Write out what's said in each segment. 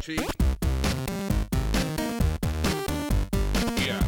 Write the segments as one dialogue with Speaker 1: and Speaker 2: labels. Speaker 1: cheek. Yeah.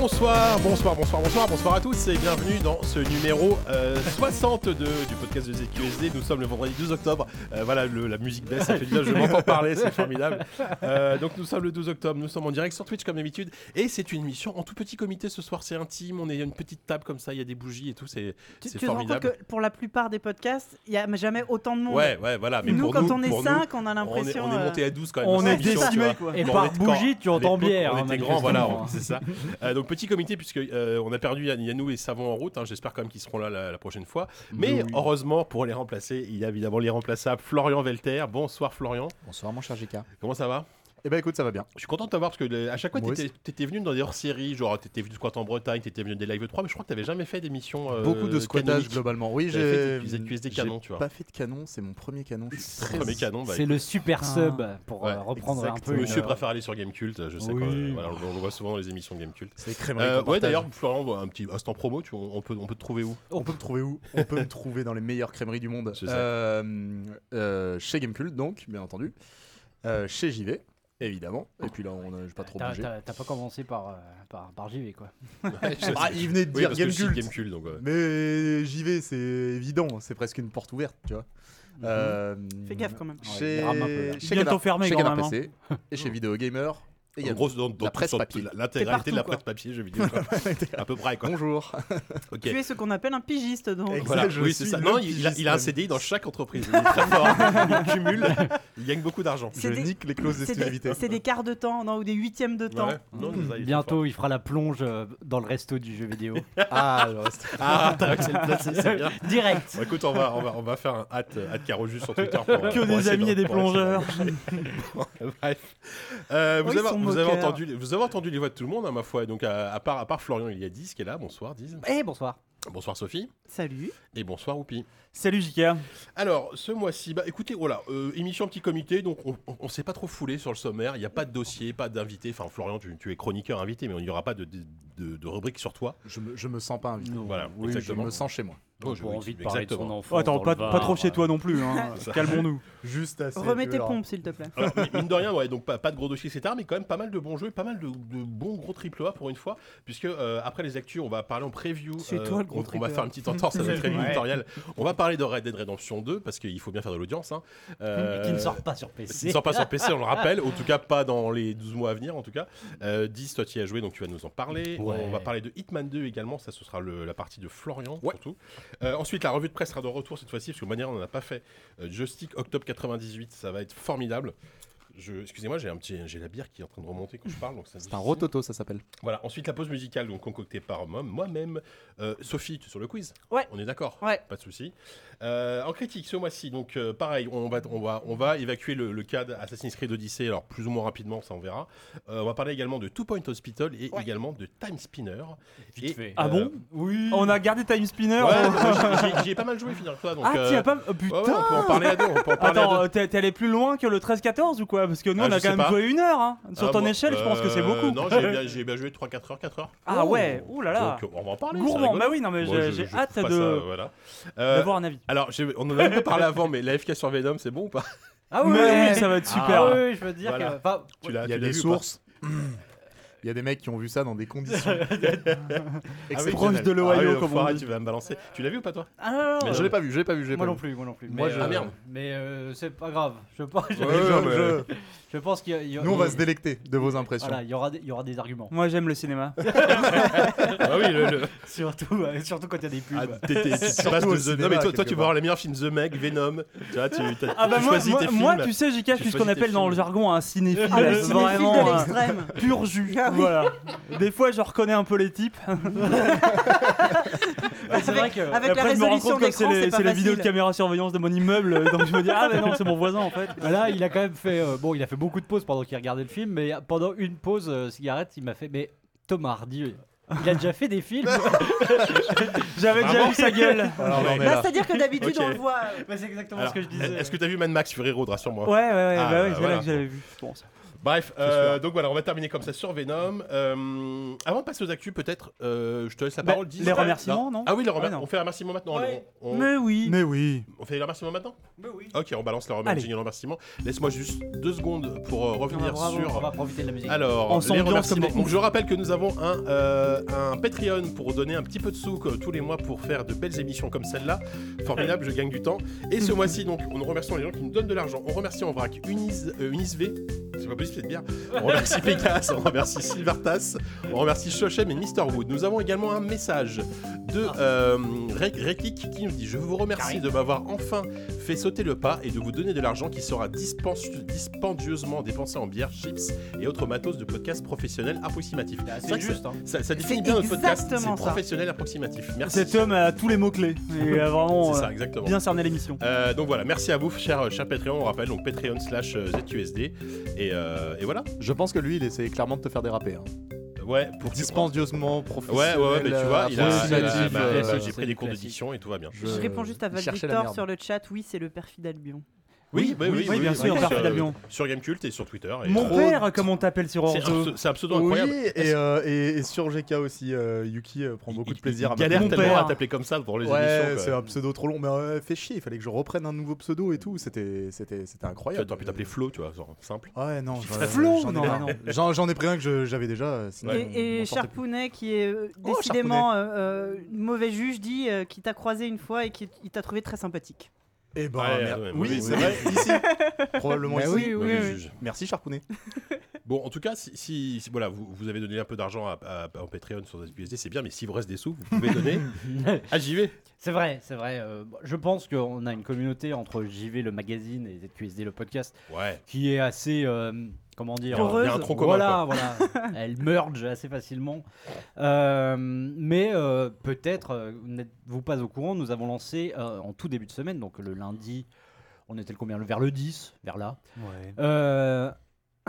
Speaker 2: Bonsoir, bonsoir, bonsoir, bonsoir, bonsoir à tous et bienvenue dans ce numéro euh, 62 du podcast de ZQSD. Nous sommes le vendredi 12 octobre. Euh, voilà, le- la musique baisse, ça fait du bien, je m'entends parler, c'est formidable. Euh, donc nous sommes le 12 octobre, nous sommes en direct sur Twitch comme d'habitude et c'est une émission en tout petit comité ce soir, c'est intime, on est il y a une petite table comme ça, il y a des bougies et tout, c'est
Speaker 3: Tu,
Speaker 2: c'est
Speaker 3: tu te rends compte
Speaker 2: formidable.
Speaker 3: que pour la plupart des podcasts, il n'y a jamais autant de monde.
Speaker 2: Ouais, ouais, voilà. Mais
Speaker 3: nous,
Speaker 2: pour
Speaker 3: quand
Speaker 2: nous,
Speaker 3: on est
Speaker 2: pour nous,
Speaker 3: 5, on a
Speaker 2: on est-
Speaker 3: l'impression.
Speaker 2: on est
Speaker 3: euh,
Speaker 2: monté à 12 quand même.
Speaker 4: On
Speaker 2: dans
Speaker 4: est
Speaker 2: cette émission, tu vois.
Speaker 4: décimé quoi.
Speaker 2: Et
Speaker 4: Et
Speaker 2: Bon, par on
Speaker 4: par
Speaker 2: est de bougie,
Speaker 4: bougie, tu entends
Speaker 2: l'époque,
Speaker 4: bière. hein,
Speaker 2: On était grand, voilà, on- c'est ça. Euh, donc petit comité puisque euh, on a perdu Yann- Yannou et Savon en route. hein. J'espère quand même qu'ils seront là la, la prochaine fois. Mais heureusement pour les remplacer, il y a évidemment les remplaçables. Florian Velter. Bonsoir Florian.
Speaker 5: Bonsoir mon cher JK.
Speaker 2: Comment ça va
Speaker 5: Eh ben écoute, ça va bien.
Speaker 2: Je suis content de t'avoir parce que le- à chaque fois
Speaker 5: Moi
Speaker 2: t'étais, t'étais venu dans des hors-séries, genre t'étais venu squat en Bretagne, t'étais venu des live 3, mais je crois que t'avais jamais fait d'émission. euh,
Speaker 5: Beaucoup de squattage
Speaker 2: canonique.
Speaker 5: globalement. Oui,
Speaker 2: J'avais fait
Speaker 5: j'ai
Speaker 2: des petits QSD
Speaker 5: j'ai
Speaker 2: canon, tu vois.
Speaker 5: Pas fait de canon, c'est mon premier canon. Je suis très
Speaker 2: Premier canon, bah,
Speaker 4: C'est le super sub pour
Speaker 2: Ouais,
Speaker 4: euh, reprendre un peu.
Speaker 2: Monsieur
Speaker 4: une- euh,
Speaker 2: préfère aller sur Gamecult, je sais
Speaker 4: Oui.
Speaker 2: quoi, euh, voilà, on, on le voit souvent dans les émissions de Gamecult.
Speaker 5: C'est crème.
Speaker 2: Euh, ouais d'ailleurs Florian, un petit instant promo, tu- on, on peut, on peut te trouver où
Speaker 5: on peut me trouver où On peut me trouver dans les meilleures crèmeries du monde.
Speaker 2: C'est ça.
Speaker 5: Euh, euh, chez Gamecult, donc, bien entendu. Euh, chez JV, évidemment. Et puis là, on a- j'ai pas trop
Speaker 4: T'as-
Speaker 5: bougé.
Speaker 4: T'as t'as pas commencé par, euh, par, par JV quoi.
Speaker 5: Ah, il venait de
Speaker 2: Oui,
Speaker 5: dire
Speaker 2: parce que je suis
Speaker 5: Gamecult.
Speaker 2: Gamecult, donc ouais.
Speaker 5: Mais JV, c'est évident. C'est presque une porte ouverte, tu vois.
Speaker 4: Mhm.
Speaker 5: Euh,
Speaker 3: Fais gaffe quand même.
Speaker 5: Chez,
Speaker 4: il rame un peu, là.
Speaker 5: chez
Speaker 6: Bientôt
Speaker 5: Canard-
Speaker 6: fermé,
Speaker 5: chez
Speaker 6: grand
Speaker 5: Canard
Speaker 6: maman.
Speaker 5: PC et chez Vidéo Gamer.
Speaker 2: En
Speaker 5: également.
Speaker 2: gros, dans, dans
Speaker 5: La
Speaker 2: tout-
Speaker 5: presse
Speaker 2: sur-
Speaker 5: papier.
Speaker 2: l'intégralité de la
Speaker 3: T'es partout,
Speaker 2: presse papier, jeux vidéo. quoi. à peu près, quoi.
Speaker 5: Bonjour.
Speaker 2: Ok.
Speaker 3: Tu es ce qu'on appelle un pigiste, donc.
Speaker 5: Exact.
Speaker 2: Voilà,
Speaker 5: je
Speaker 2: oui, c'est
Speaker 5: suis
Speaker 2: ça.
Speaker 5: le
Speaker 2: Non, il, il a, il a un
Speaker 5: pigiste.
Speaker 2: CDI dans chaque entreprise. Il est très fort. il cumule. Il gagne beaucoup d'argent.
Speaker 3: C'est
Speaker 5: Je
Speaker 3: des-
Speaker 5: nique les clauses
Speaker 3: C'est des,
Speaker 5: d'exclusivité.
Speaker 3: c'est des quarts de temps, non, ou des huitièmes de temps.
Speaker 2: Ouais. Non, il est très fort.
Speaker 4: Bientôt il fera la plonge euh, dans le resto du jeu vidéo.
Speaker 5: Ah, le reste.
Speaker 2: Ah, t'as réussi à le placer, c'est bien.
Speaker 4: Direct.
Speaker 2: Bon, Bah, écoute, on va, on, va, on va faire un hâte, euh, hâte carreau juste sur Twitter. Pour,
Speaker 6: Que des amis et des plongeurs.
Speaker 2: Bref. Euh, vous,
Speaker 3: Oh, ils
Speaker 2: avez,
Speaker 3: sont
Speaker 2: vous, avez
Speaker 3: moqueurs.
Speaker 2: entendu, vous avez entendu les voix de tout le monde, à ma foi. Donc, à, à part, à part Florian, il y a 10 qui est là. Bonsoir, 10.
Speaker 4: Eh bonsoir.
Speaker 2: Bonsoir, Sophie.
Speaker 3: Salut.
Speaker 2: Et bonsoir, Oupi.
Speaker 6: Salut JK.
Speaker 2: Oh, Alors, ce mois-ci, bah, écoutez, voilà, euh, émission petit comité, donc on, on- on s'est pas trop foulé sur le sommaire, il n'y a pas de dossier, pas d'invité, enfin Florian, tu, tu es chroniqueur invité, mais il n'y aura pas de, de- de- de rubrique sur toi.
Speaker 5: Je me, je me sens pas invité.
Speaker 2: Voilà,
Speaker 5: Oui, je
Speaker 2: exactement.
Speaker 5: me sens chez moi.
Speaker 2: Oh, je-
Speaker 4: Pas envie de parler de son
Speaker 2: exactement.
Speaker 4: enfant.
Speaker 6: Oh, Attends,
Speaker 4: dans
Speaker 6: pas,
Speaker 4: le Var,
Speaker 6: pas trop chez
Speaker 4: euh,
Speaker 6: toi non plus. hein.
Speaker 2: C'est ça.
Speaker 6: Calmons-nous.
Speaker 5: Juste assez.
Speaker 3: Remets tes
Speaker 5: Alors,
Speaker 3: pompes, s'il te plaît.
Speaker 2: Alors, mi- mine de rien, ouais, donc pas, pas de gros dossiers, etc. Mais quand même pas mal de bons jeux, pas mal de, de bons gros triple A pour une fois, puisque euh, après les actus, on va parler en preview. euh,
Speaker 3: C'est toi le
Speaker 2: on-
Speaker 3: gros
Speaker 2: on, va
Speaker 3: triple A.
Speaker 2: faire une petite entorse à notre
Speaker 6: Ouais.
Speaker 2: éditorial. On va parler de Red Dead Redemption 2, parce qu'il faut bien faire de l'audience. Hein. Euh,
Speaker 4: Qui ne sort pas sur
Speaker 2: Qui ne
Speaker 4: PC.
Speaker 2: sort pas sur PC, on le rappelle, en tout cas pas dans les 12 mois à venir, en tout cas. Euh, 10, toi tu y as joué, donc tu vas nous en parler.
Speaker 4: Ouais.
Speaker 2: On va parler de Hitman 2 également, ça ce sera le- la partie de Florian surtout. Euh, ensuite, la revue de presse sera de retour cette fois-ci, parce que de manière on n'en a pas fait. Euh, Joystick, octobre 98, ça va être formidable. Je, excusez-moi, j'ai un petit, j'ai la bière qui est en train de remonter quand je parle, donc ça.
Speaker 5: C'est un rototo, ça s'appelle.
Speaker 2: Voilà. Ensuite, la pause musicale, donc concoctée par moi- moi-même. Euh, Sophie, tu es sur le quiz.
Speaker 3: Ouais.
Speaker 2: On est d'accord.
Speaker 3: Ouais.
Speaker 2: Pas de souci. Euh, en critique, ce mois-ci, donc euh, pareil, on va, on va, on va évacuer le, le cas d'Assassin's Creed Odyssey, alors plus ou moins rapidement, ça on verra. Euh, on va parler également de Two Point Hospital et également de Time Spinner. Et,
Speaker 6: fait.
Speaker 2: euh,
Speaker 6: Ah bon
Speaker 4: Oui.
Speaker 6: On a gardé Time Spinner.
Speaker 2: Ouais,
Speaker 6: on-
Speaker 2: moi, j'y- j'y- j'y ai pas mal joué, finalement. toi, donc,
Speaker 6: Ah,
Speaker 2: euh,
Speaker 6: t'y as pas. oh,
Speaker 2: ouais, ouais,
Speaker 6: putain.
Speaker 2: on peut en parler à deux. On peut en parler à
Speaker 6: Attends,
Speaker 2: deux.
Speaker 6: euh, t'es t'es allé plus loin que le 13-14 ou quoi Parce que nous,
Speaker 2: Ah,
Speaker 6: on
Speaker 2: je
Speaker 6: a
Speaker 2: sais
Speaker 6: quand même
Speaker 2: pas.
Speaker 6: joué une heure. hein. Sur
Speaker 2: Ah,
Speaker 6: ton
Speaker 2: moi,
Speaker 6: échelle, je pense que c'est
Speaker 2: euh,
Speaker 6: beaucoup.
Speaker 2: Non, j'ai bien, j'ai bien joué 3-4 heures, 4 heures.
Speaker 6: Ah ouais, ouh là là.
Speaker 2: Donc, on va en parler. c'est
Speaker 6: Gourmand,
Speaker 2: rigolo.
Speaker 6: bah oui, non mais
Speaker 2: Moi,
Speaker 6: j'ai
Speaker 2: je-
Speaker 6: j'ai
Speaker 2: je
Speaker 6: hâte
Speaker 2: trouve
Speaker 6: de,
Speaker 2: pas ça, euh, voilà. Euh,
Speaker 6: d'avoir un avis.
Speaker 2: Alors, j'ai- on en a même pas parlé avant, mais l'AFK sur Venom, c'est bon ou pas
Speaker 4: Ah
Speaker 6: Mais
Speaker 4: oui.
Speaker 6: oui, ça va être super.
Speaker 4: Ah oui, je veux dire
Speaker 2: Voilà.
Speaker 4: que. enfin,
Speaker 2: Tu l'as-
Speaker 5: Il y a
Speaker 2: tu l'as
Speaker 5: des
Speaker 2: vu ou pas
Speaker 5: sources. Il y a des mecs qui ont vu ça dans des conditions exceptionnelles.
Speaker 6: proche de l'Ohio,
Speaker 2: Ah oui,
Speaker 6: comme on
Speaker 2: foiré,
Speaker 6: dit.
Speaker 2: tu vas me balancer. Tu l'as vu ou pas toi
Speaker 4: ah non, non,
Speaker 2: Mais
Speaker 5: Je l'ai pas vu, je l'ai pas vu, je l'ai
Speaker 4: Moi
Speaker 5: pas
Speaker 4: non
Speaker 5: vu.
Speaker 4: plus, moi non plus.
Speaker 5: Moi,
Speaker 4: mais
Speaker 5: je-
Speaker 2: Ah, merde.
Speaker 4: mais, euh, c'est pas grave. Je pense. Je,
Speaker 5: Ouais,
Speaker 2: non,
Speaker 5: je-
Speaker 2: mais-
Speaker 5: je-
Speaker 4: je pense qu'il y a- il y a-
Speaker 5: Nous, on va
Speaker 4: il-
Speaker 5: se délecter de vos impressions.
Speaker 4: Voilà, il y aura des, il y aura des arguments.
Speaker 6: Moi j'aime le cinéma.
Speaker 2: Ah oui, le, le...
Speaker 4: surtout, euh, surtout quand il y a des pubs.
Speaker 2: Ah, t'es- t'es- tu
Speaker 5: Surtout
Speaker 2: passes
Speaker 5: au
Speaker 2: de The-
Speaker 5: cinéma,
Speaker 2: Non mais toi, toi
Speaker 5: quelque
Speaker 2: tu vas
Speaker 5: part.
Speaker 2: voir les meilleurs films The Meg, Venom. Tu vois, tu, t'as-
Speaker 6: Ah bah
Speaker 2: tu
Speaker 6: moi,
Speaker 2: choisis
Speaker 6: moi,
Speaker 2: tes films.
Speaker 6: moi, tu sais, JK, je suis
Speaker 2: choisis
Speaker 6: ce qu'on
Speaker 2: tes
Speaker 6: appelle dans
Speaker 2: films.
Speaker 6: le jargon un cinéphile.
Speaker 3: Ah, le
Speaker 6: C'est
Speaker 3: cinéphile de
Speaker 6: vraiment hein. un
Speaker 3: l'extrême.
Speaker 6: pur jus.
Speaker 3: Ah oui.
Speaker 6: Voilà. Des fois, je reconnais un peu les types.
Speaker 2: Ah,
Speaker 4: c'est vrai que.
Speaker 3: Avec la
Speaker 6: Après, je me rends
Speaker 3: résolution
Speaker 6: compte que c'est
Speaker 3: d'écran, c'est
Speaker 6: les,
Speaker 3: pas
Speaker 6: c'est les vidéos de
Speaker 3: facile.
Speaker 6: caméra surveillance de mon immeuble. Donc je me dis, ah mais non, c'est mon voisin en fait.
Speaker 4: Bah là, il a quand même fait. euh, bon, il a fait beaucoup de pauses pendant qu'il regardait le film, mais pendant une pause euh, cigarette, il m'a fait. Mais Tom Hardy, il a déjà fait des films. Ah,
Speaker 6: J'avais déjà
Speaker 2: Vraiment
Speaker 6: vu sa gueule.
Speaker 5: Alors, on en est
Speaker 3: Là,
Speaker 5: là.
Speaker 3: Bah, c'est-à-dire que d'habitude,
Speaker 2: Ok.
Speaker 3: on le voit. euh,
Speaker 4: Bah, c'est exactement
Speaker 2: Alors,
Speaker 4: ce que je disais.
Speaker 2: Est-ce que t'as vu Mad Max Fury Road, rassure-moi
Speaker 6: Ouais, ouais, ouais,
Speaker 2: Ah,
Speaker 6: bah
Speaker 2: bah,
Speaker 6: oui, c'est
Speaker 2: voilà.
Speaker 6: là que j'avais vu. Bon, ça-
Speaker 2: Bref, euh, donc voilà, on va terminer comme ça sur Venom. Euh, avant de passer aux actus, peut-être, euh, je te laisse la
Speaker 6: Bah,
Speaker 2: parole. dis-
Speaker 6: les remerciements, non
Speaker 2: Ah oui, les remer-
Speaker 6: Ouais, non.
Speaker 2: on fait les remerciements maintenant.
Speaker 4: Ouais.
Speaker 2: On, on-
Speaker 3: Mais oui.
Speaker 6: Mais oui.
Speaker 2: on fait les remerciements maintenant
Speaker 4: oui.
Speaker 2: Ok, on balance les
Speaker 6: Allez.
Speaker 2: remerciements. remerciements. Laisse-moi juste deux secondes pour euh,
Speaker 4: Ah,
Speaker 2: revenir sur.
Speaker 4: On va profiter de la musique.
Speaker 2: Alors,
Speaker 6: On
Speaker 2: les
Speaker 6: s'ambiance
Speaker 2: remerciements.
Speaker 6: comme des
Speaker 2: Donc,
Speaker 6: fous.
Speaker 2: je rappelle que nous avons un, euh, un Patreon pour donner un petit peu de sous euh, tous les mois pour faire de belles émissions comme celle-là. Formidable, je gagne du temps. Et ce mois-ci, donc, on remercie les gens qui nous donnent de l'argent. On remercie en vrac Unis, euh, Unisv. C'est pas possible de dire. On remercie Pégase, on remercie Silvartas, on remercie Shoshem et Mr. Wood. Nous avons également un message de
Speaker 3: Ah.
Speaker 2: euh, Re- Rekik qui nous dit Je vous remercie de m'avoir enfin fait sauter le pas et de vous donner de l'argent qui sera dispensu- dispendieusement dépensé en bière, chips et autres matos de podcast professionnel approximatif.
Speaker 4: Bah,
Speaker 2: C'est vrai
Speaker 4: C'est
Speaker 2: que
Speaker 4: juste. hein.
Speaker 2: Ça, ça définit
Speaker 3: C'est
Speaker 2: bien notre podcast,
Speaker 3: exactement
Speaker 2: c'est
Speaker 3: ça.
Speaker 2: professionnel approximatif. Merci.
Speaker 6: Cet homme a tous les mots-clés. Et a vraiment
Speaker 2: C'est
Speaker 6: euh,
Speaker 2: ça, exactement.
Speaker 6: bien cerné l'émission.
Speaker 2: Euh, donc voilà, merci à vous, cher, cher Patreon. On rappelle donc Patreon slash euh, ZUSD. Et, euh, et voilà.
Speaker 5: Je pense que lui, il essaie clairement de te faire déraper. Hein.
Speaker 2: Ouais, pour Ouais,
Speaker 5: Dispendieusement,
Speaker 2: ouais,
Speaker 5: professionnel.
Speaker 2: ouais, mais tu vois, il a, il a-
Speaker 5: euh, approximatif,
Speaker 2: bah,
Speaker 5: euh,
Speaker 2: j'ai
Speaker 4: c'est
Speaker 2: pris des cours de
Speaker 4: classique.
Speaker 2: diction et tout va bien.
Speaker 5: je-
Speaker 3: Je réponds juste à Val
Speaker 5: cherchais la
Speaker 3: Victor
Speaker 5: merde.
Speaker 3: sur le chat. Oui, c'est le perfide Albion.
Speaker 2: Oui, bah oui, oui,
Speaker 6: oui, bien sûr,
Speaker 2: sur-
Speaker 6: Perfide Albion.
Speaker 2: Sur Gamecult et sur Twitter. et,
Speaker 6: Mon
Speaker 2: euh,
Speaker 6: père, comme on t'appelle sur
Speaker 2: c'est un,
Speaker 6: Orzo.
Speaker 2: pse- c'est un pseudo
Speaker 5: Oui,
Speaker 2: incroyable.
Speaker 5: et, euh, et- et sur GK aussi, euh, Yuki euh, prend beaucoup
Speaker 2: Il-
Speaker 5: de plaisir
Speaker 2: il
Speaker 5: à
Speaker 2: galère
Speaker 6: Mon
Speaker 5: m'appeler.
Speaker 2: tellement
Speaker 6: père.
Speaker 2: à t'appeler comme ça pour les
Speaker 5: Ouais,
Speaker 2: émissions.
Speaker 5: c'est
Speaker 2: quoi.
Speaker 5: un pseudo trop long, mais euh, fait chier, il fallait que je reprenne un nouveau pseudo et tout, c'était c'était c'était
Speaker 2: Tu vois,
Speaker 5: incroyable.
Speaker 2: T'aurais pu t'appeler Flo, tu vois, genre, simple.
Speaker 5: Ouais, non, je-
Speaker 6: Flo,
Speaker 5: j'en ai
Speaker 6: non,
Speaker 5: marre.
Speaker 6: non.
Speaker 5: J'en j'en ai pris un que je- j'avais déjà. euh, sinon on-
Speaker 3: et
Speaker 5: on
Speaker 3: et
Speaker 5: sortait plus.
Speaker 3: Charpounet, qui est euh,
Speaker 5: Oh,
Speaker 3: décidément euh, euh, mauvais juge, dit euh, qu'il t'a croisé une fois et qu'il il t'a trouvé très sympathique.
Speaker 5: Eh ben,
Speaker 2: Ouais,
Speaker 5: mer-
Speaker 2: ouais,
Speaker 5: oui,
Speaker 2: oui,
Speaker 5: c'est
Speaker 2: oui.
Speaker 5: vrai, ici. Probablement ici.
Speaker 3: Bah oui,
Speaker 2: Mauvais juge.
Speaker 5: Merci Charcounet.
Speaker 2: Bon, en tout cas, si, si- si- voilà, vous, vous avez donné un peu d'argent à, à, à- en Patreon sur SBSD, c'est bien, mais s'il vous reste des sous, vous pouvez donner à JV.
Speaker 4: C'est vrai, c'est vrai. euh, bon, je pense qu'on a une communauté entre JV le magazine et ZQSD le podcast
Speaker 2: Ouais.
Speaker 4: qui est assez, euh, comment dire,
Speaker 2: Il y a un- il y a un
Speaker 3: Heureuse.
Speaker 2: tronc commun.
Speaker 4: Voilà, voilà. Elle merge assez facilement. Euh, mais euh, peut-être euh, n'êtes-vous pas au courant, nous avons lancé euh, en tout début de semaine, donc le lundi, on était le combien Vers le 10, vers là. Euh,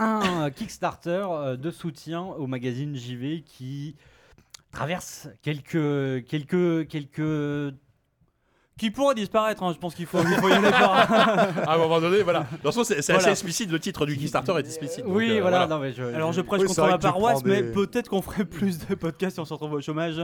Speaker 4: un Kickstarter euh, de soutien au magazine JV qui traverse quelques quelques quelques
Speaker 6: Qui pourrait disparaître, hein, je pense qu'il faut, il faut y aller par.
Speaker 2: quoi. À un moment donné, voilà. Dans ce sens, c'est c'est assez
Speaker 6: Voilà.
Speaker 2: explicite, le titre du Kickstarter est explicite. donc,
Speaker 4: oui
Speaker 2: euh,
Speaker 4: voilà, non, mais je-
Speaker 6: Alors je
Speaker 4: je-
Speaker 6: prêche
Speaker 5: Oui, c'est
Speaker 6: contre
Speaker 5: vrai
Speaker 6: ma
Speaker 5: que tu
Speaker 6: paroisse,
Speaker 5: prends
Speaker 6: mais
Speaker 5: des-
Speaker 6: peut-être qu'on ferait plus de podcasts si on se retrouve au chômage.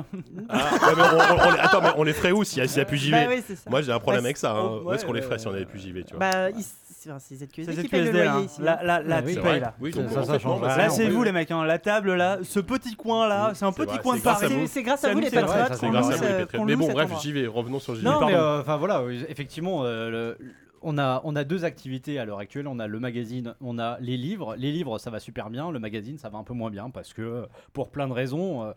Speaker 2: Ah, ouais, mais on- on- on les- attends, mais on les ferait où s'il n'y a, s'il y a plus JV
Speaker 3: Bah oui, c'est ça.
Speaker 2: Moi j'ai un problème
Speaker 6: Bah,
Speaker 2: avec ça. hein.
Speaker 6: oh,
Speaker 2: Où est-ce qu'on les
Speaker 6: ouais,
Speaker 2: ferait si on
Speaker 6: ouais,
Speaker 2: avait plus JV tu vois
Speaker 3: Bah, il- c'est enfin, c'est ZQSD,
Speaker 6: C'est
Speaker 3: qui paye le
Speaker 6: ZQSD,
Speaker 3: loyer
Speaker 6: là.
Speaker 3: ici.
Speaker 6: hein.
Speaker 3: hein
Speaker 6: La, la, la,
Speaker 4: Ah oui.
Speaker 2: C'est
Speaker 6: tu
Speaker 4: paye,
Speaker 2: vrai.
Speaker 6: payes, là.
Speaker 2: Oui,
Speaker 4: Ça,
Speaker 2: donc,
Speaker 4: ça,
Speaker 2: en
Speaker 4: ça
Speaker 2: fait, non,
Speaker 4: change
Speaker 2: bah,
Speaker 4: rien.
Speaker 6: Là,
Speaker 4: on
Speaker 6: c'est
Speaker 4: peut-
Speaker 6: vous les mecs, hein, la table là, ce petit coin là, c'est un
Speaker 2: C'est
Speaker 6: petit
Speaker 2: vrai,
Speaker 6: coin
Speaker 2: c'est
Speaker 6: de
Speaker 2: grâce à
Speaker 6: Paris.
Speaker 2: vous.
Speaker 3: C'est c'est grâce à
Speaker 6: C'est
Speaker 3: vous
Speaker 6: nous,
Speaker 3: les
Speaker 6: c'est vrai,
Speaker 3: patrons.
Speaker 4: ça, c'est
Speaker 3: qu'on
Speaker 2: grâce
Speaker 3: loue
Speaker 2: à vous, les
Speaker 3: ce-
Speaker 2: Patreons.
Speaker 3: qu'on
Speaker 2: Mais
Speaker 3: loue
Speaker 2: bon,
Speaker 3: cet
Speaker 2: bref,
Speaker 3: endroit.
Speaker 2: j'y vais. Revenons sur JV.
Speaker 4: Non, mais
Speaker 2: Pardon.
Speaker 4: euh, enfin voilà, euh, effectivement, euh, le- le- on, a, on a deux activités à l'heure actuelle. On a le magazine, on a les livres. Les livres, ça va super bien. Le magazine, ça va un peu moins bien parce que, euh, pour plein de raisons, euh,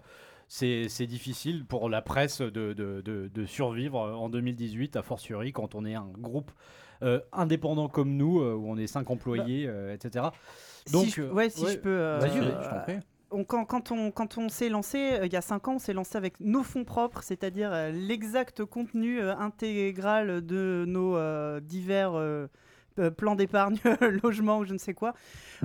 Speaker 4: c'est c'est difficile pour la presse de, de- de- de survivre euh, en 2018, à fortiori quand on est un groupe euh, indépendant comme nous, euh, où on est cinq employés, euh, etc.
Speaker 3: Bah,
Speaker 4: Donc,
Speaker 3: si je,
Speaker 4: euh,
Speaker 3: ouais, si
Speaker 4: ouais.
Speaker 3: je peux. euh,
Speaker 4: Vas-y,
Speaker 3: euh,
Speaker 4: je t'en prie.
Speaker 3: on- quand, quand on, quand on s'est lancé, euh, il y a 5 ans, on s'est lancé avec nos fonds propres, c'est-à-dire euh, l'exact contenu euh, intégral de nos euh, divers euh, euh, plans d'épargne, logement ou je ne sais quoi.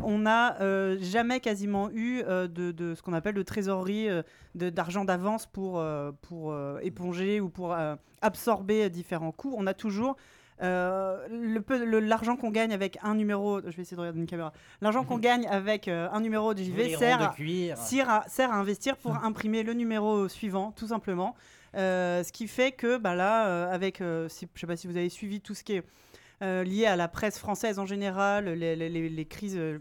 Speaker 3: On n'a euh, jamais quasiment eu euh, de, de ce qu'on appelle de trésorerie, euh, de- d'argent d'avance pour, euh, pour euh, éponger ou pour euh, absorber différents coûts. On a toujours. euh, le peu- le- l'argent qu'on gagne avec un numéro, je vais essayer de regarder une caméra. L'argent qu'on gagne avec euh, un numéro de JV sert à- Hum. sert à, sert à investir pour imprimer le numéro suivant, tout simplement. Euh, ce qui fait que bah là, euh, avec, euh, si- je sais pas si vous avez suivi tout ce qui est euh, lié à la presse française en général, les, les- les- les crises euh,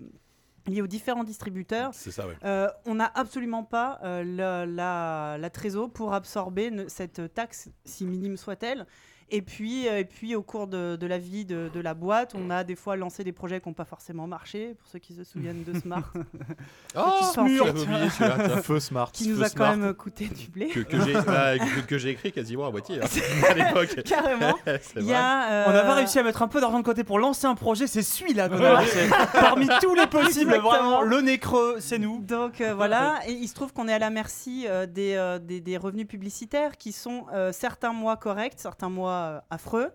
Speaker 3: liées aux différents distributeurs,
Speaker 2: C'est ça, ouais.
Speaker 3: euh, on n'a absolument pas euh, la, la, la trésor pour absorber ne- cette taxe, si minime soit-elle. Et puis, euh, et puis, au cours de, de la vie de, de la boîte, on a des fois lancé des projets qui n'ont pas forcément marché, pour ceux qui se souviennent de Smart,
Speaker 2: Ah,
Speaker 3: ce mur.
Speaker 2: j'avais oublié celui-là, tiens.
Speaker 5: Feu Smart.
Speaker 3: qui nous
Speaker 5: Feu
Speaker 3: a
Speaker 5: Smart.
Speaker 3: quand même coûté du blé.
Speaker 2: que, que j'ai bah, que, que j'ai écrit quasiment à moitié hein, à l'époque.
Speaker 3: Carrément.
Speaker 2: C'est
Speaker 3: Il y
Speaker 2: vrai.
Speaker 3: a, euh,
Speaker 6: On n'a pas réussi à mettre un peu d'argent de côté pour lancer un projet, c'est celui-là qu'on a lancé. Parmi tous les possibles,
Speaker 3: Exactement.
Speaker 6: vraiment, le nez creux, c'est nous.
Speaker 3: Donc euh, voilà, et il se trouve qu'on est à la merci euh, des, euh, des, des revenus publicitaires qui sont euh, certains mois corrects, certains mois euh, affreux.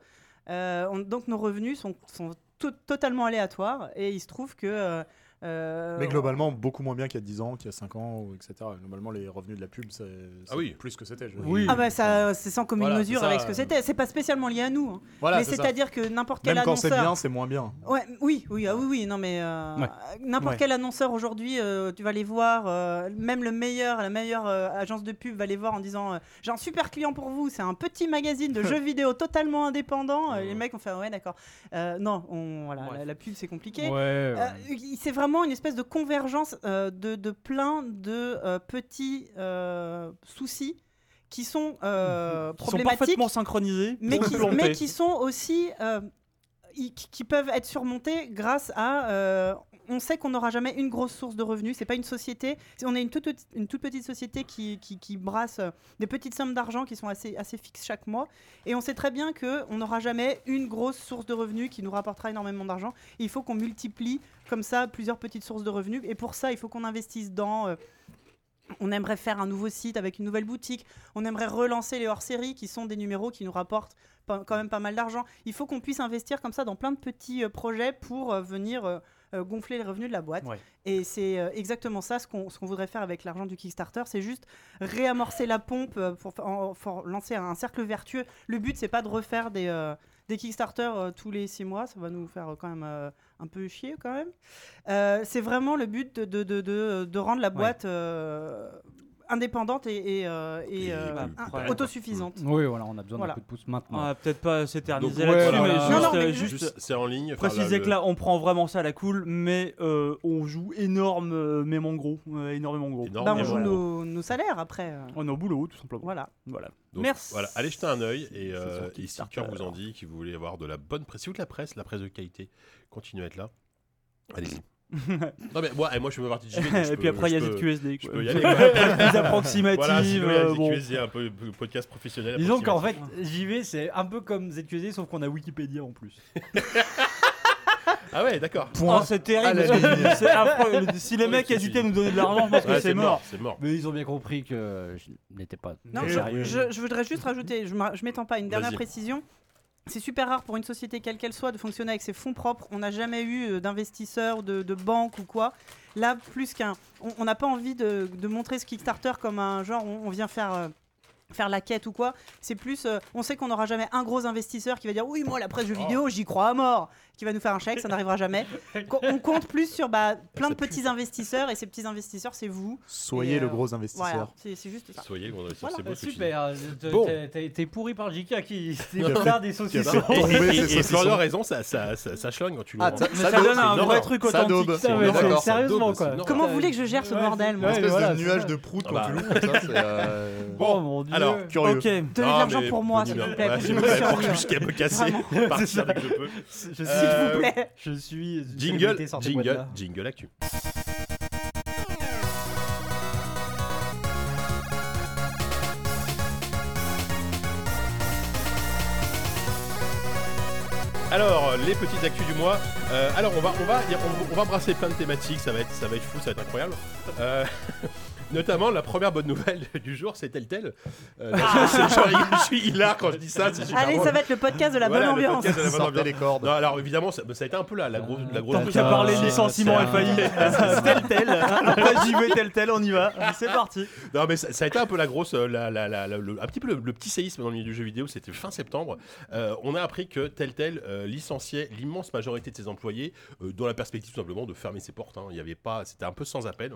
Speaker 3: Euh, on- donc nos revenus sont, sont to- totalement aléatoires et il se trouve que euh, Euh,
Speaker 5: Mais globalement, beaucoup moins bien qu'il y a 10 ans, qu'il y a 5 ans, ou etc. Globalement, les revenus de la pub, c'est c'est
Speaker 2: Ah oui.
Speaker 5: plus que c'était. je veux
Speaker 2: Oui.
Speaker 5: dire.
Speaker 3: Ah bah ça, c'est sans commune
Speaker 5: Voilà,
Speaker 3: mesure
Speaker 5: c'est ça,
Speaker 3: avec ce que
Speaker 5: euh.
Speaker 3: c'était. C'est pas spécialement lié à nous. hein.
Speaker 5: Voilà,
Speaker 3: mais
Speaker 5: c'est ça.
Speaker 3: c'est-à-dire que n'importe quel
Speaker 5: Même quand c'est
Speaker 3: annonceur.
Speaker 5: bien, c'est moins bien.
Speaker 3: Ouais, oui, oui, ah oui, oui, non mais euh,
Speaker 4: Ouais.
Speaker 3: n'importe
Speaker 6: Ouais.
Speaker 3: quel annonceur aujourd'hui, euh, tu vas les voir, euh, même le meilleur, la meilleure euh, agence de pub va les voir en disant euh, j'ai un super client pour vous, c'est un petit magazine de jeux vidéo totalement indépendant. Euh, Les mecs ont fait ouais d'accord, Euh, non, on, voilà,
Speaker 6: Ouais.
Speaker 3: la, la pub c'est compliqué.
Speaker 4: Ouais, ouais.
Speaker 3: Euh, il- c'est vraiment une espèce de convergence euh, de, de plein de euh, petits euh, soucis qui sont euh,
Speaker 6: Ils sont
Speaker 3: problématiques,
Speaker 6: parfaitement synchronisés.
Speaker 3: mais,
Speaker 6: pour
Speaker 3: qui,
Speaker 6: planter.
Speaker 3: mais qui sont aussi euh, i- qui, qui peuvent être surmontés grâce à euh, on sait qu'on n'aura jamais une grosse source de revenus. C'est pas une société. c'est- On est une toute, petite- une toute petite société qui, qui, qui brasse euh, des petites sommes d'argent qui sont assez, assez fixes chaque mois. Et on sait très bien que on n'aura jamais une grosse source de revenus qui nous rapportera énormément d'argent. Il faut qu'on multiplie comme ça plusieurs petites sources de revenus. Et pour ça, il faut qu'on investisse dans. euh, on aimerait faire un nouveau site avec une nouvelle boutique. On aimerait relancer les hors-séries qui sont des numéros qui nous rapportent pas- quand même pas mal d'argent. Il faut qu'on puisse investir comme ça dans plein de petits euh, projets pour euh, venir euh, euh, gonfler les revenus de la boîte.
Speaker 6: Ouais.
Speaker 3: Et c'est euh, exactement ça ce qu'on ce qu'on voudrait faire avec l'argent du Kickstarter. C'est juste réamorcer la pompe euh, pour, fa- en- pour lancer un cercle vertueux. Le but, c'est pas de refaire des, euh, des Kickstarter euh, tous les six mois. Ça va nous faire euh, quand même euh, un peu chier quand même. Euh, c'est vraiment le but de, de, de, de, de rendre la boîte euh, indépendante et, et, euh, et,
Speaker 1: Et
Speaker 3: euh,
Speaker 1: plus
Speaker 3: un-
Speaker 6: belle.
Speaker 3: autosuffisante.
Speaker 4: Oui, voilà, on a besoin
Speaker 3: Voilà.
Speaker 4: d'un coup de pouce maintenant.
Speaker 6: On va peut-être pas s'éterniser
Speaker 2: Donc,
Speaker 6: là-dessus,
Speaker 2: voilà.
Speaker 6: mais,
Speaker 4: Non,
Speaker 6: juste,
Speaker 3: non, mais
Speaker 6: euh,
Speaker 2: Juste,
Speaker 6: juste
Speaker 2: c'est en ligne. enfin,
Speaker 6: préciser
Speaker 2: le-
Speaker 6: que là, on prend vraiment ça à la cool, mais euh, on joue énorme, euh, même en gros, euh, énormément gros.
Speaker 2: Énorme,
Speaker 3: Bah,
Speaker 2: mais
Speaker 3: on joue
Speaker 2: voilà.
Speaker 3: nos, nos salaires après. euh,
Speaker 6: On est au boulot, tout simplement.
Speaker 3: Voilà.
Speaker 6: Voilà.
Speaker 2: Donc,
Speaker 6: Merci.
Speaker 2: Voilà, allez jeter un œil et,
Speaker 6: C'est
Speaker 2: euh,
Speaker 6: sur
Speaker 2: et si
Speaker 6: Kickstarter.
Speaker 2: cœur vous en dit, que vous voulez avoir de la bonne presse, ou de la presse, la presse de qualité, continuez à être là. Allez-y. non mais moi, eh, moi je fais partie de JV, donc je
Speaker 6: Et puis
Speaker 2: peux-
Speaker 6: après, il y a
Speaker 2: je peux-
Speaker 6: ZQSD.
Speaker 2: Je
Speaker 6: quoi.
Speaker 2: peux y aller. quoi.
Speaker 6: Plus approximative.
Speaker 2: voilà, sinon, il y a
Speaker 6: euh, bon.
Speaker 2: ZQSD, un hein, peu peu- podcast professionnel.
Speaker 4: Disons qu'en fait,
Speaker 2: approximatif.
Speaker 4: JV, c'est un peu comme ZQZ, sauf qu'on a Wikipédia en plus.
Speaker 2: Ah ouais, d'accord.
Speaker 6: Oh, c'est terrible.
Speaker 5: à la ligne.
Speaker 6: C'est affreux. Si les
Speaker 2: Oui,
Speaker 6: mecs
Speaker 2: c'est
Speaker 6: hésitaient à
Speaker 2: fini.
Speaker 6: nous donner de l'argent, je pense que
Speaker 2: Ouais,
Speaker 6: c'est mort.
Speaker 2: C'est mort.
Speaker 4: Mais ils ont bien compris que je n'étais pas.
Speaker 3: Non,
Speaker 6: Mais
Speaker 3: je,
Speaker 6: oui.
Speaker 3: je- je voudrais juste rajouter, je m'a- je m'étends pas, une dernière
Speaker 2: Vas-y.
Speaker 3: précision. C'est super rare pour une société, quelle qu'elle soit, de fonctionner avec ses fonds propres. On n'a jamais eu euh, d'investisseurs, de, de banque ou quoi. Là, plus qu'un. on- On n'a pas envie de, de montrer ce Kickstarter comme un genre, on, on vient faire. euh, faire la quête ou quoi, c'est plus euh, on sait qu'on n'aura jamais un gros investisseur qui va dire oui moi la presse jeux vidéo
Speaker 2: Oh.
Speaker 3: j'y crois à mort qui va nous faire un chèque ça n'arrivera jamais Qu'on- on compte plus sur bah, plein de petits investisseurs et ces petits investisseurs c'est vous
Speaker 5: Soyez
Speaker 3: Et,
Speaker 5: le
Speaker 3: euh,
Speaker 5: gros
Speaker 3: voilà
Speaker 5: investisseur.
Speaker 3: c'est c'est juste ça
Speaker 2: Soyez le gros investisseur,
Speaker 3: Voilà,
Speaker 2: c'est beau ce que tu dis.
Speaker 4: Super, Euh, t'es-
Speaker 2: Bon.
Speaker 4: t'es- t'es t'es pourri par JK qui s'est
Speaker 5: a
Speaker 4: plein des saucissons.
Speaker 5: fait- Tomber,
Speaker 2: Et- et-
Speaker 5: c'est
Speaker 2: et- Et
Speaker 5: saucisson.
Speaker 2: Florian a raison, ça, ça, ça, ça chlingue quand tu le
Speaker 5: Ah,
Speaker 2: rends.
Speaker 5: ça-
Speaker 6: Mais
Speaker 5: ça
Speaker 6: ça
Speaker 5: daube,
Speaker 6: donne
Speaker 5: c'est
Speaker 6: un
Speaker 5: énorme.
Speaker 6: vrai truc
Speaker 5: Ça daube.
Speaker 6: authentique.
Speaker 5: C'est
Speaker 4: Putain,
Speaker 5: énorme.
Speaker 4: mais
Speaker 5: D'accord,
Speaker 4: c'est-
Speaker 5: ça daube,
Speaker 4: sérieusement
Speaker 2: c'est
Speaker 4: quoi.
Speaker 2: énorme.
Speaker 3: Comment vous voulez que je gère ce
Speaker 4: Ouais,
Speaker 3: bordel
Speaker 4: c'est-
Speaker 5: Une
Speaker 3: moi
Speaker 4: ouais,
Speaker 5: espèce
Speaker 4: voilà,
Speaker 5: de
Speaker 4: c'est
Speaker 5: nuage
Speaker 4: ça.
Speaker 5: de prout
Speaker 2: Ah
Speaker 5: quand
Speaker 2: bah.
Speaker 5: tu l'ouvres. comme ça, c'est, euh,
Speaker 4: Oh mon dieu.
Speaker 2: alors,
Speaker 5: Curieux.
Speaker 6: Ok.
Speaker 3: Donnez
Speaker 2: Non,
Speaker 3: de l'argent
Speaker 2: mais
Speaker 3: pour moi,
Speaker 5: Denis
Speaker 3: s'il vous
Speaker 5: Merlin.
Speaker 3: plaît.
Speaker 2: Voilà,
Speaker 3: Je
Speaker 2: s'il
Speaker 3: me
Speaker 2: vous plaît,
Speaker 3: suis
Speaker 2: pour
Speaker 3: ennuie.
Speaker 2: jusqu'à me casser, partir dès que je peux.
Speaker 4: Je, je-
Speaker 3: S'il
Speaker 2: Euh,
Speaker 3: vous plaît.
Speaker 4: je suis. une
Speaker 2: Jingle,
Speaker 4: célébrité, sortez-moi de
Speaker 2: jingle,
Speaker 4: là.
Speaker 2: jingle actu. Alors, les petites actus du mois. Euh, alors, on va, on, va, on, va brasser plein de thématiques. Ça va être, ça va être fou, ça va être incroyable. Euh, notamment, la première bonne nouvelle du jour, c'est Euh, tel tel. je suis hilar quand je dis ça. c'est super
Speaker 3: Ah. Allez,
Speaker 2: drôle.
Speaker 3: ça va être le podcast de la bonne
Speaker 2: Voilà, le
Speaker 3: ambiance.
Speaker 6: bah,
Speaker 2: podcast de la bonne
Speaker 5: Sortez
Speaker 2: ambiance.
Speaker 5: les cordes.
Speaker 2: Non, alors évidemment, ça, ça a été un peu la, la grosse. La grosse
Speaker 6: Tant
Speaker 2: grosse-
Speaker 6: qu'à parler
Speaker 2: Ah,
Speaker 6: licenciement
Speaker 4: c'est
Speaker 6: et
Speaker 4: un-
Speaker 6: faillite, tel tel, après j'y vais tel tel, on y va, c'est parti.
Speaker 2: Non, mais ça, ça a été un peu la grosse. euh, La, la- la- la- le- un petit peu le, le petit séisme dans le milieu du jeu vidéo, c'était fin septembre. Euh, on a appris que Telltale euh, licenciait l'immense majorité de ses employés euh, dans la perspective tout simplement de fermer ses portes. hein. Il y avait pas. C'était un peu sans appel.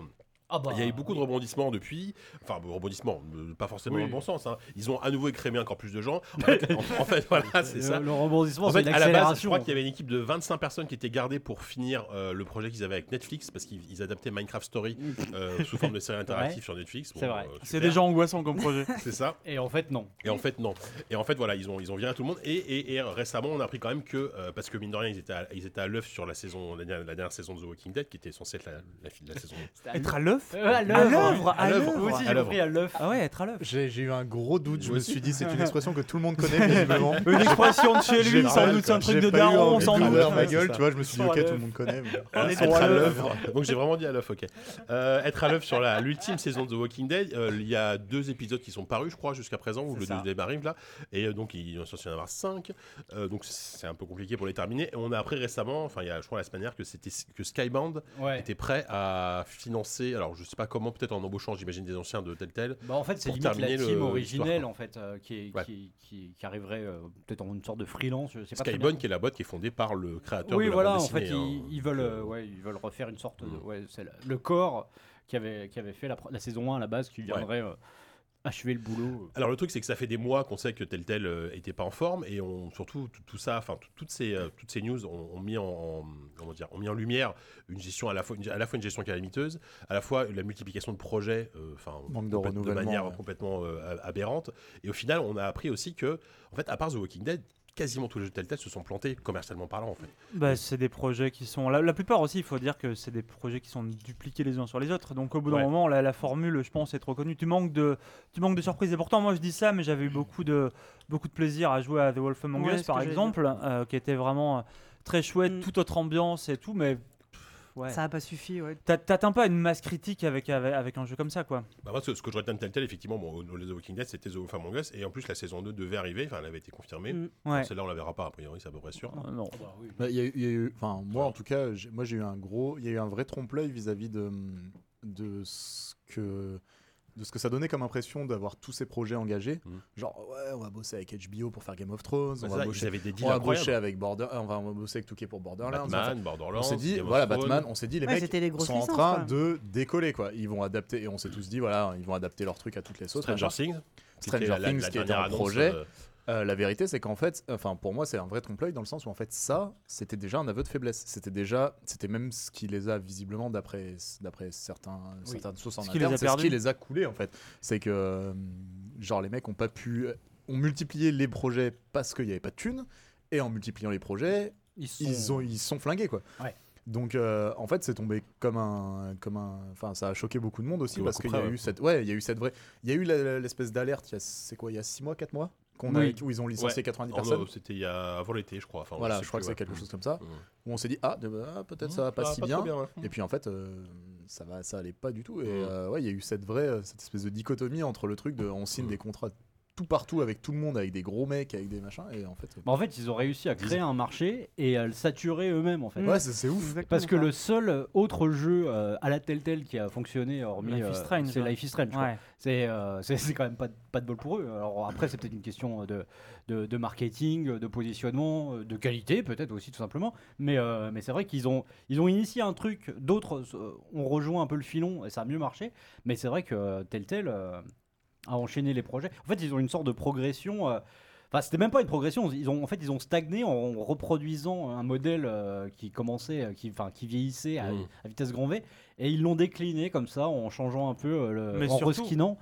Speaker 4: Ah bah,
Speaker 2: Il y a eu beaucoup de rebondissements depuis. Enfin, bon, rebondissements, euh, pas forcément
Speaker 4: Oui.
Speaker 2: dans le bon sens. hein. Ils ont à nouveau écrémé encore plus de gens. En fait, en- en fait, voilà, c'est
Speaker 4: le-
Speaker 2: ça.
Speaker 4: Le rebondissement,
Speaker 2: En
Speaker 4: c'est
Speaker 2: fait,
Speaker 4: une
Speaker 2: à la base, je
Speaker 4: accélération.
Speaker 2: crois qu'il y avait une équipe de 25 personnes qui étaient gardées pour finir euh, le projet qu'ils avaient avec Netflix, parce qu'ils ils adaptaient Minecraft Story euh, sous forme de série interactive sur Netflix. Bon,
Speaker 4: C'est vrai.
Speaker 2: euh,
Speaker 6: C'est
Speaker 2: super,
Speaker 6: déjà angoissant comme projet.
Speaker 2: C'est ça.
Speaker 4: Et en fait, non.
Speaker 2: Et en fait, non. Et en fait, voilà, ils ont, ils ont viré tout le monde. Et, et- et récemment, on a appris quand même que, euh, parce que mine de rien, ils étaient à, ils étaient à l'œuf sur la, saison, la, dernière, la dernière saison de The Walking Dead, qui était censée être la, la, la saison
Speaker 6: Être à l'œuf l'œuf
Speaker 4: Euh, à
Speaker 6: À
Speaker 4: l'œuvre.
Speaker 6: l'œuvre
Speaker 2: À
Speaker 6: À
Speaker 2: l'œuvre.
Speaker 6: l'œuvre
Speaker 4: Vous aussi,
Speaker 2: À
Speaker 4: j'ai
Speaker 2: l'œuvre.
Speaker 4: pris à l'œuf.
Speaker 6: Ah ouais, être à l'œuvre.
Speaker 5: J'ai j'ai eu un gros doute, je
Speaker 2: Moi
Speaker 5: me suis dit c'est une expression que tout le monde connaît visiblement.
Speaker 6: Une expression de chez lui, sans
Speaker 5: Général,
Speaker 6: doute, c'est un
Speaker 5: quoi.
Speaker 6: truc
Speaker 5: J'ai
Speaker 6: de
Speaker 5: pas eu
Speaker 6: daron,
Speaker 5: envie
Speaker 6: sans
Speaker 5: de
Speaker 6: doute.
Speaker 5: ouvrir ma
Speaker 2: Ouais,
Speaker 5: gueule,
Speaker 2: c'est
Speaker 5: tu vois, je me suis dit
Speaker 4: Ils sont
Speaker 5: ok,
Speaker 4: à
Speaker 5: tout le
Speaker 4: l'œuf.
Speaker 5: monde connaît. mais-
Speaker 2: On
Speaker 5: Ils sont à l'œuvre.
Speaker 2: Donc j'ai vraiment dit à l'œuf, ok. Euh, être à l'œuvre sur la- l'ultime saison de The Walking Dead. euh, Il y a deux épisodes qui sont parus, je crois, jusqu'à présent, où
Speaker 6: C'est
Speaker 2: le
Speaker 6: ça.
Speaker 2: deuxième arrive là. Et euh, donc il est censé y en avoir cinq. Euh, donc c'est un peu compliqué pour les terminer. Et on a appris récemment, enfin il y a, je crois la semaine dernière, que, c'était- que Skybound
Speaker 4: Ouais.
Speaker 2: était prêt à financer, alors je sais pas comment, peut-être en embauchant, j'imagine, des anciens de tel tel.
Speaker 4: Bah, en fait, c'est
Speaker 2: pour
Speaker 4: limite la
Speaker 2: terminer le-
Speaker 4: team
Speaker 2: l'histoire,
Speaker 4: originelle
Speaker 2: quoi.
Speaker 4: en fait, euh, qui, est-
Speaker 2: Ouais.
Speaker 4: qui, qui, qui arriverait euh, peut-être en une sorte de freelance. Je sais pas très bien.
Speaker 2: Skybound, qui est la boîte qui est fondée par le créateur
Speaker 4: Oui,
Speaker 2: de la
Speaker 4: voilà.
Speaker 2: bande
Speaker 4: En fait,
Speaker 2: dessinée,
Speaker 4: ils,
Speaker 2: hein.
Speaker 4: ils veulent, euh, ouais, ils veulent refaire une sorte de,
Speaker 2: Mm.
Speaker 4: ouais, c'est la- le corps qui avait, qui avait fait la, pr- la saison 1 à la base, qui viendrait euh, achever le boulot. euh.
Speaker 2: Alors le truc c'est que ça fait des mois qu'on sait que tel tel euh, était pas en forme et on surtout tout, tout ça, enfin tout- toutes ces euh, toutes ces news ont, ont mis en, en- comment dire, ont mis en lumière une gestion à la fois une, à la fois une gestion calamiteuse, à la fois la multiplication de projets, euh, enfin
Speaker 5: Manque de
Speaker 2: complète-
Speaker 5: renouvellement,
Speaker 2: manière
Speaker 5: ouais.
Speaker 2: complètement euh, a- aberrante. Et au final on a appris aussi que en fait à part The Walking Dead quasiment tous les jeux de tel tel se sont plantés commercialement parlant en fait.
Speaker 6: Bah, c'est des projets qui sont. La, la plupart aussi, il faut dire que c'est des projets qui sont dupliqués les uns sur les autres. Donc, au bout d'un
Speaker 2: Ouais.
Speaker 6: moment, la, la formule, je pense, est trop connue. Tu manques, de, tu manques de surprises. Et pourtant, moi, je dis ça, mais j'avais eu beaucoup de, beaucoup de plaisir à jouer à The Wolf Among
Speaker 3: Ouais,
Speaker 6: Us,
Speaker 3: ce
Speaker 6: par
Speaker 3: que j'allais
Speaker 6: exemple, euh, qui était vraiment euh, très chouette,
Speaker 3: Mm.
Speaker 6: toute autre ambiance et tout, mais. pff, ouais.
Speaker 3: Ça n'a pas suffi, ouais.
Speaker 6: T'a- T'atteins pas une masse critique avec, avec, avec un jeu comme ça, quoi.
Speaker 2: Bah, moi, ce, ce que je retiens de tel tel effectivement, bon, au- au- The Walking Dead c'était The Wolf Among Us et en plus la saison 2 devait arriver, enfin elle avait été confirmée.
Speaker 3: Mm.
Speaker 6: Ouais.
Speaker 2: Celle-là on la verra pas a priori c'est à peu près sûr.
Speaker 6: Euh, non.
Speaker 5: Bah, il y a eu- il y a eu, enfin moi en tout cas, j'ai- moi j'ai eu un gros, il y a eu un vrai trompe-l'œil vis-à-vis de de ce que de ce que ça donnait comme impression d'avoir tous ces projets engagés.
Speaker 6: Mmh.
Speaker 2: Mhm.
Speaker 5: Genre ouais, on va bosser avec HBO pour faire Game of Thrones, on
Speaker 2: Bah,
Speaker 5: va
Speaker 2: ça,
Speaker 5: bosser,
Speaker 2: ils avaient des
Speaker 5: on
Speaker 2: deals
Speaker 5: va
Speaker 2: incroyables.
Speaker 5: bosser avec Border, euh, on va bosser avec Touquet pour Borderlands. Enfin,
Speaker 2: Batman, Borderlands.
Speaker 5: on s'est dit
Speaker 2: Game of
Speaker 5: voilà
Speaker 2: Thrones.
Speaker 5: Batman, on s'est dit les
Speaker 3: Ouais,
Speaker 5: mecs
Speaker 3: c'était les grosses
Speaker 5: sont en
Speaker 3: licences,
Speaker 5: train
Speaker 3: quoi.
Speaker 5: de décoller quoi. Ils vont adapter et on s'est tous dit voilà ils vont adapter leur truc à toutes les sauces.
Speaker 2: Stranger
Speaker 5: machin.
Speaker 2: Things. qui
Speaker 5: Stranger
Speaker 2: était la- la-
Speaker 5: Things
Speaker 2: la
Speaker 5: qui était
Speaker 2: dernière
Speaker 5: un
Speaker 2: annonce,
Speaker 5: projet.
Speaker 2: euh,
Speaker 5: Euh, la vérité, c'est qu'en fait, enfin pour moi, c'est un vrai trompe-l'œil dans le sens où en fait ça, c'était déjà un aveu de faiblesse. C'était déjà, c'était même ce qui les a visiblement d'après d'après certains certaines sources en
Speaker 6: Ce qui les
Speaker 5: interne,
Speaker 6: a
Speaker 5: c'est ce qui
Speaker 6: perdus.
Speaker 5: les a coulés en fait. C'est que euh, genre les mecs ont pas pu, euh, ont multiplié les projets parce qu'il n'y avait pas de thunes et en multipliant les projets,
Speaker 4: Ils sont.
Speaker 5: ils ont ils se sont flingués quoi.
Speaker 4: Ouais.
Speaker 5: Donc euh, en fait c'est tombé comme un comme un enfin ça a choqué beaucoup de monde aussi
Speaker 2: Comme un
Speaker 5: parce
Speaker 2: coup
Speaker 5: qu'il y a
Speaker 2: près, ouais.
Speaker 5: eu cette ouais il y a eu cette vraie il y a eu la- la- l'espèce d'alerte il y a c'est quoi il y a 6 mois 4 mois qu'on
Speaker 4: Oui.
Speaker 5: a où ils ont licencié
Speaker 2: Ouais.
Speaker 5: 90
Speaker 2: en-
Speaker 5: personnes
Speaker 2: euh, C'était il y a- avant l'été, je crois. Enfin,
Speaker 5: voilà
Speaker 2: sais
Speaker 5: je crois que
Speaker 2: plus,
Speaker 5: c'est
Speaker 2: ouais.
Speaker 5: quelque chose comme ça
Speaker 2: Mmh.
Speaker 5: où on s'est dit ah, de- ah, peut-être ça va pas si
Speaker 2: trop
Speaker 5: bien,
Speaker 2: ouais.
Speaker 5: et puis en fait euh, ça va ça allait pas du tout et
Speaker 2: Mm.
Speaker 5: euh, ouais il y a eu cette vraie euh, cette espèce de dichotomie entre le truc de on signe
Speaker 2: Mm.
Speaker 5: des contrats tout partout avec tout le monde avec des gros mecs avec des machins et en fait euh,
Speaker 4: Bah, en fait, ils ont réussi à créer un marché et à le saturer eux-mêmes en fait.
Speaker 3: Mm.
Speaker 5: ouais c'est c'est ouf
Speaker 3: Exactement
Speaker 4: Parce que
Speaker 3: ça.
Speaker 4: le seul autre jeu euh, à la Telltale qui a fonctionné, hormis
Speaker 6: Life is
Speaker 4: euh,
Speaker 6: Strange,
Speaker 4: c'est
Speaker 6: ouais.
Speaker 4: Life is Strange. quoi.
Speaker 6: Ouais.
Speaker 4: C'est euh, c'est- c'est quand même pas, de- pas de bol pour eux. Alors après, c'est peut-être une question de, de, de marketing, de positionnement, euh, de qualité, peut-être aussi tout simplement. Mais, euh, mais c'est vrai qu'ils ont, ils ont initié un truc. D'autres euh, ont rejoint un peu le filon et ça a mieux marché. Mais c'est vrai que euh, Telltale euh, a enchaîné les projets. En fait, ils ont une sorte de progression. euh, Enfin, c'était même pas une progression. Ils ont, en fait, ils ont stagné en reproduisant un modèle euh, qui commençait, euh, qui, enfin, qui vieillissait à,
Speaker 2: Mm.
Speaker 4: à vitesse grand V, et ils l'ont décliné comme ça en changeant un peu, euh, le,
Speaker 6: Mais
Speaker 4: en
Speaker 6: surtout-
Speaker 4: reskinant.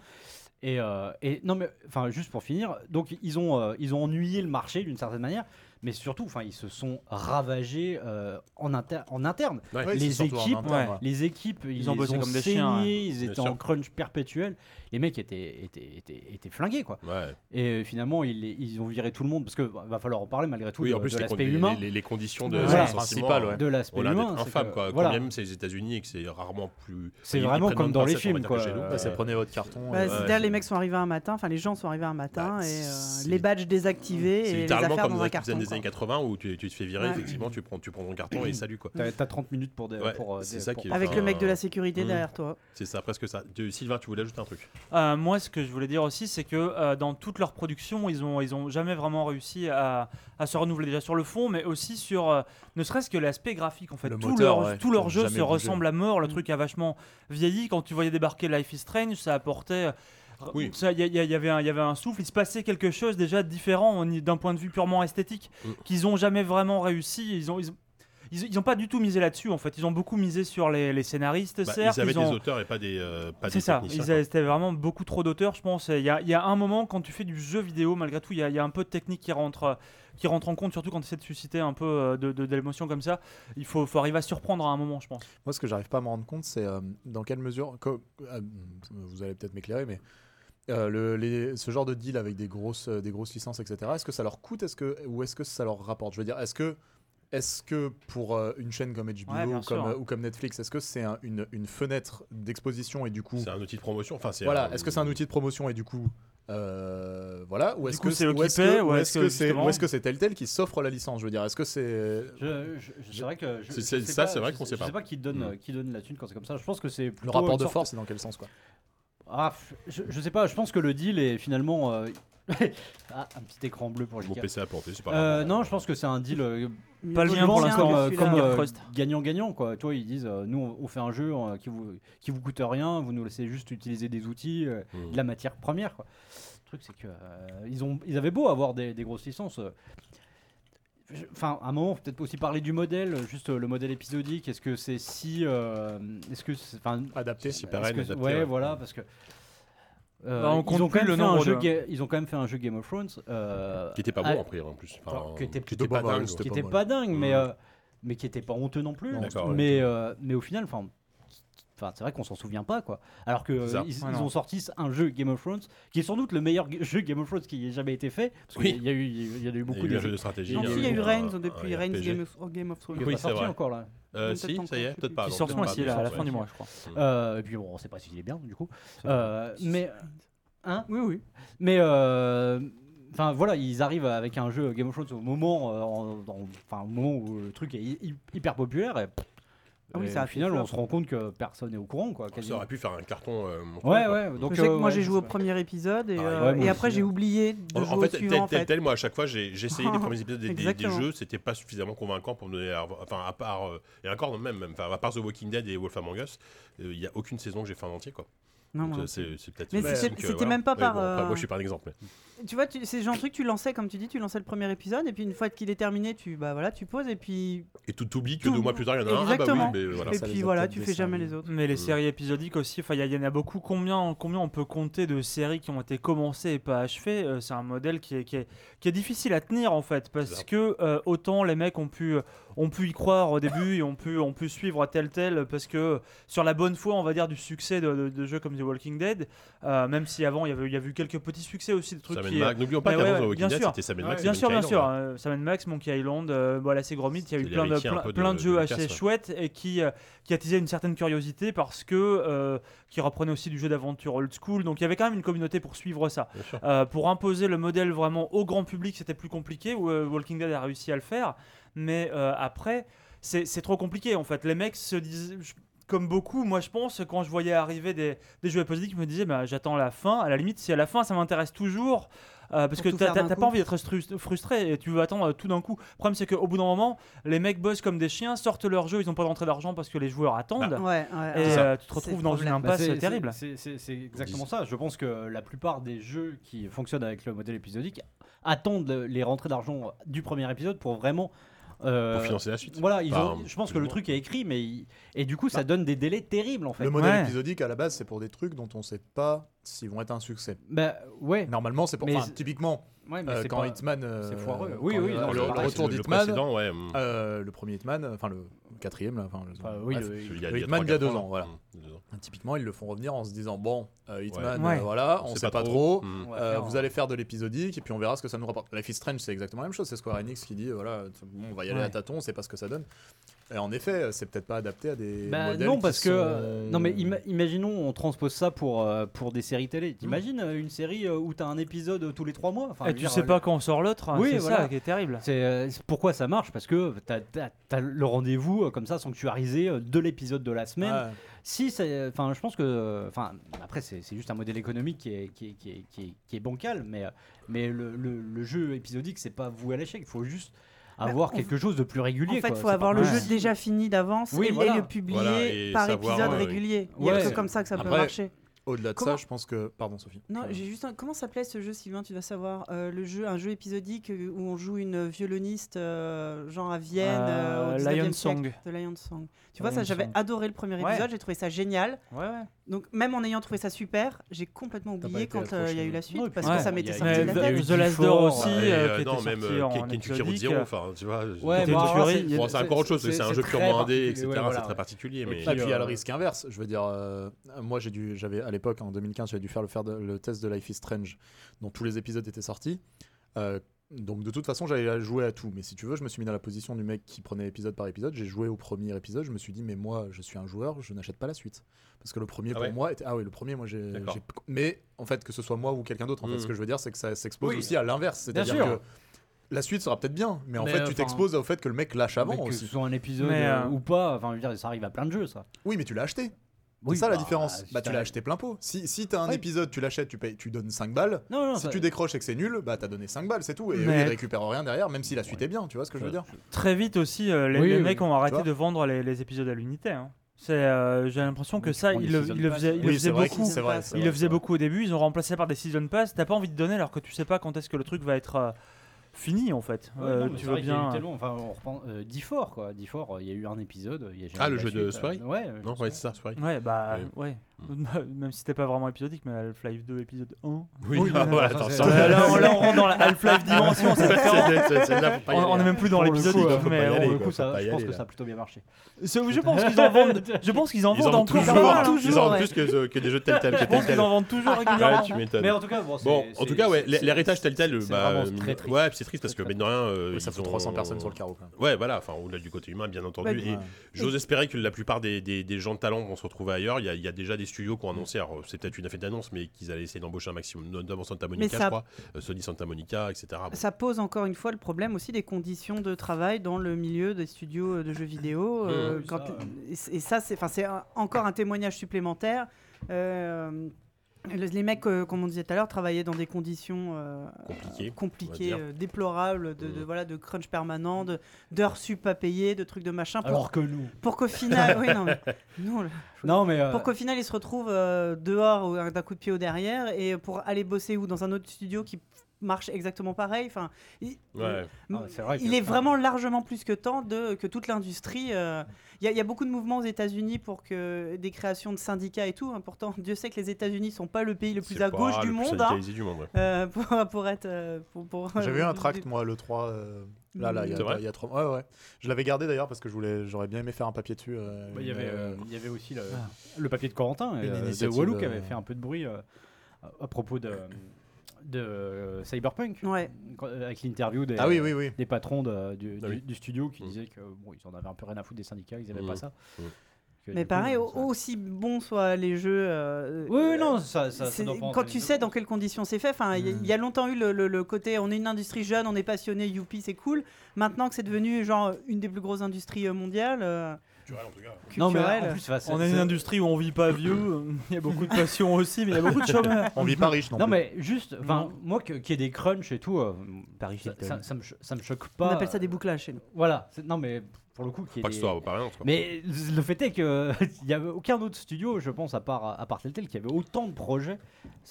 Speaker 4: Et, euh, et non mais enfin juste pour finir, donc ils ont euh, ils ont ennuyé le marché d'une certaine manière, mais surtout enfin ils se sont ravagés euh, en, inter- en interne.
Speaker 2: Ouais,
Speaker 5: Ouais,
Speaker 4: les
Speaker 5: c'est surtout en
Speaker 4: équipes,
Speaker 5: interne,
Speaker 6: ouais.
Speaker 5: ouais.
Speaker 4: Les équipes ils,
Speaker 6: ont
Speaker 4: les
Speaker 6: bossé comme des
Speaker 4: saigné,
Speaker 6: chiens, ouais.
Speaker 4: ils
Speaker 2: hein. Bien
Speaker 4: étaient en
Speaker 2: sûr.
Speaker 4: crunch perpétuel. Les mecs étaient étaient, étaient, étaient flingués quoi.
Speaker 2: Ouais.
Speaker 4: Et euh, finalement, ils, ils ont viré tout le monde parce que bah, va falloir en parler malgré tout
Speaker 2: Oui,
Speaker 4: de,
Speaker 2: en plus,
Speaker 4: de
Speaker 2: les,
Speaker 4: l'aspect
Speaker 2: condi-
Speaker 4: humain,
Speaker 2: les- les- les conditions de
Speaker 4: Ouais.
Speaker 2: licenciement,
Speaker 5: Principal, ouais.
Speaker 4: de l'aspect
Speaker 2: Voilà,
Speaker 4: humain.
Speaker 2: d'être
Speaker 4: c'est
Speaker 2: infâme,
Speaker 4: que-
Speaker 2: quoi. Quand
Speaker 4: voilà.
Speaker 2: bien même c'est les États-Unis et que c'est rarement plus.
Speaker 4: C'est
Speaker 2: ils- ils
Speaker 4: vraiment
Speaker 2: prennent
Speaker 4: comme
Speaker 2: une
Speaker 4: dans les
Speaker 2: pincette, on va
Speaker 4: films
Speaker 2: dire
Speaker 4: quoi.
Speaker 2: que chez nous,
Speaker 4: Euh,
Speaker 5: Ouais, c'est prenez votre carton euh,
Speaker 3: Bah,
Speaker 5: et-
Speaker 2: Ouais,
Speaker 3: c'est-à-dire,
Speaker 2: c'est-
Speaker 3: les mecs sont arrivés un matin, enfin les gens sont arrivés un matin
Speaker 2: Bah,
Speaker 3: et euh,
Speaker 2: c'est-
Speaker 3: les badges désactivés
Speaker 2: C'est
Speaker 3: et les
Speaker 2: littéralement
Speaker 3: affaires
Speaker 2: comme
Speaker 3: dans
Speaker 2: dans
Speaker 3: un
Speaker 2: les cartons
Speaker 3: carton.
Speaker 2: des
Speaker 3: quoi.
Speaker 2: années 80 où tu, tu te fais virer,
Speaker 3: Ouais.
Speaker 2: effectivement, tu prends, tu prends ton carton et salut quoi.
Speaker 4: T'as t'as 30 minutes pour. Des,
Speaker 2: Ouais,
Speaker 4: pour euh,
Speaker 2: c'est
Speaker 4: des-
Speaker 2: ça
Speaker 4: pour-
Speaker 2: qui est-
Speaker 3: Avec le mec de la sécurité
Speaker 2: Mmh.
Speaker 3: derrière toi.
Speaker 2: C'est ça, presque ça. De- Sylvain, tu voulais ajouter un truc
Speaker 6: Euh, moi, ce que je voulais dire aussi, c'est que euh, dans toute leur production, ils ont, ils ont jamais vraiment réussi à, à se renouveler déjà sur le fond, mais aussi sur euh, ne serait-ce que l'aspect graphique. En fait,
Speaker 5: Le
Speaker 6: tout
Speaker 5: moteur,
Speaker 6: leur,
Speaker 5: ouais,
Speaker 6: tout
Speaker 5: ils
Speaker 6: leur
Speaker 5: ont
Speaker 6: jeu
Speaker 5: jamais
Speaker 6: se
Speaker 5: bougé.
Speaker 6: ressemble à mort. Le
Speaker 3: Mm.
Speaker 6: truc a vachement vieilli. Quand tu voyais débarquer Life is Strange, ça apportait. euh,
Speaker 2: Oui.
Speaker 6: ça, Il y, a- il y a- il y avait un il y avait un souffle, il se passait quelque chose déjà de différent on y- d'un point de vue purement esthétique
Speaker 2: Mm.
Speaker 6: qu'ils ont jamais vraiment réussi. Ils ont, ils, ont- ils, ils ont pas du tout misé là-dessus en fait. Ils ont beaucoup misé sur les, les scénaristes,
Speaker 2: Bah,
Speaker 6: certes.
Speaker 2: ils avaient
Speaker 6: ils ont-
Speaker 2: des auteurs et pas des, euh, pas
Speaker 6: c'est
Speaker 2: des
Speaker 6: ça,
Speaker 2: techniciens.
Speaker 6: ils
Speaker 2: quoi.
Speaker 6: avaient- c'était vraiment beaucoup trop d'auteurs, je pense. Il y, a, il y a un moment, quand tu fais du jeu vidéo, malgré tout, il y a, il y a un peu de technique qui rentre, euh, qui rentre en compte, surtout quand tu essaies de susciter un peu euh, de, de- de l'émotion comme ça. Il faut, faut arriver à surprendre à un moment, je pense.
Speaker 5: Moi, ce que j'arrive pas à me rendre compte, c'est euh, dans quelle mesure. co- euh, vous allez peut-être m'éclairer, mais euh, le- les- ce genre de deal avec des grosses, euh, des grosses licences, etc. Est-ce que ça leur coûte, est-ce que ou est-ce que ça leur rapporte Je veux dire, est-ce que est-ce que pour euh, une chaîne comme HBO
Speaker 6: Ouais, bien
Speaker 5: ou, comme,
Speaker 6: sûr.
Speaker 5: euh, ou comme Netflix, est-ce que c'est un- une, une fenêtre d'exposition et du coup,
Speaker 2: C'est un outil de promotion. Enfin, c'est
Speaker 5: voilà,
Speaker 2: un-
Speaker 5: est-ce que c'est un outil de promotion et du coup, euh, voilà, ou
Speaker 6: Du
Speaker 5: est-ce
Speaker 6: coup,
Speaker 5: que
Speaker 6: c'est eux
Speaker 5: ou
Speaker 6: qui
Speaker 5: est-ce
Speaker 6: paient,
Speaker 5: que-
Speaker 6: ou
Speaker 5: ou
Speaker 6: est-ce
Speaker 5: est-ce
Speaker 6: que,
Speaker 5: que c'est
Speaker 6: justement-
Speaker 5: ou est-ce que c'est tel tel qui s'offre la licence Je veux dire, est-ce que c'est
Speaker 4: Je- je- je- C'est vrai que. je-
Speaker 2: C'est-
Speaker 4: je
Speaker 2: c'est-
Speaker 4: sais
Speaker 2: ça,
Speaker 4: pas-
Speaker 2: c'est vrai
Speaker 4: je-
Speaker 2: qu'on sait
Speaker 4: Je sais
Speaker 2: pas.
Speaker 4: pas qui donne,
Speaker 2: Mm.
Speaker 4: euh, qui donne la thune quand c'est comme ça. Je pense que c'est
Speaker 5: le
Speaker 4: plutôt
Speaker 5: rapport
Speaker 4: une
Speaker 5: de
Speaker 4: sorte-
Speaker 5: force, c'est dans quel sens quoi
Speaker 4: Ah, f- je, je sais pas. Je pense que le deal est finalement. euh, ah, un petit écran bleu pour
Speaker 2: Mon
Speaker 4: JK.
Speaker 2: PC a planté, c'est pas grave.
Speaker 4: Euh, non, je pense que c'est un deal euh,
Speaker 6: Pas le lien pour
Speaker 4: Souvent,
Speaker 6: l'instant,
Speaker 4: comme, euh,
Speaker 6: celui-là.
Speaker 4: comme,
Speaker 6: Game
Speaker 4: euh,
Speaker 6: Trust.
Speaker 4: gagnant-gagnant quoi. Tu vois, ils disent euh, nous on on fait un jeu euh, qui vous qui vous coûte rien, vous nous laissez juste utiliser des outils, euh,
Speaker 2: Hmm.
Speaker 4: de la matière première quoi. Le truc c'est que euh, ils ont ils avaient beau avoir des, des grosses licences. euh, je- Enfin, à un moment, faut peut-être aussi parler du modèle, euh, juste euh, le modèle épisodique. Est-ce que c'est si, euh, est-ce que, c'est- enfin,
Speaker 5: Adapté.
Speaker 2: Si
Speaker 4: est-ce
Speaker 2: pérenne,
Speaker 4: que-
Speaker 2: adapté,
Speaker 4: ouais,
Speaker 2: ouais.
Speaker 4: voilà, parce que euh,
Speaker 6: Bah, on
Speaker 4: ils
Speaker 6: compte
Speaker 4: ont
Speaker 6: plus
Speaker 4: quand même
Speaker 6: le
Speaker 4: fait un
Speaker 6: nombre
Speaker 4: jeu,
Speaker 6: de-
Speaker 4: Ga- ils ont quand même fait un jeu Game of Thrones euh,
Speaker 2: Qui était pas
Speaker 4: à-
Speaker 2: bon en priori en plus. Enfin,
Speaker 4: Alors, qui était-
Speaker 5: De
Speaker 2: pas
Speaker 5: Boba,
Speaker 2: dingue. quoi.
Speaker 5: c'était
Speaker 4: qui
Speaker 5: pas
Speaker 4: était
Speaker 5: mal.
Speaker 4: pas dingue, mais
Speaker 2: Mm.
Speaker 4: euh, mais qui était pas honteux non plus.
Speaker 5: Non,
Speaker 2: D'accord, ouais.
Speaker 4: mais euh, mais au final, enfin. qui- Enfin, c'est vrai qu'on s'en souvient pas, quoi. Alors que euh,
Speaker 2: C'est ça.
Speaker 4: ils,
Speaker 6: Ouais,
Speaker 4: ils
Speaker 6: non.
Speaker 4: ont sorti un jeu Game of Thrones qui est sans doute le meilleur g- jeu Game of Thrones qui ait jamais été fait. Parce qu'il
Speaker 2: Oui.
Speaker 4: y a eu, il y a eu- il y a eu
Speaker 2: Il y a
Speaker 4: beaucoup
Speaker 2: eu un
Speaker 4: de
Speaker 2: jeu
Speaker 4: jeux.
Speaker 2: de stratégie.
Speaker 4: Non,
Speaker 3: Non,
Speaker 4: il y
Speaker 3: si,
Speaker 4: a
Speaker 3: il y a eu
Speaker 2: un-
Speaker 3: Reigns
Speaker 2: un
Speaker 3: depuis
Speaker 2: RPG.
Speaker 3: Reigns Game of, Game of Thrones.
Speaker 4: qui est
Speaker 2: Oui,
Speaker 4: pas
Speaker 2: c'est
Speaker 4: sorti
Speaker 2: vrai.
Speaker 4: encore là.
Speaker 2: Euh,
Speaker 3: Peut-être
Speaker 2: Si,
Speaker 3: encore,
Speaker 2: ça y
Speaker 3: je
Speaker 2: est,
Speaker 3: sais
Speaker 2: peut-être
Speaker 3: plus.
Speaker 2: pas.
Speaker 6: Qui
Speaker 2: non,
Speaker 6: sort ce
Speaker 2: peut-être Ah, pas,
Speaker 6: mois-ci, là, à la
Speaker 2: peut-être
Speaker 6: fin
Speaker 2: pas,
Speaker 6: du
Speaker 2: ouais.
Speaker 6: mois, je crois.
Speaker 4: Euh, et puis bon, on sait pas s'il est bien du coup. Euh, mais hein,
Speaker 3: Oui, oui.
Speaker 4: mais euh, enfin voilà, ils arrivent avec un jeu Game of Thrones au moment, euh, en- dans- enfin au moment où le truc est hy- hy- hyper populaire. Et,
Speaker 3: Ah oui,
Speaker 4: et
Speaker 3: ça a
Speaker 4: au
Speaker 3: fait
Speaker 4: final,
Speaker 3: flop.
Speaker 4: on se rend compte que personne n'est au courant, quoi.
Speaker 2: Oh, Ça
Speaker 4: quasiment.
Speaker 2: aurait pu faire un carton. euh, mon con,
Speaker 4: Ouais,
Speaker 2: quoi.
Speaker 4: ouais. Donc,
Speaker 3: je sais que
Speaker 4: euh,
Speaker 3: moi
Speaker 4: ouais,
Speaker 3: j'ai joué au
Speaker 4: c'est-
Speaker 3: premier épisode et,
Speaker 2: Ah,
Speaker 3: euh,
Speaker 4: ouais, moi
Speaker 3: et après
Speaker 4: aussi, hein.
Speaker 3: j'ai
Speaker 4: ouais.
Speaker 3: oublié de
Speaker 2: En,
Speaker 3: jouer
Speaker 2: en
Speaker 3: au
Speaker 2: fait, tel,
Speaker 3: suivant. en
Speaker 2: tel-
Speaker 3: fait.
Speaker 2: tel, moi à chaque fois, j'ai j'ai essayé les premiers épisodes des, des- des
Speaker 3: Exactement.
Speaker 2: jeux, c'était pas suffisamment convaincant pour me donner. la- Enfin, à part. euh, et encore, même, même enfin, à part The Walking Dead et Wolf Among Us, il n'y a aucune saison que j'ai fait en entier, quoi.
Speaker 3: Non,
Speaker 2: Donc,
Speaker 3: moi
Speaker 2: euh,
Speaker 3: aussi.
Speaker 2: C'est c'est peut-être.
Speaker 3: Mais
Speaker 2: une
Speaker 5: c'était-
Speaker 2: raison que,
Speaker 3: c'était même pas
Speaker 2: Mais
Speaker 3: par,
Speaker 2: bon, après,
Speaker 3: euh,
Speaker 2: Moi, je suis pas un exemple. mais-
Speaker 3: Tu vois, tu- c'est genre un truc tu lançais comme tu dis, tu lançais le premier épisode et puis une fois qu'il est terminé, tu bah voilà, tu poses et puis
Speaker 2: Et tout oublies que
Speaker 3: Tout-
Speaker 2: deux mois plus tard, il y en a un. Ah bah oui,
Speaker 3: Exactement.
Speaker 2: mais voilà.
Speaker 3: et
Speaker 5: ça les
Speaker 3: puis
Speaker 5: a
Speaker 3: voilà,
Speaker 5: peut-être
Speaker 3: tu fais jamais
Speaker 5: desservis.
Speaker 3: les autres.
Speaker 6: Mais les
Speaker 2: Euh.
Speaker 6: séries épisodiques aussi, enfin, il y, a- il y en a beaucoup. Combien, combien on peut compter de séries qui ont été commencées et pas achevées Euh, C'est un modèle qui est, qui, est, qui est difficile à tenir en fait,
Speaker 2: C'est
Speaker 6: parce
Speaker 2: ça.
Speaker 6: que euh, autant les mecs ont pu, euh, ont pu y croire au début et ont pu, ont pu suivre tel tel, parce que euh, sur la bonne foi, on va dire, du succès de, de- de jeux comme The Walking Dead, euh, même si avant il y avait, il y avait eu quelques petits succès aussi, des trucs
Speaker 2: Sam
Speaker 6: qui.
Speaker 2: Mag. N'oublions pas
Speaker 6: Mais ouais,
Speaker 2: qu'avant The
Speaker 6: ouais,
Speaker 2: Walking
Speaker 6: bien
Speaker 2: Dead,
Speaker 6: sûr.
Speaker 2: c'était Sam Max.
Speaker 6: Bien sûr, bien sûr. euh, Sam Max, Monkey Island, euh, voilà, c'est Gromit. Il y a eu
Speaker 2: C'était
Speaker 6: plein de,
Speaker 2: l'héritier un
Speaker 6: plein,
Speaker 2: peu de-
Speaker 6: plein de
Speaker 2: de
Speaker 6: jeux
Speaker 2: Lucas,
Speaker 6: assez
Speaker 2: ouais.
Speaker 6: chouettes et qui, euh, qui attisaient une certaine curiosité parce que euh, qui reprenaient aussi du jeu d'aventure old school. Donc il y avait quand même une communauté pour suivre ça.
Speaker 2: Bien sûr.
Speaker 6: Euh, pour imposer le modèle vraiment au grand public, c'était plus compliqué. où, euh, Walking Dead a réussi à le faire, mais euh, après, c'est c'est trop compliqué en fait. Les mecs se disent. je- comme beaucoup, moi je pense, quand je voyais arriver des, des jeux épisodiques, je me disais, bah, j'attends la fin. À la limite, si à la fin ça m'intéresse toujours, euh, parce
Speaker 3: Pour
Speaker 6: que
Speaker 3: tout
Speaker 6: t'as
Speaker 3: faire
Speaker 6: t'as-
Speaker 3: d'un
Speaker 6: t'as pas
Speaker 3: coup.
Speaker 6: envie d'être stru- frustré et tu veux attendre euh, tout d'un coup. Le problème, c'est qu'au bout d'un moment, les mecs bossent comme des chiens, sortent leur jeu, ils ont pas d'entrée d'argent parce que les joueurs attendent.
Speaker 3: Ouais,
Speaker 6: et
Speaker 3: Bah, ouais.
Speaker 2: ça.
Speaker 6: euh, tu te
Speaker 3: C'est le
Speaker 6: retrouves dans une
Speaker 3: problème.
Speaker 4: Bah,
Speaker 6: impasse
Speaker 4: c'est-
Speaker 6: terrible.
Speaker 4: c'est- C'est c'est exactement ça. Je pense que la plupart des jeux qui fonctionnent avec le modèle épisodique attendent le- les rentrées d'argent du premier épisode pour vraiment. euh,
Speaker 2: Pour financer la suite.
Speaker 4: Voilà, ils
Speaker 2: Enfin,
Speaker 4: ont- je pense que le
Speaker 2: plus ou
Speaker 4: truc est écrit, mais il- et du coup, ça donne des délais terribles en fait.
Speaker 5: Le modèle
Speaker 6: Ouais.
Speaker 5: épisodique à la base, c'est pour des trucs dont on sait pas s'ils vont être un succès.
Speaker 4: Bah ouais,
Speaker 5: Normalement, c'est pour.
Speaker 4: Mais
Speaker 5: enfin,
Speaker 4: c'est-
Speaker 5: typiquement,
Speaker 4: ouais, mais
Speaker 5: euh,
Speaker 4: c'est
Speaker 5: quand
Speaker 4: pas-
Speaker 5: Hitman. euh,
Speaker 4: c'est foireux.
Speaker 5: quand
Speaker 4: Oui, oui,
Speaker 5: le-
Speaker 4: non,
Speaker 5: le,
Speaker 4: c'est
Speaker 5: le
Speaker 4: pareil,
Speaker 5: retour
Speaker 2: le- le
Speaker 5: d'Hitman,
Speaker 2: précédent, ouais. hum.
Speaker 5: euh, le premier Hitman, euh, enfin le quatrième, là, enfin, je-
Speaker 4: Enfin, oui,
Speaker 5: bref.
Speaker 4: oui.
Speaker 2: Celui-là,
Speaker 5: Hitman,
Speaker 2: trois,
Speaker 5: il y a
Speaker 2: quatre
Speaker 5: deux
Speaker 2: ans.
Speaker 5: ans, voilà.
Speaker 2: Hum, deux ans.
Speaker 5: typiquement, ils le font revenir en se disant bon, euh, Hitman,
Speaker 6: Ouais.
Speaker 5: euh, voilà, on, sait pas trop.
Speaker 2: Hum.
Speaker 4: Ouais,
Speaker 5: euh,
Speaker 4: faire
Speaker 5: vous
Speaker 4: un-
Speaker 5: allez faire de l'épisodique et puis on verra ce que ça nous rapporte. Life is Strange, c'est exactement la même chose. C'est Square Enix qui dit euh, voilà, t- bon, on va y aller
Speaker 6: Ouais.
Speaker 5: à tâtons, on sait pas ce que ça donne. Et en effet, euh, c'est peut-être pas adapté à des
Speaker 4: Bah,
Speaker 5: modèles.
Speaker 4: non,
Speaker 5: qui
Speaker 4: parce que. euh,
Speaker 5: sont-
Speaker 4: Non, mais ima- imaginons, on transpose ça pour, euh, pour des séries
Speaker 5: Hmm.
Speaker 4: télé. T'imagines euh, une série euh, où t'as un épisode tous les trois mois Enfin, je
Speaker 6: Et
Speaker 4: veux
Speaker 6: tu
Speaker 4: dire, euh,
Speaker 6: sais
Speaker 4: le-
Speaker 6: pas quand sort l'autre, hein,
Speaker 4: Oui,
Speaker 6: c'est ça
Speaker 4: voilà.
Speaker 6: qui est terrible.
Speaker 4: C'est euh, c'est pourquoi ça marche parce que t'as as, le rendez-vous euh, comme ça sanctuarisé euh, de l'épisode de la semaine.
Speaker 5: Ouais.
Speaker 4: Si, c'est- enfin, je pense que, enfin, après c'est c'est juste un modèle économique qui est qui est, qui est, qui est- qui est bancal, mais euh, mais le, le- le jeu épisodique c'est pas voué à l'échec. Il faut juste
Speaker 3: Bah,
Speaker 4: avoir
Speaker 3: on-
Speaker 4: quelque chose de plus régulier.
Speaker 3: En fait,
Speaker 4: quoi.
Speaker 3: il faut
Speaker 4: C'est
Speaker 3: avoir
Speaker 4: pas
Speaker 3: le
Speaker 4: possible.
Speaker 3: jeu déjà fini d'avance
Speaker 4: Oui,
Speaker 3: et, et
Speaker 4: voilà.
Speaker 3: le publier
Speaker 2: Voilà, et
Speaker 3: par
Speaker 2: savoir,
Speaker 3: épisode
Speaker 2: euh,
Speaker 3: régulier. Il y
Speaker 4: Ouais.
Speaker 3: a que comme ça que ça peut
Speaker 5: Après,
Speaker 3: marcher.
Speaker 5: Au-delà de
Speaker 3: Comment-
Speaker 5: ça, je pense que. Pardon, Sophie.
Speaker 3: Non,
Speaker 5: Euh,
Speaker 3: j'ai juste un... Comment s'appelait ce jeu, Sylvain Tu vas savoir. Euh, le jeu, un jeu épisodique euh, où on joue une violoniste, euh, genre à Vienne. euh, au
Speaker 6: Euh, Lion
Speaker 3: 19e siècle.
Speaker 6: Song.
Speaker 3: De Lion Song. Tu vois,
Speaker 6: Lion
Speaker 3: ça, j'avais
Speaker 6: Song.
Speaker 3: adoré le premier
Speaker 6: Ouais.
Speaker 3: épisode, j'ai trouvé ça génial.
Speaker 6: Ouais, ouais.
Speaker 3: Donc, même en ayant trouvé ça super, j'ai complètement
Speaker 5: T'as pas
Speaker 3: oublié
Speaker 5: été
Speaker 3: quand euh, il y a eu la suite
Speaker 4: accroché.
Speaker 3: parce
Speaker 6: Ouais.
Speaker 3: que ça
Speaker 4: Il
Speaker 3: m'était
Speaker 4: y a
Speaker 3: sorti
Speaker 4: eu-
Speaker 3: de la
Speaker 4: il y a eu
Speaker 3: tête.
Speaker 6: The Last Door aussi,
Speaker 2: Et,
Speaker 6: euh, qui
Speaker 2: non,
Speaker 6: était
Speaker 2: même
Speaker 6: sorti
Speaker 2: euh,
Speaker 6: en
Speaker 2: Ken- Kentucky
Speaker 6: épisodique.
Speaker 2: Road Zero, enfin, tu vois. je-
Speaker 4: Ouais, bah,
Speaker 2: Ken-
Speaker 6: Ken-
Speaker 4: bon, alors,
Speaker 6: Fury,
Speaker 4: il y a-
Speaker 2: Bon, c'est encore autre chose, parce que c'est un jeu purement indé, etc.
Speaker 4: ouais,
Speaker 2: c'est
Speaker 4: voilà,
Speaker 2: très
Speaker 4: ouais.
Speaker 2: particulier,
Speaker 4: Et
Speaker 2: mais.
Speaker 5: Et
Speaker 4: puis,
Speaker 5: puis, il y a le
Speaker 4: euh,
Speaker 5: risque inverse. Je veux dire, euh, moi, j'ai dû, j'avais à l'époque, en 2015, j'avais dû faire le, faire de- le test de Life is Strange, dont tous les épisodes étaient sortis. Euh, donc, de toute façon, j'allais jouer à tout. Mais si tu veux, je me suis mis dans la position du mec qui prenait épisode par épisode. J'ai joué au premier épisode. Je me suis dit, mais moi, je suis un joueur, je n'achète pas la suite. Parce que le premier,
Speaker 2: Ah
Speaker 5: pour
Speaker 2: ouais
Speaker 5: moi, était. Ah oui, le premier, moi, j'ai.
Speaker 2: D'accord.
Speaker 5: j'ai- Mais, en fait, que ce soit moi ou quelqu'un d'autre, en fait,
Speaker 2: Mhm.
Speaker 5: ce que je veux dire, c'est que ça s'expose
Speaker 4: Oui.
Speaker 5: aussi à l'inverse. C'est-à-dire
Speaker 4: sûr.
Speaker 5: que. La suite sera peut-être bien, mais en
Speaker 4: Mais,
Speaker 5: fait,
Speaker 4: euh,
Speaker 5: tu
Speaker 4: enfin,
Speaker 5: t'exposes au fait que le mec lâche avant
Speaker 4: Mais que
Speaker 5: aussi.
Speaker 4: ce soit un épisode
Speaker 6: Mais,
Speaker 4: euh,
Speaker 6: euh,
Speaker 4: ou pas, enfin, je veux dire, ça arrive à plein de jeux, ça.
Speaker 5: Oui, mais tu l'as acheté.
Speaker 4: Oui,
Speaker 5: c'est ça la
Speaker 4: bah,
Speaker 5: différence.
Speaker 4: bah,
Speaker 5: Bah,
Speaker 4: si
Speaker 5: tu l'as acheté plein pot. Si, si t'as un
Speaker 4: Oui.
Speaker 5: épisode, tu l'achètes, tu payes, tu donnes 5 balles.
Speaker 4: Non, non,
Speaker 5: si
Speaker 4: ça-
Speaker 5: tu décroches et que c'est nul, bah t'as donné 5 balles, c'est tout. Et eux,
Speaker 6: Mais-
Speaker 5: ils récupèrent rien derrière, même si la suite est bien, tu vois ce que je veux dire
Speaker 6: Très vite aussi, euh, les,
Speaker 4: Oui,
Speaker 6: les
Speaker 4: oui.
Speaker 6: mecs ont arrêté
Speaker 5: vois
Speaker 6: de vendre les, les épisodes à l'unité. hein. C'est, euh, j'ai l'impression que
Speaker 4: Oui,
Speaker 6: ça,
Speaker 4: tu prends
Speaker 6: ils
Speaker 4: des
Speaker 6: le,
Speaker 4: season
Speaker 6: ils le
Speaker 4: pass.
Speaker 6: faisaient, ils le
Speaker 5: Oui,
Speaker 6: faisaient
Speaker 5: c'est vrai,
Speaker 6: beaucoup.
Speaker 5: c'est vrai.
Speaker 6: Ils le faisaient beaucoup au début, ils ont remplacé par des season pass. T'as pas envie de donner alors que tu sais pas quand est-ce que le truc va être euh, fini en fait.
Speaker 4: Ouais,
Speaker 6: Euh,
Speaker 4: non, mais
Speaker 6: tu
Speaker 4: c'est
Speaker 6: vois
Speaker 4: vrai qu'il y a eu
Speaker 6: bien.
Speaker 4: tellement- enfin, on reprend euh, Difor, quoi. Difor, euh, il y a eu un épisode. il Y a jamais
Speaker 2: Ah,
Speaker 4: eu
Speaker 2: le
Speaker 4: la
Speaker 2: jeu de
Speaker 4: suite, euh,
Speaker 2: Swery
Speaker 4: Ouais. euh,
Speaker 2: Non, ouais, c'est ça, c'est vrai.
Speaker 6: Ouais, bah
Speaker 2: Euh,
Speaker 6: ouais. Bah, Même si c'était pas vraiment épisodique, mais Half-Life 2 épisode 1.
Speaker 2: Oui,
Speaker 4: Oui,
Speaker 2: ah,
Speaker 4: non,
Speaker 2: voilà,
Speaker 4: ça,
Speaker 2: attends,
Speaker 4: c'est-
Speaker 2: ça,
Speaker 4: Ouais,
Speaker 6: Là,
Speaker 2: on-
Speaker 6: là, on, là, on rentre dans la Half-Life dimension, c'est différent.
Speaker 2: c'est- c'est là pour pas y
Speaker 6: On, on
Speaker 2: aller.
Speaker 6: est même plus dans
Speaker 4: Pour le
Speaker 6: l'épisode
Speaker 4: coup, euh,
Speaker 6: 1,
Speaker 4: faut
Speaker 6: mais
Speaker 2: pas y
Speaker 6: on-
Speaker 2: aller,
Speaker 4: Pour le
Speaker 2: quoi,
Speaker 4: coup,
Speaker 2: faut
Speaker 4: ça,
Speaker 2: pas y
Speaker 4: je pense
Speaker 2: aller,
Speaker 4: que
Speaker 2: là.
Speaker 4: ça a plutôt bien marché.
Speaker 6: je pense qu'ils en vendent. Je pense qu'ils en
Speaker 2: Ils en
Speaker 6: vendent
Speaker 2: vendent
Speaker 6: encore.
Speaker 2: toujours,
Speaker 6: pas mal, hein.
Speaker 2: ils en vendent
Speaker 3: ouais.
Speaker 2: plus que, euh, que des jeux de Telltale.
Speaker 6: Je pense
Speaker 2: Telltale.
Speaker 6: qu'ils en vendent toujours
Speaker 2: Ouais,
Speaker 6: régulièrement.
Speaker 2: tu m'étonnes.
Speaker 4: Mais en tout cas, bon, c'est-
Speaker 2: Bon, en
Speaker 4: c'est-
Speaker 2: tout cas, ouais,
Speaker 4: c'est-
Speaker 2: l'hé- l'héritage
Speaker 4: c'est-
Speaker 2: Telltale,
Speaker 4: c'est
Speaker 2: bah,
Speaker 4: vraiment
Speaker 2: euh,
Speaker 4: très triste.
Speaker 2: ouais, puis c'est triste parce
Speaker 4: Très,
Speaker 2: que
Speaker 4: très
Speaker 2: mine de rien, euh,
Speaker 5: ça
Speaker 2: ils
Speaker 5: fout
Speaker 2: ont-
Speaker 5: 300 personnes sur le carreau. quand même.
Speaker 2: Ouais, voilà, enfin, au-delà du côté humain, bien entendu.
Speaker 3: Ouais.
Speaker 2: Et j'ose espérer que la plupart des, des- des gens de talent vont se retrouver ailleurs. Il y a, il y a déjà des studios qui ont annoncé, alors euh, c'est peut-être une affaire d'annonce, mais qu'ils allaient essayer d'embaucher un maximum, notamment Santa Monica,
Speaker 3: ça-
Speaker 2: je crois, euh, Sony Santa Monica, etc. Bon.
Speaker 3: Ça pose encore une fois le problème aussi des conditions de travail dans le milieu des studios euh, de jeux vidéo. euh,
Speaker 4: Oui,
Speaker 3: quand-
Speaker 4: ça,
Speaker 3: et c- et ça, c'est enfin, c'est un- encore un témoignage supplémentaire. Euh, le- les mecs, euh, comme on disait tout à l'heure, travaillaient dans des conditions
Speaker 2: Compliquées,
Speaker 3: euh, euh,
Speaker 2: on va dire.
Speaker 3: compliquées, euh, déplorables, de, de-
Speaker 2: Mm.
Speaker 3: voilà, de crunch permanent, de- d'heures sup à payer, de trucs de machin. Pour,
Speaker 4: Alors que nous.
Speaker 3: pour qu'au final, oui, non, mais- nous, le-
Speaker 4: Non, mais. euh,
Speaker 3: pour qu'au final, ils se retrouvent euh, dehors ou d'un coup de pied au derrière et pour aller bosser ou dans un autre studio qui marche exactement pareil. Enfin, il-
Speaker 2: Ouais.
Speaker 4: Ah, c'est vrai que-
Speaker 3: il est vraiment largement plus que temps de, que toute l'industrie. euh, Il y, a- il y a beaucoup de mouvements aux États-Unis pour que des créations de syndicats et tout. hein. Pourtant, Dieu sait que les États-Unis sont pas le pays le plus
Speaker 2: C'est
Speaker 3: à
Speaker 2: pas
Speaker 3: gauche du
Speaker 2: le plus
Speaker 3: monde. hein,
Speaker 2: syndicalisé du monde, ouais.
Speaker 3: euh, pour, pour être. euh, pour- pour-
Speaker 5: J'avais eu un tract, moi, le 3. euh, Là, là, il y
Speaker 2: C'est
Speaker 5: a-
Speaker 2: vrai
Speaker 5: il y a 3 Ouais, ouais. Je l'avais gardé d'ailleurs parce que je voulais, j'aurais bien aimé faire un papier dessus. euh,
Speaker 4: Bah, Il y
Speaker 5: une,
Speaker 4: avait,
Speaker 5: euh,
Speaker 4: euh, il y avait aussi le,
Speaker 3: Ah.
Speaker 4: le papier de Corentin
Speaker 5: Une
Speaker 4: euh, de
Speaker 5: initiative,
Speaker 4: Walou qui
Speaker 5: euh,
Speaker 4: avait fait un peu de bruit euh, à- à propos de, de euh, Cyberpunk
Speaker 3: Ouais.
Speaker 4: Quand- euh, avec l'interview des,
Speaker 5: Ah oui, oui, oui.
Speaker 4: des patrons de- du,
Speaker 2: Ah
Speaker 4: du-
Speaker 2: oui.
Speaker 4: du studio qui
Speaker 2: Mm.
Speaker 4: disaient que bon, ils en avaient un peu rien à foutre des syndicats, ils n'aimaient
Speaker 2: Mm.
Speaker 4: pas ça.
Speaker 2: Mm.
Speaker 4: Que
Speaker 3: Mais
Speaker 4: du coup,
Speaker 3: pareil,
Speaker 4: ça-
Speaker 3: au- aussi bons soient les jeux. euh,
Speaker 4: Oui, oui, non, ça, ça, ça
Speaker 3: C'est-
Speaker 4: doit pas
Speaker 3: quand
Speaker 4: entraîner
Speaker 3: tu
Speaker 4: de-
Speaker 3: sais dans quelles conditions c'est fait, enfin, il y a- il y, a
Speaker 4: Hmm.
Speaker 3: longtemps eu le, le- le côté on est une industrie jeune, on est passionné, youpi, c'est cool. Maintenant que c'est devenu genre une des plus grosses industries euh, mondiales, euh,
Speaker 4: Non, mais
Speaker 3: culturelles.
Speaker 4: en plus, enfin, c'est-
Speaker 6: On a
Speaker 4: c'est-
Speaker 6: une industrie où on vit pas vieux, il y a beaucoup de passion aussi, mais il y a beaucoup de chômeurs.
Speaker 5: On vit pas riche non,
Speaker 4: Non,
Speaker 5: plus.
Speaker 4: mais juste, enfin, moi, que- qu'il y ait des crunchs et tout, euh,
Speaker 6: Paris
Speaker 4: ça,
Speaker 6: Hilton.
Speaker 4: ça- ça me, cho- ça me choque
Speaker 3: on
Speaker 4: pas.
Speaker 3: appelle ça des bouclages chez nous.
Speaker 4: Voilà, c'est- non, mais pour le coup, qu'il y ait
Speaker 2: Pas que ce
Speaker 4: des-
Speaker 2: soit pas rien, quoi.
Speaker 4: Mais le fait est que il n'y avait aucun autre studio, je pense, à part à part Telltale, qui avait autant de projets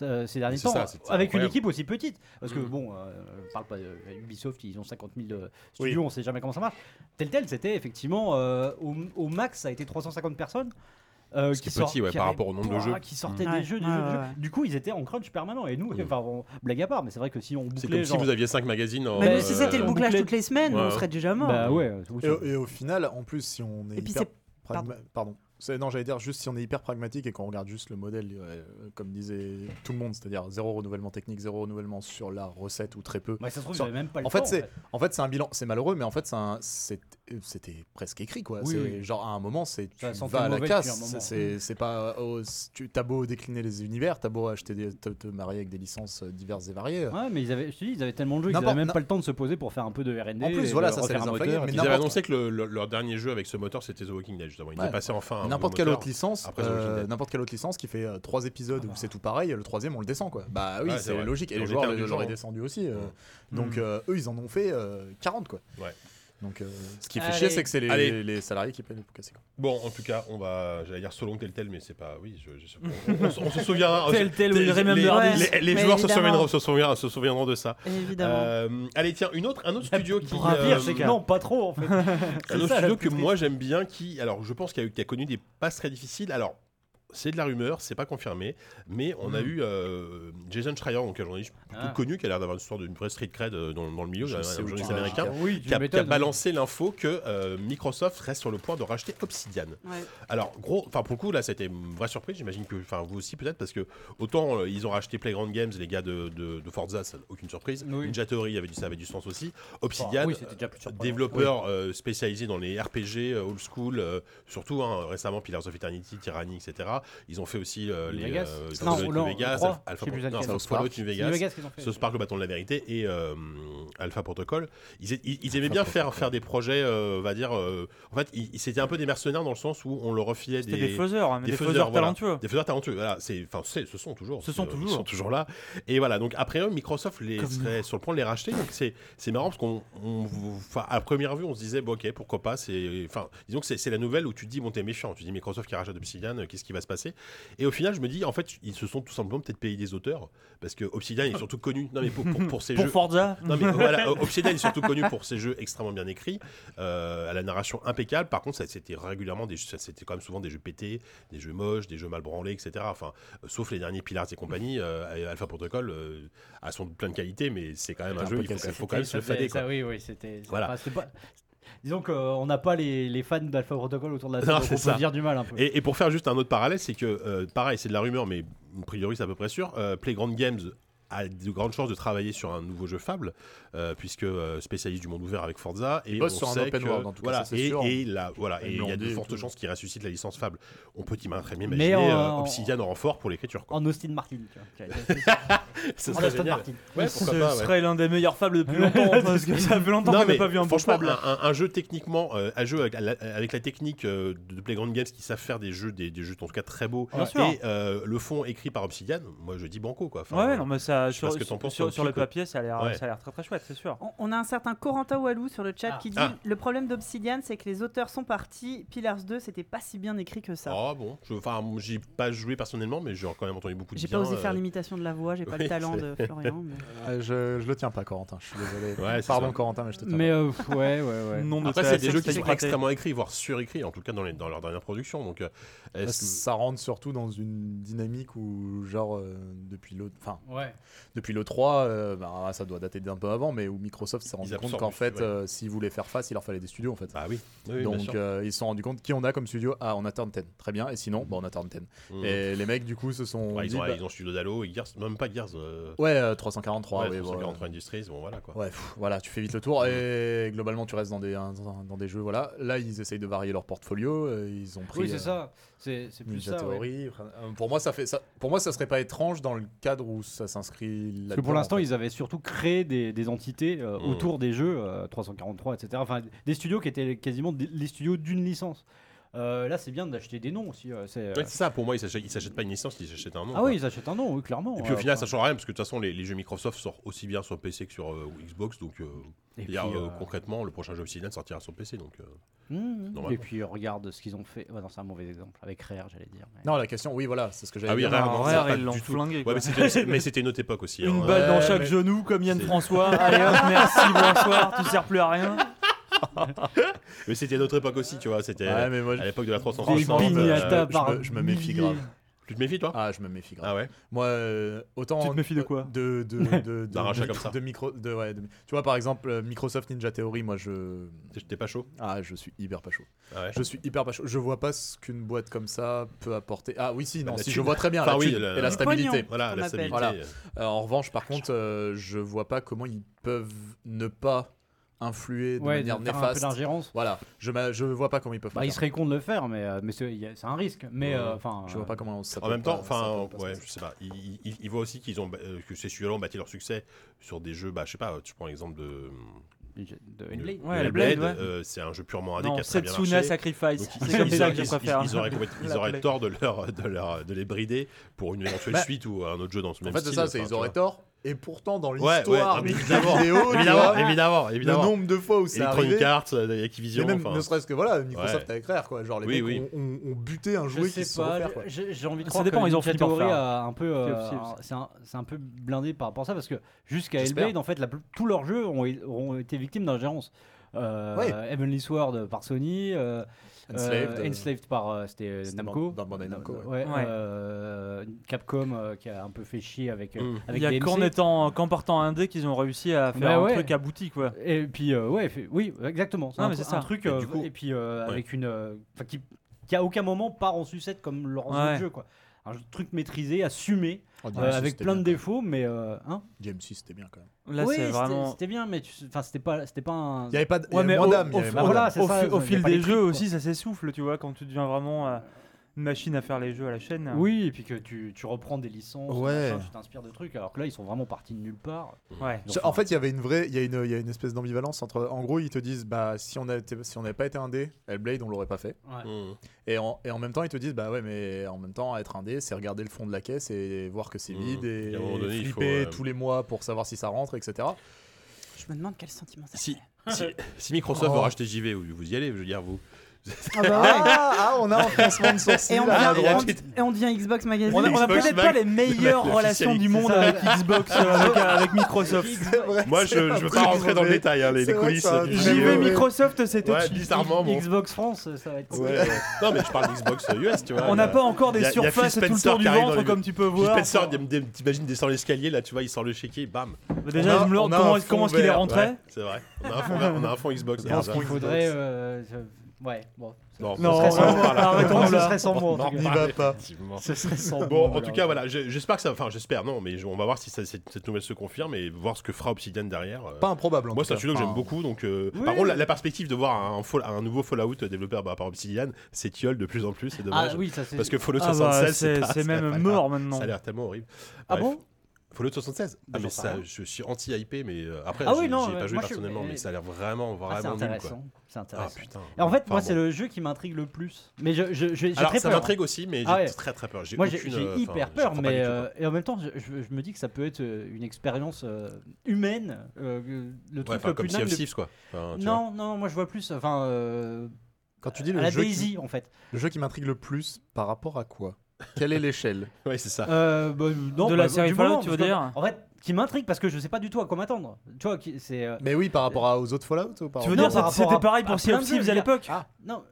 Speaker 4: euh, ces derniers
Speaker 2: c'est
Speaker 4: temps,
Speaker 2: ça, c'est- c'est
Speaker 4: avec une
Speaker 2: incroyable.
Speaker 4: équipe aussi petite. Parce que
Speaker 2: Mhm.
Speaker 4: bon, euh, je parle pas de à Ubisoft, ils ont 50 000 de studios, on sait jamais comment ça marche. Telltale, c'était effectivement euh, au, au max, ça a été 350 personnes. euh,
Speaker 2: Ce qui est
Speaker 4: sort-
Speaker 2: petit, ouais,
Speaker 4: qui
Speaker 2: par
Speaker 4: avaient-
Speaker 2: rapport au nombre de
Speaker 4: Pouah,
Speaker 2: jeux.
Speaker 4: Qui sortaient
Speaker 3: Mhm.
Speaker 4: des
Speaker 3: Ouais,
Speaker 4: jeux, des
Speaker 3: ouais,
Speaker 4: jeux, des
Speaker 3: ouais,
Speaker 4: jeux.
Speaker 3: ouais.
Speaker 4: Du coup, ils étaient en crunch permanent. Et nous,
Speaker 2: Mhm.
Speaker 4: enfin, bon, blague à part, mais c'est vrai que si on bouclait.
Speaker 2: C'est comme si
Speaker 4: genre-
Speaker 2: vous aviez 5 magazines en.
Speaker 3: Mais
Speaker 4: Ouais,
Speaker 3: Bah, si
Speaker 2: euh,
Speaker 3: c'était le
Speaker 4: on
Speaker 3: bouclage
Speaker 4: bouclait-
Speaker 3: toutes les semaines,
Speaker 2: Ouais,
Speaker 3: on
Speaker 2: ouais.
Speaker 3: serait déjà mort.
Speaker 4: Bah ouais. oui,
Speaker 5: Et,
Speaker 4: ça-
Speaker 5: au- et au final, en plus, si on est
Speaker 3: Et puis
Speaker 5: hyper
Speaker 3: c'est-
Speaker 5: pragma- Pardon. C'est- Non, j'allais dire juste si on est hyper pragmatique et qu'on regarde juste le modèle, euh, comme disait tout le monde, c'est-à-dire zéro renouvellement technique, zéro renouvellement sur la recette ou très peu.
Speaker 4: Ouais, Bah, ça se trouve, ils
Speaker 5: Sur-
Speaker 4: avaient même pas le
Speaker 5: en fait,
Speaker 4: temps,
Speaker 5: c'est- En fait, c'est un bilan, c'est malheureux, mais en fait, c'est un- c'est- c'était presque écrit quoi.
Speaker 4: Oui,
Speaker 5: C'est
Speaker 4: oui.
Speaker 5: Genre à un moment, c'est tu
Speaker 4: Ça sentait
Speaker 5: vas à la
Speaker 4: mauvais
Speaker 5: casse.
Speaker 4: depuis un moment.
Speaker 5: C'est- C'est c'est pas, oh, c'est- tu t'as beau décliner les univers, t'as beau acheter, des, te, te marier avec des licences euh, diverses et variées.
Speaker 4: Ouais, mais ils avaient, je te dis, ils avaient tellement de jeux qu'ils
Speaker 5: N'importe-
Speaker 4: avaient même
Speaker 5: na-
Speaker 4: pas le temps de se poser pour faire un peu de R&D.
Speaker 5: En plus,
Speaker 4: et
Speaker 5: voilà,
Speaker 4: de
Speaker 5: ça, ça
Speaker 4: refaire
Speaker 5: les
Speaker 4: un
Speaker 5: a
Speaker 4: moteur.
Speaker 5: flingués, mais
Speaker 4: et
Speaker 2: Ils
Speaker 4: tout.
Speaker 5: n'importe-
Speaker 2: avaient annoncé que le- le- leur dernier jeu avec ce moteur, c'était The Walking Dead, justement. Ils
Speaker 5: Ouais.
Speaker 2: étaient passés enfin à un
Speaker 5: N'importe
Speaker 2: nouveau
Speaker 5: quelle
Speaker 2: moteur.
Speaker 5: autre licence,
Speaker 2: Après, ça,
Speaker 5: euh,
Speaker 2: j'imagine.
Speaker 5: n'importe quelle autre licence qui fait euh, trois épisodes où c'est tout pareil, le troisième on le descend quoi. Bah oui,
Speaker 2: Ouais, c'est
Speaker 5: c'est
Speaker 2: vrai.
Speaker 5: logique. Et
Speaker 2: Et
Speaker 5: les
Speaker 2: on
Speaker 5: joueurs
Speaker 2: éternue
Speaker 5: l'auraient
Speaker 2: genre.
Speaker 5: descendu aussi. euh,
Speaker 2: Ouais.
Speaker 5: Donc
Speaker 6: Mm.
Speaker 5: euh, eux ils en ont fait euh, 40 quoi.
Speaker 2: Mm. Ouais.
Speaker 5: Donc, euh, ce qui fait
Speaker 7: Allez.
Speaker 5: chier, c'est que c'est les,
Speaker 2: Allez.
Speaker 5: les- les salariés qui paient les pots cassés. quoi.
Speaker 2: Bon, en tout cas, on va, j'allais dire selon tel tel, mais c'est pas, oui, je, je- on, on se- on se souvient. hein.
Speaker 6: Tel, tel,
Speaker 2: les,
Speaker 6: we remember
Speaker 2: les-
Speaker 3: this.
Speaker 2: les- les
Speaker 3: Mais
Speaker 2: joueurs se
Speaker 3: évidemment.
Speaker 2: souviendront, se souviendront, se souviendront de ça.
Speaker 3: Évidemment.
Speaker 2: Euh, allez, tiens, une autre, un autre studio qui,
Speaker 4: Pour un pire,
Speaker 2: euh,
Speaker 4: c'est que non, pas trop en fait. C'est
Speaker 2: un autre
Speaker 4: ça, la
Speaker 2: studio
Speaker 4: plus
Speaker 2: que
Speaker 4: triste.
Speaker 2: moi j'aime bien, qui, alors, je pense qu'il y a eu- qui a connu des passes très difficiles. Alors. C'est de la rumeur, c'est pas confirmé, mais on
Speaker 5: Hmm.
Speaker 2: a eu euh, Jason Schreier, donc un journaliste plutôt
Speaker 4: Ah.
Speaker 2: connu, qui a l'air d'avoir une sorte d'une vraie street cred euh, dans, dans le milieu,
Speaker 5: Je
Speaker 2: un
Speaker 5: sais où
Speaker 2: journaliste
Speaker 5: tu vas.
Speaker 2: américain,
Speaker 4: Oui,
Speaker 2: qui a, qui a balancé l'info que euh, Microsoft reste sur le point de racheter Obsidian.
Speaker 3: Ouais.
Speaker 2: Alors, gros, enfin pour le coup, là, c'était une vraie surprise. J'imagine que, enfin, vous aussi peut-être, parce que autant euh, ils ont racheté Playground Games, les gars de, de, de Forza, ça, aucune surprise.
Speaker 4: Oui. Ah,
Speaker 2: Ninja Theory avait du, ça avait du sens aussi. Obsidian,
Speaker 4: oui, c'était déjà plus surprenant.
Speaker 2: développeur euh, spécialisé dans les RPG euh, old school, euh, surtout hein, récemment Pillars of Eternity, Tyranny, etc. Ils ont fait aussi euh, les
Speaker 4: Vegas.
Speaker 2: euh,
Speaker 4: Non,
Speaker 2: Fallout
Speaker 4: non,
Speaker 2: New Vegas,
Speaker 4: trois,
Speaker 2: Alpha- Alpha
Speaker 4: je sais
Speaker 2: Pro-
Speaker 4: plus
Speaker 2: non,
Speaker 4: laquelle.
Speaker 2: Fallout- Fallout New
Speaker 4: C'est
Speaker 2: Vegas.
Speaker 4: New Vegas qu'ils ont fait.
Speaker 2: Ce Spark, le bâton de la vérité, et euh, Alpha Protocol. Ils, a- ils- ils aimaient bien faire, faire des projets, euh, on va dire. euh, en fait, ils, ils- c'était un peu des mercenaires dans le sens où on leur refilait
Speaker 6: C'était
Speaker 2: des,
Speaker 6: des, faiseurs, hein, mais
Speaker 2: des
Speaker 6: des,
Speaker 2: faiseurs,
Speaker 6: faiseurs,
Speaker 2: voilà.
Speaker 6: talentueux.
Speaker 2: des faiseurs talentueux. Voilà, c'est, enfin, c'est, ce sont toujours.
Speaker 6: Ce sont
Speaker 2: euh, ils
Speaker 6: toujours.
Speaker 2: sont toujours là. Et voilà, donc après eux, Microsoft les
Speaker 6: Comme
Speaker 2: serait sur le point de les racheter. Donc c'est, c'est marrant parce qu'on, on- enfin, à première vue, on se disait, bon, ok, pourquoi pas. C'est, enfin, disons que c'est, c'est la nouvelle où tu te dis, bon, t'es méchant. Tu dis Microsoft qui rachète Obsidian, euh, qu'est-ce qui va se passer Et au final, je me dis, en fait, ils se sont tout simplement peut-être payés des auteurs parce que Obsidian est surtout connu. Non, mais pour, pour, pour ces
Speaker 6: Pour
Speaker 2: jeux.
Speaker 6: Forza,
Speaker 2: Non mais voilà, O- Obsidian est surtout connu pour ses jeux extrêmement bien écrits, euh, à la narration impeccable. Par contre, ça, c'était régulièrement des, jeux- ça, c'était quand même souvent des jeux pétés, des jeux moches, des jeux mal branlés, etc. Enfin, euh, sauf les derniers Pillars et compagnie, euh, Alpha Protocol euh, a son plein de qualités, mais c'est quand même un
Speaker 5: Un
Speaker 2: jeu.
Speaker 5: peu
Speaker 2: Il faut,
Speaker 5: cassé.
Speaker 2: quand- faut quand même se le
Speaker 4: Ça
Speaker 2: fader.
Speaker 4: fait- ça,
Speaker 2: quoi.
Speaker 4: oui, oui, c'était.
Speaker 2: Voilà.
Speaker 4: enfin, c'est pas- Disons qu'on n'a pas les, les fans d'Alpha Protocol autour de la
Speaker 2: Non,
Speaker 4: table, donc
Speaker 2: c'est
Speaker 4: on peut
Speaker 2: ça.
Speaker 4: dire du mal un peu.
Speaker 2: Et, et pour faire juste un autre parallèle, c'est que euh, pareil, c'est de la rumeur, mais a priori c'est à peu près sûr. euh, Playground Games a de grandes chances de travailler sur un nouveau jeu Fable, euh, puisque euh, spécialiste du monde ouvert avec Forza. Et
Speaker 5: Il bosse
Speaker 2: on
Speaker 5: sur un
Speaker 2: sait
Speaker 5: open
Speaker 2: que-
Speaker 5: world, en tout cas,
Speaker 2: voilà,
Speaker 5: ça, c'est
Speaker 2: et,
Speaker 5: sûr.
Speaker 2: et la- voilà,
Speaker 5: Et
Speaker 2: et il y a de
Speaker 5: blindé et
Speaker 2: fortes
Speaker 5: tout.
Speaker 2: chances qu'il ressuscite la licence Fable. On peut im- très bien
Speaker 4: Mais
Speaker 2: imaginer
Speaker 4: en-
Speaker 2: euh, Obsidian en renfort pour l'écriture. quoi.
Speaker 4: En Austin Martin. Tu vois.
Speaker 2: Ce
Speaker 4: En
Speaker 2: serait
Speaker 4: Aston
Speaker 2: génial.
Speaker 4: Martin.
Speaker 2: Ouais,
Speaker 6: ce
Speaker 2: pourquoi pas, ouais.
Speaker 6: serait l'un des meilleurs fables depuis longtemps, parce que ça fait longtemps
Speaker 2: Non,
Speaker 6: qu'on
Speaker 2: mais
Speaker 6: n'a pas vu un bon
Speaker 2: franchement,
Speaker 6: fable.
Speaker 2: un, un- un jeu techniquement, euh, un jeu avec la, avec la technique euh, de Playground Games qui savent faire des jeux, des, des jeux en tout cas très beaux,
Speaker 6: Bien
Speaker 2: et
Speaker 6: sûr.
Speaker 2: euh, le fond écrit par Obsidian, moi je dis banco quoi. Enfin,
Speaker 6: ouais, non, mais ça,
Speaker 2: je sais pas
Speaker 6: sur,
Speaker 2: ce que t'en penses,
Speaker 6: sur,
Speaker 2: toi,
Speaker 6: sur le
Speaker 2: aussi, quoi.
Speaker 6: papier, ça a l'air
Speaker 2: Ouais.
Speaker 6: ça a l'air très très chouette, c'est sûr.
Speaker 3: On- On a un certain Corentin Walou sur le chat
Speaker 4: Ah.
Speaker 3: qui dit
Speaker 2: Ah.
Speaker 3: Le problème d'Obsidian, c'est que les auteurs sont partis. Pillars 2, c'était pas si bien écrit que ça.
Speaker 2: Ah bon, je- enfin j'y ai pas joué personnellement, mais j'ai quand même entendu beaucoup de
Speaker 3: J'ai
Speaker 2: bien.
Speaker 3: pas osé
Speaker 2: euh,
Speaker 3: faire l'imitation de la voix, j'ai pas
Speaker 2: oui,
Speaker 3: le talent
Speaker 2: c'est-
Speaker 3: de Florian. mais-
Speaker 5: Ah, je, je le tiens pas, Corentin. Je suis désolé.
Speaker 2: Ouais, c'est
Speaker 5: Pardon,
Speaker 2: ça.
Speaker 5: Corentin, mais je te tiens.
Speaker 4: Mais euh, pff, ouais, ouais, ouais.
Speaker 6: Nom de
Speaker 2: Après,
Speaker 6: ta-
Speaker 2: c'est des
Speaker 6: ça
Speaker 2: jeux
Speaker 6: qui
Speaker 2: qui
Speaker 6: s'est
Speaker 2: sont
Speaker 6: prêté.
Speaker 2: extrêmement écrits, voire surécrits, en tout cas dans, les- dans leur dernière production. Donc, euh,
Speaker 5: pas.
Speaker 2: est-ce
Speaker 5: Ça rentre surtout dans une dynamique où, genre, euh, depuis le, enfin,
Speaker 4: Ouais.
Speaker 5: depuis le 3, euh, bah, ça doit dater d'un peu avant, mais où Microsoft s'est rendu compte
Speaker 2: absorbent
Speaker 5: qu'en
Speaker 2: aussi,
Speaker 5: fait,
Speaker 2: ouais.
Speaker 5: euh, s'ils voulaient faire face, il leur fallait des studios en fait.
Speaker 2: que- Bah oui, oui, oui, bien
Speaker 5: Donc
Speaker 2: sûr.
Speaker 5: euh, ils se sont rendus compte qui on a comme studio. Ah, on a Turn 10. Très bien. Et sinon, bon, on a Turn 10.
Speaker 2: Mm.
Speaker 5: Et les mecs, du coup, se sont.
Speaker 2: Ouais,
Speaker 5: dit,
Speaker 2: ils, ont,
Speaker 5: bah,
Speaker 2: ils ont Studio Dalo et Gears, même pas Gears. euh,
Speaker 5: Ouais, euh, 343.
Speaker 2: ouais,
Speaker 5: oui,
Speaker 2: 343
Speaker 5: voilà.
Speaker 2: Industries, bon voilà quoi.
Speaker 5: Ouais, pff, voilà, tu fais vite le
Speaker 2: Mm.
Speaker 5: tour et globalement tu restes dans des, un- dans, dans des jeux. Voilà, là ils essayent de varier leur portfolio. euh, ils ont pris
Speaker 4: Oui,
Speaker 5: euh,
Speaker 4: c'est ça. C'est c'est plus
Speaker 5: Ninja
Speaker 4: ça. ouais.
Speaker 5: Theory. enfin, euh, Pour moi, ça fait ça. Pour moi, ça serait pas étrange dans le cadre où ça s'inscrit.
Speaker 4: Parce que
Speaker 5: là-dedans,
Speaker 4: pour l'instant,
Speaker 5: en fait.
Speaker 4: ils avaient surtout créé des, des entités euh,
Speaker 2: Mm.
Speaker 4: autour des jeux euh, 343, etc. Enfin, des studios qui étaient quasiment des- les studios d'une licence. Euh, là, c'est bien d'acheter des noms aussi. euh, c'est, euh,
Speaker 2: Ouais, c'est ça, pour moi, ils s'achètent, ils s'achètent pas une licence, ils s'achètent un nom.
Speaker 4: Ah
Speaker 2: quoi.
Speaker 4: oui, ils achètent un nom, oui, clairement. euh,
Speaker 2: Et puis au final, ça
Speaker 4: ça
Speaker 2: change rien parce que de toute façon, les, les jeux Microsoft sortent aussi bien sur PC que sur euh, Xbox. Donc, euh, c'est-à-dire, euh, concrètement, le prochain jeu Obsidian sortira sur PC. Donc, euh,
Speaker 4: Mmh.
Speaker 2: Normalement.
Speaker 4: Et puis euh, regarde ce qu'ils ont fait. Ouais, non, c'est un mauvais exemple. Avec Rare, j'allais dire. mais-
Speaker 5: Non, la question. Oui, voilà, c'est ce que j'avais.
Speaker 2: Ah oui,
Speaker 5: dit.
Speaker 2: Rare,
Speaker 6: Ah,
Speaker 2: non,
Speaker 6: Rare,
Speaker 2: ça, pas
Speaker 6: ils
Speaker 2: du
Speaker 6: l'ont
Speaker 2: tout.
Speaker 6: flingué.
Speaker 2: ouais,
Speaker 6: quoi.
Speaker 2: mais c'était, c'est- mais c'était une autre époque aussi.
Speaker 6: Une
Speaker 2: hein.
Speaker 6: balle dans
Speaker 5: Ouais,
Speaker 6: chaque
Speaker 5: mais-
Speaker 6: genou, comme Yann
Speaker 2: C'est-
Speaker 6: François. Allez hop, merci, bonsoir, tu sers plus à rien.
Speaker 2: Mais c'était une autre époque aussi, tu vois. C'était
Speaker 5: Ouais, mais moi,
Speaker 2: à
Speaker 5: je,
Speaker 2: l'époque de la
Speaker 4: Des
Speaker 2: 360.
Speaker 4: pignata
Speaker 2: euh,
Speaker 4: par
Speaker 5: je me- je me méfie grave.
Speaker 4: milliers.
Speaker 2: tu te méfies, toi
Speaker 5: ah, je me méfie grave.
Speaker 2: Ah ouais
Speaker 5: Moi, euh, autant.
Speaker 6: Tu te méfies de quoi
Speaker 5: De, de, de, de,
Speaker 2: D'un rachat
Speaker 5: de-
Speaker 2: comme ça.
Speaker 5: de micro, de, ouais, de- tu vois, par exemple, euh, Microsoft Ninja Theory, moi, je.
Speaker 2: T'es- T'es pas chaud
Speaker 5: Ah, je suis hyper pas chaud.
Speaker 2: Ah ouais.
Speaker 5: Je suis hyper pas chaud. Je vois pas ce qu'une boîte comme ça peut apporter. Ah, oui, si,
Speaker 2: Bah,
Speaker 5: non,
Speaker 2: la
Speaker 5: si, je
Speaker 2: thune.
Speaker 5: vois très bien
Speaker 2: Enfin,
Speaker 5: la
Speaker 2: oui,
Speaker 5: thune
Speaker 2: le-
Speaker 5: et la
Speaker 2: le
Speaker 5: stabilité.
Speaker 3: pognon.
Speaker 2: Voilà,
Speaker 3: qu'on
Speaker 2: la
Speaker 3: appelle.
Speaker 2: stabilité.
Speaker 5: Voilà.
Speaker 2: euh,
Speaker 5: Euh, en revanche, par contre, euh, je vois pas comment ils peuvent ne pas influer de
Speaker 4: Ouais,
Speaker 5: manière
Speaker 4: de faire un peu
Speaker 5: néfaste.
Speaker 4: d'ingérence.
Speaker 5: Voilà, je, m'a- je vois pas comment ils peuvent.
Speaker 4: Bah,
Speaker 5: le
Speaker 4: il
Speaker 5: faire.
Speaker 4: serait con de le faire, mais, euh, mais c'est il y a- c'est un risque.
Speaker 2: Ouais.
Speaker 4: Mais euh, enfin,
Speaker 5: Je vois pas comment ça
Speaker 2: En
Speaker 5: peut
Speaker 2: même temps,
Speaker 5: pas- ça
Speaker 2: enfin,
Speaker 5: peut pas se
Speaker 2: ouais,
Speaker 5: passer.
Speaker 2: je sais pas. Ils, ils- ils voient aussi qu'ils ont euh, que ces studios-là ont bâti leur succès sur des jeux. Bah, je sais pas. Tu prends l'exemple de,
Speaker 4: euh, de
Speaker 2: de-
Speaker 4: Hellblade.
Speaker 2: de
Speaker 6: Ouais,
Speaker 2: Hellblade,
Speaker 6: Hellblade, ouais.
Speaker 2: euh, c'est un jeu purement indé qui
Speaker 6: Non,
Speaker 2: a très bien
Speaker 6: Setsuna
Speaker 2: marché.
Speaker 6: Sacrifice.
Speaker 2: Donc,
Speaker 6: C'est comme
Speaker 2: ils-
Speaker 6: ça
Speaker 2: ils-
Speaker 6: que je
Speaker 2: ils-
Speaker 6: préfère. hein,
Speaker 2: Ils auraient, complètement- ils auraient
Speaker 6: L'appeler.
Speaker 2: tort de leur, de leur de les brider pour une éventuelle
Speaker 5: Bah.
Speaker 2: suite ou un autre jeu dans ce
Speaker 5: En
Speaker 2: même
Speaker 5: fait, c'est ça,
Speaker 2: style,
Speaker 5: c'est
Speaker 2: enfin,
Speaker 5: ils
Speaker 2: tu
Speaker 5: auraient
Speaker 2: vois.
Speaker 5: tort Et pourtant, dans
Speaker 2: Ouais, ouais,
Speaker 5: l'histoire
Speaker 2: non, mais
Speaker 5: du jeu
Speaker 2: évidemment,
Speaker 5: vidéo, tu
Speaker 2: Évidemment,
Speaker 5: vois,
Speaker 2: évidemment,
Speaker 5: le
Speaker 2: évidemment.
Speaker 5: nombre de fois où c'est
Speaker 2: Electronic
Speaker 5: arrivé.
Speaker 2: Arts, euh,
Speaker 5: Et
Speaker 2: Activision,
Speaker 5: même,
Speaker 2: enfin.
Speaker 5: ne serait-ce que voilà, Microsoft
Speaker 2: Ouais.
Speaker 5: avec Rare, quoi. Genre, les
Speaker 2: Oui,
Speaker 5: mecs
Speaker 2: oui.
Speaker 5: Ont, ont- ont buté un
Speaker 4: Je
Speaker 5: jeu qui
Speaker 4: sais
Speaker 5: se sont
Speaker 4: pas,
Speaker 5: refaits, quoi.
Speaker 4: j'ai j'ai envie de
Speaker 6: Ça
Speaker 4: croire
Speaker 6: dépend,
Speaker 4: que
Speaker 6: ils ont
Speaker 4: Ninja
Speaker 6: fini par
Speaker 4: Theory
Speaker 6: faire.
Speaker 4: a un peu, euh,
Speaker 6: aussi, aussi.
Speaker 4: c'est un, c'est un peu blindé par rapport à ça parce que jusqu'à
Speaker 5: J'espère.
Speaker 4: Hellblade, en fait, la plus- tous leurs jeux ont, auront été victimes d'ingérence. Euh,
Speaker 5: Ouais.
Speaker 4: Heavenly Sword par Sony, euh,
Speaker 5: Enslaved,
Speaker 4: euh,
Speaker 5: euh,
Speaker 4: Enslaved par euh, c'était euh,
Speaker 5: c'était
Speaker 4: Namco,
Speaker 5: Ban- Bandai Namco, ouais.
Speaker 4: Ouais,
Speaker 6: Ouais.
Speaker 4: euh, Capcom euh, qui a un peu fait chier avec euh,
Speaker 2: Mm.
Speaker 4: avec
Speaker 6: Il y a
Speaker 4: DMC.
Speaker 6: qu'en étant- qu'en partant indé qu'ils ont réussi à faire
Speaker 4: Bah
Speaker 6: un
Speaker 4: ouais.
Speaker 6: truc abouti, quoi.
Speaker 4: Et puis, euh, ouais, fait- oui, exactement. C'est
Speaker 6: Non,
Speaker 4: un,
Speaker 6: mais
Speaker 4: tru-
Speaker 6: c'est ça.
Speaker 4: un truc,
Speaker 2: Et
Speaker 4: euh,
Speaker 2: du coup-
Speaker 4: et puis euh,
Speaker 2: Ouais.
Speaker 4: avec une. euh, enfin, qui, qui à aucun moment part en sucette comme leur
Speaker 6: Ouais.
Speaker 4: jeu, quoi. Un jeu- truc maîtrisé, assumé,
Speaker 5: Oh,
Speaker 4: euh,
Speaker 5: DMC,
Speaker 4: avec
Speaker 5: c'était
Speaker 4: plein
Speaker 5: bien,
Speaker 4: de
Speaker 5: quand même.
Speaker 4: défauts, mais. euh, hein
Speaker 5: DMC, c'était bien quand même.
Speaker 6: Là,
Speaker 4: oui,
Speaker 6: c'est
Speaker 4: c'était-
Speaker 6: vraiment.
Speaker 4: c'était bien, mais tu- enfin, c'était pas, c'était pas un.
Speaker 5: Il y avait pas de, il y
Speaker 6: Ouais,
Speaker 5: avait
Speaker 6: mais
Speaker 5: moins
Speaker 6: au-
Speaker 5: d'âme. il y
Speaker 6: au-
Speaker 5: avait
Speaker 4: fi-
Speaker 5: moins
Speaker 4: Bah voilà,
Speaker 5: d'âme.
Speaker 4: c'est
Speaker 6: Au,
Speaker 4: ça,
Speaker 6: fi-
Speaker 4: ils
Speaker 6: au
Speaker 4: ont- y a
Speaker 6: fil
Speaker 4: pas les
Speaker 6: des jeux
Speaker 4: tripes,
Speaker 6: aussi, ça s'essouffle, tu vois, quand tu deviens vraiment euh, une machine à faire les jeux à la chaîne.
Speaker 4: Oui, et puis que tu, tu reprends des licences,
Speaker 5: Ouais.
Speaker 4: machin, tu t'inspires de trucs, alors que là, ils sont vraiment partis de nulle part.
Speaker 6: Ouais.
Speaker 4: Ils ont
Speaker 5: C'est- En fait, il y avait une vraie, il y a une, il y a une espèce d'ambivalence entre. En gros, ils te disent, bah, si on n'avait si on n'avait pas été un dé, Hellblade, on l'aurait pas fait.
Speaker 4: Ouais.
Speaker 2: Mm.
Speaker 5: Et en, et en même temps, ils te disent, bah ouais, mais en même temps, être un dé, c'est regarder le fond de la caisse et voir que c'est
Speaker 2: Mhm.
Speaker 5: vide Mmh. et,
Speaker 2: Et à un moment donné, il
Speaker 5: flipper
Speaker 2: faut, euh,
Speaker 5: tous les mois pour savoir si ça rentre, etc.
Speaker 3: Je me demande quel sentiment ça
Speaker 2: Si, si, si Microsoft
Speaker 5: Oh.
Speaker 2: veut racheter JV, vous vous y allez, je veux dire, vous.
Speaker 3: fait. Ah bah ouais.
Speaker 5: Ah, ah, on a un froncement de sourcil
Speaker 3: Et on,
Speaker 5: là, à
Speaker 3: devient,
Speaker 5: droite.
Speaker 3: on- et on devient Xbox Magazine.
Speaker 6: On a, on a
Speaker 2: Xbox
Speaker 6: peut-être
Speaker 2: Mag-
Speaker 6: pas les meilleures
Speaker 2: Mag-
Speaker 6: relations du
Speaker 2: officialiste.
Speaker 6: monde avec Xbox, euh, avec, avec Microsoft.
Speaker 5: C'est vrai,
Speaker 2: Moi,
Speaker 5: c'est
Speaker 2: je ne veux
Speaker 5: un
Speaker 2: pas
Speaker 5: truc
Speaker 2: rentrer dans le
Speaker 5: mauvais.
Speaker 2: détail, hein, les,
Speaker 5: C'est
Speaker 2: les
Speaker 5: vrai que
Speaker 2: coulisses.
Speaker 5: ça a
Speaker 2: du
Speaker 5: dû
Speaker 2: jeu
Speaker 5: J'ai
Speaker 6: J'y
Speaker 5: jouer
Speaker 2: vidéo.
Speaker 6: vais,
Speaker 5: joué.
Speaker 6: Microsoft, c'est
Speaker 2: Ouais,
Speaker 6: touchy.
Speaker 2: bizarrement, bon.
Speaker 4: Xbox France, ça va être.
Speaker 2: Ouais, ouais. non, mais je parle d'Xbox US, tu vois.
Speaker 6: On
Speaker 2: là.
Speaker 6: n'a pas encore
Speaker 2: y
Speaker 6: des
Speaker 2: a- y a Phil
Speaker 6: surfaces tout le
Speaker 2: Spencer
Speaker 6: tour du
Speaker 2: qui arrive dans
Speaker 6: ventre,
Speaker 2: les-
Speaker 6: comme tu peux
Speaker 2: Phil
Speaker 6: voir.
Speaker 2: Spencer, il me- il me- t'imagines, il descend l'escalier, là, tu vois, il sort le chéquier, bam.
Speaker 6: Déjà,
Speaker 2: Ah,
Speaker 5: On a-
Speaker 6: je me demande
Speaker 5: on a un
Speaker 6: comment,
Speaker 5: fond
Speaker 6: comment est-ce qu'il est
Speaker 5: vert,
Speaker 6: rentré.
Speaker 5: ouais.
Speaker 2: C'est vrai. On a un fond, on a un fond Xbox.
Speaker 5: pense
Speaker 2: derrière.
Speaker 5: qu'on
Speaker 4: Il faudrait. euh, je- ouais, bon.
Speaker 2: Non,
Speaker 5: Non,
Speaker 2: ça serait sans-
Speaker 5: vraiment,
Speaker 2: voilà.
Speaker 6: arrêtons-nous
Speaker 4: ce
Speaker 6: là.
Speaker 4: serait sans moi, en
Speaker 2: Non,
Speaker 4: tout
Speaker 5: N'y
Speaker 4: cas.
Speaker 5: va pas.
Speaker 2: Effectivement.
Speaker 4: Ce serait sans
Speaker 2: Bon,
Speaker 4: moi,
Speaker 2: en tout
Speaker 4: alors.
Speaker 2: cas, voilà, je- j'espère que ça. Enfin, j'espère, non, mais je- on va voir si ça- cette, cette nouvelle se confirme et voir ce que fera Obsidian derrière. euh.
Speaker 5: Pas improbable. en
Speaker 2: Moi,
Speaker 5: tout
Speaker 2: c'est un
Speaker 5: cas.
Speaker 2: studio que j'aime
Speaker 5: Enfin,
Speaker 2: beaucoup. Donc, euh,
Speaker 4: Oui.
Speaker 2: Par contre, la, la perspective de voir un, fall- un nouveau Fallout développé par- par Obsidian s'étiole de plus en plus, c'est dommage.
Speaker 4: Ah oui, ça c'est.
Speaker 2: Parce que Fallout
Speaker 6: Ah bah,
Speaker 2: 76,
Speaker 6: c'est
Speaker 2: pas-
Speaker 6: c'est
Speaker 2: pas-
Speaker 6: même mort maintenant.
Speaker 2: Ça a l'air tellement horrible.
Speaker 4: Ah
Speaker 2: Bref.
Speaker 4: bon
Speaker 2: Fallout 76
Speaker 4: Bah,
Speaker 2: Ah, mais
Speaker 4: j'en sais
Speaker 2: ça,
Speaker 4: rien.
Speaker 2: je suis anti-hypé, mais euh, après,
Speaker 4: Ah
Speaker 2: j'ai
Speaker 4: oui, non,
Speaker 2: j'ai
Speaker 4: mais
Speaker 2: pas joué
Speaker 4: moi, je suis-
Speaker 2: personnellement, mais ça a l'air vraiment,
Speaker 4: Ah, c'est
Speaker 2: vraiment nul. Quoi.
Speaker 4: intéressant. C'est
Speaker 2: Ah
Speaker 4: intéressant.
Speaker 2: putain.
Speaker 4: Et en fait, moi,
Speaker 2: Enfin,
Speaker 4: c'est
Speaker 2: bon.
Speaker 4: le jeu qui m'intrigue le plus. Mais je, je, je- j'ai
Speaker 2: Alors,
Speaker 4: très
Speaker 2: ça
Speaker 4: peur.
Speaker 2: m'intrigue aussi, mais j'ai
Speaker 4: Ah ouais.
Speaker 2: très très peur. J'ai
Speaker 4: Moi, j'ai
Speaker 2: aucune,
Speaker 4: j'ai
Speaker 2: euh, enfin,
Speaker 4: hyper
Speaker 2: j'y
Speaker 4: peur,
Speaker 2: crois pas du
Speaker 4: mais
Speaker 2: tout, quoi.
Speaker 4: euh, et en même temps, je, je- je me dis que ça peut être euh, une expérience euh, humaine, euh, le
Speaker 2: Ouais,
Speaker 4: truc
Speaker 2: enfin,
Speaker 4: le plus
Speaker 2: comme Sea
Speaker 4: dingue.
Speaker 2: of
Speaker 4: de-
Speaker 2: Thieves, quoi. Enfin, tu vois.
Speaker 4: Non, non, moi je vois plus, enfin, euh,
Speaker 5: Quand tu dis
Speaker 4: à
Speaker 5: le
Speaker 4: la
Speaker 5: jeu, qui,
Speaker 4: Daisy en fait.
Speaker 5: le jeu qui m'intrigue le plus, par rapport à quoi Quelle est l'échelle
Speaker 2: Ouais, c'est ça.
Speaker 4: Euh, bah, non,
Speaker 6: De
Speaker 4: bah,
Speaker 6: la série
Speaker 4: du
Speaker 6: Fallout,
Speaker 4: moment,
Speaker 6: tu veux
Speaker 4: parce que-
Speaker 6: dire
Speaker 4: En fait, qui m'intrigue parce que je sais pas du tout à quoi m'attendre. Tu vois, qui- c'est. euh,
Speaker 5: Mais oui, par rapport à- aux autres Fallout ou par
Speaker 6: Tu veux
Speaker 4: Non,
Speaker 6: dire,
Speaker 4: par
Speaker 6: c'était
Speaker 4: rapport à-
Speaker 6: pareil
Speaker 4: à
Speaker 6: pour Sea
Speaker 4: plein
Speaker 6: of
Speaker 4: de jeux,
Speaker 6: Thieves à
Speaker 4: je veux dire.
Speaker 6: l'époque
Speaker 4: Ah, non,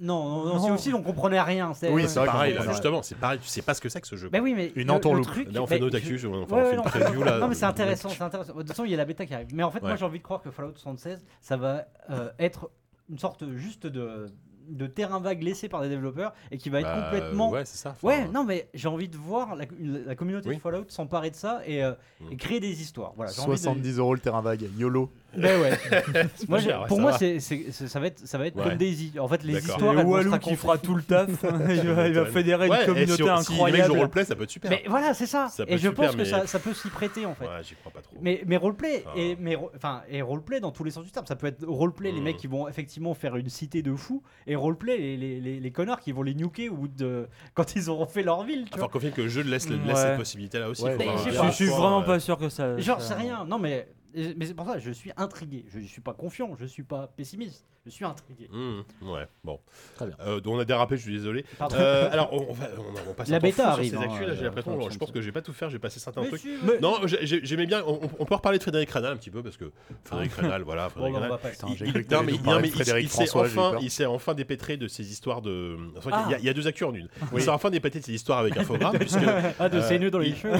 Speaker 4: non, non, non,
Speaker 6: Non.
Speaker 4: si aussi, on comprenait rien. c'est-
Speaker 5: Oui, c'est vrai.
Speaker 2: Pareil,
Speaker 5: qu'on
Speaker 2: là,
Speaker 5: comprend.
Speaker 2: justement, c'est pareil, tu sais pas ce que c'est que ce jeu.
Speaker 4: Bah oui, mais
Speaker 5: Une
Speaker 4: le- le
Speaker 5: entourloupe.
Speaker 4: truc-
Speaker 2: Là, on fait
Speaker 4: mais
Speaker 2: nos
Speaker 4: je-
Speaker 2: actus, on enfin,
Speaker 4: Ouais,
Speaker 2: on
Speaker 4: ouais,
Speaker 2: fait
Speaker 4: non,
Speaker 2: une preview là.
Speaker 4: Non, mais c'est
Speaker 2: euh,
Speaker 4: intéressant, c'est intéressant. De toute façon, il y a la bêta qui arrive. Mais en fait, moi,
Speaker 2: Ouais.
Speaker 4: j'ai envie de croire que Fallout 76, ça va euh, être une sorte juste de, de terrain vague laissé par des développeurs et qui va être
Speaker 2: bah,
Speaker 4: complètement. Ouais,
Speaker 2: Ouais, c'est ça. enfin, euh.
Speaker 4: non, mais j'ai envie de voir la, une- la communauté
Speaker 2: Oui.
Speaker 4: de Fallout s'emparer de ça et, euh,
Speaker 2: Mm.
Speaker 4: et créer des histoires. Voilà, j'ai envie de-
Speaker 5: 70 euros le terrain vague, YOLO.
Speaker 4: Ben ouais. moi,
Speaker 2: pas
Speaker 4: j'ai-
Speaker 2: cher, ouais,
Speaker 4: pour
Speaker 2: ça
Speaker 4: moi,
Speaker 2: va.
Speaker 4: c'est, c'est- c'est- ça va être, ça va être
Speaker 2: Ouais.
Speaker 4: comme Daisy. En fait, les
Speaker 2: D'accord.
Speaker 4: histoires,
Speaker 6: C'est
Speaker 4: elles vont se
Speaker 6: Walou qui
Speaker 4: raconter.
Speaker 6: fera tout le taf. il, va, il va fédérer
Speaker 2: Ouais,
Speaker 6: une
Speaker 2: et
Speaker 6: communauté
Speaker 2: si on- Si les mecs
Speaker 6: incroyable.
Speaker 2: jouent au roleplay, ça peut être super.
Speaker 4: Mais voilà, c'est ça.
Speaker 2: Ça peut
Speaker 4: et
Speaker 2: être
Speaker 4: je
Speaker 2: super,
Speaker 4: pense que
Speaker 2: mais-
Speaker 4: ça, ça peut s'y prêter en fait.
Speaker 2: Ouais, j'y crois pas trop.
Speaker 4: Mais, mais roleplay,
Speaker 2: Enfin.
Speaker 4: et, mais, ro- enfin, et roleplay dans tous les sens du terme. Ça peut être roleplay, les
Speaker 2: Mm.
Speaker 4: mecs qui vont effectivement faire une cité de fous, et roleplay, les, les, les, les connards qui vont les nuquer au bout de, quand ils auront fait leur ville. Tu
Speaker 2: Il
Speaker 4: vois.
Speaker 2: faut confier que le jeu laisse, laisse
Speaker 6: Ouais.
Speaker 2: cette possibilité-là aussi.
Speaker 5: Ouais,
Speaker 2: faut
Speaker 5: mais
Speaker 2: voir
Speaker 4: je sais
Speaker 2: bien
Speaker 4: pas.
Speaker 6: Je suis
Speaker 2: pourquoi,
Speaker 6: vraiment
Speaker 2: euh,
Speaker 6: pas sûr que ça.
Speaker 4: Genre,
Speaker 6: ça-
Speaker 4: c'est rien. Non, mais, mais c'est pour ça, je suis intrigué. Je suis pas confiant, je suis pas pessimiste. Je suis intrigué.
Speaker 2: hmm, ouais, bon.
Speaker 5: Très bien.
Speaker 2: Euh, donc on a dérapé, je suis désolé.
Speaker 4: Pardon.
Speaker 2: Euh, alors, on, on va, on, on passe
Speaker 4: La
Speaker 2: un temps
Speaker 4: bêta
Speaker 2: fou
Speaker 4: arrive,
Speaker 2: Sur
Speaker 4: hein,
Speaker 2: ces actus, là, j'ai
Speaker 4: euh,
Speaker 2: l'impression,
Speaker 4: attends,
Speaker 2: je pense
Speaker 4: attends.
Speaker 2: que j'ai pas tout faire, j'ai passé certains
Speaker 4: Mais
Speaker 2: trucs.
Speaker 4: si,
Speaker 6: Mais-
Speaker 2: Non, j'ai- j'ai- j'aimais bien. On, on peut reparler de Frédéric Ranal un petit peu parce que Frédéric Ranal, voilà,
Speaker 4: Bon,
Speaker 2: Frédéric
Speaker 4: bah, on
Speaker 2: Ranal.
Speaker 4: va pas
Speaker 5: Putain,
Speaker 2: Il-
Speaker 5: j'ai
Speaker 2: il-
Speaker 5: cru que
Speaker 2: non,
Speaker 5: t'allais
Speaker 2: mais
Speaker 5: nous
Speaker 2: il-
Speaker 5: parler
Speaker 2: non, mais
Speaker 5: de
Speaker 2: il-
Speaker 5: Frédéric
Speaker 2: il s'est
Speaker 5: François, j'ai eu
Speaker 2: enfin,
Speaker 5: peur.
Speaker 2: il s'est enfin dépêtré de ces histoires de. Enfin, il y a-
Speaker 6: Ah.
Speaker 2: il y, a deux actus en une. Il s'est enfin dépêtré de ces histoires avec Infobras puisque
Speaker 4: Ah, de
Speaker 2: Euh,
Speaker 4: ces nœuds dans les
Speaker 2: il-
Speaker 4: cheveux.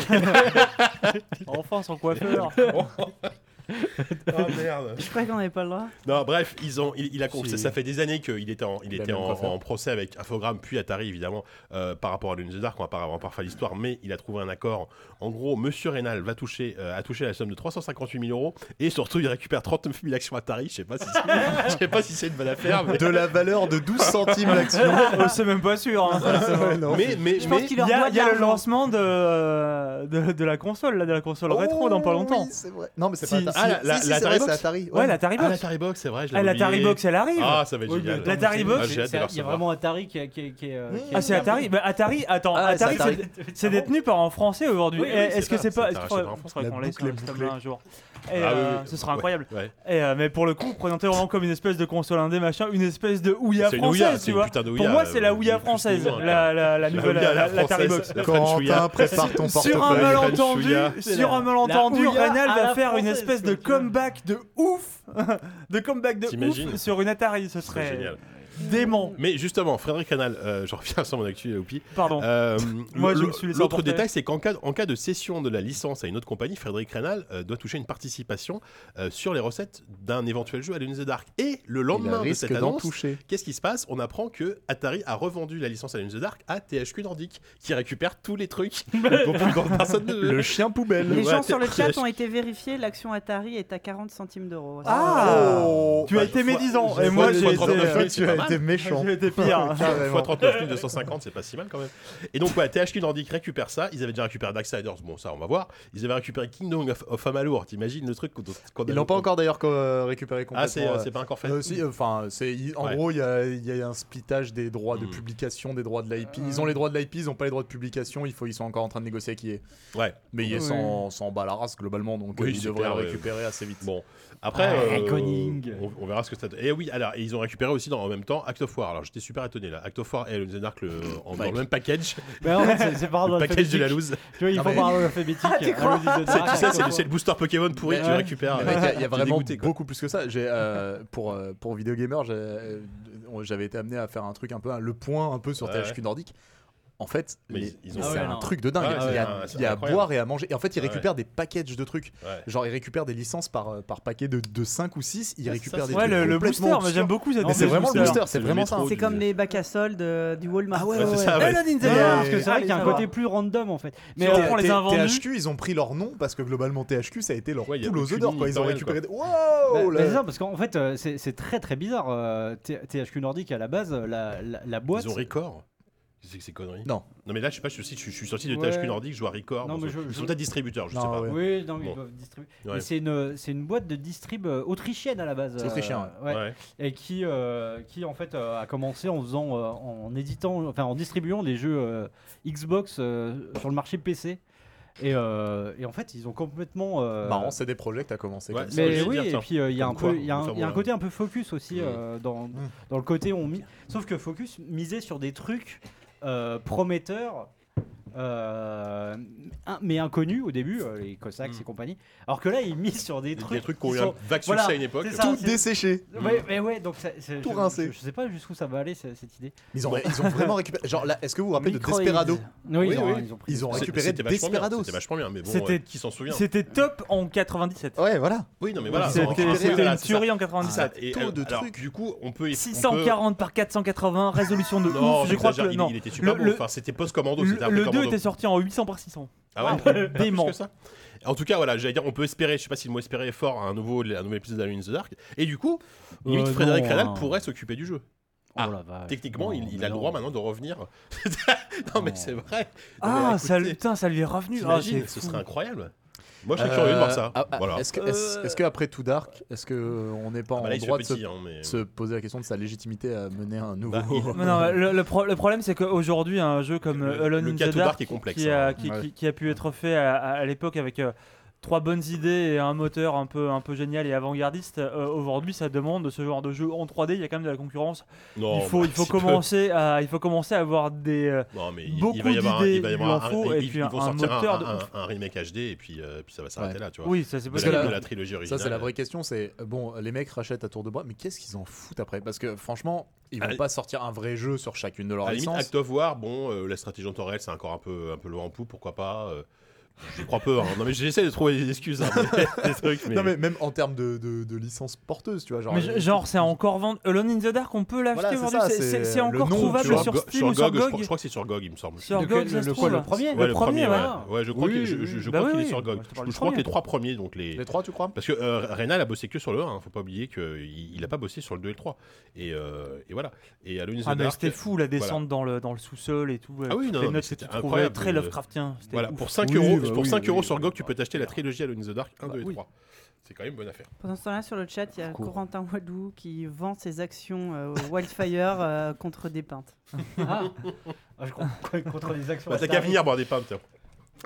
Speaker 6: Enfin, sans coiffeur.
Speaker 2: oh merde.
Speaker 3: Je croyais qu'on n'avait pas le droit.
Speaker 2: Non, bref, ils ont, il, il a con-
Speaker 5: Si.
Speaker 2: ça, ça fait des années qu'il était en, il
Speaker 5: Il a
Speaker 2: était
Speaker 5: même
Speaker 2: en,
Speaker 5: pas fait.
Speaker 2: en procès avec Infogrames puis Atari évidemment euh, par rapport à Lune de Dark. On va pas on va pas refaire l'histoire, mais il a trouvé un accord. En gros, Monsieur Rénal va toucher, euh, a touché la somme de 358 000 euros et surtout il récupère 39 000 actions Atari. Je sais pas si, c'est- je sais pas si c'est une bonne affaire, mais
Speaker 5: De la valeur de 12 centimes l'action.
Speaker 6: Euh, C'est même pas sûr. hein.
Speaker 5: Non.
Speaker 2: mais mais,
Speaker 3: Je
Speaker 2: mais-
Speaker 3: pense qu'il
Speaker 6: Il y
Speaker 3: leur
Speaker 6: a,
Speaker 3: doit
Speaker 6: il y a
Speaker 3: de
Speaker 6: le
Speaker 3: l'argent.
Speaker 6: lancement de, de, de la console, là, de la console rétro dans pas
Speaker 5: Oh,
Speaker 6: longtemps.
Speaker 5: oui, c'est vrai. Non, mais c'est
Speaker 6: Si,
Speaker 5: pas.
Speaker 6: si,
Speaker 2: Ah, la- la-
Speaker 5: si, si,
Speaker 2: la
Speaker 5: c'est
Speaker 2: Atari
Speaker 5: vrai, c'est
Speaker 2: Box
Speaker 5: Atari.
Speaker 6: Ouais, l'Atari
Speaker 2: Ah, la
Speaker 6: Box.
Speaker 2: Atari Box, c'est vrai, je
Speaker 6: Ah,
Speaker 2: l'avais
Speaker 6: la Atari
Speaker 2: oublié.
Speaker 6: Box, elle arrive.
Speaker 2: Ah, ça va être
Speaker 4: Oui, mais
Speaker 2: génial.
Speaker 4: attends,
Speaker 6: La Atari
Speaker 4: c'est-
Speaker 6: Box,
Speaker 4: c'est-
Speaker 2: j'ai hâte de le
Speaker 4: c'est- Il y a
Speaker 2: recevoir.
Speaker 4: vraiment Atari qui. est- qui, est- qui est, euh,
Speaker 5: Mmh.
Speaker 4: qui est-
Speaker 6: Ah, c'est Atari. Bah, Atari, attends,
Speaker 5: Ah, c'est
Speaker 6: Atari,
Speaker 5: Atari.
Speaker 6: c'est- Ah, c'est détenu par en français aujourd'hui.
Speaker 2: Oui, oui,
Speaker 6: Eh, Est-ce
Speaker 2: c'est
Speaker 6: que
Speaker 2: ça,
Speaker 6: c'est
Speaker 2: ça
Speaker 6: pas. Est-ce
Speaker 2: t'arrache
Speaker 6: qu'il faudrait
Speaker 2: en
Speaker 6: faudrait
Speaker 5: La
Speaker 6: qu'on laisse
Speaker 5: boucle est
Speaker 6: un stableau
Speaker 5: bouclée.
Speaker 6: un jour
Speaker 2: Ah,
Speaker 6: Et,
Speaker 2: oui,
Speaker 6: euh,
Speaker 2: oui.
Speaker 6: Ce sera
Speaker 2: Ouais,
Speaker 6: incroyable.
Speaker 2: ouais.
Speaker 6: Et, euh, mais pour le coup, présenter vraiment comme une espèce de console indé, machin, une espèce de ouïa
Speaker 2: C'est une ouïa,
Speaker 6: française,
Speaker 2: c'est
Speaker 6: tu
Speaker 2: une
Speaker 6: vois.
Speaker 2: putain de
Speaker 6: Pour
Speaker 2: ouïa,
Speaker 6: moi, c'est
Speaker 2: euh,
Speaker 6: la ouïa
Speaker 2: plus- plus
Speaker 6: française,
Speaker 2: loin,
Speaker 6: la, la, la nouvelle
Speaker 2: ouïa, la
Speaker 6: la- l'Atari
Speaker 2: française.
Speaker 6: Box.
Speaker 2: La
Speaker 5: Corentin,
Speaker 2: Frenchouilla.
Speaker 5: prépare ton
Speaker 6: Sur un
Speaker 5: portefeuille.
Speaker 2: mal-
Speaker 6: malentendu,
Speaker 2: Frenchouilla.
Speaker 6: sur un malentendu,
Speaker 3: La ouïa
Speaker 6: Renal
Speaker 3: à
Speaker 6: va
Speaker 3: la
Speaker 6: faire une
Speaker 3: française,
Speaker 6: espèce
Speaker 3: quoi,
Speaker 6: de
Speaker 2: euh.
Speaker 3: tu vois.
Speaker 6: comeback de ouf, de comeback de ouf
Speaker 2: T'imagines
Speaker 6: sur une Atari, ce
Speaker 2: C'est
Speaker 6: serait
Speaker 2: génial.
Speaker 6: dément.
Speaker 2: Mais justement, Frédéric Canal, euh, je reviens sur mon actu, Oupi.
Speaker 6: Pardon.
Speaker 2: Euh,
Speaker 6: Moi,
Speaker 2: le-
Speaker 6: je me suis laissé
Speaker 2: L'autre
Speaker 6: emporter.
Speaker 2: détail, c'est qu'en cas, en cas de cession de la licence à une autre compagnie, Frédéric Renal euh, doit toucher une participation euh, sur les recettes d'un éventuel jeu à Alone in the Dark. Et le
Speaker 5: Il
Speaker 2: lendemain de
Speaker 5: risque
Speaker 2: cette
Speaker 5: d'en
Speaker 2: annonce,
Speaker 5: toucher.
Speaker 2: qu'est-ce qui se passe On apprend que Atari a revendu la licence Alone in the Dark à THQ Nordic, qui récupère tous les trucs dont plus grande personne ne
Speaker 5: Le chien poubelle.
Speaker 3: Les
Speaker 2: Ouais,
Speaker 3: gens
Speaker 2: t'es-
Speaker 3: sur le chat
Speaker 2: je-
Speaker 3: ont été vérifiés, l'action Atari est à 40 centimes d'euros.
Speaker 6: Ah
Speaker 5: Oh.
Speaker 6: Tu as
Speaker 2: Bah,
Speaker 6: été
Speaker 2: je vois-
Speaker 6: médisant
Speaker 2: je
Speaker 6: et
Speaker 2: vois
Speaker 6: moi
Speaker 2: les
Speaker 6: j'ai
Speaker 2: photos de la
Speaker 6: été euh,
Speaker 2: fête.
Speaker 5: tu
Speaker 2: c'est
Speaker 5: as
Speaker 2: pas
Speaker 5: été
Speaker 4: Euh,
Speaker 5: méchant.
Speaker 6: j'ai été pire.
Speaker 5: Carrément.
Speaker 2: Fois 39 250, c'est pas si mal quand même. Et donc, ouais, THQ Nordic récupère ça. Ils avaient déjà récupéré Darksiders, bon, ça, on va voir. Ils avaient récupéré Kingdom of, of Amalur. T'imagines le truc qu'on qu'on
Speaker 5: Ils l'ont pas encore d'ailleurs co- euh, récupéré
Speaker 2: Ah,
Speaker 5: complètement.
Speaker 2: c'est euh,
Speaker 5: ouais.
Speaker 2: c'est pas encore fait.
Speaker 5: Euh, si, euh, enfin, c'est il- en
Speaker 2: Ouais.
Speaker 5: gros, il y a, il y a un splitage des droits de
Speaker 2: Mm.
Speaker 5: publication, des droits de l'IP. Ils ont les droits de l'IP, ils ont pas les droits de publication. Il faut, ils sont encore en train de négocier qui est.
Speaker 2: Ouais.
Speaker 5: Mais E il est
Speaker 3: Oui.
Speaker 5: sans, sans bas la race globalement, donc
Speaker 2: Oui,
Speaker 5: euh, ils
Speaker 2: super,
Speaker 5: devraient le
Speaker 2: ouais.
Speaker 5: récupérer assez vite.
Speaker 2: Bon, après,
Speaker 4: Ah,
Speaker 2: euh,
Speaker 4: Conning.
Speaker 2: on, on verra ce que ça donne. Et oui, alors, et ils ont récupéré aussi dans, en même temps Act of War. Alors, j'étais super étonné là. Act of War et Alone in the Dark le- en, dans le même package.
Speaker 4: Mais Bah, en fait, c'est- c'est par
Speaker 5: Oh,
Speaker 2: Le
Speaker 4: ordre
Speaker 2: package de la
Speaker 4: alphabétique.
Speaker 2: loose.
Speaker 4: Tu vois, il
Speaker 5: Non,
Speaker 4: faut
Speaker 5: mais-
Speaker 4: par ordre alphabétique.
Speaker 3: Ah, tu crois
Speaker 4: Allo-
Speaker 2: C'est- Tu sais, c'est le-
Speaker 4: Allo-
Speaker 2: c'est le booster Pokémon pourri
Speaker 4: Mais
Speaker 2: que tu
Speaker 4: ouais.
Speaker 2: récupères.
Speaker 5: Mais mec, Il y a- il y
Speaker 2: T'es
Speaker 5: a vraiment
Speaker 2: dégoûté, quoi.
Speaker 5: beaucoup plus que ça. J'ai euh, pour euh, pour Video Gamer, j'ai, euh, j'avais été amené à faire un truc un peu un- le point un peu sur
Speaker 2: Ouais,
Speaker 5: THQ Nordique. En fait,
Speaker 2: Mais
Speaker 5: les-
Speaker 2: ils- ils ont-
Speaker 5: c'est
Speaker 4: Ah ouais,
Speaker 5: un
Speaker 4: non.
Speaker 5: truc de dingue.
Speaker 2: Ouais,
Speaker 5: il y
Speaker 2: c'est
Speaker 5: a,
Speaker 2: un- c'est
Speaker 5: il y a à
Speaker 2: incroyable.
Speaker 5: boire et à manger. Et en fait, ils
Speaker 2: Ouais.
Speaker 5: récupèrent des packages de trucs.
Speaker 2: Ouais.
Speaker 5: Genre, ils récupèrent des licences par, euh, par paquet de, de 5 ou 6. Ils
Speaker 2: Ouais,
Speaker 5: récupèrent
Speaker 2: ça,
Speaker 5: des
Speaker 2: c'est-
Speaker 6: Ouais,
Speaker 5: trucs.
Speaker 6: le, le
Speaker 5: complètement
Speaker 6: booster, moi j'aime
Speaker 5: obscurs.
Speaker 6: beaucoup cette
Speaker 5: Mais c'est
Speaker 6: idée.
Speaker 5: vraiment le
Speaker 2: booster.
Speaker 5: booster, c'est
Speaker 2: le
Speaker 5: vraiment
Speaker 2: métro
Speaker 5: ça.
Speaker 3: C'est
Speaker 2: du-
Speaker 3: comme les bacs à soldes euh, du Walmart.
Speaker 5: Ah ouais,
Speaker 2: Ouais,
Speaker 5: ouais,
Speaker 2: c'est
Speaker 5: ouais.
Speaker 2: ça,
Speaker 6: Eh,
Speaker 2: ouais.
Speaker 4: Ouais,
Speaker 5: Ouais,
Speaker 4: parce que c'est
Speaker 6: Ah,
Speaker 4: vrai qu'il y a un
Speaker 6: ça va.
Speaker 4: côté plus random en fait. Mais
Speaker 6: Si on
Speaker 4: euh,
Speaker 6: prend les invendus.
Speaker 5: THQ, ils ont pris leur nom parce que globalement THQ, ça a été leur
Speaker 2: Ouais, y a
Speaker 5: poule aux
Speaker 2: aucune
Speaker 5: œufs d'or. quoi. Ils ont
Speaker 2: éditoriale,
Speaker 5: récupéré. des-
Speaker 4: Bah,
Speaker 5: Wow
Speaker 4: bah,
Speaker 5: Oh là-
Speaker 4: c'est ça, parce qu'en fait, euh, c'est c'est très très bizarre. euh, T- THQ Nordic, à la base, euh, la, la, la boîte.
Speaker 2: Ils ont Record Qu'est-ce que c'est ces conneries
Speaker 5: Non.
Speaker 2: Non, mais là, je sais pas, je suis, je suis sorti de
Speaker 4: Ouais.
Speaker 2: THQ Nordic, je vois Record.
Speaker 4: Non,
Speaker 2: bon,
Speaker 4: mais
Speaker 2: je-
Speaker 4: je-
Speaker 2: ils sont
Speaker 4: je-
Speaker 2: peut-être distributeurs, je sais
Speaker 5: Non,
Speaker 2: pas.
Speaker 5: ouais.
Speaker 4: Oui, non, mais
Speaker 2: Bon.
Speaker 4: ils doivent distribuer.
Speaker 2: Ouais.
Speaker 4: Mais c'est une, c'est une boîte de distrib euh, autrichienne à la base.
Speaker 5: C'est
Speaker 4: euh,
Speaker 5: autrichien,
Speaker 4: ouais.
Speaker 2: Ouais.
Speaker 4: Et qui, euh, qui en fait euh, a commencé en faisant, euh, en éditant, enfin en distribuant les jeux euh, Xbox euh, sur le marché PC. Et, euh, et en fait, ils ont complètement. euh,
Speaker 5: Marrant, c'est des projets que t'as commencé
Speaker 2: Ouais,
Speaker 5: comme ça.
Speaker 2: ça, je
Speaker 4: mais
Speaker 2: vais
Speaker 4: oui,
Speaker 2: dire,
Speaker 4: et
Speaker 2: tiens.
Speaker 4: puis euh, il y a un
Speaker 2: Comme quoi,
Speaker 4: peu, il y a
Speaker 2: on
Speaker 4: un,
Speaker 2: peut
Speaker 4: il y a un
Speaker 2: faire
Speaker 4: côté un peu focus aussi
Speaker 2: Mm.
Speaker 4: euh, dans, dans le côté on mis. Sauf que focus misait sur des trucs euh, prometteurs, euh, un- mais inconnus au début, euh, les Cossacks
Speaker 2: Mm.
Speaker 4: et compagnie. Alors que là, ils misent sur des
Speaker 2: Des
Speaker 4: trucs,
Speaker 2: trucs
Speaker 4: qui
Speaker 2: qu'on Mm.
Speaker 4: sont-
Speaker 2: a vague
Speaker 4: voilà,
Speaker 2: succès à une époque.
Speaker 4: c'est ça.
Speaker 5: Tout desséché.
Speaker 4: Ouais, ouais, ouais, donc ça- c'est-
Speaker 5: Tout
Speaker 4: je,
Speaker 5: rincé.
Speaker 4: Je, je sais pas jusqu'où ça va aller ce- cette idée.
Speaker 5: Mais Ils ont, ils ont vraiment récupéré. Genre là, est-ce que vous vous rappelez de
Speaker 4: Micro
Speaker 5: Desperado
Speaker 4: Aids. Oui,
Speaker 2: Oui,
Speaker 4: ils, ont,
Speaker 2: oui.
Speaker 4: ils ont pris.
Speaker 5: Ils ont
Speaker 2: C'est-
Speaker 5: récupéré
Speaker 2: c'était vachement bien,
Speaker 5: Desperados.
Speaker 2: C'était vachement bien, mais bon,
Speaker 6: C'était-
Speaker 2: euh, qui s'en souvient
Speaker 6: C'était top en 97.
Speaker 2: Oh,
Speaker 5: Ouais, voilà.
Speaker 2: Oui, non, mais voilà.
Speaker 5: C'était-
Speaker 2: en- en-
Speaker 6: C'était
Speaker 2: oui,
Speaker 6: c'était
Speaker 2: voilà,
Speaker 6: une
Speaker 2: c'est ça.
Speaker 6: tuerie en
Speaker 2: C'est ça.
Speaker 6: 97.
Speaker 2: Et,
Speaker 5: taux
Speaker 2: euh,
Speaker 5: de
Speaker 2: alors,
Speaker 5: trucs.
Speaker 2: Du coup, on peut. on peut-
Speaker 6: 640 par 480, résolution de
Speaker 2: Non,
Speaker 6: ouf. Je crois que
Speaker 2: j'exagère,
Speaker 6: le-
Speaker 2: il,
Speaker 6: non.
Speaker 2: il était super
Speaker 6: Le-
Speaker 2: bon.
Speaker 6: le-
Speaker 2: Enfin, c'était post-commando. c'était un peu
Speaker 6: Le 2
Speaker 2: commando.
Speaker 6: était sorti en 800 par 600.
Speaker 2: Ah ouais Plus
Speaker 6: Dément.
Speaker 2: que ça En tout cas, voilà, j'allais dire, on peut espérer, je sais pas si le mot espérer est fort, un nouveau, un nouvel épisode d'Alone in the Dark. Et du coup, limite,
Speaker 4: Euh,
Speaker 2: Frédéric
Speaker 4: non,
Speaker 2: Radal
Speaker 4: hein.
Speaker 2: pourrait s'occuper du jeu. Ah,
Speaker 4: Oh la vache.
Speaker 2: Techniquement,
Speaker 4: Non,
Speaker 2: il, il
Speaker 4: mais
Speaker 2: a le
Speaker 4: non.
Speaker 2: droit maintenant de revenir. non, mais
Speaker 4: Non.
Speaker 2: c'est vrai. Non, mais
Speaker 6: Ah, ça,
Speaker 2: écoutez,
Speaker 6: lui- putain, ça lui est revenu. Ah,
Speaker 2: t'imagines,
Speaker 6: c'est
Speaker 2: ce
Speaker 6: fou.
Speaker 2: serait incroyable. Moi, je serais curieux de voir ça.
Speaker 5: Ah, ah,
Speaker 2: voilà.
Speaker 5: Est-ce que, est-ce-
Speaker 6: Euh.
Speaker 5: est-ce que après Tout Dark, est-ce que euh, on n'est pas
Speaker 2: Ah, bah,
Speaker 5: en
Speaker 2: là, il se
Speaker 5: droit
Speaker 2: fait
Speaker 5: de se,
Speaker 2: petit, hein, mais.
Speaker 5: se poser la question de sa légitimité à mener un nouveau
Speaker 2: Bah, il-
Speaker 6: Mais non, mais le, le pro- le problème, c'est qu'aujourd'hui, un jeu comme
Speaker 2: Le-
Speaker 6: euh, Alone
Speaker 2: le
Speaker 6: in
Speaker 2: cas
Speaker 6: the
Speaker 2: tout
Speaker 6: Dark,
Speaker 2: dark est complexe,
Speaker 6: qui, a,
Speaker 2: hein.
Speaker 6: qui-
Speaker 5: Ouais.
Speaker 6: qui- qui a pu être fait à, à- à l'époque avec euh, trois bonnes idées et un moteur un peu, un peu génial et avant-gardiste, euh, aujourd'hui, ça demande ce genre de jeu en 3D. Il y a quand même de la concurrence.
Speaker 2: Non,
Speaker 6: il, faut,
Speaker 2: bah,
Speaker 6: il, faut
Speaker 2: si peu.
Speaker 6: commencer à, il faut commencer à avoir des. euh,
Speaker 2: Non, mais il,
Speaker 6: beaucoup
Speaker 2: il va y avoir un,
Speaker 6: d'idées,
Speaker 2: il va y
Speaker 6: il
Speaker 2: avoir
Speaker 6: en
Speaker 2: un-
Speaker 6: faut, et
Speaker 2: ils-
Speaker 6: puis
Speaker 2: ils vont
Speaker 6: un
Speaker 2: sortir
Speaker 6: moteur de
Speaker 2: un,
Speaker 6: ouf.
Speaker 2: un remake HD et puis, euh, puis ça va s'arrêter là, tu vois.
Speaker 6: Oui, ça c'est
Speaker 2: Parce
Speaker 6: possible.
Speaker 2: que
Speaker 5: la-
Speaker 2: de la trilogie
Speaker 5: Ça,
Speaker 2: originale.
Speaker 5: c'est la vraie question. C'est euh, bon, les mecs rachètent à tour de bras, mais qu'est-ce qu'ils en foutent après Parce que franchement, ils vont
Speaker 2: Ah,
Speaker 5: pas sortir un vrai jeu sur chacune de
Speaker 2: À
Speaker 5: leurs
Speaker 2: la limite,
Speaker 5: licences.
Speaker 2: Act of War, bon, euh, la stratégie en temps réel, c'est encore un peu, un peu loin en pouls, pourquoi pas euh, J'y crois peu. hein. Non, mais j'essaie de trouver des excuses, hein, mais- des trucs, mais.
Speaker 5: Non, mais même en termes de, de, de licences porteuses, tu vois. Genre,
Speaker 6: Mais
Speaker 5: euh,
Speaker 6: je- genre, c'est encore vendu. Alone in the Dark, on peut l'acheter
Speaker 5: Voilà, c'est
Speaker 6: aujourd'hui.
Speaker 5: ça,
Speaker 6: C'est-
Speaker 5: c'est
Speaker 6: C'est c'est
Speaker 5: le
Speaker 6: encore
Speaker 5: nom,
Speaker 2: Sur
Speaker 6: trouvable
Speaker 2: Go-
Speaker 6: sur Steam ou
Speaker 2: sur
Speaker 6: sur
Speaker 2: GOG, je crois-
Speaker 6: GOG.
Speaker 2: je crois que c'est sur GOG, il me semble.
Speaker 6: Sur
Speaker 4: Lequel-
Speaker 6: GOG, ça se
Speaker 4: le quoi, le
Speaker 6: trouve.
Speaker 4: premier
Speaker 2: Ouais, le premier, ouais.
Speaker 6: voilà.
Speaker 2: Ouais, je crois
Speaker 4: Oui,
Speaker 2: qu'il je-
Speaker 4: oui,
Speaker 2: je- je
Speaker 6: bah
Speaker 2: crois qu'il
Speaker 6: oui,
Speaker 2: est sur
Speaker 6: oui.
Speaker 2: GOG.
Speaker 6: Je te parle
Speaker 2: Je
Speaker 6: du
Speaker 2: crois que
Speaker 6: premier.
Speaker 2: les trois premiers, donc les.
Speaker 5: Les trois, tu crois
Speaker 2: Parce que euh, Reynal a bossé que sur le 1, hein, faut pas oublier qu'il n'a pas bossé sur le 2 et le 3. Et, euh, et voilà. Et Alone in the
Speaker 6: Ah mais
Speaker 2: Dark,
Speaker 6: c'était fou la
Speaker 2: voilà.
Speaker 6: descente dans le dans le sous-sol et tout. euh,
Speaker 2: Ah oui,
Speaker 6: toutes
Speaker 2: non,
Speaker 6: les
Speaker 2: non, mais
Speaker 6: notes que
Speaker 2: c'était
Speaker 6: tu trouvais
Speaker 2: incroyable,
Speaker 6: très
Speaker 2: le-
Speaker 6: Lovecraftien. c'était
Speaker 2: Voilà,
Speaker 6: ouf.
Speaker 2: pour 5
Speaker 5: Oui,
Speaker 2: euros, Parce que
Speaker 4: bah
Speaker 2: pour
Speaker 4: oui,
Speaker 2: 5
Speaker 4: oui,
Speaker 2: euros
Speaker 4: oui,
Speaker 2: sur
Speaker 4: oui,
Speaker 2: GOG,
Speaker 4: bah,
Speaker 2: tu peux t'acheter la trilogie Alone in the Dark 1, 2 et
Speaker 4: oui.
Speaker 2: 3. C'est quand même une bonne affaire.
Speaker 3: Pendant ce temps-là, sur le chat, il y a
Speaker 5: Court.
Speaker 3: Corentin Wadou qui vend ses actions euh, au Wildfire euh, contre des pintes.
Speaker 4: Ah. Ah, je comprends- contre les actions.
Speaker 2: Bah, t'as
Speaker 4: Atari.
Speaker 2: qu'à venir boire des pommes, tiens.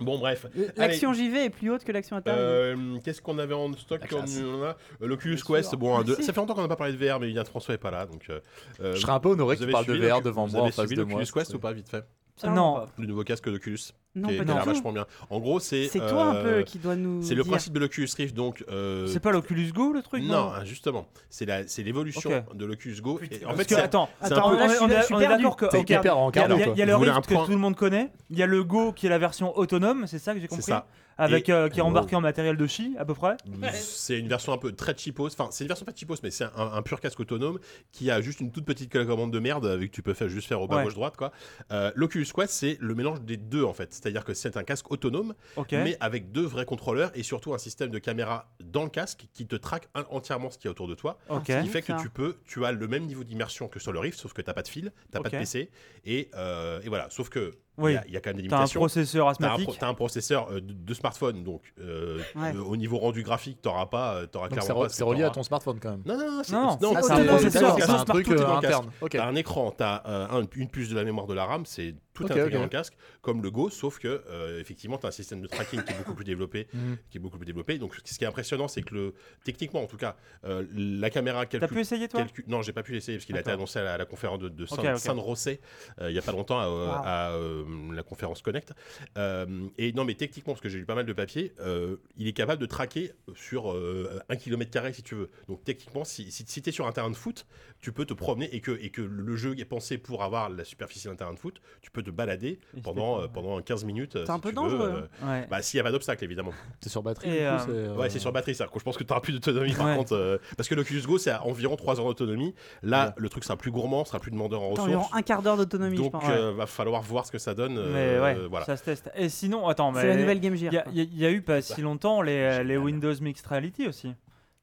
Speaker 2: Bon, bref. Allez.
Speaker 3: Euh, L'action JV est plus haute que l'action Atari.
Speaker 2: Euh, Qu'est-ce qu'on avait en stock
Speaker 5: La
Speaker 2: on,
Speaker 5: classe.
Speaker 2: on a euh, L'Oculus
Speaker 5: Bien sûr.
Speaker 2: Quest, bon, un, deux.
Speaker 3: Merci.
Speaker 2: ça fait longtemps qu'on n'a pas parlé de VR, mais bien François est pas là, donc. euh, euh,
Speaker 5: Je serais un peu honoré
Speaker 2: vous
Speaker 5: que
Speaker 2: avez
Speaker 5: tu parles de
Speaker 2: suivi
Speaker 5: VR
Speaker 2: l'Ocu-
Speaker 5: devant
Speaker 2: vous
Speaker 5: moi
Speaker 2: avez
Speaker 5: en face
Speaker 2: suivi
Speaker 5: de moi.
Speaker 2: l'Oculus Quest ou pas, vite fait
Speaker 6: Non.
Speaker 4: pas.
Speaker 2: Le nouveau casque d'Oculus,
Speaker 3: non,
Speaker 2: qui est
Speaker 3: pas
Speaker 2: qui a l'air
Speaker 3: du tout.
Speaker 2: vachement bien. En gros, c'est.
Speaker 3: C'est toi un
Speaker 2: euh,
Speaker 3: peu qui doit nous.
Speaker 2: C'est le
Speaker 3: dire.
Speaker 2: principe de l'Oculus Rift, donc. euh,
Speaker 6: C'est pas l'Oculus Go le truc
Speaker 2: non, hein, justement, c'est la, c'est l'évolution
Speaker 6: Ok.
Speaker 2: de l'Oculus Go. Et en
Speaker 6: Parce
Speaker 2: fait,
Speaker 6: que,
Speaker 2: c'est-
Speaker 6: attends,
Speaker 2: c'est
Speaker 3: Attends,
Speaker 2: un peu-
Speaker 3: là, je suis-
Speaker 6: on est-
Speaker 3: là, je suis
Speaker 6: on est
Speaker 3: perdu.
Speaker 6: d'accord que-
Speaker 5: T'es
Speaker 6: ok,
Speaker 5: hyper
Speaker 6: Il y a,
Speaker 5: encardé,
Speaker 6: il y a-
Speaker 5: toi.
Speaker 6: il y a
Speaker 2: Vous
Speaker 6: le
Speaker 2: voulez un
Speaker 6: Rift que
Speaker 2: point
Speaker 6: tout le monde connaît, il y a le Go qui est la version autonome, c'est ça que j'ai
Speaker 2: c'est
Speaker 6: compris
Speaker 2: ça.
Speaker 6: Avec,
Speaker 2: Et-
Speaker 6: euh, qui est
Speaker 2: Wow.
Speaker 6: embarqué en matériel de chi à peu près.
Speaker 2: C'est une version un peu très cheapos. Enfin, c'est une version pas cheapos, mais c'est un, un pur casque autonome qui a juste une toute petite commande de merde avec tu peux faire juste faire au bas
Speaker 6: Ouais.
Speaker 2: gauche droite quoi. Euh, L'Oculus Quest, c'est le mélange des deux en fait. C'est-à-dire que c'est un casque autonome,
Speaker 6: Ok.
Speaker 2: mais avec deux vrais contrôleurs et surtout un système de caméra dans le casque qui te traque un- entièrement ce qu'il y a autour de toi.
Speaker 6: ok.
Speaker 2: Ce qui fait
Speaker 3: Ça.
Speaker 2: que tu peux, tu as le même niveau d'immersion que sur le Rift, sauf que t'as pas de fil, t'as pas
Speaker 6: Ok.
Speaker 2: de PC et, euh, et voilà. Sauf que il
Speaker 6: Oui.
Speaker 2: y, a- il y a quand même des
Speaker 6: T'as un
Speaker 2: limitations.
Speaker 6: processeur
Speaker 2: T'as un, pro-
Speaker 6: asthmatique.
Speaker 2: t'as un processeur euh, de, de smartphone, donc euh,
Speaker 3: Ouais.
Speaker 2: euh, au niveau rendu graphique, t'auras pas, euh, t'auras
Speaker 5: Donc c'est
Speaker 2: clairement
Speaker 5: re-
Speaker 2: pas. ce que
Speaker 5: c'est relié à
Speaker 2: t'auras.
Speaker 5: ton smartphone quand même.
Speaker 2: Non, non, non, c'est
Speaker 6: Non,
Speaker 2: non,
Speaker 3: c'est
Speaker 2: c'est
Speaker 3: un
Speaker 2: autonome,
Speaker 6: processeur,
Speaker 2: dans le
Speaker 6: c'est
Speaker 2: casque,
Speaker 6: un
Speaker 2: tout
Speaker 5: truc
Speaker 2: est dans
Speaker 5: euh,
Speaker 2: le casque.
Speaker 5: interne. Ok.
Speaker 2: T'as un écran, t'as euh, un- une puce de la mémoire de la RAM, c'est tout
Speaker 5: Ok,
Speaker 2: intégré
Speaker 5: ok.
Speaker 2: dans le casque, comme le Go, sauf que euh, effectivement t'as un système de tracking qui est beaucoup plus développé,
Speaker 5: Mhm.
Speaker 2: qui est beaucoup plus développé. Donc ce qui est impressionnant, c'est que le, techniquement en tout cas, euh, la caméra
Speaker 6: T'as
Speaker 2: calcule
Speaker 6: pu essayer toi
Speaker 2: Calcul- Non, j'ai pas pu l'essayer parce qu'il a été
Speaker 6: D'accord.
Speaker 2: annoncé à la, à la conférence de, de Saint,
Speaker 6: Ok, ok.
Speaker 2: Rosset il y a pas longtemps à, euh,
Speaker 3: Wow.
Speaker 2: à, euh, la conférence Connect. Euh, et non, mais techniquement, parce que j'ai lu pas mal de papiers, euh, il est capable de traquer sur euh, un kilomètre carré si tu veux. Donc techniquement, si, si, tu es sur un terrain de foot, tu peux te promener et que, et que le jeu est pensé pour avoir la superficie d'un terrain de foot, tu peux te balader
Speaker 6: Il se
Speaker 2: pendant,
Speaker 6: fait-
Speaker 2: euh, pendant 15 minutes. euh,
Speaker 3: C'est un
Speaker 2: si
Speaker 3: peu
Speaker 2: tu
Speaker 3: dangereux,
Speaker 2: veux,
Speaker 3: hein.
Speaker 6: Ouais.
Speaker 2: bah, s'il n'y a pas d'obstacle, évidemment.
Speaker 5: C'est sur batterie.
Speaker 6: Et,
Speaker 5: du
Speaker 6: euh,
Speaker 5: coup, c'est,
Speaker 2: Ouais, c'est sur batterie, ça. Je pense que tu auras plus d'autonomie par
Speaker 6: Ouais.
Speaker 2: contre. euh, parce que l'Oculus Go, c'est à environ 3 heures d'autonomie. Là,
Speaker 5: Ouais.
Speaker 2: le truc sera plus gourmand, sera plus demandeur en
Speaker 3: Attends, il y aura
Speaker 2: ressources.
Speaker 3: un quart d'heure d'autonomie, je
Speaker 2: donc,
Speaker 3: pense.
Speaker 2: euh, va falloir voir ce que ça donne.
Speaker 6: Mais
Speaker 2: euh,
Speaker 6: ouais,
Speaker 2: voilà.
Speaker 6: ça se teste. Et sinon, attends, mais
Speaker 3: C'est la nouvelle Game Gear.
Speaker 6: Il y a-
Speaker 3: quoi.
Speaker 6: il y, a- il y a eu pas si longtemps les, les Windows Mixed Reality aussi.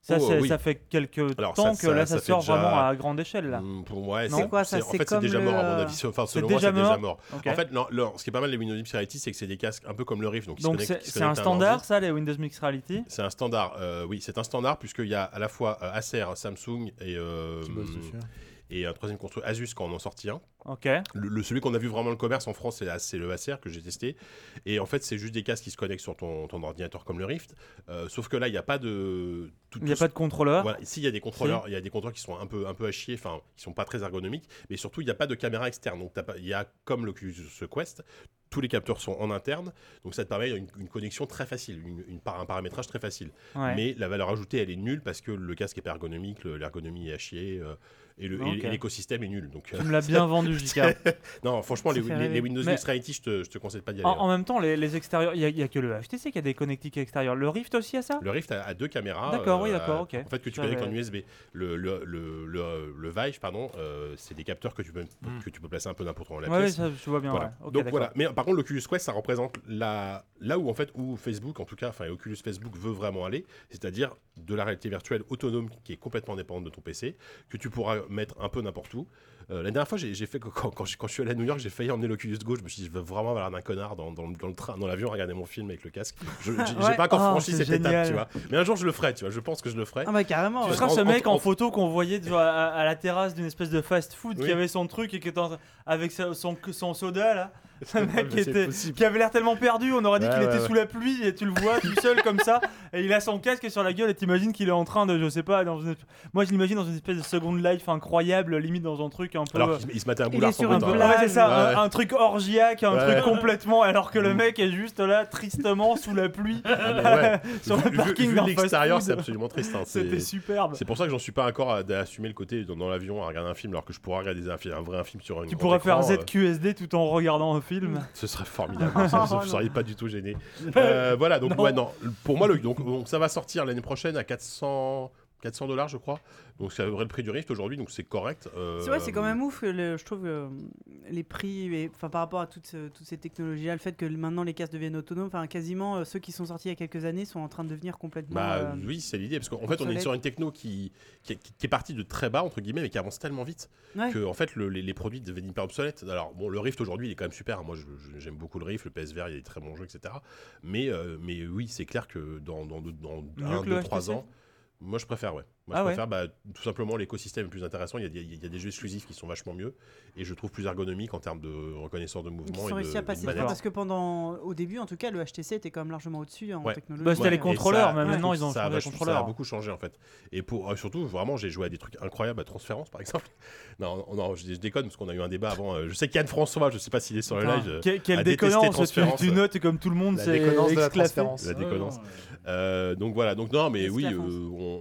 Speaker 6: Ça,
Speaker 2: Oh,
Speaker 6: c'est-
Speaker 2: oui.
Speaker 6: ça fait quelques
Speaker 2: Alors, ça-
Speaker 6: temps que
Speaker 2: ça-
Speaker 6: là, ça,
Speaker 2: ça fait
Speaker 6: sort
Speaker 2: déjà-
Speaker 6: vraiment à grande échelle. Là.
Speaker 2: Mm, Pour moi,
Speaker 6: Non.
Speaker 3: C'est quoi, ça
Speaker 2: En
Speaker 3: C'est
Speaker 2: fait, c'est
Speaker 3: comme
Speaker 2: déjà
Speaker 3: le-
Speaker 2: mort, à mon avis. Enfin, selon
Speaker 6: C'est
Speaker 2: moi, c'est
Speaker 6: déjà
Speaker 2: déjà
Speaker 6: mort
Speaker 2: mort.
Speaker 6: Ok.
Speaker 2: En fait, non, non, ce qui est pas mal, les Windows Deep Reality, c'est que c'est des casques un peu comme le Rift. Donc, ils se
Speaker 6: Donc,
Speaker 2: connectent-
Speaker 6: c'est
Speaker 2: ils se
Speaker 6: c'est un
Speaker 2: connectent à ordi.
Speaker 6: standard, ça, les Windows Mixed Reality
Speaker 2: C'est un standard, euh, oui, c'est un standard, puisqu'il y a à la fois euh, Acer, Samsung et, euh,
Speaker 5: Qui bosse dessus.
Speaker 2: et un troisième constructeur, Asus, quand on en sortit un.
Speaker 6: Ok.
Speaker 2: Le, le- celui qu'on a vu vraiment le commerce en France, c'est la- E c'est le ACR que j'ai testé. Et en fait, c'est juste des casques qui se connectent sur ton, ton ordinateur comme le Rift. Euh, sauf que là, il n'y a pas de. tout-
Speaker 6: Il n'y a
Speaker 2: tout-
Speaker 6: pas de contrôleur.
Speaker 2: voilà. Ici, il y a des contrôleurs, il y a des contrôleurs qui sont un peu, un peu à chier, enfin, qui sont pas très ergonomiques. Mais surtout, il n'y a pas de caméra externe. Donc, t'as pas- il y a comme le Oculus Quest. Tous les capteurs sont en interne, donc ça te permet une, une connexion très facile, une, une par- un paramétrage très facile.
Speaker 6: Ouais.
Speaker 2: Mais la valeur ajoutée, elle est nulle parce que le casque est pas ergonomique, le- l'ergonomie est à chier, euh, et le-
Speaker 6: Ok.
Speaker 2: et l'écosystème est nul. Donc, euh,
Speaker 6: Tu me l'as bien vendu, JK.
Speaker 2: non, franchement,
Speaker 3: Ça
Speaker 2: les,
Speaker 3: fait
Speaker 2: les-
Speaker 3: rêver.
Speaker 2: les Windows
Speaker 6: Mais-
Speaker 2: Mixed Reality, je te, je te conseille pas d'y
Speaker 6: En,
Speaker 2: aller. hein.
Speaker 6: en même temps, les, les extérieurs, il n'y a, il y a que le HTC qui a des connectiques extérieures. Le Rift aussi a ça
Speaker 2: Le Rift a, a deux caméras.
Speaker 6: D'accord, oui,
Speaker 2: à-
Speaker 6: d'accord, ok.
Speaker 2: En fait, que tu
Speaker 6: Ça
Speaker 2: connectes
Speaker 6: va.
Speaker 2: en USB. Le, le, le, le- le Vive, pardon, euh, c'est des capteurs que tu peux,
Speaker 5: Mm.
Speaker 2: que tu peux placer un peu n'importe où dans la
Speaker 6: Hmm. Ouais, ouais,
Speaker 2: pièce.
Speaker 6: ça, je vois bien.
Speaker 2: Voilà.
Speaker 6: Ah ouais. Ok,
Speaker 2: Donc
Speaker 6: d'accord.
Speaker 2: voilà. Mais par contre, l'Oculus Quest, ça représente la... là où en fait où Facebook, en tout cas, enfin Oculus Facebook veut vraiment aller, c'est-à-dire de la réalité virtuelle autonome qui est complètement dépendante de ton PC, que tu pourras mettre un peu n'importe où. Euh, la dernière fois, j'ai j'ai fait que- quand, quand, je, quand je suis allé à New York, j'ai failli emmener l'Oculus Go. Je me suis dit, je veux vraiment avoir l'air d'un connard dans, dans, le- dans le train, dans l'avion, à regarder mon film avec le casque. Je j'ai- j'ai
Speaker 6: Ouais.
Speaker 2: pas encore
Speaker 6: Oh,
Speaker 2: franchi
Speaker 6: c'est
Speaker 2: cette étape,
Speaker 6: génial.
Speaker 2: tu vois. Mais un jour, je le ferai, tu vois. Je pense que je le ferai.
Speaker 3: Ah, bah carrément.
Speaker 2: Tu
Speaker 3: ouais.
Speaker 6: Ce sera ce
Speaker 2: En- en-
Speaker 6: mec en,
Speaker 2: en-
Speaker 6: photo qu'on voyait tu vois, à, à la terrasse d'une espèce de fast-food
Speaker 2: Oui.
Speaker 6: qui avait son truc et qui était en- avec sa- son, son soda là. Ce Ah, mec qui
Speaker 2: C'est
Speaker 6: était,
Speaker 2: possible.
Speaker 6: qui avait l'air tellement perdu, on aurait dit
Speaker 5: Ouais,
Speaker 6: qu'il
Speaker 5: ouais,
Speaker 6: était
Speaker 5: ouais.
Speaker 6: sous la pluie et tu le vois tout seul comme ça et il a son casque sur la gueule et t'imagines qu'il est en train de, je sais pas, dans une... moi je l'imagine dans une espèce de second life incroyable, limite dans un truc un peu.
Speaker 2: Alors, qu'il se- il se mettait un boulard
Speaker 3: est
Speaker 2: sans
Speaker 3: sur
Speaker 6: un
Speaker 2: doute,
Speaker 6: peu-
Speaker 3: une
Speaker 2: hein.
Speaker 3: plage.
Speaker 6: ouais, c'est ça,
Speaker 5: Ouais.
Speaker 6: un, un truc orgiaque, un
Speaker 5: Ouais. Mm.
Speaker 6: truc complètement, alors que le mec est juste là, tristement, sous la pluie,
Speaker 2: Ah, mais ouais.
Speaker 6: sur
Speaker 2: Vu-
Speaker 6: le
Speaker 2: vu-
Speaker 6: parking
Speaker 2: vu
Speaker 6: d'un
Speaker 2: de l'extérieur,
Speaker 6: fast-food.
Speaker 2: c'est absolument triste. hein.
Speaker 6: C'était
Speaker 2: C'est-
Speaker 6: superbe.
Speaker 2: C'est pour ça que j'en suis pas encore à, à assumer le côté dans, dans l'avion à regarder un film alors que je pourrais regarder un, fi- un vrai un film sur un
Speaker 6: Tu
Speaker 2: grand
Speaker 6: pourrais
Speaker 2: écran,
Speaker 6: faire
Speaker 2: euh,
Speaker 6: ZQSD tout en regardant un film.
Speaker 2: ce serait formidable. ça, ça- vous seriez pas du tout gêné. Euh, voilà donc
Speaker 6: Non.
Speaker 2: ouais non pour moi le, donc, donc ça va sortir l'année prochaine à 400 400 dollars, je crois. Donc, ça devrait le prix du Rift aujourd'hui, donc c'est correct. Euh,
Speaker 3: C'est vrai, c'est quand même ouf, le- je trouve, euh, les prix, et- enfin par rapport à toutes, ce- toutes ces technologies-là, le fait que maintenant les casques deviennent autonomes, enfin quasiment euh, ceux qui sont sortis il y a quelques années sont en train de devenir complètement.
Speaker 2: Bah
Speaker 3: euh,
Speaker 2: oui, c'est l'idée, parce qu'en fait, on est
Speaker 3: obsolète.
Speaker 2: sur une techno qui, qui, qui- qui est partie de très bas, entre guillemets, mais qui avance tellement vite
Speaker 3: ouais.
Speaker 2: que, en fait, le- les, les produits deviennent hyper obsolètes. Alors, bon, le Rift aujourd'hui, il est quand même super. Moi, je- je- j'aime beaucoup le Rift, le PSVR, il y a des très bons jeux, etc. Mais, euh, mais oui, c'est clair que dans, dans, deux- dans
Speaker 6: Mieux
Speaker 2: un,
Speaker 6: que le
Speaker 2: deux, trois
Speaker 6: HTC?
Speaker 2: ans, moi, je préfère, ouais. Moi,
Speaker 6: Ah
Speaker 2: je
Speaker 6: ouais.
Speaker 2: préfère, bah, tout simplement, l'écosystème est plus intéressant. Il y, a, des- il y a des jeux exclusifs qui sont vachement mieux et je trouve plus ergonomique en termes de reconnaissance de
Speaker 3: Qui
Speaker 2: mouvement.
Speaker 3: sont
Speaker 2: et de,
Speaker 3: réussis à
Speaker 2: de
Speaker 3: passer
Speaker 2: manette.
Speaker 3: devant parce que pendant au début en tout cas le HTC était quand même largement au-dessus en
Speaker 2: Ouais.
Speaker 3: technologie.
Speaker 6: Bah, c'était
Speaker 2: Ouais,
Speaker 6: les
Speaker 2: et
Speaker 6: contrôleurs,
Speaker 2: ça,
Speaker 6: mais
Speaker 2: je
Speaker 6: maintenant,
Speaker 2: trouve
Speaker 6: ils ont
Speaker 2: ça a
Speaker 6: changé les
Speaker 2: vachement- Ça a
Speaker 6: contrôleurs.
Speaker 2: beaucoup changé en fait. Et pour euh, surtout, vraiment, j'ai joué à des trucs incroyables à Transférence par exemple. Non, non, je, je déconne parce qu'on a eu un débat avant. euh, je sais qu'Yann François, je sais pas s'il est sur le
Speaker 6: Putain,
Speaker 2: live. euh,
Speaker 6: que- Quelle
Speaker 2: à détester
Speaker 6: déconnance, tu,
Speaker 2: Transférence,
Speaker 6: tu
Speaker 2: ouais.
Speaker 6: notes comme tout le monde,
Speaker 5: La
Speaker 6: c'est
Speaker 5: déconnance de la
Speaker 6: exclaffé.
Speaker 5: transférence.
Speaker 2: La déconnance.
Speaker 4: Ouais, ouais.
Speaker 2: Euh, donc voilà, donc non, mais
Speaker 3: Qu'est-ce
Speaker 2: oui,
Speaker 3: qu'il y a,
Speaker 2: euh,
Speaker 3: France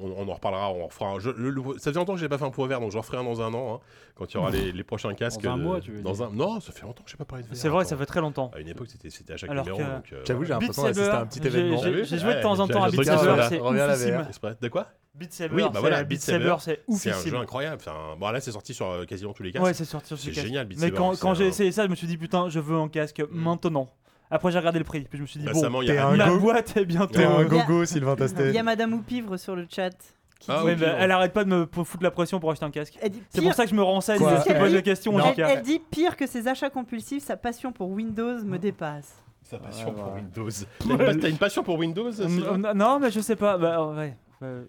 Speaker 2: on, on en reparlera, on en refera un. Je- le- le- ça fait longtemps que j'ai pas fait un point vert, donc j'en referai un dans un an, hein, quand il y aura les, les prochains casques.
Speaker 4: un
Speaker 2: de-
Speaker 4: mois, tu veux
Speaker 2: dans
Speaker 4: dire.
Speaker 2: un- Non, ça fait longtemps que j'ai pas parlé de VR.
Speaker 6: C'est vrai,
Speaker 2: attends.
Speaker 6: ça fait très longtemps.
Speaker 2: À une époque, c'était c'était à chaque
Speaker 6: Alors
Speaker 2: numéro.
Speaker 6: que-
Speaker 2: donc, euh,
Speaker 5: J'avoue, j'ai
Speaker 2: voilà.
Speaker 6: Beat
Speaker 5: l'impression d'assister à un
Speaker 6: Saber,
Speaker 5: petit
Speaker 6: j'ai-
Speaker 5: événement.
Speaker 6: j'ai j'ai joué de
Speaker 2: Ouais,
Speaker 6: temps en
Speaker 2: j'ai-
Speaker 6: temps à
Speaker 2: j'ai
Speaker 6: Beat
Speaker 2: regardé
Speaker 6: Saber,
Speaker 2: là.
Speaker 6: c'est
Speaker 5: Reviens à la
Speaker 6: oufissime.
Speaker 5: VR.
Speaker 2: C'est pas- De quoi
Speaker 6: Beat Saber,
Speaker 2: Oui, bah voilà,
Speaker 6: c'est-
Speaker 2: Beat
Speaker 6: Beat
Speaker 2: Saber,
Speaker 6: Saber, c'est
Speaker 2: C'est un jeu
Speaker 6: oufissime.
Speaker 2: incroyable. Enfin, bon, là, c'est sorti sur euh, quasiment tous les casques.
Speaker 6: Ouais, c'est sorti sur
Speaker 2: c'est
Speaker 6: ce casque.
Speaker 2: génial, Beat
Speaker 6: Mais
Speaker 2: Saber,
Speaker 6: quand,
Speaker 2: c'est
Speaker 6: quand j'ai
Speaker 2: un- Mm.
Speaker 6: essayé ça, je me suis dit putain, je veux un casque maintenant. Après, j'ai regardé le prix, puis je me suis dit bon,
Speaker 2: Récemment, il y
Speaker 5: t'es
Speaker 2: a
Speaker 5: un
Speaker 6: la
Speaker 5: go-
Speaker 6: boîte est bientôt.
Speaker 5: T'es un
Speaker 3: Il y a-
Speaker 5: gogo, Sylvain
Speaker 3: Il y
Speaker 5: Tastet.
Speaker 3: a Madame Oupivre sur le chat. Qui
Speaker 2: Ah,
Speaker 3: dit-
Speaker 6: Ouais, mais elle arrête pas de me p- foutre la pression pour acheter un casque.
Speaker 3: Elle dit
Speaker 6: C'est
Speaker 3: pire-
Speaker 6: pour ça que je me renseigne,
Speaker 5: Quoi
Speaker 6: je te pose
Speaker 3: Elle-
Speaker 6: la question.
Speaker 5: Non.
Speaker 6: en tout
Speaker 3: elle,
Speaker 6: cas.
Speaker 3: elle dit pire que ses achats compulsifs, sa passion pour Windows
Speaker 2: Ah.
Speaker 3: me dépasse.
Speaker 2: sa passion
Speaker 5: Ouais,
Speaker 2: pour
Speaker 5: voilà.
Speaker 2: Windows. T'as une, pas- t'as une passion pour Windows
Speaker 5: Hum,
Speaker 2: Sylvain
Speaker 6: Mm, mm, Non, mais je sais pas. Bah, ouais. Euh,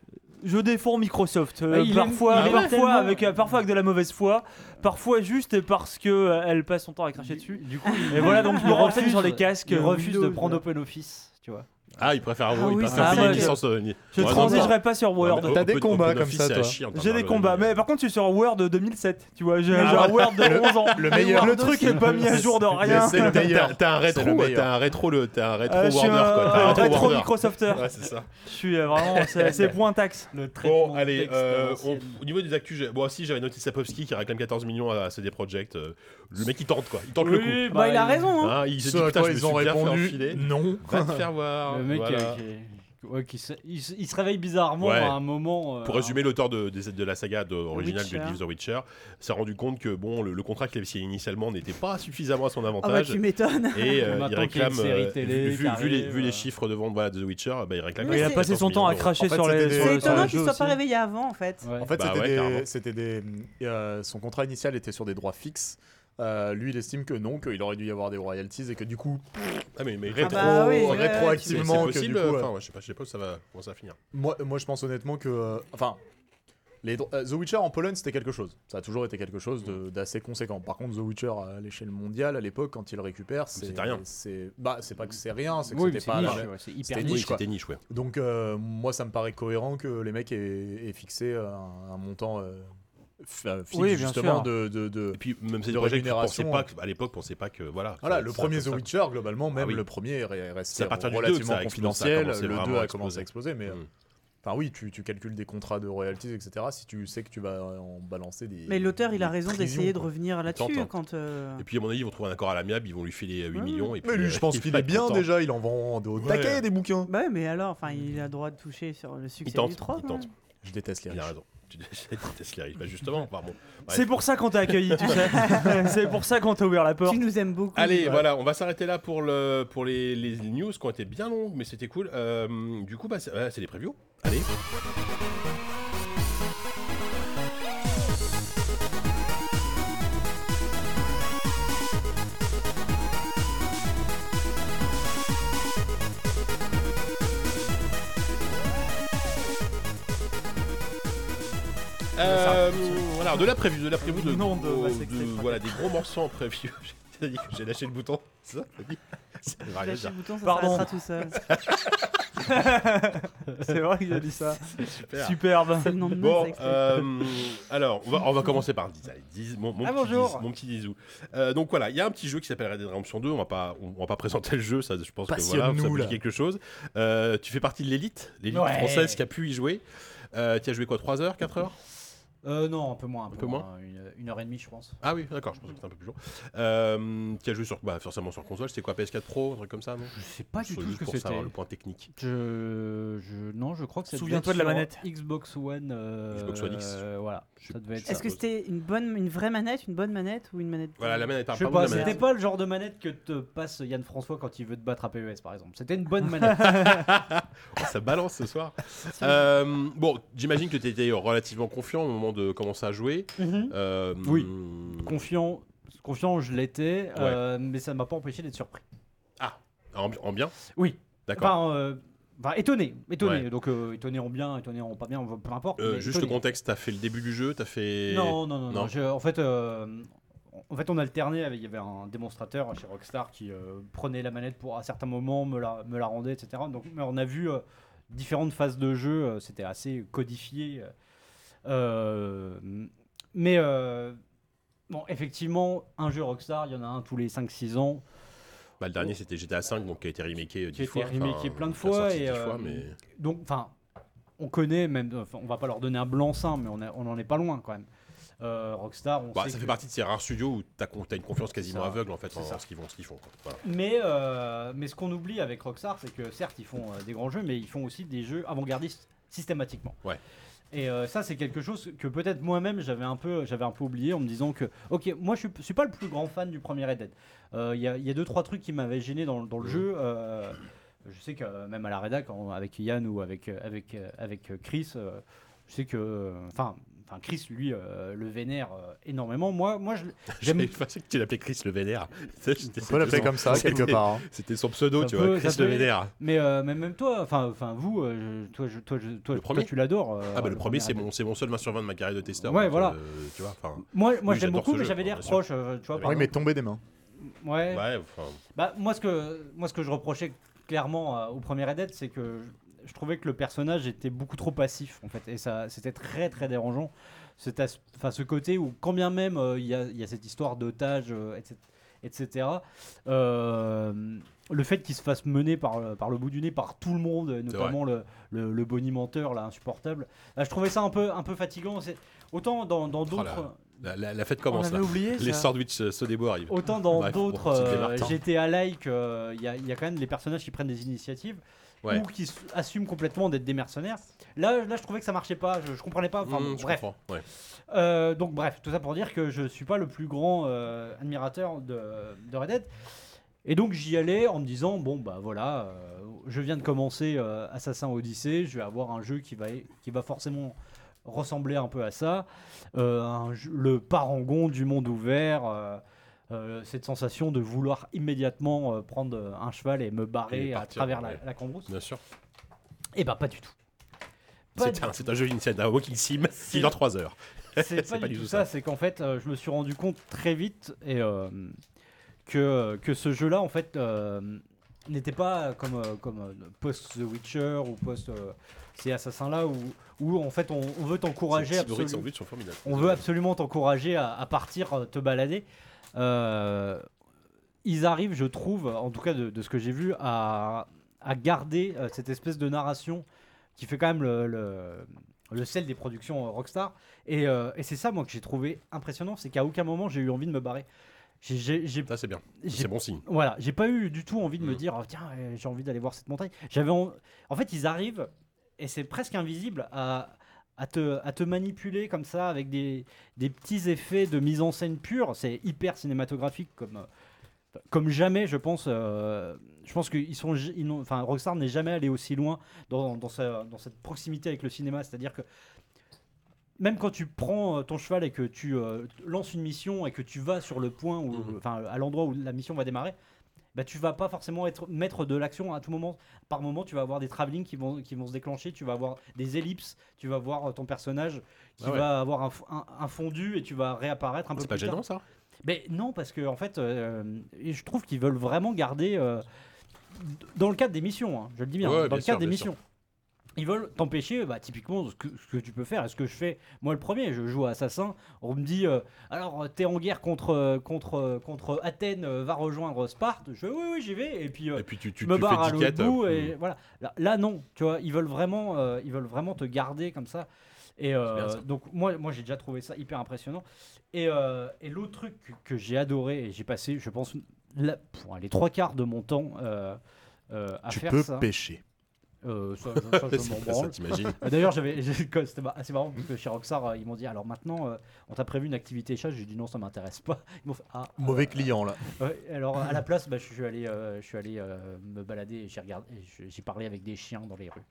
Speaker 6: Je défends Microsoft euh,
Speaker 4: Ouais, il aime-
Speaker 6: parfois,
Speaker 4: il aime tellement-
Speaker 6: parfois avec euh, parfois avec de la mauvaise foi, parfois juste parce que euh, elle passe son temps à cracher dessus.
Speaker 4: Du coup, il-
Speaker 6: Et voilà donc je me
Speaker 4: il
Speaker 6: renseigne
Speaker 4: refuse-
Speaker 6: sur les casques.
Speaker 4: Il
Speaker 6: euh,
Speaker 4: refuse de
Speaker 6: Windows.
Speaker 4: prendre OpenOffice, tu vois.
Speaker 2: Ah, il préfère
Speaker 3: Ah
Speaker 2: avoir il
Speaker 3: oui,
Speaker 2: préfère
Speaker 6: ça,
Speaker 2: avoir une
Speaker 6: je-
Speaker 2: licence. euh, ni-
Speaker 6: Je
Speaker 2: Ouais, non,
Speaker 6: transigerai pas sur
Speaker 2: non,
Speaker 6: Word.
Speaker 2: mais
Speaker 5: T'as des
Speaker 2: Open-
Speaker 5: combats
Speaker 2: Open
Speaker 5: comme
Speaker 2: Office,
Speaker 5: ça,
Speaker 2: c'est à
Speaker 5: toi.
Speaker 2: chier en termes
Speaker 6: J'ai des combats,
Speaker 2: d'ergonomie.
Speaker 6: mais par contre je suis sur Word 2007, tu vois. J'ai
Speaker 2: Ah
Speaker 6: j'ai un
Speaker 2: ouais.
Speaker 6: Word de 11 ans.
Speaker 5: Le meilleur.
Speaker 6: Le truc est pas mis à jour de rien.
Speaker 5: Mais c'est le
Speaker 2: T'as-
Speaker 5: meilleur.
Speaker 2: t'as- T'as un
Speaker 5: C'est le
Speaker 2: rétro,
Speaker 5: meilleur.
Speaker 2: t'as un rétro, le- t'as un rétro
Speaker 6: Euh, je suis
Speaker 2: Warner,
Speaker 6: un-
Speaker 2: quoi. T'as un
Speaker 6: un
Speaker 2: rétro
Speaker 6: rétro
Speaker 2: Warner.
Speaker 6: Microsofteur.
Speaker 2: Ouais, c'est ça.
Speaker 6: Je suis euh, vraiment, c'est c'est point taxe.
Speaker 4: Le
Speaker 2: Bon, allez, euh, on- au niveau des actus, j'ai- bon, si j'avais noté Sapowski qui réclame 14 millions à CD Projekt. euh, le mec, il tente, quoi. Il tente le coup.
Speaker 3: Bah, il a raison. Hein.
Speaker 2: Hein, il s'est
Speaker 5: Ce
Speaker 2: dit,
Speaker 5: à
Speaker 2: putain,
Speaker 5: quoi
Speaker 2: je me
Speaker 5: ils
Speaker 2: suis
Speaker 5: ont
Speaker 2: bien fait
Speaker 5: répondu
Speaker 2: enfiler.
Speaker 5: non.
Speaker 2: Va te faire voir.
Speaker 4: Le mec
Speaker 2: Voilà.
Speaker 4: euh, qui, est- ouais, qui se, il, se- il se réveille bizarrement
Speaker 2: Ouais.
Speaker 4: à un moment. euh,
Speaker 2: Pour résumer, l'auteur de, des- de la saga de- originale de
Speaker 3: Witcher.
Speaker 2: Leaves the Witcher s'est rendu compte que bon, le, le contrat qu'il avait signé initialement n'était pas suffisamment à son
Speaker 3: Ah bah
Speaker 2: avantage.
Speaker 3: tu m'étonnes.
Speaker 2: et euh,
Speaker 4: Maintenant
Speaker 2: il
Speaker 4: qu'il y a une
Speaker 2: réclame,
Speaker 4: série
Speaker 2: euh,
Speaker 4: télé
Speaker 2: vu,
Speaker 4: qui
Speaker 2: vu
Speaker 4: arrive,
Speaker 2: les, vu les
Speaker 4: euh.
Speaker 2: chiffres de vente voilà, de The Witcher, bah, il réclame.
Speaker 3: Mais
Speaker 6: Il a
Speaker 3: c'est-
Speaker 6: passé son
Speaker 2: 14
Speaker 6: temps à
Speaker 2: millions d'euros.
Speaker 6: cracher
Speaker 5: En fait,
Speaker 6: sur les.
Speaker 5: c'était
Speaker 6: sur-
Speaker 5: des-
Speaker 6: sur
Speaker 3: C'est
Speaker 6: les
Speaker 3: étonnant qu'il
Speaker 6: jeux
Speaker 3: soit pas
Speaker 6: aussi.
Speaker 3: réveillé avant en fait.
Speaker 4: ouais.
Speaker 5: En fait,
Speaker 2: Bah
Speaker 5: c'était
Speaker 2: ouais,
Speaker 5: des-
Speaker 2: carrément.
Speaker 5: c'était des, euh, son contrat initial était sur des droits fixes. Euh, lui, il estime que non, qu'il aurait dû y avoir des royalties et que du coup,
Speaker 2: Ah, mais, mais rétro-
Speaker 5: rétro-
Speaker 3: bah oui, ouais, ouais,
Speaker 2: c'est- c'est
Speaker 5: rétroactivement, que
Speaker 2: possible.
Speaker 5: du coup, euh,
Speaker 2: enfin, ouais, je sais pas, je sais pas où ça va, comment ça va finir.
Speaker 5: moi, moi, je pense honnêtement que, euh, enfin, les dro- euh, The Witcher en Pologne, c'était quelque chose. Ça a toujours été quelque chose de- d'assez conséquent. Par contre, The Witcher à l'échelle mondiale, à l'époque, quand il récupère, c'est
Speaker 2: c'était rien.
Speaker 5: C'est bah, c'est pas que c'est rien, c'est que
Speaker 4: Oui, mais c'est
Speaker 5: c'était pas.
Speaker 4: niche,
Speaker 5: la même-
Speaker 4: ouais, c'est
Speaker 5: c'était
Speaker 4: hyper
Speaker 5: niche,
Speaker 4: niche.
Speaker 5: quoi.
Speaker 2: c'était niche, ouais.
Speaker 5: Donc euh, moi, ça me paraît cohérent que les mecs aient, aient fixé un, un montant euh, f- euh, fixe
Speaker 6: Oui, bien
Speaker 5: justement
Speaker 6: sûr.
Speaker 5: de- de- de,
Speaker 2: Et puis, même ces
Speaker 5: De
Speaker 2: projets, pensait
Speaker 5: rémunération,
Speaker 2: pas
Speaker 5: hein.
Speaker 2: que- à l'époque, pensait pas que. Voilà,
Speaker 5: Voilà,
Speaker 2: ça-
Speaker 5: le
Speaker 2: ça-
Speaker 5: premier The
Speaker 2: ça-
Speaker 5: Witcher, globalement, même
Speaker 2: oui.
Speaker 5: le premier est resté
Speaker 2: C'est à partir du deux que
Speaker 5: relativement
Speaker 2: ça a explosé, ça a
Speaker 5: confidentiel.
Speaker 2: commencé
Speaker 5: le
Speaker 2: vraiment
Speaker 5: 2
Speaker 2: à
Speaker 5: a commencé à exploser, mais.
Speaker 2: Mm.
Speaker 5: euh, Enfin, oui, tu, tu calcules des contrats de royalties, etc. Si tu sais que tu vas en balancer des.
Speaker 3: Mais l'auteur il a
Speaker 5: des
Speaker 3: raison
Speaker 5: trillions,
Speaker 3: d'essayer de
Speaker 5: quoi.
Speaker 3: revenir
Speaker 2: tente,
Speaker 3: là-dessus
Speaker 2: hein.
Speaker 3: quand. euh,
Speaker 2: Et puis, à mon avis, ils vont trouver un accord à l'amiable, ils vont lui filer 8
Speaker 3: Ouais.
Speaker 2: millions. et
Speaker 5: Mais
Speaker 2: puis,
Speaker 5: lui,
Speaker 2: euh,
Speaker 5: je pense
Speaker 2: il
Speaker 5: qu'il
Speaker 2: va
Speaker 5: est
Speaker 2: être
Speaker 5: bien
Speaker 2: content.
Speaker 5: déjà, il en vend de haut
Speaker 2: Ouais.
Speaker 5: taquet des bouquins.
Speaker 3: Bah ouais, mais alors, enfin, il a droit de toucher sur le succès
Speaker 2: tente,
Speaker 3: du 3.
Speaker 2: il tente.
Speaker 5: Je déteste les
Speaker 2: Il a
Speaker 5: riches.
Speaker 2: raison. Tu détestes les riches. Bah, justement, enfin, bon. Ouais.
Speaker 6: C'est pour ça qu'on t'a accueilli, tu sais. C'est pour ça qu'on t'a ouvert la porte.
Speaker 3: Tu nous aimes beaucoup.
Speaker 2: Allez, voilà, on va s'arrêter là pour, le, pour les, les news qui ont été bien longues, mais c'était cool. Euh, du coup, bah, c'est euh, c'est les previews. Allez. Euh, alors de la preview, de la preview de,
Speaker 6: Non, de-
Speaker 2: gros-
Speaker 6: bah, c'est que c'est
Speaker 2: voilà des gros morceaux en preview. J'ai dit que j'ai lâché le bouton. C'est ça t'as dit Ça veut rien
Speaker 3: Lâchez
Speaker 2: dire.
Speaker 3: le bouton, ça
Speaker 6: Pardon.
Speaker 3: s'arrêtera tout seul.
Speaker 6: C'est vrai qu'il a dit ça.
Speaker 2: Super.
Speaker 6: Superbe.
Speaker 3: C'est le nom de notre
Speaker 2: Bon,
Speaker 3: sexe.
Speaker 2: euh, alors, on va, on va commencer par 10. Allez, 10 mon, mon
Speaker 4: Ah,
Speaker 2: petit
Speaker 4: bonjour.
Speaker 2: dis- mon petit disou. Euh, donc voilà, il y a un petit jeu qui s'appelle Red Dead Redemption 2. On va pas, on, on va pas présenter le jeu, ça, je pense que voilà, ça
Speaker 5: Passionne-nous,
Speaker 2: vous dit
Speaker 5: là.
Speaker 2: quelque chose. Euh, tu fais partie de l'élite, l'élite
Speaker 4: Ouais.
Speaker 2: française qui a pu y jouer. Euh, tu as joué quoi 3 heures 4 heures
Speaker 4: Euh, non, un peu moins. Un peu,
Speaker 2: peu
Speaker 4: moins.
Speaker 2: moins.
Speaker 4: Une, une heure et demie, je pense.
Speaker 2: Ah oui, d'accord, je pensais que c'était un peu plus long. Euh, qui a joué sur, bah, forcément sur console, c'était quoi PS4 Pro, un truc comme ça, non
Speaker 4: Je sais pas du
Speaker 2: Juste
Speaker 4: tout ce que
Speaker 2: pour savoir
Speaker 4: c'était.
Speaker 2: le point technique.
Speaker 4: Je... je- Non, je crois que ça devait
Speaker 6: Souviens-toi
Speaker 4: être
Speaker 6: de la
Speaker 4: sur
Speaker 6: manette.
Speaker 4: Xbox One. euh,
Speaker 2: Xbox One X.
Speaker 4: euh, Voilà,
Speaker 2: Je-
Speaker 4: ça devait être
Speaker 3: Est-ce
Speaker 4: ça.
Speaker 3: que c'était une bonne, une vraie manette, une bonne manette ou une manette
Speaker 2: Voilà, la manette,
Speaker 4: Je
Speaker 2: par
Speaker 4: sais
Speaker 2: contre,
Speaker 4: pas,
Speaker 2: la
Speaker 4: c'était
Speaker 2: manette.
Speaker 4: pas le genre de manette que te passe Yann François quand il veut te battre à PES par exemple. C'était une bonne manette.
Speaker 2: Oh, ça balance ce soir. Euh, bon, j'imagine que tu étais relativement confiant au moment de commencer à jouer.
Speaker 4: Mhm.
Speaker 2: Euh,
Speaker 4: Oui. Confiant, confiant, je l'étais,
Speaker 2: Ouais.
Speaker 4: euh, mais ça ne m'a pas empêché d'être surpris.
Speaker 2: En, en bien
Speaker 4: Oui.
Speaker 2: D'accord.
Speaker 4: Enfin, euh, enfin, étonné, étonné.
Speaker 2: Ouais.
Speaker 4: Donc euh, étonné en bien, étonné en pas bien, on va- peu importe.
Speaker 2: Euh,
Speaker 4: mais
Speaker 2: juste le
Speaker 4: étonné.
Speaker 2: contexte, t'as fait le début du jeu, t'as fait.
Speaker 4: Non, non, non. non,
Speaker 2: Non.
Speaker 4: je- en fait. euh, en fait, on alternait. avec- Il y avait un démonstrateur chez Rockstar qui euh, prenait la manette pour à certains moments me la, me la rendait, etc. Donc, mais on a vu euh, différentes phases de jeu. euh, C'était assez codifié. Euh, mais euh, bon, effectivement, un jeu Rockstar, il y en a un tous les 5-6 ans.
Speaker 2: Bah, le dernier c'était GTA V, donc qui a été remaké euh,
Speaker 4: Qui
Speaker 2: 10
Speaker 4: a
Speaker 2: fois.
Speaker 4: été remaké
Speaker 2: enfin,
Speaker 4: plein de
Speaker 2: qui a
Speaker 4: fois
Speaker 2: sorti
Speaker 4: et,
Speaker 2: 10
Speaker 4: euh,
Speaker 2: fois, mais...
Speaker 4: Donc, enfin, on connaît même. enfin, on va pas leur donner un blanc-seing, mais on, a- on en est pas loin quand même. Euh, Rockstar, on
Speaker 2: Bah,
Speaker 4: sait
Speaker 2: ça
Speaker 4: que-
Speaker 2: fait partie de ces rares studios où t'as con- t'as une confiance quasiment
Speaker 4: ça.
Speaker 2: aveugle en fait
Speaker 4: C'est
Speaker 2: en
Speaker 4: ça.
Speaker 2: ce qu'ils vont, ce qu'ils font. quoi. Voilà.
Speaker 4: Mais, euh, mais ce qu'on oublie avec Rockstar, c'est que certes, ils font euh, des grands jeux, mais ils font aussi des jeux avant-gardistes systématiquement.
Speaker 2: Ouais.
Speaker 4: Et euh, ça, c'est quelque chose que peut-être moi-même j'avais un peu, j'avais un peu oublié en me disant que, ok, moi je suis, je suis pas le plus grand fan du premier Red Dead. Euh, Il y, a- il y a deux trois trucs qui m'avaient gêné dans, dans le
Speaker 2: Mhm.
Speaker 4: jeu. euh, je sais que euh, même à la rédac, en- avec Yann ou avec euh, avec euh, avec euh, Chris, euh, je sais que, euh, enfin, enfin Chris lui euh, le vénère euh, énormément. Moi, moi, je, J'aime-
Speaker 2: J'avais pas su que tu l'appelais Chris le Vénère.
Speaker 5: On peut l'appeler comme ça, quelque part. hein.
Speaker 2: C'était son pseudo,
Speaker 4: Ça
Speaker 2: tu
Speaker 4: peut-
Speaker 2: vois, Chris
Speaker 4: ça peut-
Speaker 2: le Vénère.
Speaker 4: Mais euh, même, même toi, enfin, enfin vous, euh, je- toi, je, toi, je- toi,
Speaker 2: Le
Speaker 4: toi,
Speaker 2: premier
Speaker 4: tu l'adores. euh,
Speaker 2: Ah bah le premier c'est
Speaker 4: Red Dead.
Speaker 2: mon, c'est mon seul 20 sur 20 de ma carrière de testeur.
Speaker 4: Ouais,
Speaker 2: donc,
Speaker 4: voilà.
Speaker 2: euh, tu vois, enfin.
Speaker 4: Moi, moi
Speaker 2: Oui,
Speaker 4: j'aime
Speaker 2: j'adore
Speaker 4: beaucoup,
Speaker 2: ce
Speaker 4: mais
Speaker 2: jeu,
Speaker 4: j'avais
Speaker 2: bien
Speaker 4: l'air
Speaker 2: sûr.
Speaker 4: proche, euh, tu vois. par
Speaker 5: Oui, mais
Speaker 4: exemple.
Speaker 5: tomber des mains.
Speaker 4: Ouais.
Speaker 2: Ouais, enfin.
Speaker 4: Bah, moi, ce que, moi, ce que je reprochais clairement euh, au premier Red Dead, c'est que je, je trouvais que le personnage était beaucoup trop passif, en fait. Et ça, c'était très, très dérangeant. Cet as- enfin, ce côté où, quand bien même euh, il y, a, il y a cette histoire d'otage, euh, etc., etc., euh, le fait qu'il se fasse mener par, le- par le bout du nez par tout le monde, et notamment le, le, le bonimenteur, là, insupportable, là, je trouvais ça un peu, un peu fatigant. C'est- Autant dans dans
Speaker 2: Oh là
Speaker 4: d'autres.
Speaker 2: là. La, la- la fête
Speaker 6: On
Speaker 2: commence
Speaker 6: avait
Speaker 2: là.
Speaker 6: oublié
Speaker 2: Les
Speaker 6: ça.
Speaker 2: sandwichs euh, Sodebo arrivent.
Speaker 4: Autant dans
Speaker 2: Bref, bon,
Speaker 4: d'autres
Speaker 2: c'était
Speaker 4: euh,
Speaker 2: Martin.
Speaker 4: GTA like, euh, il y, a- il y a quand même des personnages qui prennent des initiatives
Speaker 2: Ouais.
Speaker 4: ou qui s- assument complètement d'être des mercenaires. Là, là, je trouvais que ça marchait pas, je, je comprenais pas. Enfin,
Speaker 2: Hum,
Speaker 4: bon,
Speaker 2: je
Speaker 4: bref.
Speaker 2: comprends. Ouais.
Speaker 4: Euh, donc bref, tout ça pour dire que je suis pas le plus grand euh, admirateur de, de Red Dead. Et donc j'y allais en me disant bon bah voilà, euh, je viens de commencer euh, Assassin Odyssey, je vais avoir un jeu qui va qui va forcément ressembler un peu à ça, Euh, un jeu- le parangon du monde ouvert. euh, euh, cette sensation de vouloir immédiatement euh, prendre euh, un cheval et me barrer à
Speaker 2: partir,
Speaker 4: travers la,
Speaker 2: ouais.
Speaker 4: la cambrousse.
Speaker 2: Bien sûr.
Speaker 4: Et bah pas du tout. Pas
Speaker 2: C'est
Speaker 4: du
Speaker 2: un, c'est un jeu initial, un Walking Sim qui dure 3 heures.
Speaker 4: c'est pas, du tout ça, c'est qu'en fait, euh, je me suis rendu compte très vite et, euh, que, que ce jeu-là, en fait, euh, n'était pas comme, euh, comme euh, post The Witcher ou post euh, ces assassins-là où, où, en fait, on, on veut t'encourager
Speaker 2: Ces petits bruits de
Speaker 4: absolument.
Speaker 2: sandwich sont formidables.
Speaker 4: On veut absolument t'encourager à, à partir euh, te balader. Euh, ils arrivent, je trouve, en tout cas de, de ce que j'ai vu, à, à garder euh, cette espèce de narration qui fait quand même le, le, le sel des productions euh, Rockstar. Et, euh, et c'est ça, moi, que j'ai trouvé impressionnant, c'est qu'à aucun moment j'ai eu envie de me barrer. J'ai- j'ai- j'ai-
Speaker 2: Ça c'est bien.
Speaker 4: j'ai
Speaker 2: Ah, C'est bon signe.
Speaker 4: voilà, j'ai pas eu du tout envie de me
Speaker 2: Mm.
Speaker 4: dire oh, tiens, euh, j'ai envie d'aller voir cette montagne. J'avais en... en fait, ils arrivent et c'est presque invisible à à te, à te manipuler comme ça avec des, des petits effets de mise en scène pure, c'est hyper cinématographique comme euh, comme jamais je pense euh, je pense qu'ils sont j- ils n'ont- enfin Rockstar n'est jamais allé aussi loin dans, dans, sa- dans cette proximité avec le cinéma, c'est-à-dire que même quand tu prends euh, ton cheval et que tu euh, lances une mission et que tu vas sur le point où,
Speaker 2: Mhm.
Speaker 4: enfin, à l'endroit où la mission va démarrer, bah tu vas pas forcément être maître de l'action à tout moment. Par moment, tu vas avoir des travelling qui vont qui vont se déclencher, tu vas avoir des ellipses, tu vas voir euh, ton personnage qui
Speaker 2: Ah ouais.
Speaker 4: va avoir un, f- un- un fondu et tu vas réapparaître un peu
Speaker 2: C'est
Speaker 4: plus
Speaker 2: pas
Speaker 4: tard.
Speaker 2: gênant ça
Speaker 4: Mais non, parce que en fait, euh, et je trouve qu'ils veulent vraiment garder euh, d- dans le cadre des missions. hein, je le dis bien,
Speaker 2: Ouais,
Speaker 4: dans
Speaker 2: bien
Speaker 4: le cadre
Speaker 2: sûr,
Speaker 4: des
Speaker 2: bien sûr.
Speaker 4: missions. Ils veulent t'empêcher, bah, typiquement, ce que, ce que tu peux faire. Et ce que je fais, moi le premier, je joue à Assassin. On me dit, euh, alors euh, t'es en guerre contre, euh, contre, euh, contre Athènes, euh, va rejoindre Sparte. Je fais, oui, oui, j'y vais. Et puis, euh,
Speaker 2: Et puis tu, tu,
Speaker 4: je me
Speaker 2: tu
Speaker 4: barre à
Speaker 2: fais 10
Speaker 4: l'autre
Speaker 2: quêtes.
Speaker 4: bout
Speaker 2: euh,
Speaker 4: et voilà. Là, là, non, tu vois, ils veulent vraiment, euh, ils veulent vraiment te garder comme ça. Et euh,
Speaker 5: bien ça.
Speaker 4: donc moi, moi j'ai déjà trouvé ça hyper impressionnant. Et, euh, et l'autre truc que, que j'ai adoré et j'ai passé, je pense, la- pour les trois quarts de mon temps euh, euh, à
Speaker 5: Tu
Speaker 4: faire
Speaker 5: peux
Speaker 4: ça.
Speaker 5: pêcher.
Speaker 4: Euh, ça, je- ça, je m'en
Speaker 2: C'est pas ça,
Speaker 4: branle.
Speaker 2: t'imagines
Speaker 4: Euh, D'ailleurs, j'avais, j'ai- quand c'était mar- assez marrant parce que chez Rockstar, euh, ils m'ont dit alors maintenant, euh, on t'a prévu une activité chasse. J'ai dit non, ça m'intéresse pas. Ils m'ont fait ah.
Speaker 5: Mauvais client là.
Speaker 4: Ouais, alors à la place, bah, je suis allé, euh, je suis allé euh, me balader et j'ai regardé, et je- j'ai parlé avec des chiens dans les rues.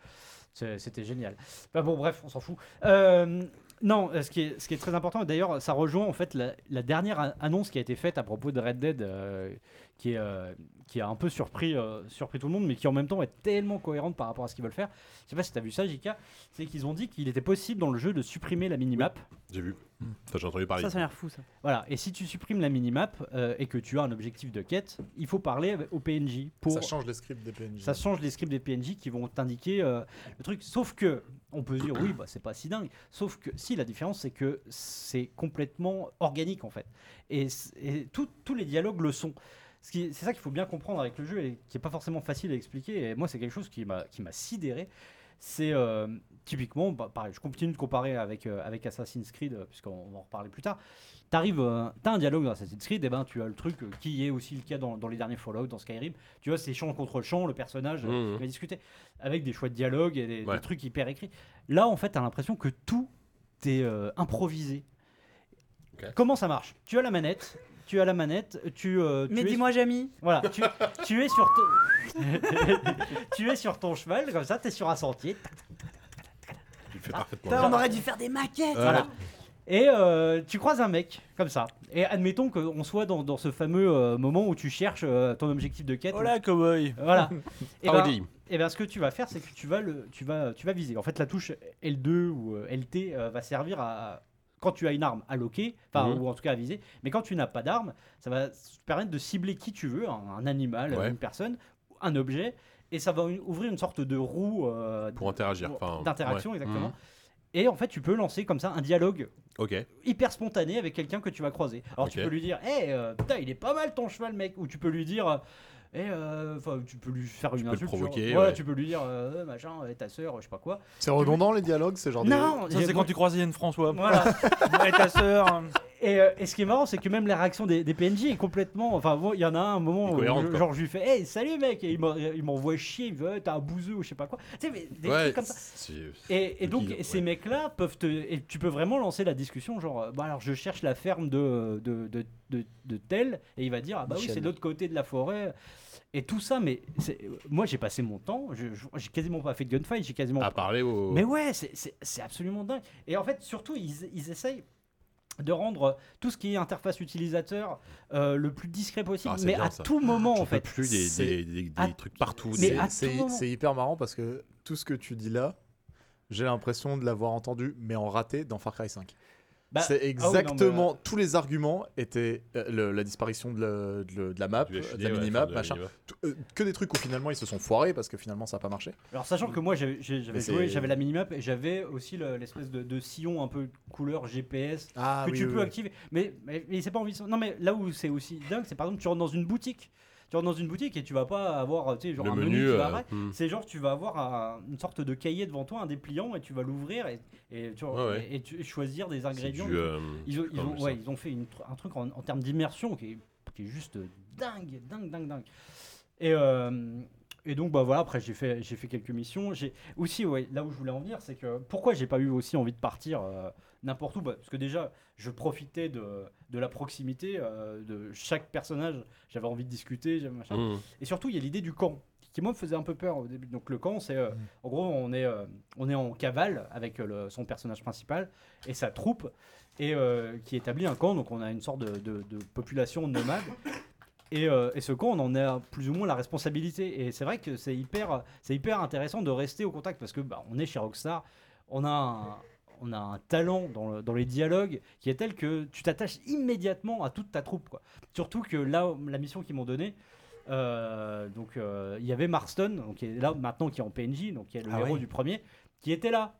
Speaker 4: C'est- C'était génial. Bah bon, bref, on s'en fout. Euh, non, euh, ce qui, est, ce qui est très important, et d'ailleurs, ça rejoint en fait la, la dernière a- annonce qui a été faite à propos de Red Dead, euh, qui, est, euh, qui a un peu surpris, euh, surpris tout le monde, mais qui en même temps est tellement cohérente par rapport à ce qu'ils veulent faire. Je sais pas si tu as vu ça, Jika, c'est qu'ils ont dit qu'il était possible dans le jeu de supprimer la minimap.
Speaker 2: J'ai vu.
Speaker 4: Mmh.
Speaker 2: Enfin, j'ai entendu parler.
Speaker 3: Ça, ça a l'air fou, ça.
Speaker 4: Voilà, et si tu supprimes la minimap euh, et que tu as un objectif de quête, il faut parler avec- au PNJ pour.
Speaker 5: Ça change les scripts des PNJ.
Speaker 4: ça change les scripts des PNJ qui vont t'indiquer euh, le truc. Sauf que, on peut se dire, oui, bah, c'est pas si dingue. Sauf que, si, la différence, c'est que c'est complètement organique, en fait. Et, c- et tout- tous les dialogues le sont. Ce qui- C'est ça qu'il faut bien comprendre avec le jeu et qui est pas forcément facile à expliquer. Et moi, c'est quelque chose qui m'a qui m'a sidéré. C'est euh, typiquement, bah, pareil, je continue de comparer avec, euh, avec Assassin's Creed, euh, puisqu'on on va en reparler plus tard. T'arrives, euh, t'as un dialogue dans Assassin's Creed, et ben tu as le truc euh, qui est aussi le cas dans, dans les derniers Fallout, dans Skyrim. Tu vois, c'est champ contre champ, le personnage euh,
Speaker 2: Mhm.
Speaker 4: qui va discuter, avec des choix de dialogue et des, des
Speaker 2: Ouais.
Speaker 4: trucs hyper écrits. Là, en fait, t'as l'impression que tout est euh, improvisé.
Speaker 2: Ok.
Speaker 4: Comment ça marche Tu as la manette, tu as la manette, tu. euh, tu
Speaker 3: Mais
Speaker 4: es-
Speaker 3: dis-moi, Jamy,
Speaker 4: voilà, tu, tu es sur ton... tu es sur ton cheval, comme ça, tu es sur un sentier.
Speaker 2: Tu le fais parfaitement.
Speaker 4: Putain,
Speaker 2: bien.
Speaker 4: on
Speaker 3: on aurait dû faire des maquettes.
Speaker 2: Ouais.
Speaker 4: Voilà. Et euh, tu croises un mec, comme ça. Et admettons qu'on soit dans, dans ce fameux euh, moment où tu cherches euh, ton objectif de quête.
Speaker 6: Hola, Oh cowboy
Speaker 4: Voilà. Et ben,
Speaker 2: Howdy.
Speaker 4: eh ben, ce que tu vas faire, c'est que tu vas, le, tu, vas, tu vas viser. En fait, la touche L2 ou euh, LT euh, va servir à, à- quand tu as une arme à loquer, enfin,
Speaker 2: Mhm.
Speaker 4: ou en tout cas à viser. Mais quand tu n'as pas d'arme, ça va te permettre de cibler qui tu veux, un, un animal,
Speaker 2: Ouais.
Speaker 4: une personne, un objet, et ça va ouvrir une sorte de roue euh,
Speaker 2: Pour interagir. Enfin, Mhm.
Speaker 4: d'interaction, exactement. Et en fait, tu peux lancer comme ça un dialogue
Speaker 2: ouais. Ok.
Speaker 4: hyper spontané avec quelqu'un que tu vas croiser. Alors tu
Speaker 2: Ok.
Speaker 4: peux lui dire, hé, putain, il est pas mal ton cheval, mec. Ou tu peux lui dire, hé, enfin, tu peux lui faire une
Speaker 2: peux le
Speaker 4: insulte. tu vois.
Speaker 2: provoquer,
Speaker 4: Ouais,
Speaker 2: ouais.
Speaker 4: tu peux lui dire, euh, machin, euh, ta soeur, je sais pas quoi.
Speaker 5: C'est redondant les dialogues, c'est genre des-
Speaker 4: Non,
Speaker 6: Ça, c'est quand tu croises Yann François.
Speaker 4: Voilà.
Speaker 6: Et ta sœur.
Speaker 4: Et, euh, et ce qui est marrant, c'est que même la réaction des, des PNJ est complètement. Enfin, bon, il y en a un moment où,
Speaker 2: Incohérente,
Speaker 4: je-
Speaker 2: quoi.
Speaker 4: genre, je lui fais, hé, salut, mec. Et il m'en- il m'envoie chier, il me fait, Eh, t'as un bouseux ou je sais pas quoi. Tu sais, mais des
Speaker 2: Ouais.
Speaker 4: trucs comme ça.
Speaker 2: c'est-
Speaker 4: Et, et donc,
Speaker 2: Liquide,
Speaker 4: ces
Speaker 2: ouais.
Speaker 4: mecs-là peuvent te. Et tu peux vraiment lancer la discussion, genre, euh, bah alors je cherche la ferme de, de, de, de- de tel, et il va dire, ah bah oui,
Speaker 5: Michel.
Speaker 4: c'est de l'autre côté de la forêt. Et tout ça, mais c'est- moi j'ai passé mon temps, je- je- j'ai quasiment pas fait de gunfight, j'ai quasiment.
Speaker 2: À parler au.
Speaker 4: Mais ouais, c'est- c'est c'est absolument dingue. Et en fait, surtout, ils, ils essayent de rendre tout ce qui est interface utilisateur euh, le plus discret possible,
Speaker 2: Ah, c'est
Speaker 4: mais
Speaker 2: bien,
Speaker 4: à
Speaker 2: ça.
Speaker 4: tout moment, en
Speaker 2: J'en peux
Speaker 4: fait.
Speaker 2: plus des,
Speaker 5: c'est-
Speaker 2: des, des, des
Speaker 4: à-
Speaker 2: trucs partout.
Speaker 4: Mais
Speaker 2: des-
Speaker 4: à
Speaker 5: C'est-
Speaker 4: tout
Speaker 5: C'est
Speaker 4: moment.
Speaker 5: c'est hyper marrant parce que tout ce que tu dis là, j'ai l'impression de l'avoir entendu, mais en raté dans Far Cry 5.
Speaker 4: Bah, ah
Speaker 5: c'est
Speaker 4: oui, non, mais,
Speaker 5: exactement tous les arguments étaient euh, le- la disparition de, la- de le- de la map,
Speaker 2: du
Speaker 5: de
Speaker 2: HD,
Speaker 5: la
Speaker 2: ouais,
Speaker 5: minimap,
Speaker 2: enfin, de
Speaker 5: machin.
Speaker 2: minimap.
Speaker 5: Tout- euh, que des trucs où finalement ils se sont foirés parce que finalement ça n'a pas marché.
Speaker 4: Alors sachant que moi j'avais j'ai- j'avais
Speaker 5: Mais c'est-
Speaker 4: joué, j'avais la minimap et j'avais aussi le- l'espèce de, de sillon un peu couleur GPS
Speaker 5: Ah,
Speaker 4: que tu peux activer. Mais, mais, mais c'est pas envie. Non mais là où c'est aussi dingue, c'est par exemple tu rentres dans une boutique, tu rentres dans une boutique et tu vas pas avoir tu sais, genre
Speaker 2: Le
Speaker 4: un
Speaker 2: menu.
Speaker 4: menu, qui va
Speaker 2: euh,
Speaker 4: apparaître.
Speaker 2: hmm.
Speaker 4: C'est genre tu vas avoir un- une sorte de cahier devant toi, un dépliant et tu vas l'ouvrir et, et tu,
Speaker 2: Ouais, ouais.
Speaker 4: et- et tu- choisir des
Speaker 2: C'est
Speaker 4: ingrédients.
Speaker 2: du. euh,
Speaker 4: Ils ont, ils
Speaker 2: comment
Speaker 4: ont-
Speaker 2: on dit
Speaker 4: ouais,
Speaker 2: ça
Speaker 4: ils ont fait une tr- un truc en, en termes d'immersion qui est, qui est juste dingue, dingue, dingue, dingue. Et, euh, et donc, bah voilà, après, j'ai fait, j'ai fait quelques missions. J'ai aussi, ouais, là où je voulais en venir, c'est que pourquoi j'ai pas eu aussi envie de partir euh, n'importe où Bah, Parce que déjà, je profitais de, de la proximité euh, de chaque personnage. J'avais envie de discuter, j'avais machin.
Speaker 2: Hmm.
Speaker 4: Et surtout, il y a l'idée du camp, qui moi me faisait un peu peur au début. Donc le camp, c'est euh, en gros, on est, euh, on est en cavale avec euh, le- son personnage principal et sa troupe, et euh, qui établit un camp. Donc on a une sorte de, de- de population nomade. Et, euh, et ce camp, on en a plus ou moins la responsabilité. Et c'est vrai que c'est hyper, c'est hyper intéressant de rester au contact parce que bah, on est chez Rockstar, on a un, on a un talent dans, le- dans les dialogues qui est tel que tu t'attaches immédiatement à toute ta troupe. Quoi. Surtout que là, la mission qu'ils m'ont donnée, euh, donc euh, il y avait Marston, donc qui est là maintenant qui est en PNJ, donc qui est le
Speaker 5: Ah
Speaker 4: héros
Speaker 5: ouais.
Speaker 4: du premier, qui était là,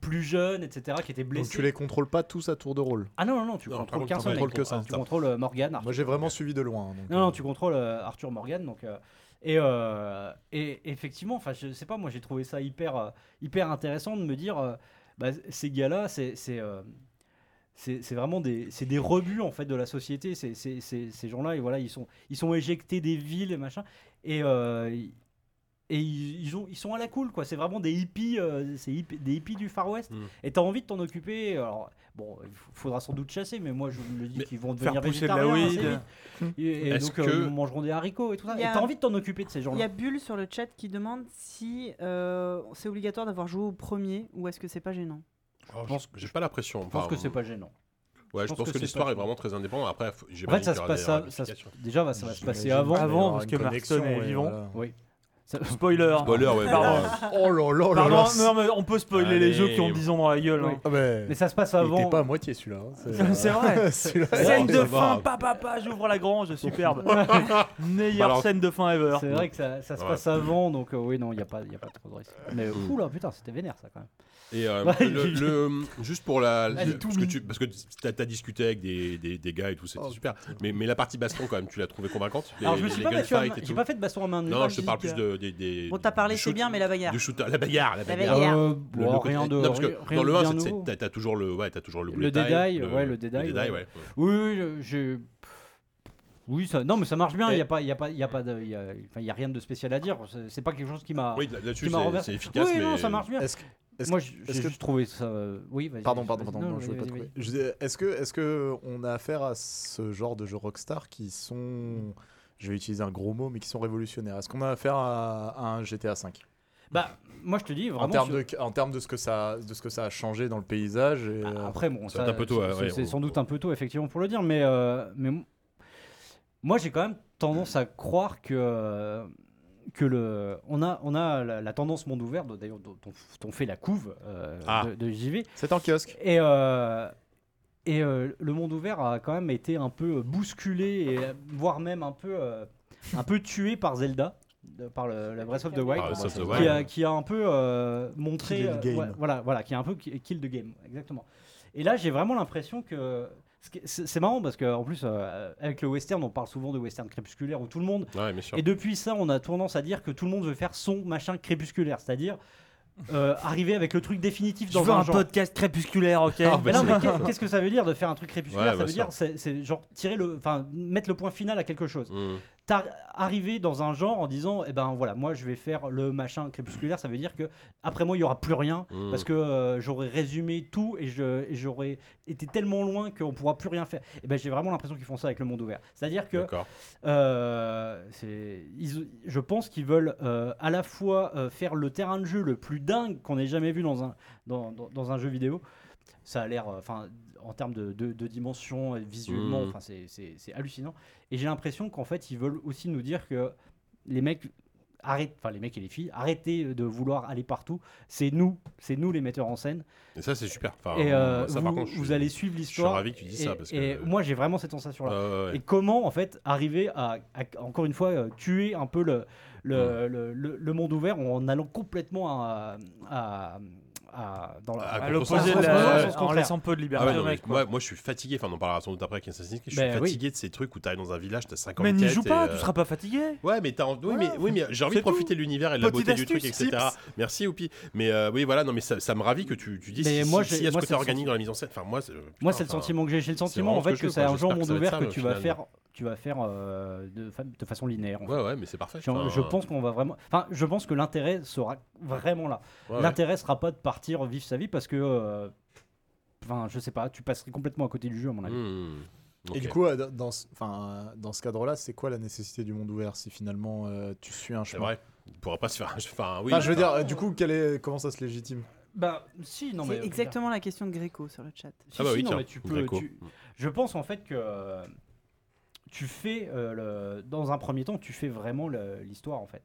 Speaker 4: plus jeune, etc., qui était
Speaker 5: Donc
Speaker 4: blessé.
Speaker 5: tu les contrôles pas tous à tour de rôle.
Speaker 4: Ah non, non, non, tu
Speaker 2: Non, par
Speaker 4: contrôles
Speaker 2: contre,
Speaker 4: qu'un
Speaker 2: tu
Speaker 4: seul.
Speaker 5: contrôles
Speaker 4: mec,
Speaker 5: que
Speaker 4: tu-
Speaker 5: ça.
Speaker 4: Tu contrôles euh, Morgan,
Speaker 5: Moi j'ai vraiment suivi de loin. hein, donc,
Speaker 4: non, non,
Speaker 5: euh,
Speaker 4: tu contrôles euh, Arthur Morgan, donc euh, et, euh, et effectivement, enfin, je sais pas, moi j'ai trouvé ça hyper euh, hyper intéressant de me dire, euh, bah, ces gars-là, c'est c'est, euh, c'est- c'est vraiment des, c'est des rebuts en fait de la société. C'est- c'est- c'est- ces gens-là, et voilà, ils sont, ils sont éjectés des villes et machin, et euh, ils- et ils, ils ont, ils sont à la cool quoi. C'est vraiment des hippies, euh, c'est hipp- des hippies du Far West.
Speaker 2: Mm.
Speaker 4: Et t'as envie de t'en occuper. Alors bon, il f- faudra sans doute chasser, mais moi je vous le dis
Speaker 2: Mais
Speaker 4: qu'ils vont
Speaker 6: Faire
Speaker 4: devenir
Speaker 6: pousser de la
Speaker 4: végétariens. assez
Speaker 6: weed.
Speaker 4: vite. Et, et
Speaker 2: Est-ce
Speaker 4: donc euh,
Speaker 2: que-
Speaker 4: ils mangeront des haricots et tout ça.
Speaker 3: Il
Speaker 4: Et
Speaker 3: y a-
Speaker 4: t'as envie de t'en occuper de ces
Speaker 3: Il y
Speaker 4: gens-là.
Speaker 3: a Bulle sur le chat qui demande si euh, c'est obligatoire d'avoir joué au premier ou est-ce que c'est pas gênant.
Speaker 2: Oh,
Speaker 4: pense-
Speaker 2: J'ai pas l'impression.
Speaker 4: Je pense que c'est pas gênant.
Speaker 2: Ouais, je pense, que,
Speaker 4: c'est
Speaker 2: l'histoire
Speaker 4: pas-
Speaker 2: est vraiment très indépendante. Après, faut- j'ai
Speaker 4: En fait,
Speaker 2: pas
Speaker 4: ça
Speaker 2: dit
Speaker 4: se
Speaker 2: qu'il y
Speaker 4: passe
Speaker 2: aura des
Speaker 4: ça, ça se-
Speaker 2: ramifications.
Speaker 4: déjà, va- ça va se passer
Speaker 5: J'imagine
Speaker 4: avant.
Speaker 5: qu'il va y
Speaker 6: Avant,
Speaker 5: avoir
Speaker 6: parce
Speaker 5: une
Speaker 6: que
Speaker 5: connexion,
Speaker 6: Marston est
Speaker 5: ouais,
Speaker 6: vivant.
Speaker 5: voilà.
Speaker 4: Ça-
Speaker 6: Spoiler.
Speaker 2: Spoiler, ouais.
Speaker 6: Pardon.
Speaker 2: bah,
Speaker 5: Oh là là là
Speaker 6: Pardon,
Speaker 5: là
Speaker 6: non, mais on peut spoiler les jeux qui ont
Speaker 2: Allez.
Speaker 6: 10 ans dans la gueule. hein.
Speaker 5: Ah ben,
Speaker 4: Mais ça se passe
Speaker 5: Il était
Speaker 4: avant.
Speaker 5: pas à moitié celui-là. hein.
Speaker 6: C'est vrai.
Speaker 5: Celui-là-
Speaker 6: Scène
Speaker 2: ça
Speaker 6: de
Speaker 2: va.
Speaker 6: fin, papa, papa, j'ouvre la grange, superbe. Meilleure
Speaker 2: Alors-
Speaker 6: scène de fin ever.
Speaker 4: C'est vrai que ça, ça se
Speaker 2: Ouais.
Speaker 4: passe avant, donc euh, oui, non, il n'y a, pas- y a pas trop de risque. Mais
Speaker 2: Mm.
Speaker 4: oula, putain, c'était vénère ça quand même.
Speaker 2: Et euh,
Speaker 4: Ouais,
Speaker 2: le-
Speaker 4: il-
Speaker 2: le- juste pour la.
Speaker 4: Elle
Speaker 2: le-
Speaker 4: est tout
Speaker 2: parce, que
Speaker 4: mou.
Speaker 2: tu, parce que t'as as discuté avec des, des, des gars et tout, c'était
Speaker 5: Oh,
Speaker 2: super. Mais, mais la partie baston, quand même, tu l'as trouvée convaincante. Les-
Speaker 4: Alors je me suis
Speaker 2: les
Speaker 4: pas battu à
Speaker 2: gunfights
Speaker 4: main-
Speaker 2: et
Speaker 4: j'ai
Speaker 2: tout.
Speaker 4: pas fait de baston à main nue. euh,
Speaker 2: Non, non, je te
Speaker 4: dis
Speaker 2: parle plus
Speaker 4: que-
Speaker 2: de. des- des-
Speaker 3: Bon, t'as
Speaker 2: du
Speaker 3: parlé, c'est
Speaker 2: shoot-
Speaker 3: bien, mais la bagarre.
Speaker 2: Du shooter, la bagarre, la
Speaker 3: La
Speaker 2: bagarre.
Speaker 3: bagarre.
Speaker 4: Euh,
Speaker 2: Le-
Speaker 4: bon,
Speaker 2: le côté-
Speaker 4: rien de.
Speaker 2: non, parce que
Speaker 4: rien
Speaker 2: dans
Speaker 4: de
Speaker 2: le
Speaker 4: bien
Speaker 2: 1, c'est-
Speaker 4: nouveau.
Speaker 2: c'est- t'as t'as toujours le, ouais, t'as toujours le,
Speaker 4: Le dédail, ouais, le dédail,
Speaker 2: dédail,
Speaker 4: ouais.
Speaker 2: ouais.
Speaker 4: Oui, oui, je- je- Oui, ça... non, mais ça marche bien. Il
Speaker 2: Et-
Speaker 4: n'y a pas, il y a pas, il y a pas de, il y a... enfin, il y a rien de spécial à dire. C'est- C'est pas quelque chose qui m'a.
Speaker 2: Oui, là- là-dessus,
Speaker 4: qui m'a
Speaker 2: c'est-
Speaker 4: renversé.
Speaker 2: c'est efficace.
Speaker 4: Oui, non,
Speaker 2: mais-
Speaker 4: ça marche bien.
Speaker 5: Est-ce que- est-ce
Speaker 4: Moi,
Speaker 5: que-
Speaker 4: j'ai
Speaker 5: est-ce que-
Speaker 4: juste trouvé ça. euh, Oui, vas-y.
Speaker 5: Pardon,
Speaker 4: vas-y,
Speaker 5: pardon,
Speaker 4: vas-y.
Speaker 5: pardon,
Speaker 4: Non,
Speaker 5: non, je
Speaker 4: vas-y,
Speaker 5: voulais pas
Speaker 4: vas-y,
Speaker 5: trouver.
Speaker 4: vas-y.
Speaker 5: Je disais, Est-ce que, est-ce que on a affaire à ce genre de jeux Rockstar qui sont, je vais utiliser un gros mot, mais qui sont révolutionnaires Est-ce qu'on a affaire à, à un GTA V
Speaker 4: Bah, moi, je te dis vraiment.
Speaker 5: en termes,
Speaker 4: sur-
Speaker 5: de, en termes de ce que ça, de ce que ça a changé dans le paysage. et,
Speaker 4: Ah,
Speaker 5: euh,
Speaker 4: Après, bon,
Speaker 2: c'est
Speaker 4: ça,
Speaker 2: un peu tôt,
Speaker 4: c'est-
Speaker 2: ouais,
Speaker 4: c'est-
Speaker 2: ouais,
Speaker 4: c'est
Speaker 2: on-
Speaker 4: sans doute un peu tôt, effectivement, pour le dire, mais, euh, mais m- moi, j'ai quand même tendance à croire que, euh, que le, on a, on a la, la tendance monde ouvert, dont- d'ailleurs, dont, dont- dont fait la couve euh,
Speaker 2: Ah.
Speaker 4: de, de JV,
Speaker 5: c'est en kiosque.
Speaker 4: et, euh, et euh, le monde ouvert a quand même été un peu bousculé, et, euh, voire même un peu, euh, un peu tué par Zelda. de- par le, la Breath of the Wild,
Speaker 2: Ah, ça, c'est
Speaker 4: qui
Speaker 5: Qui
Speaker 2: vrai.
Speaker 4: a, qui a un peu euh, montré
Speaker 5: Kill the
Speaker 4: euh,
Speaker 5: game.
Speaker 4: ouais, voilà voilà qui a un peu ki- kill the game exactement et là j'ai vraiment l'impression que ce qui- c'est c'est marrant parce que en plus euh, avec le western on parle souvent de western crépusculaire où tout le monde
Speaker 2: Ouais, bien sûr.
Speaker 4: et depuis ça on a tendance à dire que tout le monde veut faire son machin crépusculaire c'est-à-dire euh, arriver avec le truc définitif
Speaker 6: Je
Speaker 4: dans
Speaker 6: veux un
Speaker 4: genre
Speaker 6: podcast crépusculaire, ok
Speaker 2: Ah,
Speaker 4: mais
Speaker 2: bah,
Speaker 4: non,
Speaker 2: c'est-
Speaker 4: mais qu'est- qu'est-ce que ça veut dire de faire un truc crépusculaire
Speaker 2: Ouais, bien
Speaker 4: ça veut
Speaker 2: sûr.
Speaker 4: dire c'est c'est genre tirer le enfin mettre le point final à quelque chose
Speaker 2: Mm.
Speaker 4: t'ar- arriver dans un genre en disant eh ben voilà moi je vais faire le machin crépusculaire ça veut dire que après moi il y aura plus rien
Speaker 2: Mm.
Speaker 4: parce que euh, j'aurais résumé tout et je- et j'aurais été tellement loin qu'on pourra plus rien faire et ben j'ai vraiment l'impression qu'ils font ça avec le monde ouvert c'est à dire que
Speaker 2: D'accord.
Speaker 4: euh, c'est- ils- je pense qu'ils veulent euh, à la fois euh, faire le terrain de jeu le plus dingue qu'on ait jamais vu dans un, dans, dans- dans un jeu vidéo. Ça a l'air, euh, enfin, en termes de, de, de dimension, euh, visuellement,
Speaker 2: Mhm.
Speaker 4: enfin, c'est- c'est c'est hallucinant. Et j'ai l'impression qu'en fait, ils veulent aussi nous dire que les mecs, arrêtent, enfin, les mecs et les filles, arrêtez de vouloir aller partout. C'est nous, c'est nous les metteurs en scène.
Speaker 2: Et ça, c'est super. Enfin,
Speaker 4: et euh,
Speaker 2: Ah, ça,
Speaker 4: vous,
Speaker 2: par contre, je
Speaker 4: vous
Speaker 2: suis-
Speaker 4: allez suivre
Speaker 2: suis
Speaker 4: l'histoire.
Speaker 2: ravi que tu dises
Speaker 4: et-
Speaker 2: ça, parce que-
Speaker 4: Et moi, j'ai vraiment cette sensation-là.
Speaker 2: Ouais, ouais, ouais.
Speaker 4: Et comment, en fait, arriver à, à- encore une fois, euh, tuer un peu le, le, le, le- le monde ouvert en allant complètement à, à- à- dans la...
Speaker 2: À
Speaker 6: À
Speaker 2: contre-
Speaker 6: l'opposé
Speaker 4: sens.
Speaker 6: de la-
Speaker 4: Ouais, sens
Speaker 6: En
Speaker 4: contraire.
Speaker 6: laissant peu de liberté
Speaker 2: Ah ouais, non,
Speaker 6: au
Speaker 2: mais
Speaker 6: mec, quoi.
Speaker 2: moi, moi, je suis fatigué. Enfin, on en parlera sans doute après avec Assassin's Creed. Je suis
Speaker 4: Ben oui.
Speaker 2: fatigué de ces trucs où t'arrives dans un village, t'as 50
Speaker 6: Mais n'y
Speaker 2: quêtes
Speaker 6: joue
Speaker 2: et,
Speaker 6: pas,
Speaker 2: euh,
Speaker 6: tu seras pas fatigué.
Speaker 2: Ouais, mais, t'as en- oui, mais, oui, mais j'ai envie de
Speaker 6: C'est tout.
Speaker 2: profiter de l'univers et de la
Speaker 6: Petite
Speaker 2: beauté du truc,
Speaker 6: astuce,
Speaker 2: etc. Merci, Oupi. Mais euh, oui, voilà, non, mais ça, ça me ravit que tu, tu dises
Speaker 4: Mais
Speaker 2: si,
Speaker 4: moi,
Speaker 2: si-
Speaker 4: j'ai-
Speaker 2: s'il y a ce
Speaker 4: moi,
Speaker 2: côté
Speaker 4: c'est le
Speaker 2: organique
Speaker 4: sentiment-
Speaker 2: dans la mise en scène. Enfin, moi, c'est- putain,
Speaker 4: Moi, c'est le
Speaker 2: enfin,
Speaker 4: sentiment que j'ai. J'ai le
Speaker 2: vraiment
Speaker 4: sentiment, en
Speaker 2: ce que
Speaker 4: fait,
Speaker 2: je
Speaker 4: que
Speaker 2: veux,
Speaker 4: c'est
Speaker 2: quoi.
Speaker 4: un
Speaker 2: J'espère
Speaker 4: genre
Speaker 2: que
Speaker 4: monde
Speaker 2: ça va être
Speaker 4: ouvert
Speaker 2: ça,
Speaker 4: que
Speaker 2: le
Speaker 4: tu vas
Speaker 2: final.
Speaker 4: faire, tu vas faire euh, de, fa- de façon linéaire. en fait.
Speaker 2: Ouais, ouais, mais c'est parfait.
Speaker 4: Je, je pense qu'on va vraiment. Enfin, je pense que l'intérêt sera vraiment là.
Speaker 2: Ouais, ouais.
Speaker 4: l'intérêt sera pas de partir vivre sa vie parce que. euh, Enfin, je sais pas, tu passerais complètement à côté du jeu, à mon
Speaker 3: Mm.
Speaker 4: avis.
Speaker 2: Hmm.
Speaker 5: Et du
Speaker 2: Ok.
Speaker 5: coup, euh, dans- dans ce, enfin, euh, dans ce cadre-là, c'est quoi la nécessité du monde ouvert si finalement euh, tu suis un
Speaker 2: c'est
Speaker 5: chemin
Speaker 2: vrai. Il pourra pas se faire. un- Enfin, oui.
Speaker 5: Enfin, je veux
Speaker 2: enfin,
Speaker 5: dire, euh, du coup, quel est, comment ça se légitime
Speaker 4: Bah, si, non,
Speaker 2: euh,
Speaker 3: C'est exactement la question de Gréco sur le chat.
Speaker 4: Si,
Speaker 2: Ah bah
Speaker 4: si,
Speaker 2: oui,
Speaker 4: non,
Speaker 2: tiens,
Speaker 4: mais tu peux.
Speaker 2: Greco.
Speaker 4: tu- Je pense en fait que euh, tu fais euh, le- dans un premier temps, tu fais vraiment le- l'histoire en fait.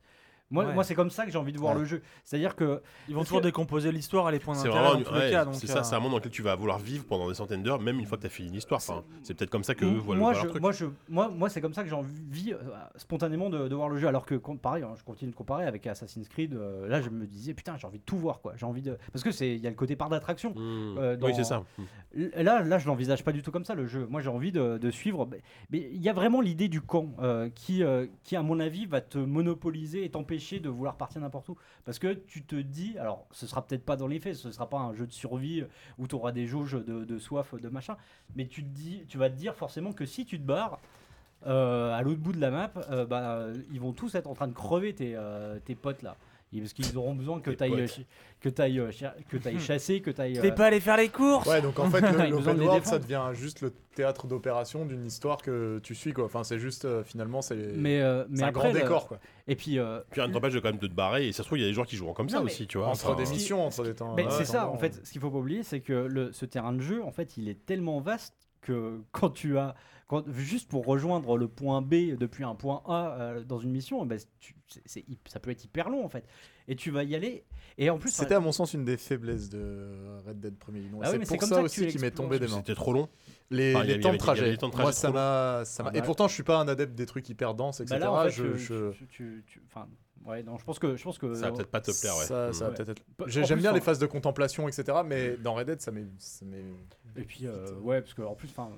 Speaker 4: Moi,
Speaker 6: Ouais.
Speaker 4: moi c'est comme ça que j'ai envie de voir
Speaker 5: Ouais.
Speaker 4: le jeu. C'est-à-dire que
Speaker 6: Ils vont
Speaker 4: Parce
Speaker 6: toujours
Speaker 4: que-
Speaker 6: décomposer l'histoire et les points
Speaker 2: C'est
Speaker 6: d'intérêt
Speaker 2: vraiment
Speaker 6: dans
Speaker 2: une-
Speaker 6: tous les
Speaker 2: ouais,
Speaker 6: cas. donc,
Speaker 2: c'est
Speaker 6: euh,
Speaker 2: ça, c'est un monde dans lequel tu vas vouloir vivre pendant des centaines d'heures, même une fois que t'as fini l'histoire. Enfin, c'est peut-être comme ça que eux voient le
Speaker 4: moi,
Speaker 2: voient
Speaker 4: je,
Speaker 2: leur truc.
Speaker 4: moi, je, moi, moi, c'est comme ça que j'ai envie euh, spontanément de, de voir le jeu. Alors que com- pareil, hein, je continue de comparer avec Assassin's Creed. euh, là, je me disais putain, j'ai envie de tout voir quoi. J'ai envie de parce que c'est il y a le côté part d'attraction.
Speaker 2: Hmm.
Speaker 4: euh,
Speaker 2: Oui,
Speaker 4: dans-
Speaker 2: c'est ça.
Speaker 4: L- Là, là, je l'envisage pas du tout comme ça le jeu. Moi, j'ai envie de, de suivre. Mais mais il y a vraiment l'idée du camp euh, qui, euh, qui, à mon avis, va te monopoliser et t'empêcher empêcher de vouloir partir n'importe où. Parce que tu te dis, alors ce sera peut-être pas dans les faits, ce sera pas un jeu de survie où tu auras des jauges de, de soif, de machin, mais tu, te dis, tu vas te dire forcément que si tu te barres, euh, à l'autre bout de la map, euh, bah, ils vont tous être en train de crever tes, euh, tes potes là. Et Parce qu'ils auront besoin que
Speaker 2: Tes
Speaker 4: tu ailles,
Speaker 2: potes. Hmm.
Speaker 4: que t'ailles, euh, cher- que t'ailles euh, chasser, que tu ailles.
Speaker 6: T'es pas allé faire les courses
Speaker 5: Ouais, donc en fait,
Speaker 4: Ils
Speaker 5: le-
Speaker 4: nous ont
Speaker 5: l'open
Speaker 4: des
Speaker 5: world,
Speaker 4: défenses.
Speaker 5: ça devient juste le théâtre d'opération d'une histoire que tu suis, quoi. Enfin, c'est juste, euh, finalement, c'est
Speaker 4: Mais, euh,
Speaker 5: c'est
Speaker 4: mais
Speaker 5: un
Speaker 4: après,
Speaker 5: grand
Speaker 4: le-
Speaker 5: décor, quoi.
Speaker 4: Et puis, euh,
Speaker 2: Puis un tempête de quand même de te barrer, et ça se trouve, il y a des joueurs qui joueront comme
Speaker 4: Non,
Speaker 2: ça
Speaker 4: mais-
Speaker 2: aussi, tu vois.
Speaker 5: Entre
Speaker 2: Enfin,
Speaker 5: des
Speaker 4: ce qui-
Speaker 5: missions, entre des temps.
Speaker 4: Mais
Speaker 5: ouais,
Speaker 4: c'est ça,
Speaker 5: temps
Speaker 4: en fait, ce qu'il faut pas oublier, c'est que le, ce terrain de jeu, en fait, il est tellement vaste que quand tu as, quand, juste pour rejoindre le point B depuis un point A euh, dans une mission, eh ben, tu- c'est- c'est hy- ça peut être hyper long en fait. Et tu vas y aller. Et en plus,
Speaker 5: C'était à mon sens une des faiblesses de Red Dead Premier. Donc,
Speaker 4: Ah oui,
Speaker 5: c'est
Speaker 4: mais c'est
Speaker 5: pour
Speaker 4: comme
Speaker 5: ça
Speaker 4: ça que
Speaker 5: aussi
Speaker 4: tu
Speaker 5: qui m'est tombé des mains.
Speaker 2: C'était trop long.
Speaker 5: Les,
Speaker 2: Enfin, il y
Speaker 5: les
Speaker 2: avait-
Speaker 5: temps de
Speaker 2: il y avait- il y avait
Speaker 5: trajet.
Speaker 2: des temps de
Speaker 5: Moi,
Speaker 2: trajet
Speaker 5: ça
Speaker 2: trop
Speaker 5: m'a, ça m'a-
Speaker 4: Ah
Speaker 5: Et
Speaker 4: bah-
Speaker 5: pourtant, je suis pas un adepte des trucs hyper denses,
Speaker 4: bah
Speaker 5: etc.
Speaker 4: là, en fait,
Speaker 5: je,
Speaker 4: tu-
Speaker 5: je-
Speaker 4: tu- tu- tu- enfin, ouais, non, je pense que, je pense que.
Speaker 2: Ça va peut-être pas te plaire, ouais. Mmh.
Speaker 5: Ça, ça va
Speaker 4: Ouais.
Speaker 5: peut-être être-
Speaker 4: P-
Speaker 5: J'ai-
Speaker 4: en
Speaker 5: J'aime
Speaker 4: plus,
Speaker 5: bien
Speaker 4: en-
Speaker 5: les phases de contemplation, etc. Mais dans Red Dead, ça m'est. ça m'est-
Speaker 4: Et puis, euh, ouais, parce que en plus, enfin,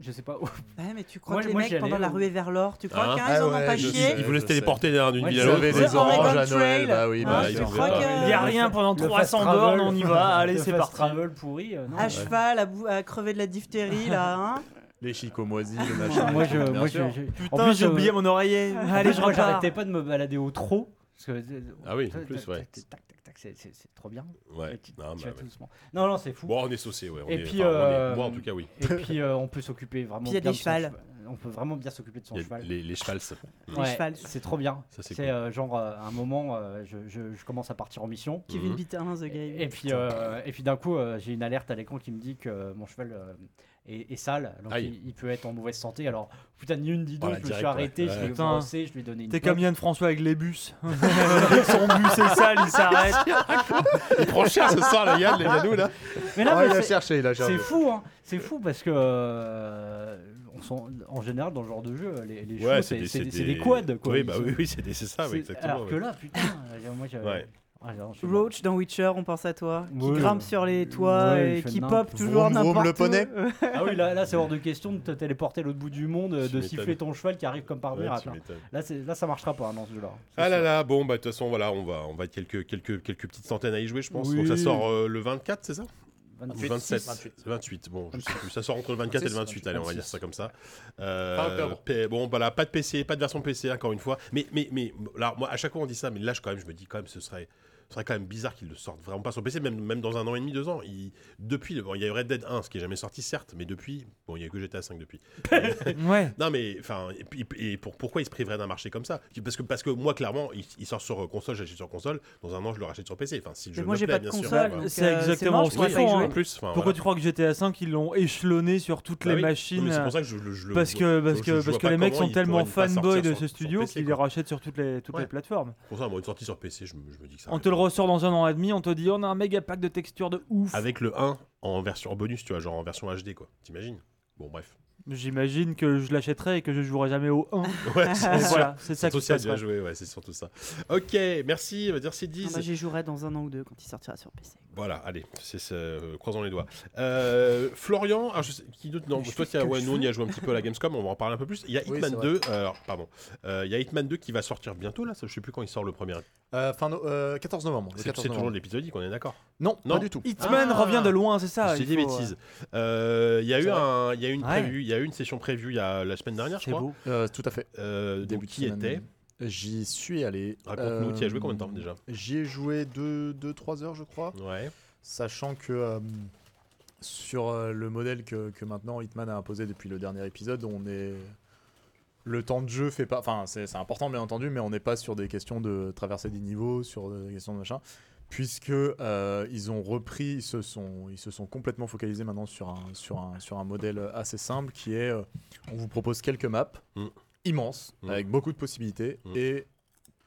Speaker 4: je sais pas.
Speaker 3: Ouais, mais tu crois
Speaker 4: Moi,
Speaker 3: que les
Speaker 4: moi, j'y
Speaker 3: mecs, pendant
Speaker 4: allais,
Speaker 3: la
Speaker 4: euh,
Speaker 3: ruée vers l'or, tu
Speaker 2: Hein
Speaker 3: crois qu'ils
Speaker 5: Ah
Speaker 3: en ont
Speaker 5: ouais,
Speaker 3: pas
Speaker 5: je
Speaker 3: chié
Speaker 5: sais.
Speaker 2: Ils voulaient se téléporter d'un- d'une
Speaker 4: Ouais,
Speaker 2: ville
Speaker 5: Ils
Speaker 2: à
Speaker 4: ils
Speaker 2: l'autre.
Speaker 5: avaient
Speaker 3: The
Speaker 5: des
Speaker 3: Oregon
Speaker 5: oranges à Noël.
Speaker 3: Trail.
Speaker 5: Bah oui,
Speaker 3: Hein,
Speaker 5: bah,
Speaker 2: Ouais,
Speaker 3: tu
Speaker 5: bien
Speaker 2: ils
Speaker 5: sûr.
Speaker 3: crois
Speaker 2: faisaient-
Speaker 3: que
Speaker 6: Il y a rien pendant
Speaker 4: Le
Speaker 6: 300
Speaker 4: fast
Speaker 6: bornes,
Speaker 4: travel,
Speaker 6: on y va, allez,
Speaker 4: le
Speaker 6: c'est
Speaker 4: fast
Speaker 6: parti. Ah,
Speaker 4: Travel pourri. euh, non.
Speaker 3: à cheval, à, bou- à crever de la diphtérie là, hein
Speaker 5: Les chicots moisis, le
Speaker 4: Moi,
Speaker 5: machin.
Speaker 4: moi, je,
Speaker 5: Bien
Speaker 4: moi,
Speaker 5: sûr.
Speaker 4: je- je- en
Speaker 6: Putain,
Speaker 4: plus,
Speaker 6: j'ai
Speaker 4: euh,
Speaker 6: oublié mon oreiller. Allez, je
Speaker 4: moi,
Speaker 6: repars.
Speaker 4: j'arrêtais pas de me balader au trot. parce que- euh,
Speaker 2: Ah oui, en
Speaker 4: Tac,
Speaker 2: plus,
Speaker 4: tac,
Speaker 2: ouais.
Speaker 4: tac, tac, tac, tac, c'est- C'est c'est trop bien.
Speaker 2: Ouais.
Speaker 4: Et tu-
Speaker 2: Non,
Speaker 4: tu
Speaker 2: bah,
Speaker 4: vas tout
Speaker 2: ouais.
Speaker 4: doucement. Non, non, c'est fou.
Speaker 2: Bon, on est saucé, ouais. on
Speaker 4: Et
Speaker 2: est-
Speaker 4: puis,
Speaker 2: enfin, on est-
Speaker 4: euh,
Speaker 2: Moi, en tout cas, oui.
Speaker 4: Et puis, euh, on peut s'occuper vraiment.
Speaker 3: Puis il y a
Speaker 4: bien
Speaker 3: des
Speaker 4: de son
Speaker 3: chevals.
Speaker 4: On peut vraiment bien s'occuper de son
Speaker 2: Il y a
Speaker 4: cheval.
Speaker 2: Les, les chevals.
Speaker 3: les chevals.
Speaker 4: C'est trop bien.
Speaker 2: Ça, c'est
Speaker 4: C'est
Speaker 2: cool.
Speaker 4: euh, genre, euh, à un moment, euh, je, je- je commence à partir en mission.
Speaker 3: Kevin
Speaker 2: Mhm.
Speaker 3: Bitter, The Game.
Speaker 4: Et, et puis, euh, et puis d'un coup, euh, j'ai une alerte à l'écran qui me dit que euh, mon cheval euh, est, est sale. Donc,
Speaker 2: Aïe.
Speaker 4: il, il peut être en mauvaise santé. Alors, putain, ni une, ni deux,
Speaker 2: Oh, là,
Speaker 4: je me
Speaker 2: direct,
Speaker 4: suis arrêté,
Speaker 2: ouais.
Speaker 4: je l'ai
Speaker 6: Putain.
Speaker 4: brossé, je lui ai donné une.
Speaker 6: T'es
Speaker 4: clope.
Speaker 6: comme Yann François avec les bus. Son bus est sale, il s'arrête.
Speaker 4: euh,
Speaker 2: Il prend cher ce soir, les Yann, les hein. Yannou, là.
Speaker 4: Mais
Speaker 5: Ah,
Speaker 4: non, mais
Speaker 5: il a
Speaker 4: c'est-
Speaker 5: cherché, il a
Speaker 4: C'est
Speaker 5: cherché.
Speaker 4: fou, hein. C'est fou parce que euh, on s'en- en général dans ce genre de jeu, les, les
Speaker 2: Ouais,
Speaker 4: choses,
Speaker 2: c'est des,
Speaker 4: c'est
Speaker 2: c'est
Speaker 4: des, c'est des quads, quoi.
Speaker 2: Oui,
Speaker 4: Ils
Speaker 2: bah
Speaker 4: sont-
Speaker 2: oui, oui, c'est des- c'est ça,
Speaker 4: c'est-
Speaker 2: ouais, exactement.
Speaker 4: Alors que
Speaker 2: ouais.
Speaker 4: là, putain, euh, moi j'avais.
Speaker 2: Ouais.
Speaker 4: Ah, non, je sais pas.
Speaker 3: Roach dans Witcher, on pense à toi, qui
Speaker 4: Ouais.
Speaker 3: grimpe sur les toits
Speaker 4: Ouais, il
Speaker 3: et
Speaker 4: fait
Speaker 3: qui
Speaker 4: n'im-
Speaker 3: pop
Speaker 5: Vroom,
Speaker 3: toujours
Speaker 5: vroom,
Speaker 3: n'importe où.
Speaker 5: le poney.
Speaker 4: Ah oui, là, là, c'est hors de question de te téléporter à l'autre bout du monde, euh,
Speaker 2: Tu
Speaker 4: de
Speaker 2: m'étonnes.
Speaker 4: siffler ton cheval qui arrive comme par
Speaker 2: Ouais,
Speaker 4: miracle.
Speaker 2: tu
Speaker 4: hein.
Speaker 2: m'étonnes.
Speaker 4: Là, c'est- là, ça marchera pas hein, dans ce jeu-là. C'est
Speaker 2: Ah là
Speaker 4: sûr.
Speaker 2: là, bon, bah de toute façon, voilà, on va, on va être quelques, quelques, quelques petites centaines à y jouer, je pense.
Speaker 4: Oui.
Speaker 2: Donc ça sort euh, le 24, c'est ça Ou
Speaker 4: 28.
Speaker 2: 27
Speaker 5: 28.
Speaker 2: 28. bon, je sais plus. Ça sort entre le 24 et le
Speaker 5: 26,
Speaker 2: 28, allez, on va dire ça comme ça. Euh,
Speaker 5: Fin octobre.
Speaker 2: P- bon, bah là, pas de PC, pas de version PC, encore une fois. Mais, mais, mais là, moi, à chaque fois, on dit ça, mais là, je, quand même, je me dis quand même, ce serait. Ce serait quand même bizarre qu'ils le sortent vraiment pas sur PC, même, même dans un an et demi, deux ans. Il, depuis, bon, il y a eu Red Dead 1, ce qui est jamais sorti, certes, mais depuis, bon, il y a eu que GTA 5 depuis.
Speaker 6: Ouais.
Speaker 2: Non mais enfin et, puis- et pour pourquoi ils se priveraient d'un marché comme ça Parce que parce que moi clairement il, il sort sur euh, console, j'achète sur console. Dans un an je le rachète sur PC. Enfin si je
Speaker 3: Mais moi, j'ai pas de console. donc,
Speaker 6: C'est
Speaker 3: euh,
Speaker 6: exactement
Speaker 3: mort, je
Speaker 6: ce
Speaker 3: pourrais
Speaker 6: qu'ils
Speaker 3: pas y
Speaker 6: font,
Speaker 3: jouer.
Speaker 2: En plus, enfin,
Speaker 6: Pourquoi
Speaker 2: voilà.
Speaker 6: tu crois que GTA 5 ils l'ont échelonné sur toutes
Speaker 2: Bah
Speaker 6: les
Speaker 2: oui. Non,
Speaker 6: machines euh,
Speaker 2: mais C'est pour ça que je, le- je le-
Speaker 6: parce
Speaker 2: je-
Speaker 6: que, parce
Speaker 2: je-
Speaker 6: que,
Speaker 2: je vois
Speaker 6: parce que
Speaker 2: pas
Speaker 6: les mecs
Speaker 2: comment
Speaker 6: sont
Speaker 2: ils
Speaker 6: tellement
Speaker 2: pourraient ne pas
Speaker 6: fanboys de
Speaker 2: sortir
Speaker 6: ce
Speaker 2: sur-
Speaker 6: studio
Speaker 2: sur PC,
Speaker 6: qu'ils les
Speaker 2: quoi.
Speaker 6: rachètent sur toutes les, toutes
Speaker 2: Ouais.
Speaker 6: les plateformes.
Speaker 2: Pour ça moi une sortie sur PC, je, me- je me dis que ça.
Speaker 6: On
Speaker 2: arrive.
Speaker 6: te le ressort dans un an et demi, on te dit on a un méga pack de textures de ouf.
Speaker 2: Avec le 1 en version bonus, tu vois, genre en version HD quoi. T'imagines Bon bref.
Speaker 6: J'imagine que je l'achèterai et que je jouerai jamais au 1.
Speaker 2: Ouais, c'est
Speaker 6: Et
Speaker 2: sûr.
Speaker 6: voilà, c'est ça
Speaker 2: C'est
Speaker 6: qui se
Speaker 2: social
Speaker 6: passe.
Speaker 2: bien joué, ouais, c'est surtout ça. Ok, merci, on va dire c'est 10.
Speaker 3: Ah bah, J'y jouerai dans un an ou deux quand il sortira sur PC.
Speaker 2: Voilà, allez, c'est ça, euh, croisons les doigts. Euh, Florian, alors je sais- qui d'autre Non,
Speaker 6: Je
Speaker 2: toi,
Speaker 6: fais
Speaker 2: t'as-
Speaker 6: ce que
Speaker 2: ouais,
Speaker 6: je
Speaker 2: nous on
Speaker 6: veux.
Speaker 2: y a joué un petit peu à la Gamescom, on va en parler un peu plus. Il y a
Speaker 5: Oui,
Speaker 2: Hitman
Speaker 5: c'est vrai.
Speaker 2: 2, euh, alors pardon, Euh, il y a Hitman 2 qui va sortir bientôt là, ça, je sais plus quand il sort le premier.
Speaker 5: Euh, fin no- euh, 14 novembre. le
Speaker 2: C'est
Speaker 5: 14
Speaker 2: c'est toujours
Speaker 5: novembre.
Speaker 2: de l'épisodique, on est d'accord.
Speaker 5: Non,
Speaker 2: Non.
Speaker 5: pas du tout.
Speaker 6: Hitman
Speaker 2: Ah.
Speaker 6: revient de loin, c'est ça.
Speaker 2: J'ai
Speaker 6: il
Speaker 2: dit des
Speaker 6: faut, euh,
Speaker 2: bêtises. Euh, Il y a eu
Speaker 5: C'est vrai.
Speaker 2: un, il y a eu une
Speaker 6: Ouais.
Speaker 2: preview, il y a eu une session preview il y a, la semaine dernière, je
Speaker 6: C'est
Speaker 2: crois.
Speaker 6: beau.
Speaker 5: Euh, tout à fait.
Speaker 2: Euh, donc,
Speaker 5: Début de
Speaker 2: qui était
Speaker 5: semaine. J'y suis allé.
Speaker 2: Raconte-nous, t'y as
Speaker 5: Euh,
Speaker 2: joué combien de temps déjà
Speaker 5: J'y ai joué 2-3 heures, je crois.
Speaker 2: Ouais.
Speaker 5: Sachant que euh, sur euh, le modèle que, que maintenant Hitman a imposé depuis le dernier épisode, on est. Le temps de jeu fait pas. Enfin, c'est c'est important, bien entendu, mais on n'est pas sur des questions de traverser des niveaux, sur des questions de machin. Puisque euh, ils ont repris, ils se, sont, ils se sont complètement focalisés maintenant sur un, sur un, sur un modèle assez simple qui est euh, on vous propose quelques maps
Speaker 2: Mm.
Speaker 5: immenses,
Speaker 2: Mm.
Speaker 5: avec beaucoup de possibilités,
Speaker 2: Mm.
Speaker 5: et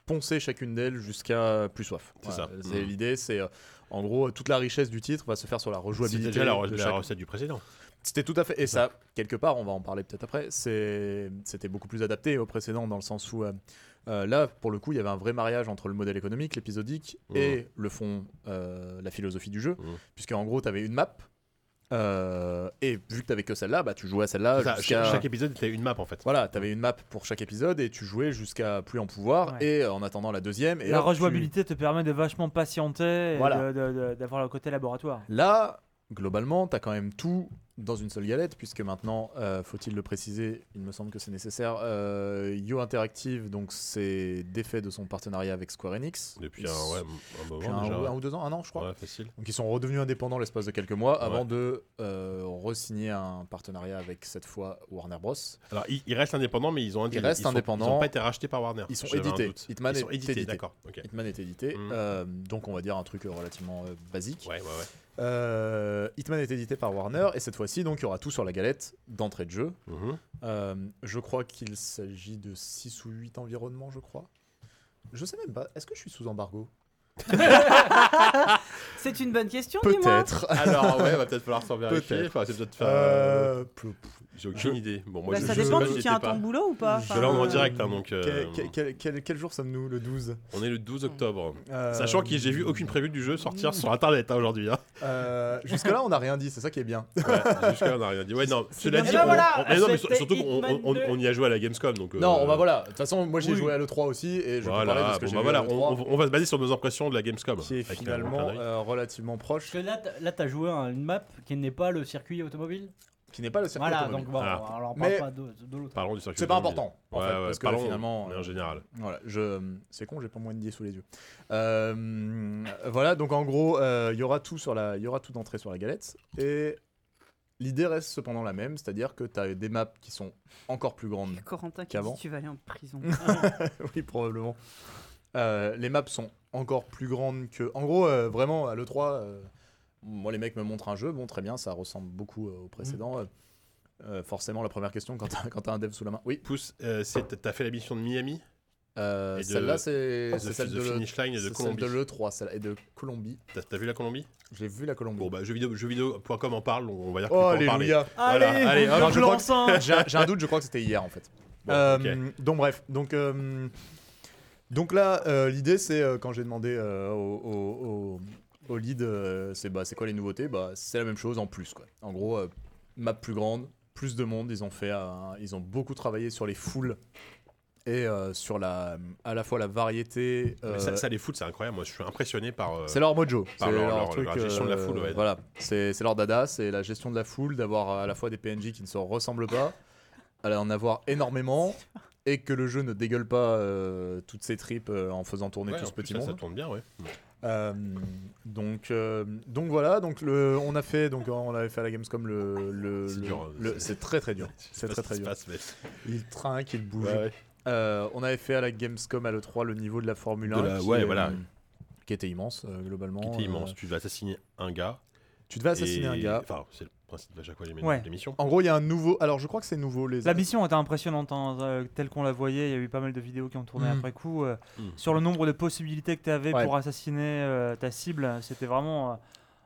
Speaker 5: poncer chacune d'elles jusqu'à plus soif.
Speaker 2: C'est ça.
Speaker 5: C'est
Speaker 2: Mm.
Speaker 5: l'idée, c'est euh, en gros, toute la richesse du titre va se faire sur la
Speaker 2: C'était
Speaker 5: rejouabilité.
Speaker 2: déjà la,
Speaker 5: de
Speaker 2: la
Speaker 5: chaque-
Speaker 2: recette du précédent.
Speaker 5: C'était tout à fait. Et ça, quelque part, on va en parler peut-être après, c'est- c'était beaucoup plus adapté au précédent dans le sens où euh, euh, là, pour le coup, il y avait un vrai mariage entre le modèle économique, l'épisodique
Speaker 2: Mhm.
Speaker 5: et le fond, euh, la philosophie du jeu.
Speaker 2: Mhm.
Speaker 5: Puisque en gros, tu avais une map. Euh, et vu que t'avais que celle-là, bah, tu jouais à celle-là
Speaker 2: Ça,
Speaker 5: jusqu'à...
Speaker 2: chaque épisode était une map en fait.
Speaker 5: Voilà, t'avais une map pour chaque épisode et tu jouais jusqu'à plus en pouvoir
Speaker 6: Ouais.
Speaker 5: et euh, en attendant la deuxième. Et
Speaker 6: La
Speaker 5: hop, tu-
Speaker 6: rejouabilité te permet de vachement patienter et
Speaker 5: Voilà.
Speaker 6: de- de- de- d'avoir le côté laboratoire.
Speaker 5: Là, globalement, t'as quand même tout dans une seule galette, puisque maintenant, euh, faut-il le préciser, il me semble que c'est nécessaire, euh, Yo Interactive, donc c'est défait de son partenariat avec Square Enix.
Speaker 2: Depuis
Speaker 5: Ils-
Speaker 2: un, ouais, un
Speaker 5: depuis
Speaker 2: moment
Speaker 5: un-
Speaker 2: déjà.
Speaker 5: un ou deux ans, un an je crois.
Speaker 2: Ouais, facile.
Speaker 5: Donc ils sont redevenus indépendants l'espace de quelques mois avant
Speaker 2: Ouais.
Speaker 5: de euh, re-signer un partenariat avec cette fois Warner Bros.
Speaker 2: Alors, ils, ils restent indépendants, mais ils ont
Speaker 5: Ils restent
Speaker 2: sont-
Speaker 5: indépendants.
Speaker 2: Ils n'ont pas été rachetés par Warner.
Speaker 5: Ils sont
Speaker 2: J'avais un
Speaker 5: édités.
Speaker 2: doute.
Speaker 5: Hitman
Speaker 2: ils sont
Speaker 5: est
Speaker 2: édités,
Speaker 5: édité.
Speaker 2: d'accord. ok.
Speaker 5: Hitman est édité,
Speaker 2: Mm.
Speaker 5: euh, donc on va dire un truc euh, relativement euh, basique.
Speaker 2: Ouais, ouais, ouais.
Speaker 5: Euh, Hitman est édité par Warner et cette fois-ci donc il y aura tout sur la galette d'entrée de jeu.
Speaker 2: Mhm.
Speaker 5: Euh, je crois qu'il s'agit de 6 ou 8 environnements, je crois. Je sais même pas, est-ce que je suis sous embargo
Speaker 3: C'est une bonne question, dis-moi.
Speaker 5: Peut-être.
Speaker 2: Alors, ouais, va peut-être falloir s'en vérifier.
Speaker 5: Peut-être.
Speaker 2: Enfin, c'est peut-être. euh,
Speaker 5: Euh, p-
Speaker 2: J'ai aucune idée. Bon, moi,
Speaker 3: Bah,
Speaker 2: je,
Speaker 3: ça
Speaker 2: je-
Speaker 3: dépend,
Speaker 2: moi,
Speaker 3: tu
Speaker 2: j'étais
Speaker 3: tiens à
Speaker 2: pas.
Speaker 3: ton boulot ou pas
Speaker 5: Je-
Speaker 2: Je l'en en
Speaker 5: Euh,
Speaker 2: direct, hein, donc. euh,
Speaker 5: quel, quel- quel- quel- quel jour sommes-nous Le 12
Speaker 2: On est le 12 octobre.
Speaker 5: Euh,
Speaker 2: Sachant que j'ai vu aucune prévue du jeu
Speaker 5: Mm.
Speaker 2: sortir sur internet hein, aujourd'hui. Hein.
Speaker 5: euh, Jusque-là, on n'a rien dit, c'est ça qui est bien.
Speaker 2: Ouais, Jusqu'à on n'a rien dit. Ouais, non, cela
Speaker 3: bien.
Speaker 2: dit,
Speaker 3: Eh ben
Speaker 5: Ah,
Speaker 2: on-
Speaker 3: voilà,
Speaker 2: on- mais non, mais
Speaker 3: c'était
Speaker 2: surtout qu'on
Speaker 3: Hitman
Speaker 2: on, on-
Speaker 3: 2.
Speaker 2: on y a joué à la Gamescom. Donc, euh,
Speaker 5: Non, on va voilà. De toute façon, moi j'ai
Speaker 6: oui.
Speaker 5: joué à l'E3 aussi et je peux parler de
Speaker 2: Voilà,
Speaker 5: ce que
Speaker 2: bon,
Speaker 5: j'ai
Speaker 2: bah
Speaker 5: vu
Speaker 2: voilà,
Speaker 5: à l'E3,
Speaker 2: on, on va se baser sur nos impressions de la Gamescom.
Speaker 5: qui est
Speaker 2: avec un-
Speaker 5: finalement
Speaker 2: un-
Speaker 5: euh, relativement proche,
Speaker 4: Parce que là, t'as- là, t'as joué à une map qui n'est pas le circuit automobile.
Speaker 5: qui n'est pas le circuit
Speaker 4: voilà,
Speaker 5: automobile.
Speaker 4: donc bon,
Speaker 2: Voilà.
Speaker 4: on leur parle
Speaker 5: Mais-
Speaker 4: pas de, de l'autre.
Speaker 2: Parlons du circuit.
Speaker 5: C'est pas
Speaker 2: automobile.
Speaker 5: important, en
Speaker 2: Ouais,
Speaker 5: fait,
Speaker 2: ouais,
Speaker 5: parce que
Speaker 2: parlons,
Speaker 5: finalement,
Speaker 2: mais
Speaker 5: euh,
Speaker 2: en général.
Speaker 5: Voilà, je... c'est con, j'ai pas moins de 10 sous les yeux. Euh, voilà, donc en gros, euh, il y aura tout sur la, il y aura tout d'entrée sur la galette et l'idée reste cependant la même, c'est-à-dire que tu as des maps qui sont encore plus grandes.
Speaker 3: Corentin qui
Speaker 5: Qu'avant.
Speaker 3: dit tu vas aller en prison.
Speaker 5: oui, probablement. Euh, les maps sont encore plus grandes que. En gros, euh, vraiment, à l'E3, euh, moi, les mecs me montrent un jeu. Bon, très bien, ça ressemble beaucoup euh, au précédent. Euh, euh, forcément, la première question quand t'as- quand t'as un dev sous la main. Oui,
Speaker 2: Pousse, euh, c'est- t'as fait la mission de Miami
Speaker 5: euh,
Speaker 2: Et de-
Speaker 5: celle-là, c'est
Speaker 2: de
Speaker 5: c'est celle
Speaker 2: de
Speaker 5: de, l'E-
Speaker 2: Finish Line et de
Speaker 5: c'est celle
Speaker 2: Colombie.
Speaker 5: de l'E3 celle et de Colombie.
Speaker 2: T'as t'as vu la Colombie
Speaker 5: J'ai vu la Colombie.
Speaker 2: Bon, bah, jeuxvideo.com en parle, donc on va dire qu'on
Speaker 5: oh,
Speaker 2: peut en parler.
Speaker 5: alléluia
Speaker 2: Voilà, allez, hop.
Speaker 5: Non, je crois que-
Speaker 6: L'ensemble.
Speaker 5: J'ai un- j'ai un doute, je crois que c'était hier en fait.
Speaker 2: Bon,
Speaker 5: Euh, Donc bref, donc euh, donc là euh, l'idée c'est euh, quand j'ai demandé euh, au, au- au- au lead euh, c'est bah c'est quoi les nouveautés bah c'est la même chose en plus quoi. En gros euh, map plus grande, plus de monde, ils ont fait un- ils ont beaucoup travaillé sur les foules et euh, sur la à la fois la variété
Speaker 2: ok. Mais
Speaker 5: euh,
Speaker 2: ça, ça, les foot, c'est incroyable. Moi, je suis impressionné par. euh,
Speaker 5: c'est leur mojo.
Speaker 2: par
Speaker 5: C'est
Speaker 2: leur-
Speaker 5: leur,
Speaker 2: leur-
Speaker 5: truc. euh,
Speaker 2: leur gestion de la foule, ouais.
Speaker 5: Voilà. C'est c'est leur dada, c'est la gestion de la foule, d'avoir à la fois des PNJ qui ne se ressemblent pas, à en avoir énormément, et que le jeu ne dégueule pas euh, toutes ses tripes euh, en faisant tourner
Speaker 2: ouais,
Speaker 5: tout
Speaker 2: en
Speaker 5: ce
Speaker 2: plus,
Speaker 5: petit
Speaker 2: ça,
Speaker 5: monde.
Speaker 2: Ça tourne bien, ouais.
Speaker 5: Euh, donc, euh, donc voilà, donc le, on a fait, donc on l'avait fait à la Gamescom le, le-
Speaker 2: C'est
Speaker 5: le-
Speaker 2: dur, hein.
Speaker 5: le- c'est très très dur,
Speaker 2: Je sais
Speaker 5: c'est
Speaker 2: pas
Speaker 5: très
Speaker 2: ce
Speaker 5: très
Speaker 2: qui se passe,
Speaker 5: dur.
Speaker 2: mais-
Speaker 5: Il trinque, il bouge,
Speaker 2: Ouais, ouais.
Speaker 5: euh, on avait fait à la Gamescom à l'E3 le niveau de la Formule
Speaker 2: De
Speaker 5: 1.
Speaker 2: la-
Speaker 5: qui,
Speaker 2: ouais,
Speaker 5: euh,
Speaker 2: voilà.
Speaker 5: Qui était immense, euh, globalement.
Speaker 2: Qui était
Speaker 5: Euh,
Speaker 2: immense. Tu vas assassiner un gars.
Speaker 5: tu devais assassiner
Speaker 2: et-
Speaker 5: un gars.
Speaker 2: Enfin, c'est le principe à chaque fois des
Speaker 6: Ouais.
Speaker 2: missions.
Speaker 5: En gros, il y a un nouveau. Alors, je crois que c'est nouveau. Les...
Speaker 6: La mission était impressionnante, hein, euh, telle qu'on la voyait. Il y a eu pas mal de vidéos qui ont tourné
Speaker 5: Mm.
Speaker 6: après coup. euh,
Speaker 2: Mm.
Speaker 6: Sur le nombre de possibilités que tu avais
Speaker 5: Ouais.
Speaker 6: pour assassiner euh, ta cible, c'était vraiment. euh,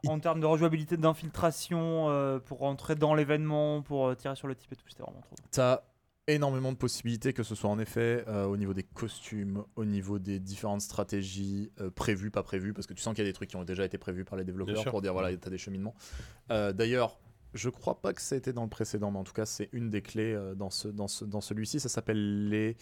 Speaker 6: en termes de rejouabilité, d'infiltration, euh, pour rentrer dans l'événement, pour euh, tirer sur le type et tout, c'était vraiment trop.
Speaker 5: T'as énormément de possibilités, que ce soit en effet euh, au niveau des costumes, au niveau des différentes stratégies euh, prévues, pas prévues, parce que tu sens qu'il y a des trucs qui ont déjà été prévus par les développeurs
Speaker 2: sûr.
Speaker 5: pour dire voilà, t'as des cheminements. Euh, D'ailleurs, je crois pas que ça a été dans le précédent, mais en tout cas, c'est une des clés euh, dans, ce, dans, ce, dans celui-ci. Ça s'appelle les,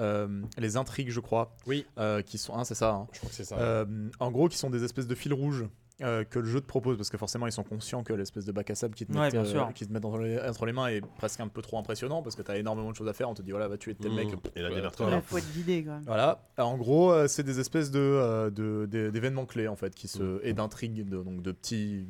Speaker 5: euh, les intrigues, je crois.
Speaker 2: Oui.
Speaker 5: Euh, qui sont. Hein, c'est ça. hein.
Speaker 2: Je crois que c'est ça.
Speaker 5: Euh, en gros, qui sont des espèces de fils rouges euh, que le jeu te propose, parce que forcément, ils sont conscients que l'espèce de bac à sable qui te
Speaker 6: Ouais,
Speaker 5: mettent,
Speaker 6: bien sûr.
Speaker 5: qui te mettent entre, les, entre les mains est presque un peu trop impressionnant, parce que t'as énormément de choses à faire. On te dit, voilà, va tuer tel
Speaker 2: Mmh.
Speaker 5: mec.
Speaker 2: Et la
Speaker 5: Ouais.
Speaker 2: démerde-toi.
Speaker 3: Il faut être guidé quand même.
Speaker 5: Voilà. Alors, en gros, euh, c'est des espèces de, euh, de- des- d'événements clés, en fait, qui
Speaker 2: Mmh.
Speaker 5: se, et d'intrigues, de, donc de petits,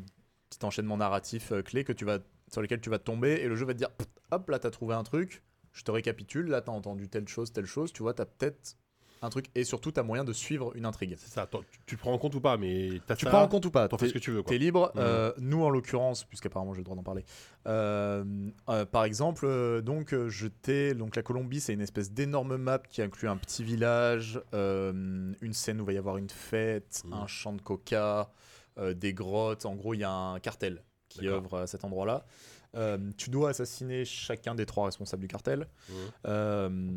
Speaker 5: petits enchaînements narratifs euh, clés que tu vas, sur lesquels tu vas tomber, et le jeu va te dire, hop, là, t'as trouvé un truc, je te récapitule, là, t'as entendu telle chose, telle chose, tu vois, t'as peut-être un truc, et surtout, t'as moyen de suivre une intrigue.
Speaker 2: C'est ça. Toi, tu- Tu le prends en compte ou pas, mais t'as
Speaker 5: Tu
Speaker 2: ça,
Speaker 5: prends en compte ou pas
Speaker 2: T'en
Speaker 5: t'es-
Speaker 2: fais ce que tu veux, quoi.
Speaker 5: T'es libre.
Speaker 2: Mhm.
Speaker 5: Euh, nous, en l'occurrence, puisqu'apparemment j'ai le droit d'en parler. euh, euh, par exemple, euh, donc euh, je t'ai- donc la Colombie, c'est une espèce d'énorme map qui inclut un petit village, euh, une scène où il va y avoir une fête,
Speaker 2: Mhm.
Speaker 5: un champ de coca, euh, des grottes. En gros, il y a un cartel qui
Speaker 2: D'accord.
Speaker 5: œuvre à cet endroit-là. Euh, tu dois assassiner chacun des trois responsables du cartel
Speaker 2: Mhm.
Speaker 5: euh,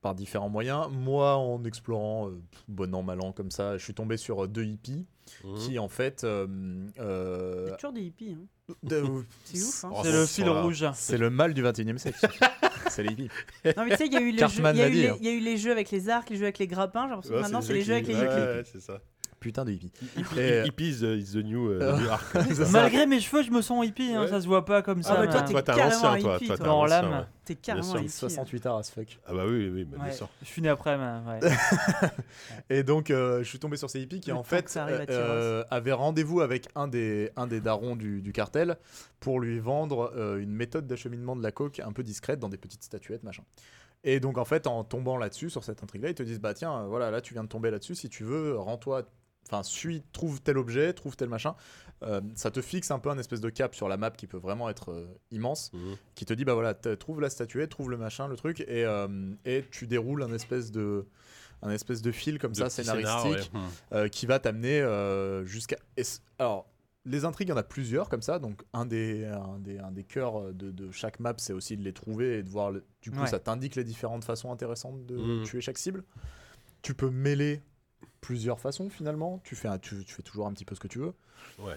Speaker 5: par différents moyens. Moi, en explorant euh, pff, bon an mal an comme
Speaker 3: Mmh.
Speaker 5: ça, je suis tombé sur euh, deux hippies
Speaker 2: Mhm.
Speaker 5: qui en fait euh, euh,
Speaker 3: C'est toujours des hippies. hein.
Speaker 5: De-
Speaker 3: C'est ouf. hein.
Speaker 2: Oh,
Speaker 6: C'est le
Speaker 2: ce
Speaker 6: fil
Speaker 2: soir-là.
Speaker 6: rouge.
Speaker 5: C'est le mal du 21 e siècle. c'est les
Speaker 3: Non, mais tu sais, il y a eu les jeux-
Speaker 5: Cartman
Speaker 3: il y a
Speaker 5: l'a
Speaker 3: eu
Speaker 5: dit,
Speaker 3: les-
Speaker 5: hein.
Speaker 3: il y a eu les jeux avec les arcs, les jeux avec les grappins. J'ai l'impression que maintenant, c'est les jeux avec les
Speaker 2: Ouais,
Speaker 3: hippies.
Speaker 2: ouais, c'est ça.
Speaker 5: Putain de hippies.
Speaker 2: Hi- Hippies uh, is the new, uh,
Speaker 5: Euh,
Speaker 2: new arc.
Speaker 5: C'est ça.
Speaker 6: Malgré mes cheveux, je me sens hippie, hein,
Speaker 2: Ouais.
Speaker 6: ça se voit pas comme ça.
Speaker 3: Ah bah,
Speaker 6: mais-
Speaker 3: toi, t'es
Speaker 2: Toi, t'es un
Speaker 3: carrément
Speaker 2: ancien,
Speaker 3: un
Speaker 2: toi.
Speaker 3: hippie,
Speaker 2: toi, t'es
Speaker 3: toi.
Speaker 2: un
Speaker 6: Dans
Speaker 2: ancien,
Speaker 6: l'âme.
Speaker 2: ouais.
Speaker 3: T'es carrément euh,
Speaker 2: sûr.
Speaker 3: hippie.
Speaker 5: 68 heures as fuck.
Speaker 2: Ah bah oui, oui, bah, bien
Speaker 6: Ouais,
Speaker 2: sûr.
Speaker 6: Je suis né après, mais ouais.
Speaker 5: Et donc, euh, je suis tombé sur ces hippies qui,
Speaker 3: Le
Speaker 5: en
Speaker 3: temps que
Speaker 5: fait,
Speaker 3: ça arrive à Tyros.
Speaker 5: euh, avaient rendez-vous avec un des, un des darons du, du cartel pour lui vendre euh, une méthode d'acheminement de la coke un peu discrète dans des petites statuettes, machin. Et donc, en fait, en tombant là-dessus, sur cette intrigue-là, ils te disent Bah, tiens, euh, voilà, là, tu viens de tomber là-dessus. Si tu veux, rends-toi. Enfin, suis, trouve tel objet, trouve tel machin. Euh, ça te fixe un peu un espèce de cap sur la map qui peut vraiment être euh, immense
Speaker 2: Mhm.
Speaker 5: qui te dit bah voilà t- trouve la statuette trouve le machin le truc et, euh, et tu déroules un espèce de un espèce de fil comme
Speaker 2: De
Speaker 5: ça
Speaker 2: petits
Speaker 5: scénaristique
Speaker 2: scénars, ouais. Hmm.
Speaker 5: euh, qui va t'amener euh, jusqu'à et c- alors les intrigues, il y en a plusieurs comme ça. Donc, un des, un des, un des cœurs de, de chaque map, c'est aussi de les trouver et de voir. le- Du coup,
Speaker 6: Ouais.
Speaker 5: ça t'indique les différentes façons intéressantes de
Speaker 2: Mhm.
Speaker 5: tuer chaque cible. Tu peux mêler plusieurs façons finalement. Tu fais, un- tu, tu fais toujours un petit peu ce que tu veux.
Speaker 2: Ouais.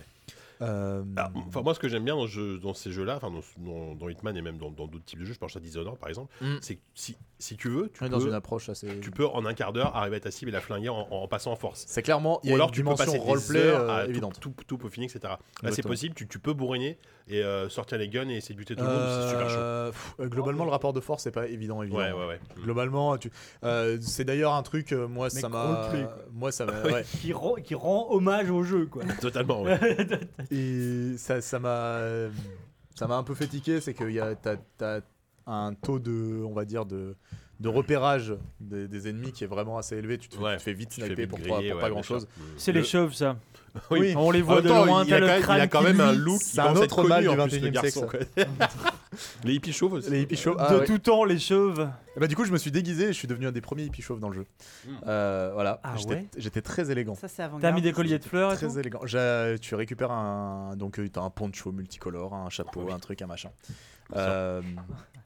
Speaker 5: Euh,
Speaker 2: Ah, Enfin, moi, ce que j'aime bien dans, ce jeu- dans ces jeux-là, enfin, dans, dans- dans Hitman et même dans dans d'autres types de jeux, je pense à Dishonored par exemple,
Speaker 5: Mm.
Speaker 2: c'est que si, si tu veux, tu
Speaker 5: on est
Speaker 2: peux,
Speaker 5: dans une approche assez.
Speaker 2: tu peux en un quart d'heure arriver à ta cible et la flinguer en, en passant en force.
Speaker 5: C'est clairement, il y a
Speaker 2: Ou alors
Speaker 5: une
Speaker 2: tu peux passer
Speaker 5: dimension
Speaker 2: des
Speaker 5: roleplay
Speaker 2: heures
Speaker 5: euh,
Speaker 2: à tout-
Speaker 5: évidente.
Speaker 2: tout, tout peaufiner, etc. Là, c'est
Speaker 5: Exactement.
Speaker 2: possible, tu, tu peux bourriner et euh, sortir les guns et essayer de buter tout le monde, c'est super chaud.
Speaker 5: Euh, pff, euh, globalement, le rapport de force, c'est pas évident, évident.
Speaker 2: Ouais, ouais, ouais. Mm.
Speaker 5: Globalement, tu... euh, c'est d'ailleurs un truc, euh, moi
Speaker 4: Mais
Speaker 5: ça m'a.
Speaker 4: roleplay, quoi.
Speaker 5: Moi ça m'a. ouais.
Speaker 4: qui, rend- qui rend hommage au jeu, quoi.
Speaker 2: Totalement, ouais.
Speaker 5: Et ça ça m'a. Ça m'a un peu fait tiquer, c'est que y a- t'as t'as un taux de. On va dire de. De repérage des, des ennemis qui est vraiment assez élevé, tu te,
Speaker 2: Ouais.
Speaker 5: tu te fais vite
Speaker 2: Tu fais
Speaker 5: sniper
Speaker 2: vite
Speaker 5: pour, pas-
Speaker 2: griller,
Speaker 5: pour
Speaker 2: ouais,
Speaker 5: pas
Speaker 2: bien
Speaker 5: grand
Speaker 2: sûr.
Speaker 5: chose.
Speaker 2: Mm.
Speaker 6: C'est
Speaker 2: Le-
Speaker 6: les chauves, ça.
Speaker 2: Oui.
Speaker 6: On les voit
Speaker 2: En
Speaker 6: de
Speaker 2: même temps,
Speaker 6: loin,
Speaker 2: il, a quand
Speaker 6: t'as le
Speaker 2: même, il
Speaker 6: crâne
Speaker 2: a quand
Speaker 6: qui
Speaker 2: même un
Speaker 6: luit.
Speaker 2: look qui
Speaker 5: C'est un
Speaker 2: commence à
Speaker 5: autre
Speaker 2: être
Speaker 5: mal
Speaker 2: connu
Speaker 5: du
Speaker 2: en plus, le
Speaker 5: 21e
Speaker 2: garçon. quoi. les hippies chauves aussi.
Speaker 5: Les hippies ah, chauds.
Speaker 6: de tout temps, les chauves.
Speaker 5: Et bah, du coup, je me suis déguisé et je suis devenu un des premiers hippies chauves dans le jeu.
Speaker 2: Mm.
Speaker 5: Euh, voilà,
Speaker 6: Ah
Speaker 5: J'étais-
Speaker 6: ouais
Speaker 5: j'étais très élégant.
Speaker 3: Ça, c'est avant
Speaker 6: T'as mis des colliers de fleurs et
Speaker 5: Très
Speaker 6: tout.
Speaker 5: élégant. J'ai- Tu récupères un donc euh, t'as un poncho multicolore, un chapeau, un truc, un macin. Euh,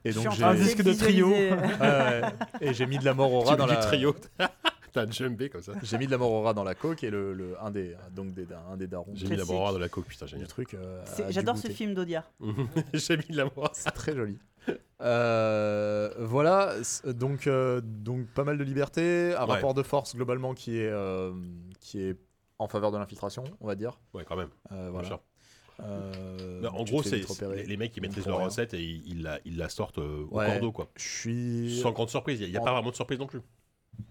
Speaker 5: et donc j'ai Ah,
Speaker 6: un disque de trio.
Speaker 3: euh,
Speaker 5: Ouais, ouais. et j'ai mis de la mort au rat
Speaker 2: Tu
Speaker 5: dans
Speaker 2: dans
Speaker 5: la
Speaker 2: trio. T'as jumpé comme ça.
Speaker 5: J'ai mis de la mort au rat dans la coque et le, le- un des donc des un des darons
Speaker 2: J'ai mis la
Speaker 3: Classique.
Speaker 2: mort de la coque, putain,
Speaker 5: du
Speaker 2: génial.
Speaker 5: truc. euh, a dû
Speaker 3: J'adore ce
Speaker 5: goûter.
Speaker 3: film d'Audiard.
Speaker 2: J'ai mis la mort.
Speaker 5: C'est très joli. Euh, voilà, s- donc, euh, donc pas mal de liberté, un
Speaker 2: Ouais.
Speaker 5: rapport de force globalement qui est, euh, qui est en faveur de l'infiltration, on va dire.
Speaker 2: Ouais, quand même.
Speaker 5: Euh,
Speaker 2: bien
Speaker 5: voilà.
Speaker 2: sûr.
Speaker 5: Euh,
Speaker 2: Non, en
Speaker 5: tu
Speaker 2: gros,
Speaker 5: te fais
Speaker 2: c'est
Speaker 5: vite repérer.
Speaker 2: les, les mecs qui
Speaker 5: Ils
Speaker 2: maîtrisent
Speaker 5: font
Speaker 2: leur
Speaker 5: rien.
Speaker 2: recette et ils, ils la, ils la sortent euh,
Speaker 5: Ouais.
Speaker 2: au cordeau, quoi.
Speaker 5: Je suis.
Speaker 2: Sans grande surprise. Il n'y a,
Speaker 5: En-
Speaker 2: pas vraiment de surprise non plus.
Speaker 5: En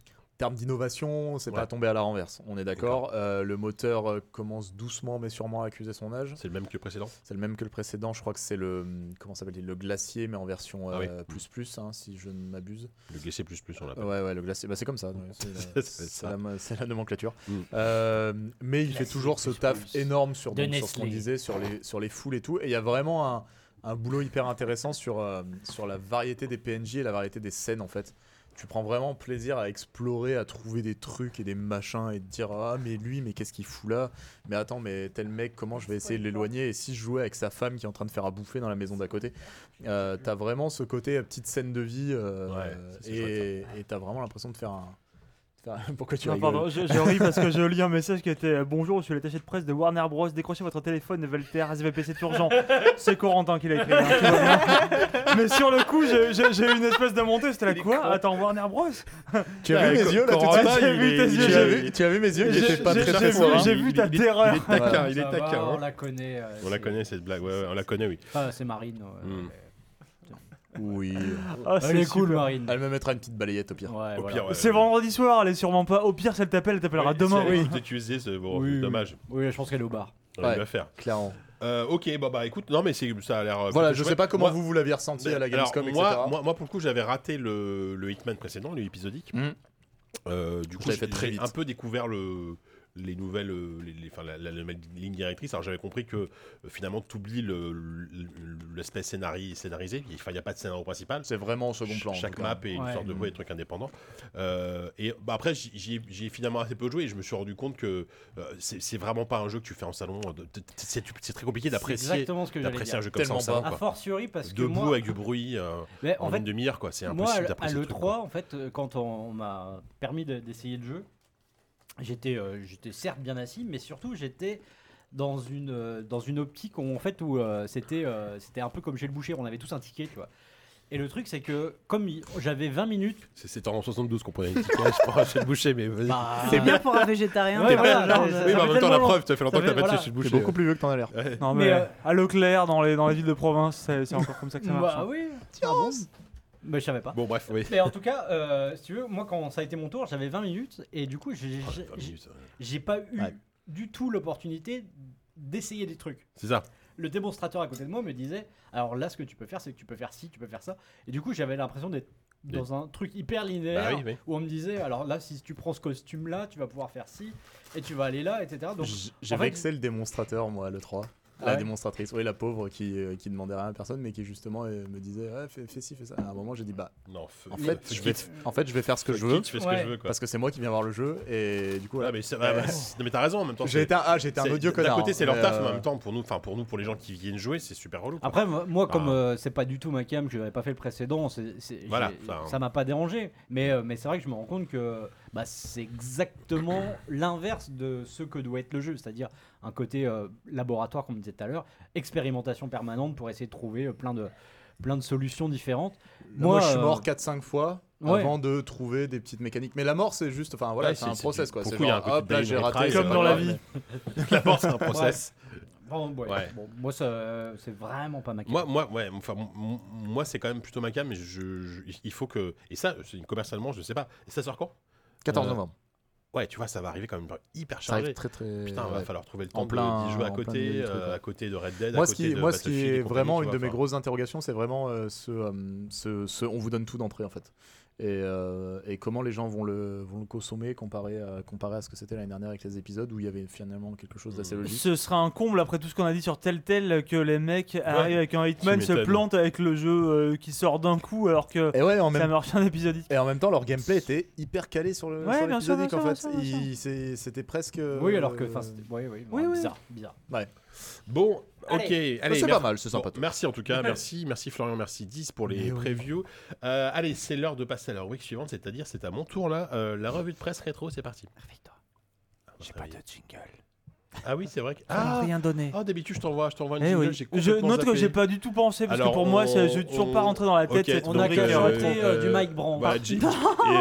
Speaker 5: termes d'innovation, c'est
Speaker 2: Ouais.
Speaker 5: pas tombé à la renverse. On est d'accord. Euh, le moteur euh, commence doucement mais sûrement à accuser son âge.
Speaker 2: C'est le même que le précédent.
Speaker 5: C'est le même que le précédent. Je crois que c'est le hum, comment s'appelle le glacier mais en version
Speaker 2: Ah
Speaker 5: euh,
Speaker 2: oui.
Speaker 5: plus plus hein, si je ne m'abuse.
Speaker 2: Le GC, on l'appelle.
Speaker 5: Ouais ouais le glacier. Bah, c'est comme ça. ouais, c'est la-
Speaker 2: C'est
Speaker 5: C'est
Speaker 2: ça.
Speaker 5: la, mo- c'est la nomenclature.
Speaker 2: Mm.
Speaker 5: Euh, mais il fait
Speaker 7: Glacier
Speaker 5: toujours ce
Speaker 7: plus
Speaker 5: taf
Speaker 7: plus.
Speaker 5: énorme sur,
Speaker 7: De
Speaker 5: donc, sur ce qu'on
Speaker 7: Nestlé.
Speaker 5: disait, sur les, sur les foules et tout. Et il y a vraiment un, un boulot hyper intéressant sur, euh, sur la variété des PNJ et la variété des scènes en fait. Tu prends vraiment plaisir à explorer, à trouver des trucs et des machins et te dire Ah, mais lui, mais qu'est-ce qu'il fout là Mais attends, mais tel mec, comment je vais essayer de l'éloigner Et si je jouais avec sa femme qui est en train de faire à bouffer dans la maison d'à côté Euh, T'as vraiment ce côté euh, petite scène de vie euh,
Speaker 2: Ouais, ça, c'est
Speaker 5: et et t'as vraiment l'impression de faire un. de faire- Pourquoi tu
Speaker 6: Non,
Speaker 5: rigoles
Speaker 6: pardon, je, je ris parce que je lis un message qui était euh, Bonjour, je suis l'attaché de presse de Warner Bros. Décrochez votre téléphone, Valter, SVP, c'est urgent. C'est Corentin qui l'a écrit. hein, tout va bien. Mais sur le coup, j'ai- j'ai j'ai eu une espèce de montée. C'était là quoi Attends, Warner Bros
Speaker 5: Tu as vu
Speaker 2: Ouais,
Speaker 5: mes yeux là tout de
Speaker 2: Corentin,
Speaker 5: suite
Speaker 6: J'ai vu
Speaker 2: il
Speaker 6: tes
Speaker 2: est-
Speaker 6: yeux,
Speaker 5: tu
Speaker 2: il
Speaker 5: as,
Speaker 2: est-
Speaker 5: vu, tu as vu mes yeux qui
Speaker 6: J'ai-
Speaker 5: étaient pas
Speaker 6: j'ai-
Speaker 5: très
Speaker 6: j'ai
Speaker 5: très
Speaker 6: vu-
Speaker 5: forts.
Speaker 6: J'ai
Speaker 5: hein.
Speaker 2: Il-
Speaker 6: vu
Speaker 2: il-
Speaker 6: ta
Speaker 2: il est-
Speaker 6: terreur.
Speaker 2: Il est taquin, il
Speaker 4: Ça
Speaker 2: est
Speaker 4: va,
Speaker 2: taquin.
Speaker 4: On
Speaker 2: hein.
Speaker 4: la connaît. euh,
Speaker 2: On la
Speaker 4: c'est-
Speaker 2: connaît cette blague, ouais, ouais, on la connaît, oui.
Speaker 4: Enfin, c'est Marine. ouais.
Speaker 2: Mm.
Speaker 5: Oui.
Speaker 6: Ah,
Speaker 4: Elle est cool,
Speaker 6: super.
Speaker 4: Marine.
Speaker 5: Elle me mettra une petite balayette au pire.
Speaker 4: Ouais,
Speaker 2: Au
Speaker 4: voilà.
Speaker 2: pire, ouais.
Speaker 6: C'est vendredi soir, elle est sûrement pas. Au pire, si elle t'appelle, elle t'appellera
Speaker 2: Oui,
Speaker 6: demain.
Speaker 2: Si elle est utilisée, c'est bon,
Speaker 4: Oui, oui.
Speaker 2: dommage.
Speaker 4: Oui, je pense qu'elle est au bar.
Speaker 2: On
Speaker 5: Ouais.
Speaker 2: va faire.
Speaker 5: Clairement.
Speaker 2: Euh, ok, bah, bah écoute, non mais c'est- ça a l'air. euh,
Speaker 5: Voilà,
Speaker 2: plutôt
Speaker 5: je sais
Speaker 2: chouette.
Speaker 5: pas comment
Speaker 2: Moi- bah, ben,
Speaker 5: vous vous l'aviez ressenti à la
Speaker 2: Alors,
Speaker 5: Gamescom, etc.
Speaker 2: moi, moi, moi, pour le coup, j'avais raté le, le Hitman précédent, le épisodique.
Speaker 5: Mm.
Speaker 2: Euh, du coup,
Speaker 5: l'avais
Speaker 2: j'ai
Speaker 5: fait très
Speaker 2: j'ai
Speaker 5: vite.
Speaker 2: un peu découvert le, les nouvelles, euh, les, les- enfin, la, la- la nouvelle ligne directrice. Alors, j'avais compris que euh, finalement, tu oublies l'aspect scénari, scénarisé. Enfin, il n'y a pas de scénario principal.
Speaker 5: C'est vraiment au second
Speaker 2: Ch-
Speaker 5: plan. en
Speaker 2: Chaque
Speaker 5: tout cas.
Speaker 2: map et une
Speaker 4: Ouais.
Speaker 2: sorte de
Speaker 5: Mhm.
Speaker 2: ouais, truc indépendant. Euh, et bah, après, j'y- j'y ai- j'y ai finalement assez peu joué et je me suis rendu compte que euh, c'est c'est vraiment pas un jeu que tu fais en salon. de- de- C'est c'est très compliqué
Speaker 4: C'est
Speaker 2: d'apprécier
Speaker 4: Exactement ce que j'allais
Speaker 2: d'apprécier un
Speaker 4: dire.
Speaker 2: jeu comme ça en salon.
Speaker 5: Tellement pas.
Speaker 4: A
Speaker 2: quoi.
Speaker 4: fortiori parce que
Speaker 2: Debout
Speaker 4: moi,
Speaker 2: avec du bruit euh,
Speaker 4: mais en
Speaker 2: en
Speaker 4: fait,
Speaker 2: ligne de mire, quoi. C'est
Speaker 4: moi
Speaker 2: impossible
Speaker 4: à
Speaker 2: d'apprécier. ce truc,
Speaker 4: l'E3,
Speaker 2: quoi.
Speaker 4: en fait, euh, quand on, on m'a permis de- d'essayer le jeu, j'étais euh, j'étais certes bien assis, mais surtout j'étais dans une, euh, dans une optique où, en fait, où euh, c'était euh, c'était un peu comme chez le boucher, on avait tous un ticket, tu vois. Et le truc, c'est que comme il- j'avais 20 minutes.
Speaker 2: C'est- C'était en 72 qu'on prenait une ticket, je crois, chez le boucher, mais vas-y.
Speaker 4: bah,
Speaker 3: C'est bien pour un végétarien.
Speaker 4: Ouais,
Speaker 3: mais
Speaker 4: voilà,
Speaker 3: voilà,
Speaker 4: genre,
Speaker 3: genre,
Speaker 4: ça
Speaker 2: oui, mais
Speaker 4: fait
Speaker 2: en même temps, la
Speaker 4: tellement
Speaker 2: preuve, ça fait longtemps
Speaker 4: Ça
Speaker 2: que t'as
Speaker 4: fait-
Speaker 2: pas été
Speaker 4: voilà.
Speaker 2: chez le
Speaker 5: C'est
Speaker 2: boucher.
Speaker 5: beaucoup plus vieux que t'en as l'air.
Speaker 2: Ouais.
Speaker 6: Non, mais,
Speaker 4: Mais, euh,
Speaker 6: à Leclerc, dans les, dans les villes de province, c'est c'est encore comme ça que ça marche.
Speaker 4: Bah
Speaker 6: hein.
Speaker 4: oui, ah bon Mais je savais pas.
Speaker 2: Bon, bref, oui.
Speaker 4: Mais en tout cas, euh, si tu veux, moi quand ça a été mon tour, j'avais 20 minutes et du coup, j'ai-
Speaker 2: Ah,
Speaker 4: j'ai-
Speaker 2: 20
Speaker 4: j'ai
Speaker 2: minutes, ouais.
Speaker 4: j'ai pas eu
Speaker 5: Ouais.
Speaker 4: du tout l'opportunité d'essayer des trucs.
Speaker 2: C'est ça.
Speaker 4: Le démonstrateur à côté de moi me disait alors là, ce que tu peux faire, c'est que tu peux faire ci, tu peux faire ça. Et du coup, j'avais l'impression d'être dans un truc hyper linéaire
Speaker 2: Bah oui, oui.
Speaker 4: où on me disait alors là, si tu prends ce costume là, tu vas pouvoir faire ci et tu vas aller là, etc. Donc,
Speaker 5: J- J'ai
Speaker 4: en fait-
Speaker 5: vexé le démonstrateur, moi, le 3.
Speaker 4: Ah
Speaker 5: la
Speaker 4: ouais
Speaker 5: démonstratrice, oui, la pauvre qui, euh, qui demandait rien à personne, mais qui justement euh, me disait ouais, fais, fais ci, fais ça. À un moment, j'ai dit bah,
Speaker 2: Non, feu-
Speaker 5: en
Speaker 2: feu-
Speaker 5: fait,
Speaker 2: feu-
Speaker 5: je vais,
Speaker 2: quitte.
Speaker 5: en fait, je vais faire ce que
Speaker 2: Feu-
Speaker 5: je veux
Speaker 2: quitte, je fais ce que
Speaker 4: Ouais.
Speaker 2: je veux, quoi.
Speaker 5: parce que c'est moi qui viens voir le jeu et du coup,
Speaker 2: Ouais,
Speaker 5: voilà.
Speaker 2: mais c'est-
Speaker 4: Euh,
Speaker 2: bah, bah, c'est- non, mais t'as raison en même temps.
Speaker 5: J'ai
Speaker 2: c'est-
Speaker 5: été un, ah, j'ai été un
Speaker 2: c'est-
Speaker 5: odieux
Speaker 2: D'un
Speaker 5: connard.
Speaker 2: côté,
Speaker 5: hein,
Speaker 2: c'est leur
Speaker 5: mais,
Speaker 2: taf, mais
Speaker 5: euh,
Speaker 2: en même temps, pour nous, enfin pour nous, pour les gens qui viennent jouer, c'est super relou. quoi.
Speaker 4: Après, moi, moi,
Speaker 2: Bah.
Speaker 4: comme euh, c'est pas du tout ma cam, je n'avais pas fait le précédent, c'est- c'est-
Speaker 2: Voilà,
Speaker 4: j'ai-
Speaker 2: ça, hein.
Speaker 4: ça m'a pas dérangé. Mais, euh, mais c'est vrai que je me rends compte que bah, c'est exactement l'inverse de ce que doit être le jeu, c'est-à-dire un côté euh, laboratoire, comme on disait tout à l'heure, expérimentation permanente pour essayer de trouver euh, plein de, plein de solutions différentes.
Speaker 5: Moi,
Speaker 4: Moi,
Speaker 5: je suis
Speaker 4: euh,
Speaker 5: mort 4-5 fois
Speaker 4: Ouais.
Speaker 5: avant de trouver des petites mécaniques. Mais la mort, c'est juste, enfin voilà,
Speaker 2: Ouais,
Speaker 5: c'est un
Speaker 2: c'est- c'est
Speaker 5: process
Speaker 2: du-
Speaker 5: quoi.
Speaker 2: pour
Speaker 5: C'est
Speaker 2: coup, il y a
Speaker 5: genre,
Speaker 2: un côté
Speaker 5: hop, là,
Speaker 2: brain
Speaker 5: j'ai
Speaker 2: and
Speaker 5: raté.
Speaker 2: try,
Speaker 5: c'est
Speaker 6: Comme
Speaker 5: pas
Speaker 6: dans la
Speaker 5: grave,
Speaker 6: vie.
Speaker 2: D'abord, c'est un process.
Speaker 4: Bon, ouais.
Speaker 2: Ouais.
Speaker 4: Bon, moi, ça, euh, c'est vraiment pas ma cam.
Speaker 2: Moi, moi, ouais, enfin, m- m- moi, c'est quand même plutôt ma cam, mais je, je- il faut que. Et ça, c'est- commercialement, je sais pas. Et ça sort quand
Speaker 5: 14
Speaker 2: Euh,
Speaker 5: novembre.
Speaker 2: Ouais, tu vois, ça va arriver quand même hyper
Speaker 5: Ça arrive
Speaker 2: chargé.
Speaker 5: très très.
Speaker 2: Putain,
Speaker 5: ouais.
Speaker 2: va falloir trouver le
Speaker 5: En
Speaker 2: temps
Speaker 5: plein-
Speaker 2: de d'y jouer à
Speaker 5: en plein milieu
Speaker 2: côté,
Speaker 5: du truc,
Speaker 2: euh,
Speaker 5: ouais.
Speaker 2: à côté de Red Dead, à
Speaker 5: Moi, ce
Speaker 2: côté
Speaker 5: qui,
Speaker 2: de bah,
Speaker 5: moi, ce qui
Speaker 2: Battlefield et
Speaker 5: est
Speaker 2: compagnie,
Speaker 5: vraiment
Speaker 2: tu
Speaker 5: une
Speaker 2: vois,
Speaker 5: de mes
Speaker 2: enfin.
Speaker 5: grosses interrogations, c'est vraiment euh, ce, euh, ce, ce- on vous donne tout d'entrée en fait. Et, euh, et comment les gens vont le, vont le consommer comparé à, comparé à ce que c'était l'année dernière avec les épisodes où il y avait finalement quelque chose d'assez
Speaker 2: Mm.
Speaker 5: logique.
Speaker 6: Ce serait un comble après tout ce qu'on a dit sur Telltale que les mecs arrivent avec un Hitman,
Speaker 2: Tu
Speaker 6: se
Speaker 2: m'étonnes.
Speaker 6: plantent avec le jeu euh, qui sort d'un coup alors que
Speaker 5: Et ouais, en
Speaker 6: ça
Speaker 5: même,
Speaker 6: marche un épisode.
Speaker 5: et en même temps, leur gameplay était hyper calé sur le
Speaker 6: Ouais,
Speaker 5: sur
Speaker 6: bien sûr,
Speaker 5: l'épisodique,
Speaker 6: bien
Speaker 5: en fait.
Speaker 6: sûr, bien sûr, bien
Speaker 5: Il- c'est- C'était presque.
Speaker 4: oui, alors que.
Speaker 5: euh,
Speaker 4: enfin, c'était- Oui, oui,
Speaker 6: oui, oui.
Speaker 4: bizarre, bizarre.
Speaker 2: Bon, ok,
Speaker 4: Allez.
Speaker 2: allez,
Speaker 5: c'est
Speaker 2: mer-
Speaker 5: pas mal, c'est
Speaker 2: Bon,
Speaker 5: sympa.
Speaker 2: merci en tout cas, merci, merci Florian, merci 10 pour les
Speaker 5: Mais oui.
Speaker 2: previews. Euh, allez, c'est l'heure de passer à la rubrique suivante, c'est-à-dire c'est à mon tour là, euh, la revue de presse rétro, c'est parti. Ah, J'ai pas de jingle. Ah oui, c'est vrai que. Ah,
Speaker 6: rien donné.
Speaker 2: ah, d'habitude je t'envoie, je t'envoie une
Speaker 6: Eh
Speaker 2: jingle,
Speaker 6: oui.
Speaker 2: j'ai
Speaker 6: Je
Speaker 2: complètement
Speaker 6: note que
Speaker 2: zappé.
Speaker 6: j'ai pas du tout pensé parce
Speaker 2: Alors,
Speaker 6: que pour moi,
Speaker 2: on-
Speaker 6: c'est- je suis toujours pas
Speaker 2: on-
Speaker 6: rentré dans la tête
Speaker 2: Ok,
Speaker 6: cette
Speaker 2: donc,
Speaker 4: On a
Speaker 6: rubrique
Speaker 4: qu'à
Speaker 6: rétro.
Speaker 4: jeter, euh, du Mike Brandt.
Speaker 2: Voilà, jing- Bah,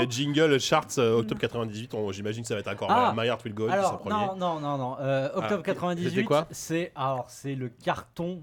Speaker 2: et jingle charts euh, octobre 98, on- j'imagine que ça va être encore euh,
Speaker 4: Ah.
Speaker 2: My Heart Will Go On, c'est en
Speaker 4: Alors,
Speaker 2: premier.
Speaker 4: non, non, non, non. Euh, octobre
Speaker 2: Ah, c'était
Speaker 4: 98,
Speaker 2: quoi
Speaker 4: c'est alors c'est le carton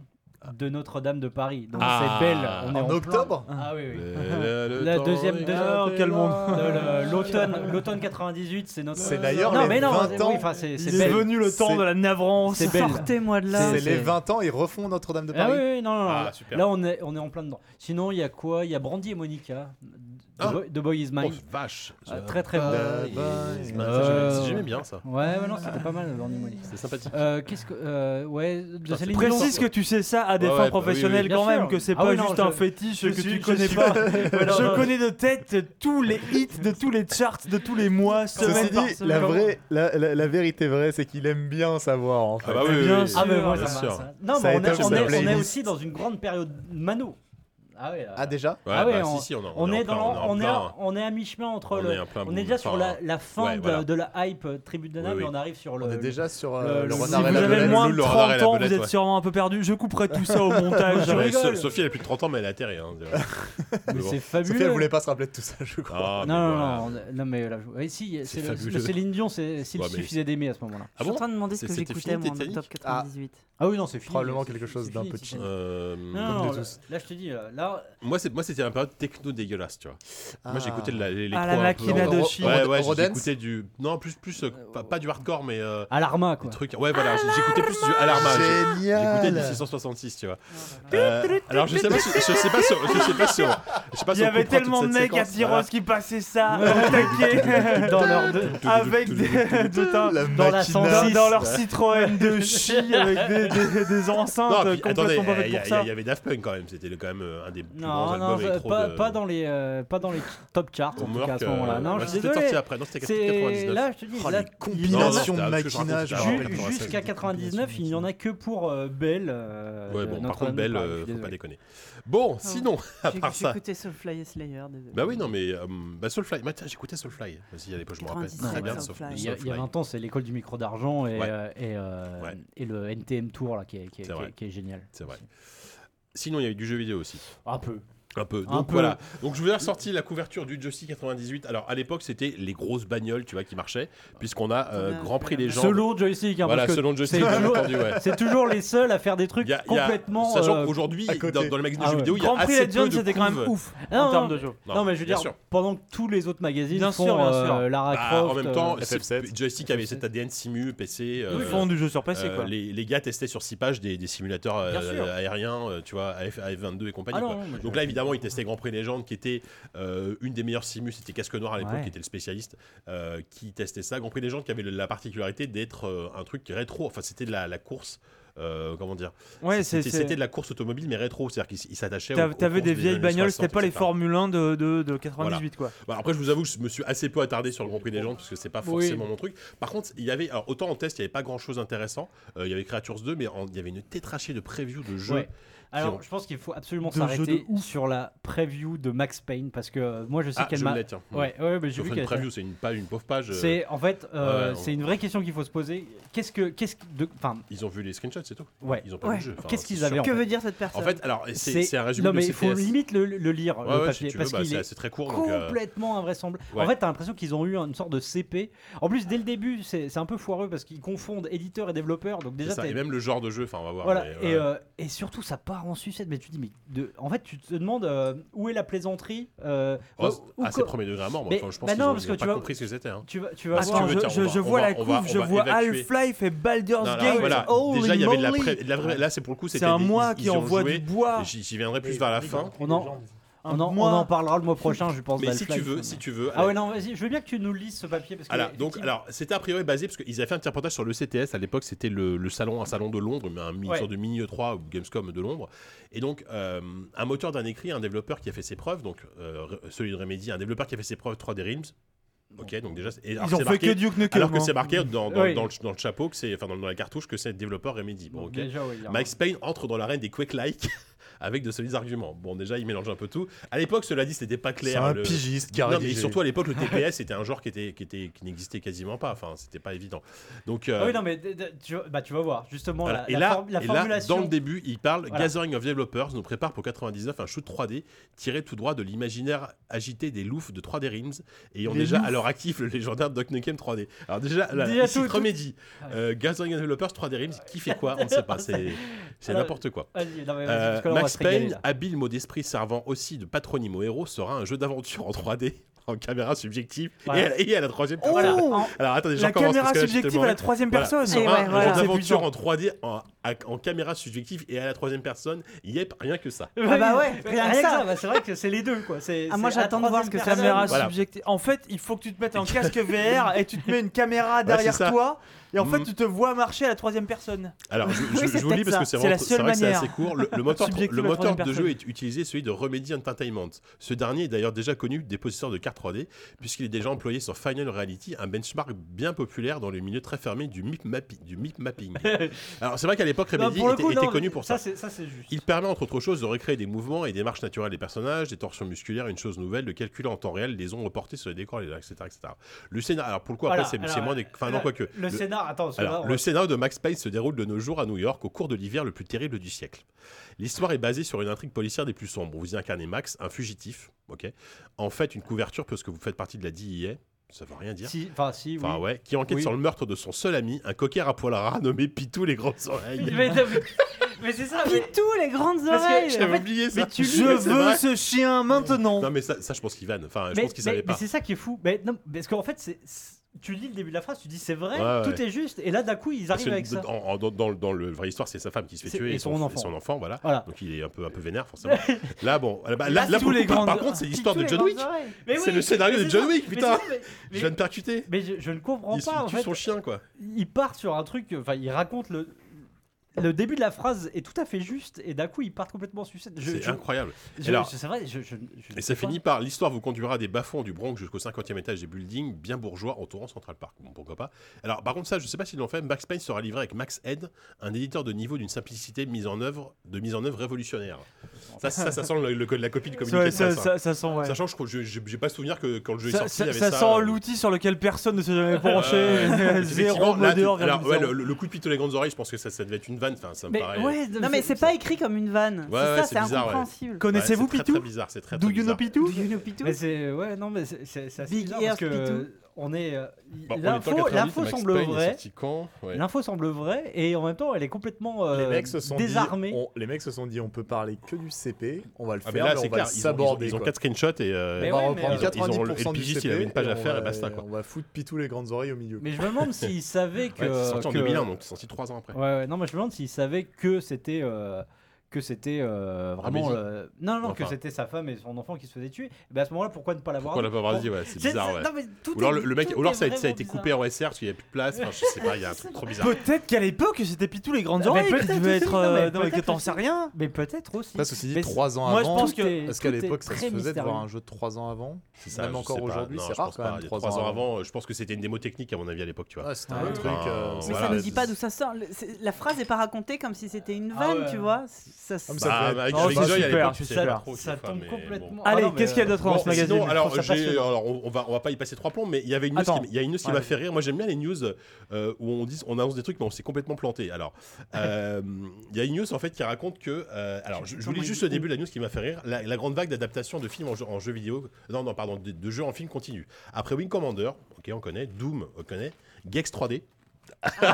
Speaker 4: de Notre-Dame de Paris. Donc
Speaker 2: Ah.
Speaker 4: c'est belle. On est
Speaker 5: En
Speaker 4: plein-
Speaker 5: octobre
Speaker 4: Ah oui, oui.
Speaker 2: Le- le
Speaker 4: La
Speaker 2: temps
Speaker 4: deuxième-
Speaker 2: est
Speaker 4: de-
Speaker 2: arrêté
Speaker 6: quel monde.
Speaker 2: là.
Speaker 4: Le- le- L'automne, l'automne 98, c'est notre.
Speaker 5: C'est d'ailleurs
Speaker 4: Non,
Speaker 5: les
Speaker 4: mais non,
Speaker 5: 20
Speaker 4: oui,
Speaker 5: ans.
Speaker 4: enfin, c'est
Speaker 6: Il
Speaker 4: c'est
Speaker 6: est
Speaker 4: belle.
Speaker 6: venu le temps
Speaker 5: C'est-
Speaker 6: de la navrance.
Speaker 4: C'est belle.
Speaker 3: Sortez-moi de là.
Speaker 5: C'est les
Speaker 4: c'est-
Speaker 5: 20 ans, ils refont Notre-Dame de
Speaker 4: Ah
Speaker 5: Paris.
Speaker 4: oui, oui, non, non, non.
Speaker 2: Ah, super.
Speaker 4: Là, on est, on est en plein dedans. Sinon, il y a quoi Il y a Brandy et Monica de,
Speaker 2: Ah.
Speaker 4: Boy- de Boy Is
Speaker 2: Oh
Speaker 4: Mine.
Speaker 2: vache.
Speaker 4: Ah, très très bon.
Speaker 5: Euh, bah,
Speaker 2: Ça, j'aimais-
Speaker 4: Euh,
Speaker 2: J'aimais bien ça.
Speaker 4: Ouais, ouais, non, c'était pas mal Brandy et Monica.
Speaker 2: C'est sympathique.
Speaker 4: Euh, Qu'est-ce que. euh, ouais, de
Speaker 2: c'est
Speaker 4: Céline Dion.
Speaker 6: Précise que tu sais ça à des
Speaker 2: Ouais,
Speaker 6: fins
Speaker 2: ouais, bah oui,
Speaker 6: professionnelles
Speaker 4: oui.
Speaker 6: quand
Speaker 4: Bien
Speaker 6: même,
Speaker 4: sûr.
Speaker 6: que c'est
Speaker 4: Ah
Speaker 6: pas
Speaker 4: oui, non,
Speaker 6: juste
Speaker 4: je-
Speaker 6: un fétiche
Speaker 4: je
Speaker 6: que
Speaker 4: suis-
Speaker 6: tu
Speaker 4: je
Speaker 6: connais
Speaker 4: suis-
Speaker 6: pas.
Speaker 4: Ouais, non,
Speaker 6: je
Speaker 4: non,
Speaker 6: connais de tête tous les hits de tous les charts de tous les mois, semaine
Speaker 5: Ceci
Speaker 6: par
Speaker 5: dit,
Speaker 6: semaine.
Speaker 5: la, vraie, la, la- la vérité vraie, c'est qu'il aime bien savoir en fait.
Speaker 2: Ah bah oui,
Speaker 6: bien
Speaker 2: oui,
Speaker 6: sûr.
Speaker 4: Ah, mais moi,
Speaker 2: Bien
Speaker 4: ça
Speaker 2: sûr.
Speaker 4: m'a- ça- Non,
Speaker 5: Ça
Speaker 4: mais
Speaker 5: a
Speaker 4: on
Speaker 5: été
Speaker 4: est-
Speaker 5: sur
Speaker 4: on
Speaker 5: ma
Speaker 4: est on est
Speaker 5: playlist.
Speaker 4: aussi dans une grande période Mano. Ah ouais.
Speaker 5: Ah déjà
Speaker 2: Ouais,
Speaker 4: Ah
Speaker 2: bah,
Speaker 4: ouais, on-
Speaker 2: si, si, on, est-
Speaker 4: On
Speaker 2: en
Speaker 4: est
Speaker 2: plein,
Speaker 4: dans la-
Speaker 2: en
Speaker 4: on est
Speaker 2: plein.
Speaker 4: à- on est à mi-chemin entre
Speaker 2: On est
Speaker 4: le.
Speaker 2: en plein
Speaker 4: On
Speaker 2: boom,
Speaker 4: est déjà sur
Speaker 2: enfin,
Speaker 4: la, la fin
Speaker 2: ouais,
Speaker 4: de,
Speaker 2: voilà.
Speaker 4: de la hype euh, Tribu de Nana,
Speaker 2: Oui,
Speaker 4: mais
Speaker 2: oui.
Speaker 4: on arrive sur le.
Speaker 5: On est déjà sur
Speaker 4: le-
Speaker 5: euh, le,
Speaker 4: le-
Speaker 6: Si
Speaker 5: renard et
Speaker 6: vous
Speaker 5: la
Speaker 6: avez
Speaker 5: belette.
Speaker 6: moins de
Speaker 2: Le renard et
Speaker 6: 30
Speaker 2: la
Speaker 6: ans,
Speaker 2: belette,
Speaker 6: vous êtes
Speaker 2: ouais.
Speaker 6: sûrement un peu perdu. Je couperai tout ça au montage.
Speaker 2: Ouais, So-
Speaker 4: rigole.
Speaker 2: Sophie, elle a plus de 30 ans, mais elle a atterri. Hein, déjà. Mais
Speaker 4: Mais
Speaker 2: bon.
Speaker 4: c'est fabuleux.
Speaker 5: Sophie, elle voulait pas se rappeler de tout ça, je crois.
Speaker 2: Ah, mais
Speaker 4: Non, non,
Speaker 2: voilà.
Speaker 4: non, on- non, mais là, je- ouais, si,
Speaker 2: C'est
Speaker 4: c'est le,
Speaker 2: fabuleux.
Speaker 4: le Céline Dion, c'est s'il
Speaker 2: Ouais, mais-
Speaker 4: suffisait d'aimer à ce moment-là.
Speaker 3: Je
Speaker 2: Ah
Speaker 3: suis en
Speaker 2: bon
Speaker 3: train de demander
Speaker 2: C'est-
Speaker 3: ce que
Speaker 2: c'était
Speaker 3: j'écoutais
Speaker 2: fini,
Speaker 3: moi en
Speaker 2: Titanic
Speaker 3: octobre 98.
Speaker 4: Ah oui, non, c'est fini.
Speaker 5: Probablement
Speaker 4: c'est-
Speaker 5: quelque
Speaker 4: c'est-
Speaker 5: chose
Speaker 4: c'est
Speaker 5: d'un
Speaker 4: fini,
Speaker 5: peu
Speaker 4: c'est
Speaker 5: cheap.
Speaker 4: fini.
Speaker 2: Euh,
Speaker 4: Non,
Speaker 5: nous
Speaker 4: non, là,
Speaker 5: tous.
Speaker 4: là, je te dis, là, là,
Speaker 2: Moi, c'est- moi, c'était un période techno dégueulasse, tu vois. Moi, j'écoutais de la- les les trois
Speaker 6: Ah, la
Speaker 2: un peu-
Speaker 6: machina de chi.
Speaker 2: Ouais, ouais,
Speaker 5: Rodens.
Speaker 2: j'écoutais du. Non, plus, plus euh, pas, pas du hardcore, mais euh,
Speaker 4: à l'arma,
Speaker 2: des
Speaker 4: quoi.
Speaker 2: trucs. Ouais, voilà, j'écoutais plus du Alarma. J'ai- J'écoutais du
Speaker 5: Génial
Speaker 2: 666, tu vois. Euh, alors, je sais pas si. Je sais pas si. on- Je sais pas si. on- Je sais pas
Speaker 6: Il
Speaker 2: si
Speaker 6: y
Speaker 2: on comprend
Speaker 6: avait
Speaker 2: toute
Speaker 6: tellement de
Speaker 2: cette
Speaker 6: mecs à
Speaker 2: séquence, voilà.
Speaker 6: Tyros qui passaient ça, au taquet,
Speaker 4: Dans leur deux-
Speaker 6: avec des.
Speaker 4: dans
Speaker 6: putain,
Speaker 4: la
Speaker 6: Dans,
Speaker 4: 106.
Speaker 6: dans leur Citroën de chi avec des, des- des enceintes
Speaker 2: Non, puis,
Speaker 6: complètement
Speaker 2: attendez,
Speaker 6: pas
Speaker 2: il
Speaker 6: faites
Speaker 2: y, a-
Speaker 6: pour
Speaker 2: il y a-
Speaker 6: ça.
Speaker 2: il y avait Daft Punk quand même, c'était le- quand même euh, un des plus grands
Speaker 4: Non, non,
Speaker 2: albums avec
Speaker 4: je-
Speaker 2: trop
Speaker 4: pas,
Speaker 2: de-
Speaker 4: pas dans les, euh, pas dans les top charts en
Speaker 2: On
Speaker 4: tout cas à
Speaker 2: meurt
Speaker 4: ce
Speaker 2: que-
Speaker 4: moment-là. Non,
Speaker 2: Ouais,
Speaker 4: je suis
Speaker 2: C'était sorti
Speaker 4: désolé.
Speaker 2: après, non, c'était
Speaker 4: C'est
Speaker 2: 99.
Speaker 4: là, je te dis,
Speaker 5: Oh,
Speaker 4: là,
Speaker 5: les compilations
Speaker 2: Non,
Speaker 5: de
Speaker 2: non, c'était- je
Speaker 5: maquinage.
Speaker 2: raconte,
Speaker 5: je me
Speaker 2: c'était
Speaker 5: rappelle.
Speaker 2: avant
Speaker 4: ju- jusqu'à 99, il n'y en a que pour euh, Belle. euh,
Speaker 2: Ouais, bon, par
Speaker 4: Notre-Dame
Speaker 2: contre,
Speaker 4: de
Speaker 2: Belle,
Speaker 4: Paris, je
Speaker 2: euh,
Speaker 4: suis
Speaker 2: faut pas
Speaker 4: désolé.
Speaker 2: déconner.
Speaker 4: Ah
Speaker 2: Bon, sinon, à
Speaker 3: J'ai-
Speaker 2: part
Speaker 3: J'ai
Speaker 2: ça.
Speaker 3: écouté Soulfly et Slayer, désolé.
Speaker 2: Bah oui, non, mais euh, bah, Soulfly. Bah, tiens, j'écoutais Soulfly. Vas-y, à l'époque, je me rappelle
Speaker 3: 97,
Speaker 2: très bien de
Speaker 3: Soulfly.
Speaker 2: Soulfly.
Speaker 4: Il y, a, il y a 20 ans, c'est l'école du micro d'argent et,
Speaker 2: Ouais.
Speaker 4: euh, et, euh,
Speaker 2: Ouais.
Speaker 4: et le NTM Tour là, qui, est, qui, est,
Speaker 2: C'est
Speaker 4: qui est-
Speaker 2: vrai.
Speaker 4: qui est génial.
Speaker 2: C'est vrai. Sinon, il y a eu du jeu vidéo aussi.
Speaker 4: Un peu.
Speaker 2: Un peu. Donc
Speaker 4: Un peu.
Speaker 2: voilà. Donc je vous ai ressorti la couverture du Justy 98. Alors à l'époque, c'était les grosses bagnoles, tu vois, qui marchaient, puisqu'on a euh,
Speaker 3: Ouais,
Speaker 2: Grand Prix
Speaker 3: voilà.
Speaker 2: Légende.
Speaker 4: Selon joystick, hein,
Speaker 2: Voilà,
Speaker 4: parce que
Speaker 2: selon Justy,
Speaker 4: c'est
Speaker 2: bien
Speaker 4: toujours-
Speaker 2: entendu, ouais.
Speaker 4: c'est toujours les seuls à faire des trucs
Speaker 2: Il y a- il y a-
Speaker 4: complètement.
Speaker 2: Sachant
Speaker 4: euh,
Speaker 2: qu'aujourd'hui,
Speaker 5: à côté.
Speaker 2: dans, dans le magazine
Speaker 4: Ah
Speaker 2: du jeu
Speaker 4: ouais.
Speaker 2: vidéo, il y a
Speaker 6: Grand Prix
Speaker 2: assez peu
Speaker 6: Legend,
Speaker 2: de
Speaker 6: c'était quand même
Speaker 2: couves.
Speaker 6: ouf
Speaker 4: Ah, non,
Speaker 6: en termes
Speaker 4: non.
Speaker 6: de jeu.
Speaker 4: Non, mais je veux
Speaker 2: bien
Speaker 4: dire,
Speaker 2: sûr.
Speaker 4: pendant que tous les autres magazines
Speaker 6: Bien
Speaker 4: font
Speaker 6: sûr, bien sûr.
Speaker 4: euh, Lara
Speaker 2: Bah,
Speaker 4: Croft,
Speaker 2: en même temps,
Speaker 4: euh,
Speaker 5: FF7.
Speaker 2: c'est- Joystick avait cet ADN Simu, PC. euh,
Speaker 6: Ils font du jeu sur PC,
Speaker 2: euh,
Speaker 6: quoi.
Speaker 2: les, les gars testaient sur 6 pages des, des simulateurs euh,
Speaker 6: Bien sûr.
Speaker 2: aériens, euh, tu vois, AF, 22 et compagnie.
Speaker 4: ah non,
Speaker 2: quoi.
Speaker 4: non, moi,
Speaker 2: Donc
Speaker 4: je-
Speaker 2: là, évidemment, il testait Grand Prix Légende, qui était euh, une des meilleures simus. C'était Casque Noir à l'époque,
Speaker 4: Ouais.
Speaker 2: qui était le spécialiste, euh, qui testait ça. Grand Prix Légende, qui avait le- la particularité d'être euh, un truc rétro. Enfin, c'était de la, la course. euh, comment dire
Speaker 6: Ouais, c'est-
Speaker 2: C'était c'était
Speaker 6: c'est.
Speaker 2: de la course automobile, mais rétro. C'est-à-dire qu'ils ils s'attachaient. aux-
Speaker 6: t'av-
Speaker 2: aux
Speaker 6: T'avais des
Speaker 2: courses
Speaker 6: vieilles
Speaker 2: années
Speaker 6: bagnoles, c'était
Speaker 2: 60,
Speaker 6: pas les
Speaker 2: etc.
Speaker 6: Formule 1 de, de, de 98, quoi.
Speaker 2: Bah, après, je vous avoue, je me suis assez peu attardé sur le Grand Prix Légende parce que c'est pas
Speaker 4: Oui.
Speaker 2: forcément mon truc. Par contre, il y avait alors, autant en test, il y avait pas grand chose d'intéressant. Euh, il y avait Creatures 2, mais en- il y avait une tétrachée de preview de jeux.
Speaker 4: Ouais.
Speaker 2: ont-
Speaker 4: Alors, je pense qu'il faut absolument
Speaker 6: de jeux de
Speaker 4: s'arrêter sur la preview de Max Payne parce que euh, moi, je sais
Speaker 2: Ah,
Speaker 4: qu'elle
Speaker 2: je
Speaker 4: m'a.
Speaker 2: l'ai, tiens.
Speaker 4: Ouais, ouais, mais j'ai
Speaker 2: Sur
Speaker 4: vu
Speaker 2: une
Speaker 4: qu'elle.
Speaker 2: preview, c'est une, page- une pauvre page. euh,
Speaker 4: C'est en fait, euh,
Speaker 2: Ouais, on-
Speaker 4: c'est une vraie question qu'il faut se poser. Qu'est-ce que, qu'est-ce que, de- enfin,
Speaker 2: euh, Ils ont vu les screenshots, c'est tout.
Speaker 4: ouais.
Speaker 2: Ils ont pas
Speaker 3: Ouais.
Speaker 2: vu le jeu. Enfin,
Speaker 4: Qu'est-ce
Speaker 2: c'est
Speaker 4: qu'ils
Speaker 2: sûr.
Speaker 4: avaient en
Speaker 3: Que
Speaker 4: fait
Speaker 3: veut dire cette personne
Speaker 2: En fait, alors c'est c'est un résumé
Speaker 4: Non mais
Speaker 2: de
Speaker 4: il faut
Speaker 2: CTS.
Speaker 4: limite le, le lire
Speaker 2: Ouais,
Speaker 4: le
Speaker 2: ouais,
Speaker 4: papier
Speaker 2: si tu veux,
Speaker 4: parce
Speaker 2: bah,
Speaker 4: qu'il
Speaker 2: c'est
Speaker 4: est
Speaker 2: c'est très court. Donc, euh,
Speaker 4: complètement invraisemblable.
Speaker 2: ouais.
Speaker 4: En fait, t'as l'impression qu'ils ont eu une sorte de CP. En plus, dès le début, c'est c'est un peu foireux parce qu'ils confondent éditeur et développeur. Donc
Speaker 2: c'est
Speaker 4: déjà,
Speaker 2: ça.
Speaker 4: t'es-
Speaker 2: Et même le genre de jeu, enfin, on va voir.
Speaker 4: voilà.
Speaker 2: mais,
Speaker 4: et,
Speaker 2: ouais.
Speaker 4: euh, et surtout, ça part en sucette. Mais tu dis, mais de... en fait, tu te demandes euh, où est la plaisanterie. euh,
Speaker 2: Oh,
Speaker 4: bah, où-
Speaker 2: ah, c'est
Speaker 4: co-
Speaker 2: premier degré à mort. moi.
Speaker 4: Mais-
Speaker 2: Enfin, je pense
Speaker 4: bah
Speaker 2: qu'ils
Speaker 4: non,
Speaker 2: ont-
Speaker 4: parce
Speaker 2: ils
Speaker 4: que
Speaker 2: ont
Speaker 4: tu
Speaker 2: pas
Speaker 4: vois-
Speaker 2: compris ce que c'était. hein.
Speaker 4: tu vas, tu vas
Speaker 2: Ah, si
Speaker 4: voir.
Speaker 2: tu veux,
Speaker 6: je,
Speaker 2: tiens, on
Speaker 6: je-
Speaker 2: va-
Speaker 6: je
Speaker 2: on
Speaker 6: vois
Speaker 2: va-
Speaker 6: la
Speaker 2: on va-
Speaker 6: couve,
Speaker 2: on
Speaker 6: je
Speaker 2: va
Speaker 6: vois
Speaker 2: évacuer.
Speaker 6: Half-Life et Baldur's
Speaker 2: Non, là,
Speaker 6: Gate.
Speaker 2: voilà.
Speaker 6: Holy
Speaker 2: Déjà, il y avait de la,
Speaker 6: moly.
Speaker 2: pré- de la vraie- Là, c'est pour le coup,
Speaker 6: C'est
Speaker 2: c'était
Speaker 6: un
Speaker 2: des-
Speaker 6: mois
Speaker 2: ils-
Speaker 6: qui
Speaker 2: ils ont
Speaker 6: envoie du
Speaker 2: joué.
Speaker 6: bois.
Speaker 2: J'y j'y viendrai plus vers la fin.
Speaker 4: On en, on, en, on
Speaker 6: Moi-
Speaker 4: en parlera le mois prochain, je pense.
Speaker 2: Mais si
Speaker 4: d'Half-Life.
Speaker 2: tu veux, si tu veux.
Speaker 4: Ah ouais, non, vas-y, je veux bien que tu nous lises ce papier. Parce que,
Speaker 2: Alors, donc,
Speaker 4: effectivement-
Speaker 2: alors, c'était a priori basé parce qu'ils avaient fait un petit reportage sur le CTS. À l'époque, c'était le, le salon, un salon de Londres, mais un, mi-
Speaker 4: Ouais.
Speaker 2: sorte de mini E3 ou Gamescom de Londres. Et donc, euh, un moteur d'un écrit, un développeur qui a fait ses preuves, donc euh, Re- celui de Remedy, un développeur qui a fait ses preuves 3D Realms. Ok, donc déjà, et alors
Speaker 6: Ils ont
Speaker 2: c'est
Speaker 6: fait
Speaker 2: marqué-
Speaker 6: que Duke Nukem.
Speaker 2: alors que
Speaker 6: hein.
Speaker 2: c'est marqué dans, dans-
Speaker 4: Oui.
Speaker 2: dans le, dans le chapeau, que c'est, enfin dans, dans la cartouche, que c'est développeur Remedy. Bon,
Speaker 4: Bon,
Speaker 2: ok.
Speaker 4: déjà, oui, il y a un-
Speaker 2: Max Payne entre dans l'arène des Quake-like avec de solides arguments. Bon, déjà, il mélange un peu tout. À l'époque, cela dit, c'était pas clair.
Speaker 5: C'est un
Speaker 2: le-
Speaker 5: pigiste qui a
Speaker 2: non, mais
Speaker 5: rédigé.
Speaker 2: surtout à l'époque, le TPS était un genre qui, était, qui, était, qui n'existait quasiment pas. Enfin, c'était pas évident. Donc, euh,
Speaker 4: Ah oui, non, mais d- d- tu, vas- bah, tu vas voir, justement,
Speaker 2: voilà.
Speaker 4: la,
Speaker 2: et,
Speaker 4: la
Speaker 2: là,
Speaker 4: for- la
Speaker 2: et là,
Speaker 4: formulation.
Speaker 2: dans le début, il parle
Speaker 4: Voilà.
Speaker 2: Gathering of Developers nous prépare pour 99 un shoot 3D tiré tout droit de l'imaginaire agité des loufs de 3D Rims, ayant
Speaker 6: Des
Speaker 2: déjà
Speaker 6: loufs.
Speaker 2: à leur actif le légendaire Doc Nukem 3D. Alors, déjà, là,
Speaker 4: Déjà
Speaker 2: il cite
Speaker 4: tout- tout-
Speaker 2: Remedy. Euh, Gathering of Developers 3D Rims, qui fait quoi On ne sait pas. C'est, c'est
Speaker 4: Alors,
Speaker 2: n'importe quoi.
Speaker 4: Ah, Vas-y, non, mais vas-y,
Speaker 2: Euh,
Speaker 4: parce que là, on va
Speaker 2: Max
Speaker 4: se régaler,
Speaker 2: Payne,
Speaker 4: là.
Speaker 2: habile mot d'esprit servant aussi de patronyme au héros, sera un jeu d'aventure en 3D, en caméra subjective
Speaker 4: Voilà.
Speaker 2: et, à, la- et à la troisième
Speaker 6: Oh,
Speaker 2: personne.
Speaker 6: en-
Speaker 2: Alors attendez, je
Speaker 6: La
Speaker 2: recommence parce
Speaker 6: caméra
Speaker 2: que là, je suis
Speaker 6: subjective
Speaker 2: tellement
Speaker 6: à la
Speaker 2: lent.
Speaker 6: troisième
Speaker 2: Voilà.
Speaker 6: personne.
Speaker 3: Et
Speaker 2: Sera
Speaker 3: ouais,
Speaker 2: un
Speaker 3: voilà.
Speaker 2: jeu
Speaker 6: C'est
Speaker 2: d'aventure
Speaker 6: puissant.
Speaker 2: en 3D en, à- en caméra subjective et à la troisième personne. Yep, rien que ça.
Speaker 3: Ah bah ouais, rien que ça.
Speaker 4: bah, c'est vrai que c'est les deux, quoi. c'est-
Speaker 3: Ah, moi,
Speaker 4: c'est la
Speaker 3: j'attends de voir ce que
Speaker 4: troisième
Speaker 3: ça
Speaker 4: personne.
Speaker 6: Caméra
Speaker 2: Voilà.
Speaker 6: subjective. En fait, il faut que tu te mettes un casque VR et tu te mets une caméra
Speaker 2: c'est
Speaker 6: derrière
Speaker 2: ça.
Speaker 6: toi. Et en fait,
Speaker 2: Mm.
Speaker 6: tu te vois marcher à la troisième personne.
Speaker 2: Alors je, je-
Speaker 3: Oui,
Speaker 2: je
Speaker 3: c'est
Speaker 2: vous lis
Speaker 3: peut-être
Speaker 2: parce que c'est
Speaker 3: ça.
Speaker 6: C'est
Speaker 2: vraiment
Speaker 6: la seule
Speaker 2: c'est vrai que c'est
Speaker 6: manière.
Speaker 2: assez court. Le, le moteur,
Speaker 6: Subjective
Speaker 2: le
Speaker 6: à la
Speaker 2: moteur de
Speaker 6: troisième
Speaker 2: jeu est utilisé, celui de Remedy Entertainment. Ce dernier est d'ailleurs déjà connu des possesseurs de cartes 3D, puisqu'il est déjà employé sur Final Reality, un benchmark bien populaire dans le milieu très fermé du mip, mappi- du mip mapping. Alors c'est vrai qu'à l'époque,
Speaker 4: Non,
Speaker 2: Remedy
Speaker 4: pour le
Speaker 2: était,
Speaker 4: coup,
Speaker 2: était
Speaker 4: non,
Speaker 2: connu pour ça.
Speaker 4: c'est- Ça, c'est juste.
Speaker 2: Il permet entre autres choses de recréer des mouvements et des marches naturelles des personnages, des torsions musculaires, une chose nouvelle, de calculer en temps réel les ondes reportées sur les décors, les- etc., etc. Le scénario, alors pour le coup, après,
Speaker 4: Voilà,
Speaker 2: c'est- c'est
Speaker 4: alors,
Speaker 2: moins. des- Enfin, non,
Speaker 4: alors,
Speaker 2: quoique.
Speaker 4: Le scénar, attends, parce que là,
Speaker 2: Alors,
Speaker 4: on
Speaker 2: le
Speaker 4: va-
Speaker 2: scénario de Max Payne se déroule de nos jours à New York au cours de l'hiver le plus terrible du siècle. L'histoire est basée sur une intrigue policière des plus sombres. Vous y incarnez Max, un fugitif, ok En fait, une couverture parce que vous faites partie de la DIA, ça veut rien dire.
Speaker 4: Si, enfin, si, oui.
Speaker 2: Enfin, ouais, qui enquête
Speaker 4: Oui.
Speaker 2: sur le meurtre de son seul ami, un coquère à poil ras nommé Pitou les Grandes Oreilles.
Speaker 4: Mais, mais- mais c'est ça, mais-
Speaker 3: Pitou, les grandes
Speaker 4: Parce que-
Speaker 3: oreilles
Speaker 2: J'avais oublié ça.
Speaker 4: Ah, mais tu
Speaker 6: Je
Speaker 2: Mais c'est
Speaker 6: veux
Speaker 2: vrai.
Speaker 6: ce chien maintenant.
Speaker 2: Non, mais ça, ça, je pense qu'il vanne. Enfin, je
Speaker 4: mais-
Speaker 2: pense qu'il savait
Speaker 4: mais-
Speaker 2: pas.
Speaker 4: mais c'est ça qui est fou. Mais non, parce qu'en fait, c'est- c'est- tu lis le début de la phrase, tu dis c'est vrai,
Speaker 2: Ouais,
Speaker 4: tout
Speaker 2: ouais.
Speaker 4: est juste, et là, d'un coup, ils
Speaker 2: Parce
Speaker 4: arrivent
Speaker 2: que
Speaker 4: avec ça.
Speaker 2: dans, en- dans, dans, dans le- la vraie histoire, c'est sa femme qui se fait
Speaker 4: C'est-
Speaker 2: tuer
Speaker 4: et son enfant.
Speaker 2: voilà.
Speaker 4: Voilà.
Speaker 2: Donc il est un peu, un peu vénère, forcément. là, bon, là, bah, là,
Speaker 6: c'est
Speaker 2: là,
Speaker 6: tous
Speaker 2: pour le
Speaker 6: les
Speaker 2: coup, par- par
Speaker 6: grandes-
Speaker 2: contre, c'est l'histoire
Speaker 3: Pitou,
Speaker 2: de
Speaker 3: les
Speaker 2: John
Speaker 3: grandes
Speaker 2: Wick.
Speaker 3: oreilles.
Speaker 4: Mais
Speaker 2: C'est
Speaker 4: oui,
Speaker 2: le scénario
Speaker 4: mais
Speaker 2: de
Speaker 4: c'est
Speaker 2: John
Speaker 4: ça.
Speaker 2: Wick,
Speaker 4: Mais
Speaker 2: putain.
Speaker 4: c'est ça, mais-
Speaker 2: Je
Speaker 4: mais-
Speaker 2: viens de percuter.
Speaker 4: Mais je, je ne comprends
Speaker 2: Il se
Speaker 4: pas. en
Speaker 2: tue
Speaker 4: fait.
Speaker 2: son chien, quoi.
Speaker 4: il part sur un truc, enfin, il raconte le. le début de la phrase est tout à fait juste et d'un coup ils partent complètement en sucette. Je-
Speaker 2: C'est
Speaker 4: je-
Speaker 2: incroyable.
Speaker 4: je-
Speaker 2: Alors-
Speaker 4: c'est vrai, je- je- je ne
Speaker 2: Et ça
Speaker 4: sais pas.
Speaker 2: finit par l'histoire vous conduira des bas-fonds du Bronx jusqu'au 50e étage des buildings bien bourgeois entourant Central Park. Bon, pourquoi pas Alors, par contre, ça, je sais pas s'ils l'ont fait. Max Payne sera livré avec Max Head, un éditeur de niveau d'une simplicité mise en œuvre, de mise en œuvre révolutionnaire. Ça, ça, ça sent le, le code- la copie du communiqué.
Speaker 6: Ça,
Speaker 2: de
Speaker 6: ça,
Speaker 2: presse, hein.
Speaker 6: ça- ça sent, ouais.
Speaker 2: Sachant que je crois- je- j'ai j'ai pas souvenir que quand le jeu est
Speaker 6: Ça,
Speaker 2: sorti,
Speaker 6: ça-
Speaker 2: il y avait
Speaker 6: ça
Speaker 2: ça.
Speaker 6: sent
Speaker 2: euh,
Speaker 6: l'outil sur lequel personne ne s'est jamais penché.
Speaker 2: euh,
Speaker 6: Zéro
Speaker 2: effectivement, là, tu-
Speaker 6: modeur.
Speaker 2: alors, ouais, le,
Speaker 6: zéro.
Speaker 2: le coup de piton les grandes oreilles, je pense que ça, ça devait être une vanne. Enfin, ça me
Speaker 4: Mais
Speaker 2: paraît.
Speaker 4: ouais,
Speaker 3: Non, mais c'est pas écrit comme une vanne.
Speaker 2: Ouais,
Speaker 3: c'est
Speaker 2: ouais,
Speaker 3: ça,
Speaker 2: c'est
Speaker 3: c'est
Speaker 2: bizarre, ouais.
Speaker 3: incompréhensible.
Speaker 2: Ouais,
Speaker 6: Connaissez-vous
Speaker 2: c'est très,
Speaker 6: Pitou
Speaker 2: très bizarre, c'est très, très bizarre.
Speaker 6: Pitou
Speaker 3: Do you know Pitou
Speaker 4: Mais c'est ouais non mais c'est- c'est ça c'est
Speaker 3: Big
Speaker 4: bizarre parce
Speaker 3: ears,
Speaker 4: que
Speaker 3: Pitou.
Speaker 4: euh, on est euh,
Speaker 2: Bon, Bah, on est en
Speaker 4: l'info
Speaker 2: 98,
Speaker 4: l'info
Speaker 2: Max
Speaker 4: semble
Speaker 2: Payne est
Speaker 4: vraie.
Speaker 2: sorti quand Ouais.
Speaker 4: L'info semble vraie et en même temps elle est complètement euh,
Speaker 5: les mecs se sont
Speaker 4: désarmée.
Speaker 5: dit, on, les mecs se sont dit, on peut parler que du CP, on va le
Speaker 2: Ah,
Speaker 5: faire,
Speaker 2: mais là,
Speaker 5: mais
Speaker 2: c'est
Speaker 5: on va
Speaker 2: clair,
Speaker 5: le
Speaker 2: ils ont-
Speaker 5: saborder.
Speaker 2: ils ont
Speaker 5: quoi.
Speaker 2: 4 screenshots et. euh,
Speaker 4: Mais
Speaker 5: on va
Speaker 4: ouais,
Speaker 5: reprendre
Speaker 4: mais, euh,
Speaker 2: ils ont-
Speaker 5: 90%
Speaker 2: et le
Speaker 5: du
Speaker 2: pigiste,
Speaker 5: CP,
Speaker 2: il avait une page
Speaker 5: et
Speaker 2: à
Speaker 5: on
Speaker 2: faire et
Speaker 5: va-
Speaker 2: basta, quoi.
Speaker 5: On va foutre pitou les grandes oreilles au milieu.
Speaker 4: Mais je me demande s'ils savaient que
Speaker 2: Ouais, c'est sorti en
Speaker 4: que-
Speaker 2: 2001, donc c'est sorti 3 ans après.
Speaker 4: Ouais, ouais, non, mais je me demande s'il savait que c'était euh, que c'était euh, vraiment
Speaker 2: Ramezi.
Speaker 4: euh, non non, non, que
Speaker 2: Enfin.
Speaker 4: c'était sa femme et son enfant qui se faisaient tuer. Et ben à ce moment-là, pourquoi ne pas l'avoir
Speaker 2: Pourquoi
Speaker 4: dit
Speaker 2: l'a pas avoir
Speaker 4: Bon,
Speaker 2: dit Ouais, c'est
Speaker 4: c'est-
Speaker 2: bizarre,
Speaker 4: c'est-
Speaker 2: ouais.
Speaker 4: non, mais tout
Speaker 2: Ou alors,
Speaker 4: est-
Speaker 2: le, le mec,
Speaker 4: tout
Speaker 2: ou alors
Speaker 4: est
Speaker 2: ça, a- ça a
Speaker 4: vraiment
Speaker 2: été coupé
Speaker 4: bizarre.
Speaker 2: en SR parce qu'il n'y avait plus de place. Enfin, je sais pas, il y a un truc trop bizarre.
Speaker 6: Peut-être qu'à l'époque c'était Pitou les grandes
Speaker 4: Ah, mais
Speaker 6: oreilles. qui
Speaker 4: peut-être
Speaker 6: devait
Speaker 4: aussi,
Speaker 6: être,
Speaker 4: non,
Speaker 6: euh,
Speaker 4: mais
Speaker 6: non, mais que
Speaker 4: peut-être
Speaker 6: t'en
Speaker 4: aussi.
Speaker 6: sais rien.
Speaker 4: Mais peut-être aussi.
Speaker 5: Après, ceci
Speaker 4: Mais
Speaker 5: dit,
Speaker 4: c'est-
Speaker 5: 3 ans
Speaker 6: moi, je
Speaker 5: avant.
Speaker 6: pense que-
Speaker 4: Tout est-
Speaker 5: Parce qu'à
Speaker 4: tout est
Speaker 5: l'époque, ça se
Speaker 4: très
Speaker 5: faisait de voir
Speaker 4: mystérieux.
Speaker 5: un jeu de 3 ans avant.
Speaker 2: C'est ça,
Speaker 5: Même
Speaker 2: je
Speaker 5: encore
Speaker 2: sais pas.
Speaker 5: aujourd'hui,
Speaker 2: Non,
Speaker 5: c'est
Speaker 2: je
Speaker 5: rare
Speaker 2: pense
Speaker 5: quand
Speaker 2: pas.
Speaker 5: même,
Speaker 2: Il y a
Speaker 5: trois
Speaker 2: trois
Speaker 5: ans
Speaker 2: ans avant, je pense que c'était une démo technique à mon avis à l'époque, tu vois.
Speaker 5: Ah, c'était
Speaker 4: Ouais.
Speaker 5: un truc.
Speaker 2: Mais
Speaker 5: euh,
Speaker 3: Mais
Speaker 2: Voilà,
Speaker 3: ça nous dit
Speaker 2: c'est-
Speaker 3: pas d'où ça sort. Le- c'est- La phrase est pas racontée comme si c'était une
Speaker 4: Ah
Speaker 3: vanne,
Speaker 4: ouais.
Speaker 3: tu vois. Ça,
Speaker 5: Ah, mais
Speaker 2: Bah,
Speaker 5: ça- devait
Speaker 2: avec
Speaker 6: être- Non,
Speaker 2: avec
Speaker 6: c'est
Speaker 2: Joy, à
Speaker 6: super,
Speaker 2: l'époque, tu
Speaker 6: c'est
Speaker 2: sais pas
Speaker 6: super.
Speaker 2: trop, tu
Speaker 4: ça
Speaker 2: sais pas,
Speaker 4: tombe
Speaker 2: mais bon.
Speaker 4: complètement. Ah,
Speaker 6: Allez,
Speaker 4: non, mais,
Speaker 6: qu'est-ce qu'il y a
Speaker 4: euh,
Speaker 6: d'autre
Speaker 2: Bon,
Speaker 6: dans ce magazine
Speaker 2: sinon,
Speaker 6: Je trouve
Speaker 2: alors,
Speaker 6: ça
Speaker 2: j'ai,
Speaker 6: passionnant.
Speaker 2: alors, on on va, on va pas y passer trois plombs, mais il y avait une news,
Speaker 6: Attends.
Speaker 2: qui, il y a une news qui
Speaker 6: Ouais,
Speaker 2: m'a
Speaker 6: vas-y.
Speaker 2: fait rire. Moi, j'aime bien les news euh, où on dit, on annonce des trucs, mais on s'est complètement planté. Alors, euh, il y a une news en fait qui raconte que, euh, alors, je, je vous lis juste le début de la news qui m'a fait rire. La, la grande vague d'adaptation de films en jeu, en jeu vidéo, non, non, pardon, de, de jeux en film continue. Après Wing Commander, ok, on connaît, Doom, on connaît, Gex 3D.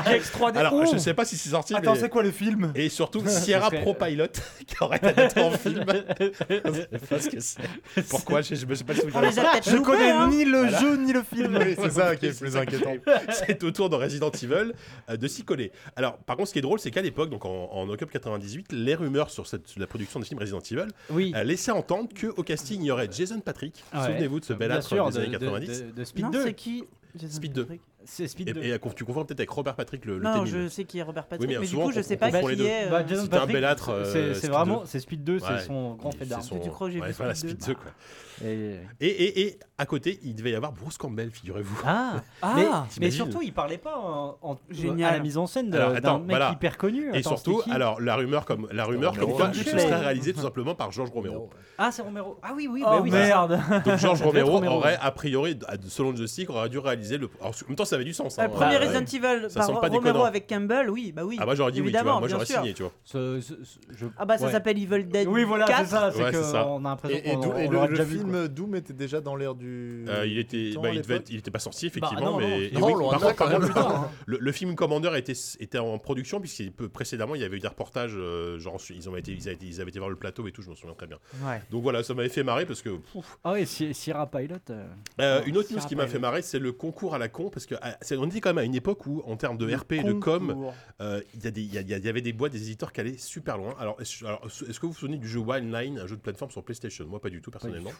Speaker 6: Gex
Speaker 4: Ah,
Speaker 6: 3D.
Speaker 2: Alors,
Speaker 6: Oh
Speaker 2: je sais pas si c'est sorti,
Speaker 6: Attends,
Speaker 2: mais-
Speaker 6: c'est quoi le film
Speaker 2: et surtout Sierra
Speaker 4: serait-
Speaker 2: Pro Pilot qui aurait été adapté en film.
Speaker 4: euh,
Speaker 2: Je sais pas ce que c'est. Pourquoi Je je me sais pas le
Speaker 3: On
Speaker 2: souvenir.
Speaker 3: les a peut-être
Speaker 6: Je
Speaker 3: loupés,
Speaker 6: connais
Speaker 3: hein.
Speaker 6: ni le
Speaker 2: Voilà.
Speaker 6: jeu ni le film.
Speaker 5: Oui, c'est ça qui est plus inquiétant.
Speaker 2: c'est au tour de Resident Evil euh, de s'y coller. Alors, par contre, ce qui est drôle, c'est qu'à l'époque, donc en, en octobre 98, les rumeurs sur, cette- sur la production du film Resident Evil
Speaker 4: Oui. Ah
Speaker 2: euh, laissaient entendre que au casting il y aurait Jason Patrick.
Speaker 4: Ouais.
Speaker 2: Souvenez-vous de ce bel
Speaker 4: Bien
Speaker 2: acte
Speaker 4: sûr,
Speaker 2: des
Speaker 4: de,
Speaker 2: années
Speaker 4: de-
Speaker 2: 90.
Speaker 4: de- de Speed
Speaker 3: Non,
Speaker 4: 2.
Speaker 3: c'est qui
Speaker 2: Speed 2.
Speaker 4: C'est Speed 2.
Speaker 2: Et, et, euh, tu confonds peut-être avec Robert Patrick le, le
Speaker 3: Non,
Speaker 2: témine.
Speaker 3: je sais qui est Robert Patrick,
Speaker 2: Oui, mais
Speaker 3: mais, du
Speaker 2: souvent,
Speaker 3: coup, je
Speaker 2: on-
Speaker 3: sais
Speaker 2: on
Speaker 3: pas
Speaker 2: confond les
Speaker 3: qui
Speaker 2: deux.
Speaker 3: est. euh,
Speaker 4: Bah, Jason
Speaker 2: c'est un
Speaker 4: Patrick,
Speaker 2: belâtre, euh,
Speaker 4: c'est- C'est
Speaker 2: Speed
Speaker 4: vraiment
Speaker 2: 2.
Speaker 4: c'est Speed 2, c'est
Speaker 2: Ouais.
Speaker 4: son grand
Speaker 2: Il-
Speaker 4: fait Bah.
Speaker 2: c'est
Speaker 4: d'armes.
Speaker 2: son-
Speaker 3: Tu crois que j'ai
Speaker 2: ouais,
Speaker 3: vu
Speaker 2: voilà,
Speaker 3: Speed
Speaker 2: Speed 2, quoi.
Speaker 4: Et-
Speaker 2: Et, et, et à côté, il devait y avoir Bruce Campbell, figurez-vous.
Speaker 4: Ah, mais,
Speaker 6: Ah
Speaker 4: mais
Speaker 2: T'imagines
Speaker 4: surtout, il parlait pas en, en-
Speaker 3: Génial.
Speaker 4: à la mise en scène de-
Speaker 2: Alors,
Speaker 4: d'un
Speaker 2: attends,
Speaker 4: mec
Speaker 2: voilà.
Speaker 4: hyper connu.
Speaker 2: Et
Speaker 4: Attends,
Speaker 2: surtout,
Speaker 4: c'était qui
Speaker 2: alors la rumeur comme la rumeur comme
Speaker 5: Romero.
Speaker 2: quoi ce
Speaker 4: Romero.
Speaker 2: serait réalisé tout simplement par Georges Romero.
Speaker 4: ah c'est Romero. Ah oui oui, bah
Speaker 6: Oh
Speaker 4: oui, c'est ça.
Speaker 6: merde
Speaker 2: Donc Georges
Speaker 4: Ça devait être
Speaker 2: Romero,
Speaker 4: Romero.
Speaker 2: aurait a priori, selon Joystick, aurait dû réaliser le. alors, en même temps, ça avait du sens.
Speaker 3: Ah,
Speaker 2: hein.
Speaker 3: le premier
Speaker 2: Euh,
Speaker 3: Resident Evil
Speaker 2: Ça
Speaker 3: par
Speaker 2: semble pas
Speaker 3: Romero
Speaker 2: déconnant.
Speaker 3: avec Campbell, oui, bah oui.
Speaker 2: Ah moi j'aurais dit oui, tu vois,
Speaker 3: Évidemment,
Speaker 2: moi
Speaker 3: bien
Speaker 2: j'aurais
Speaker 3: sûr.
Speaker 2: signé, tu vois.
Speaker 4: Ce- ce- ce- je-
Speaker 3: Ah bah ça
Speaker 4: ouais.
Speaker 3: s'appelle Evil Dead.
Speaker 4: Oui voilà, c'est
Speaker 3: 4.
Speaker 4: ça, c'est
Speaker 2: Ouais,
Speaker 4: que
Speaker 2: c'est ça.
Speaker 4: on a l'impression
Speaker 5: Et, et
Speaker 4: qu'on
Speaker 5: Doom- et
Speaker 4: on
Speaker 5: le,
Speaker 4: l'aurait
Speaker 5: le
Speaker 4: déjà vu.
Speaker 5: film
Speaker 4: quoi.
Speaker 5: euh, Doom était déjà dans l'ère du.
Speaker 2: Euh, il était,
Speaker 5: du temps,
Speaker 2: bah,
Speaker 5: à
Speaker 2: il, devait
Speaker 5: l'époque.
Speaker 2: être- il était pas sorti
Speaker 4: Bah,
Speaker 2: effectivement,
Speaker 4: non, non,
Speaker 2: mais
Speaker 4: non,
Speaker 2: et oui,
Speaker 5: loin
Speaker 2: par
Speaker 5: de là,
Speaker 2: contre, par
Speaker 5: quand
Speaker 2: contre,
Speaker 5: même.
Speaker 2: le- le, le film Commander était, était en production puisque peu- précédemment il y avait eu des reportages, euh, genre ils, ont été, ils, avaient été, ils avaient été voir le plateau et tout, je m'en souviens très bien.
Speaker 6: Ouais.
Speaker 2: Donc voilà, ça m'avait fait marrer parce que pouf.
Speaker 4: Ah oui, Si- Sierra Pilot. euh,
Speaker 2: Euh,
Speaker 4: Ouais,
Speaker 2: une autre
Speaker 4: ça
Speaker 2: news qui m'a
Speaker 4: rappelle.
Speaker 2: fait marrer, c'est le concours à la con parce que ah, c'est- on était quand même à une époque où en termes de RP et de com, Euh, Il y, a des- il y a- il y a- il y avait des boîtes, des éditeurs qui allaient super loin. Alors, est-ce alors, est-ce que vous vous souvenez du jeu Wildline, un jeu de plateforme sur PlayStation Moi, pas du tout, personnellement.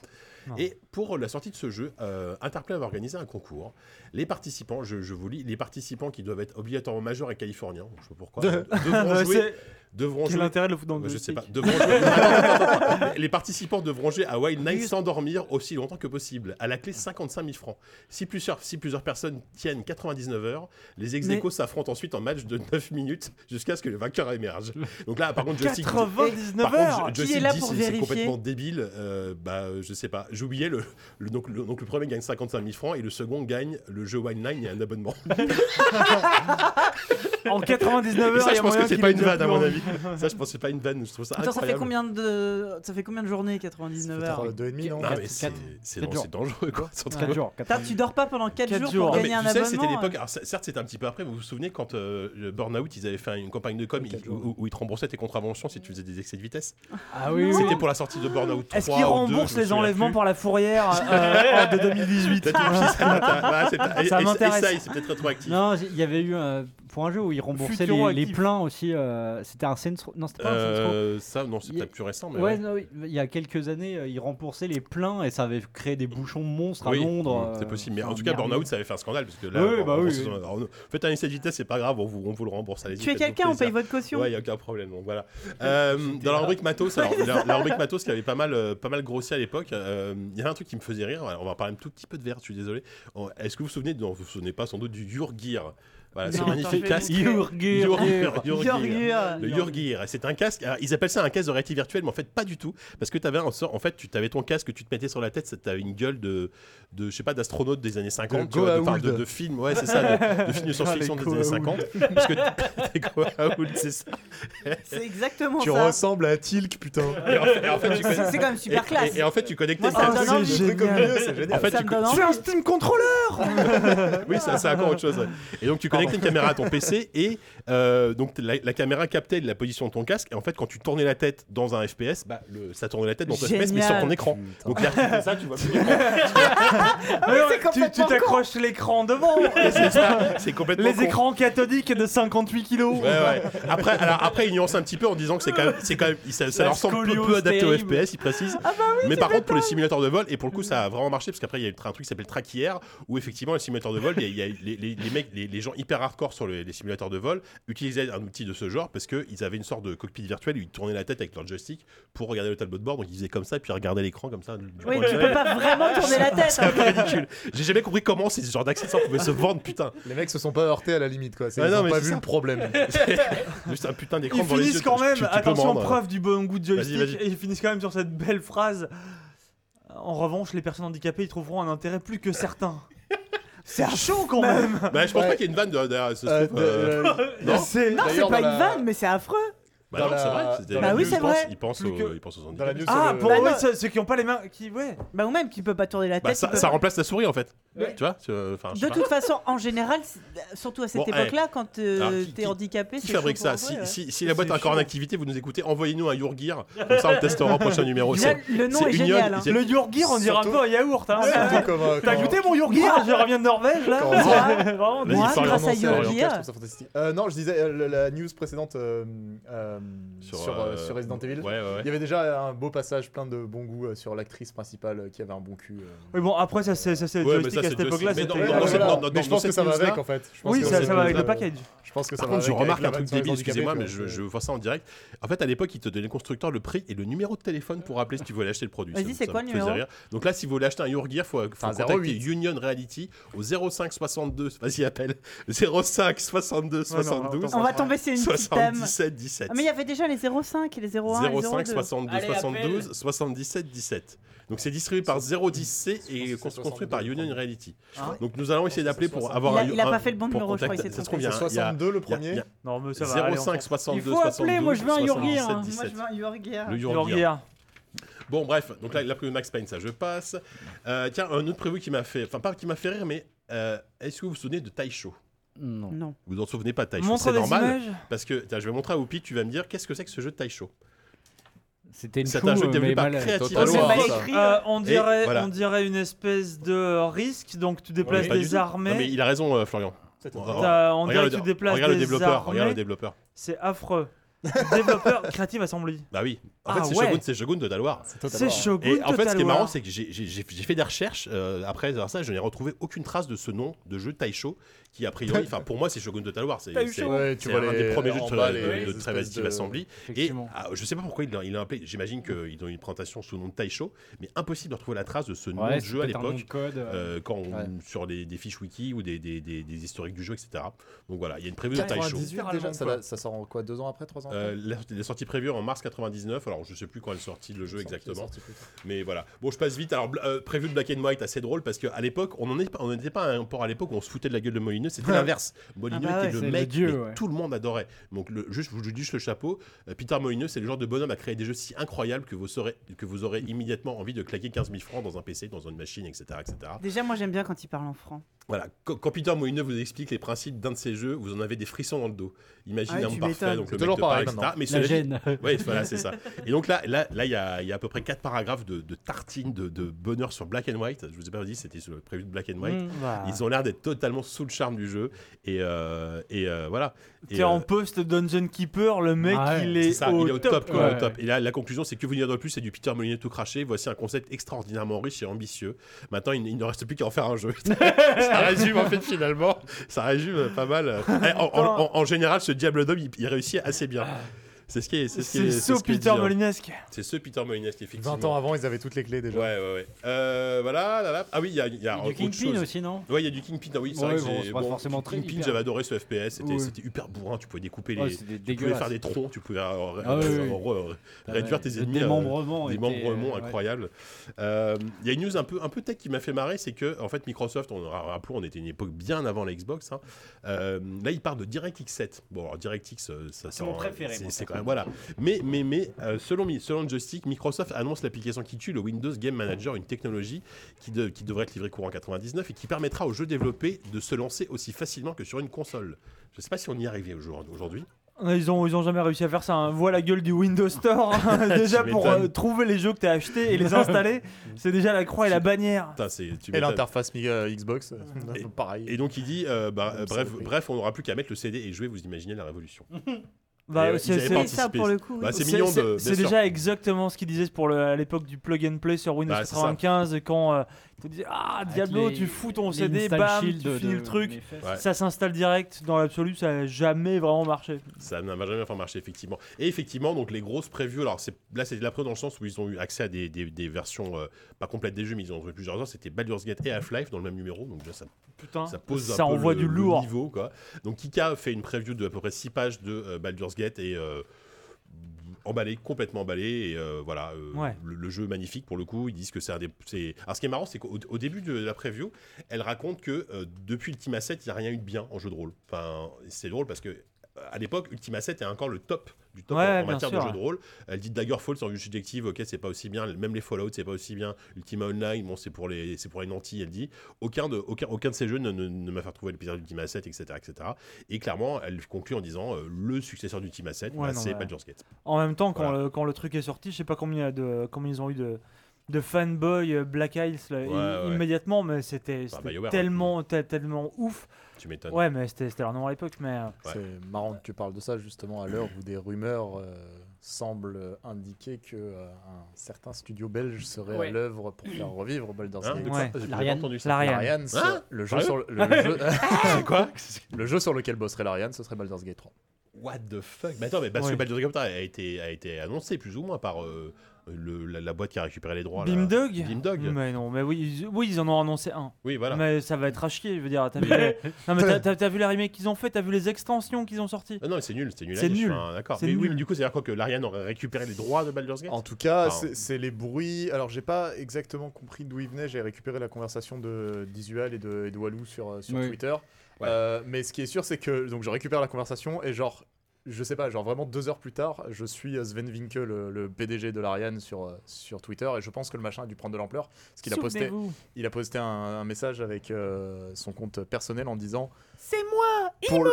Speaker 6: Non.
Speaker 2: Et pour la sortie de ce jeu, euh, Interplay avait organisé un concours. Les participants, je, je vous lis, les participants qui doivent être obligatoirement majeurs et californiens, je sais pas pourquoi, devront
Speaker 6: Euh,
Speaker 2: jouer.
Speaker 6: c'est-
Speaker 2: Devront
Speaker 6: Quel
Speaker 2: jouer
Speaker 6: intérêt de le foutre dans le
Speaker 2: je sais
Speaker 6: joystick
Speaker 2: pas. Devront jouer- Attends, attends, attends. Les participants devront jouer à Wild Night
Speaker 3: Juste.
Speaker 2: sans dormir aussi longtemps que possible. À la clé, 55 000 francs. Si plusieurs, si plusieurs personnes tiennent 99 heures, les ex aequo s'affrontent ensuite en match de 9 minutes jusqu'à ce que le vainqueur émerge. Donc là, par contre, Justin.
Speaker 6: 99
Speaker 2: Par
Speaker 6: heures
Speaker 2: contre,
Speaker 3: Qui
Speaker 2: je-
Speaker 3: est
Speaker 2: Justin
Speaker 3: là
Speaker 2: dit
Speaker 3: pour
Speaker 2: c'est- c'est
Speaker 3: vérifier
Speaker 2: complètement débile. Euh, bah, euh, je sais pas. J'oubliais le, le- donc, le donc le premier gagne 55 000 francs et le second gagne le jeu Wine Line et un abonnement.
Speaker 6: En 99
Speaker 2: Et
Speaker 6: heures,
Speaker 2: ça,
Speaker 6: il y
Speaker 2: je
Speaker 6: a
Speaker 2: pense
Speaker 6: moyen
Speaker 2: que c'est
Speaker 6: qu'il
Speaker 2: pas
Speaker 6: ait
Speaker 2: une
Speaker 6: déjà
Speaker 2: vanne à mon
Speaker 6: plus
Speaker 2: avis. Ça, je pense que c'est pas une vanne. Je trouve ça
Speaker 3: Attends, ça fait
Speaker 2: incroyable.
Speaker 3: combien de ça fait combien de journées 99 heures
Speaker 5: Peut-être 2,5 non
Speaker 2: Non,
Speaker 4: Quatre-
Speaker 2: mais c'est
Speaker 4: quatre-
Speaker 2: c'est
Speaker 4: quatre
Speaker 2: dan-
Speaker 4: jours.
Speaker 2: c'est dangereux quoi. C'est en train de-
Speaker 4: Quatre jours. quatre
Speaker 3: Putain,
Speaker 4: jours.
Speaker 3: tu dors pas pendant 4,
Speaker 6: Quatre
Speaker 3: jours,
Speaker 6: jours.
Speaker 3: pour
Speaker 2: Non, mais
Speaker 3: gagner un
Speaker 2: tu sais, c'était
Speaker 3: abonnement
Speaker 2: l'époque. alors, c- Certes, c'était un petit peu après. Vous vous souvenez quand euh, le Burnout, ils avaient fait une campagne de com
Speaker 5: Oui, quatre
Speaker 2: ils-
Speaker 5: jours.
Speaker 2: où, où ils te remboursaient tes contraventions si tu faisais des excès de vitesse.
Speaker 4: Ah oui, oui.
Speaker 2: C'était pour la sortie de Burnout 3.
Speaker 6: Est-ce qu'il rembourse les enlèvements par la fourrière euh, de 2018
Speaker 2: la.
Speaker 6: Ah, Ça m'intéresse.
Speaker 2: Bah, c'est peut-être rétroactif.
Speaker 4: Non, j- il y avait eu un- pour un jeu où ils remboursaient
Speaker 6: Futuro
Speaker 4: les, les
Speaker 6: Actif.
Speaker 4: pleins aussi. euh, c'était un Saints Row- Non, c'était pas un Saints Row.
Speaker 2: Euh, ça, non, c'est
Speaker 4: Il-
Speaker 2: peut-être plus récent, mais.
Speaker 4: Ouais,
Speaker 2: ouais.
Speaker 4: non, oui, il y a quelques années, euh, ils remboursaient les pleins et ça avait créé des bouchons monstres
Speaker 2: Oui, mm,
Speaker 4: à Londres.
Speaker 2: c'est
Speaker 4: euh,
Speaker 2: possible. Mais
Speaker 4: enfin,
Speaker 2: en tout cas,
Speaker 4: merde.
Speaker 2: Burnout, ça avait fait un scandale. Parce que là,
Speaker 4: Oui,
Speaker 2: on-
Speaker 4: bah
Speaker 2: on-
Speaker 4: oui,
Speaker 2: on- on- faites un essai de vitesse, c'est pas grave, on vous, on vous le rembourse. allez-y,
Speaker 3: euh Tu es
Speaker 2: faites-vous
Speaker 3: quelqu'un, on
Speaker 2: plaisir.
Speaker 3: paye votre caution.
Speaker 2: Ouais, il n'y a aucun problème. Donc voilà. Euh, dans la rubrique matos, alors, la, la rubrique matos qui avait pas mal, euh, pas mal grossi à l'époque, euh, il y a un truc qui me faisait rire. Alors, On va parler un tout petit peu de verre, je suis désolé. Oh, Est-ce que vous vous souvenez Non, vous vous souvenez pas sans doute du Yurgir. Voilà, ce
Speaker 3: Non, attends, je
Speaker 2: magnifique
Speaker 3: vais
Speaker 2: casque.
Speaker 3: montrer.
Speaker 4: Yurgir.
Speaker 2: Yurgir, Yurgir.
Speaker 3: Yorgur.
Speaker 2: Le Yurgir, c'est un casque. alors, ils appellent ça un casque de réalité virtuelle, mais en fait pas du tout, parce que t'avais un sort. En fait, tu avais ton casque, que tu te mettais sur la tête, ça t'avait une gueule de, de, je sais pas, d'astronaute des années 50, tu vois, de, enfin, de,
Speaker 5: Goa'uld.
Speaker 2: de film, ouais, c'est ça, de, de film de science-fiction
Speaker 5: les
Speaker 2: des années 50, parce que t'es Goa'uld, c'est ça.
Speaker 3: C'est exactement
Speaker 5: Tu
Speaker 3: ça.
Speaker 5: ressembles à Tilk, putain.
Speaker 2: Et en fait, et en fait, tu
Speaker 3: C'est c'est quand même
Speaker 2: et,
Speaker 3: super classe.
Speaker 2: et- et en fait, tu connectais.
Speaker 3: Moi, ça
Speaker 2: ta-
Speaker 3: me donne
Speaker 5: c'est
Speaker 3: envie.
Speaker 5: génial, c'est génial.
Speaker 2: en fait,
Speaker 3: ça
Speaker 2: tu
Speaker 3: me
Speaker 2: co-
Speaker 3: donne envie.
Speaker 5: C'est un Steam Controller
Speaker 2: Oui, ça, c'est encore autre chose. ouais. Et donc, tu connectais une caméra à ton PC et euh, donc la, la caméra captait la position de ton casque. Et en fait, quand tu tournais la tête dans un FPS, bah, le- ça tournait la tête dans ton FPS, mais sur
Speaker 3: Génial.
Speaker 2: ton écran. Donc, là, tu fais ça, tu vois plus l'écran.
Speaker 3: Ah
Speaker 6: Alors,
Speaker 3: c'est
Speaker 6: tu- tu
Speaker 3: complètement
Speaker 6: t'accroches l'écran devant
Speaker 2: C'est ça, c'est complètement.
Speaker 6: Les
Speaker 2: con.
Speaker 6: écrans cathodiques de 58 kilos
Speaker 2: Ouais, ouais. Après, alors, après, il nuance un petit peu en disant que c'est quand même, c'est quand même, ça, ça
Speaker 4: La
Speaker 2: leur semble peu, peu
Speaker 4: scoliose
Speaker 2: adapté au
Speaker 4: terrible.
Speaker 2: FPS, il précise.
Speaker 3: Ah bah
Speaker 2: Mais par contre, pour les simulateurs de vol, et pour le coup, ça a vraiment marché parce qu'après, il y a eu un truc qui s'appelle Trackier où effectivement, les simulateurs de vol, il y a, il y a les, les- les mecs, les, les gens hyper hardcore sur les, les simulateurs de vol utilisaient un outil de ce genre parce qu'ils avaient une sorte de cockpit virtuel où ils tournaient la tête avec leur joystick pour regarder le tableau de bord. Donc ils faisaient comme ça et puis ils regardaient l'écran comme ça. du
Speaker 3: Oui,
Speaker 2: point de
Speaker 3: tu
Speaker 2: vue.
Speaker 3: peux pas vraiment tourner la tête.
Speaker 2: C'est un peu ridicule. J'ai jamais compris comment ces genres d'accessoires pouvaient se vendre, putain.
Speaker 5: Les mecs se sont pas heurtés à la limite, quoi. C'est-
Speaker 2: Ah
Speaker 5: Ils
Speaker 2: non,
Speaker 5: ont
Speaker 2: mais
Speaker 5: pas
Speaker 2: c'est
Speaker 5: vu
Speaker 2: ça.
Speaker 5: le problème.
Speaker 2: Juste un putain d'écran
Speaker 6: Ils
Speaker 2: devant les
Speaker 6: finissent
Speaker 2: yeux,
Speaker 6: quand
Speaker 2: tu-
Speaker 6: même,
Speaker 2: tu- tu peux
Speaker 6: attention,
Speaker 2: m'en rendre. hein.
Speaker 6: preuve du bon goût de
Speaker 2: Vas-y,
Speaker 6: joystick,
Speaker 2: vas-y.
Speaker 6: et ils finissent quand même sur cette belle phrase. En revanche, les personnes handicapées y trouveront un intérêt plus que certain. C'est chaud quand même
Speaker 2: Bah, je pense
Speaker 5: Ouais.
Speaker 2: pas qu'il y ait une vanne de- derrière. ça se
Speaker 5: Euh,
Speaker 2: trouve, euh,
Speaker 5: de-
Speaker 2: non.
Speaker 5: c'est-
Speaker 3: Non, c'est
Speaker 5: d'ailleurs,
Speaker 3: pas
Speaker 5: dans
Speaker 3: une
Speaker 5: la-
Speaker 3: vanne, mais c'est affreux.
Speaker 2: Bah
Speaker 5: Dans
Speaker 2: non, c'est
Speaker 5: la-
Speaker 2: vrai. c'était-
Speaker 5: dans la
Speaker 3: Bah oui,
Speaker 2: il
Speaker 3: c'est
Speaker 2: pense-
Speaker 3: vrai.
Speaker 2: Il pense,
Speaker 6: Plus
Speaker 2: aux,
Speaker 6: que-
Speaker 2: il pense aux
Speaker 5: Dans la news
Speaker 2: handicapés.
Speaker 6: Ah,
Speaker 5: sur le-
Speaker 6: pour
Speaker 3: Bah
Speaker 6: ouais,
Speaker 3: non.
Speaker 6: ceux, ceux qui n'ont pas les mains. Qui, ouais.
Speaker 3: Bah, ou même qui peut pas tourner la tête.
Speaker 2: Bah,
Speaker 3: il
Speaker 2: ça,
Speaker 3: peut
Speaker 2: ça
Speaker 3: pas-
Speaker 2: remplace la souris en fait.
Speaker 6: Ouais.
Speaker 2: Tu vois tu- enfin, je sais
Speaker 3: De
Speaker 2: pas.
Speaker 3: toute façon, en général, c'est- surtout à cette
Speaker 2: Bon, eh.
Speaker 3: époque-là, quand euh,
Speaker 2: Alors, qui-
Speaker 3: t'es
Speaker 2: qui-
Speaker 3: handicapé,
Speaker 2: Qui
Speaker 3: c'est
Speaker 2: fabrique
Speaker 3: chaud pour
Speaker 2: ça
Speaker 3: toi,
Speaker 2: si,
Speaker 5: hein.
Speaker 3: ouais.
Speaker 2: si, si la boîte est
Speaker 6: C'est
Speaker 2: encore en
Speaker 6: chaud.
Speaker 2: activité, vous nous écoutez, envoyez-nous un Yurgir. Comme ça, on le testera au prochain numéro.
Speaker 3: Déjà,
Speaker 2: C'est-
Speaker 3: le nom
Speaker 2: c'est
Speaker 3: est
Speaker 2: ignoble,
Speaker 3: génial. hein.
Speaker 2: c'est-
Speaker 6: Le Yurgir, on dirait un
Speaker 5: Surtout-
Speaker 6: peu un yaourt. Hein.
Speaker 5: Surtout comme, euh,
Speaker 6: T'as
Speaker 5: quand-
Speaker 6: goûté mon Yurgir Je reviens de Norvège là Ah,
Speaker 5: Quand-
Speaker 6: Vraiment,
Speaker 2: Vas-y,
Speaker 3: Moi,
Speaker 2: Florian,
Speaker 3: grâce à
Speaker 5: Non, c'est vrai,
Speaker 3: Yorgir.
Speaker 5: en tout cas, je trouve ça fantastique. Euh, non, je disais euh, le- la news précédente euh, euh, sur, euh, sur Resident Evil.
Speaker 2: Ouais, ouais, ouais.
Speaker 5: Il y avait déjà un beau passage plein de bon goût euh, sur l'actrice principale euh, qui avait un bon cul. euh.
Speaker 6: Oui, bon, après, ça c'est ça, c'est le
Speaker 2: Ouais, mais ça,
Speaker 6: joystick à
Speaker 2: c'est
Speaker 6: cette
Speaker 2: le
Speaker 6: époque-là.
Speaker 2: joystick.
Speaker 6: c'était-
Speaker 2: Mais
Speaker 5: Ouais,
Speaker 2: dans
Speaker 5: ouais,
Speaker 2: cette-
Speaker 5: voilà.
Speaker 2: dans- dans-
Speaker 5: mais je
Speaker 2: dans
Speaker 5: pense que
Speaker 2: cette
Speaker 5: ça va
Speaker 2: news-là-
Speaker 5: avec en fait. Je pense
Speaker 6: Oui,
Speaker 5: que
Speaker 2: dans
Speaker 6: ça
Speaker 2: cette
Speaker 6: ça va avec le
Speaker 2: news-là,
Speaker 6: package.
Speaker 5: Je pense que ça
Speaker 2: Par
Speaker 5: va
Speaker 2: contre, je
Speaker 5: avec la
Speaker 2: remarque un
Speaker 5: vanne
Speaker 2: truc
Speaker 5: sur les
Speaker 2: débile,
Speaker 5: handicapés,
Speaker 2: excusez-moi,
Speaker 5: quoi.
Speaker 2: mais je, je vois ça en direct. En fait, à l'époque, ils te donnaient le constructeur, le prix et le numéro de téléphone pour appeler si tu voulais acheter le produit.
Speaker 3: Vas-y,
Speaker 2: Ça-
Speaker 3: c'est
Speaker 2: ça
Speaker 3: quoi
Speaker 2: me
Speaker 3: le
Speaker 2: faisait
Speaker 3: numéro
Speaker 2: rire. Donc là, si vous voulez acheter un Yurgear, il faut, faut
Speaker 5: Enfin,
Speaker 2: contacter
Speaker 5: 08.
Speaker 2: Union Reality au 05 62, vas-y, appelle 05 62
Speaker 6: Ouais, non,
Speaker 2: 72
Speaker 6: attends,
Speaker 3: On va tomber, c'est une petite thème.
Speaker 2: 77 17.
Speaker 3: Ah, mais il y avait déjà les 05 et les 01 et les
Speaker 2: 05
Speaker 3: 02.
Speaker 2: 62
Speaker 4: Allez,
Speaker 2: 72 77 17 Donc c'est distribué par 010C et construit par Union Reality.
Speaker 6: Hein
Speaker 2: Donc nous allons essayer d'appeler pour
Speaker 3: Il
Speaker 2: avoir
Speaker 3: a,
Speaker 2: un-
Speaker 3: Ah il a
Speaker 2: un-
Speaker 3: pas fait le bon
Speaker 2: pour
Speaker 3: numéro, je crois. Il
Speaker 2: contacter.
Speaker 3: s'est
Speaker 2: Ça se trouve,
Speaker 3: trompé.
Speaker 2: il y a
Speaker 5: C'est
Speaker 2: un- il y a-
Speaker 5: 62 le
Speaker 2: il y a- il y
Speaker 5: premier.
Speaker 2: a-
Speaker 6: Non, mais ça va.
Speaker 2: 05
Speaker 4: Il
Speaker 2: 62
Speaker 4: faut appeler, moi je veux un Yurgir.
Speaker 2: 77
Speaker 3: hein. Moi,
Speaker 2: 17.
Speaker 3: je veux un Yorgir.
Speaker 2: Le Yurgir.
Speaker 6: Yurgir.
Speaker 2: Bon bref, donc là, la plus Max Payne, ça je passe. Euh, tiens, un autre prévu qui m'a fait, enfin pas qui m'a fait rire, mais euh, est-ce que vous vous souvenez de Taisho
Speaker 4: Non.
Speaker 3: Non.
Speaker 2: Vous vous en souvenez pas Taisho
Speaker 6: Montre
Speaker 2: C'est
Speaker 6: des
Speaker 2: normal
Speaker 6: images.
Speaker 2: parce que tiens, je vais montrer à Oupi, tu vas me dire qu'est-ce que c'est que ce jeu de Taisho
Speaker 4: C'était une
Speaker 2: C'est un
Speaker 4: chou, euh,
Speaker 2: jeu
Speaker 4: mais
Speaker 2: développé par
Speaker 4: mal-
Speaker 2: Creative
Speaker 5: Total
Speaker 3: C'est
Speaker 5: War,
Speaker 2: Alliance.
Speaker 3: mal
Speaker 5: ça.
Speaker 3: écrit.
Speaker 6: Euh, on,
Speaker 2: Et
Speaker 6: dirait,
Speaker 2: voilà.
Speaker 6: on dirait une espèce de risque, donc tu déplaces
Speaker 2: pas du
Speaker 6: des
Speaker 2: tout. Non, mais
Speaker 6: armées.
Speaker 2: il a raison, euh, Florian.
Speaker 5: C'est
Speaker 2: Bon,
Speaker 5: étonnant.
Speaker 2: alors,
Speaker 6: T'as- On dirait
Speaker 2: regarde
Speaker 6: que
Speaker 2: le,
Speaker 6: tu déplaces
Speaker 2: regarde le
Speaker 6: des
Speaker 2: développeur,
Speaker 6: armées.
Speaker 2: regarde le développeur.
Speaker 6: C'est affreux. développeur Creative Assembly.
Speaker 2: Bah oui. En
Speaker 6: Ah
Speaker 2: fait, c'est
Speaker 6: ouais.
Speaker 2: Shogun, c'est Shogun de Dalwar.
Speaker 5: C'est Total
Speaker 6: C'est
Speaker 5: War.
Speaker 6: Shogun
Speaker 2: Et en fait, ce
Speaker 6: Total
Speaker 2: qui est marrant,
Speaker 6: War.
Speaker 2: c'est que j'ai- j'ai j'ai- j'ai fait des recherches euh, après avoir ça, je n'ai retrouvé aucune trace de ce nom de jeu Taisho, qui a priori, enfin pour moi, c'est Shogun Total War. C'est
Speaker 6: Taisho.
Speaker 2: c'est-
Speaker 5: Ouais, tu
Speaker 2: c'est
Speaker 5: vois
Speaker 2: un
Speaker 5: les-
Speaker 2: des premiers jeux
Speaker 5: en
Speaker 2: de,
Speaker 5: bas,
Speaker 2: de-
Speaker 5: les-
Speaker 2: de
Speaker 5: les
Speaker 2: Creative
Speaker 5: espèces de-
Speaker 2: Assembly. Et
Speaker 4: Effectivement.
Speaker 2: ah, je sais pas pourquoi il l'a il l'a appelé. J'imagine qu'ils ont eu une présentation sous le nom de Taisho, mais impossible de retrouver la trace de ce nom
Speaker 4: Ouais,
Speaker 2: de
Speaker 4: c'est
Speaker 2: jeu à
Speaker 4: peut-être un nom
Speaker 2: l'époque.
Speaker 4: de code, euh,
Speaker 2: euh, quand on-
Speaker 4: Ouais.
Speaker 2: sur les- des fiches wiki ou des, des- des- des historiques du jeu, etc. Donc voilà, il y a une preview de Taisho.
Speaker 5: 98 déjà, ça, va- ça sort en quoi Deux ans après Trois ans après
Speaker 2: Euh, la, la sortie prévue en mars 99. Alors, je sais plus quand elle est sortie le jeu
Speaker 5: Il me semble qu'il est
Speaker 2: exactement,
Speaker 5: sorti plus tard.
Speaker 2: mais voilà. Bon, je passe vite. Alors, bl- euh, prévu de Black and White, assez drôle parce qu'à l'époque, on en est pas- on n'était pas à un port à l'époque où on se foutait de la gueule de Molineux, c'était l'inverse. Molineux
Speaker 4: Ah bah ouais,
Speaker 2: était
Speaker 4: c'est
Speaker 2: le
Speaker 4: le
Speaker 2: mec
Speaker 4: dieu,
Speaker 2: mais
Speaker 4: ouais.
Speaker 2: tout le monde adorait. Donc, le, juste, je vous dis juste le chapeau. Euh, Peter Molineux, c'est le genre de bonhomme à créer des jeux si incroyables que vous, saurez, que vous aurez immédiatement envie de claquer 15 000 francs dans un PC, dans une machine, etc. etc.
Speaker 3: Déjà, moi, j'aime bien quand il parle en franc.
Speaker 2: Voilà, quand quand Peter Molineux vous explique les principes d'un de ses jeux, vous en avez des frissons dans le dos. Imagine
Speaker 3: Ah ouais,
Speaker 2: Homme
Speaker 3: tu
Speaker 2: Parfait,
Speaker 3: m'étonnes.
Speaker 2: donc le
Speaker 5: C'est
Speaker 2: mec
Speaker 5: toujours
Speaker 2: de
Speaker 5: pareil, gêne
Speaker 2: etc.
Speaker 5: maintenant.
Speaker 2: Mais
Speaker 4: La
Speaker 2: cela dit,
Speaker 4: gêne.
Speaker 2: Oui, voilà, c'est ça. Et donc là, là, là, il y a, il y a à peu près quatre paragraphes de, de tartines de, de bonheur sur Black and White. Je vous ai pas dit, c'était sur le prévu de Black and White.
Speaker 4: Mm.
Speaker 2: Ils ont l'air d'être totalement sous le charme du jeu. Et, euh, et euh, voilà. Et,
Speaker 6: T'es en
Speaker 2: euh,
Speaker 6: post Dungeon Keeper, le mec
Speaker 4: Ah ouais,
Speaker 6: il,
Speaker 2: c'est
Speaker 6: est
Speaker 2: ça,
Speaker 6: au
Speaker 2: il est au top.
Speaker 6: top.
Speaker 2: quoi,
Speaker 4: ouais,
Speaker 2: au
Speaker 4: ouais.
Speaker 2: top. Et là, la conclusion, c'est que vous dire de plus, c'est du Peter Molyneux tout craché. Voici un concept extraordinairement riche et ambitieux. Maintenant, il, il ne reste plus qu'à en faire un jeu. ça résume, en fait, finalement, ça résume euh, pas mal. euh. Eh, en, en- en- en général, ce Diable d'homme, il, il réussit assez bien. C'est ce qui est. C'est ce, qui
Speaker 6: C'est
Speaker 2: est- c'est
Speaker 6: so
Speaker 2: ce que
Speaker 6: Peter
Speaker 2: dit, hein.
Speaker 6: Molinesque.
Speaker 2: C'est ce Peter Molyneux, effectivement.
Speaker 5: 20 ans avant, ils avaient toutes les clés déjà.
Speaker 2: Ouais, ouais, ouais. Euh, voilà, là, là. Ah oui, il y a, il y a
Speaker 4: Du
Speaker 2: autre
Speaker 4: Kingpin
Speaker 2: chose.
Speaker 4: aussi, non
Speaker 2: Ouais, il y a du Kingpin. Ah oui, c'est
Speaker 4: Ouais,
Speaker 2: vrai que
Speaker 4: bon,
Speaker 2: j'ai-
Speaker 4: c'est pas forcément très
Speaker 2: Kingpin,
Speaker 4: hyper-
Speaker 2: j'avais adoré ce FPS. C'était
Speaker 4: Ouais.
Speaker 2: c'était hyper bourrin. Tu pouvais découper les.
Speaker 4: Ouais, C'était
Speaker 2: tu pouvais
Speaker 4: dégueulasse.
Speaker 2: faire des troncs, tu pouvais euh,
Speaker 4: Ah oui,
Speaker 2: euh,
Speaker 4: oui.
Speaker 2: re-
Speaker 4: Ah
Speaker 2: réduire
Speaker 4: ouais,
Speaker 2: tes
Speaker 4: le
Speaker 2: ennemis. euh,
Speaker 4: Démembrement.
Speaker 2: des
Speaker 4: était-
Speaker 2: membrements
Speaker 4: euh, ouais.
Speaker 2: incroyables. Euh, Il y a une news un peu, un peu tech qui m'a fait marrer, c'est que en fait Microsoft, on rappelons, on était une époque bien avant la Xbox. hein. Euh, là, il part de DirectX 7. Bon, alors DirectX, euh, ça
Speaker 4: C'est mon
Speaker 2: sent-
Speaker 4: préféré,
Speaker 2: c'est-
Speaker 4: moi,
Speaker 2: C'est
Speaker 4: perso.
Speaker 2: quand même voilà. Mais mais mais euh, selon Mi- selon Joystick, Microsoft annonce l'application qui tue le Windows Game Manager, une technologie qui, de- qui devrait être livrée courant 99 et qui permettra aux jeux développés de se lancer aussi facilement que sur une console. Je sais pas si on y est arrivé aujourd- aujourd'hui.
Speaker 6: Ah, Ils ont, ils ont jamais réussi à faire ça. hein. Vois la gueule du Windows Store. hein. déjà
Speaker 2: Tu
Speaker 6: pour
Speaker 2: m'étonnes.
Speaker 6: euh, trouver les jeux que t'as achetés et les installer, c'est déjà la croix et la bannière.
Speaker 2: Putain, c'est- tu
Speaker 5: Et
Speaker 2: m'étonnes.
Speaker 5: l'interface Mi- euh, Xbox, euh,
Speaker 2: Et-
Speaker 5: pareil.
Speaker 2: Et donc il dit, euh, bah,
Speaker 5: Même
Speaker 2: euh, bref,
Speaker 5: saloperie.
Speaker 2: bref, on n'aura plus qu'à mettre le CD et jouer, vous imaginez la révolution.
Speaker 6: Bah,
Speaker 2: Et, euh,
Speaker 6: c'est-
Speaker 2: ils avaient
Speaker 6: c'est-
Speaker 2: pas
Speaker 3: Oui, ça
Speaker 2: anticipé.
Speaker 3: pour le coup. oui.
Speaker 2: Bah, c'est
Speaker 6: C'est-
Speaker 2: mignon
Speaker 6: c'est-
Speaker 2: de. bien
Speaker 6: C'est
Speaker 2: sûr.
Speaker 6: déjà exactement ce qu'ils disaient pour le, à l'époque du plug and play sur Windows
Speaker 2: Bah, c'est ça.
Speaker 6: 95 quand euh, ils te disaient ah
Speaker 4: Avec
Speaker 6: Diablo
Speaker 4: les-
Speaker 6: tu fous ton
Speaker 4: les
Speaker 6: CD
Speaker 4: install
Speaker 6: bam
Speaker 4: shield
Speaker 6: tu
Speaker 4: de-
Speaker 6: finis le truc
Speaker 4: mes fesses.
Speaker 2: Ouais.
Speaker 6: ça s'installe direct dans l'absolu ça a jamais vraiment marché
Speaker 2: Ça n'a jamais enfin marché, effectivement. Et effectivement, donc les grosses previews, alors c'est- là c'est de la preuve dans le sens où ils ont eu accès à des, des- des versions euh, pas complètes des jeux, mais ils ont trouvé plusieurs heures. C'était Baldur's Gate et Half-Life dans le même numéro, donc déjà ça,
Speaker 6: putain
Speaker 2: ça pose un
Speaker 6: ça
Speaker 2: peu
Speaker 6: envoie
Speaker 2: le,
Speaker 6: du
Speaker 2: le
Speaker 6: lourd
Speaker 2: niveau. Quoi. Donc Kika fait une preview de à peu près 6 pages de euh, Baldur's Gate et. euh, emballé, complètement emballé, et euh, voilà, euh,
Speaker 6: Ouais.
Speaker 2: le, le jeu est magnifique pour le coup, ils disent que c'est un des... c'est- Alors ce qui est marrant, c'est qu'au au début de la preview, elle raconte que euh, depuis Ultima 7, il n'y a rien eu de bien en jeu de rôle. Enfin, c'est drôle parce que euh, à l'époque, Ultima 7 est encore le top du top
Speaker 6: Ouais,
Speaker 2: en- en,
Speaker 6: bien
Speaker 2: matière de
Speaker 6: sûr.
Speaker 2: jeu de rôle. Elle dit Daggerfall sur vue subjective, ok, c'est pas aussi bien. Même les Fallout, c'est pas aussi bien. Ultima Online, bon, c'est pour les, c'est pour les nantis, elle dit. Aucun de, aucun, aucun de ces jeux ne, ne- ne m'a fait retrouver le plaisir d'Ultima 7, etc., etc. Et clairement, elle conclut en disant euh, le successeur d'Ultima 7,
Speaker 6: Ouais,
Speaker 2: bah,
Speaker 6: non,
Speaker 2: c'est
Speaker 6: bah.
Speaker 2: Baldur's Gate.
Speaker 6: en même temps quand,
Speaker 2: Voilà.
Speaker 6: le, quand le truc est sorti je sais pas combien, il y a de, combien ils ont eu de de fanboy euh, Black Isles là,
Speaker 2: Ouais,
Speaker 6: i-
Speaker 2: ouais.
Speaker 6: immédiatement mais c'était
Speaker 2: Bah,
Speaker 6: c'était
Speaker 2: BioWare,
Speaker 6: tellement te- tellement ouf
Speaker 2: Tu m'étonnes.
Speaker 6: ouais mais c'était c'était leur nom à l'époque mais euh,
Speaker 2: Ouais.
Speaker 5: C'est marrant que tu parles de ça justement à l'heure où des rumeurs euh, semblent indiquer que euh, un certain studio belge serait
Speaker 4: Ouais.
Speaker 5: à l'œuvre pour faire revivre Baldur's
Speaker 2: Hein,
Speaker 5: Gate.
Speaker 2: de quoi
Speaker 6: Ouais.
Speaker 2: J'ai pas
Speaker 4: L'Ariane.
Speaker 2: entendu ça.
Speaker 6: L'Ariane.
Speaker 5: L'Ariane, sur-
Speaker 2: Hein
Speaker 5: le, jeu
Speaker 2: Sérieux
Speaker 5: sur le, le jeu,
Speaker 2: C'est quoi
Speaker 5: le jeu sur lequel bosserait l'Ariane, ce serait Baldur's Gate 3.
Speaker 2: What the fuck Mais attends, mais parce
Speaker 6: Ouais.
Speaker 2: que Baldur's Gate a été, a été annoncé plus ou moins par euh, le, la, la boîte qui a récupéré les droits. là.
Speaker 6: Beamdog
Speaker 2: Beamdog
Speaker 6: mais non mais oui ils- oui ils en ont annoncé un
Speaker 2: Oui, voilà.
Speaker 6: Mm. Mais ça va être à chier, je veux dire. T'as vu, les... non, mais t'as- t'as- t'as vu la remake qu'ils ont fait, t'as vu les extensions qu'ils ont sorties.
Speaker 2: Ah non, mais c'est nul, c'est nul. à
Speaker 6: C'est
Speaker 2: dire,
Speaker 6: nul.
Speaker 2: enfin, D'accord.
Speaker 6: C'est
Speaker 2: Mais oui,
Speaker 6: nul.
Speaker 2: mais du coup, c'est-à-dire quoi que l'Ariane aurait récupéré les droits de Baldur's Gate
Speaker 5: En tout cas,
Speaker 2: Pardon.
Speaker 5: c'est- c'est les bruits. Alors, j'ai pas exactement compris d'où ils venaient. J'ai récupéré la conversation de d'Isual et de, et de Walou sur, euh, sur
Speaker 4: Oui.
Speaker 5: Twitter.
Speaker 2: Ouais.
Speaker 5: Euh, mais ce qui est sûr, c'est que donc je récupère la conversation et genre, je sais pas, genre vraiment deux heures plus tard, je suis euh, Sven Winke, le, le PDG de l'Ariane sur euh, sur Twitter et je pense que le machin a dû prendre de l'ampleur parce qu'il a posté
Speaker 6: Souvenez-vous.
Speaker 5: il a posté un, un message avec euh, son compte personnel en disant
Speaker 3: C'est moi
Speaker 5: pour le-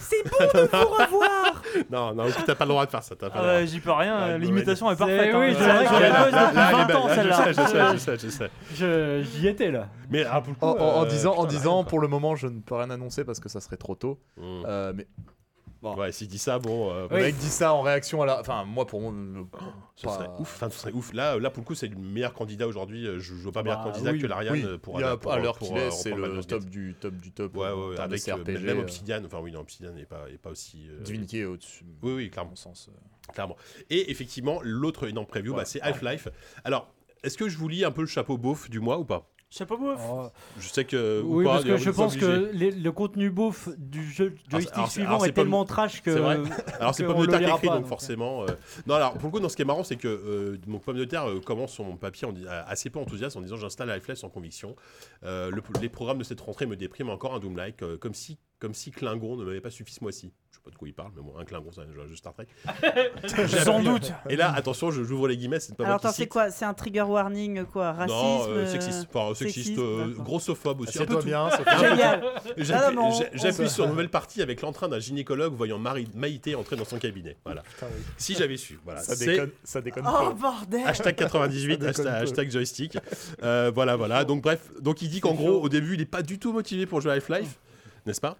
Speaker 3: C'est bon de vous revoir
Speaker 2: Non, non, t'as pas le droit de faire ça. T'as pas
Speaker 6: Ah
Speaker 2: le droit.
Speaker 6: ouais, J'y peux rien,
Speaker 2: Ah,
Speaker 6: euh, l'imitation est
Speaker 4: C'est-
Speaker 6: parfaite. hein.
Speaker 4: oui,
Speaker 6: Je
Speaker 4: c'est
Speaker 6: la-
Speaker 4: vrai
Speaker 6: je
Speaker 4: que-
Speaker 6: la
Speaker 4: là,
Speaker 6: pose depuis 20 ans,
Speaker 2: je
Speaker 6: celle-là.
Speaker 2: sais, je sais, je sais, je sais.
Speaker 4: Je- J'y étais là.
Speaker 2: Mais ah, pour le coup,
Speaker 5: en, en- en
Speaker 2: euh,
Speaker 5: disant en
Speaker 2: putain,
Speaker 5: disant
Speaker 2: l'Ariane,
Speaker 5: pour le moment je ne peux rien annoncer parce que ça serait trop tôt
Speaker 2: quoi. Mmh.
Speaker 5: Euh, mais Ah.
Speaker 2: Ouais, s'il dit ça, bon, euh,
Speaker 5: Le mec dit ça en réaction à la. Enfin, moi pour moi. le-
Speaker 2: ce
Speaker 5: pas-
Speaker 2: serait ouf. Enfin, ce serait ouf. Là, là, pour le coup, c'est le meilleur candidat aujourd'hui. Euh, Je je vois pas meilleur
Speaker 4: Bah,
Speaker 2: candidat
Speaker 4: oui.
Speaker 2: que l'Ariane
Speaker 5: Oui,
Speaker 2: euh, pour
Speaker 5: il y a-
Speaker 2: aller- pour-
Speaker 5: à l'heure
Speaker 2: pour,
Speaker 5: qu'il
Speaker 2: euh,
Speaker 5: est, c'est
Speaker 2: reprendre
Speaker 5: le
Speaker 2: Baldur's
Speaker 5: top
Speaker 2: Gate.
Speaker 5: du top du top.
Speaker 2: Ouais,
Speaker 5: en
Speaker 2: ouais, ouais,
Speaker 5: termes de
Speaker 2: avec euh,
Speaker 5: CRPG,
Speaker 2: même
Speaker 5: euh,
Speaker 2: Obsidian. Enfin, oui, non, Obsidian n'est pas, est pas aussi. euh,
Speaker 5: Divinity est au-dessus.
Speaker 2: Oui, oui,
Speaker 5: à
Speaker 2: clairement.
Speaker 5: mon sens. euh.
Speaker 2: Clairement. Et effectivement, l'autre énorme preview, bah, c'est Half-Life. Alors, est-ce que je vous lis un peu le chapeau beauf du mois ou pas
Speaker 6: Chapeau bouffe.
Speaker 4: Oh.
Speaker 2: Je sais que. Euh, ou
Speaker 4: oui,
Speaker 2: pas,
Speaker 4: parce que
Speaker 2: d'ailleurs,
Speaker 4: je
Speaker 2: vous êtes
Speaker 4: pense
Speaker 2: obligés.
Speaker 4: que les- le contenu beauf du jeu
Speaker 2: Alors,
Speaker 4: joystick
Speaker 2: c'est- alors,
Speaker 4: suivant
Speaker 2: c'est
Speaker 4: est
Speaker 2: pas
Speaker 4: tellement trash que.
Speaker 2: C'est vrai Alors c'est
Speaker 4: que
Speaker 2: pomme
Speaker 4: on
Speaker 2: de
Speaker 4: le
Speaker 2: terre qui
Speaker 4: lira
Speaker 2: écrit
Speaker 4: pas,
Speaker 2: donc,
Speaker 4: donc,
Speaker 2: forcément. euh, Non alors pour le coup non ce qui est marrant c'est que euh, mon pomme de terre euh, commence son papier en dis- euh, assez peu enthousiaste E en disant j'installe Half-Life sans conviction. Euh, le- les programmes de cette rentrée me dépriment encore un Doom-like euh, comme si Comme si Klingon ne m'avait pas suffi ce mois-ci. Je sais pas de quoi il parle, mais bon, un Klingon, c'est un jeu de Star Trek.
Speaker 6: Sans doute.
Speaker 2: Et là, attention, je- j'ouvre les guillemets, c'est pas
Speaker 3: Alors
Speaker 2: moi qui
Speaker 3: attends, c'est
Speaker 2: cite.
Speaker 3: quoi C'est un trigger warning, quoi Racisme
Speaker 2: non, euh,
Speaker 3: euh,
Speaker 2: sexiste. Enfin, sexiste,
Speaker 3: sexiste,
Speaker 2: euh,
Speaker 3: d'accord.
Speaker 2: grossophobe aussi. un peu
Speaker 5: Assieds-toi
Speaker 2: tout.
Speaker 5: bien, Ah, c'est
Speaker 3: Génial. Ah
Speaker 2: J'appuie
Speaker 3: non, mais on-
Speaker 2: j'a-
Speaker 3: on
Speaker 2: j'appuie
Speaker 5: se-
Speaker 2: sur nouvelle partie avec l'entrain d'un gynécologue voyant Marie- Maïté entrer dans son cabinet. Voilà.
Speaker 5: Putain, oui.
Speaker 2: Si j'avais su. Voilà.
Speaker 5: Ça
Speaker 2: Ah, C'est- Ah.
Speaker 5: déconne, ça déconne
Speaker 3: Oh
Speaker 5: pas.
Speaker 3: bordel
Speaker 2: Hashtag 98,
Speaker 5: Ça déconne
Speaker 2: hashtag,
Speaker 5: peu.
Speaker 2: hashtag joystick. Euh, voilà, voilà. Donc, bref, donc il dit qu'en
Speaker 6: C'est
Speaker 2: gros,
Speaker 6: chaud.
Speaker 2: au début, il n'est pas du tout motivé pour jouer à Half-Life, n'est-ce pas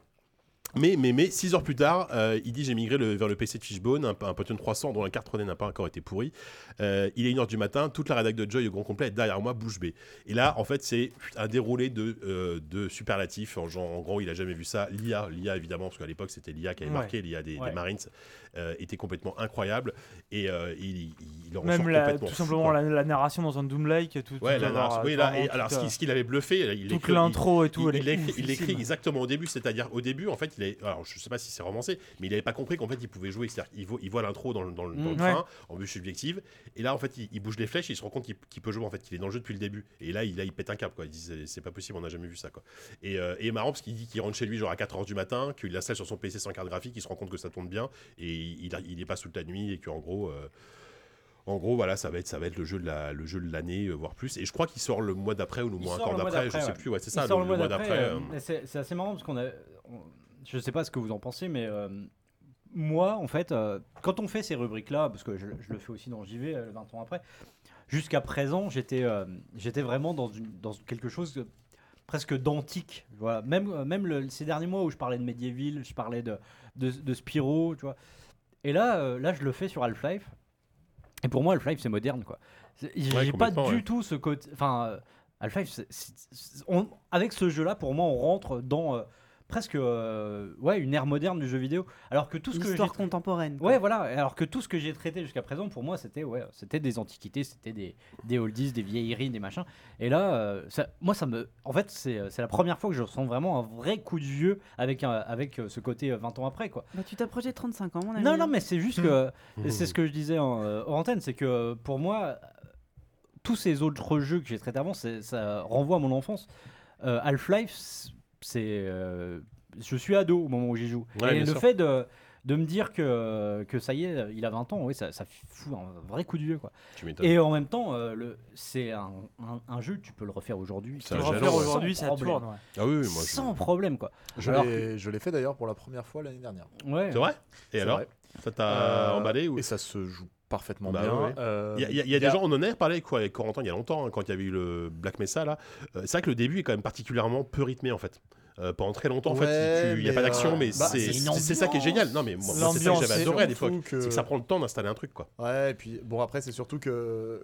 Speaker 2: mais, mais, mais, 6 heures plus tard, euh, il dit J'ai migré le- vers le PC de Fishbone, un, un Pentium 300 dont la carte 3D n'a pas encore été pourrie. Euh, il est 1h du matin, toute la rédac de Joy au grand complet est derrière moi, bouche bée. Et là, en fait, c'est un déroulé de, euh, de superlatifs. En, genre- en gros, il a jamais vu ça. L'IA, l'IA évidemment, parce qu'à l'époque, c'était l'IA qui avait
Speaker 6: Ouais.
Speaker 2: marqué, l'IA des, des
Speaker 6: Ouais.
Speaker 2: Marines, euh, était complètement incroyable. Et euh, il, il, il en
Speaker 6: Même
Speaker 2: ressort
Speaker 6: la-
Speaker 2: complètement.
Speaker 6: tout
Speaker 2: fou,
Speaker 6: simplement
Speaker 2: quoi.
Speaker 6: la, la narration dans un Doom-like, tout.
Speaker 2: Ouais,
Speaker 6: tout
Speaker 2: la
Speaker 6: avoir,
Speaker 2: narration.
Speaker 6: euh,
Speaker 2: Oui, là,
Speaker 6: vraiment
Speaker 2: et alors
Speaker 6: tout,
Speaker 2: ce
Speaker 6: euh,
Speaker 2: qui- ce qu'il avait bluffé, il
Speaker 6: toute
Speaker 2: écrit-
Speaker 6: l'intro et
Speaker 2: Il,
Speaker 6: tout.
Speaker 2: il
Speaker 6: elle est
Speaker 2: écrit- il
Speaker 6: oufissime.
Speaker 2: écrit exactement au début, c'est-à-dire au début, en fait, il est, alors je sais pas si c'est romancé, mais il n'avait pas compris qu'en fait il pouvait jouer, c'est-à-dire qu'il voit, il voit l'intro dans, le- dans le, dans le
Speaker 6: Mm.
Speaker 2: train
Speaker 6: Ouais.
Speaker 2: en vue subjective, et là en fait il, il bouge les flèches, et il se rend compte qu'il qu'il peut jouer en fait, qu'il est dans le jeu depuis le début, et là il, là, il pète un câble quoi, il dit c'est- c'est pas possible, on n'a jamais vu ça quoi. Et, euh, et marrant parce qu'il dit qu'il rentre chez lui genre à 4h du matin, qu'il l'installe sur son PC sans carte graphique, il se rend compte que ça tourne bien, et il, il, a- il est pas sous la nuit, et qu'en gros euh, en gros, voilà, ça va être, ça va être le jeu de la, le jeu de l'année, euh, voire plus. Et je crois qu'il sort le mois d'après ou le mois
Speaker 4: sort
Speaker 2: encore
Speaker 4: le mois
Speaker 2: d'après, je
Speaker 4: d'après,
Speaker 2: sais
Speaker 4: ouais.
Speaker 2: plus. Ouais, c'est
Speaker 4: Il
Speaker 2: ça, le,
Speaker 4: sort
Speaker 2: le mois d'après.
Speaker 4: euh,
Speaker 2: euh,
Speaker 4: et C'est c'est assez marrant parce qu'on a. on- je sais pas ce que vous en pensez, mais euh, moi, en fait, euh, quand on fait ces rubriques-là, parce que je, je le fais aussi dans JV euh, 20 ans après, jusqu'à présent, j'étais euh, j'étais vraiment dans, une, dans quelque chose de- presque d'antique. Voilà. Même, euh, même le- ces derniers mois où je parlais de Medieval, je parlais de, de, de Spyro, tu vois. Et là, euh, là, je le fais sur Half-Life. Et pour moi, Half-Life, c'est moderne, quoi. C'est- J'ai
Speaker 2: Ouais,
Speaker 5: j'ai
Speaker 2: complètement,
Speaker 4: pas du
Speaker 2: ouais.
Speaker 4: tout ce côté. Enfin, euh, Half-Life, c'est- c'est- c'est- on- avec ce jeu-là, pour moi, on rentre dans euh, presque euh, ouais, une ère moderne du jeu vidéo. Alors que tout ce que j'ai
Speaker 3: Histoire contemporaine. quoi.
Speaker 4: Ouais, voilà. Alors que tout ce que j'ai traité jusqu'à présent, pour moi, c'était ouais, c'était des antiquités, c'était des, des oldies, des vieilleries, des machins. Et là, euh, ça- moi, ça me. En fait, c'est euh, c'est la première fois que je ressens vraiment un vrai coup de vieux avec, un- avec euh, ce côté euh, 20 ans après, quoi.
Speaker 3: Bah, tu t'approches des 35 ans, mon ami.
Speaker 4: Non, non, mais c'est juste que.
Speaker 2: Hmm.
Speaker 4: et C'est ce que je disais en, euh, hors antenne, c'est que euh, pour moi, euh, tous ces autres jeux que j'ai traités avant, c'est- ça renvoie à mon enfance. Euh, Half-Life, c'est- c'est. euh, je suis ado au moment où j'y joue.
Speaker 2: Ouais,
Speaker 4: Et
Speaker 2: bien
Speaker 4: le
Speaker 2: sûr.
Speaker 4: fait de, de me dire que, que ça y est, il a 20 ans, oui, ça, ça fout un vrai coup de vieux. Quoi.
Speaker 2: Tu m'étonnes.
Speaker 4: Et en même temps, euh, le- c'est un, un- un jeu, tu peux le refaire aujourd'hui.
Speaker 2: C'est
Speaker 6: Tu
Speaker 2: un
Speaker 6: le
Speaker 2: jalon,
Speaker 6: refais
Speaker 2: ouais.
Speaker 6: aujourd'hui,
Speaker 4: Sans
Speaker 6: ça
Speaker 4: problème.
Speaker 6: tourne. ouais.
Speaker 2: Ah oui, oui, moi. je-
Speaker 4: Sans problème, quoi.
Speaker 5: Je
Speaker 4: Alors
Speaker 5: l'ai- je l'ai fait d'ailleurs pour la première fois l'année dernière.
Speaker 4: Ouais.
Speaker 2: C'est vrai Et
Speaker 5: C'est
Speaker 2: alors
Speaker 5: vrai.
Speaker 2: Ça t'a
Speaker 5: Euh,
Speaker 2: emballé ou
Speaker 5: Et ça se joue parfaitement
Speaker 2: Bah
Speaker 5: bien.
Speaker 2: ouais, ouais.
Speaker 5: Euh,
Speaker 2: il y a, il y a- il y a des gens, on en a parlé quoi, avec Corentin il y a longtemps, hein, quand il y avait eu le Black Mesa. là. Euh, c'est vrai que le début est quand même particulièrement peu rythmé en fait. Euh, pendant très longtemps, en fait,
Speaker 5: Ouais,
Speaker 2: tu- il n'y a
Speaker 5: mais,
Speaker 2: pas d'action,
Speaker 5: euh,
Speaker 2: mais
Speaker 5: bah,
Speaker 2: c'est
Speaker 4: c'est une
Speaker 2: c'est ça qui est
Speaker 4: ambiance.
Speaker 2: génial. Non, mais moi, moi, c'est ça que
Speaker 6: L'ambiance,
Speaker 2: j'avais
Speaker 6: c'est
Speaker 2: adoré à l'époque.
Speaker 5: surtout que-
Speaker 2: C'est que ça prend le temps d'installer un truc, quoi.
Speaker 5: Ouais, et puis bon, après, c'est surtout que.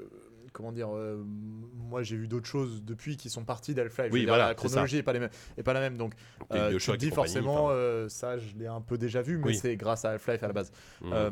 Speaker 5: Comment dire euh, Moi, j'ai vu d'autres choses depuis qui sont parties d'Half-Life. Je
Speaker 2: Oui,
Speaker 5: veux dire,
Speaker 2: voilà,
Speaker 5: la
Speaker 2: c'est ça.
Speaker 5: chronologie n'est pas, les mêmes- est pas la même. Donc,
Speaker 2: Des
Speaker 5: euh, tu
Speaker 2: Bioshock
Speaker 5: te
Speaker 2: et
Speaker 5: dis
Speaker 2: compagnie,
Speaker 5: forcément,
Speaker 2: enfin.
Speaker 5: euh, ça, je l'ai un peu déjà vu, mais
Speaker 2: Oui.
Speaker 5: c'est grâce à Half-Life à la base.
Speaker 2: Mm.
Speaker 5: Euh,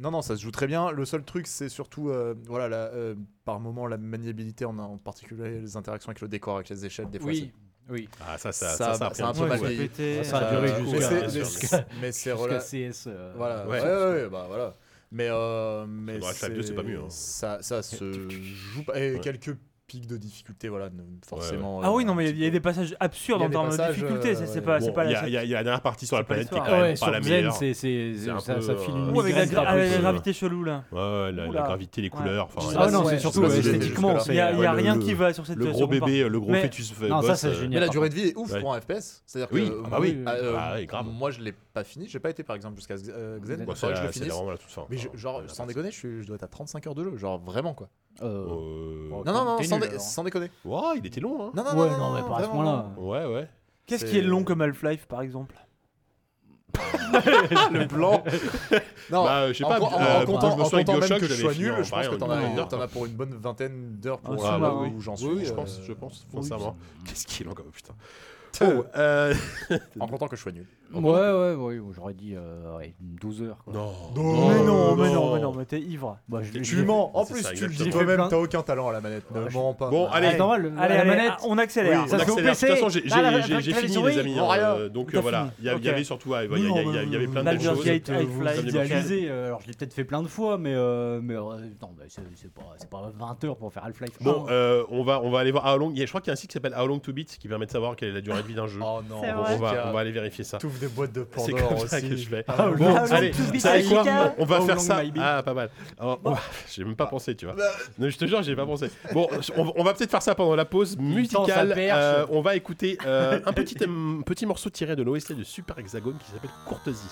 Speaker 5: non, non, ça se joue très bien. Le seul truc, c'est surtout, euh, voilà, la, euh, par moment, la maniabilité, en, en particulier les interactions avec le décor, avec les échelles, des fois.
Speaker 4: Oui, oui.
Speaker 2: Ah, ça, ça,
Speaker 5: ça-
Speaker 2: ça, ça a
Speaker 5: bah,
Speaker 2: pris
Speaker 5: c'est
Speaker 2: un
Speaker 5: un
Speaker 2: petit
Speaker 5: peu
Speaker 2: coup,
Speaker 5: mal
Speaker 2: ouais.
Speaker 5: vieilli.
Speaker 6: Pété,
Speaker 4: Ça a
Speaker 5: Euh,
Speaker 4: duré
Speaker 5: mais
Speaker 4: jusqu'à-
Speaker 5: c'est-
Speaker 2: bien
Speaker 5: mais
Speaker 2: sûr.
Speaker 5: c'est- Mais c'est
Speaker 4: Jusqu'à
Speaker 5: rela-
Speaker 4: CS. euh,
Speaker 5: Voilà,
Speaker 2: Ouais.
Speaker 5: ouais, ouais, ouais, bah voilà. Mais, euh, mais
Speaker 2: Dans la Half-Life 2, c'est pas mieux, hein.
Speaker 5: Ça, ça se joue pas. Et
Speaker 2: Ouais.
Speaker 5: quelques pics de difficulté, voilà, ne- forcément.
Speaker 6: Ah oui,
Speaker 5: euh,
Speaker 6: non, mais
Speaker 5: un
Speaker 6: il y a
Speaker 5: petit
Speaker 6: des passages
Speaker 5: Il
Speaker 6: absurdes
Speaker 5: y a
Speaker 6: en
Speaker 5: des
Speaker 6: termes de
Speaker 5: passages,
Speaker 6: difficulté.
Speaker 5: euh,
Speaker 6: c'est- C'est
Speaker 5: ouais.
Speaker 6: pas,
Speaker 2: Bon,
Speaker 6: c'est pas
Speaker 2: il y,
Speaker 6: la-
Speaker 2: a- il y a- il y a la dernière partie sur la
Speaker 6: c'est pas
Speaker 2: planète qui est
Speaker 6: l'histoire.
Speaker 2: quand même
Speaker 4: Ah Ouais,
Speaker 2: pas
Speaker 4: sur
Speaker 2: la
Speaker 4: Xen,
Speaker 2: meilleure.
Speaker 4: c'est- c'est-
Speaker 2: C'est un
Speaker 4: ça,
Speaker 2: peu,
Speaker 4: ça file
Speaker 2: euh,
Speaker 4: une
Speaker 6: Ou avec la,
Speaker 4: migraine,
Speaker 6: gra-
Speaker 4: c'est un
Speaker 6: avec
Speaker 4: peu-
Speaker 6: la
Speaker 2: peu-
Speaker 6: gravité chelou là.
Speaker 2: Ouais, la, la
Speaker 6: Oula.
Speaker 2: gravité, les
Speaker 3: Ouais.
Speaker 2: couleurs. enfin,
Speaker 5: Je sais
Speaker 2: ouais,
Speaker 5: pas
Speaker 4: Ah non,
Speaker 5: si
Speaker 4: c'est
Speaker 5: j'ai-
Speaker 4: surtout
Speaker 5: je sais pas si j'ai-
Speaker 4: esthétiquement,
Speaker 5: jusque-là.
Speaker 6: Il y a, il y a
Speaker 2: ouais,
Speaker 6: rien
Speaker 2: le-
Speaker 6: qui va sur cette
Speaker 2: Le
Speaker 6: cette
Speaker 2: gros
Speaker 6: seconde
Speaker 2: bébé, le gros
Speaker 6: Mais-
Speaker 2: fœtus. euh,
Speaker 4: Non, ça,
Speaker 2: boss,
Speaker 4: c'est
Speaker 2: euh,
Speaker 4: génial.
Speaker 5: Mais la
Speaker 4: Par
Speaker 5: durée de vie est ouf
Speaker 2: Ouais.
Speaker 5: pour un FPS. C'est-à-dire
Speaker 2: Oui,
Speaker 5: que
Speaker 2: ah bah oui.
Speaker 5: moi, euh,
Speaker 2: Ah oui, grave.
Speaker 5: Moi, je l'ai pas fini. J'ai pas été, par exemple, jusqu'à X- euh, Xen.
Speaker 4: Ouais,
Speaker 5: Faudrait
Speaker 2: Moi, c'est
Speaker 5: que je
Speaker 2: la-
Speaker 5: le
Speaker 2: c'est
Speaker 5: finisse.
Speaker 2: vraiment la toute fin.
Speaker 5: Mais je-
Speaker 2: Enfin,
Speaker 5: genre,
Speaker 2: la
Speaker 5: sans
Speaker 2: partie.
Speaker 5: déconner, je, suis- je dois être à 35 heures de jeu. Genre, vraiment quoi.
Speaker 4: Euh,
Speaker 2: Euh,
Speaker 4: Ouais.
Speaker 5: Non, non, non,
Speaker 4: T'es
Speaker 5: sans,
Speaker 4: nul,
Speaker 5: dé-
Speaker 4: alors.
Speaker 5: sans déconner.
Speaker 2: Ouah, il était long, hein.
Speaker 5: Non, non,
Speaker 4: ouais,
Speaker 5: non,
Speaker 4: non, mais
Speaker 5: non,
Speaker 4: pas à ce
Speaker 5: vraiment,
Speaker 4: point-là.
Speaker 5: non.
Speaker 2: Ouais, ouais.
Speaker 6: Qu'est-ce
Speaker 5: C'est-
Speaker 6: qui est long comme Half-Life par exemple
Speaker 5: Le plan. Non,
Speaker 2: bah, euh, je sais
Speaker 5: en,
Speaker 2: pas.
Speaker 5: co- en-
Speaker 2: euh,
Speaker 5: en
Speaker 2: pour
Speaker 5: comptant,
Speaker 2: que je me
Speaker 5: en
Speaker 2: souvienne
Speaker 5: comptant même
Speaker 2: Bioshock,
Speaker 5: que je sois
Speaker 2: j'avais fini
Speaker 5: nul,
Speaker 2: en-
Speaker 5: je pense
Speaker 2: pareil,
Speaker 5: que
Speaker 2: en
Speaker 5: t'en
Speaker 2: une
Speaker 5: as,
Speaker 2: heure,
Speaker 5: t'en
Speaker 2: quoi.
Speaker 5: as pour une bonne vingtaine d'heures pour
Speaker 6: Ah,
Speaker 5: là,
Speaker 6: sûrement,
Speaker 5: là
Speaker 6: oui.
Speaker 5: où j'en suis.
Speaker 2: Oui, oui, je
Speaker 5: euh,
Speaker 2: pense, je pense, sincèrement. Qu'est-ce qu'il est encore, putain.
Speaker 5: Euh,
Speaker 2: Oh, euh,
Speaker 5: En comptant que je sois nul.
Speaker 4: Ouais, ouais, ouais, ouais, j'aurais dit euh, ouais, 12 heures. Quoi.
Speaker 2: Non.
Speaker 5: Non,
Speaker 6: Mais non, mais non, mais non, mais t'es ivre.
Speaker 4: Bah, je-
Speaker 5: Tu mens. En
Speaker 2: C'est
Speaker 5: plus,
Speaker 2: ça,
Speaker 5: tu le dis
Speaker 2: exactement.
Speaker 4: J'ai
Speaker 5: toi-même,
Speaker 4: fait
Speaker 5: t'as aucun talent à la manette. Ne
Speaker 4: Ouais, je-
Speaker 5: mens pas.
Speaker 2: Bon, allez.
Speaker 4: Ah, C'est normal, le-
Speaker 6: Allez,
Speaker 4: la
Speaker 6: allez,
Speaker 4: manette.
Speaker 6: ah, on accélère.
Speaker 5: Oui,
Speaker 2: On
Speaker 4: Ça se fait au
Speaker 2: accélère. De toute
Speaker 4: PC.
Speaker 2: façon, j'ai- j'ai
Speaker 4: Ah, la- la-
Speaker 2: j'ai- j'ai
Speaker 4: la- la-
Speaker 2: fini,
Speaker 4: souris.
Speaker 2: les amis.
Speaker 5: Oh,
Speaker 2: euh, donc
Speaker 6: T'as
Speaker 2: euh, voilà,
Speaker 6: fini.
Speaker 2: il y a- il y
Speaker 6: Ok.
Speaker 2: avait surtout, ouais, il y a- il y a- il y a- il y avait plein de
Speaker 6: Baldur's
Speaker 2: choses.
Speaker 6: Gate,
Speaker 2: Comme
Speaker 6: Half-Life,
Speaker 2: des machins.
Speaker 4: réalisé, euh, alors je l'ai peut-être fait plein de fois, mais, euh, mais euh, non, mais c'est c'est pas, c'est pas 20 heures pour faire Half-Life.
Speaker 2: Bon,
Speaker 4: un. Ah,
Speaker 2: euh, on, va, on va aller voir How Long. Il y a- Je crois qu'il y a un site qui s'appelle How Long to Beat qui permet de savoir quelle est la durée de vie d'un jeu.
Speaker 5: Oh non,
Speaker 3: C'est
Speaker 2: on,
Speaker 3: vrai.
Speaker 2: va, on va aller vérifier ça.
Speaker 5: Tout des boîtes de
Speaker 2: C'est
Speaker 5: Pandore
Speaker 2: comme ça
Speaker 5: aussi.
Speaker 2: que je fais.
Speaker 5: Ah,
Speaker 2: Bon,
Speaker 3: How long
Speaker 2: allez,
Speaker 3: to
Speaker 2: vous
Speaker 3: beat
Speaker 2: savez quoi
Speaker 3: Alika
Speaker 2: On va
Speaker 4: How
Speaker 2: faire
Speaker 4: long
Speaker 2: ça.
Speaker 4: my beat
Speaker 2: Ah, pas mal. Alors, on va- J'ai même pas pensé, tu vois. Non, je te jure, j'ai pas pensé. Bon, on, on va peut-être faire ça pendant la pause
Speaker 4: tend sa
Speaker 2: musicale.
Speaker 4: perche.
Speaker 2: Euh, on va écouter euh, un petit, euh, petit morceau tiré de l'OST de Super Hexagone qui s'appelle Courtesie.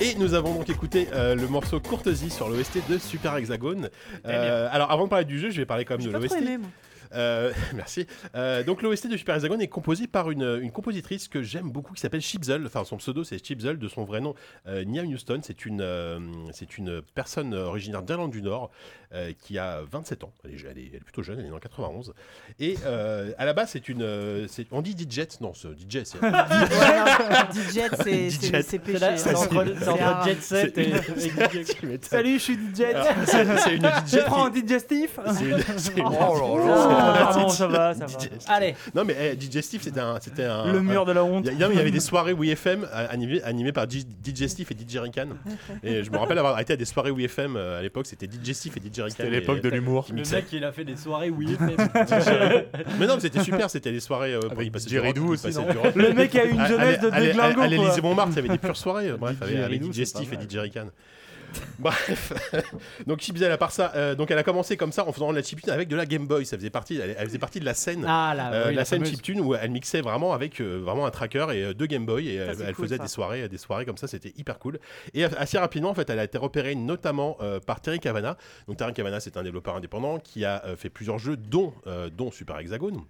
Speaker 2: Et nous avons donc écouté euh, le morceau Courtesie sur l'OST de Super Hexagone. Euh, alors avant de parler du jeu, je vais parler quand même de
Speaker 3: J'ai pas trop
Speaker 2: l'OST.
Speaker 3: aimé, moi.
Speaker 2: Euh, merci. Euh, donc l'OST de Super Hexagone est composée par une, une compositrice que j'aime beaucoup qui s'appelle Chipzel. Enfin son pseudo c'est Chipzel, de son vrai nom euh, Nia Houston. C'est une, euh, c'est une personne originaire d'Irlande du Nord euh, qui a 27 ans. Elle est, elle est- elle est plutôt jeune, elle est née en 91. Et euh, à la base c'est une... euh, c'est- on dit DJ, non c'est DJ, c'est...
Speaker 3: DJ, c'est- c'est
Speaker 2: Jet.
Speaker 3: c'est
Speaker 4: C'est là-
Speaker 3: péché.
Speaker 4: c'est
Speaker 3: hein.
Speaker 4: entre,
Speaker 3: C'est
Speaker 4: c'est entre
Speaker 3: rare.
Speaker 4: Jet Set
Speaker 2: C'est-
Speaker 4: et, et Geek.
Speaker 2: Tu m'étonnes.
Speaker 6: Salut, je suis DJ.
Speaker 2: Alors, c'est c'est une DJ.
Speaker 6: Je prends un
Speaker 2: qui-
Speaker 6: digestif.
Speaker 2: c'est une- c'est une-
Speaker 5: Oh là là.
Speaker 6: Ah, pardon, ça va, ça va.
Speaker 2: DJ.
Speaker 4: Allez,
Speaker 2: Non mais eh, DJ Steve c'était un, c'était un.
Speaker 6: Le mur de la honte.
Speaker 2: Il y, a- non, mais il y avait des soirées WeFM euh, animées, animées par G- DJ Steve et DJ Rican.
Speaker 6: Ah,
Speaker 2: Et je me rappelle avoir été à des soirées WeFM euh, à l'époque, c'était DJ Steve et DJ Rican.
Speaker 5: C'était l'époque de l'humour.
Speaker 2: qui
Speaker 4: le
Speaker 2: mixaient.
Speaker 4: mec il a fait des soirées oui.
Speaker 2: Mais non, mais c'était super, c'était les soirées. euh,
Speaker 5: Avec
Speaker 2: il passait
Speaker 5: DJ
Speaker 2: du rock,
Speaker 5: Redou
Speaker 2: il
Speaker 5: aussi,
Speaker 2: passait
Speaker 5: non
Speaker 2: du rock.
Speaker 6: Le mec a eu
Speaker 2: À-
Speaker 6: une
Speaker 2: à-
Speaker 6: jeunesse de
Speaker 2: à- à-
Speaker 6: déglingo.
Speaker 2: À
Speaker 6: quoi.
Speaker 2: l'Élysée Montmartre, il y avait des pures soirées. euh, Bref,
Speaker 4: DJ
Speaker 2: avec, avec
Speaker 4: Redou,
Speaker 2: DJ
Speaker 4: c'est pas
Speaker 2: Steve et
Speaker 4: mal.
Speaker 2: DJ Rican. Bref, donc Chipzel, à part ça, euh, donc elle a commencé comme ça en faisant de la chiptune avec de la Game Boy. Ça faisait partie, elle, elle faisait partie de la scène
Speaker 4: Ah là,
Speaker 2: Euh,
Speaker 4: oui,
Speaker 2: la scène
Speaker 4: fameuse.
Speaker 2: chiptune où elle mixait vraiment avec euh, vraiment un tracker et euh, deux Game Boy et euh,
Speaker 3: c'est
Speaker 2: elle
Speaker 3: cool,
Speaker 2: faisait
Speaker 3: ça.
Speaker 2: des soirées des soirées comme ça c'était hyper cool et euh, assez rapidement en fait elle a été repérée notamment euh, par Terry Cavana donc Terry Cavana c'est un développeur indépendant qui a euh, fait plusieurs jeux dont euh, dont Super Hexagone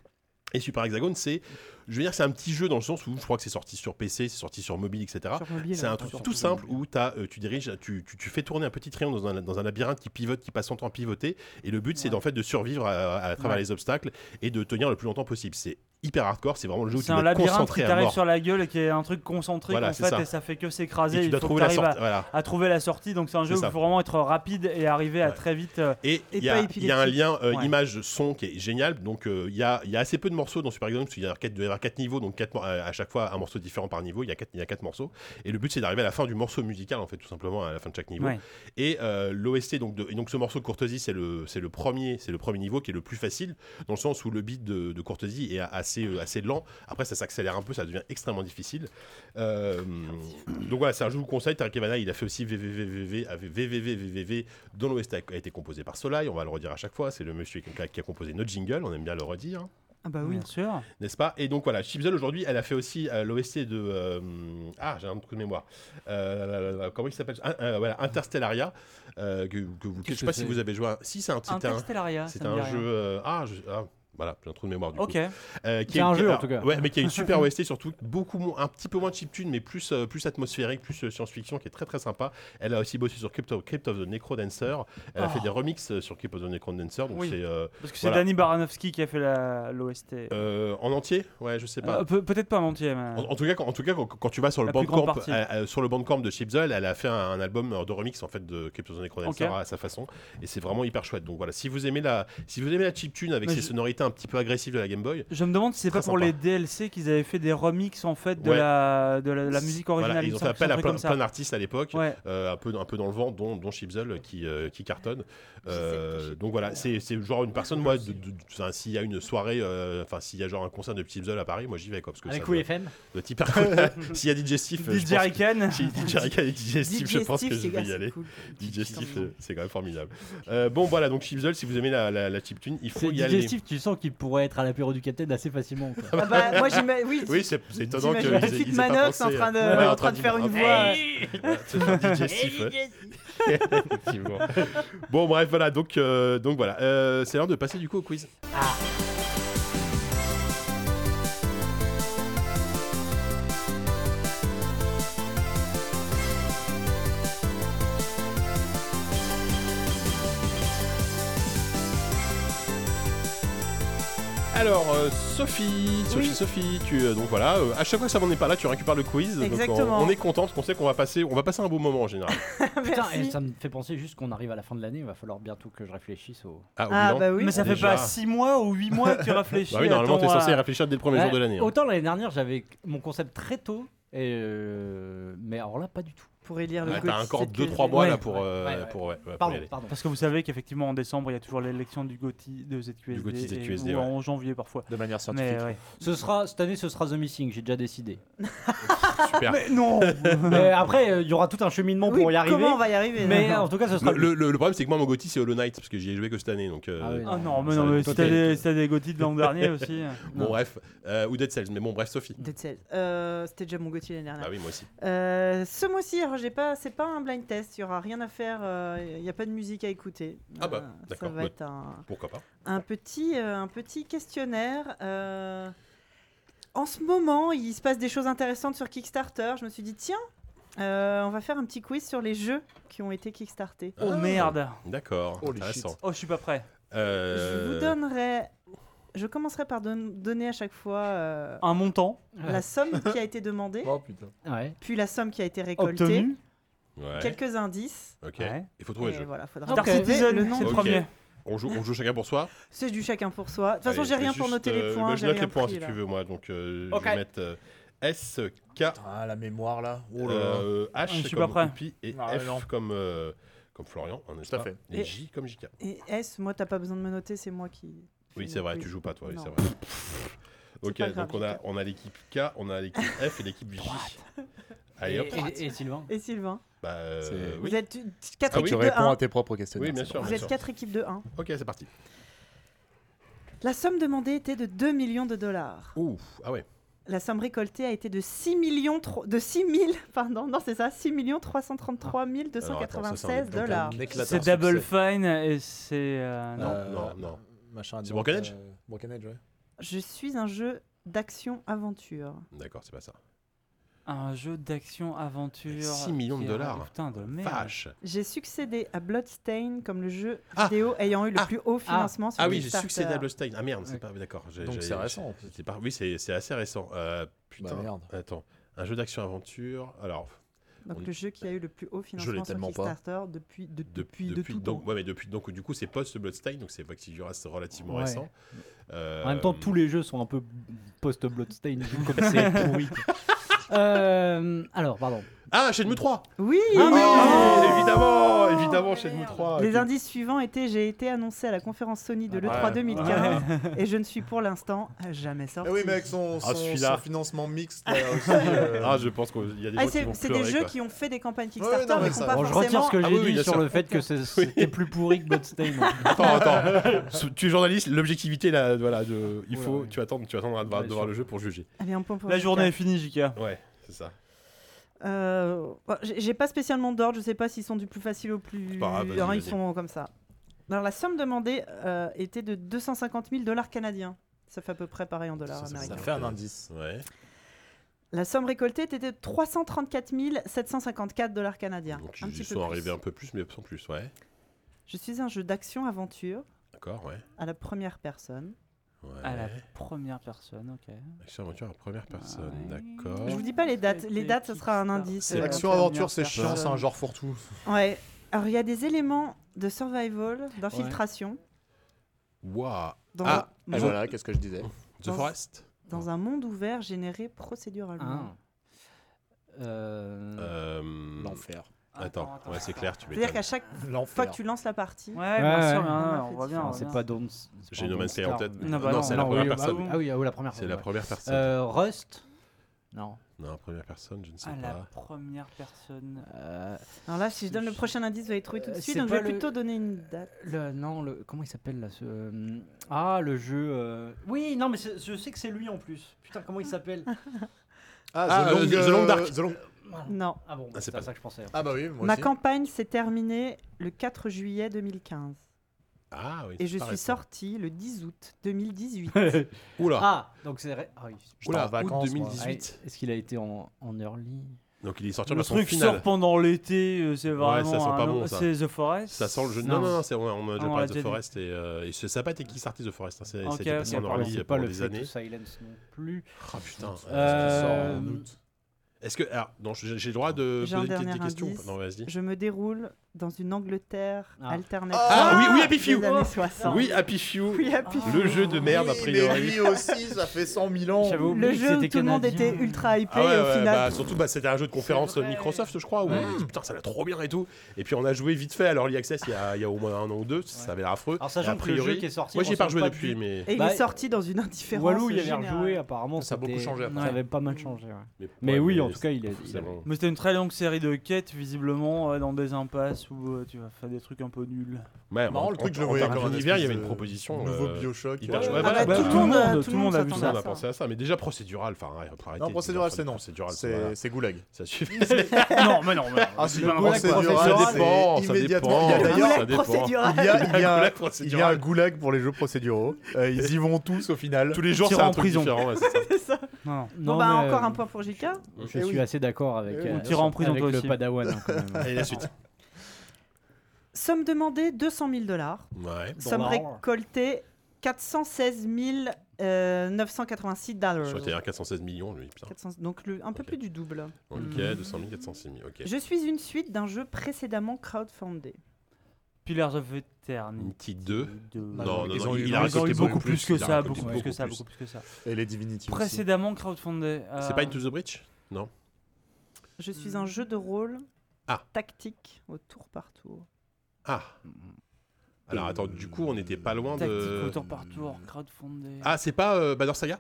Speaker 2: et Super Hexagone c'est Je veux dire, c'est un petit jeu dans le sens où je crois que c'est sorti sur PC, c'est sorti sur mobile, etc.
Speaker 3: Sur mobile,
Speaker 2: Ah, C'est un
Speaker 3: ouais.
Speaker 2: truc
Speaker 6: sur
Speaker 2: tout
Speaker 6: mobile,
Speaker 2: simple où t'as, euh, tu diriges, tu, tu- tu fais tourner un petit triangle dans un, dans un labyrinthe qui pivote, qui passe son temps à pivoter. Et le but, c'est
Speaker 6: Ouais.
Speaker 2: en fait de survivre à, à travers
Speaker 6: Ouais.
Speaker 2: les obstacles et de tenir le plus longtemps possible. C'est hyper hardcore, c'est vraiment le jeu où tu
Speaker 6: C'est un
Speaker 2: dois te
Speaker 6: labyrinthe qui
Speaker 2: concentrer à
Speaker 6: t'arrive
Speaker 2: mort.
Speaker 6: sur la gueule et qui est un truc concentrique
Speaker 2: Voilà,
Speaker 6: en
Speaker 2: c'est
Speaker 6: fait
Speaker 2: ça.
Speaker 6: et ça fait que
Speaker 2: Et
Speaker 6: s'écraser.
Speaker 2: tu
Speaker 6: Il
Speaker 2: dois
Speaker 6: faut que
Speaker 2: trouver la
Speaker 6: t'arrives
Speaker 2: sortie.
Speaker 6: à,
Speaker 2: Voilà.
Speaker 6: à trouver la sortie. Donc c'est un jeu
Speaker 2: C'est
Speaker 6: où il
Speaker 2: ça.
Speaker 6: faut vraiment être rapide et arriver à
Speaker 2: Ouais.
Speaker 6: très vite. euh,
Speaker 2: Et
Speaker 3: Et
Speaker 2: il y, a-
Speaker 3: pas
Speaker 2: il y a un
Speaker 3: épileptique.
Speaker 2: lien euh,
Speaker 6: Ouais.
Speaker 2: image-son qui est génial. Donc, euh, il y, a, il y a assez peu de morceaux dans Super Hero Games, parce qu'il y a- il doit y avoir 4 niveaux, donc quatre, mor- euh, à chaque fois un morceau différent par niveau. Il y a 4 il y a quatre morceaux. Et le but, c'est d'arriver à la fin du morceau musical, en fait, tout simplement, à la fin de chaque niveau.
Speaker 6: ouais.
Speaker 2: Et euh, l'OST, donc, de- et donc ce morceau de Courtesy, c'est le, c'est le, premier, c'est le premier niveau qui est le plus facile, dans le sens où le beat de, de Courtesy est a- assez, euh, assez lent. Après, ça s'accélère un peu, ça devient extrêmement difficile. Euh, donc voilà, c'est un jeu que je vous conseille. Tarek Evana, il a fait aussi VVVVV, euh, VVVVVV, dont l'OST a a été composé par Solai. On va le redire à chaque fois. C'est le monsieur qui a- qui a composé notre jingle, on aime bien le redire
Speaker 3: Ah bah oui.
Speaker 6: Bien sûr.
Speaker 2: n'est-ce pas Et donc voilà, Chipzel aujourd'hui, elle a fait aussi euh, l'OST de euh, ah j'ai un trou de mémoire. Euh, là, là, là, là, comment il s'appelle Un- euh, voilà, Interstellaria euh, que, que vous, que je
Speaker 4: Qu'est-ce
Speaker 2: sais
Speaker 4: que
Speaker 2: pas si
Speaker 4: c'est
Speaker 2: vous avez joué. à- Si c'est un c'était un,
Speaker 6: Interstellaria. ça
Speaker 2: c'était
Speaker 6: me
Speaker 2: un
Speaker 6: dit rien.
Speaker 2: jeu euh, ah, je- ah, voilà j'ai un trou de mémoire du
Speaker 6: Ok.
Speaker 2: coup. Euh, qui
Speaker 4: C'est
Speaker 2: a-
Speaker 4: un
Speaker 2: qui-
Speaker 4: jeu, en
Speaker 2: alors,
Speaker 4: tout cas.
Speaker 2: Ouais, mais qui a une super OST surtout beaucoup moins- un petit peu moins chiptune mais plus euh, plus atmosphérique, plus euh, science-fiction qui est très très sympa. Elle a aussi bossé sur Crypt of, Crypt of the Necrodancer. Elle a
Speaker 6: Oh.
Speaker 2: fait des remixes euh, sur Crypt of the Necrodancer donc
Speaker 6: Oui.
Speaker 2: c'est euh,
Speaker 6: Parce que c'est
Speaker 2: Voilà.
Speaker 6: Danny Baranovski qui a fait la- l'OST.
Speaker 2: euh, en entier Ouais, je sais pas.
Speaker 6: Euh, peut- Peut-être pas en entier. mais-
Speaker 2: En, en tout cas, quand, en tout cas, quand, quand tu vas sur le
Speaker 6: La plus grande
Speaker 2: bandcamp,
Speaker 6: partie.
Speaker 2: euh, euh, sur le bandcamp de Chipzel, elle a fait un, un album euh, de remix en fait de Crypto Zone Necrodancer
Speaker 6: Ok.
Speaker 2: à sa façon, et c'est vraiment hyper chouette. Donc voilà, si vous aimez la, si vous aimez la chiptune avec
Speaker 6: Mais
Speaker 2: ses
Speaker 6: je-
Speaker 2: sonorités un petit peu agressives de la Game Boy,
Speaker 6: Je me demande si c'est
Speaker 2: Très
Speaker 6: pas pour
Speaker 2: sympa.
Speaker 6: les DLC qu'ils avaient fait des remixes en fait de
Speaker 2: Ouais.
Speaker 6: la de la, la musique originale.
Speaker 2: voilà,
Speaker 6: il
Speaker 2: ils
Speaker 6: me
Speaker 2: ont fait
Speaker 6: semble que c'est
Speaker 2: appel
Speaker 6: un
Speaker 2: à
Speaker 6: truc
Speaker 2: plein,
Speaker 6: comme ça.
Speaker 2: plein d'artistes à l'époque.
Speaker 6: Ouais.
Speaker 2: euh, un, peu, un peu dans le vent, dont, dont Chipzel qui, euh, qui cartonne.
Speaker 7: J'essaie de
Speaker 2: Euh,
Speaker 7: toucher.
Speaker 2: donc voilà, c'est c'est genre une personne, moi, de- de- de- enfin, s'il y a une soirée, euh, enfin, s'il y a genre un concert de Chipzel à Paris, moi j'y vais, quoi, parce que
Speaker 4: Avec
Speaker 2: ça doit-
Speaker 4: FM
Speaker 2: doit être hyper cool. S'il y a DJ Steve, euh, je
Speaker 6: DJ
Speaker 2: pense que-
Speaker 6: Rican.
Speaker 2: Si DJ Rican et DJ Steve, je pense que
Speaker 3: Digestif,
Speaker 2: je
Speaker 3: c'est-
Speaker 2: vais
Speaker 3: ah,
Speaker 2: y
Speaker 3: c'est
Speaker 2: aller.
Speaker 3: cool.
Speaker 2: Digestif,
Speaker 3: Putain.
Speaker 2: euh, c'est quand même formidable. Euh, bon, voilà, donc Chipzel, si vous aimez la, la, la chiptune, il faut
Speaker 4: C'est
Speaker 2: y aller.
Speaker 4: digestif, tu sens qu'il pourrait être à l'apéro du capitaine assez facilement. quoi.
Speaker 3: Ah bah, moi j'imagine. Oui,
Speaker 2: Oui, c'est c'est étonnant qu'ils
Speaker 3: j'imagine
Speaker 2: aient-
Speaker 3: Fit
Speaker 2: ils aient pas
Speaker 3: Manox
Speaker 2: pensé,
Speaker 3: en train de,
Speaker 2: euh, ouais,
Speaker 3: en train de faire une
Speaker 2: dire,
Speaker 3: voix.
Speaker 2: ah, ouais, se faire digestif, ouais, effectivement. Bon, bref, voilà, donc, euh, donc voilà. Euh, c'est l'heure de passer du coup au quiz. Ah. Alors, euh, Sophie, Sophie,
Speaker 3: Oui.
Speaker 2: Sophie, tu euh, donc voilà, euh, à chaque fois que ça n'en est pas là, tu récupères le quiz. Donc, on-
Speaker 3: Exactement.
Speaker 2: on, est content parce qu'on sait qu'on va passer, on va passer un beau moment en général.
Speaker 4: Putain,
Speaker 3: Merci.
Speaker 4: et ça me fait penser juste qu'on arrive à la fin de l'année, il va falloir bientôt que je réfléchisse au.
Speaker 2: Ah, au
Speaker 3: Ah
Speaker 2: bilan.
Speaker 3: bah oui.
Speaker 6: Mais ça fait
Speaker 2: Déjà.
Speaker 6: pas 6 mois ou 8 mois que tu réfléchis.
Speaker 2: Bah oui,
Speaker 6: à
Speaker 2: normalement,
Speaker 6: ton,
Speaker 2: t'es censé y
Speaker 6: euh,
Speaker 2: réfléchir dès le premier jour
Speaker 4: Ouais,
Speaker 2: de l'année. hein.
Speaker 4: Autant l'année dernière, j'avais mon concept très tôt, et euh, mais alors là, pas du tout.
Speaker 3: Pour élire
Speaker 2: Ah,
Speaker 3: le
Speaker 2: T'as
Speaker 3: quiz,
Speaker 2: encore
Speaker 3: cette
Speaker 2: 2-3
Speaker 3: que-
Speaker 2: mois
Speaker 4: Ouais,
Speaker 2: là pour
Speaker 4: ouais,
Speaker 2: euh,
Speaker 4: ouais, ouais.
Speaker 2: pour ouais, ouais, pour y
Speaker 4: Pardon,
Speaker 2: aller.
Speaker 4: pardon.
Speaker 6: Parce que vous savez qu'effectivement en décembre il y a toujours l'élection du GOTY de ZQSD,
Speaker 2: Du GOTY,
Speaker 6: et-
Speaker 2: ZQSD,
Speaker 6: ou
Speaker 2: ouais.
Speaker 6: en janvier parfois.
Speaker 5: de manière scientifique.
Speaker 6: Mais, ouais.
Speaker 4: Ce sera, cette année, ce sera The Missing, j'ai déjà décidé.
Speaker 2: Super.
Speaker 6: Mais non.
Speaker 4: Mais après, euh, il y aura tout un cheminement
Speaker 3: Oui,
Speaker 4: pour y arriver.
Speaker 3: Comment on va y arriver
Speaker 4: Mais
Speaker 3: là
Speaker 4: en tout cas, ce sera
Speaker 2: Le, le- le- le problème, c'est que moi, mon Gotti, c'est Hollow Knight parce que j'y ai joué que cette année. Donc, euh,
Speaker 4: Ah oui,
Speaker 6: Ah non, mais
Speaker 2: Ça
Speaker 6: non,
Speaker 2: va
Speaker 6: mais
Speaker 2: être
Speaker 6: si t'as
Speaker 2: total.
Speaker 6: des, si t'as des GOTY de l'an dernier aussi.
Speaker 2: bon, bref, euh, ou Dead Cells, mais bon, bref, Sophie.
Speaker 3: Dead Cells. Euh, C'était déjà mon Gauthier l'année dernière.
Speaker 2: Ah oui, moi aussi.
Speaker 3: Euh, ce mois-ci, alors, j'ai pas, c'est pas un blind test, il y aura rien à faire, il n'y a pas de musique à écouter. Euh,
Speaker 2: Ah bah,
Speaker 3: Ça
Speaker 2: d'accord,
Speaker 3: va
Speaker 2: ouais.
Speaker 3: être un,
Speaker 2: Pourquoi pas
Speaker 3: un petit, euh, un petit questionnaire. euh, En ce moment, il se passe des choses intéressantes sur Kickstarter. Je me suis dit, tiens, euh, on va faire un petit quiz sur les jeux qui ont été Kickstartés.
Speaker 6: Oh
Speaker 2: Ah.
Speaker 6: merde.
Speaker 2: D'accord,
Speaker 5: Holy
Speaker 2: intéressant.
Speaker 6: Oh, je suis pas prêt.
Speaker 2: Euh,
Speaker 3: Je vous donnerai. Je commencerai par don- donner à chaque fois euh,
Speaker 6: Un montant
Speaker 3: la somme qui a été demandée,
Speaker 5: Oh putain.
Speaker 4: Ouais.
Speaker 3: puis la somme qui a été récoltée,
Speaker 6: obtenu.
Speaker 2: Ouais,
Speaker 3: quelques indices.
Speaker 2: ok.
Speaker 6: Ouais.
Speaker 2: Il faut trouver
Speaker 3: et
Speaker 2: le jeu.
Speaker 3: voilà, faudra
Speaker 6: Star
Speaker 4: Ok.
Speaker 3: trouver
Speaker 6: Citizen,
Speaker 3: Ah, le nom
Speaker 6: c'est le
Speaker 2: Ok.
Speaker 6: premier.
Speaker 2: On joue, on joue chacun pour soi.
Speaker 3: C'est du chacun pour soi. De toute façon,
Speaker 2: Allez,
Speaker 3: j'ai
Speaker 2: je
Speaker 3: rien
Speaker 2: vais
Speaker 3: pour
Speaker 2: juste,
Speaker 3: noter les
Speaker 2: euh,
Speaker 3: points.
Speaker 2: bah, je
Speaker 3: j'ai
Speaker 2: note
Speaker 3: rien
Speaker 2: les points
Speaker 3: pris,
Speaker 2: si
Speaker 3: là.
Speaker 2: tu veux, moi. Donc, euh,
Speaker 4: Ok.
Speaker 2: je vais mettre euh, S, K,
Speaker 5: Ah la mémoire là. Oh là là.
Speaker 2: euh,
Speaker 3: Ah,
Speaker 2: H
Speaker 6: Je suis
Speaker 2: comme
Speaker 6: pas prêt.
Speaker 2: Oupi et
Speaker 5: Ah,
Speaker 2: F
Speaker 5: non.
Speaker 2: comme, euh, comme Florian. hein, n'est-ce
Speaker 5: Tout à
Speaker 2: pas
Speaker 5: fait.
Speaker 2: Et,
Speaker 3: Et-
Speaker 2: J comme JK.
Speaker 3: Et S, moi, t'as pas besoin de me noter, c'est moi qui.
Speaker 2: Oui,
Speaker 3: fais
Speaker 2: c'est
Speaker 3: le
Speaker 2: vrai,
Speaker 3: quiz.
Speaker 2: tu joues pas, toi. oui,
Speaker 3: Non.
Speaker 2: c'est vrai. Ok,
Speaker 3: pas grave,
Speaker 2: donc on a,
Speaker 3: JK.
Speaker 2: on a l'équipe K, on a l'équipe F et l'équipe J. Allez
Speaker 4: Et,
Speaker 2: hop.
Speaker 4: et- et Sylvain
Speaker 3: Et Sylvain
Speaker 2: Bah, euh,
Speaker 5: C'est-
Speaker 2: oui.
Speaker 3: Vous êtes 4
Speaker 2: Ah oui.
Speaker 5: tu
Speaker 3: équipes de
Speaker 5: réponds
Speaker 3: 1.
Speaker 5: à tes propres questions.
Speaker 2: Oui, bien sûr.
Speaker 3: Vous êtes quatre équipes de 1.
Speaker 2: Ok, c'est parti.
Speaker 3: La somme demandée était de 2 millions de dollars.
Speaker 2: Ouh, ah ouais.
Speaker 3: La somme récoltée a été de 6 millions tro- de 6 000, pardon, non c'est ça, 6 millions 333
Speaker 2: Alors, Ah, attends, ça, c'est un
Speaker 3: 296
Speaker 2: des plans
Speaker 3: dollars.
Speaker 6: C'est Double Fine et c'est. euh, non.
Speaker 2: non, non.
Speaker 5: Machin.
Speaker 2: C'est Broken Age
Speaker 5: euh, Broken Age, ouais.
Speaker 3: Je suis un jeu d'action-aventure.
Speaker 2: D'accord, c'est pas ça.
Speaker 6: Un jeu d'action-aventure.
Speaker 2: 6 millions de
Speaker 6: qui est-
Speaker 2: dollars.
Speaker 6: Putain
Speaker 3: Ah,
Speaker 6: de merde.
Speaker 2: Vache.
Speaker 3: J'ai succédé à Bloodstain comme le jeu
Speaker 2: Ah.
Speaker 3: vidéo ayant eu le
Speaker 2: Ah.
Speaker 3: plus haut financement sur
Speaker 2: Ah oui, j'ai
Speaker 3: Kickstarter.
Speaker 2: succédé à Bloodstained. Ah merde, c'est
Speaker 6: Ouais.
Speaker 2: pas. D'accord. j'ai-
Speaker 5: Donc
Speaker 2: j'ai-
Speaker 5: c'est récent.
Speaker 2: c'était pas- Oui, c'est c'est assez récent. Euh,
Speaker 5: Bah
Speaker 2: putain.
Speaker 5: merde.
Speaker 2: Attends. Un jeu d'action-aventure. Alors,
Speaker 3: Donc
Speaker 2: On-
Speaker 3: le jeu qui a eu le plus haut
Speaker 5: l'ai
Speaker 3: financement sur
Speaker 5: tellement pas.
Speaker 3: Kickstarter depuis, de,
Speaker 2: de-
Speaker 3: depuis, de tout
Speaker 2: donc,
Speaker 3: temps.
Speaker 2: ouais, mais depuis, donc, du coup, c'est post-Bloodstain, donc c'est Vaxigura, c'est relativement
Speaker 4: Ouais.
Speaker 2: récent. Euh,
Speaker 4: En même temps, tous les jeux sont un peu post-Bloodstain, vu comme c'est pourri. Euh, alors, pardon.
Speaker 2: Ah, Shenmue 3
Speaker 3: Oui
Speaker 2: Ah, mais
Speaker 3: Oh
Speaker 2: Évidemment Évidemment, Shenmue 3
Speaker 3: Les
Speaker 2: qui-
Speaker 3: indices suivants étaient j'ai été annoncé à la conférence Sony de
Speaker 2: Ah,
Speaker 3: l'E3
Speaker 2: ouais.
Speaker 3: 2015 et je ne suis pour l'instant jamais sorti.
Speaker 5: Eh oui, mec, son,
Speaker 2: Ah,
Speaker 5: son-
Speaker 2: celui-là.
Speaker 5: son financement mixte là aussi. euh,
Speaker 2: Ah, je pense qu'il y a des
Speaker 3: Ah,
Speaker 2: gens qui
Speaker 3: c'est
Speaker 2: vont
Speaker 3: c'est
Speaker 2: pleurer,
Speaker 3: des jeux
Speaker 2: quoi.
Speaker 3: qui ont fait des campagnes
Speaker 5: ouais,
Speaker 3: Kickstarter,
Speaker 5: non, mais
Speaker 3: mais qui
Speaker 5: ça-
Speaker 3: n'ont pas
Speaker 4: Bon, je retire
Speaker 3: forcément.
Speaker 4: ce que
Speaker 2: Ah
Speaker 4: j'ai
Speaker 2: oui, oui,
Speaker 4: dit
Speaker 2: bien
Speaker 4: sur
Speaker 2: sûr.
Speaker 4: le fait que c'est- c'était plus pourri que Bloodstain.
Speaker 2: Attends, attends. Sous- tu es journaliste, l'objectivité là, voilà, de- il
Speaker 4: Oula,
Speaker 2: faut,
Speaker 4: ouais.
Speaker 2: tu attends, tu attendras de voir,
Speaker 4: Ouais,
Speaker 2: de voir
Speaker 4: sûr.
Speaker 2: le jeu pour juger.
Speaker 3: Allez, un point pour
Speaker 6: La
Speaker 3: Lucas.
Speaker 6: journée est finie, JK.
Speaker 2: Ouais, c'est ça.
Speaker 3: Euh, bon, j'ai j'ai pas spécialement d'ordre, je sais pas s'ils sont du plus facile au plus.
Speaker 2: C'est pas grave, vas-y,
Speaker 3: Hein, ils
Speaker 2: vas-y.
Speaker 3: sont comme ça. Alors la somme demandée euh, était de 250 000 dollars canadiens. Ça fait à peu près pareil en dollars
Speaker 2: Ça, ça, ça
Speaker 3: américains.
Speaker 5: Ça fait un indice.
Speaker 2: Ouais.
Speaker 3: La somme récoltée était de 334 754 dollars canadiens.
Speaker 2: Donc
Speaker 3: Un
Speaker 2: ils y
Speaker 3: petit peu
Speaker 2: sont
Speaker 3: plus.
Speaker 2: arrivés un peu plus, mais sans plus, ouais.
Speaker 3: Je suis un jeu d'action-aventure
Speaker 2: D'accord, ouais.
Speaker 3: à la première personne.
Speaker 2: ouais.
Speaker 6: À la première personne, ok.
Speaker 2: Action aventure en première personne,
Speaker 6: Ouais.
Speaker 2: d'accord.
Speaker 3: Je vous dis pas les dates. Les dates, ce sera un indice.
Speaker 2: C'est
Speaker 3: euh,
Speaker 5: L'action aventure, c'est chiant, c'est un genre fourre-tout.
Speaker 3: Ouais. Alors il y a des éléments de survival, d'infiltration.
Speaker 2: Waouh
Speaker 3: Dans,
Speaker 2: Ah,
Speaker 3: un,
Speaker 5: Et voilà, qu'est-ce que je disais
Speaker 2: The
Speaker 3: Dans-
Speaker 2: Forest
Speaker 3: dans un monde ouvert généré
Speaker 4: Ah.
Speaker 3: procéduralement.
Speaker 4: Hein Euh,
Speaker 2: Euh,
Speaker 5: L'enfer.
Speaker 2: Attends, ouais, c'est clair, tu
Speaker 3: C'est-à-dire
Speaker 2: m'étonnes.
Speaker 3: qu'à chaque fois
Speaker 5: L'enfer.
Speaker 3: que tu lances la partie,
Speaker 6: Ouais,
Speaker 4: Ouais,
Speaker 6: bien sûr,
Speaker 4: ouais.
Speaker 6: mais
Speaker 3: On a
Speaker 6: non,
Speaker 3: fait
Speaker 6: on voit bien.
Speaker 3: différent.
Speaker 6: on
Speaker 4: non,
Speaker 6: voit
Speaker 4: c'est
Speaker 6: bien.
Speaker 4: pas Don't. c'est
Speaker 2: J'ai
Speaker 4: pas
Speaker 2: No Man's Sky en
Speaker 4: Don't
Speaker 2: tête.
Speaker 4: Starve.
Speaker 6: mais- Non, bah non,
Speaker 2: c'est la
Speaker 6: non,
Speaker 2: première
Speaker 4: oui, bah
Speaker 2: personne.
Speaker 4: oui. Ah oui, ah oui, la première.
Speaker 2: C'est la première personne.
Speaker 4: Euh, Rust Non.
Speaker 2: Non, première personne, je ne sais
Speaker 6: À ah, la
Speaker 2: pas.
Speaker 6: première personne.
Speaker 4: Euh,
Speaker 3: alors là, si je donne le prochain indice, vous allez trouver tout de
Speaker 4: Euh,
Speaker 3: suite.
Speaker 4: c'est
Speaker 3: Donc je vais
Speaker 4: pas le-
Speaker 3: plutôt donner une date.
Speaker 4: le, non, le, comment il s'appelle là ce, euh, Ah, le jeu. euh, Oui, non, mais c'est- je sais que c'est lui en plus. Putain, comment il s'appelle
Speaker 2: Ah, euh, The- The Long Dark.
Speaker 5: euh, The Long-
Speaker 3: Non.
Speaker 4: Ah bon,
Speaker 2: Ah, c'est
Speaker 4: c'est
Speaker 2: pas
Speaker 4: pas ça que je pensais.
Speaker 5: Ah bah oui, moi
Speaker 3: Ma
Speaker 5: aussi.
Speaker 3: campagne s'est terminée le 4 juillet 2015
Speaker 2: Ah oui. c'est
Speaker 3: et je
Speaker 2: pas
Speaker 3: suis
Speaker 2: récent.
Speaker 3: sorti le 10 août 2018.
Speaker 2: Oula.
Speaker 4: ah, donc c'est. ré- Ah, oui.
Speaker 5: J'étais en
Speaker 2: août
Speaker 5: vacances, moi.
Speaker 2: 2018.
Speaker 4: Ah, Est-ce qu'il a été en, en early
Speaker 2: Donc il est sorti en
Speaker 6: Le
Speaker 2: version
Speaker 6: truc
Speaker 2: finale.
Speaker 6: sort pendant l'été, euh, c'est vraiment.
Speaker 2: ça sent
Speaker 6: un
Speaker 2: pas
Speaker 6: autre-
Speaker 2: bon, ça.
Speaker 6: C'est The Forest.
Speaker 2: Ça sent le jeu. Non, non, non, c'est, on, a- on a déjà
Speaker 6: on
Speaker 2: parlé
Speaker 6: l'a
Speaker 2: de The
Speaker 6: déjà dit.
Speaker 2: Forest et, euh, et ce- ça n'a pas été qui sorti The Forest. Hein, c'est,
Speaker 6: Ok,
Speaker 2: ça a été passé
Speaker 6: ok,
Speaker 2: en
Speaker 6: pardon,
Speaker 2: orly
Speaker 4: c'est
Speaker 2: pendant
Speaker 4: pas le
Speaker 2: des
Speaker 4: Fate
Speaker 2: années.
Speaker 4: to Silence non plus.
Speaker 2: Oh putain.
Speaker 4: Euh,
Speaker 5: Ça sort en août.
Speaker 2: Est-ce que. Alors, non, j'ai, j'ai le droit de
Speaker 3: J'ai un
Speaker 2: poser des- des
Speaker 3: dernier
Speaker 2: questions ou
Speaker 3: indice.
Speaker 2: pas Non, vas-y.
Speaker 3: Je me déroule dans une Angleterre
Speaker 4: Ah.
Speaker 3: alternative.
Speaker 2: Ah, oui, oui, Happy Few.
Speaker 3: des années 60.
Speaker 2: Oui, Happy Few. Ah.
Speaker 3: Oui, Happy Few.
Speaker 2: Le jeu de merde, a
Speaker 5: Oui,
Speaker 2: priori.
Speaker 5: mais lui aussi, ça fait 100 000 ans.
Speaker 4: J'avais oublié
Speaker 3: Le
Speaker 4: que
Speaker 3: jeu où
Speaker 4: c'était
Speaker 3: tout le monde
Speaker 4: canadien.
Speaker 3: était ultra hypé
Speaker 2: Ah ouais,
Speaker 3: et au
Speaker 2: ouais,
Speaker 3: final.
Speaker 2: bah, surtout bah, c'était un jeu de conférence
Speaker 6: C'est vrai.
Speaker 2: Microsoft je crois où on
Speaker 5: Ouais.
Speaker 2: dit, putain ça a l'air trop bien et tout et puis on a joué vite fait à l'Early Access il y a, il y a au moins un an ou deux ça avait l'air affreux
Speaker 4: Alors,
Speaker 2: Et a
Speaker 4: sachant que le
Speaker 2: priori-
Speaker 4: jeu qui est sorti.
Speaker 2: moi j'y ai
Speaker 4: on
Speaker 2: pas
Speaker 4: sort
Speaker 2: rejoué
Speaker 4: depuis.
Speaker 2: depuis mais
Speaker 3: Et il
Speaker 4: Bah,
Speaker 3: est sorti dans une indifférence.
Speaker 4: Walou, il avait
Speaker 3: générale.
Speaker 4: rejoué, apparemment.
Speaker 5: Ça a
Speaker 4: c'était-
Speaker 5: beaucoup changé après.
Speaker 4: Ça avait pas mal changé, ouais.
Speaker 2: mais,
Speaker 4: Mais
Speaker 2: ouais,
Speaker 4: oui, en tout cas, il est- il
Speaker 2: forcément.
Speaker 6: Mais c'était une très longue série de quêtes, visiblement, euh, dans des impasses où euh, tu vas faire des trucs un peu nuls.
Speaker 2: Ouais,
Speaker 5: Marrant,
Speaker 2: en-
Speaker 5: le truc, je
Speaker 2: en-
Speaker 5: le
Speaker 2: en
Speaker 5: voyais
Speaker 2: termes
Speaker 5: comme un
Speaker 2: d'univers, il y
Speaker 5: espèce
Speaker 2: avait une
Speaker 5: de
Speaker 2: proposition
Speaker 5: Nouveau
Speaker 2: euh,
Speaker 5: Bioshock.
Speaker 2: hyper
Speaker 5: euh,
Speaker 2: chouette.
Speaker 3: Ah bah,
Speaker 2: Bah,
Speaker 3: tout,
Speaker 2: tout
Speaker 3: le
Speaker 2: le
Speaker 3: monde,
Speaker 6: monde,
Speaker 3: tout le monde
Speaker 6: a vu
Speaker 2: tout le
Speaker 3: s'attendait à
Speaker 2: monde a
Speaker 3: ça.
Speaker 2: pensé à ça mais déjà procédural enfin arrête, arrêtez,
Speaker 5: Non, procédural, c'est non.
Speaker 2: procédural c'est voilà.
Speaker 5: C'est c'est Goulag.
Speaker 2: ça suffit
Speaker 6: non, mais non, mais. non.
Speaker 5: Ah, c'est
Speaker 4: le
Speaker 5: pas
Speaker 4: goulag
Speaker 5: procédural,
Speaker 2: ça
Speaker 5: c'est
Speaker 2: dépend ça dépend
Speaker 5: immédiatement. Il y a d'ailleurs-
Speaker 2: ça
Speaker 3: Roulette
Speaker 2: dépend.
Speaker 3: procédurale.
Speaker 5: Il y a- il y a un-
Speaker 2: Goulag
Speaker 5: il y a un
Speaker 2: procédural.
Speaker 5: goulag pour les jeux procéduraux. Euh, Ils y vont tous au final.
Speaker 2: tous les jours
Speaker 6: Tirant
Speaker 2: c'est un
Speaker 6: en
Speaker 2: truc
Speaker 6: prison.
Speaker 2: différent ouais, c'est ça.
Speaker 3: C'est ça.
Speaker 6: Non, non.
Speaker 3: Bon,
Speaker 4: Non,
Speaker 3: bah,
Speaker 4: mais,
Speaker 3: encore
Speaker 4: euh,
Speaker 3: un point pour JK.
Speaker 4: Je
Speaker 5: Eh
Speaker 4: suis
Speaker 5: oui.
Speaker 4: assez d'accord avec,
Speaker 5: Eh oui.
Speaker 4: euh,
Speaker 6: Tire en prison,
Speaker 4: avec
Speaker 6: toi
Speaker 4: le
Speaker 6: aussi.
Speaker 4: Padawan. hein, quand même.
Speaker 2: allez la suite
Speaker 3: Somme demandée 200 000 dollars.
Speaker 2: ouais
Speaker 3: Somme
Speaker 4: Dollars.
Speaker 3: récoltée 416 000, euh, 986 dollars.
Speaker 2: soit à 416 millions lui putain
Speaker 3: 400 donc le- un peu
Speaker 2: hein. Ok.
Speaker 3: plus du double.
Speaker 2: ok
Speaker 6: Mhm.
Speaker 2: 200 000 406 000 ok
Speaker 3: Je suis une suite d'un jeu précédemment crowdfundé.
Speaker 6: Pillars of Eternity.
Speaker 2: Unity 2
Speaker 6: deux.
Speaker 5: Non,
Speaker 2: non,
Speaker 5: ils
Speaker 2: non,
Speaker 5: ont
Speaker 2: il-
Speaker 5: eu-
Speaker 2: il
Speaker 5: ils ont
Speaker 2: a
Speaker 5: eu
Speaker 2: récolté
Speaker 5: beaucoup
Speaker 6: beaucoup plus que
Speaker 2: il a
Speaker 6: ça,
Speaker 2: récolté
Speaker 6: beaucoup plus que ça, beaucoup plus que ça.
Speaker 5: Et les Divinity. aussi.
Speaker 6: Précédemment crowdfundé. euh,
Speaker 2: C'est pas Into the Breach Non.
Speaker 3: Je suis un jeu de rôle
Speaker 2: Ah.
Speaker 3: tactique au tour par tour.
Speaker 2: Ah Alors attends, du
Speaker 6: euh,
Speaker 2: coup, on n'était pas loin
Speaker 6: Tactique
Speaker 2: de.
Speaker 6: au tour par tour, crowdfundé.
Speaker 2: Ah, c'est pas euh, Banner Saga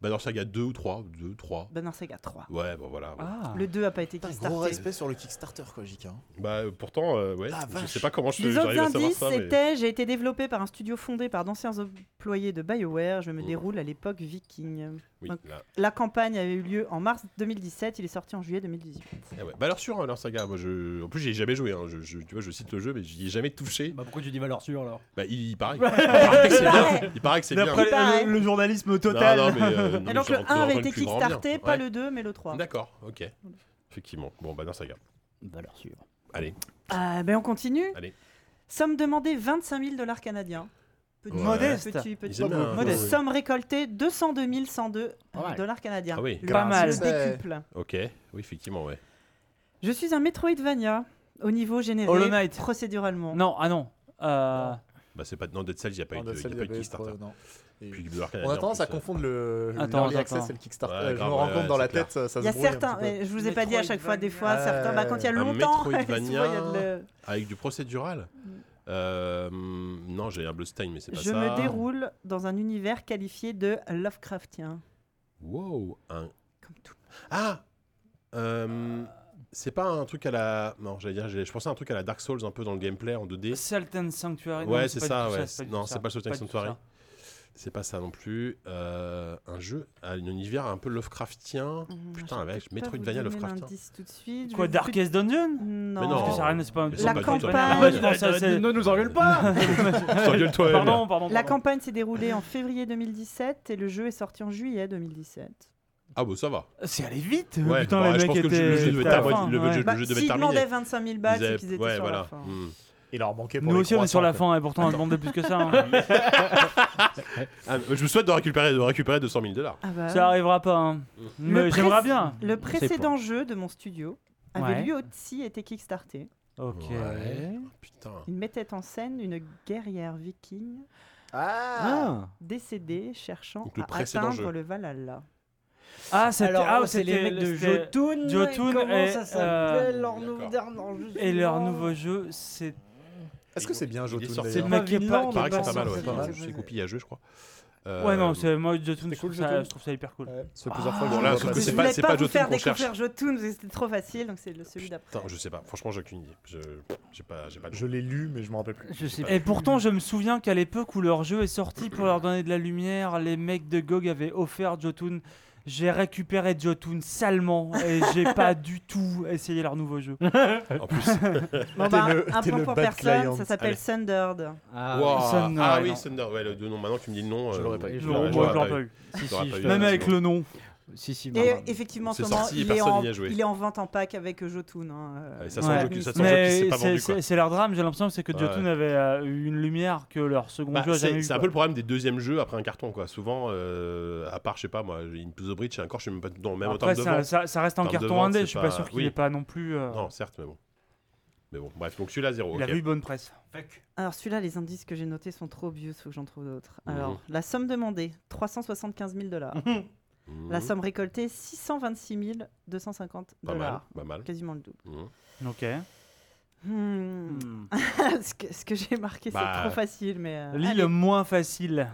Speaker 2: Banner Saga 2 ou 3 2, 3.
Speaker 3: Banner Saga 3.
Speaker 2: Ouais, bon voilà. ouais.
Speaker 6: Ah.
Speaker 3: Le 2 a pas été
Speaker 5: Putain, gros
Speaker 3: kickstarté.
Speaker 5: respect sur le Kickstarter, quoi, JK. hein.
Speaker 2: Bah euh, pourtant, euh, ouais,
Speaker 5: Ah,
Speaker 2: je
Speaker 5: vache.
Speaker 2: sais pas comment je
Speaker 3: Les autres
Speaker 2: j'arrive à savoir
Speaker 3: indices,
Speaker 2: ça. mais-
Speaker 3: c'était j'ai été développé par un studio fondé par d'anciens employés de BioWare. Je me
Speaker 2: Oh.
Speaker 3: déroule à l'époque viking.
Speaker 2: Oui, Ah
Speaker 3: Donc-
Speaker 2: là.
Speaker 3: La campagne avait eu lieu en mars 2017. Il est sorti en juillet 2018.
Speaker 2: Ah ouais. Bah alors sur Banner Saga, moi je... en plus j'y ai jamais joué. hein. Je, je- tu vois, je cite le jeu, mais j'y ai jamais touché.
Speaker 4: Bah, pourquoi tu dis valeur sûre alors
Speaker 2: Bah il, il paraît. il paraît que c'est bien. Il paraît que c'est bien.
Speaker 6: D'après
Speaker 3: Pareil.
Speaker 6: le, le journalisme au
Speaker 2: Non,
Speaker 6: total.
Speaker 2: non, mais, euh, non,
Speaker 3: Et
Speaker 2: mais
Speaker 3: donc
Speaker 2: ça
Speaker 3: le
Speaker 2: représente
Speaker 3: 1 avait été
Speaker 2: une plus grande bien.
Speaker 3: kickstarté, pas
Speaker 2: Ouais.
Speaker 3: le 2, mais le 3.
Speaker 2: D'accord, ok. Effectivement. Bon, Banner Saga.
Speaker 4: Valeur sûre.
Speaker 2: Allez.
Speaker 3: Ah, ben on continue.
Speaker 2: Allez.
Speaker 3: Somme demandée 25 000 dollars canadiens. Petit,
Speaker 2: Ouais.
Speaker 6: Modeste.
Speaker 3: Petit, petit.
Speaker 2: Ils aiment bien,
Speaker 6: Modeste.
Speaker 2: ouais, ouais.
Speaker 3: Somme récoltée 202 102
Speaker 4: Pas mal.
Speaker 3: dollars canadiens.
Speaker 2: Ah oui.
Speaker 3: Le-
Speaker 6: Pas mal.
Speaker 3: Le décuple.
Speaker 2: Ok, oui, effectivement, ouais.
Speaker 3: Je suis un Metroidvania au niveau généré
Speaker 6: Hollow Knight.
Speaker 3: procéduralement.
Speaker 6: Non, ah non. Euh,
Speaker 2: Bah c'est pas non Dead Cells, il n'y a pas eu
Speaker 5: Non,
Speaker 2: de
Speaker 5: Dead Cell,
Speaker 2: il y a
Speaker 5: il
Speaker 2: pas eu de
Speaker 5: avait eu
Speaker 2: Kickstarter.
Speaker 5: trois, non. Et-
Speaker 2: Puis, Dollar
Speaker 5: On
Speaker 2: Canadien,
Speaker 5: a
Speaker 2: en
Speaker 5: tendance
Speaker 2: plus, euh,
Speaker 5: à confondre le le
Speaker 6: Attends,
Speaker 5: early
Speaker 6: attends.
Speaker 5: access et le Kickstarter.
Speaker 2: Ouais,
Speaker 5: Euh, je
Speaker 2: grave,
Speaker 5: me rends
Speaker 2: ouais,
Speaker 5: compte dans
Speaker 2: c'est
Speaker 5: la
Speaker 2: clair.
Speaker 5: tête, ça, ça
Speaker 3: Il
Speaker 5: se
Speaker 3: y a
Speaker 5: brouille un
Speaker 3: certains,
Speaker 5: petit peu.
Speaker 3: mais je vous ai pas dit à chaque fois, des fois,
Speaker 5: Ouais.
Speaker 3: certains, bah, quand il y a
Speaker 5: Un
Speaker 3: longtemps, souvent, il y
Speaker 2: Euh, Metroidvania.
Speaker 3: a de le-
Speaker 2: Avec du procédural euh, Non, j'ai un Bloodstein, mais c'est pas
Speaker 3: Je
Speaker 2: ça.
Speaker 3: me déroule dans un univers qualifié de Lovecraftien.
Speaker 2: Wow, un...
Speaker 3: Comme tout.
Speaker 2: Ah Euh, C'est pas un truc à la... Non, j'allais dire, j'ai- je pensais à un truc à la Dark Souls, un peu dans le gameplay, en 2D.
Speaker 6: Salt and Sanctuary.
Speaker 2: Ouais,
Speaker 6: non,
Speaker 2: c'est
Speaker 6: pas
Speaker 2: ça,
Speaker 6: du tout
Speaker 2: ouais.
Speaker 6: pas du
Speaker 2: Non,
Speaker 6: tout
Speaker 2: c'est
Speaker 6: ça.
Speaker 2: pas Salt and
Speaker 6: du tout
Speaker 2: Sanctuary.
Speaker 6: ça.
Speaker 2: C'est pas ça non plus. Euh, un jeu à un univers un peu Lovecraftien. Putain, la vache, Metroidvania, Lovecraftien.
Speaker 3: tout de suite. je
Speaker 6: Quoi,
Speaker 3: vais vous-
Speaker 6: Darkest Dungeon
Speaker 3: Non.
Speaker 2: hein. Mais non.
Speaker 6: Parce que ça, rien, c'est pas un-
Speaker 2: Mais
Speaker 3: La
Speaker 2: c'est pas du
Speaker 3: campagne.
Speaker 2: Metroidvania.
Speaker 6: Ah ouais, je
Speaker 4: Ne-
Speaker 6: pense à-
Speaker 4: ne-
Speaker 6: c'est-
Speaker 4: Ne nous engueule pas
Speaker 2: T'engueules-toi, elle.
Speaker 6: Pardon, pardon.
Speaker 3: La
Speaker 6: pardon.
Speaker 3: campagne s'est déroulée en février 2017 et le jeu est sorti en juillet 2017.
Speaker 2: Ah bah ça va.
Speaker 6: C'est allé vite.
Speaker 2: Ouais,
Speaker 6: Putain,
Speaker 2: bah,
Speaker 6: les
Speaker 2: je
Speaker 6: mecs
Speaker 2: pense que le
Speaker 6: étaient.
Speaker 2: jeu- le jeu devait être
Speaker 6: étaient à
Speaker 2: à
Speaker 6: la
Speaker 2: moitié-
Speaker 6: fin,
Speaker 2: le
Speaker 6: ouais.
Speaker 2: jeu
Speaker 3: Bah,
Speaker 2: devait
Speaker 3: S'ils
Speaker 2: terminer.
Speaker 3: demandaient 25 000 balles,
Speaker 2: Ils avaient-
Speaker 3: Bah, c'est qu'ils étaient
Speaker 2: ouais,
Speaker 3: sur
Speaker 2: voilà.
Speaker 3: la fin.
Speaker 2: Hmm.
Speaker 5: Il leur manquait pour
Speaker 6: Nous
Speaker 5: les
Speaker 6: aussi, on est
Speaker 5: 300,
Speaker 6: sur la
Speaker 5: quoi.
Speaker 6: fin, et pourtant, on demandait plus que ça. hein.
Speaker 2: Ah, je vous souhaite de récupérer, de récupérer 200 000 dollars.
Speaker 3: Ah bah,
Speaker 6: Ça arrivera pas. hein. Mais
Speaker 3: pré-
Speaker 6: j'aimerais bien.
Speaker 3: Le
Speaker 6: Je sais
Speaker 3: précédent jeu de mon studio avait
Speaker 6: Ouais.
Speaker 3: lui aussi été kickstarté.
Speaker 6: pas. Ok.
Speaker 2: Ouais. Putain.
Speaker 3: Il mettait en scène une guerrière viking
Speaker 5: Ah
Speaker 4: Ah.
Speaker 3: décédée cherchant
Speaker 2: Donc le
Speaker 3: à
Speaker 2: précédent
Speaker 3: atteindre
Speaker 2: jeu.
Speaker 3: le Valhalla.
Speaker 6: Ah, c'était
Speaker 4: Alors,
Speaker 6: ah,
Speaker 4: oh, c'est les
Speaker 6: c'était-
Speaker 4: mecs de
Speaker 6: c'était-
Speaker 4: Jotun.
Speaker 6: Jotun
Speaker 4: Comment
Speaker 6: et,
Speaker 4: ça s'appelle
Speaker 6: euh,
Speaker 4: leur
Speaker 2: d'accord.
Speaker 4: nouveau dernier jeu
Speaker 6: Et leur nouveau jeu, c'est.
Speaker 5: Est-ce que c'est bien,
Speaker 2: Il est
Speaker 5: Jotun
Speaker 2: sorti
Speaker 5: d'ailleurs
Speaker 6: le mec qui est pas-
Speaker 2: Il paraît
Speaker 3: bah,
Speaker 2: que c'est pas mal, ouais.
Speaker 5: c'est pas mal.
Speaker 2: C'est copié à jeu, je crois. Euh,
Speaker 6: Ouais, non, c'est moi, Jotun,
Speaker 5: c'était
Speaker 6: je,
Speaker 5: cool,
Speaker 6: trouve ça,
Speaker 5: Jotun.
Speaker 6: je trouve ça hyper cool.
Speaker 5: Ouais, ça fait plusieurs
Speaker 3: Ah.
Speaker 5: fois que je
Speaker 2: Bon,
Speaker 5: le
Speaker 2: là,
Speaker 5: vois
Speaker 2: sauf
Speaker 5: passer.
Speaker 2: que c'est
Speaker 3: je
Speaker 2: pas-
Speaker 3: voulais
Speaker 2: c'est
Speaker 3: pas,
Speaker 2: pas
Speaker 3: vous
Speaker 2: Jotun
Speaker 3: faire
Speaker 2: qu'on cherche.
Speaker 3: découvrir Jotun, c'était trop facile, donc c'est le- celui d'après.
Speaker 2: Putain, je sais pas. Franchement, j'ai aucune idée. Je j'ai pas, j'ai pas. de-
Speaker 5: Je l'ai lu, mais je m'en rappelle plus.
Speaker 4: Je sais
Speaker 6: Et pourtant, je me souviens qu'à l'époque où leur jeu est sorti pour leur donner de la lumière, les mecs de GOG avaient offert Jotun. J'ai récupéré Jotun salement et j'ai pas du tout essayé leur nouveau jeu. Ah,
Speaker 2: En plus.
Speaker 3: Bon,
Speaker 5: T'es
Speaker 3: bah,
Speaker 5: le-
Speaker 3: un
Speaker 5: t'es
Speaker 3: point
Speaker 5: le
Speaker 3: pour
Speaker 5: bad
Speaker 3: personne,
Speaker 5: client.
Speaker 3: ça s'appelle
Speaker 2: Allez.
Speaker 3: Sundered.
Speaker 4: Ah,
Speaker 2: Wow.
Speaker 6: Thunder,
Speaker 2: Ah
Speaker 6: non.
Speaker 2: oui, Thunder. Ouais, le deux noms. Maintenant que tu me dis le nom, euh,
Speaker 5: Je l'aurais pas eu.
Speaker 2: je
Speaker 6: Non,
Speaker 2: l'aurais-
Speaker 6: moi,
Speaker 2: je l'aurais
Speaker 6: je l'aurais
Speaker 2: pas eu.
Speaker 6: pas eu.
Speaker 4: Si,
Speaker 2: T'aurais
Speaker 4: si,
Speaker 2: pas
Speaker 4: je
Speaker 2: eu
Speaker 4: te-
Speaker 2: la
Speaker 6: Même
Speaker 2: raison.
Speaker 6: avec le nom.
Speaker 4: Si, si,
Speaker 3: Et
Speaker 4: non, non.
Speaker 3: effectivement, en ce
Speaker 2: C'est
Speaker 3: moment,
Speaker 2: sorti,
Speaker 3: il est,
Speaker 2: personne
Speaker 3: en,
Speaker 2: n'y a joué.
Speaker 3: il est en vente en pack avec Jotun. hein, euh.
Speaker 2: Ouais, ça sent
Speaker 6: Ouais.
Speaker 2: le jeu qui- ça sent le jeu qui s'est
Speaker 6: Mais
Speaker 2: pas
Speaker 6: c'est-
Speaker 2: vendu. quoi.
Speaker 6: c'est c'est leur drame, j'ai l'impression, c'est que
Speaker 2: Ouais.
Speaker 6: Jotun avait euh, eu une lumière que leur second
Speaker 2: Bah,
Speaker 6: jeu a jamais
Speaker 2: c'est
Speaker 6: eu.
Speaker 2: c'est un
Speaker 6: quoi.
Speaker 2: peu le problème des deuxièmes jeux après un carton quoi. Souvent, euh, à part je sais pas moi, Into the Breach et encore je suis même pas dans le même en
Speaker 6: Après,
Speaker 2: termes de
Speaker 6: ça,
Speaker 2: vente.
Speaker 6: ça- ça reste
Speaker 2: En
Speaker 6: un
Speaker 2: termes de
Speaker 6: carton
Speaker 2: vente,
Speaker 6: indé,
Speaker 2: c'est
Speaker 6: je suis
Speaker 2: pas-
Speaker 6: pas sûr qu'il
Speaker 2: oui.
Speaker 6: est pas non plus. euh,
Speaker 2: Non, certes, mais bon. Mais bon, bref, donc celui-là zéro.
Speaker 6: Il
Speaker 2: ok.
Speaker 6: avait eu bonne presse.
Speaker 3: Alors celui-là, les indices que j'ai notés sont trop obvious, faut que j'en trouve d'autres.
Speaker 2: Mhm.
Speaker 3: Alors, la somme demandée, 375 000 dollars.
Speaker 2: Mhm.
Speaker 3: La somme récoltée, 626 250
Speaker 2: Pas mal,
Speaker 3: dollars.
Speaker 2: pas mal.
Speaker 3: Quasiment le double.
Speaker 2: Mhm.
Speaker 6: Ok.
Speaker 3: Hmm. ce que, ce que j'ai marqué,
Speaker 2: Bah,
Speaker 3: c'est trop facile, mais... euh,
Speaker 6: Lis
Speaker 3: allez.
Speaker 6: le moins facile.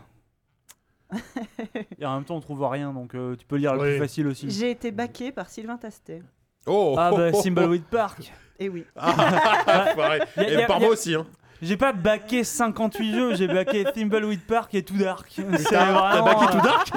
Speaker 6: Et en même temps, on trouve rien, donc euh, tu peux lire le
Speaker 5: Oui.
Speaker 6: plus facile aussi.
Speaker 3: J'ai été baqué par Sylvain Tastet.
Speaker 2: Oh,
Speaker 6: Ah
Speaker 2: oh,
Speaker 6: bah,
Speaker 2: oh, oh.
Speaker 6: Thimbleweed Park.
Speaker 3: Et oui.
Speaker 2: Ah, pareil.
Speaker 6: Y a- y
Speaker 2: Et
Speaker 6: a-
Speaker 2: par
Speaker 6: y a-
Speaker 2: moi aussi. Hein.
Speaker 6: J'ai pas baqué 58 jeux, j'ai baqué Thimbleweed Park et Too Dark. C'est
Speaker 2: T'as
Speaker 6: vraiment...
Speaker 2: baqué tout dark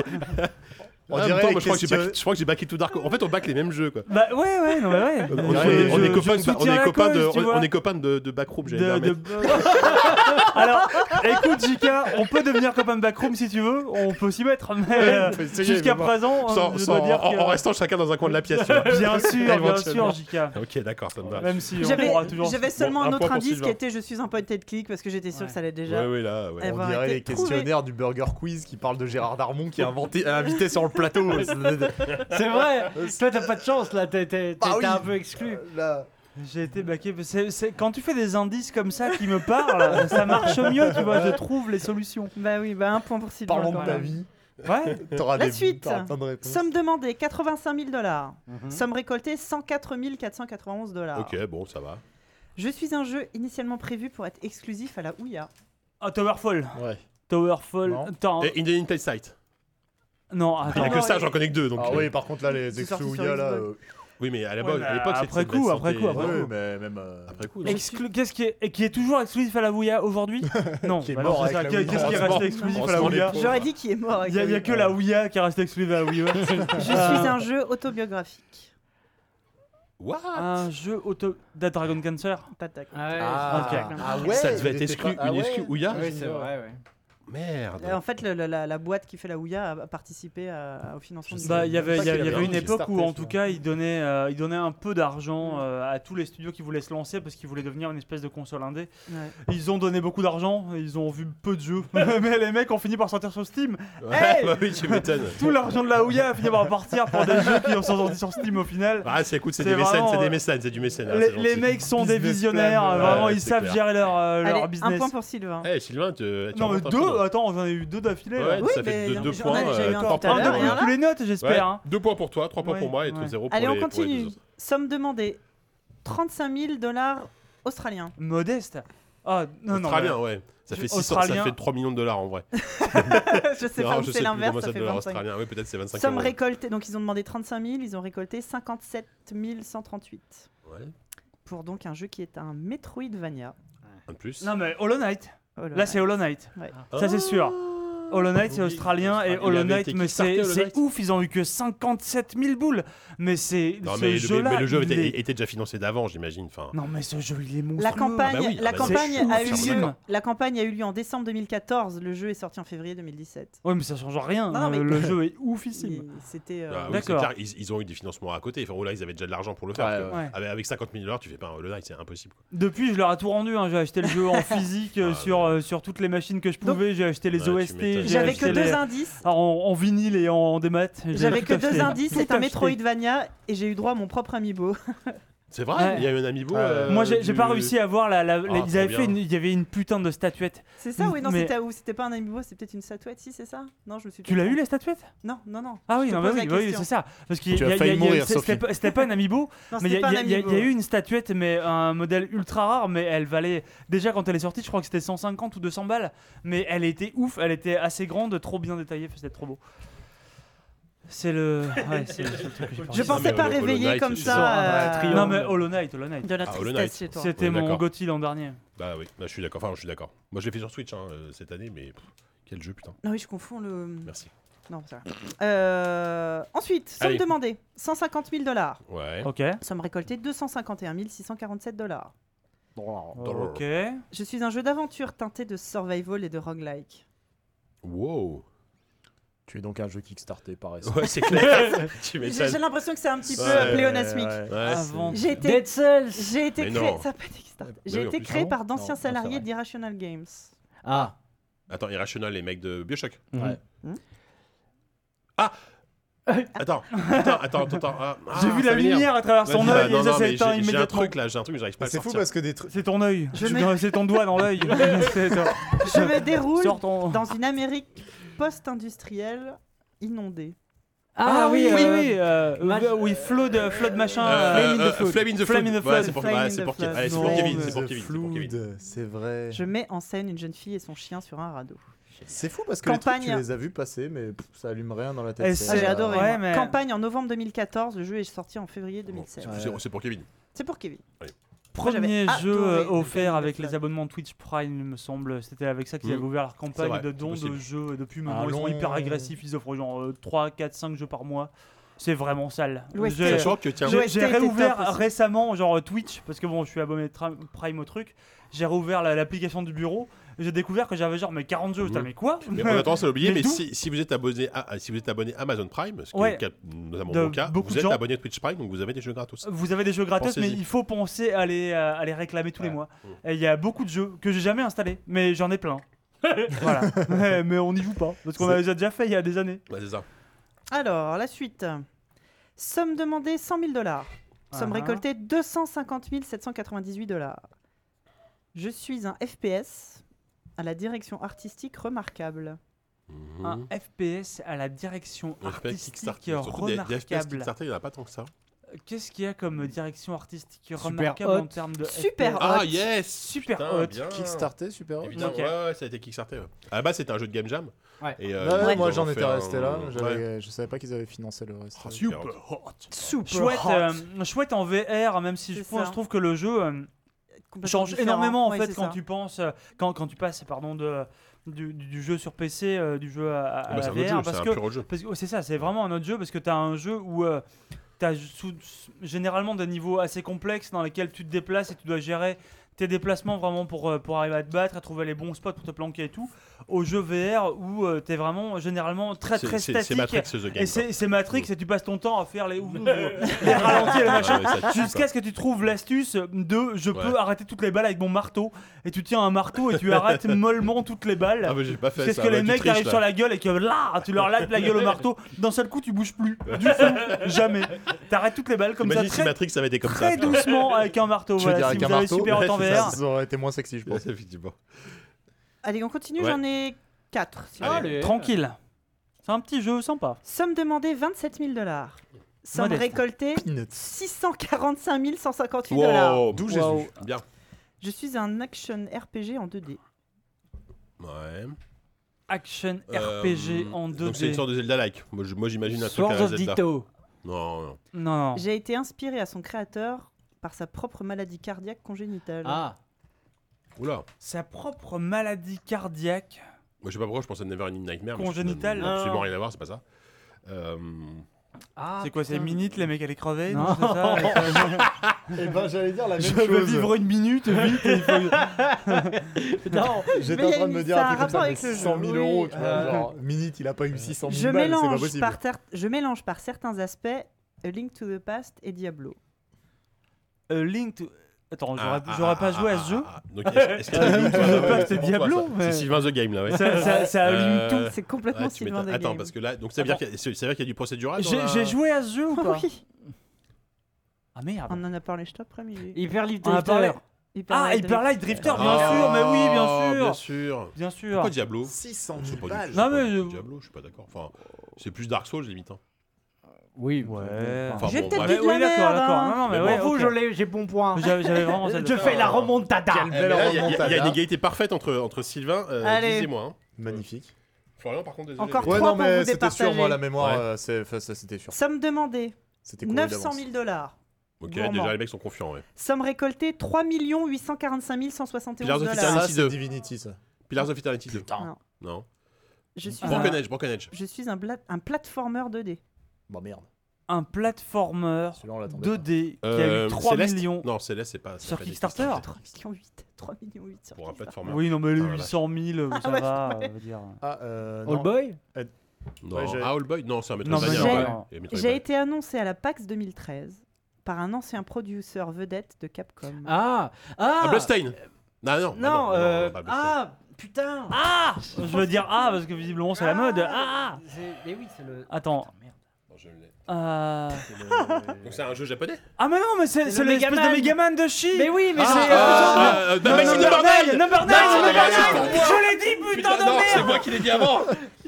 Speaker 5: On
Speaker 2: En même
Speaker 5: dirait
Speaker 2: temps,
Speaker 5: les
Speaker 2: Ah, moi, je, crois que j'ai
Speaker 5: questions-
Speaker 2: baqué- je crois que j'ai baqué tout dark. En fait, on back les mêmes jeux quoi.
Speaker 6: Bah ouais, ouais, non, mais ouais.
Speaker 2: Euh, On,
Speaker 5: Ouais,
Speaker 2: est,
Speaker 5: je-
Speaker 2: on est
Speaker 5: je
Speaker 2: copains, de- on
Speaker 6: soutiens
Speaker 2: est
Speaker 6: la
Speaker 2: copains de,
Speaker 6: cause, tu
Speaker 2: on,
Speaker 6: vois.
Speaker 2: on est copains de, de backroom. j'allais dire,
Speaker 6: De-
Speaker 2: mais-
Speaker 6: de- Alors, écoute, Jika, on peut devenir copain de backroom si tu veux, on peut s'y mettre, mais euh,
Speaker 5: Faut essayer,
Speaker 6: jusqu'à
Speaker 5: mais bon.
Speaker 6: présent, euh,
Speaker 2: sans-
Speaker 6: je
Speaker 2: sans-
Speaker 6: dois dire
Speaker 2: en,
Speaker 6: que...
Speaker 2: en restant chacun dans un coin de la pièce. tu vois.
Speaker 6: Bien sûr, bien
Speaker 2: Éventuellement.
Speaker 6: sûr, Jika.
Speaker 2: ok, d'accord, ça me va.
Speaker 6: Même si on
Speaker 3: J'avais
Speaker 6: pourra toujours...
Speaker 3: j'avais seulement
Speaker 2: Bon,
Speaker 3: un
Speaker 2: un
Speaker 3: autre
Speaker 2: point pour
Speaker 3: indice qui
Speaker 2: Sylvain.
Speaker 3: était je suis un point de click parce que j'étais sûr
Speaker 6: Ouais.
Speaker 3: que ça allait déjà.
Speaker 2: Ouais, ouais, là, ouais.
Speaker 3: Eh
Speaker 5: On
Speaker 3: avoir
Speaker 5: dirait
Speaker 3: été
Speaker 5: les
Speaker 3: trouvé.
Speaker 5: questionnaires du Burger Quiz qui parlent de Gérard Darmon qui a inventé, a invité sur le plateau.
Speaker 4: C'est vrai Toi, t'as pas de chance là, t'es t'es-
Speaker 5: Bah
Speaker 4: t'es
Speaker 5: oui.
Speaker 4: un peu exclu.
Speaker 5: Là.
Speaker 6: J'ai été baqué. C'est- c'est- Quand tu fais des indices comme ça qui me parlent, ça marche mieux, tu vois. Je trouve les solutions.
Speaker 3: Bah oui, bah un point pour Sylvain.
Speaker 5: Parlons
Speaker 3: quand
Speaker 5: de ta
Speaker 3: même.
Speaker 5: vie.
Speaker 6: Ouais.
Speaker 5: T'auras
Speaker 3: La
Speaker 5: des
Speaker 3: suite.
Speaker 5: t'auras plein de réponses.
Speaker 3: Somme demandée, 85 000 dollars.
Speaker 4: Mhm.
Speaker 3: Somme récoltée, 104 491 dollars.
Speaker 2: Ok, bon, ça va.
Speaker 3: Je suis un jeu initialement prévu pour être exclusif à la Ouya.
Speaker 6: Ah, Towerfall.
Speaker 5: Ouais.
Speaker 6: Towerfall.
Speaker 5: Non.
Speaker 6: Attends.
Speaker 2: Et Indian Tale Site.
Speaker 6: Non,
Speaker 2: Il n'y a
Speaker 6: attends.
Speaker 2: que ça, j'en connais que deux. Donc,
Speaker 5: Ah
Speaker 2: euh,
Speaker 5: oui, par contre, là, les
Speaker 3: C'est sorti sur
Speaker 5: ex-Ouya, là.
Speaker 3: Xbox.
Speaker 2: oui, mais à la-
Speaker 6: Ouais, mais
Speaker 2: à l'époque, c'était
Speaker 6: après
Speaker 2: une belle
Speaker 6: coup,
Speaker 2: santé.
Speaker 6: après coup,
Speaker 5: euh,
Speaker 6: après
Speaker 5: ouais,
Speaker 6: coup.
Speaker 5: mais même. euh,
Speaker 2: Ah, Après coup,
Speaker 3: Et-
Speaker 6: Exclu- Qu'est-ce qui est, et qui est toujours exclusif à la Ouya aujourd'hui Non,
Speaker 5: Qui est
Speaker 6: bah non,
Speaker 5: mort avec
Speaker 6: c'est ça.
Speaker 5: la
Speaker 6: Qu'est- Qu'est-ce qui est
Speaker 2: Ouya.
Speaker 6: resté exclusif
Speaker 2: On
Speaker 6: à
Speaker 2: se
Speaker 6: la
Speaker 2: rend les
Speaker 6: Ouya
Speaker 2: pauvres.
Speaker 3: J'aurais dit qu'il est mort. avec
Speaker 6: Oh. Il n'y a,
Speaker 3: la
Speaker 6: il y a Ah.
Speaker 3: Wii.
Speaker 6: que la Ouya qui reste exclusive à la Ouya. Euh,
Speaker 3: Je suis un jeu autobiographique.
Speaker 2: What
Speaker 6: Un jeu auto. Da Dragon Cancer
Speaker 3: Pas de tacle.
Speaker 5: Ah,
Speaker 6: ok.
Speaker 5: ah ouais
Speaker 2: Ça devait être
Speaker 5: il était
Speaker 2: exclu,
Speaker 5: pas- ah
Speaker 2: une
Speaker 5: ouais.
Speaker 2: exclu Ouya
Speaker 4: Oui, c'est vrai, ouais.
Speaker 2: Merde.
Speaker 3: Euh, En fait, le- le- la, la boîte qui fait la Ouya a participé à- au financement du
Speaker 6: Bah, il y avait, il y
Speaker 5: Je sais
Speaker 6: a-
Speaker 5: pas
Speaker 6: il y
Speaker 5: s'il
Speaker 6: avait
Speaker 5: avait
Speaker 6: une
Speaker 5: un
Speaker 6: époque où,
Speaker 5: Kickstarter,
Speaker 6: en tout
Speaker 5: celui-là.
Speaker 6: cas, ils donnaient, euh, ils donnaient un peu d'argent euh, à tous les studios qui voulaient se lancer parce qu'ils voulaient devenir une espèce de console indé.
Speaker 3: Ouais.
Speaker 6: Ils ont donné beaucoup d'argent, ils ont vu peu de jeux. Mais les mecs ont fini par sortir sur Steam.
Speaker 2: Ouais, bah oui, tu m'étonnes.
Speaker 6: Tout l'argent de la Ouya a fini par partir pour des jeux qui ont sorti sur Steam au final.
Speaker 2: Ah, c'est écoute, c'est
Speaker 6: C'est
Speaker 2: des mécènes,
Speaker 6: vraiment,
Speaker 2: c'est
Speaker 6: euh,
Speaker 2: des mécènes, c'est du mécène. hein,
Speaker 6: Les,
Speaker 2: c'est
Speaker 6: les
Speaker 2: gentil.
Speaker 6: mecs sont des
Speaker 5: Business
Speaker 6: visionnaires,
Speaker 5: plan,
Speaker 6: euh,
Speaker 2: ouais,
Speaker 6: vraiment
Speaker 2: ouais,
Speaker 6: ils
Speaker 2: c'est
Speaker 6: savent
Speaker 2: clair.
Speaker 6: gérer leur, euh, leur
Speaker 3: Allez, un
Speaker 6: business.
Speaker 3: point pour Sylvain.
Speaker 2: Eh, Sylvain, tu, tu
Speaker 6: non mais
Speaker 2: remontes un peu
Speaker 6: deux, euh,
Speaker 2: dans-
Speaker 6: attends j'en ai eu deux d'affilée. là.
Speaker 2: Ouais,
Speaker 3: Oui,
Speaker 2: ça fait
Speaker 3: mais
Speaker 2: deux,
Speaker 3: non,
Speaker 2: deux
Speaker 3: j'en
Speaker 2: points.
Speaker 3: ai déjà eu un
Speaker 2: t'en
Speaker 3: tout à
Speaker 2: prends
Speaker 6: Un
Speaker 3: l'heure,
Speaker 6: de
Speaker 3: et
Speaker 6: plus
Speaker 3: un
Speaker 6: que les notes
Speaker 2: Ouais,
Speaker 6: j'espère. hein.
Speaker 2: Deux points pour toi, trois points pour moi et
Speaker 6: Ouais.
Speaker 2: 0 pour les
Speaker 3: Allez, on
Speaker 2: pour les deux
Speaker 3: continue.
Speaker 2: autres.
Speaker 3: Somme demandée 35 000 dollars australiens.
Speaker 6: Modeste. Ah non non.
Speaker 2: Australien, ouais. Ça fait 600, ça
Speaker 6: Australien.
Speaker 2: fait 3 millions de dollars en vrai.
Speaker 3: je sais pas
Speaker 2: Non,
Speaker 3: où
Speaker 2: je
Speaker 3: c'est
Speaker 2: sais plus,
Speaker 3: l'inverse,
Speaker 2: moi,
Speaker 3: ça
Speaker 2: ça
Speaker 3: fait
Speaker 2: doit être
Speaker 3: 25
Speaker 2: australien. Oui, peut-être c'est 25
Speaker 3: Somme
Speaker 2: euros.
Speaker 3: récoltée, donc ils ont demandé 35 000, ils ont récolté 57 138
Speaker 2: Ouais,
Speaker 3: pour donc un jeu qui est un Metroidvania.
Speaker 2: un de plus.
Speaker 6: Non mais Hollow Knight.
Speaker 3: Oh là
Speaker 6: Là
Speaker 3: là.
Speaker 6: c'est Hollow Knight.
Speaker 3: Ouais.
Speaker 2: Ah.
Speaker 6: Ça c'est sûr. Hollow Knight c'est
Speaker 2: Oui,
Speaker 6: australien et
Speaker 2: il
Speaker 6: Hollow
Speaker 2: avait
Speaker 6: Knight
Speaker 2: été
Speaker 6: mais
Speaker 2: kickstarté,
Speaker 6: c'est
Speaker 2: Hollow
Speaker 6: c'est
Speaker 2: Knight.
Speaker 6: ouf ils ont eu que 57 000 boules mais c'est
Speaker 2: Non,
Speaker 6: ce
Speaker 2: mais, le,
Speaker 6: jeu là.
Speaker 2: mais le jeu était, était déjà financé d'avant, j'imagine. Enfin,
Speaker 6: Non mais ce jeu il est monstrueux.
Speaker 3: La campagne,
Speaker 2: Ah bah oui,
Speaker 3: la
Speaker 2: ah bah
Speaker 3: campagne
Speaker 6: c'est
Speaker 3: a eu
Speaker 6: fou, c'est
Speaker 3: lieu,
Speaker 6: fou.
Speaker 3: la campagne a eu lieu en décembre 2014, le jeu est sorti en février 2017.
Speaker 6: Ouais mais ça change rien. hein.
Speaker 3: Non, non, mais-
Speaker 6: Le jeu est oufissime.
Speaker 3: Il- C'était euh,
Speaker 2: bah oui, c'est
Speaker 6: D'accord.
Speaker 2: clair, ils, ils ont eu des financements à côté. Enfin, oh là, ils avaient déjà de l'argent pour le faire.
Speaker 5: Ouais,
Speaker 2: parce que
Speaker 5: ouais.
Speaker 6: Ouais.
Speaker 2: avec- Avec 50 000 dollars, tu fais pas un Hollow Knight, c'est impossible. quoi.
Speaker 6: Depuis, je leur ai tout rendu. hein. J'ai acheté le jeu en physique euh,
Speaker 2: Ah,
Speaker 6: sur, euh, sur toutes les machines que je
Speaker 3: Donc-
Speaker 6: pouvais. J'ai acheté les
Speaker 2: Ouais, tu
Speaker 6: OST.
Speaker 2: m'étonnes.
Speaker 6: j'ai
Speaker 3: J'avais que
Speaker 6: acheté
Speaker 3: deux
Speaker 6: les-
Speaker 3: indices.
Speaker 6: Alors, en, en vinyle et en, en démat. j'ai
Speaker 3: J'avais
Speaker 6: tout
Speaker 3: que
Speaker 6: acheté.
Speaker 3: deux indices,
Speaker 6: Tout
Speaker 3: c'est un
Speaker 6: acheté.
Speaker 3: Metroidvania et j'ai eu droit à mon propre amiibo.
Speaker 2: C'est vrai,
Speaker 6: Ouais.
Speaker 2: il y a eu un amiibo.
Speaker 5: Ouais.
Speaker 2: euh,
Speaker 6: Moi, j'ai j'ai
Speaker 2: du-
Speaker 6: pas réussi à voir la. la- la-
Speaker 2: Ah,
Speaker 6: ils avaient
Speaker 2: trop
Speaker 6: fait
Speaker 2: bien.
Speaker 6: une- il y avait une putain de statuette.
Speaker 3: C'est ça oui non
Speaker 6: Mais-
Speaker 3: c'était où c'était pas un amiibo, c'est peut-être une statuette si c'est ça Non, je me suis
Speaker 6: Tu l'as eu la statuette
Speaker 3: Non, non non.
Speaker 6: Ah oui,
Speaker 3: te
Speaker 6: non, bah
Speaker 3: pose
Speaker 6: oui,
Speaker 3: la
Speaker 6: oui,
Speaker 3: question.
Speaker 6: c'est ça. Parce qu'il y a-
Speaker 5: Tu as
Speaker 6: il y a-
Speaker 5: failli
Speaker 6: il y a-
Speaker 5: mourir,
Speaker 6: c'était-
Speaker 5: Sophie.
Speaker 6: C'était pas, c'était pas un amiibo,
Speaker 3: Non,
Speaker 6: mais il y,
Speaker 3: c'était
Speaker 6: a-
Speaker 3: pas un
Speaker 6: il y a- il y a-
Speaker 3: amiibo.
Speaker 6: il y a eu une statuette, mais un modèle ultra rare, mais elle valait déjà quand elle est sortie, je crois que c'était 150 ou 200 balles, mais elle était ouf, elle était assez grande, trop bien détaillée, c'était trop beau. C'est le, ouais, c'est le seul truc que j'ai
Speaker 3: Je
Speaker 6: pensé.
Speaker 2: Non, mais
Speaker 3: pensais pas
Speaker 2: Hollow- Hollow
Speaker 3: réveiller
Speaker 2: Knight,
Speaker 3: comme
Speaker 2: c'est
Speaker 3: ça.
Speaker 4: sûr, un
Speaker 3: euh,
Speaker 4: trio.
Speaker 6: Non mais Hollow Knight, Hollow Knight.
Speaker 3: De la
Speaker 2: Ah, Hollow
Speaker 3: tristesse
Speaker 2: Knight.
Speaker 3: chez toi.
Speaker 6: C'était
Speaker 2: Ouais,
Speaker 6: mon
Speaker 2: d'accord.
Speaker 6: Gotti l'an dernier.
Speaker 2: Bah oui, bah, je suis d'accord. Enfin, je suis d'accord. Moi, je l'ai fait sur Switch hein, euh, cette année, mais pff, quel jeu, putain.
Speaker 3: Non, oui, je confonds le.
Speaker 2: Merci.
Speaker 3: Non, ça va. Euh, ensuite, somme
Speaker 2: Allez.
Speaker 3: demandée 150 000 dollars.
Speaker 2: Ouais.
Speaker 6: Ok.
Speaker 3: Somme récoltée 251 647 dollars.
Speaker 6: Oh, Ok.
Speaker 3: Je suis un jeu d'aventure teinté de survival et de roguelike.
Speaker 2: Wow.
Speaker 5: Tu es donc un jeu Kickstarter par essence.
Speaker 2: Ouais, c'est clair. tu
Speaker 3: J'ai j'ai
Speaker 2: m'étonnes.
Speaker 3: l'impression que c'est un petit peu
Speaker 2: Ouais,
Speaker 3: euh, pléonasmique.
Speaker 5: Ouais,
Speaker 2: Ouais,
Speaker 5: ouais.
Speaker 2: c'est-
Speaker 6: Avant.
Speaker 3: J'ai été,
Speaker 4: Dead Cells
Speaker 3: j'ai été
Speaker 2: Mais
Speaker 3: créé,
Speaker 2: non.
Speaker 3: ça a pas été Kickstarter.
Speaker 2: Bah
Speaker 3: J'ai
Speaker 2: oui, en
Speaker 3: été
Speaker 2: plus,
Speaker 3: créé
Speaker 5: non.
Speaker 3: par
Speaker 5: Non,
Speaker 3: d'anciens
Speaker 5: non, c'est
Speaker 3: salariés
Speaker 5: vrai.
Speaker 3: d'Irrational Games.
Speaker 4: Ah
Speaker 2: Attends, Irrational, les mecs de Bioshock.
Speaker 5: Ouais.
Speaker 2: Attends, attends, attends, attends. attends. Ah, ah,
Speaker 6: Ah. J'ai vu
Speaker 2: ça
Speaker 6: la
Speaker 2: m'énerve.
Speaker 6: lumière à travers
Speaker 2: Ouais,
Speaker 6: son
Speaker 2: bah,
Speaker 6: œil
Speaker 2: non,
Speaker 6: et ça
Speaker 2: non,
Speaker 6: s'est
Speaker 2: mais
Speaker 6: éteint
Speaker 2: j'ai- J'ai un
Speaker 6: immédiatement.
Speaker 2: truc là, j'ai un truc, j'arrive pas à
Speaker 5: Mais
Speaker 2: le
Speaker 5: C'est fou
Speaker 2: sortir.
Speaker 5: parce que des trucs.
Speaker 6: C'est ton œil.
Speaker 3: Je
Speaker 6: Tu-
Speaker 3: mets-
Speaker 6: non, C'est ton doigt dans l'œil. C'est ton-
Speaker 3: Je me déroule
Speaker 6: Sors ton-
Speaker 3: dans une Amérique post-industrielle inondée.
Speaker 6: Ah oui, oui, oui.
Speaker 4: Match-
Speaker 6: euh, Oui, Flood, euh, Flood machin.
Speaker 2: Euh,
Speaker 6: Flame in
Speaker 2: euh,
Speaker 6: the Flood.
Speaker 2: Flame in the
Speaker 6: Flame in the
Speaker 2: Flood.
Speaker 6: Flood.
Speaker 2: Ouais, c'est pour-
Speaker 3: Flame
Speaker 2: ouais,
Speaker 3: in
Speaker 2: c'est
Speaker 3: the
Speaker 2: pour Kevin.
Speaker 3: Flood.
Speaker 2: Allez, c'est
Speaker 6: Non,
Speaker 2: pour Kevin,
Speaker 6: mais
Speaker 2: c'est pour
Speaker 5: The
Speaker 2: Kevin, c'est pour Kevin.
Speaker 5: Flood, C'est vrai.
Speaker 3: Je mets en scène une jeune fille et son chien sur un radeau.
Speaker 5: C'est fou parce que les
Speaker 3: Campagne.
Speaker 5: trucs, tu les as vus passer, mais pff, ça allume rien dans la tête.
Speaker 6: Et
Speaker 5: c'est-
Speaker 3: Ah, j'ai
Speaker 6: Euh,
Speaker 3: adoré. moi.
Speaker 6: ouais, mais-
Speaker 3: Campagne en novembre 2014, le jeu est sorti en février
Speaker 2: Bon,
Speaker 3: 2016.
Speaker 2: c'est- c'est- C'est pour Kevin.
Speaker 3: C'est pour Kevin.
Speaker 6: Premier
Speaker 3: j'avais
Speaker 6: jeu
Speaker 3: adoré
Speaker 6: euh,
Speaker 3: The Flame
Speaker 6: offert
Speaker 3: in the
Speaker 6: avec
Speaker 3: Flood.
Speaker 6: les abonnements Twitch Prime, il me semble. C'était avec ça qu'ils
Speaker 2: Mm.
Speaker 6: avaient ouvert leur
Speaker 2: C'est vrai,
Speaker 6: campagne de
Speaker 2: c'est
Speaker 6: dons de
Speaker 2: possible.
Speaker 6: jeux. Et
Speaker 3: Ah,
Speaker 6: depuis
Speaker 5: Un
Speaker 6: maintenant, ils
Speaker 5: long-
Speaker 6: sont hyper agressifs. Ils offrent genre euh, 3, 4, 5 jeux par mois. C'est vraiment sale.
Speaker 3: L'OST.
Speaker 6: J'ai-
Speaker 3: Euh,
Speaker 2: Sachant que tiens,
Speaker 3: je-
Speaker 6: J'ai
Speaker 3: l'OST
Speaker 6: j'ai
Speaker 3: était top
Speaker 6: réouvert
Speaker 3: aussi.
Speaker 6: récemment, genre euh, Twitch, parce que bon, je suis abonné tra- Prime au truc. J'ai réouvert la- l'application du bureau. J'ai découvert que j'avais genre mes 40 jeux.
Speaker 2: Mhm.
Speaker 6: Putain, mais quoi
Speaker 2: mais on a tendance à l'oublier,
Speaker 6: Mais
Speaker 2: mais,
Speaker 6: d'où
Speaker 2: si, si vous êtes abonné à, à- si vous êtes abonné Amazon Prime, ce qui
Speaker 6: Ouais.
Speaker 2: est le cas, notamment
Speaker 6: De
Speaker 2: mon cas,
Speaker 6: beaucoup
Speaker 2: vous
Speaker 6: de
Speaker 2: êtes
Speaker 6: gens.
Speaker 2: abonné à Twitch Prime, donc vous avez des jeux gratos.
Speaker 6: Vous avez des jeux gratos, mais
Speaker 2: Pensez-y.
Speaker 6: il faut penser à les, euh, à les réclamer tous les
Speaker 5: Ouais.
Speaker 6: mois.
Speaker 2: Mhm.
Speaker 6: Et il y a beaucoup de jeux que j'ai jamais installés, mais j'en ai plein. voilà. Ouais, mais on n'y joue pas, parce qu'on
Speaker 5: C'est-
Speaker 6: a déjà déjà fait il y a des années.
Speaker 2: Ouais, c'est ça.
Speaker 3: Alors, la suite. Somme demandée 100 000 dollars. Somme
Speaker 6: Ah.
Speaker 3: récoltée 250 798 dollars. Je suis un FPS à la direction artistique remarquable.
Speaker 2: Mhm.
Speaker 6: Un FPS à la
Speaker 2: Un
Speaker 6: direction
Speaker 2: FPS
Speaker 6: Ah. artistique
Speaker 2: Kickstarter. Surtout des- des FPS
Speaker 6: remarquable.
Speaker 2: Kickstarter, il n'y en a pas tant que ça.
Speaker 6: Qu'est-ce qu'il y a comme direction artistique
Speaker 4: Super
Speaker 6: remarquable
Speaker 4: hot.
Speaker 6: en termes de.
Speaker 3: Super
Speaker 6: FPS?
Speaker 2: Ah
Speaker 3: hot.
Speaker 2: yes
Speaker 6: Super
Speaker 2: Putain,
Speaker 6: hot.
Speaker 5: Ah,
Speaker 2: bien.
Speaker 5: Kickstarter, super.
Speaker 2: Et putain,
Speaker 6: Ok.
Speaker 2: ouais, ouais, ça a été kickstarté. ouais. À la base, c'était un jeu de game jam.
Speaker 4: Ouais.
Speaker 2: Et,
Speaker 5: Ouais,
Speaker 2: euh,
Speaker 5: ouais,
Speaker 2: ils
Speaker 5: Moi
Speaker 2: ont
Speaker 5: j'en
Speaker 2: fait
Speaker 5: étais
Speaker 2: un-
Speaker 5: resté là. hein, j'avais-
Speaker 2: Ouais.
Speaker 5: Je savais pas qu'ils avaient financé le reste.
Speaker 2: Ah, super hot.
Speaker 3: Super
Speaker 6: Chouette,
Speaker 3: hot.
Speaker 6: euh, chouette en VR, même si je,
Speaker 3: C'est
Speaker 6: pense-
Speaker 3: ça.
Speaker 6: je trouve que le jeu euh,
Speaker 3: Complètement
Speaker 6: change
Speaker 3: différent.
Speaker 6: énormément en
Speaker 3: Ouais,
Speaker 6: fait
Speaker 3: c'est
Speaker 6: quand
Speaker 3: ça.
Speaker 6: tu penses, euh, quand, quand tu passes pardon, de, du, du- du jeu sur PC, euh, du jeu à, à
Speaker 2: Ah bah, c'est
Speaker 6: la
Speaker 2: un
Speaker 6: VR,
Speaker 2: autre jeu,
Speaker 6: parce
Speaker 2: c'est un
Speaker 6: que
Speaker 2: pur autre jeu.
Speaker 6: Parce que- oh, c'est ça, c'est vraiment un autre jeu parce que t'as un jeu où euh, t'as sous- généralement des niveaux assez complexes dans lesquels tu te déplaces et tu dois gérer tes déplacements vraiment pour, euh, pour arriver à te battre, à trouver les bons spots pour te planquer et tout. Au jeu VR où euh, t'es vraiment généralement très
Speaker 2: C'est-
Speaker 6: très
Speaker 2: c'est-
Speaker 6: statique.
Speaker 2: C'est Matrix The Game.
Speaker 6: et c'est c'est Matrix et tu passes ton temps à faire les, les
Speaker 2: quoi.
Speaker 6: ralentis et les
Speaker 2: Ouais,
Speaker 6: machins.
Speaker 2: ouais, ça tue,
Speaker 6: Jusqu'à ce que tu trouves l'astuce de je peux
Speaker 2: Ouais.
Speaker 6: arrêter toutes les balles avec mon marteau et tu tiens un marteau et tu arrêtes mollement toutes les balles.
Speaker 2: quoi. Ah, mais j'ai pas fait ça.
Speaker 6: Qu'est-ce que
Speaker 2: ouais,
Speaker 6: les
Speaker 2: tu
Speaker 6: mecs
Speaker 2: triches,
Speaker 6: arrivent
Speaker 2: là.
Speaker 6: sur la gueule et que là, tu leur lattes la gueule au marteau. D'un seul coup, tu bouges plus. Du tout. Jamais. T'arrêtes toutes les balles comme
Speaker 2: Imagine
Speaker 6: ça,
Speaker 2: si
Speaker 6: très,
Speaker 2: Matrix avait été comme ça.
Speaker 6: très doucement avec un marteau.
Speaker 5: Tu veux dire
Speaker 6: voilà, si
Speaker 5: avec
Speaker 6: vous
Speaker 5: un
Speaker 6: avez
Speaker 5: marteau
Speaker 6: super
Speaker 2: Ouais,
Speaker 6: en
Speaker 2: c'est
Speaker 6: VR.
Speaker 5: Ça, ça aurait été moins sexy, je
Speaker 2: Ouais,
Speaker 5: pense.
Speaker 2: c'est effectivement.
Speaker 3: Allez, on continue,
Speaker 2: Ouais.
Speaker 3: j'en ai 4.
Speaker 4: Allez.
Speaker 6: Tranquille. C'est un petit jeu sympa.
Speaker 3: Somme demandée 27 000 dollars. Somme
Speaker 6: Modeste.
Speaker 3: récoltée
Speaker 5: Peanuts.
Speaker 3: 645 158 dollars.
Speaker 2: Wow,
Speaker 5: D'où
Speaker 3: Wow.
Speaker 5: Jésus.
Speaker 2: Bien.
Speaker 3: Je suis un action RPG en 2D.
Speaker 2: Ouais.
Speaker 6: Action
Speaker 2: Euh,
Speaker 6: RPG en 2D.
Speaker 2: Donc c'est une sorte de Zelda-like. Moi, je- moi, j'imagine un truc à
Speaker 4: Swords
Speaker 2: la
Speaker 4: of
Speaker 2: Zelda.
Speaker 4: Ditto.
Speaker 2: Non, non.
Speaker 6: Non, non.
Speaker 3: J'ai été inspiré à son créateur par sa propre maladie cardiaque congénitale.
Speaker 4: Ah,
Speaker 2: Oula.
Speaker 6: Sa propre maladie cardiaque.
Speaker 2: Moi, je sais pas pourquoi je pensais à Neverending Nightmare. mais
Speaker 6: Congénital. Ah.
Speaker 2: ça n'a Absolument
Speaker 4: Non.
Speaker 2: rien à voir, c'est pas ça. Euh,
Speaker 4: Ah,
Speaker 6: c'est quoi, c'est
Speaker 3: putain.
Speaker 6: minute, les mecs, elle est crevée
Speaker 4: Non.
Speaker 6: Ah, non, c'est ça
Speaker 5: Eh ben, j'allais dire la même
Speaker 6: Je veux vivre une minute, vite. et il faut-
Speaker 4: non,
Speaker 5: J'étais
Speaker 3: Mais
Speaker 5: en
Speaker 3: il y a
Speaker 5: train de
Speaker 3: une-
Speaker 5: me dire
Speaker 3: ça a
Speaker 5: un truc comme
Speaker 3: rapport
Speaker 5: ça, mais
Speaker 3: avec le jeu.
Speaker 5: 100 000
Speaker 3: Oui. Ah.
Speaker 5: euros, tu vois.
Speaker 4: Euh,
Speaker 5: Genre, Minute, il a pas eu 600 000
Speaker 3: Je
Speaker 5: balles, c'est pas
Speaker 3: mélange,
Speaker 5: possible.
Speaker 3: par ter- je mélange par certains aspects A Link to the Past et Diablo.
Speaker 6: A Euh, Link to- Attends, j'aurais
Speaker 2: ah,
Speaker 6: j'aurais
Speaker 2: ah,
Speaker 6: pas
Speaker 2: ah,
Speaker 6: joué à
Speaker 2: ah,
Speaker 6: ce jeu.
Speaker 2: ah, ah. Donc, est-ce- est-ce qu'il y a des-
Speaker 6: Je veux pas que c'est
Speaker 2: C'est pour toi,
Speaker 6: Diablo,
Speaker 2: ça.
Speaker 6: mais-
Speaker 2: C'est Sylvain the Game, là, ouais.
Speaker 6: Ça- ça- ça a
Speaker 2: Euh,
Speaker 6: Link to-
Speaker 3: C'est complètement
Speaker 2: Ouais, tu
Speaker 3: Sylvain
Speaker 2: m'étonnes.
Speaker 3: de
Speaker 2: Attends,
Speaker 3: Game.
Speaker 2: parce que là, donc ça veut dire qu'il y, a- ça veut dire qu'il y a du procédural. dans
Speaker 6: J'ai
Speaker 2: la-
Speaker 6: j'ai joué à ce jeu ou pas
Speaker 3: oui,
Speaker 6: Ah merde.
Speaker 3: on en a parlé cet après-midi.
Speaker 4: Hyper Lift
Speaker 6: On a parlé-
Speaker 3: Hyper
Speaker 6: Ah,
Speaker 3: Light
Speaker 6: Hyper
Speaker 3: Drifter.
Speaker 6: Light Drifter, bien
Speaker 2: Ah,
Speaker 6: sûr, mais oui, bien
Speaker 2: Bien
Speaker 6: sûr.
Speaker 2: sûr.
Speaker 6: Bien sûr.
Speaker 2: Pourquoi Diablo
Speaker 5: 600
Speaker 2: C'est pas du- c'est pas
Speaker 6: Non, mais
Speaker 2: du
Speaker 6: je-
Speaker 2: Diablo, je suis pas d'accord. Enfin, c'est plus Dark Souls limite. hein.
Speaker 4: Oui.
Speaker 6: Ouais.
Speaker 2: Enfin,
Speaker 3: J'ai
Speaker 2: bon,
Speaker 3: peut-être
Speaker 2: bref.
Speaker 3: dit de la
Speaker 6: oui, d'accord,
Speaker 3: merde,
Speaker 6: d'accord.
Speaker 3: hein.
Speaker 6: Non, non, mais
Speaker 2: Mais
Speaker 6: ouais,
Speaker 2: bon,
Speaker 6: ok.
Speaker 4: Vous, je l'ai- j'ai bon point.
Speaker 6: J'avais j'avais vraiment ça.
Speaker 4: Je fais la remontada.
Speaker 2: Eh, mais là, Il y, a- il y a- il y a une
Speaker 5: Remontada.
Speaker 2: égalité parfaite entre, entre Sylvain, euh,
Speaker 3: Allez.
Speaker 2: Lise et moi. hein.
Speaker 5: Magnifique.
Speaker 2: Florian, par contre, désolé.
Speaker 3: Encore
Speaker 2: mais-
Speaker 3: Ouais,
Speaker 5: Ouais,
Speaker 3: Trois
Speaker 5: non,
Speaker 3: non, mais pour vous c'était
Speaker 5: mais c'était
Speaker 3: départager.
Speaker 5: sûr, moi, la mémoire, euh,
Speaker 2: Ouais.
Speaker 5: c'était sûr.
Speaker 3: Somme demandée
Speaker 5: C'était
Speaker 3: 900 000 dollars.
Speaker 2: Ok,
Speaker 3: Gourmand.
Speaker 2: déjà les mecs sont confiants. Ouais.
Speaker 3: Somme récoltée 3 845 171
Speaker 2: Pillars of
Speaker 3: dollars. Ah.
Speaker 2: Eternity.
Speaker 5: Ça,
Speaker 2: Ça, c'est
Speaker 5: c'est Divinity, ça.
Speaker 2: Pillars of Eternity 2.
Speaker 3: Non.
Speaker 2: Non.
Speaker 3: Je suis,
Speaker 6: Ah.
Speaker 3: un,
Speaker 2: Broken Edge, Broken Edge.
Speaker 3: je suis un, bla- un platformer 2D.
Speaker 5: Bah merde,
Speaker 6: Un platformer
Speaker 5: celui-là, on l'attendait.
Speaker 6: 2D qui a
Speaker 2: Euh,
Speaker 6: eu 3
Speaker 2: Céleste
Speaker 6: millions
Speaker 2: Non, Céleste, c'est pas. c'est
Speaker 6: sur
Speaker 2: pas des
Speaker 6: Kickstarter.
Speaker 3: 3 millions 8. 3 millions 8 sur
Speaker 2: Pour un
Speaker 3: Kickstarter.
Speaker 2: plateforme.
Speaker 6: Oui, non, mais les
Speaker 2: Ah, la
Speaker 6: 800 000, ça
Speaker 3: ouais,
Speaker 6: va.
Speaker 3: ouais.
Speaker 6: euh, veut dire.
Speaker 5: Ah, euh.
Speaker 4: All Boy
Speaker 2: Non,
Speaker 5: Ouais, j'ai-
Speaker 2: ah, All Boy Non, c'est un
Speaker 6: Non, mais
Speaker 2: Metroidvania.
Speaker 3: j'ai-
Speaker 2: ouais. Et Metroidvania.
Speaker 3: J'ai été annoncé à la PAX 2013 par un ancien producteur vedette de Capcom.
Speaker 4: Ah, ah.
Speaker 2: Ah, Bloodstained Ah, non,
Speaker 4: Non,
Speaker 2: ah, non, non,
Speaker 4: euh,
Speaker 2: pas Bloodstained.
Speaker 4: ah, putain.
Speaker 6: Ah Je veux dire ah parce que visiblement c'est la mode. Ah
Speaker 4: C'est- Mais oui, c'est le. Ah,
Speaker 6: Attends.
Speaker 4: Putain, merde.
Speaker 2: Non, je l'ai.
Speaker 6: euh,
Speaker 2: Donc, c'est un jeu japonais
Speaker 6: Ah, mais non, mais c'est
Speaker 4: C'est
Speaker 6: c'est
Speaker 4: le
Speaker 6: l'espèce de
Speaker 4: Megaman.
Speaker 6: Megaman de chi
Speaker 4: Mais oui, mais
Speaker 6: Ah,
Speaker 4: c'est.
Speaker 6: ah,
Speaker 2: euh,
Speaker 6: Non,
Speaker 2: Maxime
Speaker 6: number
Speaker 2: Bordel
Speaker 6: nine, number nine,
Speaker 2: Non,
Speaker 6: number
Speaker 2: mais c'est
Speaker 6: nine.
Speaker 2: pour moi.
Speaker 6: Je l'ai dit, putain de
Speaker 2: non, c'est
Speaker 6: merde
Speaker 2: moi qui l'ai dit avant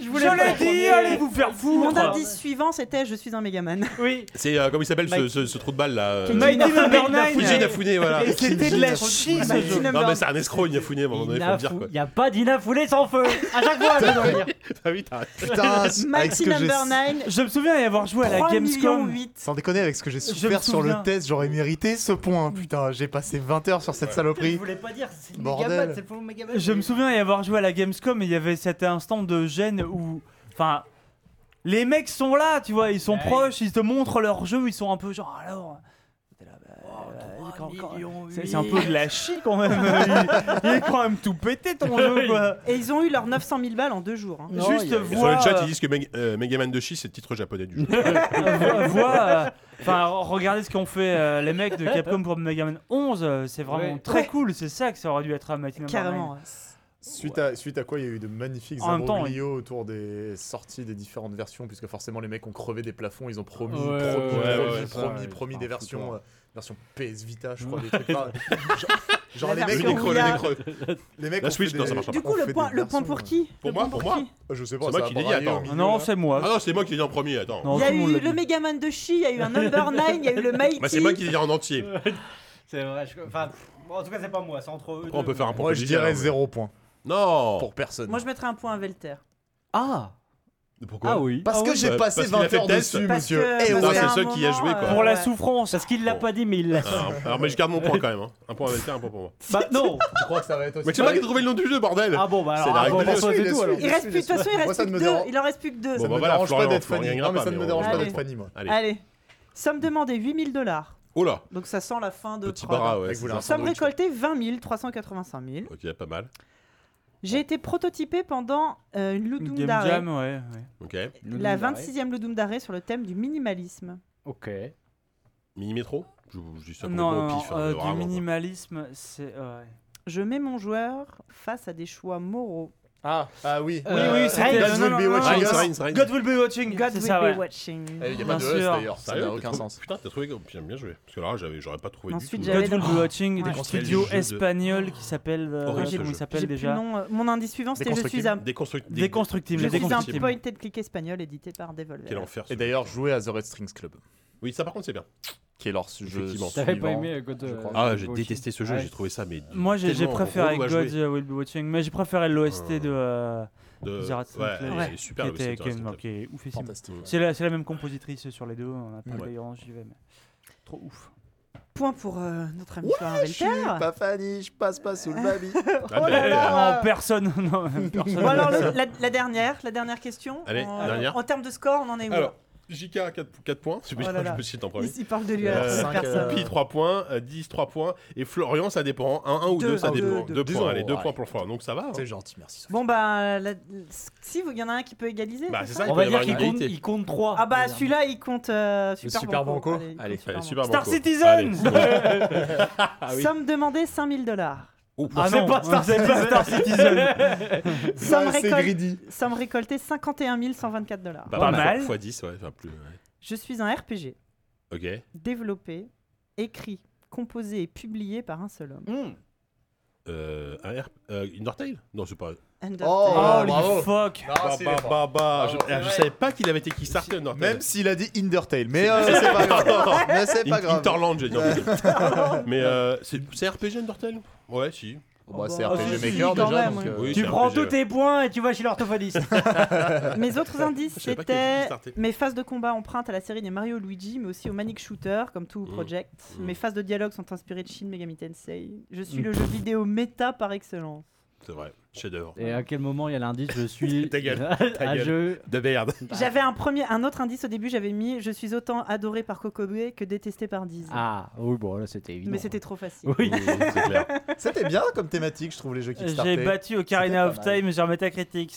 Speaker 6: Je,
Speaker 4: voulais pas
Speaker 6: l'ai dit,
Speaker 4: premier.
Speaker 6: allez vous faire
Speaker 3: Mon
Speaker 6: foutre
Speaker 3: indice suivant, c'était Je suis un Megaman.
Speaker 6: Oui,
Speaker 2: C'est euh, comment il s'appelle ce,
Speaker 6: Mike-
Speaker 2: ce, ce trou de balle là euh,
Speaker 6: Mighty Number
Speaker 2: Fuji
Speaker 6: 9
Speaker 2: Nafune, voilà.
Speaker 6: Et c'était de la
Speaker 5: Fuji
Speaker 6: chi ce
Speaker 3: Nafune.
Speaker 6: jeu
Speaker 3: Number
Speaker 2: Non, mais
Speaker 3: nine.
Speaker 2: c'est un escroc, Nafune, à un moment donné, faut le dire quoi.
Speaker 4: Il n'y a pas d'inafoulé sans feu. À chaque fois, je dois dire.
Speaker 2: Ah oui, t'as raison.
Speaker 5: Putain, avec ce
Speaker 3: Maxi
Speaker 5: que j'ai-
Speaker 3: Number 9,
Speaker 6: Je me souviens y avoir joué à la
Speaker 3: 3 millions
Speaker 6: Gamescom
Speaker 3: 8.
Speaker 5: Sans déconner, avec ce que j'ai
Speaker 6: me
Speaker 5: souffert sur le
Speaker 6: souviens.
Speaker 5: test, j'aurais mérité ce point. Putain, j'ai passé 20 heures sur cette
Speaker 4: Je
Speaker 5: saloperie.
Speaker 4: voulais pas dire. C'est le
Speaker 5: Bordel.
Speaker 4: Megaman, c'est le faux Megaman.
Speaker 6: Je me souviens y avoir joué à la Gamescom et il y avait cet instant de gêne où. Enfin. Les mecs sont là, tu vois, ils sont
Speaker 4: Ouais.
Speaker 6: proches, ils te montrent leur jeu, ils sont un peu genre alors. T'es là, bah,
Speaker 4: Oh,
Speaker 6: euh, quand- quand- C'est c'est un peu de la chi quand même. il, il est quand même tout pété ton jeu quoi.
Speaker 3: Et ils ont eu leurs 900 000 balles en deux jours. hein.
Speaker 4: Non, il
Speaker 6: Juste
Speaker 4: y a-
Speaker 2: Et sur le
Speaker 6: voir.
Speaker 2: chat, ils disent que Meg- euh, Megaman de Chi, c'est le titre japonais du jeu.
Speaker 6: euh, voir, euh, Enfin, regardez ce qu'ont fait euh, les mecs de Capcom pour Mega Man 11. euh, C'est vraiment
Speaker 4: Ouais.
Speaker 6: très
Speaker 3: Ouais.
Speaker 6: cool. C'est ça que ça aurait dû être à Mighty Number
Speaker 3: Carrément. ouais.
Speaker 5: Suite à, suite à quoi il y a eu de magnifiques
Speaker 6: En même temps,
Speaker 5: imbroglios autour des sorties des différentes versions, puisque forcément les mecs ont crevé des plafonds, ils ont promis,
Speaker 4: Ouais,
Speaker 5: promis,
Speaker 4: ouais,
Speaker 5: promis,
Speaker 2: ouais,
Speaker 4: ouais,
Speaker 5: promis,
Speaker 4: ça,
Speaker 5: promis,
Speaker 4: ouais,
Speaker 5: promis
Speaker 4: c'est
Speaker 5: des
Speaker 4: un foutoir.
Speaker 5: versions, euh, versions PS Vita, je crois, des trucs pas- Genre, Genre les
Speaker 3: La
Speaker 5: mecs,
Speaker 2: Le
Speaker 3: version
Speaker 2: nez
Speaker 5: ont-
Speaker 2: creux,
Speaker 3: Ouya.
Speaker 2: le nez creux.
Speaker 5: les mecs
Speaker 2: La
Speaker 5: ont
Speaker 2: Switch,
Speaker 5: fait
Speaker 2: non,
Speaker 5: des-
Speaker 2: ça marche pas.
Speaker 3: Du
Speaker 5: ont
Speaker 3: coup,
Speaker 5: fait
Speaker 3: le
Speaker 5: des
Speaker 3: point, le point
Speaker 5: versions,
Speaker 3: pour
Speaker 5: euh,
Speaker 3: qui
Speaker 2: Pour
Speaker 3: Le
Speaker 2: moi,
Speaker 3: point
Speaker 2: pour moi.
Speaker 3: qui
Speaker 5: Je sais pas,
Speaker 2: C'est
Speaker 5: ça
Speaker 2: moi qui l'ai dit,
Speaker 5: apparemment,
Speaker 2: attends.
Speaker 5: il y a eu
Speaker 6: Ah
Speaker 5: un
Speaker 6: non,
Speaker 5: milieu.
Speaker 6: c'est moi.
Speaker 2: Ah non, c'est moi qui l'ai dit en premier, attends.
Speaker 6: Non,
Speaker 3: Il y a
Speaker 6: tout le monde
Speaker 3: eu
Speaker 6: l'a
Speaker 3: le
Speaker 6: dit.
Speaker 3: Megaman de Chi, il y a eu un Number 9, il y a eu le Mighty.
Speaker 2: Bah, c'est moi qui l'ai dit en entier.
Speaker 4: C'est vrai. je- Enfin, bon, en tout cas, c'est pas moi, c'est entre eux.
Speaker 2: Après, on
Speaker 4: deux,
Speaker 2: peut faire un
Speaker 4: mais-
Speaker 2: point
Speaker 5: Moi, je
Speaker 2: policier, hein,
Speaker 5: dirais
Speaker 2: mais-
Speaker 5: zéro point
Speaker 2: Non
Speaker 5: pour personne.
Speaker 3: Moi, je mettrais un point à Velter.
Speaker 4: Ah
Speaker 2: Pourquoi
Speaker 4: Ah oui.
Speaker 5: Parce
Speaker 2: Ah
Speaker 5: que
Speaker 2: oui,
Speaker 5: j'ai
Speaker 2: bah,
Speaker 5: passé
Speaker 2: parce qu'il a
Speaker 5: 20
Speaker 2: fait
Speaker 5: heures
Speaker 2: le test.
Speaker 5: dessus,
Speaker 3: Parce
Speaker 5: monsieur.
Speaker 3: que, parce
Speaker 5: Eh
Speaker 2: Non,
Speaker 3: qu'à
Speaker 5: ouais.
Speaker 2: c'est
Speaker 3: un
Speaker 2: le seul qui y a
Speaker 3: moment,
Speaker 2: joué, quoi.
Speaker 3: euh,
Speaker 6: Pour la
Speaker 3: ouais.
Speaker 6: souffrance.
Speaker 4: Parce qu'il l'a pas dit, mais il l'a.
Speaker 2: Alors, Ah, alors, mais je garde mon point quand même. hein. Un point à Valter, un point pour moi.
Speaker 4: Bah non
Speaker 5: Je crois que ça va être aussi.
Speaker 2: Mais c'est moi qui ai trouvé le nom du jeu, bordel
Speaker 4: Ah bon, bah
Speaker 2: C'est la
Speaker 4: alors, ah,
Speaker 2: règle
Speaker 4: bon,
Speaker 2: de la
Speaker 4: bah,
Speaker 5: suite,
Speaker 4: c'est
Speaker 5: la
Speaker 4: tout,
Speaker 5: suite.
Speaker 4: alors.
Speaker 3: Il reste plus, de toute façon, il
Speaker 5: Moi,
Speaker 3: reste
Speaker 5: ça
Speaker 3: plus
Speaker 5: ne
Speaker 3: que
Speaker 5: me
Speaker 3: deux.
Speaker 5: dérange-
Speaker 3: Il en reste plus que deux.
Speaker 5: Ça
Speaker 2: Bon, bah
Speaker 5: me
Speaker 2: voilà,
Speaker 5: dérange pas
Speaker 2: Florian,
Speaker 5: d'être
Speaker 2: Florian
Speaker 5: funny.
Speaker 2: ira
Speaker 5: Non, mais
Speaker 2: pas,
Speaker 5: ça ne
Speaker 2: mais
Speaker 5: me
Speaker 2: on-
Speaker 5: dérange pas
Speaker 3: Allez.
Speaker 5: d'être funny, moi.
Speaker 2: Allez,
Speaker 3: Allez, somme demandée 8000 dollars.
Speaker 2: oh là
Speaker 3: Donc ça sent la fin de.
Speaker 2: Petit
Speaker 3: prod.
Speaker 2: bara, ouais.
Speaker 5: Avec
Speaker 2: c'est
Speaker 5: vous, là.
Speaker 2: un
Speaker 3: Somme
Speaker 2: sandwich.
Speaker 3: récoltée 20 385 000.
Speaker 2: Ok, pas mal.
Speaker 3: J'ai été prototypé pendant euh, une Ludum
Speaker 6: Game
Speaker 3: Dare,
Speaker 6: Jam, ouais. ouais.
Speaker 2: Ok.
Speaker 3: la 26e Ludum Dare sur le thème du minimalisme.
Speaker 4: Ok.
Speaker 2: Mini-métro je, je dis ça complètement
Speaker 6: Non, non,
Speaker 2: au
Speaker 6: non,
Speaker 2: pif. hein,
Speaker 6: euh,
Speaker 2: vraiment,
Speaker 6: du
Speaker 2: quoi.
Speaker 6: minimalisme, c'est. ouais.
Speaker 3: Je mets mon joueur face à des choix moraux.
Speaker 5: Ah, ah oui.
Speaker 4: Oui, Euh, oui,
Speaker 6: c'était-
Speaker 5: Gods
Speaker 6: non,
Speaker 5: will
Speaker 6: non,
Speaker 5: be
Speaker 6: non, non,
Speaker 5: watching
Speaker 6: non,
Speaker 5: us.
Speaker 2: Reigns, Reigns.
Speaker 6: God will be watching.
Speaker 3: God
Speaker 6: c'est
Speaker 3: will
Speaker 6: ça,
Speaker 3: be
Speaker 6: ouais.
Speaker 3: watching.
Speaker 5: Eh, Il n'y a
Speaker 6: Bien
Speaker 5: pas de S
Speaker 6: sûr.
Speaker 5: d'ailleurs, ça
Speaker 2: Sérieux,
Speaker 5: n'a
Speaker 2: t'as
Speaker 5: aucun
Speaker 2: trouvé-
Speaker 5: sens.
Speaker 2: Putain, t'as trouvé. Bien, bien joué. Parce que là, j'avais- j'aurais pas trouvé
Speaker 3: Ensuite,
Speaker 2: du tout.
Speaker 3: j'avais-
Speaker 6: God will be watching
Speaker 3: Ouais.
Speaker 6: des
Speaker 2: Quel
Speaker 6: studios
Speaker 2: jeu de-
Speaker 6: espagnols qui s'appellent. euh,
Speaker 2: Horrible, ce
Speaker 6: comment
Speaker 2: jeu.
Speaker 6: il s'appelle
Speaker 3: J'ai plus
Speaker 6: déjà
Speaker 3: le nom, euh, mon indice suivant, c'était je suis un,
Speaker 2: Des constructeurs.
Speaker 6: Déconstructible.
Speaker 3: je
Speaker 6: les
Speaker 2: Des
Speaker 3: suis un
Speaker 2: constructibles.
Speaker 6: Déconstructibles.
Speaker 3: point and click espagnol édité par Devolver.
Speaker 2: Quel enfer. ce
Speaker 5: Et
Speaker 2: jeu.
Speaker 5: d'ailleurs, jouer à The Red Strings Club,
Speaker 2: Oui, ça par contre, c'est bien.
Speaker 5: qui est leur jeu
Speaker 2: Effectivement.
Speaker 5: suivant.
Speaker 4: T'avais pas aimé euh, God
Speaker 5: je crois.
Speaker 2: Ah, j'ai détesté ce jeu, j'ai trouvé ça, mais.
Speaker 6: Moi, j'ai j'ai
Speaker 2: tellement
Speaker 6: préféré
Speaker 2: relou à
Speaker 6: God
Speaker 2: jouer.
Speaker 6: will be watching, mais j'ai préféré l'OST de. euh,
Speaker 2: De...
Speaker 6: The Rat Saint Clair.
Speaker 2: Ouais,
Speaker 3: Ouais.
Speaker 2: c'est
Speaker 6: qui
Speaker 2: super le
Speaker 6: était
Speaker 2: Satan
Speaker 6: qui est-
Speaker 2: Satan.
Speaker 6: qui est oufissime.
Speaker 5: Fantastique.
Speaker 6: C'est la, c'est la même compositrice sur les deux, on a pas
Speaker 5: Ouais.
Speaker 6: d'ailleurs, j'y vais, mais. Trop ouf.
Speaker 3: Point pour euh, notre ami Florian Velter.
Speaker 5: Fanny, je passe pas sous le baby.
Speaker 2: Ah,
Speaker 3: Oh là
Speaker 2: mais-
Speaker 3: là. Ah.
Speaker 6: Non, personne, non, personne.
Speaker 3: Bon alors le- la, la dernière, la dernière question.
Speaker 2: Allez,
Speaker 3: en,
Speaker 2: dernière.
Speaker 3: en termes de score, on en est où
Speaker 2: Alors, JK à 4, points. C'est bien,
Speaker 3: Oh là là.
Speaker 2: je me suis dit en
Speaker 3: il,
Speaker 2: premier.
Speaker 3: il parle de lui alors
Speaker 2: Euh,
Speaker 3: c'est
Speaker 5: cinq,
Speaker 3: personne.
Speaker 5: euh,
Speaker 2: Pi 3 points, euh, 10 3 points. Et Florian, ça dépend. 1, 1 ou 2,
Speaker 3: Deux,
Speaker 2: ça
Speaker 3: deux,
Speaker 2: dépend.
Speaker 3: deux.
Speaker 2: 2
Speaker 5: Disons,
Speaker 2: points, allez, 2
Speaker 5: ouais.
Speaker 2: points pour Florian. Donc ça va. hein.
Speaker 5: C'est gentil, merci. Sophie.
Speaker 3: Bon bah la- si vous- il y en a un qui peut égaliser.
Speaker 2: Bah, c'est
Speaker 3: c'est ça
Speaker 2: ça,
Speaker 4: On
Speaker 2: il
Speaker 4: va
Speaker 2: peut y
Speaker 4: dire
Speaker 2: avoir
Speaker 4: qu'il
Speaker 2: une
Speaker 4: compte,
Speaker 2: égalité.
Speaker 4: il compte 3.
Speaker 3: Ah bah celui-là il compte euh, super,
Speaker 5: Super
Speaker 3: banco.
Speaker 5: Banco.
Speaker 3: il
Speaker 5: Allez,
Speaker 3: compte
Speaker 2: Allez,
Speaker 3: Super
Speaker 2: super Ah
Speaker 3: Banco.
Speaker 6: Star
Speaker 2: Banco.
Speaker 6: Citizen
Speaker 2: Allez, c'est bon.
Speaker 3: Somme demandée 5000 dollars.
Speaker 6: Ah
Speaker 4: c'est
Speaker 6: non,
Speaker 4: pas Star
Speaker 6: c'est pas Star Citizen.
Speaker 3: Somme,
Speaker 5: Ah, c'est
Speaker 3: récol-
Speaker 5: greedy.
Speaker 3: Somme récoltée 51 124 dollars.
Speaker 2: Pas,
Speaker 6: Pas
Speaker 2: mal.
Speaker 6: mal.
Speaker 2: Fois 10, ouais. Enfin, plus, ouais.
Speaker 3: Je suis un RPG
Speaker 2: Ok.
Speaker 3: développé, écrit, composé et publié par un seul homme.
Speaker 2: Euh, un R... euh, une orteil Non, c'est pas.
Speaker 5: Oh,
Speaker 6: Holy
Speaker 5: bravo.
Speaker 6: fuck.
Speaker 5: Non, c'est
Speaker 2: bah,
Speaker 5: les
Speaker 2: bah,
Speaker 5: forts.
Speaker 2: bah, bah, je,
Speaker 5: Bravo,
Speaker 2: ah, je
Speaker 5: c'est
Speaker 2: savais pas qu'il avait été Kickstarter, une orteil.
Speaker 5: Même s'il a dit Undertale, mais euh, c'est pas grave. Mais c'est pas grave.
Speaker 2: Interland, j'ai dit. en plus. Mais euh, c'est c'est RPG, une orteil Ouais, si.
Speaker 5: Bon, bah, c'est
Speaker 3: Ah,
Speaker 5: RPG
Speaker 3: si, si,
Speaker 5: Maker
Speaker 3: quand
Speaker 5: déjà.
Speaker 3: même,
Speaker 5: donc,
Speaker 3: oui.
Speaker 5: euh,
Speaker 2: Oui,
Speaker 4: Tu
Speaker 2: c'est
Speaker 4: prends
Speaker 2: RPG,
Speaker 4: tous
Speaker 2: ouais.
Speaker 4: tes points et tu vas chez l'orthophoniste.
Speaker 3: Mes autres indices
Speaker 2: Je savais pas qu'il avait été
Speaker 3: c'était
Speaker 2: Kickstarter.
Speaker 3: mes phases de combat empruntent à la série des Mario Luigi, mais aussi au Manic Shooter, comme tout
Speaker 2: Mm.
Speaker 3: Project.
Speaker 2: Mm.
Speaker 3: Mes phases de dialogue sont inspirées de Shin Megami Tensei. Je suis le jeu vidéo méta par excellence.
Speaker 2: C'est vrai, chef-d'œuvre.
Speaker 4: Et à quel moment il y a l'indice Je suis
Speaker 2: Ta gueule, ta
Speaker 4: à
Speaker 2: gueule.
Speaker 4: jeu.
Speaker 2: De merde.
Speaker 4: Bah.
Speaker 3: J'avais un premier, un autre indice au début. J'avais mis je suis autant adoré par Kokobe que détesté par Diz.
Speaker 4: Ah, oui, bon, là c'était évident.
Speaker 3: mais c'était trop facile.
Speaker 4: Oui.
Speaker 2: c'est clair.
Speaker 5: C'était bien comme thématique, je trouve, les jeux Kickstarter.
Speaker 6: J'ai battu Ocarina of
Speaker 5: C'était pas mal.
Speaker 6: Time sur Metacritics.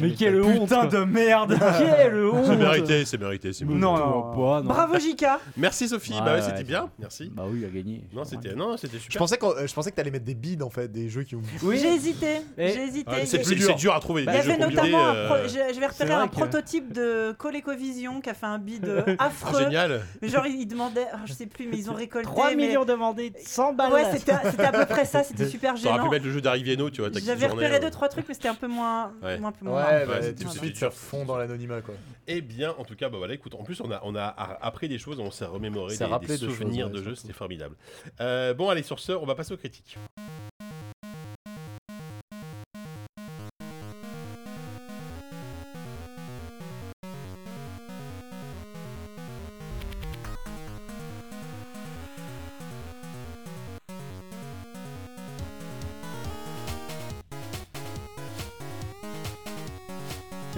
Speaker 4: mais quelle honte
Speaker 6: Putain de merde.
Speaker 4: Quelle
Speaker 2: C'est
Speaker 4: honte
Speaker 2: mérité, c'est mérité, c'est
Speaker 6: Non,
Speaker 2: mérité.
Speaker 6: non,
Speaker 4: bah, non.
Speaker 3: Bravo Jika.
Speaker 2: Merci Sophie,
Speaker 4: Ouais,
Speaker 2: bah ouais,
Speaker 4: ouais,
Speaker 2: c'était
Speaker 4: c'est-
Speaker 2: bien, merci.
Speaker 4: Bah oui, il a gagné.
Speaker 2: Non, c'était non, c'était
Speaker 5: Je
Speaker 2: super.
Speaker 5: pensais, qu'on- euh, je pensais que t'allais mettre des bides en fait, des jeux qui ont.
Speaker 4: Oui.
Speaker 3: J'ai hésité.
Speaker 4: Et-
Speaker 3: J'ai hésité.
Speaker 2: Ah, c'est
Speaker 3: Il y-
Speaker 2: c'est- c'est dur à trouver.
Speaker 3: Il
Speaker 2: des
Speaker 3: y
Speaker 2: jeux
Speaker 3: avait
Speaker 2: combinés,
Speaker 3: Bah, notamment un pro-
Speaker 2: euh,
Speaker 3: je, je vais repérer
Speaker 4: vrai
Speaker 3: un
Speaker 4: que-
Speaker 3: prototype de ColecoVision qui a fait un bid euh,
Speaker 2: ah,
Speaker 3: affreux.
Speaker 2: génial.
Speaker 3: Genre ils demandaient, ah, je sais plus, mais ils ont récolté
Speaker 4: 3
Speaker 3: mais-
Speaker 4: millions demandés, 100 balles.
Speaker 3: Ouais, c'était c'était à peu près ça, c'était super
Speaker 2: T'aurais pu
Speaker 3: gênant.
Speaker 2: mettre le jeu d'Ariviano, tu vois. t'as quitté
Speaker 3: J'avais
Speaker 2: journée,
Speaker 3: repéré
Speaker 2: euh.
Speaker 3: deux trois trucs, mais c'était un peu moins,
Speaker 2: Ouais.
Speaker 3: moins, un peu
Speaker 5: Ouais,
Speaker 3: moins.
Speaker 5: bah,
Speaker 2: Ouais,
Speaker 5: tout de
Speaker 2: c'était
Speaker 5: suite,
Speaker 2: dur.
Speaker 5: ça fond dans l'anonymat quoi.
Speaker 2: Eh bien, en tout cas, bah voilà, écoute, en plus, on a, on a a- appris des choses, on s'est remémoré
Speaker 5: Ça
Speaker 2: des,
Speaker 5: rappelait
Speaker 2: des
Speaker 5: des choses,
Speaker 2: souvenirs
Speaker 5: ouais,
Speaker 2: de jeux,
Speaker 5: surtout.
Speaker 2: c'était formidable. Euh, bon, allez, sur ce, on va passer aux critiques.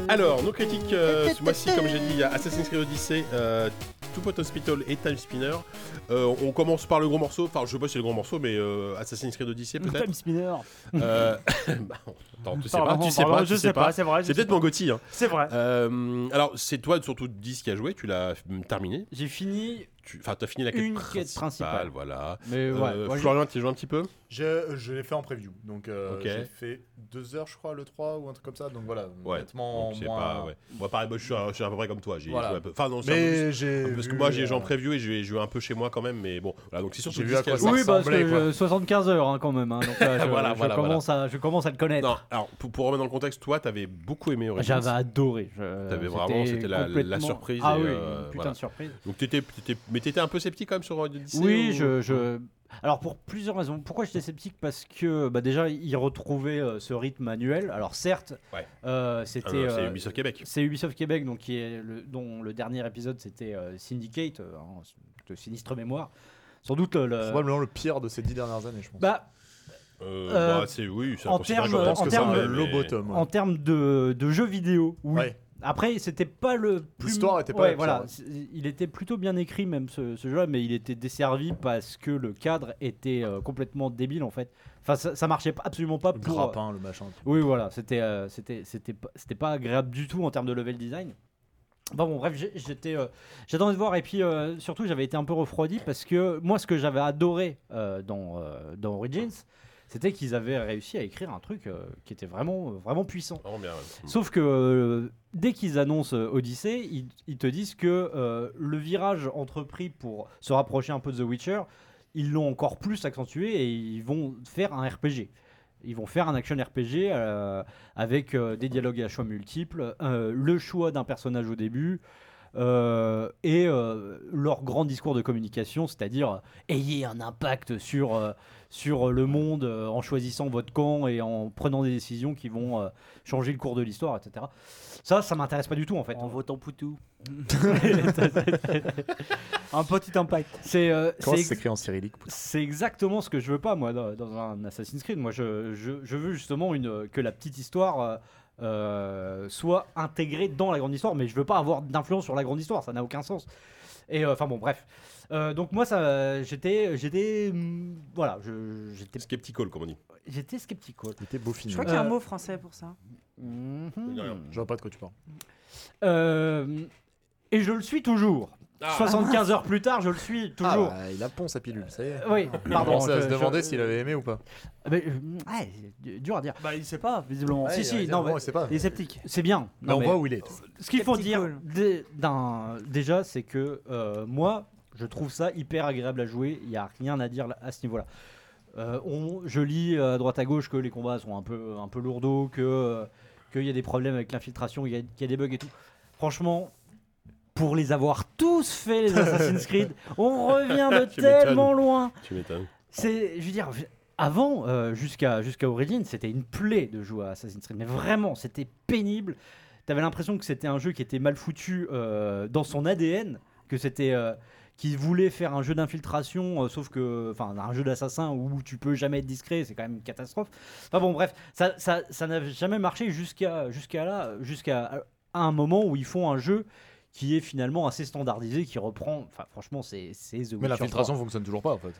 Speaker 2: Alors, nos critiques, euh, ce mois-ci, comme j'ai dit, il y a Assassin's Creed Odyssey, euh, Two Pot Hospital et Time Spinner. Euh, on commence par le gros morceau, enfin, je sais pas si c'est le gros morceau, mais euh, Assassin's Creed Odyssey peut-être.
Speaker 4: Time Spinner.
Speaker 2: Euh, bah, attends, tu sais pas,
Speaker 6: Pardon,
Speaker 2: tu sais
Speaker 6: pardon,
Speaker 2: pas,
Speaker 6: je
Speaker 2: tu sais pas.
Speaker 6: c'est vrai. je
Speaker 2: C'est
Speaker 6: sais
Speaker 2: peut-être
Speaker 6: pas.
Speaker 2: mon Gotti. Hein.
Speaker 6: C'est vrai.
Speaker 2: Euh, alors, c'est toi surtout 10 qui a joué, tu l'as mm, terminé.
Speaker 4: J'ai fini
Speaker 2: tu enfin, as fini la quête,
Speaker 4: Une quête
Speaker 2: principale,
Speaker 4: principale.
Speaker 2: Voilà.
Speaker 4: Mais ouais,
Speaker 2: Euh,
Speaker 4: moi, je-
Speaker 2: Florian, tu joues un petit peu
Speaker 5: Je, je l'ai fait en preview, donc euh,
Speaker 2: Ok.
Speaker 5: j'ai fait deux heures, je crois, le 3 ou un truc comme ça. Donc voilà,
Speaker 2: Ouais,
Speaker 5: honnêtement,
Speaker 2: Donc, c'est
Speaker 5: moins-
Speaker 2: pas, ouais. Moi, pareil, moi, je, suis à, je suis à peu près comme toi. J'ai
Speaker 5: Voilà.
Speaker 2: joué un peu. Enfin, non, c'est un peu-
Speaker 5: Mais j'ai.
Speaker 2: parce que
Speaker 5: vu,
Speaker 2: moi, j'ai joué en
Speaker 5: euh,
Speaker 2: preview et j'ai joué un peu chez moi quand même. Mais bon, voilà, donc c'est surtout
Speaker 5: J'ai vu
Speaker 2: le
Speaker 5: à quoi
Speaker 2: disque,
Speaker 5: ça
Speaker 4: oui, parce
Speaker 5: ressemblait,
Speaker 4: que
Speaker 5: quoi.
Speaker 4: je- 75 heures hein, quand même. hein, donc là, je,
Speaker 2: Voilà,
Speaker 4: je
Speaker 2: voilà,
Speaker 4: commence à, je commence à le connaître.
Speaker 2: Non, alors pour, pour remettre dans le contexte, toi, t'avais beaucoup aimé Origins.
Speaker 4: J'avais adoré. je-
Speaker 2: T'avais vraiment- c'était la- la
Speaker 4: complètement-
Speaker 2: surprise
Speaker 4: Ah
Speaker 2: et,
Speaker 4: oui,
Speaker 2: euh,
Speaker 4: une putain
Speaker 2: voilà.
Speaker 4: de surprise.
Speaker 2: Donc t'étais, t'étais- mais t'étais un peu sceptique quand même sur Odyssey
Speaker 4: Oui,
Speaker 2: ou-
Speaker 4: je, je- Alors pour plusieurs raisons. Pourquoi j'étais sceptique Parce que bah, déjà, il retrouvait euh, ce rythme annuel. Alors certes,
Speaker 2: Ouais.
Speaker 4: euh, c'était...
Speaker 2: Ah non, c'est
Speaker 4: euh,
Speaker 2: Ubisoft Québec.
Speaker 4: c'est Ubisoft Québec, donc, qui est le, dont le dernier épisode c'était euh, Syndicate, euh, hein, de sinistre mémoire. Sans doute euh, le- le,
Speaker 5: Probablement le pire de ces dix dernières années, je pense.
Speaker 4: bah,
Speaker 2: Euh,
Speaker 4: euh,
Speaker 2: bah, c'est oui, c'est
Speaker 4: en
Speaker 2: considérable,
Speaker 4: termes-
Speaker 2: je pense
Speaker 5: Parce
Speaker 4: en
Speaker 5: que
Speaker 2: que
Speaker 5: c'est
Speaker 2: ça,
Speaker 4: termes-
Speaker 5: un
Speaker 2: mais-
Speaker 5: low bottom. ouais.
Speaker 4: en termes de, de jeux vidéo, oui.
Speaker 5: Ouais.
Speaker 4: Après, c'était pas le plus.
Speaker 5: L'histoire était pas
Speaker 4: Ouais,
Speaker 5: la pire,
Speaker 4: voilà.
Speaker 5: ouais.
Speaker 4: C'est- Il était plutôt bien écrit, même ce, ce jeu-là, mais il était desservi parce que le cadre était euh, complètement débile, en fait. Enfin, ça, ça marchait absolument pas
Speaker 5: Le
Speaker 4: pour. euh,
Speaker 5: grappin, le machin.
Speaker 4: Oui, voilà, c'était euh, c'était c'était pas- c'était pas agréable du tout en termes de level design. Bon, bon bref, j'ai- j'étais euh, j'attendais de voir et puis euh, surtout j'avais été un peu refroidi parce que moi ce que j'avais adoré euh, dans euh, dans Origins, c'était qu'ils avaient réussi à écrire un truc euh, qui était vraiment euh, vraiment puissant.
Speaker 2: Vraiment bien, ouais.
Speaker 4: Mm. Sauf que euh, dès qu'ils annoncent euh, Odyssey, ils, ils te disent que euh, le virage entrepris pour se rapprocher un peu de The Witcher, ils l'ont encore plus accentué et ils vont faire un RPG. Ils vont faire un action RPG euh, avec euh, des dialogues à choix multiples, euh, le choix d'un personnage au début. euh, et euh, leur grand discours de communication, c'est-à-dire euh, ayez un impact sur, euh, sur le monde euh, en choisissant votre camp et en prenant des décisions qui vont euh, changer le cours de l'histoire, etc. Ça, ça m'intéresse pas du tout en fait.
Speaker 6: En votant Poutou.
Speaker 4: un petit impact. C'est euh,
Speaker 5: Comment
Speaker 4: c'est
Speaker 5: c'est écrit en cyrillique
Speaker 4: c'est exactement ce que je veux pas, moi, dans, dans un Assassin's Creed. Moi, je, je- je veux justement une, que la petite histoire euh, euh, soit intégrée dans la grande histoire, mais je veux pas avoir d'influence sur la grande histoire, ça n'a aucun sens. Et euh, enfin, bon, bref. Euh, donc, moi, ça, j'étais. J'étais. hum, Voilà, je- j'étais-
Speaker 2: Skeptical, comme on dit.
Speaker 4: j'étais sceptique. quoi.
Speaker 5: C'était beau film.
Speaker 3: Je crois qu'il y a un
Speaker 4: Euh,
Speaker 3: mot français pour ça.
Speaker 2: rien.
Speaker 5: Je vois pas de quoi tu parles.
Speaker 4: Euh, et je le suis toujours. 75 heures plus tard, je le suis toujours.
Speaker 5: Ah, bah, il a pon sa pilule, ça y est.
Speaker 4: Oui,
Speaker 5: Pardon,
Speaker 4: Euh, pardon.
Speaker 5: à
Speaker 4: je-
Speaker 5: se
Speaker 4: je-
Speaker 5: demander s'il avait aimé ou pas.
Speaker 4: Mais, euh, ouais, c'est dur à dire.
Speaker 6: Bah, il sait pas, visiblement.
Speaker 4: Ouais, si, si, non, mais-
Speaker 5: c'est pas.
Speaker 6: Il est sceptique.
Speaker 4: C'est bien.
Speaker 5: Mais
Speaker 4: Non,
Speaker 5: on
Speaker 4: mais-
Speaker 5: voit où il est.
Speaker 4: Ce qu'il faut dire
Speaker 3: Skeptical.
Speaker 4: dé- d'un- déjà, c'est que euh, moi, je trouve ça hyper agréable à jouer. Il n'y a rien à dire là- à ce niveau-là. Euh, on- je lis euh, à droite à gauche que les combats sont un peu, un peu lourdeaux, que euh, qu'il y a des problèmes avec l'infiltration, qu'il y, a- qu'il y a des bugs et tout. Franchement, pour les avoir tous fait, les Assassin's Creed, on revient de
Speaker 2: Tu
Speaker 4: tellement loin.
Speaker 2: Tu m'étonnes.
Speaker 4: C'est, je veux dire, avant, euh, jusqu'à jusqu'à Origins, c'était une plaie de jouer à Assassin's Creed. Mais vraiment, c'était pénible. T'avais l'impression que c'était un jeu qui était mal foutu euh, dans son ADN, que c'était euh, qu'il voulait faire un jeu d'infiltration, euh, sauf que, enfin, un jeu d'assassin où tu peux jamais être discret, c'est quand même une catastrophe. Enfin bon, bref, ça, ça, ça n'a jamais marché jusqu'à jusqu'à là, jusqu'à à un moment où ils font un jeu qui est finalement assez standardisé, qui reprend, enfin, franchement, c'est c'est The
Speaker 5: Mais
Speaker 4: Witcher trois.
Speaker 5: l'infiltration fonctionne toujours pas en fait.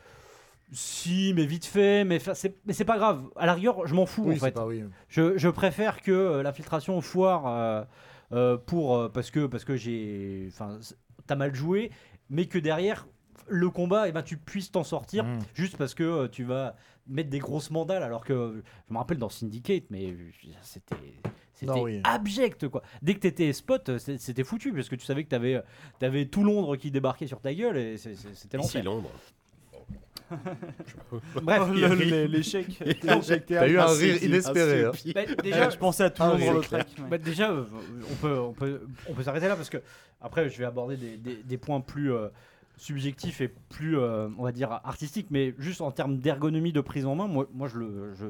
Speaker 4: Si, mais vite fait, mais fa- c'est mais c'est pas grave. À la rigueur, je m'en fous en
Speaker 5: Oui,
Speaker 4: fait.
Speaker 5: c'est pas oui.
Speaker 4: Je, je préfère que euh, l'infiltration foire euh, euh, pour euh, parce que parce que j'ai, enfin, c'est- t'as mal joué, mais que derrière le combat, et ben tu puisses t'en sortir
Speaker 5: Mm.
Speaker 4: juste parce que euh, tu vas mettre des grosses mandales. Alors que euh, je me rappelle dans Syndicate, mais euh, c'était c'était
Speaker 5: Non, oui.
Speaker 4: abject quoi. Dès que t'étais spot, euh, c'est- c'était foutu parce que tu savais que t'avais avais tout Londres qui débarquait sur ta gueule et c'est- c'est- c'était
Speaker 2: Ici,
Speaker 4: l'enfer.
Speaker 2: Londres.
Speaker 4: Bref.
Speaker 2: le- le-
Speaker 6: Oh, L'échec.
Speaker 5: T'as eu un rire inespéré. hein.
Speaker 4: Bah, déjà,
Speaker 6: je pensais à tout
Speaker 5: Ah
Speaker 6: le
Speaker 5: oui,
Speaker 6: monde le
Speaker 5: c'est clair.
Speaker 6: trek.
Speaker 4: Bah, déjà, euh, on peut, on peut, on peut s'arrêter là parce que après, je vais aborder des, des- des points plus euh, subjectifs et plus, euh, on va dire, artistiques, mais juste en termes d'ergonomie, de prise en main, moi, moi je le. Je,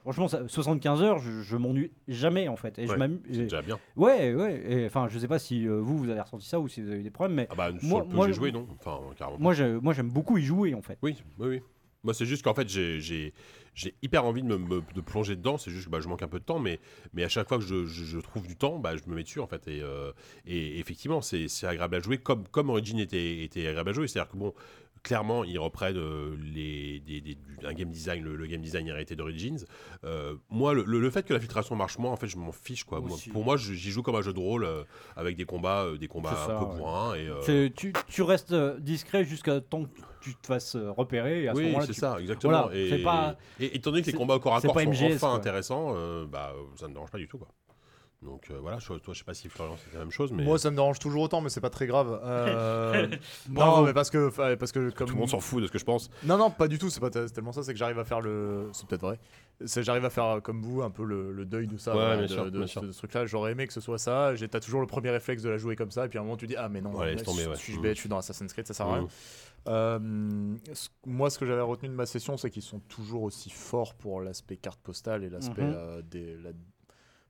Speaker 4: franchement, ça- 75 heures, je, je m'ennuie jamais en fait. Et je
Speaker 2: Ouais,
Speaker 4: m'amuse.
Speaker 2: C'est
Speaker 4: et-
Speaker 2: déjà bien.
Speaker 4: Ouais, ouais. et, Enfin, je sais pas si euh, vous, vous avez ressenti ça ou si vous avez eu des problèmes, mais
Speaker 2: Ah bah, sur
Speaker 4: Moi-
Speaker 2: le peu
Speaker 4: moi,
Speaker 2: que j'ai
Speaker 4: je-
Speaker 2: joué, non Enfin, carrément.
Speaker 4: moi, je- moi, j'aime beaucoup y jouer en fait.
Speaker 2: Oui, oui, oui. Moi, c'est juste qu'en fait, j'ai- j'ai j'ai hyper envie de me, me- de plonger dedans. C'est juste que bah, je manque un peu de temps, mais, mais à chaque fois que je, je- je trouve du temps, bah, je me mets dessus, en fait. Et, euh, et effectivement, c'est c'est agréable à jouer, comme, comme Origin était, était agréable à jouer. C'est-à-dire que, bon, Clairement, ils reprennent euh, les, des- des- du- un game design, le, le game design hérité d'Origins. Euh, moi, le, le- le fait que la filtration marche moins, en fait, je m'en fiche. Quoi. Moi,
Speaker 4: Aussi. hein.
Speaker 2: pour moi, je- j'y joue comme un jeu de rôle euh, avec des combats, euh, des combats
Speaker 4: C'est ça,
Speaker 2: un peu
Speaker 4: ouais.
Speaker 2: bourrins. Et, euh,
Speaker 4: C'est- Tu, tu restes euh, discret jusqu'à temps que tu te fasses euh, repérer. Et à ce
Speaker 2: oui,
Speaker 4: moment-là,
Speaker 2: c'est
Speaker 4: tu-
Speaker 2: ça, exactement.
Speaker 4: Voilà,
Speaker 2: et,
Speaker 4: c'est pas-
Speaker 2: et étant donné que les
Speaker 4: c'est-
Speaker 2: combats au corps à
Speaker 4: c'est
Speaker 2: corps
Speaker 4: pas
Speaker 2: sont
Speaker 4: MGS,
Speaker 2: enfin
Speaker 4: quoi.
Speaker 2: intéressants, euh, bah, ça ne me dérange pas du tout. Quoi. Donc euh, voilà, je- toi, je sais pas si Florian c'est la même chose, mais
Speaker 5: Moi, ça me dérange toujours autant, mais c'est pas très grave. Euh, non,
Speaker 4: Bravo.
Speaker 5: mais parce que, fa- parce que comme
Speaker 2: tout le monde s'en fout de ce que je pense.
Speaker 5: non, non, pas du tout. C'est pas t- tellement ça. C'est que j'arrive à faire le. C'est peut-être vrai. C'est j'arrive à faire euh, comme vous un peu le, le deuil de ça,
Speaker 2: Ouais,
Speaker 5: voilà,
Speaker 2: bien
Speaker 5: de,
Speaker 2: sûr,
Speaker 5: de
Speaker 2: bien
Speaker 5: ce-
Speaker 2: sûr.
Speaker 5: de ce truc-là. J'aurais aimé que ce soit ça. J'ai t'as toujours le premier réflexe de la jouer comme ça, et puis à un moment tu dis ah mais non,
Speaker 2: Ouais, laisse
Speaker 5: là,
Speaker 2: tomber,
Speaker 5: je,
Speaker 2: ouais.
Speaker 5: suis
Speaker 2: Mm.
Speaker 5: bête, je suis dans Assassin's Creed, ça sert à rien.
Speaker 2: Mm.
Speaker 5: Euh, ce- moi, ce que j'avais retenu de ma session, c'est qu'ils sont toujours aussi forts pour l'aspect carte postale et l'aspect
Speaker 4: Mhm.
Speaker 5: euh, des. la-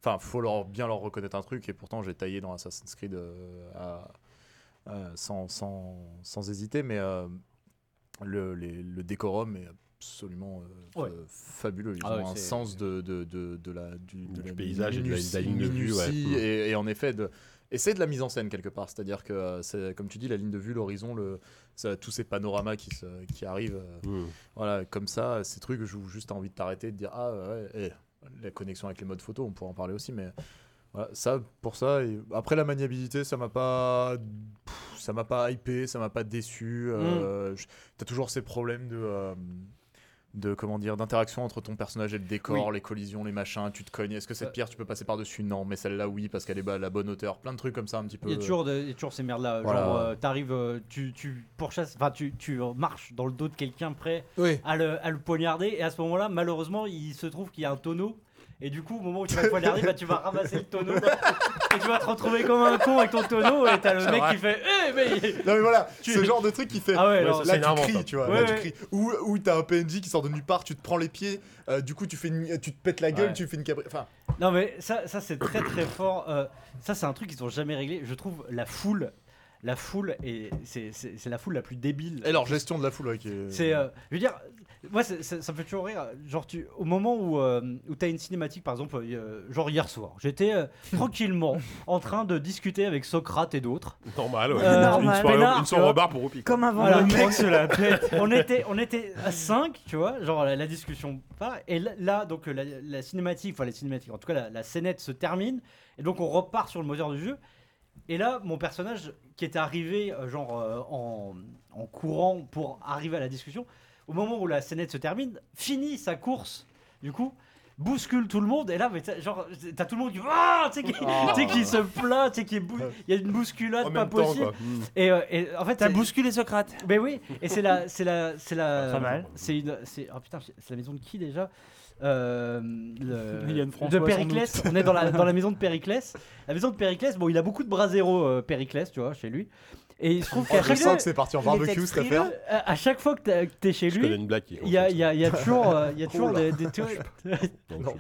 Speaker 5: Enfin, faut leur, bien leur reconnaître un truc, et pourtant j'ai taillé dans Assassin's Creed euh, à- euh, sans, sans, sans hésiter, mais euh, le, les- le décorum est absolument euh,
Speaker 4: Ouais.
Speaker 5: fa- fabuleux. Ils
Speaker 4: Ah
Speaker 5: ont
Speaker 4: ouais,
Speaker 5: un
Speaker 4: c'est-
Speaker 5: sens de, de, de, de la, du,
Speaker 2: Du
Speaker 5: la
Speaker 2: paysage et de la- de la
Speaker 5: minutie-
Speaker 2: ligne de vue, ouais.
Speaker 5: minutie
Speaker 2: Mm.
Speaker 5: Et, et en effet, de, et c'est de la mise en scène quelque part, c'est-à-dire que, euh, c'est, comme tu dis, la ligne de vue, l'horizon, le, ça, tous ces panoramas qui, se- qui arrivent, euh,
Speaker 2: Mm.
Speaker 5: voilà, comme ça, ces trucs où juste t'as envie de t'arrêter, de dire ah ouais, eh, la connexion avec les modes photo, on pourra en parler aussi, mais voilà, ça pour ça. et après la maniabilité, ça m'a pas, pff, ça m'a pas hypé, ça m'a pas déçu. euh,
Speaker 4: Mm.
Speaker 5: je- T'as toujours ces problèmes de euh, de comment dire d'interaction entre ton personnage et le décor, les collisions, les machins, tu te cognes. Est-ce que cette
Speaker 4: Euh.
Speaker 5: pierre tu peux passer par dessus Non, mais celle-là oui parce qu'elle est à la bonne hauteur. Plein de trucs comme ça un petit peu.
Speaker 4: Il y, a toujours de- il y a toujours ces merdes là.
Speaker 5: Euh, Voilà.
Speaker 4: Genre, euh, t'arrives, euh, tu, tu pourchasses, enfin, tu, tu euh, marches dans le dos de quelqu'un prêt
Speaker 5: Oui.
Speaker 4: à le, à le poignarder. Et à ce moment-là, malheureusement, il se trouve qu'il y a un tonneau. Et du coup, au moment où tu vas le poignarder, bah, tu vas ramasser le tonneau. et tu vas te retrouver comme un con avec ton tonneau. Et t'as le mec qui fait Eh, mais.
Speaker 5: Non mais voilà, ce genre de truc qui fait.
Speaker 4: Ah ouais,
Speaker 2: Ouais,
Speaker 4: alors,
Speaker 2: c'est
Speaker 5: Là,
Speaker 2: énervant, ça.
Speaker 5: tu cries, tu vois.
Speaker 4: Ouais,
Speaker 5: là, tu
Speaker 4: ouais.
Speaker 5: cries. Ou, ou t'as un PNJ qui sort de nulle part, tu te prends les pieds, euh, du coup, tu, fais une- tu te pètes la gueule,
Speaker 4: Ouais.
Speaker 5: tu fais une cabri. Enfin,
Speaker 4: Non mais ça, ça c'est très très fort. Euh, ça c'est un truc qu'ils ont jamais réglé. Je trouve la foule, la foule et c'est c'est- c'est la foule la plus débile.
Speaker 5: et leur gestion de la foule, ouais, qui est.
Speaker 4: C'est, euh, je veux dire, moi c'est- c'est- ça me fait toujours rire. Genre tu, au moment où euh, où t'as une cinématique par exemple, euh, genre hier soir, j'étais euh, tranquillement en train de discuter avec Socrate et d'autres.
Speaker 2: Normal, ouais.
Speaker 4: Euh,
Speaker 2: Une- une,
Speaker 3: normal.
Speaker 2: soirée, au-
Speaker 4: Bénard,
Speaker 2: une soirée au bar pour Roupi. quoi.
Speaker 3: Comme avant.
Speaker 4: Voilà.
Speaker 3: le-
Speaker 4: mec se la on était, on était à 5, tu vois, genre la, la discussion part. Et là- là, donc la, la cinématique, enfin la cinématique, en tout cas la, la scénette se termine. Et donc on repart sur le moteur du jeu. Et là, mon personnage qui était arrivé, euh, genre euh, en, en courant pour arriver à la discussion, au moment où la scénette se termine, finit sa course, du coup, bouscule tout le monde. Et là, mais t'as- genre, t'as tout le monde qui. Ah Tu sais, qui, tu sais, qui se plaint, tu sais, qui. bou- Il y a une bousculade
Speaker 2: Oh. En
Speaker 4: pas
Speaker 2: même temps,
Speaker 4: possible.
Speaker 2: quoi. Mm.
Speaker 4: et, euh, et en fait,
Speaker 6: T'as
Speaker 4: c'est-
Speaker 6: bousculé Socrate.
Speaker 4: mais oui, et c'est la, c'est la, c'est la.
Speaker 6: Pas mal.
Speaker 4: C'est une, c'est oh putain, c'est la maison de qui déjà Euh, le-
Speaker 6: Yann François,
Speaker 4: de
Speaker 6: sans
Speaker 4: Périclès. On est dans la, dans la maison de Périclès. La maison de Périclès, bon, il a beaucoup de bras zéro, euh, Périclès, tu vois, chez lui. Et il se trouve
Speaker 5: Oh,
Speaker 4: qu'à
Speaker 5: je
Speaker 4: chaque,
Speaker 5: sens que c'est parti en
Speaker 3: il était
Speaker 5: barbecue, cette
Speaker 3: frileux.
Speaker 5: affaire.
Speaker 4: à à chaque fois que t'as- que t'es chez
Speaker 2: Je connais
Speaker 4: lui,
Speaker 2: une blague. qui-
Speaker 4: il y a, il y a- il y a toujours, euh, il y a toujours
Speaker 5: Oula.
Speaker 4: des, des théories.
Speaker 2: Non, je sais pas.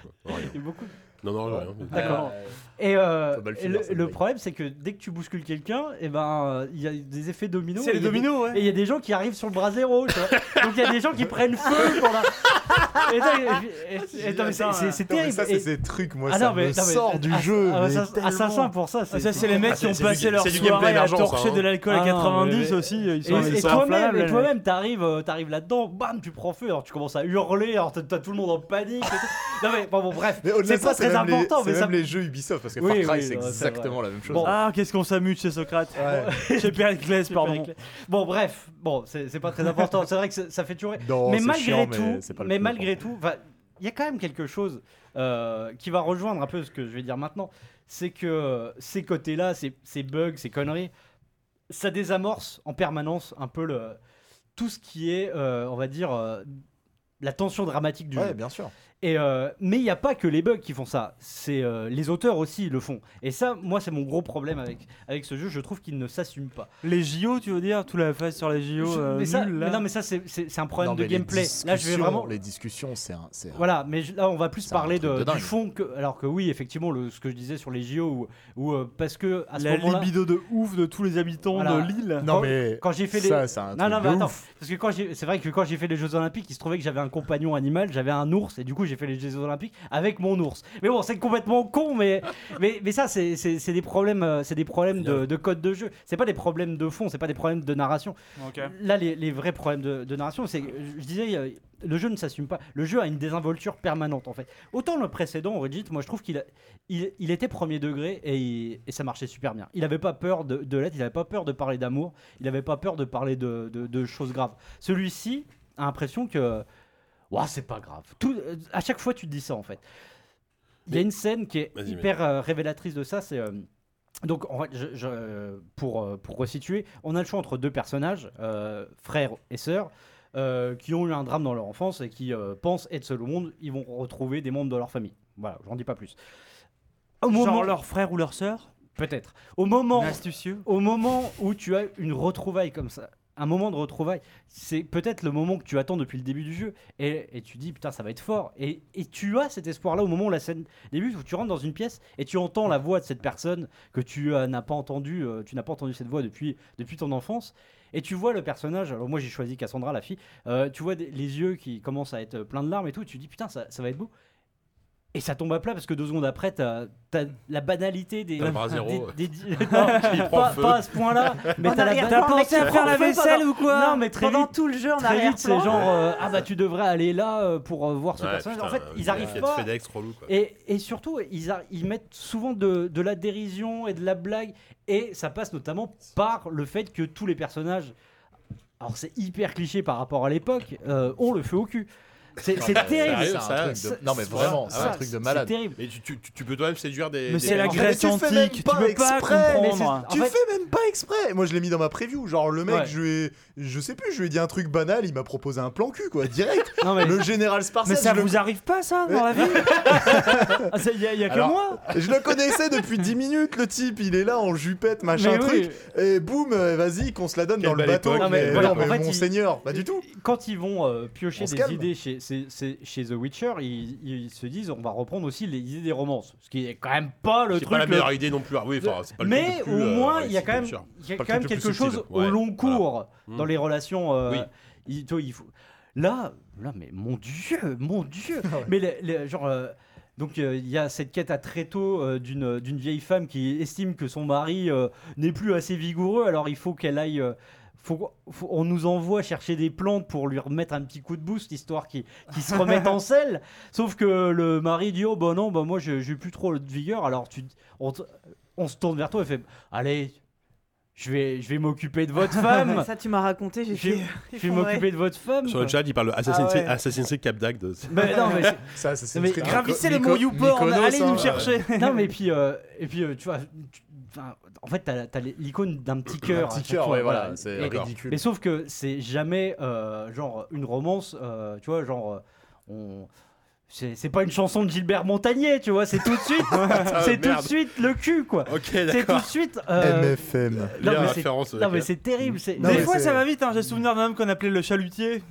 Speaker 2: Rien.
Speaker 4: beaucoup.
Speaker 2: Non, non, j'ai
Speaker 6: Ah,
Speaker 2: rien.
Speaker 4: D'accord.
Speaker 5: Euh,
Speaker 4: Et, euh,
Speaker 5: Faut pas le
Speaker 4: et
Speaker 5: finir,
Speaker 4: le,
Speaker 5: cette
Speaker 4: le
Speaker 5: blague.
Speaker 4: problème, c'est que dès que tu bouscules quelqu'un, et ben, euh, il y a des effets dominos.
Speaker 6: C'est
Speaker 4: et
Speaker 6: les
Speaker 4: il y a des-
Speaker 6: dominos,
Speaker 4: Et
Speaker 6: ouais.
Speaker 4: il y a des gens qui arrivent sur le bras zéro, tu vois. Donc il y a des gens qui prennent feu pour la. Et non, et- et- et- non, mais Ah, c'est- c'est- c'est
Speaker 5: non, mais
Speaker 4: terrible.
Speaker 5: ça, c'est
Speaker 4: Et-
Speaker 5: ces trucs, moi,
Speaker 4: Ah
Speaker 5: ça
Speaker 4: non, mais-
Speaker 5: me
Speaker 4: non, mais-
Speaker 5: sort du
Speaker 4: ah,
Speaker 5: jeu.
Speaker 4: ah,
Speaker 6: Bah,
Speaker 5: mais
Speaker 4: ça-
Speaker 5: tellement.
Speaker 4: Assassin pour ça.
Speaker 6: Ah,
Speaker 4: c'est-
Speaker 6: ça, c'est les mecs qui
Speaker 2: c'est-
Speaker 6: ont
Speaker 2: c'est
Speaker 6: passé
Speaker 2: du-
Speaker 6: leur
Speaker 2: c'est du gameplay
Speaker 6: soirée à
Speaker 2: d'argent, ça,
Speaker 6: torcher
Speaker 2: hein.
Speaker 6: de l'alcool à
Speaker 4: Ah,
Speaker 6: 90
Speaker 4: mais-
Speaker 6: aussi. Ils
Speaker 4: Et,
Speaker 6: sont, ils
Speaker 4: et
Speaker 6: sont
Speaker 4: toi-même,
Speaker 6: inflammables,
Speaker 4: et
Speaker 6: les mecs.
Speaker 4: toi-même, t'arrives, euh, t'arrives là-dedans, bam, tu prends feu. Alors tu commences à hurler, alors t'as t'as tout le monde en panique. et tout. Non mais bon, bon, bref,
Speaker 5: Mais au-delà
Speaker 4: c'est
Speaker 5: de ça,
Speaker 4: pas
Speaker 5: c'est
Speaker 4: très
Speaker 5: même, les,
Speaker 4: important,
Speaker 5: c'est
Speaker 4: mais
Speaker 5: même
Speaker 4: ça.
Speaker 5: les jeux Ubisoft, parce que
Speaker 4: Oui,
Speaker 5: Far Cry,
Speaker 4: oui,
Speaker 5: c'est
Speaker 4: non, c'est
Speaker 5: exactement la même chose.
Speaker 4: Bon.
Speaker 6: Ah, qu'est-ce qu'on s'amuse chez Socrate.
Speaker 5: Ouais.
Speaker 6: Chez Périclès,
Speaker 4: c'est
Speaker 6: pardon.
Speaker 4: Périclès. Bon, bref, bon, c'est c'est pas très important. C'est vrai que c'est- ça fait toujours.
Speaker 5: Non,
Speaker 4: mais
Speaker 5: Oh, c'est
Speaker 4: malgré
Speaker 5: chiant,
Speaker 4: tout,
Speaker 5: mais c'est pas
Speaker 4: mais,
Speaker 5: le plus
Speaker 4: malgré tout, enfin, il y a quand même quelque chose euh, qui va rejoindre un peu ce que je vais dire maintenant, c'est que euh, ces côtés-là, ces, ces bugs, ces conneries, ça désamorce en permanence un peu le tout ce qui est, euh, on va dire, euh, la tension dramatique
Speaker 5: important.
Speaker 4: du
Speaker 5: Ouais,
Speaker 4: jeu.
Speaker 5: bien sûr.
Speaker 4: Et euh, mais il n'y a pas que les bugs qui font ça, c'est euh, les auteurs aussi le font. Et ça, moi, c'est mon gros problème avec avec ce jeu. Je trouve qu'il ne s'assume pas.
Speaker 6: Les JO, tu veux dire Tout la phase sur les JO.
Speaker 4: Je-
Speaker 6: euh,
Speaker 4: mais, ça-
Speaker 6: nulle, là.
Speaker 4: mais non, mais ça, c'est- c'est c'est un
Speaker 5: Non,
Speaker 4: problème
Speaker 5: mais
Speaker 4: de
Speaker 5: les
Speaker 4: gameplay. Là, je vais
Speaker 5: discussions-
Speaker 4: vraiment.
Speaker 5: Les discussions, c'est un. c'est un-
Speaker 4: Voilà, mais je- là on va plus
Speaker 5: C'est un
Speaker 4: parler
Speaker 5: truc
Speaker 4: de-
Speaker 5: de dingue.
Speaker 4: du fond que, alors que oui, effectivement, le, ce que je disais sur les JO ou, ou, euh, parce que à ce
Speaker 6: La
Speaker 4: moment-là,
Speaker 6: libido de ouf de tous les habitants
Speaker 4: Voilà.
Speaker 6: de l'île.
Speaker 5: Non, mais.
Speaker 4: quand j'ai fait les,
Speaker 5: Ça, c'est un
Speaker 4: non
Speaker 5: truc
Speaker 4: non mais
Speaker 5: de
Speaker 4: attends,
Speaker 5: ouf.
Speaker 4: parce que quand j'ai, c'est vrai que quand j'ai fait les Jeux Olympiques, il se trouvait que j'avais un compagnon animal, j'avais un ours et du coup j'ai fait les Jeux Olympiques avec mon ours. Mais bon, c'est complètement con, mais, mais, mais ça, c'est c'est- c'est des problèmes, euh, c'est des problèmes de, de code de jeu. C'est pas des problèmes de fond, c'est pas des problèmes de narration.
Speaker 6: Ok.
Speaker 4: Là, les, les vrais problèmes de, de narration, c'est que je disais, euh, le jeu ne s'assume pas. Le jeu a une désinvolture permanente, en fait. Autant le précédent, Origins, moi je trouve qu'il a- il, il était premier degré et, il- et ça marchait super bien. Il n'avait pas peur de, de l'être, il n'avait pas peur de parler d'amour, il n'avait pas peur de parler de, de- de choses graves. Celui-ci a l'impression que. Ouah, c'est pas grave. Tout, euh, à chaque fois, tu te dis ça, en fait. Il y a une scène qui est
Speaker 2: Vas-y,
Speaker 4: hyper euh, révélatrice de ça, c'est. euh, donc, en fait, je- je, euh, pour, euh, pour resituer, on a le choix entre deux personnages, euh, frères et sœurs, euh, qui ont eu un drame dans leur enfance et qui euh, pensent être seuls au monde. Ils vont retrouver des membres de leur famille. Voilà, j'en dis pas plus. Au moment,
Speaker 6: Genre leur frère ou leur sœur
Speaker 4: peut-être. Au moment,
Speaker 6: Astucieux.
Speaker 4: au moment où tu as une retrouvaille comme ça, un moment de retrouvaille, c'est peut-être le moment que tu attends depuis le début du jeu. Et, et tu dis, putain, ça va être fort. Et, et tu as cet espoir-là au moment où la scène débute, où tu rentres dans une pièce et tu entends la voix de cette personne que tu euh, n'as pas entendue, euh, tu n'as pas entendu cette voix depuis, depuis ton enfance. Et tu vois le personnage, alors moi j'ai choisi Cassandra, la fille, euh, tu vois des- les yeux qui commencent à être euh, pleins de larmes et tout, et tu dis putain, ça, ça va être beau. Et ça tombe à plat parce que deux secondes après, t'as t'as la banalité des.
Speaker 2: T'as le bras zéro.
Speaker 4: des- des- non,
Speaker 2: prend
Speaker 4: pas,
Speaker 2: feu.
Speaker 4: pas à ce point-là, mais t'as la
Speaker 3: arrière-plan,
Speaker 4: banalité-
Speaker 3: le mec qui prend feu pendant-
Speaker 6: ou quoi
Speaker 4: Non, mais très
Speaker 3: Pendant
Speaker 4: vite,
Speaker 3: tout le jeu en
Speaker 4: très vite, c'est
Speaker 3: arrière-plan.
Speaker 4: genre euh, ah bah tu devrais aller là euh, pour euh, voir ce
Speaker 2: Ouais,
Speaker 4: personnage. en
Speaker 2: putain,
Speaker 4: fait,
Speaker 2: euh,
Speaker 4: ils
Speaker 2: la
Speaker 4: arrivent
Speaker 2: Fiat
Speaker 4: pas.
Speaker 2: FedEx, relou, quoi.
Speaker 4: Et, et surtout, ils, ar- ils mettent souvent de, de la dérision et de la blague, et ça passe notamment par le fait que tous les personnages, alors c'est hyper cliché par rapport à l'époque, euh, ont le feu au cul. C'est c'est
Speaker 2: mais
Speaker 4: terrible.
Speaker 2: sérieux,
Speaker 5: C'est
Speaker 2: ça,
Speaker 5: un truc
Speaker 4: Ah, ça-
Speaker 5: de- Non, mais
Speaker 4: ça-
Speaker 5: vraiment, c'est
Speaker 4: ça-
Speaker 5: un truc de
Speaker 4: c'est
Speaker 5: malade.
Speaker 4: terrible.
Speaker 2: Mais tu, tu- tu- tu peux toi-même séduire des.
Speaker 6: Mais
Speaker 2: des-
Speaker 6: c'est la
Speaker 2: En fait,
Speaker 6: Grèce
Speaker 5: tu fais même
Speaker 6: antique, tu
Speaker 5: pas
Speaker 6: peux pas
Speaker 5: exprès, mais
Speaker 6: comprendre.
Speaker 4: En
Speaker 5: Tu
Speaker 4: fait-
Speaker 5: fais même pas exprès. Moi, je l'ai mis dans ma preview. Genre, le mec,
Speaker 4: Ouais.
Speaker 5: je lui ai, je sais plus, je lui ai dit un truc banal, il m'a proposé un plan cul, quoi, direct.
Speaker 4: Non, mais-
Speaker 5: le général Sparsen.
Speaker 6: Mais ça
Speaker 5: je le-
Speaker 6: vous arrive pas ça dans la vie Ah, ça, Il n'y a, il y a que
Speaker 5: Alors,
Speaker 6: moi
Speaker 5: Je le connaissais depuis 10 minutes, le type. Il est là en jupette, machin
Speaker 4: Mais oui.
Speaker 5: truc. Et boum, euh, vas-y, qu'on se la donne
Speaker 2: Quelle
Speaker 5: dans le
Speaker 2: belle
Speaker 5: bateau.
Speaker 2: époque.
Speaker 5: Non, mais,
Speaker 4: Non, mais voilà,
Speaker 5: non, mais
Speaker 4: en fait,
Speaker 5: mon
Speaker 4: il-
Speaker 5: seigneur, pas du tout.
Speaker 4: Quand ils vont euh, piocher
Speaker 5: On se
Speaker 4: des
Speaker 5: calme.
Speaker 4: idées chez, c'est- c'est- chez The Witcher, ils, ils se disent on va reprendre aussi les idées des romances. Ce qui est quand même pas le
Speaker 2: C'est
Speaker 4: truc.
Speaker 2: pas la
Speaker 4: le-
Speaker 2: meilleure idée non plus. Ah oui, enfin, c'est pas le
Speaker 4: mais
Speaker 2: truc le plus,
Speaker 4: au
Speaker 2: euh,
Speaker 4: moins, il y a
Speaker 2: réussi,
Speaker 4: quand même,
Speaker 2: bien sûr.
Speaker 4: il y a
Speaker 2: Pas le truc
Speaker 4: quand même
Speaker 2: le plus
Speaker 4: quelque chose
Speaker 2: subtil.
Speaker 4: au
Speaker 2: Ouais,
Speaker 4: long
Speaker 2: voilà.
Speaker 4: cours dans
Speaker 2: Mm.
Speaker 4: les relations. euh,
Speaker 2: Oui.
Speaker 4: il, toi, il faut... Là, là, mais mon Dieu, mon Dieu.
Speaker 5: Ah ouais.
Speaker 4: Mais le- le- genre. euh, donc euh, il y a cette quête à très tôt euh, d'une d'une vieille femme qui estime que son mari euh, n'est plus assez vigoureux, alors il faut qu'elle aille... euh, faut- faut- on nous envoie chercher des plantes pour lui remettre un petit coup de boost, histoire qu'il qu'il se remette en selle. Sauf que le mari dit, oh bah non, bah moi j'ai j'ai plus trop de vigueur, alors tu, on, te- on se tourne vers toi et fait, allez, je vais, je vais m'occuper de votre femme.
Speaker 3: Ça, tu m'as raconté, j'ai
Speaker 4: J'ai-
Speaker 3: fait.
Speaker 4: je vais m'occuper de votre femme.
Speaker 2: Sur le chat, il parle de Assassin's
Speaker 6: Ah
Speaker 2: Creed
Speaker 6: ouais.
Speaker 2: Assassin's Creed Cap Dag de-
Speaker 4: Mais non, mais c'est-
Speaker 5: Ça, c'est- c'est
Speaker 4: Mais
Speaker 5: une-
Speaker 6: Gravissez les
Speaker 5: Myko-
Speaker 6: mots YouPorn,
Speaker 5: Mykonos,
Speaker 6: allez
Speaker 5: hein.
Speaker 6: nous chercher
Speaker 4: non mais puis euh, et puis euh, tu vois tu- enfin, en fait t'as t'as l'icône d'un petit
Speaker 5: Un
Speaker 4: cœur à
Speaker 5: petit
Speaker 4: chaque
Speaker 5: cœur,
Speaker 4: fois,
Speaker 5: ouais, voilà, c'est
Speaker 4: Et-
Speaker 2: d'accord.
Speaker 5: ridicule.
Speaker 4: mais sauf que c'est jamais euh, genre une romance euh, tu vois genre euh, on c'est c'est pas une chanson de Gilbert Montagnier tu vois c'est tout de suite c'est tout
Speaker 2: Ah,
Speaker 4: de
Speaker 2: merde.
Speaker 4: suite le cul quoi
Speaker 2: Ok,
Speaker 4: c'est tout de
Speaker 2: d'accord.
Speaker 4: suite euh,
Speaker 5: MFM.
Speaker 4: non,
Speaker 2: Bien,
Speaker 4: mais c'est-
Speaker 2: référence.
Speaker 4: non
Speaker 2: ok.
Speaker 4: mais c'est terrible c'est
Speaker 5: Non,
Speaker 6: Des
Speaker 5: mais
Speaker 6: fois
Speaker 5: c'est-
Speaker 6: ça va vite, hein. j'ai souvenir d'un homme qu'on appelait le chalutier.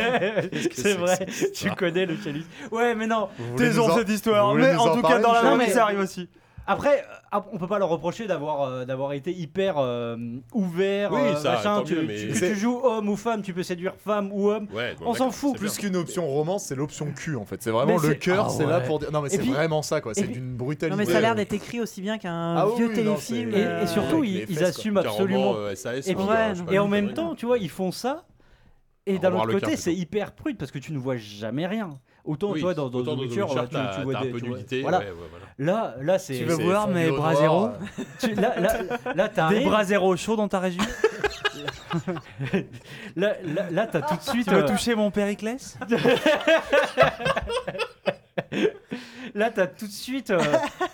Speaker 4: c'est vrai tu connais le calice ouais mais non
Speaker 5: Vous voulez nous
Speaker 6: Taisons
Speaker 5: en-
Speaker 6: cette histoire,
Speaker 5: vous voulez
Speaker 6: mais
Speaker 5: nous
Speaker 6: en
Speaker 5: en
Speaker 6: tout cas
Speaker 5: parler,
Speaker 6: dans la
Speaker 5: Michel
Speaker 6: même ça arrive aussi.
Speaker 4: Après, euh, on peut pas leur reprocher d'avoir euh, d'avoir été hyper euh, ouvert,
Speaker 2: Oui,
Speaker 4: euh,
Speaker 2: ça,
Speaker 4: machin,
Speaker 2: tant
Speaker 4: tu,
Speaker 2: mieux, mais-
Speaker 4: tu- que tu joues homme ou femme, tu peux séduire femme ou homme.
Speaker 2: Ouais, bon,
Speaker 4: On s'en
Speaker 2: d'accord,
Speaker 4: fout,
Speaker 2: c'est
Speaker 5: Plus
Speaker 2: bien.
Speaker 5: qu'une option romance, c'est l'option cul en fait. C'est vraiment
Speaker 4: Mais
Speaker 5: le
Speaker 4: c'est-
Speaker 5: cœur,
Speaker 4: Ah
Speaker 5: c'est là
Speaker 4: ouais.
Speaker 5: pour dire. Non, mais
Speaker 4: Et
Speaker 5: c'est
Speaker 4: puis-
Speaker 5: vraiment ça quoi. C'est
Speaker 4: et puis-
Speaker 5: d'une
Speaker 3: Non,
Speaker 5: brutalité.
Speaker 3: mais ça a l'air
Speaker 5: euh,
Speaker 3: d'être écrit aussi bien qu'un
Speaker 5: Ah oui,
Speaker 3: vieux
Speaker 5: oui, non,
Speaker 3: téléfilm.
Speaker 5: c'est-
Speaker 4: Et,
Speaker 3: euh,
Speaker 4: et surtout,
Speaker 5: Avec
Speaker 4: ils,
Speaker 5: les
Speaker 4: ils
Speaker 5: fesses,
Speaker 4: assument
Speaker 2: Tiens, roman,
Speaker 4: absolument.
Speaker 2: euh, SAS,
Speaker 4: Et
Speaker 2: ou,
Speaker 4: puis-
Speaker 2: euh, je sais pas,
Speaker 4: et en
Speaker 2: une
Speaker 4: même
Speaker 2: connerie.
Speaker 4: temps, tu vois, ils font ça. Et
Speaker 2: Alors,
Speaker 4: d'un
Speaker 2: voir
Speaker 4: autre
Speaker 2: le cœur,
Speaker 4: côté,
Speaker 2: plutôt.
Speaker 4: c'est hyper prude parce que tu ne vois jamais rien. Autant,
Speaker 2: Oui,
Speaker 4: tu vois, dans, dans
Speaker 2: autant
Speaker 4: The Witcher,
Speaker 2: Witcher,
Speaker 4: tu-
Speaker 2: t'as-
Speaker 4: tu, vois
Speaker 2: t'as
Speaker 4: des.
Speaker 2: un peu
Speaker 4: tu vois-
Speaker 2: d'unité.
Speaker 4: voilà.
Speaker 2: ouais, ouais, voilà.
Speaker 4: Là, là, c'est.
Speaker 6: Tu veux
Speaker 5: c'est
Speaker 6: voir,
Speaker 5: fondu
Speaker 6: mais
Speaker 5: au
Speaker 6: bras
Speaker 5: noir,
Speaker 6: zéro
Speaker 5: euh,
Speaker 4: tu- Là, là, là, t'as
Speaker 6: Des
Speaker 4: rien.
Speaker 6: bras zéro chauds dans ta région
Speaker 4: Là, là, là, t'as tout de suite.
Speaker 6: Tu veux
Speaker 4: euh,
Speaker 6: toucher mon Périclès
Speaker 4: Là, t'as tout de suite, euh,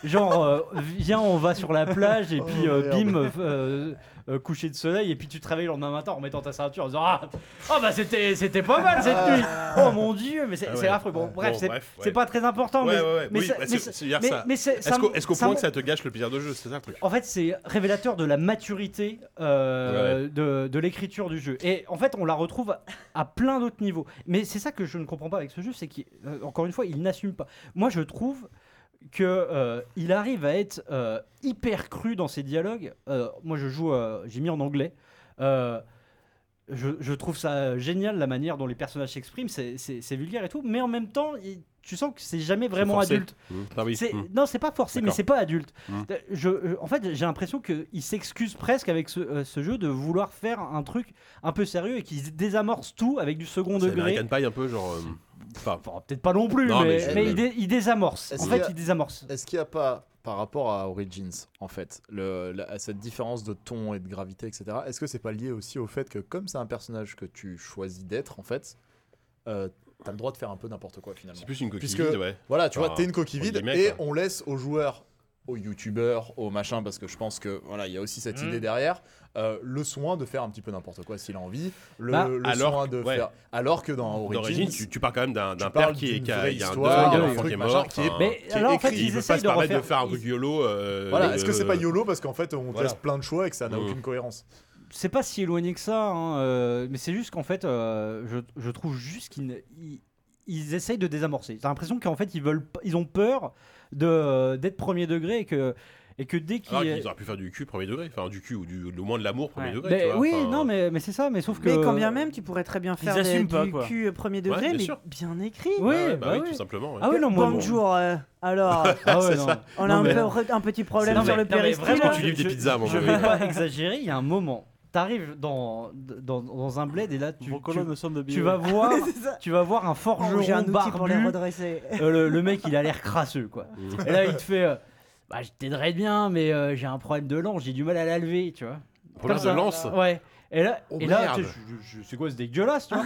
Speaker 4: genre, euh, viens, on va sur la plage, et
Speaker 5: Oh,
Speaker 4: puis euh,
Speaker 5: merde.
Speaker 4: bim, euh, euh, euh, coucher de soleil, et puis tu travailles le lendemain matin en mettant ta ceinture en disant Ah, oh, bah c'était c'était pas mal cette
Speaker 6: Ah.
Speaker 4: nuit Oh mon dieu, mais c'est
Speaker 2: Ah ouais.
Speaker 4: c'est affreux. Bon, bref,
Speaker 2: Bon,
Speaker 4: c'est
Speaker 2: bref, ouais.
Speaker 4: c'est pas très important,
Speaker 2: Ouais,
Speaker 4: mais.
Speaker 2: ouais, ouais.
Speaker 4: mais
Speaker 2: Oui,
Speaker 4: ça-
Speaker 2: bah,
Speaker 4: mais
Speaker 2: c'est-
Speaker 4: ça-
Speaker 2: c'est-à-dire
Speaker 4: mais-
Speaker 2: ça-
Speaker 4: mais c'est- ça
Speaker 2: Est-ce qu'au
Speaker 4: me-
Speaker 2: est-ce qu'au
Speaker 4: ça
Speaker 2: point
Speaker 4: me-
Speaker 2: que ça te gâche le plaisir de jeu C'est ça le truc.
Speaker 4: en fait, c'est révélateur de la maturité euh, de, de l'écriture du jeu. Et en fait, on la retrouve à, à plein d'autres niveaux. Mais c'est ça que je ne comprends pas avec ce jeu, c'est qu'encore une fois, il n'assume pas. Moi, je trouve que euh, il arrive à être euh, hyper cru dans ses dialogues. Euh, moi, je joue, euh, j'ai mis en anglais. Euh, je, je trouve ça génial la manière dont les personnages s'expriment, c'est- c'est c'est vulgaire et tout, mais en même temps, il- tu sens que c'est jamais vraiment
Speaker 2: forcé.
Speaker 4: adulte.
Speaker 2: Mmh. Ah oui.
Speaker 4: C'est-
Speaker 2: mmh.
Speaker 4: Non, c'est pas forcé, mais
Speaker 2: D'accord.
Speaker 4: c'est pas adulte.
Speaker 2: Mm.
Speaker 4: Je, euh, en fait, j'ai l'impression qu'il s'excuse presque avec ce, euh, ce jeu de vouloir faire un truc un peu sérieux et qu'il désamorce tout avec du second
Speaker 2: C'est
Speaker 4: degré.
Speaker 2: American Pie un peu, genre. euh, Enfin,
Speaker 4: Enfin, peut-être pas non plus,
Speaker 2: Non,
Speaker 4: mais,
Speaker 2: mais je-
Speaker 4: mais il, dé- il désamorce.
Speaker 7: Est-ce
Speaker 4: En
Speaker 7: qu'il y
Speaker 4: fait,
Speaker 7: a-
Speaker 4: il désamorce.
Speaker 7: Est-ce qu'il n'y a pas, par rapport à Origins, en fait, le, la- à cette différence de ton et de gravité, etc., est-ce que c'est pas lié aussi au fait que, comme c'est un personnage que tu choisis d'être, en fait, euh, t'as le droit de faire un peu n'importe quoi finalement
Speaker 2: c'est plus une coquille
Speaker 7: Puisque-
Speaker 2: vide, ouais.
Speaker 7: Voilà, tu
Speaker 2: Enfin,
Speaker 7: vois, t'es une coquille
Speaker 2: entre
Speaker 7: vide
Speaker 2: guillemets,
Speaker 7: et
Speaker 2: quoi.
Speaker 7: on laisse aux joueurs, aux youtubeurs, aux machins, parce que je pense que voilà, il y a aussi cette
Speaker 2: Mm.
Speaker 7: idée derrière, euh, le soin de faire un petit peu n'importe quoi s'il a envie, le,
Speaker 4: Bah,
Speaker 7: le
Speaker 2: alors
Speaker 7: soin
Speaker 2: que-
Speaker 7: de
Speaker 2: ouais.
Speaker 7: faire. Alors que dans Origins,
Speaker 2: D'origine, tu, tu parles quand même d'un d'un
Speaker 7: tu
Speaker 2: père
Speaker 7: parles
Speaker 2: qui est.
Speaker 7: d'une
Speaker 2: qui a-
Speaker 7: vraie
Speaker 2: Il y a un
Speaker 7: histoire,
Speaker 2: deuil, il y a
Speaker 4: d'un
Speaker 2: un enfant
Speaker 7: truc,
Speaker 2: qui est
Speaker 7: machin,
Speaker 2: mort.
Speaker 7: qui est-
Speaker 2: enfin,
Speaker 4: Mais
Speaker 2: qui est
Speaker 4: alors, en fait,
Speaker 2: écrit,
Speaker 4: ils
Speaker 2: ils peuvent
Speaker 4: essayent
Speaker 2: pas se
Speaker 4: de
Speaker 2: permettre de
Speaker 4: refaire-
Speaker 2: faire un
Speaker 4: ils-
Speaker 2: truc YOLO. euh,
Speaker 7: voilà,
Speaker 2: de-
Speaker 7: est-ce que c'est pas YOLO parce qu'en fait on te
Speaker 2: Voilà.
Speaker 7: laisse plein de choix et que ça n'a
Speaker 2: Mm.
Speaker 7: aucune cohérence
Speaker 4: C'est pas si éloigné que ça, hein, euh, mais c'est juste qu'en fait, euh, je, je trouve juste qu'ils ne- ils, ils essayent de désamorcer. J'ai l'impression qu'en fait, ils veulent, p- ils ont peur de euh, d'être premier degré et que et que dès qu'ils
Speaker 2: Alors Ah, qu'ils auraient pu faire du cul premier degré, enfin du cul ou du, au moins de l'amour premier
Speaker 6: Ouais.
Speaker 2: degré.
Speaker 4: Mais
Speaker 2: tu vois,
Speaker 4: oui,
Speaker 2: enfin, euh.
Speaker 4: non, mais, mais c'est ça, mais sauf que.
Speaker 3: Mais quand bien même, tu pourrais très bien faire des-
Speaker 6: assument pas,
Speaker 3: du
Speaker 6: quoi.
Speaker 3: cul euh, premier degré,
Speaker 2: bien
Speaker 3: mais
Speaker 2: sûr.
Speaker 3: bien écrit.
Speaker 4: Oui,
Speaker 2: ouais, ouais, bah
Speaker 4: bah
Speaker 2: oui,
Speaker 4: oui.
Speaker 2: tout simplement. ouais.
Speaker 4: Ah oui, non, moi. bon.
Speaker 3: Bonjour. euh, alors,
Speaker 2: C'est
Speaker 4: Ah ouais, non.
Speaker 2: ça.
Speaker 3: on a
Speaker 4: Non,
Speaker 3: un,
Speaker 4: mais-
Speaker 3: peu- un petit problème
Speaker 4: Non,
Speaker 3: sur
Speaker 4: mais-
Speaker 3: le
Speaker 4: non, mais
Speaker 3: péristyle.
Speaker 4: vraiment,
Speaker 2: Tu livres des
Speaker 4: je-
Speaker 2: pizzas, mon
Speaker 4: Je
Speaker 2: gars.
Speaker 4: vais pas exagérer, il y a un moment. T'arrives dans, dans, dans un bled et là, tu,
Speaker 6: Mon
Speaker 4: tu,
Speaker 6: colonne me semble bien.
Speaker 4: tu vas voir,
Speaker 3: Ouais, c'est ça.
Speaker 4: tu vas voir un
Speaker 3: Oh, J'ai
Speaker 4: forgeron
Speaker 3: un outil pour les
Speaker 4: barbu.
Speaker 3: redresser.
Speaker 4: Euh, le, le mec, il a l'air crasseux, quoi.
Speaker 2: Mmh.
Speaker 4: Et là, il te fait. euh, bah, je t'aiderais bien, mais euh, j'ai un problème de lance, j'ai du mal à la lever, tu vois.
Speaker 2: Problème
Speaker 4: Comme
Speaker 2: de
Speaker 4: ça.
Speaker 2: lance.
Speaker 4: Ouais. Et là,
Speaker 2: Oh,
Speaker 4: et là
Speaker 2: merde.
Speaker 4: tu sais, je- je- je- c'est quoi, c'est dégueulasse, tu vois.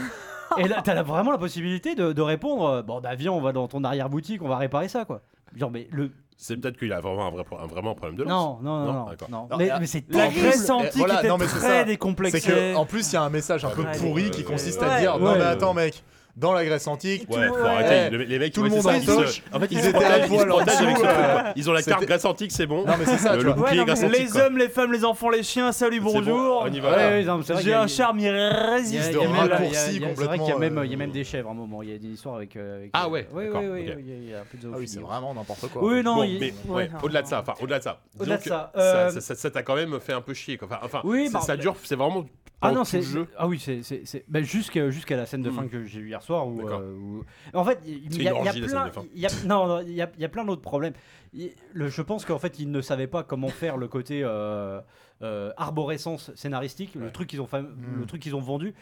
Speaker 4: et là, t'as la- vraiment la possibilité de, de répondre euh, Bon, bah, viens, on va dans ton arrière-boutique, on va réparer ça, quoi. Genre, mais le.
Speaker 2: C'est peut-être qu'il a vraiment un, vrai, pro- un vraiment problème de lance.
Speaker 4: Non, non, non,
Speaker 2: Non,
Speaker 4: non.
Speaker 2: d'accord.
Speaker 4: non.
Speaker 7: Alors,
Speaker 4: Mais,
Speaker 7: et-
Speaker 4: mais c'est
Speaker 6: La
Speaker 7: Horrible.
Speaker 6: Grèce antique
Speaker 7: Et
Speaker 5: eh,
Speaker 7: voilà,
Speaker 6: était
Speaker 7: non, mais c'est ça.
Speaker 6: très
Speaker 7: C'est
Speaker 6: décomplexée.
Speaker 7: que, en plus, il y a un message un peu
Speaker 6: Ouais,
Speaker 7: pourri
Speaker 2: ouais,
Speaker 7: qui
Speaker 2: ouais,
Speaker 7: consiste
Speaker 6: ouais.
Speaker 7: à dire Non,
Speaker 4: Ouais.
Speaker 7: mais attends, mec, dans la Grèce antique,
Speaker 2: Ouais,
Speaker 3: Tout
Speaker 2: faut
Speaker 3: le monde-
Speaker 2: arrêter.
Speaker 7: ouais.
Speaker 2: Le- les mecs,
Speaker 7: Tout
Speaker 2: ouais,
Speaker 7: le
Speaker 2: c'est
Speaker 7: monde
Speaker 2: ça,
Speaker 7: en
Speaker 2: ils se-
Speaker 7: toche.
Speaker 2: En fait, ils
Speaker 7: Ils
Speaker 2: se
Speaker 7: étaient à
Speaker 2: protègent- ils se
Speaker 7: poil en
Speaker 2: protègent avec ce
Speaker 7: dessous,
Speaker 2: truc,
Speaker 7: euh,
Speaker 2: quoi. Ils ont la carte
Speaker 7: c'était-
Speaker 2: Grèce antique, c'est bon.
Speaker 7: non, mais c'est ça,
Speaker 2: Le
Speaker 7: tu vois.
Speaker 2: loup- bouclier
Speaker 6: Ouais, non,
Speaker 2: grâce
Speaker 6: mais
Speaker 2: antique,
Speaker 6: les
Speaker 2: quoi.
Speaker 6: hommes, les femmes, les enfants, les chiens, salut,
Speaker 2: C'est bon,
Speaker 6: bonjour.
Speaker 2: on y va.
Speaker 4: Ouais,
Speaker 2: Voilà.
Speaker 4: ouais, non, mais c'est vrai qu'il
Speaker 6: J'ai
Speaker 4: y a-
Speaker 6: un charme
Speaker 4: Il y a-
Speaker 6: irrésistible.
Speaker 4: il
Speaker 7: de
Speaker 4: y a même-
Speaker 7: raccourci
Speaker 4: il y a- il y a- C'est vrai qu'il y a
Speaker 7: complètement,
Speaker 4: même,
Speaker 7: euh,
Speaker 4: il y a même des chèvres à un moment. Il y a une histoire avec. euh, avec
Speaker 2: Ah
Speaker 4: euh,
Speaker 2: ouais,
Speaker 4: oui,
Speaker 2: d'accord,
Speaker 4: oui, oui,
Speaker 2: ok.
Speaker 4: oui, il y a un peu de
Speaker 7: Ah oui, c'est
Speaker 4: zoophilie. hein.
Speaker 7: vraiment n'importe quoi.
Speaker 4: Oui, non,
Speaker 2: Bon,
Speaker 4: il-
Speaker 2: mais
Speaker 3: ouais,
Speaker 2: ouais, au-delà de ça, enfin au-delà de ça.
Speaker 4: Au-delà de
Speaker 2: Donc,
Speaker 4: ça, euh,
Speaker 2: ça- ça- ça- ça t'a quand même fait un peu chier. quoi. Enfin, Enfin,
Speaker 4: Oui,
Speaker 2: c'est-
Speaker 4: bah,
Speaker 2: ça dure, c'est vraiment.
Speaker 4: Ah
Speaker 2: pendant
Speaker 4: non,
Speaker 2: tout le
Speaker 4: c'est
Speaker 2: jeu.
Speaker 4: ah oui, c'est c'est c'est- ben, jusqu'à jusqu'à la scène de
Speaker 2: Mm.
Speaker 4: fin que j'ai eue hier soir où,
Speaker 2: D'accord.
Speaker 4: euh, où- en fait il
Speaker 2: C'est
Speaker 4: y a,
Speaker 2: une
Speaker 4: il y a
Speaker 2: orgie, la
Speaker 4: plein
Speaker 2: scène de fin.
Speaker 4: il y a- non non, il y a, il y a plein d'autres problèmes. Il- le- je pense qu'en fait ils ne savaient pas comment faire le côté euh, euh, arborescence scénaristique, le
Speaker 2: Ouais. Hmm.
Speaker 4: truc qu'ils ont fa- le truc qu'ils ont vendu.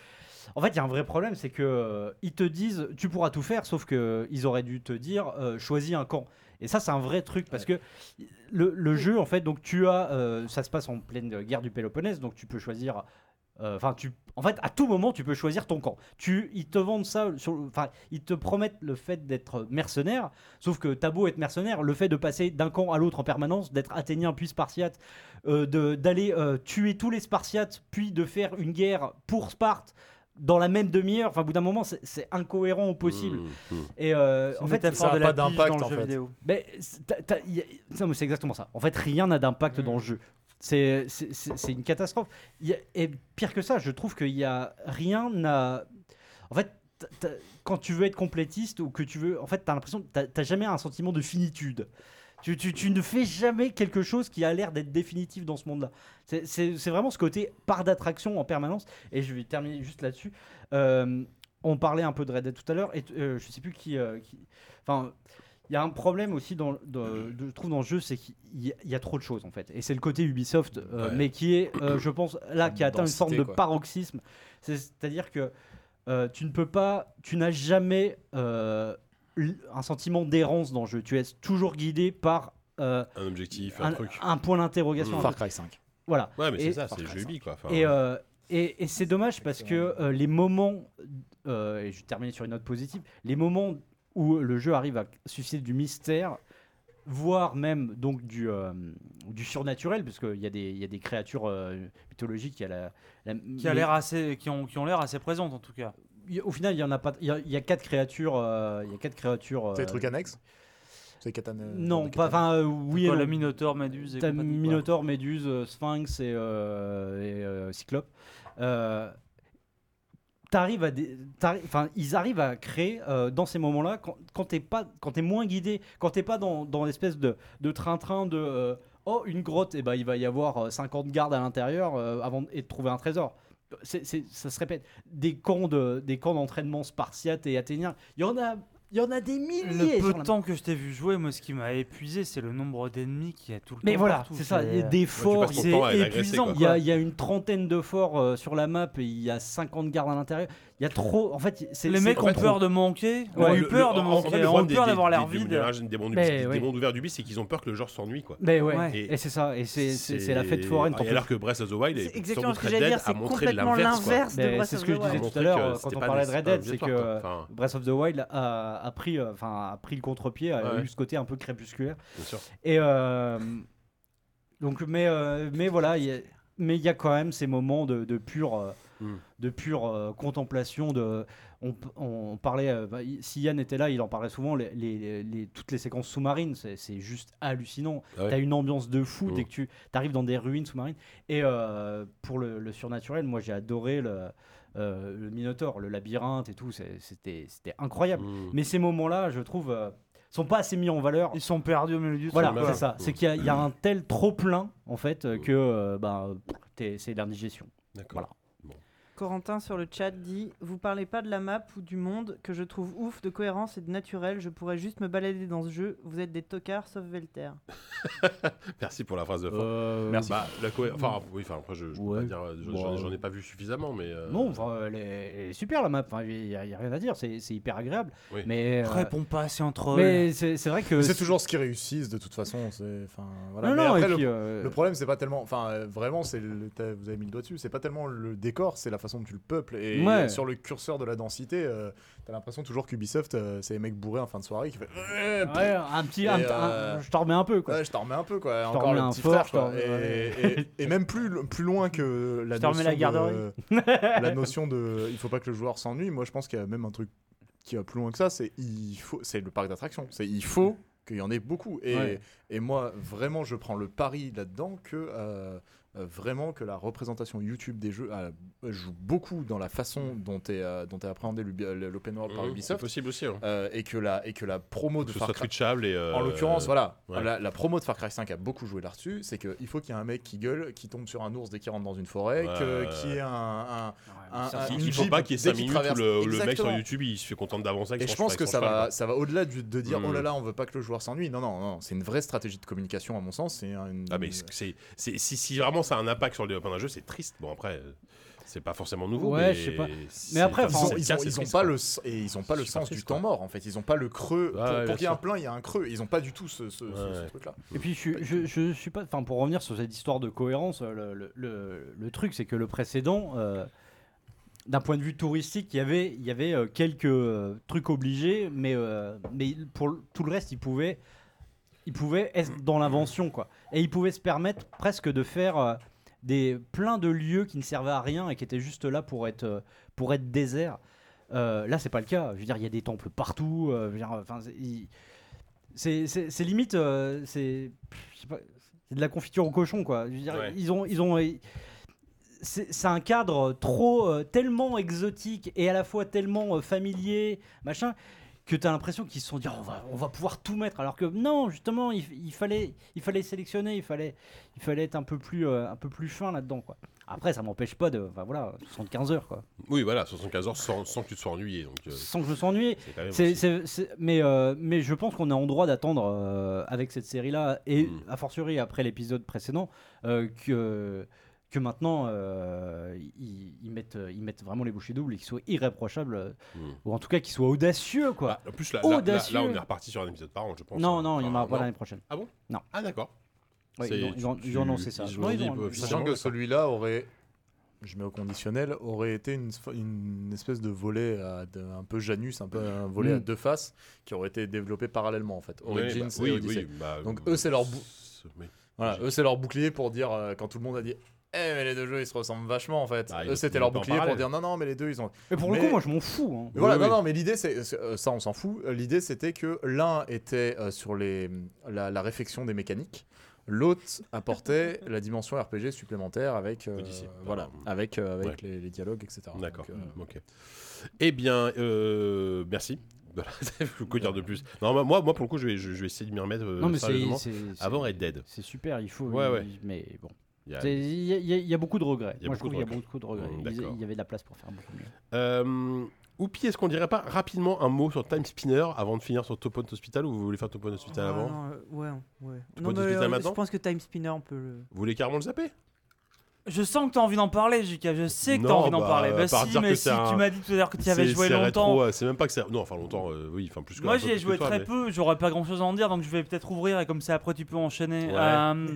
Speaker 4: En fait, il y a un vrai problème, c'est que euh, ils te disent tu pourras tout faire, sauf que euh, ils auraient dû te dire euh, choisis un camp. Et ça, c'est un vrai truc parce que le, le jeu, en fait, donc tu as, euh, ça se passe en pleine guerre du Péloponnèse, donc tu peux choisir. euh, Enfin, tu, en fait, à tout moment, tu peux choisir ton camp. Tu, ils te vendent ça, sur, enfin, ils te promettent le fait d'être mercenaire. Sauf que t'as beau être mercenaire, le fait de passer d'un camp à l'autre en permanence, d'être athénien puis spartiate, euh, de- d'aller euh, tuer tous les spartiates, puis de faire une guerre pour Sparte dans la même demi-heure. Enfin, au bout d'un moment, c'est- c'est incohérent au possible.
Speaker 2: Mmh, mmh.
Speaker 4: Et euh, en fait,
Speaker 5: ça a pas d'impact, en fait.
Speaker 4: ben, c'est- t'as- t'as- y a- ça, mais c'est exactement ça. En fait, rien n'a d'impact dans le jeu. C'est c'est- c'est- c'est une catastrophe. Il y a- et pire que ça, je trouve qu'il y a rien n'a. En fait, t'as- t'as- quand tu veux être complétiste ou que tu veux, en fait, t'as l'impression, t'as t'as jamais un sentiment de finitude. Tu, tu- tu ne fais jamais quelque chose qui a l'air d'être définitif dans ce monde-là. C'est- C'est c'est vraiment ce côté part d'attraction en permanence. Et je vais terminer juste là-dessus. Euh, on parlait un peu de Red Dead tout à l'heure, et euh, je sais plus qui. euh, qui- Enfin, il y a un problème aussi, dans, dans- de- je trouve, dans le jeu, c'est qu'il y, a- il y a trop de choses en fait. Et c'est le côté Ubisoft, euh,
Speaker 2: Ouais.
Speaker 4: mais qui est, euh, je pense, là, qui a atteint une
Speaker 7: Densité,
Speaker 4: forme de
Speaker 7: quoi.
Speaker 4: paroxysme. C'est- C'est-à-dire que euh, tu ne peux pas, tu n'as jamais euh, l- un sentiment d'errance dans le jeu. Tu es toujours guidé par euh,
Speaker 2: Un objectif, un
Speaker 4: un,
Speaker 2: truc.
Speaker 4: un point d'interrogation.
Speaker 2: Mm.
Speaker 4: un
Speaker 7: Far
Speaker 4: truc.
Speaker 7: Cry 5.
Speaker 4: Voilà.
Speaker 2: Ouais, mais
Speaker 4: et-
Speaker 2: c'est ça, c'est le jeu Ubi, quoi. Enfin,
Speaker 4: Et, euh, et, et c'est dommage parce que euh, les moments, euh, et je vais terminer sur une note positive, les moments où le jeu arrive à susciter du mystère, voire même donc du, euh, du surnaturel, parce qu'il y, a des- il y a des créatures euh, mythologiques, il y a la. la-
Speaker 6: Qui, a
Speaker 4: mais-
Speaker 6: l'air assez, qui ont, qui ont l'air assez présentes en tout cas.
Speaker 4: il y a- Au final, il y en a pas. Il y a, il y a quatre créatures. euh, il y a quatre créatures.
Speaker 5: C'est
Speaker 4: euh,
Speaker 5: des trucs annexes C'est katana
Speaker 4: Non, pas. Enfin, euh, oui.
Speaker 6: Quoi,
Speaker 4: et
Speaker 6: la
Speaker 4: non.
Speaker 6: Minotaure, Méduse et
Speaker 4: T'as
Speaker 6: compagnie, quoi.
Speaker 4: Minotaure, Méduse, euh, Sphinx et, euh, et, euh, Cyclope. Euh, t'arrives à des- t'arri- enfin, ils arrivent à créer euh, dans ces moments-là quand, quand t'es pas, quand t'es moins guidé, quand t'es pas dans, dans l'espèce de de train-train de euh, oh une grotte et ben il va y avoir euh, 50 gardes à l'intérieur euh, avant de- et de trouver un trésor. C'est- c'est- ça se répète. Des camps de, des camps d'entraînement spartiates et athéniens. Il y en a
Speaker 8: Il y en a des
Speaker 6: Le peu
Speaker 8: milliers. sur
Speaker 6: de
Speaker 8: la-
Speaker 6: temps que je t'ai vu jouer, moi, ce qui m'a épuisé, c'est le nombre d'ennemis qu'il y a tout le
Speaker 4: Mais
Speaker 6: temps.
Speaker 4: voilà,
Speaker 6: partout.
Speaker 4: c'est ça. Il y a
Speaker 6: C'est-
Speaker 4: des forts,
Speaker 2: passes ton
Speaker 4: c'est
Speaker 2: temps à les agresser,
Speaker 4: épuisant.
Speaker 2: quoi.
Speaker 4: Il y, a, il y a une trentaine de forts euh, sur la map et il y a 50 gardes à l'intérieur. Il y a trop. En fait, c'est
Speaker 6: Les
Speaker 4: c'est
Speaker 6: mecs
Speaker 2: en
Speaker 6: ont
Speaker 2: fait,
Speaker 6: peur de manquer, ont
Speaker 2: Ouais,
Speaker 6: eu
Speaker 2: le-
Speaker 6: peur
Speaker 2: le-
Speaker 6: de
Speaker 2: en- en fait,
Speaker 6: manquer,
Speaker 2: le
Speaker 6: ont eu
Speaker 2: problème
Speaker 6: peur
Speaker 2: des-
Speaker 6: d'avoir
Speaker 2: des-
Speaker 6: l'air
Speaker 2: des-
Speaker 6: vide.
Speaker 2: Des, des mondes
Speaker 4: Mais
Speaker 2: des
Speaker 4: ouais.
Speaker 2: mondes ouverts du bis, c'est qu'ils ont peur que le genre s'ennuie, quoi.
Speaker 4: Ben ouais.
Speaker 6: Ouais.
Speaker 4: Et, c'est ça. Et c'est- c'est c'est la fête foraine. t'en
Speaker 2: Ah, Et
Speaker 4: peux
Speaker 2: alors que Breath of the Wild,
Speaker 3: C'est
Speaker 2: et sans
Speaker 3: exactement
Speaker 2: doute
Speaker 3: ce que
Speaker 2: Red
Speaker 3: j'allais
Speaker 2: Dead
Speaker 3: dire,
Speaker 2: a
Speaker 3: c'est
Speaker 2: montré
Speaker 3: complètement
Speaker 2: quoi.
Speaker 3: l'inverse de
Speaker 4: Mais
Speaker 3: Breath
Speaker 4: c'est
Speaker 3: of
Speaker 4: ce que
Speaker 3: the
Speaker 4: je
Speaker 2: Ils
Speaker 3: Wild.
Speaker 2: ont
Speaker 4: disais tout à
Speaker 2: montré
Speaker 4: l'heure,
Speaker 2: que
Speaker 4: euh,
Speaker 2: c'était
Speaker 4: quand on
Speaker 2: pas
Speaker 4: parlait de Red Dead, c'est
Speaker 2: obligatoire,
Speaker 4: que,
Speaker 2: quoi.
Speaker 4: euh,
Speaker 2: Enfin,
Speaker 4: Breath of the Wild a, a pris, euh, enfin, a pris le contre-pied, a
Speaker 2: Ouais.
Speaker 4: eu ce côté un peu crépusculaire.
Speaker 2: bien sûr.
Speaker 4: Et euh, donc, mais, euh, mais voilà, il y a- mais il y a quand même ces moments de, de pure, euh,
Speaker 2: Hmm.
Speaker 4: de pure euh, contemplation. De, on, p- on parlait, euh, bah, il- si Yann était là, il en parlait souvent. les- les- les- toutes les séquences sous-marines, c'est c'est juste hallucinant.
Speaker 2: Ah ouais.
Speaker 4: T'as une ambiance de fou
Speaker 2: Mhm.
Speaker 4: dès que tu arrives dans des ruines sous-marines. Et euh, pour le, le surnaturel, moi j'ai adoré le, euh, le Minotaure, le labyrinthe et tout. c'est- C'était c'était incroyable.
Speaker 2: Mm.
Speaker 4: Mais ces moments-là, je trouve, euh, sont pas assez mis en valeur.
Speaker 6: Ils sont perdus au milieu du
Speaker 4: Voilà,
Speaker 6: truc.
Speaker 2: quoi.
Speaker 4: c'est ça. C'est qu'il y, a- il y a un tel trop plein en fait euh, que euh, bah, pff, t'es- c'est l'indigestion.
Speaker 2: D'accord.
Speaker 3: Corentin sur le chat dit Vous parlez pas de la map ou du monde que je trouve ouf de cohérence et de naturel. Je pourrais juste me balader dans ce jeu. Vous êtes des tocards, sauf Velter.
Speaker 2: Merci pour la phrase de fin.
Speaker 5: Euh,
Speaker 7: Merci.
Speaker 2: Bah, la cohé- Enfin, oui, enfin, après, je, je peux
Speaker 4: Euh, Ouais.
Speaker 2: pas dire, euh, j'en- j'en- j'en ai pas vu suffisamment, mais. euh,
Speaker 4: Non, enfin, elle est, elle est super la map. Enfin, Il n'y a, il y a rien à dire. C'est c'est hyper agréable.
Speaker 2: Oui.
Speaker 4: Mais, euh,
Speaker 6: Réponds pas, c'est un troll.
Speaker 4: mais c'est Euh, c'est vrai que
Speaker 5: C'est toujours ce qu'ils réussissent de toute façon. c'est- Enfin, voilà.
Speaker 4: Non,
Speaker 5: Mais
Speaker 4: non,
Speaker 5: après,
Speaker 4: et
Speaker 5: le-
Speaker 4: puis, euh,
Speaker 5: Le problème, c'est pas tellement. Enfin, euh, vraiment, c'est le- t'as- vous avez mis le doigt dessus. C'est pas tellement le décor, c'est la façon dont tu le peuples. Et euh,
Speaker 4: Ouais.
Speaker 5: sur le curseur de la densité, euh, t'as l'impression toujours qu'Ubisoft, euh, c'est les mecs bourrés en fin de soirée qui fait. Euh, pff,
Speaker 4: ouais, un petit,
Speaker 5: Et,
Speaker 4: un-
Speaker 5: euh,
Speaker 4: un- je t'en remets un peu quoi.
Speaker 5: ouais, je t'en remets un peu, quoi.
Speaker 4: t'en
Speaker 5: Encore
Speaker 4: remets
Speaker 5: le
Speaker 4: un
Speaker 5: petit
Speaker 4: fort,
Speaker 5: frère,
Speaker 4: je
Speaker 5: quoi.
Speaker 4: t'en-
Speaker 5: Et, et- et même plus, lo- plus loin que la
Speaker 6: Je te remets
Speaker 5: notion
Speaker 6: la garderie.
Speaker 5: de- la notion de. Il faut pas que le joueur s'ennuie. Moi, je pense qu'il y a même un truc qui va plus loin que ça. C'est il faut. C'est le parc d'attractions. C'est il faut qu'il y en ait beaucoup. Et,
Speaker 4: Ouais.
Speaker 5: et moi, vraiment, je prends le pari là-dedans que euh, euh, vraiment que la représentation YouTube des jeux euh, joue beaucoup dans la façon dont est euh, dont est appréhendé l'ubi- l'open world par
Speaker 2: mm, C'est
Speaker 5: Ubisoft
Speaker 2: possible aussi. hein.
Speaker 5: Euh, et que la et que la promo
Speaker 2: Que
Speaker 5: de
Speaker 2: ce
Speaker 5: Far
Speaker 2: soit
Speaker 5: Cry-
Speaker 2: Twitchable et. euh,
Speaker 5: en l'occurrence, voilà,
Speaker 2: ouais.
Speaker 5: la, la promo de Far Cry 5 a beaucoup joué là-dessus. C'est qu'il faut qu'il y ait un mec qui gueule, qui tombe sur un ours dès qu'il rentre dans une forêt,
Speaker 2: Ouais,
Speaker 5: que-
Speaker 2: ouais,
Speaker 5: qu'il y ait un- un, un-
Speaker 4: Ça,
Speaker 5: un-
Speaker 4: c'est-
Speaker 5: une
Speaker 2: Il faut
Speaker 5: Jeep
Speaker 2: pas qu'il y ait
Speaker 5: dès
Speaker 2: 5
Speaker 5: qu'il
Speaker 2: minutes où
Speaker 5: traverse.
Speaker 2: le, le mec sur
Speaker 5: Exactement.
Speaker 2: YouTube il se fait content d'avancer avec
Speaker 5: Et
Speaker 2: son
Speaker 5: je pense
Speaker 2: cheval-
Speaker 5: que
Speaker 2: son
Speaker 5: ça
Speaker 2: cheval,
Speaker 5: va, ça va au-delà du- de dire
Speaker 2: Mm.
Speaker 5: oh là là, on veut pas que le joueur s'ennuie. Non, non, non, c'est une vraie stratégie de communication à mon sens. C'est une...
Speaker 2: Ah
Speaker 4: Euh,
Speaker 2: mais c'est, c'est- si, si vraiment ça a un impact sur le développement d'un jeu, c'est triste. Bon après, euh, c'est pas forcément nouveau.
Speaker 4: Ouais,
Speaker 2: mais
Speaker 4: je sais pas.
Speaker 2: c'est-
Speaker 4: Mais après,
Speaker 2: enfin,
Speaker 5: ils
Speaker 2: si
Speaker 5: ont,
Speaker 2: c'est le
Speaker 5: ils
Speaker 2: cas,
Speaker 5: ont-
Speaker 2: c'est
Speaker 5: ils ont
Speaker 2: triste,
Speaker 5: pas
Speaker 2: quoi.
Speaker 5: le s- et ils ont pas le
Speaker 2: Super
Speaker 5: sens du
Speaker 2: triste,
Speaker 5: temps
Speaker 2: quoi.
Speaker 5: mort en fait. Ils ont pas le creux
Speaker 2: Ouais,
Speaker 5: pour,
Speaker 2: ouais,
Speaker 5: pour qu'il y ait
Speaker 2: bien
Speaker 5: un plein, il y a un creux. Ils ont pas du tout ce, ce- ce- ce
Speaker 2: Ouais.
Speaker 5: truc-là.
Speaker 4: Et puis je, suis- je, je suis pas. Enfin, pour revenir sur cette histoire de cohérence, euh, le, le- le- le truc, c'est que le précédent, euh, d'un point de vue touristique, il y avait, il y avait euh, quelques euh, trucs obligés, mais, euh, mais il- pour le- tout le reste, il pouvait, il pouvait être dans l'invention, quoi. Et il pouvait se permettre presque de faire euh, des plein de lieux qui ne servaient à rien et qui étaient juste là pour être, euh, pour être déserts. Euh, là, c'est pas le cas. Je veux dire, il y a des temples partout. euh, je veux dire, enfin, c'est- il- c'est c'est- c'est limite, euh, c'est pff, je sais pas, c'est de la confiture au cochon, quoi. Je veux dire,
Speaker 2: Ouais.
Speaker 4: ils ont, ils ont. ils- c'est c'est un cadre trop euh, tellement exotique et à la fois tellement euh, familier, machin, que tu as l'impression qu'ils se sont dit Oh, on, va, on va pouvoir tout mettre, alors que non, justement, il, il fallait, il fallait sélectionner, il fallait, il fallait être un peu plus, euh, un peu plus fin là-dedans, quoi. Après, ça m'empêche pas de, enfin voilà, 75 heures, quoi,
Speaker 2: Oui voilà, 75 heures sans, sans que tu te sois ennuyé. Donc, euh,
Speaker 4: sans que je me sois ennuyé.
Speaker 2: c'est quand même
Speaker 4: C'est-
Speaker 2: aussi-
Speaker 4: c'est- c'est- mais, euh, mais je pense qu'on est en droit d'attendre euh, avec cette série-là, et
Speaker 2: Mm.
Speaker 4: a fortiori après l'épisode précédent, euh, que, que maintenant euh, ils, ils mettent, euh, ils mettent vraiment les bouchées doubles et qu'ils soient irréprochables, euh,
Speaker 2: Mm.
Speaker 4: ou en tout cas qu'ils soient audacieux. quoi.
Speaker 2: Ah, en plus là, là- là- là,
Speaker 4: Audacieux.
Speaker 2: on est reparti sur un épisode par an, je pense.
Speaker 4: non,
Speaker 2: hein.
Speaker 4: non, il n'y en aura
Speaker 2: Enfin,
Speaker 4: pas
Speaker 2: non.
Speaker 4: l'année prochaine.
Speaker 2: Ah d'accord.
Speaker 4: Ouais,
Speaker 2: C'est-
Speaker 4: ils, ont, ils ont-
Speaker 2: tu-
Speaker 4: ils ont annoncé ça.
Speaker 2: ils
Speaker 4: Non,
Speaker 2: ont
Speaker 4: ils
Speaker 2: dit,
Speaker 4: ont-
Speaker 2: bah,
Speaker 4: ils ont-
Speaker 5: Sachant
Speaker 2: Finalement,
Speaker 5: que
Speaker 2: d'accord.
Speaker 5: celui-là aurait, je mets au conditionnel, aurait été une, sp- une espèce de volet à de- un peu Janus, un peu un volet à
Speaker 4: Mm.
Speaker 5: deux faces, qui aurait été développé parallèlement en fait. Origins
Speaker 2: Ouais, bah,
Speaker 5: et
Speaker 2: oui,
Speaker 5: Odyssey.
Speaker 2: oui, bah,
Speaker 5: Donc,
Speaker 2: euh,
Speaker 5: eux, c'est leur bou-
Speaker 2: mais-
Speaker 5: Voilà, eux c'est leur bouclier pour dire euh, quand tout le monde a dit. Eh mais les deux jeux ils se ressemblent vachement en fait.
Speaker 2: Bah, ils
Speaker 5: eux
Speaker 2: ont-
Speaker 5: c'était
Speaker 2: ils
Speaker 5: leur
Speaker 2: ont pas en
Speaker 5: bouclier pour
Speaker 2: parallèle.
Speaker 5: dire non non mais les deux ils ont
Speaker 4: Mais pour le
Speaker 5: Mais-
Speaker 4: coup, moi je m'en fous. hein.
Speaker 5: Mais voilà,
Speaker 2: Oui,
Speaker 5: non,
Speaker 2: oui.
Speaker 5: non, mais l'idée, c'est c'est- euh, ça, on s'en fout. Euh, L'idée, c'était que l'un était euh, sur les, la, la réflexion des mécaniques, l'autre apportait la dimension RPG supplémentaire avec, euh,
Speaker 2: Odyssey.
Speaker 5: voilà,
Speaker 2: Pardon.
Speaker 5: avec, euh, avec
Speaker 2: Ouais.
Speaker 5: les, les dialogues, etc.
Speaker 2: D'accord.
Speaker 5: Donc, euh,
Speaker 2: Ok.
Speaker 3: Ah,
Speaker 2: Eh bien, euh, merci. Voilà, je peux dire de plus. Non, bah, moi, moi pour le coup, je vais, je, je vais essayer de m'y remettre. euh,
Speaker 4: Non, mais c'est-
Speaker 2: sérieusement.
Speaker 4: c'est. c'est-
Speaker 2: Avant Red Dead.
Speaker 4: C'est super, il faut.
Speaker 2: Ouais, ouais.
Speaker 4: Mais bon.
Speaker 2: Il y a-
Speaker 4: C'est- Il y, a- il y a- il y a beaucoup de regrets.
Speaker 2: Il y a
Speaker 4: Moi je
Speaker 2: beaucoup
Speaker 4: trouve
Speaker 2: de
Speaker 4: qu'il y a
Speaker 2: regrets.
Speaker 4: beaucoup de regrets.
Speaker 2: Mm,
Speaker 4: Ils-
Speaker 2: d'accord.
Speaker 4: Il y avait de la place pour faire beaucoup mieux.
Speaker 2: Euh, Oupi, est-ce qu'on dirait pas rapidement un mot sur Time Spinner avant de finir sur Topon Hospital ou vous voulez faire Topon Hospital
Speaker 3: Ah,
Speaker 2: avant
Speaker 3: non, euh, Ouais, ouais.
Speaker 2: Tu
Speaker 3: Non,
Speaker 2: peux
Speaker 3: mais,
Speaker 2: discuter
Speaker 3: euh,
Speaker 2: maintenant
Speaker 3: je pense que Time Spinner, on peut le.
Speaker 2: Vous voulez carrément le zapper
Speaker 6: Je sens que t'as envie d'en parler, JK. Je sais que t'as
Speaker 2: Non,
Speaker 6: envie d'en
Speaker 2: bah,
Speaker 6: parler. Bah
Speaker 2: par
Speaker 6: si,
Speaker 2: dire
Speaker 6: mais
Speaker 2: que
Speaker 6: si,
Speaker 2: c'est un-
Speaker 6: tu m'as dit tout à l'heure que tu y
Speaker 2: C'est-
Speaker 6: avais joué
Speaker 2: c'est
Speaker 6: longtemps.
Speaker 2: rétro, euh, c'est même pas que c'est. Non, enfin longtemps, euh, oui, enfin plus que.
Speaker 6: Moi,
Speaker 2: un peu
Speaker 6: j'y ai
Speaker 2: plus
Speaker 6: joué
Speaker 2: que toi,
Speaker 6: très
Speaker 2: mais-
Speaker 6: peu. J'aurais pas grand chose à en dire, donc je vais peut-être ouvrir et comme ça après tu peux enchaîner.
Speaker 2: Ouais.
Speaker 6: Euh,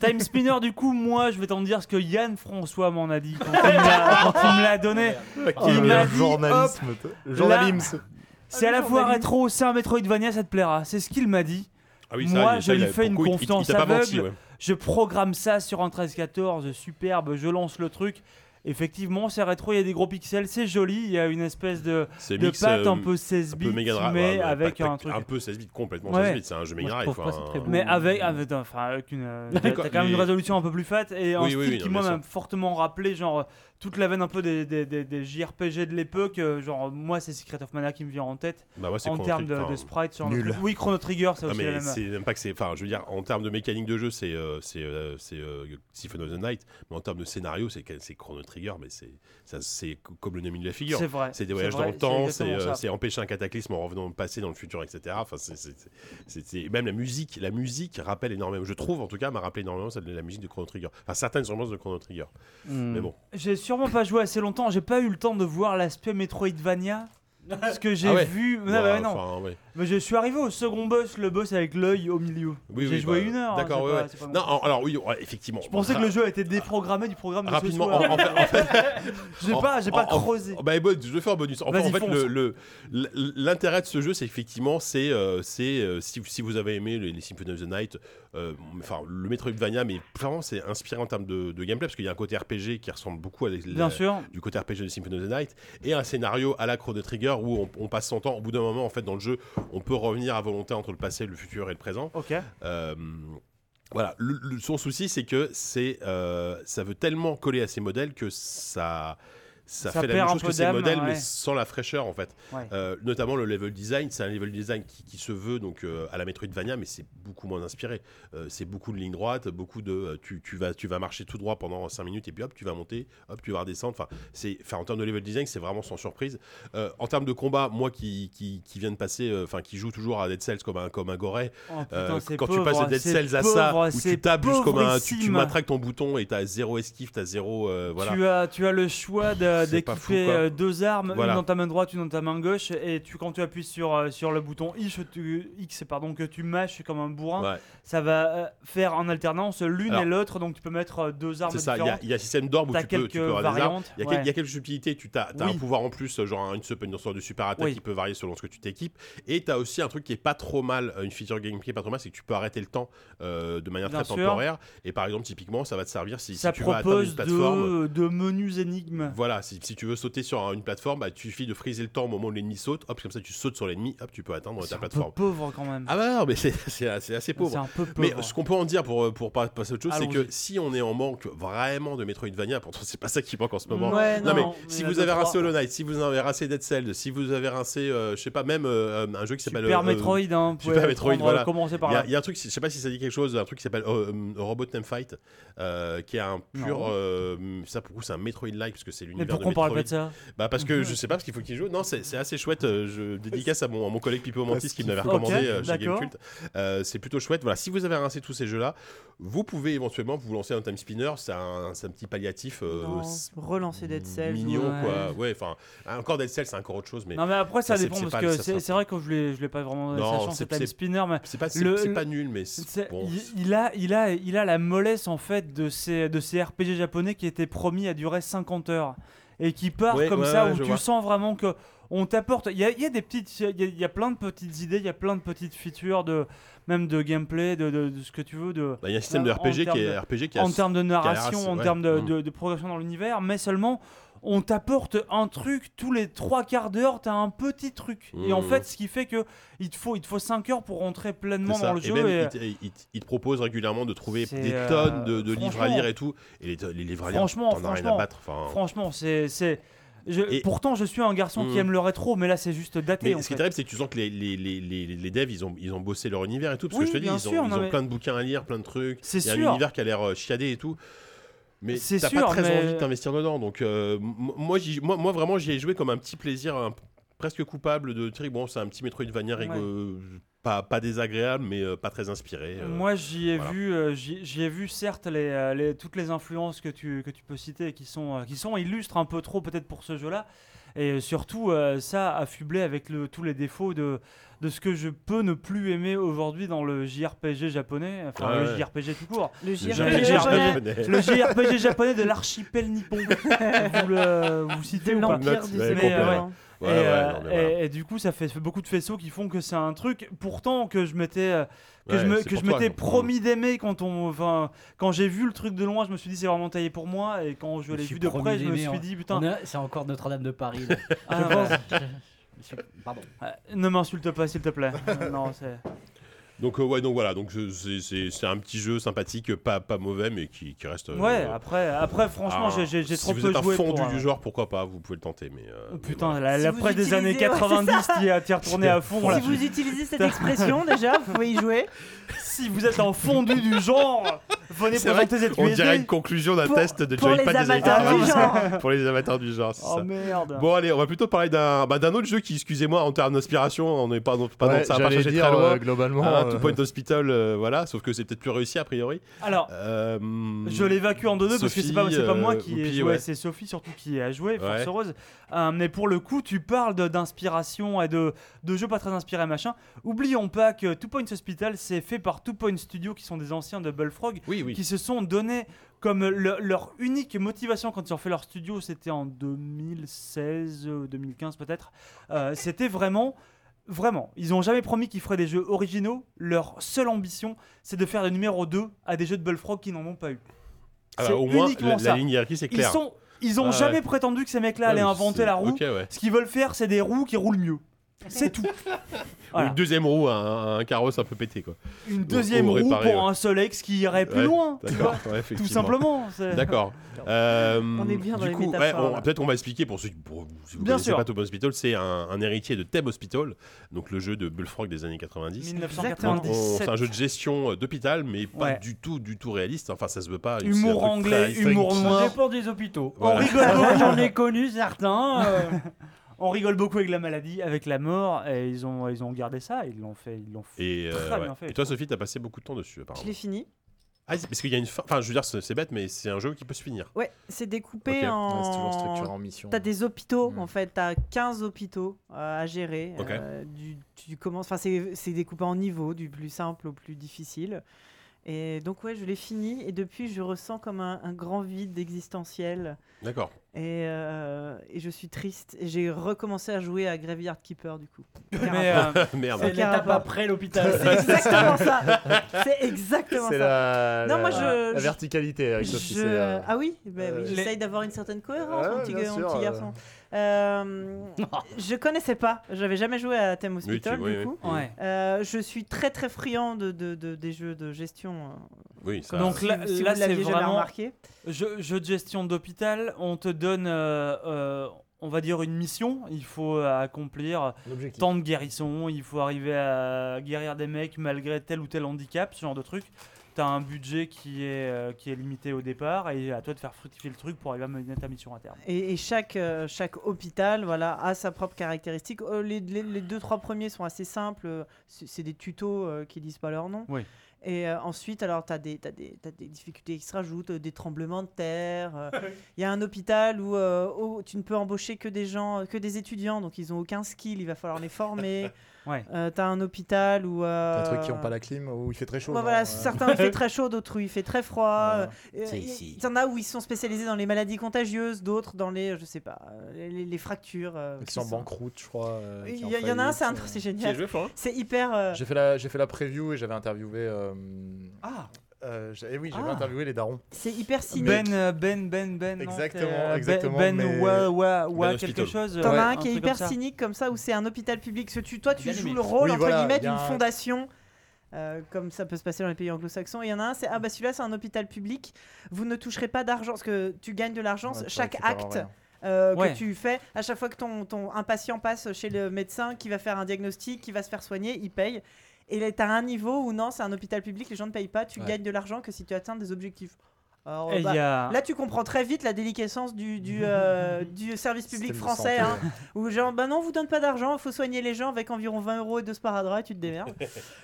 Speaker 6: Time Spinner, du coup, moi, je vais t'en dire ce que Yann François m'en a dit quand il me l'a- quand il me l'a donné.
Speaker 7: Oh,
Speaker 6: Il m'a
Speaker 7: le
Speaker 6: dit,
Speaker 7: journalisme. toi. Le journalisme.
Speaker 6: C'est à
Speaker 3: Ah,
Speaker 6: la
Speaker 3: le
Speaker 6: fois
Speaker 3: journaliste.
Speaker 6: rétro, c'est un Metroidvania, ça te plaira. C'est ce qu'il m'a dit.
Speaker 2: Ah oui, ça,
Speaker 6: Moi,
Speaker 2: il-
Speaker 6: je
Speaker 2: ça, il
Speaker 6: lui
Speaker 2: a-
Speaker 6: fais une
Speaker 2: pourquoi il- il-
Speaker 6: confiance
Speaker 2: Il t'a pas menti,
Speaker 6: aveugle.
Speaker 2: ouais.
Speaker 6: Je programme ça sur un 13-14, superbe, je lance le truc. Effectivement, c'est rétro, il y a des gros pixels, c'est joli, il y a une espèce de,
Speaker 2: C'est
Speaker 6: de
Speaker 2: mix,
Speaker 6: patte
Speaker 2: euh,
Speaker 6: un peu 16
Speaker 2: un
Speaker 6: bits,
Speaker 2: peu Mega Drive,
Speaker 6: mais
Speaker 2: ouais, ouais,
Speaker 6: avec
Speaker 2: pas-
Speaker 6: un truc.
Speaker 2: Un peu 16 bits, complètement
Speaker 6: Ouais.
Speaker 2: 16 bits, c'est un jeu Mega
Speaker 4: Moi, je
Speaker 2: Drive. hein.
Speaker 4: trouve pas
Speaker 2: enfin,
Speaker 4: ça très beau. euh,
Speaker 6: Mais avec, avec enfin, avec une, euh, t'as
Speaker 2: D'accord,
Speaker 6: t'as quand même une
Speaker 2: mais-
Speaker 6: résolution un peu plus fat et un
Speaker 2: Oui,
Speaker 6: style
Speaker 2: oui, oui,
Speaker 6: qui
Speaker 2: non,
Speaker 6: moi
Speaker 2: bien
Speaker 6: m'a fortement rappelé genre euh, toute la veine un peu des, des, des, des JRPG de l'époque. euh, Genre moi c'est Secret of Mana qui me vient en tête
Speaker 2: Bah, moi, c'est
Speaker 6: en
Speaker 2: Chrono
Speaker 6: termes de,
Speaker 2: Trigger,
Speaker 6: de
Speaker 2: enfin,
Speaker 6: sprite. Genre,
Speaker 7: nul.
Speaker 6: Oui Chrono Trigger c'est
Speaker 2: Ah
Speaker 6: aussi la
Speaker 2: mais
Speaker 6: même.
Speaker 2: c'est même pas que c'est enfin je veux dire en termes de mécanique de jeu c'est euh, c'est euh, c'est euh, Symphony of the Night mais en termes de scénario c'est c'est Chrono Trigger mais c'est ça c'est comme le nom de la figure
Speaker 6: C'est vrai.
Speaker 2: c'est des voyages
Speaker 6: vrai,
Speaker 2: dans le temps c'est
Speaker 6: exactement
Speaker 2: euh,
Speaker 6: ça.
Speaker 2: c'est empêcher un cataclysme en revenant au passé dans le futur etc enfin c'est- c'est- c'est- c'est c'est- même la musique la musique rappelle énormément je trouve en tout cas m'a rappelé énormément celle de la musique de Chrono Trigger enfin certaines ambiances de Chrono Trigger
Speaker 6: Mm.
Speaker 4: Mm.
Speaker 2: mais bon
Speaker 6: J'ai sûrement pas joué assez longtemps. J'ai pas eu le temps de voir l'aspect Metroidvania. Ce que j'ai
Speaker 2: Ah ouais.
Speaker 6: vu, non,
Speaker 2: Bah,
Speaker 6: bah, non.
Speaker 2: enfin, ouais.
Speaker 6: Mais je suis arrivé au second boss, le boss avec l'œil au milieu.
Speaker 2: Oui,
Speaker 6: j'ai
Speaker 2: oui,
Speaker 6: joué
Speaker 2: bah,
Speaker 6: une heure. hein,
Speaker 2: d'accord
Speaker 6: c'est
Speaker 2: ouais,
Speaker 6: pas-
Speaker 2: ouais.
Speaker 6: c'est pas
Speaker 2: non
Speaker 6: mal.
Speaker 2: en- alors oui ouais, effectivement
Speaker 6: Je pensais que le jeu a été déprogrammé du programme. de ce
Speaker 2: Ah. rapidement
Speaker 6: soir.
Speaker 2: en- en fait- en fait
Speaker 6: J'ai
Speaker 2: En-
Speaker 6: pas, j'ai pas
Speaker 2: en- en-
Speaker 6: creusé.
Speaker 2: Bah, bon, je le fais en bonus. Enfin,
Speaker 6: Vas-y,
Speaker 2: en fait,
Speaker 6: fonce.
Speaker 2: le- le- l- l'intérêt de ce jeu, c'est effectivement, c'est euh, c'est, euh, si, si vous avez aimé les, les Symphony of the Night, euh, enfin le Metroidvania, mais vraiment c'est inspiré en termes de, de gameplay parce qu'il y a un côté RPG qui ressemble beaucoup à des- la-
Speaker 6: Bien sûr.
Speaker 2: du côté RPG de Symphony of the Night et un scénario à la Chrono Trigger où on, on passe son temps. Au bout d'un moment, en fait, dans le jeu, on peut revenir à volonté entre le passé, le futur et le présent.
Speaker 6: Ok.
Speaker 2: Euh, voilà, le, le- son souci c'est que c'est euh, ça veut tellement coller à ces modèles que ça ça,
Speaker 6: Ça
Speaker 2: fait la même
Speaker 6: perd un
Speaker 2: chose
Speaker 6: peu
Speaker 2: que ces
Speaker 6: d'âme,
Speaker 2: modèles mais
Speaker 6: ouais.
Speaker 2: sans la fraîcheur en fait.
Speaker 6: Ouais.
Speaker 2: Euh, notamment le level design, c'est un level design qui, qui se veut donc euh, à la Metroidvania mais c'est beaucoup moins inspiré. Euh, c'est beaucoup de lignes droites, beaucoup de euh, tu, tu vas tu vas marcher tout droit pendant 5 minutes et puis hop tu vas monter, hop tu vas redescendre. Enfin c'est enfin en termes de level design c'est vraiment sans surprise. Euh, en termes de combat, moi qui qui, qui viens de passer euh, enfin qui joue toujours à Dead Cells comme un comme un goret,
Speaker 6: Oh, putain,
Speaker 2: euh,
Speaker 6: c'est
Speaker 2: quand
Speaker 6: pauvre,
Speaker 2: tu passes de Dead
Speaker 6: c'est
Speaker 2: Cells à
Speaker 6: pauvre,
Speaker 2: ça, où
Speaker 6: c'est
Speaker 2: tu tapes juste comme un. Tu, tu
Speaker 6: pauvrissime.
Speaker 2: matraques ton bouton et t'as zéro esquive, t'as zéro. euh, voilà.
Speaker 6: Tu as, tu as le choix de-
Speaker 2: C'est pas fou,
Speaker 6: d'équiper
Speaker 2: quoi.
Speaker 6: euh, deux armes,
Speaker 2: Voilà.
Speaker 6: une dans ta main droite, une dans ta main gauche, et tu, quand tu appuies sur, euh, sur le bouton X, tu, X pardon, que tu mâches comme un bourrin,
Speaker 2: Ouais,
Speaker 6: ça va euh, faire en alternance l'une
Speaker 2: Alors,
Speaker 6: et l'autre, donc tu peux mettre euh, deux armes
Speaker 2: c'est ça. Il y a-
Speaker 6: différentes.
Speaker 2: il y, a un système d'orbe où
Speaker 6: T'as
Speaker 2: tu peux,
Speaker 6: quelques
Speaker 2: tu peux avoir des armes.
Speaker 6: variantes.
Speaker 2: Il y, a
Speaker 6: ouais.
Speaker 2: quel- il y a quelques subtilités. Tu as,
Speaker 6: Oui.
Speaker 2: un pouvoir en plus, genre une, sup- une sorte de super attaque
Speaker 6: Oui.
Speaker 2: qui peut varier selon ce que tu t'équipes. Et tu as aussi un truc qui est pas trop mal, euh, une feature gameplay qui est pas trop mal, c'est que tu peux arrêter le temps euh, de manière
Speaker 6: Bien
Speaker 2: très
Speaker 6: sûr.
Speaker 2: temporaire. Et par exemple, typiquement, ça va te servir si, si
Speaker 6: ça
Speaker 2: tu vas atteindre
Speaker 6: propose
Speaker 2: une plateforme.
Speaker 6: de, de menus énigmes.
Speaker 2: Voilà, si, si tu veux sauter sur un- une plateforme, bah, tu suffit de friser le temps au moment où l'ennemi saute. Hop, comme ça, tu sautes sur l'ennemi. Hop, tu peux atteindre
Speaker 6: C'est
Speaker 2: ta
Speaker 6: un peu
Speaker 2: plateforme.
Speaker 6: pauvre quand même.
Speaker 2: Ah bah non, mais c'est- c'est c'est assez pauvre.
Speaker 6: C'est un peu pauvre.
Speaker 2: Mais ce qu'on peut en dire pour, euh, pour pas passer à autre chose, c'est que
Speaker 6: Allons-y.
Speaker 2: si on est en manque vraiment de Metroidvania, pourtant c'est pas ça qui manque en ce moment.
Speaker 6: Ouais,
Speaker 2: non, mais
Speaker 6: non, mais
Speaker 2: si
Speaker 6: il y en a
Speaker 2: vous
Speaker 6: deux,
Speaker 2: avez
Speaker 6: trois.
Speaker 2: rincé Hollow Knight, si vous avez rincé Dead Cells, si vous avez rincé, euh, je sais pas, même euh, un jeu qui s'appelle.
Speaker 6: Super
Speaker 2: euh,
Speaker 6: Metroid, hein,
Speaker 2: Super
Speaker 6: pouvez
Speaker 2: Metroid,
Speaker 6: prendre,
Speaker 2: voilà.
Speaker 6: euh, Commencer
Speaker 2: Il
Speaker 6: par
Speaker 2: y, a-
Speaker 6: là.
Speaker 2: il y a un truc, je sais pas si ça dit quelque chose, un truc qui s'appelle euh, euh, Robot Name Fight, euh, qui est un pur,
Speaker 6: Non.
Speaker 2: euh, ça pour le coup c'est un Metroid-like parce que c'est
Speaker 6: Mais
Speaker 2: l'univers de
Speaker 6: pourquoi on parle pas
Speaker 2: Metroid.
Speaker 6: de ça
Speaker 2: Bah parce
Speaker 6: Mhm.
Speaker 2: que je sais pas parce qu'il faut qu'il joue. Non, c'est c'est assez chouette. euh, Je dédicace à mon, à mon collègue Pipo Mantis
Speaker 5: Parce
Speaker 2: qui
Speaker 5: qu'il
Speaker 2: me l'avait
Speaker 5: faut-
Speaker 2: recommandé
Speaker 6: Ok,
Speaker 2: euh, chez
Speaker 6: d'accord.
Speaker 2: Gamecult. Euh, c'est plutôt chouette. Voilà, si vous avez rincé tous ces jeux-là, vous pouvez éventuellement vous lancer un Time Spinner. C'est un, c'est un petit palliatif. euh,
Speaker 3: Non,
Speaker 2: s-
Speaker 3: relancer Dead Cells.
Speaker 2: Mignon
Speaker 6: ouais.
Speaker 2: quoi. Ouais, enfin, hein, encore Dead Cells, c'est encore autre chose, mais
Speaker 6: Non mais après
Speaker 2: Ça,
Speaker 6: ça,
Speaker 2: c'est-
Speaker 6: dépend
Speaker 2: c'est
Speaker 6: parce
Speaker 2: pas-
Speaker 6: que
Speaker 2: ça, c'est un
Speaker 6: c'est c'est vrai que je l'ai je l'ai pas vraiment donné
Speaker 2: Non,
Speaker 6: sa chance
Speaker 2: c'est-
Speaker 6: c'est Time
Speaker 2: c'est-
Speaker 6: Spinner mais
Speaker 2: c'est pas, c'est
Speaker 6: Le-
Speaker 2: c'est pas nul, mais c'est
Speaker 6: c'est-
Speaker 2: bon.
Speaker 6: il,
Speaker 2: c'est-
Speaker 6: il a il a il a la mollesse en fait de ces de ces RPG japonais qui étaient promis à durer 50 heures et qui partent
Speaker 2: Ouais,
Speaker 6: comme
Speaker 2: ouais,
Speaker 6: ça
Speaker 2: ouais,
Speaker 6: où
Speaker 2: je
Speaker 6: tu
Speaker 2: vois.
Speaker 6: sens vraiment que on t'apporte il y a, il y a des petites il y, a- il y a plein de petites idées il y a plein de petites features de même de gameplay de, de- de ce que tu veux de
Speaker 2: Bah, Il y a un système de
Speaker 6: en
Speaker 2: RPG
Speaker 6: termes
Speaker 2: qui est
Speaker 6: de-
Speaker 2: RPG qui a
Speaker 6: en termes de
Speaker 2: a l'air
Speaker 6: narration,
Speaker 2: assez-
Speaker 6: en
Speaker 2: ouais.
Speaker 6: termes de,
Speaker 2: Mm.
Speaker 6: de- de progression dans l'univers, mais seulement on t'apporte un truc tous les trois quarts d'heure, t'as un petit truc. Et en
Speaker 2: Mm.
Speaker 6: fait, ce qui fait que il te faut il te faut cinq heures pour rentrer pleinement
Speaker 2: C'est ça.
Speaker 6: dans le
Speaker 2: et
Speaker 6: jeu.
Speaker 2: même,
Speaker 6: et
Speaker 2: il, te- il te- il te propose régulièrement de trouver
Speaker 6: C'est,
Speaker 2: des
Speaker 6: euh,
Speaker 2: tonnes de, de livres à
Speaker 6: franchement.
Speaker 2: lire et tout. Et les, les livres à lire,
Speaker 6: Franchement,
Speaker 2: t'en as rien à
Speaker 6: franchement.
Speaker 2: battre. Enfin,
Speaker 6: Franchement, c'est c'est. je-
Speaker 2: Et-
Speaker 6: Pourtant, je suis un garçon qui
Speaker 2: Mm.
Speaker 6: aime le rétro, mais là, c'est juste daté.
Speaker 2: Mais ce
Speaker 6: en
Speaker 2: qui est
Speaker 6: fait.
Speaker 2: terrible, c'est que tu sens que les, les, les, les, les devs, ils ont, ils ont bossé leur univers et tout. Parce
Speaker 6: Oui,
Speaker 2: que je te dis,
Speaker 6: bien
Speaker 2: ils ont,
Speaker 6: sûr,
Speaker 2: ils
Speaker 6: non,
Speaker 2: ont
Speaker 6: mais-
Speaker 2: plein de bouquins à lire, plein de trucs.
Speaker 6: C'est
Speaker 2: Il y a un
Speaker 6: sûr.
Speaker 2: univers qui a l'air euh, chiadé et tout. mais
Speaker 6: C'est
Speaker 2: t'as
Speaker 6: sûr,
Speaker 2: pas très
Speaker 6: mais-
Speaker 2: envie d'investir dedans. Donc euh, m- moi, j'y- moi, moi vraiment, j'y ai joué comme un petit plaisir un- presque coupable de Thierry. Bon, c'est un petit Metroidvania
Speaker 6: Ouais.
Speaker 2: rigo- pas, pas désagréable, mais euh, pas très inspiré. euh.
Speaker 6: Moi, j'y ai
Speaker 2: voilà.
Speaker 6: vu, euh, j'y j'y ai vu certes les, euh, les- toutes les influences que tu que tu peux citer et qui sont euh, qui sont illustres un peu trop peut-être pour ce jeu-là. Et surtout, euh, ça affublé avec le, tous les défauts de, de ce que je peux ne plus aimer aujourd'hui dans le JRPG japonais, enfin
Speaker 2: Ah
Speaker 6: le
Speaker 2: ouais.
Speaker 6: JRPG tout court,
Speaker 3: Le
Speaker 2: Le
Speaker 6: JRPG
Speaker 3: JRPG japonais.
Speaker 2: japonais.
Speaker 6: le JRPG japonais de l'archipel nippon. vous le vous citez
Speaker 3: C'est
Speaker 6: ou pas
Speaker 3: l'empire
Speaker 2: Note,
Speaker 3: du
Speaker 2: ouais,
Speaker 3: Seigneur.
Speaker 2: Ouais,
Speaker 6: et,
Speaker 2: ouais,
Speaker 6: euh,
Speaker 2: non, mais voilà.
Speaker 6: et- et du coup, ça fait beaucoup de faisceaux qui font que c'est un truc. Pourtant, que je m'étais euh, que je
Speaker 2: Ouais,
Speaker 6: me-
Speaker 2: c'est
Speaker 6: que
Speaker 2: pour
Speaker 6: je
Speaker 2: toi,
Speaker 6: m'étais
Speaker 2: donc.
Speaker 6: promis d'aimer quand on enfin quand j'ai vu le truc de loin, je me suis dit c'est vraiment taillé pour moi et quand je
Speaker 4: Je
Speaker 6: l'ai
Speaker 4: suis
Speaker 6: vu de
Speaker 4: promis
Speaker 6: près, je me
Speaker 4: d'aimer,
Speaker 6: suis
Speaker 4: hein.
Speaker 6: dit putain
Speaker 4: On a- C'est encore Notre-Dame de Paris. là.
Speaker 6: ah,
Speaker 4: Je
Speaker 6: mince,
Speaker 4: pense. Je- je- Pardon.
Speaker 6: euh, ne m'insulte pas s'il te plaît. Euh, non, c'est
Speaker 2: Donc euh, ouais, donc voilà, donc je- c'est- c'est c'est un petit jeu sympathique, pas pas mauvais, mais qui, qui reste. euh,
Speaker 6: Ouais, après après franchement,
Speaker 2: un-
Speaker 6: j'ai- j'ai j'ai
Speaker 2: si
Speaker 6: trop
Speaker 2: vous
Speaker 6: peu
Speaker 2: êtes un
Speaker 6: joué
Speaker 2: fondu
Speaker 6: pour,
Speaker 2: du
Speaker 6: euh,
Speaker 2: genre, pourquoi pas Vous pouvez le tenter, mais. euh, mais
Speaker 6: Putain,
Speaker 2: voilà.
Speaker 6: la-
Speaker 3: Si vous
Speaker 6: l'après des années
Speaker 3: utilisez- ouais, c'est
Speaker 6: 90, t'y as t'y as retourné à fond. là.
Speaker 3: Si vous utilisez cette expression déjà, vous pouvez y jouer.
Speaker 6: Si vous êtes un fondu du genre, venez
Speaker 2: C'est vrai
Speaker 6: présenter cette
Speaker 2: On
Speaker 6: USD.
Speaker 2: dirait une conclusion d'un
Speaker 3: Pour-
Speaker 2: test de
Speaker 3: pour les
Speaker 2: Joypad des années
Speaker 3: amateurs du
Speaker 2: 90.
Speaker 3: genre.
Speaker 2: Pour les amateurs du genre, c'est
Speaker 6: Oh
Speaker 2: ça.
Speaker 6: merde.
Speaker 2: Bon allez, on va plutôt parler d'un bah, d'un autre jeu qui, excusez-moi, en termes d'inspiration, on n'est pas, dans- pas dans-
Speaker 5: Ouais,
Speaker 2: ça va pas
Speaker 5: j'allais
Speaker 2: chercher
Speaker 5: dire,
Speaker 2: très loin.
Speaker 5: euh, globalement.
Speaker 2: Hein,
Speaker 5: euh,
Speaker 2: Two Point Hospital, euh, voilà, sauf que c'est peut-être plus réussi a priori.
Speaker 6: Alors,
Speaker 2: Euh,
Speaker 6: Je l'évacue en deux deux parce que c'est pas,
Speaker 2: Sophie,
Speaker 6: c'est pas moi
Speaker 2: euh,
Speaker 6: qui ai
Speaker 2: Oupi,
Speaker 6: joué,
Speaker 2: ouais.
Speaker 6: c'est Sophie surtout qui a joué, force
Speaker 2: Ouais.
Speaker 6: heureuse. Euh, mais pour le coup, tu parles de- d'inspiration et de, de jeux pas très inspirés, machin. Oublions pas que Two Points Hospital, c'est fait par Two Point Studio qui sont des anciens de Bullfrog
Speaker 2: Oui, oui.
Speaker 6: qui se sont donnés comme le- leur unique motivation quand ils ont fait leur studio, c'était en 2016, euh, 2015 peut-être, euh, c'était vraiment, vraiment, ils n'ont jamais promis qu'ils feraient des jeux originaux, leur seule ambition, c'est de faire le numéro 2 à des jeux de Bullfrog qui n'en ont pas eu.
Speaker 2: Ah,
Speaker 6: c'est
Speaker 2: au moins,
Speaker 6: uniquement
Speaker 2: la,
Speaker 6: ça.
Speaker 2: la ligne hiérarchique, c'est
Speaker 6: Ils
Speaker 2: clair.
Speaker 6: sont, ils ont
Speaker 2: Ah ouais.
Speaker 6: jamais prétendu que ces mecs-là allaient
Speaker 2: Ouais,
Speaker 6: inventer
Speaker 2: Ah c'est-
Speaker 6: la roue.
Speaker 2: Ok, ouais.
Speaker 6: Ce qu'ils veulent faire, c'est des roues qui roulent mieux. C'est tout. Voilà.
Speaker 2: Ou Une deuxième roue, un, un carrosse un peu pété, quoi.
Speaker 6: Une deuxième
Speaker 2: ou
Speaker 6: roue
Speaker 2: réparer,
Speaker 6: pour
Speaker 2: ouais.
Speaker 6: un seul ex qui irait plus
Speaker 2: Ouais,
Speaker 6: loin. tu
Speaker 2: D'accord,
Speaker 6: vois.
Speaker 2: ouais, effectivement.
Speaker 6: Tout simplement. c'est-
Speaker 2: D'accord. Euh,
Speaker 3: On est bien
Speaker 2: du
Speaker 3: dans les
Speaker 2: coup, ouais,
Speaker 3: métaphores,
Speaker 2: on-
Speaker 3: là.
Speaker 2: Peut-être on va expliquer pour ceux qui pour- si vous
Speaker 6: Bien
Speaker 2: connaissez
Speaker 6: sûr.
Speaker 2: pas Top Hospital, c'est un, un héritier de Thème Hospital, donc le jeu de Bullfrog des années 90. Donc, on-
Speaker 6: 1997.
Speaker 2: C'est un jeu de gestion euh, d'hôpital, mais pas
Speaker 6: Ouais.
Speaker 2: du tout, du tout réaliste. Enfin, ça se veut pas. c'est un
Speaker 6: Humour
Speaker 2: truc
Speaker 6: anglais,
Speaker 2: très-
Speaker 6: humour
Speaker 4: Ça
Speaker 6: noir.
Speaker 4: dépend des hôpitaux.
Speaker 2: Voilà.
Speaker 6: On rigole beaucoup.
Speaker 4: J'en ai connu certains. euh,
Speaker 6: On rigole beaucoup avec la maladie, avec la mort, et ils ont, ils ont gardé ça, ils l'ont fait, ils l'ont fait.
Speaker 2: Et, euh,
Speaker 6: Très
Speaker 2: ouais.
Speaker 6: bien fait.
Speaker 2: Et toi, Sophie, t'as passé beaucoup de temps dessus,
Speaker 3: Je
Speaker 2: apparemment.
Speaker 3: l'ai fini.
Speaker 2: Ah, c'est- parce qu'il y a une fin. Enfin, je veux dire, c'est c'est bête, mais c'est un jeu qui peut se finir.
Speaker 3: Ouais, c'est découpé
Speaker 2: Ok. Ouais,
Speaker 3: en.
Speaker 7: Ouais, c'est toujours structuré en mission.
Speaker 3: T'as des hôpitaux
Speaker 7: Mm.
Speaker 3: en fait, t'as 15 hôpitaux euh, à gérer.
Speaker 2: Ok.
Speaker 3: euh, du, tu commences, enfin c'est c'est découpé en niveaux, du plus simple au plus difficile. Et donc ouais, je l'ai fini et depuis je ressens comme un, un grand vide existentiel
Speaker 2: D'accord.
Speaker 3: et, euh, et je suis triste. Et j'ai recommencé à jouer à Graveyard Keeper du coup.
Speaker 6: Mais
Speaker 3: Carrément.
Speaker 6: euh,
Speaker 2: Merde.
Speaker 3: Aucun
Speaker 4: C'est l'étape
Speaker 3: rapport.
Speaker 4: après l'hôpital.
Speaker 3: C'est exactement ça. C'est exactement
Speaker 5: C'est
Speaker 3: ça.
Speaker 5: la,
Speaker 3: Non,
Speaker 5: la-
Speaker 3: moi, je-
Speaker 5: la
Speaker 3: je-
Speaker 5: verticalité avec Sophie.
Speaker 3: Je-
Speaker 5: c'est, euh,
Speaker 3: Ah oui, bah oui,
Speaker 5: euh,
Speaker 3: j'essaye d'avoir une certaine cohérence,
Speaker 5: ouais,
Speaker 3: mon petit,
Speaker 5: bien
Speaker 3: mon
Speaker 5: sûr,
Speaker 3: petit
Speaker 5: euh.
Speaker 3: garçon. Euh, je connaissais pas, j'avais jamais joué à Thème Hospital
Speaker 2: oui,
Speaker 3: du
Speaker 2: oui.
Speaker 3: coup.
Speaker 6: ouais.
Speaker 3: Euh, je suis très très friand de, de- de- des jeux de gestion.
Speaker 2: Oui, ça.
Speaker 6: Donc là,
Speaker 3: euh, si
Speaker 6: là
Speaker 3: vous
Speaker 6: c'est
Speaker 3: l'aviez jamais
Speaker 6: vraiment
Speaker 3: remarqué.
Speaker 6: jeu, jeu de gestion d'hôpital. On te donne, euh, euh, on va dire une mission. Il faut euh, accomplir
Speaker 5: l'objectif.
Speaker 6: tant de guérison. Il faut arriver à guérir des mecs malgré tel ou tel handicap, ce genre de truc. T'as un budget qui est euh, qui est limité au départ et à toi de faire fructifier le truc pour arriver à mener ta mission à terme.
Speaker 3: Et, et chaque, euh, chaque hôpital voilà, a sa propre caractéristique. Euh, les, les- les deux, trois premiers sont assez simples. euh, C'est c'est des tutos euh, qui disent pas leur nom.
Speaker 6: Oui.
Speaker 3: Et euh, ensuite, alors, tu as, des t'as des- t'as des difficultés qui se rajoutent, euh, des tremblements de terre. euh, Il y a un hôpital où, euh, oh, tu ne peux embaucher que des gens, que des étudiants, donc ils n'ont aucun skill, il va falloir les former.
Speaker 6: Ouais.
Speaker 3: tu as un hôpital où...
Speaker 5: T'as
Speaker 3: euh,
Speaker 5: un truc qui ont pas la clim où il fait très chaud.
Speaker 3: Ouais,
Speaker 5: non,
Speaker 3: voilà,
Speaker 5: euh,
Speaker 3: certains il fait très chaud, d'autres il fait très froid.
Speaker 5: Voilà.
Speaker 3: Euh,
Speaker 4: C'est ici.
Speaker 3: Il y en a où ils sont spécialisés dans les maladies contagieuses, d'autres dans les, je sais pas, euh, les, les- les fractures. euh,
Speaker 5: qui sont en
Speaker 3: sont-
Speaker 5: banqueroute, je crois. euh,
Speaker 3: Il
Speaker 5: qui
Speaker 3: y, il y en a un, c'est un
Speaker 5: faillite,
Speaker 3: truc,
Speaker 5: euh.
Speaker 3: c'est génial. C'est hyper. euh,
Speaker 5: J'ai fait la j'ai fait la preview et j'avais interviewé. euh,
Speaker 6: Ah.
Speaker 5: euh, j'ai- eh oui, j'avais
Speaker 6: Ah.
Speaker 5: interviewé les darons.
Speaker 3: C'est hyper ciné.
Speaker 6: Ben, euh, Ben, Ben, Ben. non,
Speaker 5: Exactement,
Speaker 6: c'est, euh, Ben-
Speaker 5: exactement,
Speaker 6: Ben,
Speaker 5: mais-
Speaker 6: ouah, ouah, ouah,
Speaker 2: Ben
Speaker 6: quelque
Speaker 2: Hospital.
Speaker 6: chose.
Speaker 3: T'en
Speaker 6: ouais,
Speaker 3: as un qui est
Speaker 6: truc
Speaker 3: hyper
Speaker 6: comme ça.
Speaker 3: cynique comme ça, où c'est un hôpital public. Parce que tu, toi, tu
Speaker 4: Bien
Speaker 3: joues
Speaker 4: aimé.
Speaker 3: le rôle,
Speaker 5: Oui,
Speaker 3: entre
Speaker 5: voilà,
Speaker 3: guillemets,
Speaker 5: il y a
Speaker 3: d'une
Speaker 5: un-
Speaker 3: fondation. euh, comme ça peut se passer dans les pays anglo-saxons. Et il y en a un, c'est Ah, bah celui-là, c'est un hôpital public. Vous ne toucherez pas d'argent. Parce que tu gagnes de l'argent.
Speaker 5: Ouais, tu
Speaker 3: chaque
Speaker 5: récupères
Speaker 3: acte
Speaker 5: rien.
Speaker 3: euh,
Speaker 6: Ouais.
Speaker 3: que tu fais, à chaque fois que ton, ton, un patient passe chez le médecin qui va faire un diagnostic, qui va se faire soigner, il paye. Et là, t'as un niveau où non, c'est un hôpital public, les gens ne payent pas, tu
Speaker 5: Ouais.
Speaker 3: gagnes de l'argent que si tu atteins des objectifs. Alors,
Speaker 6: Et Eh, il
Speaker 3: bah,
Speaker 6: y a...
Speaker 3: Là, tu comprends très vite la déliquescence du, du, euh, du service public
Speaker 7: Système de
Speaker 3: français.
Speaker 7: santé,
Speaker 3: hein, où genre, bah non, on vous donne pas d'argent, faut soigner les gens avec environ 20 euros et deux sparadraps et tu te démerdes.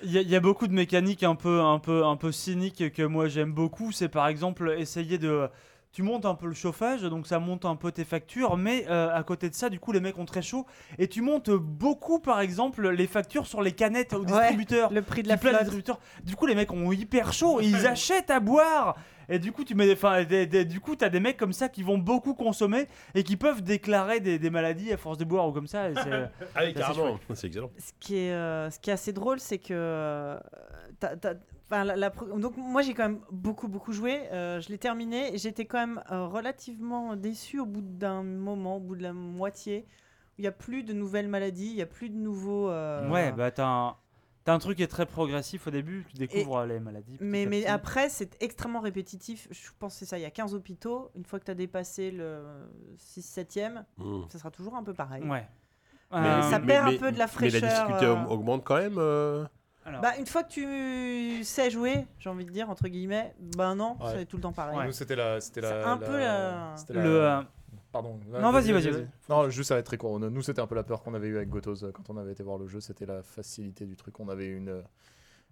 Speaker 6: Il y, a- il y a beaucoup de mécaniques un peu, un peu, un peu cyniques que moi j'aime beaucoup. C'est par exemple essayer de. Tu montes un peu le chauffage, donc ça monte un peu tes factures, mais euh, à côté de ça, du coup, les mecs ont très chaud. Et tu montes beaucoup, par exemple, les factures sur les canettes au
Speaker 3: Ouais,
Speaker 6: distributeur.
Speaker 3: Le prix de
Speaker 6: qui
Speaker 3: la
Speaker 6: place
Speaker 3: flotte.
Speaker 6: distributeur. Du coup, les mecs ont hyper chaud et ils achètent à boire. Et du coup, tu mets des, enfin, des- des- du coup, t'as des mecs comme ça qui vont beaucoup consommer et qui peuvent déclarer des, des maladies à force de boire ou comme ça. et c'est-
Speaker 2: Ah oui,
Speaker 6: Ça, c'est
Speaker 2: carrément. C'est excellent.
Speaker 3: Ce qui est, euh, ce qui est assez drôle, c'est que. euh, t'as- t'as- enfin, la- la pro- donc, moi, j'ai quand même beaucoup, beaucoup joué. euh, je l'ai terminé. et J'étais quand même euh, relativement déçu au bout d'un moment, au bout de la moitié. où Il n'y a plus de nouvelles maladies, il n'y a plus de nouveaux. euh,
Speaker 6: Ouais, bah t'as un, t'as un truc qui est très progressif au début. Tu découvres les maladies. petit
Speaker 3: Mais,
Speaker 6: à
Speaker 3: mais
Speaker 6: petit.
Speaker 3: après, c'est extrêmement répétitif. Je pense que c'est ça. Il y a 15 hôpitaux. Une fois que tu as dépassé le 6-7e,
Speaker 2: Mm.
Speaker 3: ça sera toujours un peu pareil.
Speaker 6: Ouais.
Speaker 3: Mais
Speaker 6: Euh,
Speaker 3: ça perd un
Speaker 2: mais-
Speaker 3: peu de la
Speaker 2: Mais la
Speaker 3: fraîcheur,
Speaker 2: difficulté
Speaker 3: euh,
Speaker 2: aug- augmente quand même. euh.
Speaker 6: alors,
Speaker 3: Bah, une fois que tu sais jouer, j'ai envie de dire, entre guillemets, ben non,
Speaker 7: Ouais.
Speaker 3: c'est tout le temps pareil.
Speaker 6: Ouais.
Speaker 7: Nous, c'était la. C'était
Speaker 3: C'est
Speaker 7: la
Speaker 3: un peu la-
Speaker 7: c'était la-
Speaker 6: le, euh,
Speaker 7: Pardon.
Speaker 6: Non, vas-y, vas-y, vas-y.
Speaker 7: Non, juste ça va être très court. On a- Nous, c'était un peu la peur qu'on avait eue avec Gotos euh, quand on avait été voir le jeu. C'était la facilité du truc. On avait une, euh,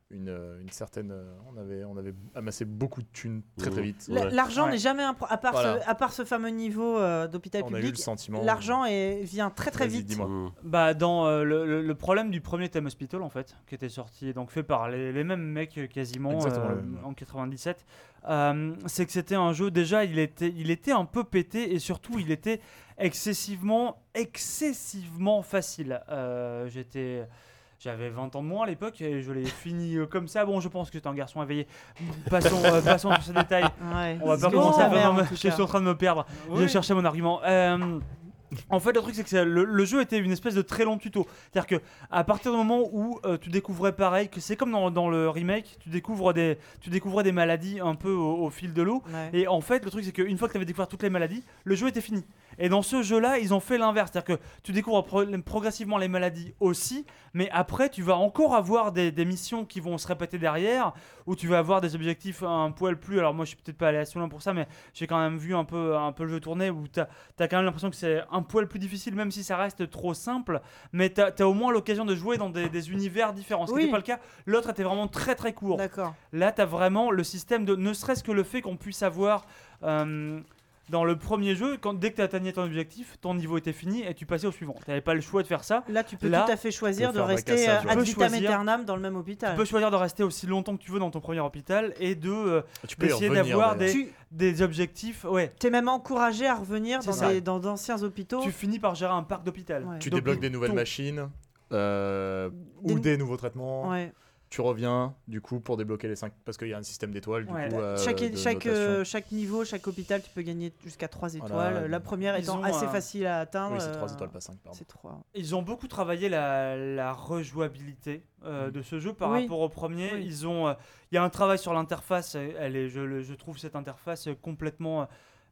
Speaker 7: une, euh, une certaine. euh, On avait, on avait amassé beaucoup de thunes très très vite.
Speaker 3: L-
Speaker 2: Ouais.
Speaker 3: L'argent
Speaker 6: Ouais.
Speaker 3: n'est jamais un pro- à part,
Speaker 7: Voilà.
Speaker 3: ce, à part ce fameux niveau euh, d'hôpital
Speaker 7: On a eu le
Speaker 3: public.
Speaker 7: sentiment. euh,
Speaker 3: L'argent est- vient très très
Speaker 7: Vas-y,
Speaker 3: vite.
Speaker 7: dis-moi.
Speaker 2: Mm.
Speaker 6: bah, dans euh, le, le- le problème du premier Thème Hospital, en fait, qui était sorti, donc fait par les, les mêmes mecs euh, quasiment
Speaker 7: Exactement le
Speaker 6: euh,
Speaker 7: même, ouais.
Speaker 6: en 97, euh, c'est que c'était un jeu, déjà, il était, il était un peu pété et surtout, il était excessivement, excessivement facile. Euh, J'étais. J'avais 20 ans de moins à l'époque et je l'ai fini euh, comme ça. Bon, je pense que t'es un garçon éveillé. Passons, euh, passons sur ce détail.
Speaker 3: Ouais.
Speaker 6: On va pas
Speaker 3: Parce que
Speaker 6: commencer à
Speaker 3: ça merde,
Speaker 6: faire.
Speaker 3: en tout
Speaker 6: Je
Speaker 3: cas.
Speaker 6: suis en train de me perdre. J'ai cherché mon argument. Euh, en fait, le truc, c'est que c'est- le, le jeu était une espèce de très long tuto. C'est-à-dire que à partir du moment où euh, tu découvrais pareil, que c'est comme dans, dans le remake, tu découvres des, tu découvrais des maladies un peu au, au fil de l'eau.
Speaker 3: Ouais.
Speaker 6: Et en fait, le truc, c'est qu'une fois que tu avais découvert toutes les maladies, le jeu était fini. Et dans ce jeu-là, ils ont fait l'inverse. C'est-à-dire que tu découvres pro- progressivement les maladies aussi, mais après, tu vas encore avoir des, des missions qui vont se répéter derrière, où tu vas avoir des objectifs un poil plus. Alors, moi, je suis peut-être pas allé assez loin pour ça, mais j'ai quand même vu un peu, un peu le jeu tourner, où tu as, quand même l'impression que c'est un poil plus difficile, même si ça reste trop simple. Mais tu as, au moins l'occasion de jouer dans des, des univers différents. Ce qui
Speaker 3: Oui.
Speaker 6: n'était pas le cas. L'autre était vraiment très très court.
Speaker 3: D'accord.
Speaker 6: Là, t'as vraiment le système de. Ne serait-ce que le fait qu'on puisse avoir. euh, dans le premier jeu, quand, dès que tu atteignais ton objectif, ton niveau était fini et tu passais au suivant. Tu n'avais pas le choix de faire ça.
Speaker 3: Là, tu peux
Speaker 6: Là,
Speaker 3: tout à fait choisir
Speaker 7: tu
Speaker 3: de
Speaker 7: peux faire un
Speaker 3: rester
Speaker 7: cassage,
Speaker 3: euh,
Speaker 7: ouais.
Speaker 3: ad
Speaker 6: Tu peux
Speaker 3: vitam
Speaker 6: choisir-
Speaker 3: aeternam dans le même
Speaker 6: Tu
Speaker 3: hôpital.
Speaker 6: peux choisir de rester aussi longtemps que tu veux dans ton premier hôpital et de euh,
Speaker 7: Tu peux y
Speaker 6: d'essayer
Speaker 7: revenir,
Speaker 6: d'avoir
Speaker 7: d'ailleurs.
Speaker 6: des,
Speaker 3: Tu
Speaker 6: des objectifs. Ouais,
Speaker 3: es même encouragé à revenir
Speaker 6: C'est
Speaker 3: dans
Speaker 6: ça.
Speaker 3: des- dans d'anciens hôpitaux.
Speaker 6: tu finis par gérer un parc d'hôpital.
Speaker 3: Ouais.
Speaker 7: Tu
Speaker 6: Donc,
Speaker 7: débloques des nouvelles
Speaker 6: ton-
Speaker 7: machines. euh,
Speaker 3: Des
Speaker 7: ou
Speaker 3: nou-
Speaker 7: des nouveaux traitements.
Speaker 3: Ouais.
Speaker 7: Tu reviens, du coup, pour débloquer les 5. Parce qu'il y a un système d'étoiles, du
Speaker 6: Ouais.
Speaker 7: coup. euh,
Speaker 3: chaque,
Speaker 7: de
Speaker 3: chaque,
Speaker 7: notation.
Speaker 3: euh, chaque niveau, chaque hôpital, tu peux gagner jusqu'à 3 étoiles.
Speaker 7: Voilà.
Speaker 3: la première
Speaker 6: Ils
Speaker 3: étant
Speaker 6: ont
Speaker 3: assez
Speaker 6: un-
Speaker 3: facile à atteindre.
Speaker 7: Oui, c'est 3
Speaker 3: euh,
Speaker 7: étoiles, pas 5, pardon.
Speaker 3: C'est 3.
Speaker 6: Ils ont beaucoup travaillé la, la rejouabilité euh, de ce jeu par
Speaker 3: Oui.
Speaker 6: rapport au premier.
Speaker 3: Oui.
Speaker 6: Ils ont, euh, il y a un travail sur l'interface. euh, Elle est, je, le- je trouve cette interface euh, complètement, euh,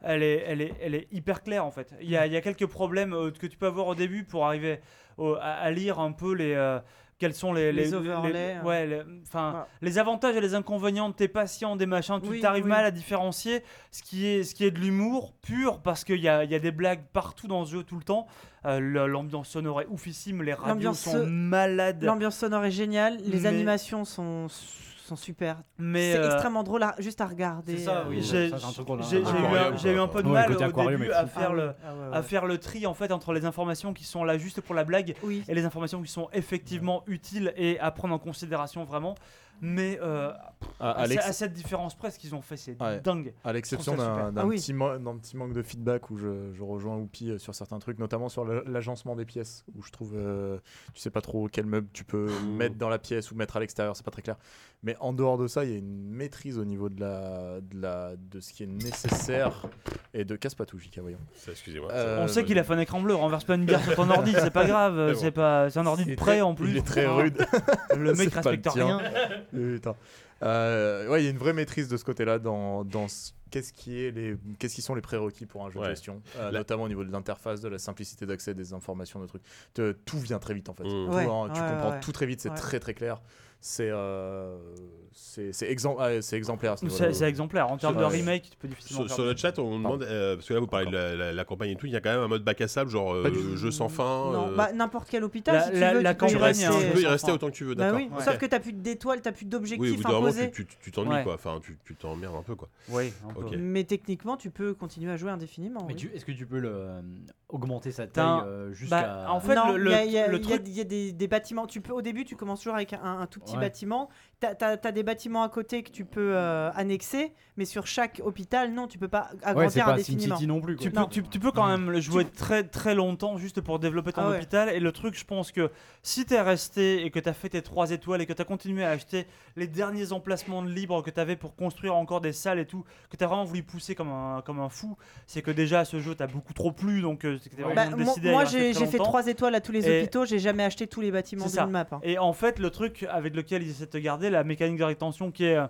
Speaker 6: elle est, elle est, elle est hyper claire en fait. Il
Speaker 3: Mm.
Speaker 6: y a, il y a quelques problèmes euh, que tu peux avoir au début pour arriver au- à, à lire un peu les. euh, quels sont les,
Speaker 3: Les overlays, euh.
Speaker 6: ouais, les, enfin,
Speaker 3: Voilà.
Speaker 6: les avantages et les inconvénients de tes patients, des machins, tu
Speaker 3: Oui,
Speaker 6: t'arrives
Speaker 3: oui.
Speaker 6: mal à différencier ce qui est, ce qui est de l'humour pur parce qu'il y a, il y a des blagues partout dans ce jeu tout le temps. Euh, le- L'ambiance sonore est oufissime, les radios
Speaker 3: L'ambiance
Speaker 6: sont
Speaker 3: so-
Speaker 6: malades.
Speaker 3: L'ambiance sonore est géniale, les
Speaker 6: Mais-
Speaker 3: animations sont, sont super.
Speaker 6: Mais
Speaker 3: c'est
Speaker 6: euh,
Speaker 3: extrêmement drôle à- juste à regarder.
Speaker 6: c'est ça,
Speaker 3: euh,
Speaker 6: oui.
Speaker 4: ça,
Speaker 6: J'ai
Speaker 4: c'est un truc qu'on a-
Speaker 6: j'ai- j'ai eu un-
Speaker 2: Aquarium,
Speaker 6: j'ai eu un
Speaker 2: quoi.
Speaker 6: peu de
Speaker 4: Ouais,
Speaker 6: mal
Speaker 4: côté
Speaker 6: au
Speaker 4: aquarium
Speaker 6: début
Speaker 4: et
Speaker 6: à
Speaker 4: tout.
Speaker 6: faire,
Speaker 3: oui,
Speaker 6: le,
Speaker 3: ah ouais, ouais,
Speaker 6: à
Speaker 3: ouais.
Speaker 6: faire le tri en fait entre les informations qui sont là juste pour la blague
Speaker 3: Oui.
Speaker 6: et les informations qui sont effectivement utiles et à prendre en considération vraiment. Mais euh,
Speaker 7: Ah,
Speaker 6: à,
Speaker 7: Alex,
Speaker 6: ce- à cette différence près, ce qu'ils ont fait, c'est
Speaker 7: Ouais.
Speaker 6: dingue.
Speaker 7: À l'exception
Speaker 6: Je trouve ça
Speaker 7: d'un
Speaker 6: super.
Speaker 7: d'un
Speaker 3: Ah oui.
Speaker 7: petit, mo- d'un petit manque de feedback où je, je rejoins Oupi euh, sur certains trucs, notamment sur le- l'agencement des pièces, où je trouve, euh, tu sais pas trop quel meuble tu peux mettre dans la pièce ou mettre à l'extérieur, c'est pas très clair. Mais en dehors de ça, il y a une maîtrise au niveau de, la, de, la, de ce qui est nécessaire et de casse pas tout, JK, voyons.
Speaker 2: Ça, Excusez-moi.
Speaker 7: Euh,
Speaker 6: On sait qu'il a fait un écran bleu, renverse pas une bière sur ton ordi, c'est pas grave,
Speaker 2: bon.
Speaker 6: c'est pas, c'est un ordi
Speaker 7: Il
Speaker 6: de
Speaker 7: est
Speaker 6: prêt
Speaker 7: très-
Speaker 6: en plus. Ah.
Speaker 7: Il est très rude.
Speaker 6: Le mec
Speaker 7: C'est pas le
Speaker 6: respecte
Speaker 7: tien.
Speaker 6: rien.
Speaker 7: Putain.
Speaker 5: Euh, ouais, il y a une vraie maîtrise de ce côté-là dans, dans ce- qu'est-ce qui est les qu'est-ce qui sont les prérequis pour un jeu
Speaker 2: Ouais.
Speaker 5: de gestion, euh,
Speaker 2: La-
Speaker 5: notamment au niveau de l'interface, de la simplicité d'accès, des informations, de trucs. Te- tout vient très vite en fait.
Speaker 2: Mm.
Speaker 5: Tout,
Speaker 3: Ouais,
Speaker 5: hein, tu
Speaker 3: ouais,
Speaker 5: comprends
Speaker 3: ouais.
Speaker 5: tout très vite, c'est
Speaker 3: Ouais.
Speaker 5: très très clair. C'est euh, c'est c'est exem- ah, c'est exemplaire. à ce niveau-là.
Speaker 6: C'est c'est exemplaire. En termes de
Speaker 5: Ouais.
Speaker 6: remake, tu peux difficilement.
Speaker 2: Sur,
Speaker 6: faire
Speaker 2: sur le
Speaker 6: mieux.
Speaker 2: chat, on demande, euh, parce que là vous parlez de la, la- la campagne et tout, il y a quand même un mode bac à sable, genre
Speaker 5: Pas du
Speaker 2: euh,
Speaker 5: tout.
Speaker 2: jeu sans fin.
Speaker 3: Non,
Speaker 2: euh,
Speaker 3: bah, n'importe quel hôpital,
Speaker 6: La-
Speaker 3: si tu
Speaker 6: la-
Speaker 3: veux,
Speaker 6: la
Speaker 3: tu peux y
Speaker 2: tu,
Speaker 6: campagne,
Speaker 2: restes,
Speaker 3: rester,
Speaker 6: hein,
Speaker 2: tu peux y
Speaker 3: sans
Speaker 2: rester
Speaker 3: fin.
Speaker 2: autant que tu veux,
Speaker 3: Bah
Speaker 2: d'accord.
Speaker 3: oui,
Speaker 6: Ouais.
Speaker 3: sauf que t'as plus d'étoiles, t'as plus
Speaker 2: Oui, au
Speaker 3: d'objectifs
Speaker 2: bout d'un moment,
Speaker 3: imposés.
Speaker 2: tu tu- tu t'ennuies,
Speaker 6: Ouais.
Speaker 2: quoi. Enfin, tu tu t'emmerdes un peu, quoi.
Speaker 6: Oui, un peu.
Speaker 2: Ok.
Speaker 3: Mais techniquement, tu peux continuer à jouer indéfiniment. oui.
Speaker 4: Mais tu- est-ce que tu peux le, euh, augmenter sa
Speaker 6: T'as
Speaker 4: taille
Speaker 6: un-
Speaker 4: euh, jusqu'à.
Speaker 6: Bah, en fait,
Speaker 3: non,
Speaker 6: le-
Speaker 3: il
Speaker 6: le-
Speaker 3: y a, il y a- il
Speaker 6: le
Speaker 3: y a-
Speaker 6: truc-
Speaker 3: il y a des, des bâtiments. Tu peux, au début, tu commences toujours avec un, un tout petit
Speaker 4: Ouais.
Speaker 3: bâtiment. T'as as, des bâtiments à côté que tu peux euh, annexer, mais sur chaque hôpital, non, tu peux pas
Speaker 4: ouais, c'est
Speaker 3: agrandir
Speaker 4: pas
Speaker 3: indéfiniment.
Speaker 4: SimCity non plus.
Speaker 6: Tu
Speaker 4: quoi.
Speaker 6: peux, tu- tu peux quand même le jouer très très longtemps juste pour développer ton
Speaker 3: Ah ouais.
Speaker 6: hôpital. Et le truc, je pense que si t'es resté et que t'as fait tes 3 étoiles et que t'as continué à acheter les derniers emplacements de libre que t'avais pour construire encore des salles et tout, que t'as vraiment voulu pousser comme un, comme un fou, c'est que déjà ce jeu t'as beaucoup trop plu. Donc euh, c'est que t'es
Speaker 4: Bah,
Speaker 6: vraiment
Speaker 3: Bah, moi,
Speaker 6: décidé à y
Speaker 3: moi,
Speaker 6: rester
Speaker 3: j'ai
Speaker 6: très
Speaker 3: j'ai fait
Speaker 6: longtemps.
Speaker 3: trois étoiles à tous les
Speaker 6: Et-
Speaker 3: hôpitaux. J'ai jamais acheté tous les bâtiments
Speaker 6: C'est
Speaker 3: d'une
Speaker 6: ça.
Speaker 3: map. hein.
Speaker 6: Et en fait, le truc avec lequel ils essaient de te garder, la mécanique de rétention qui est euh,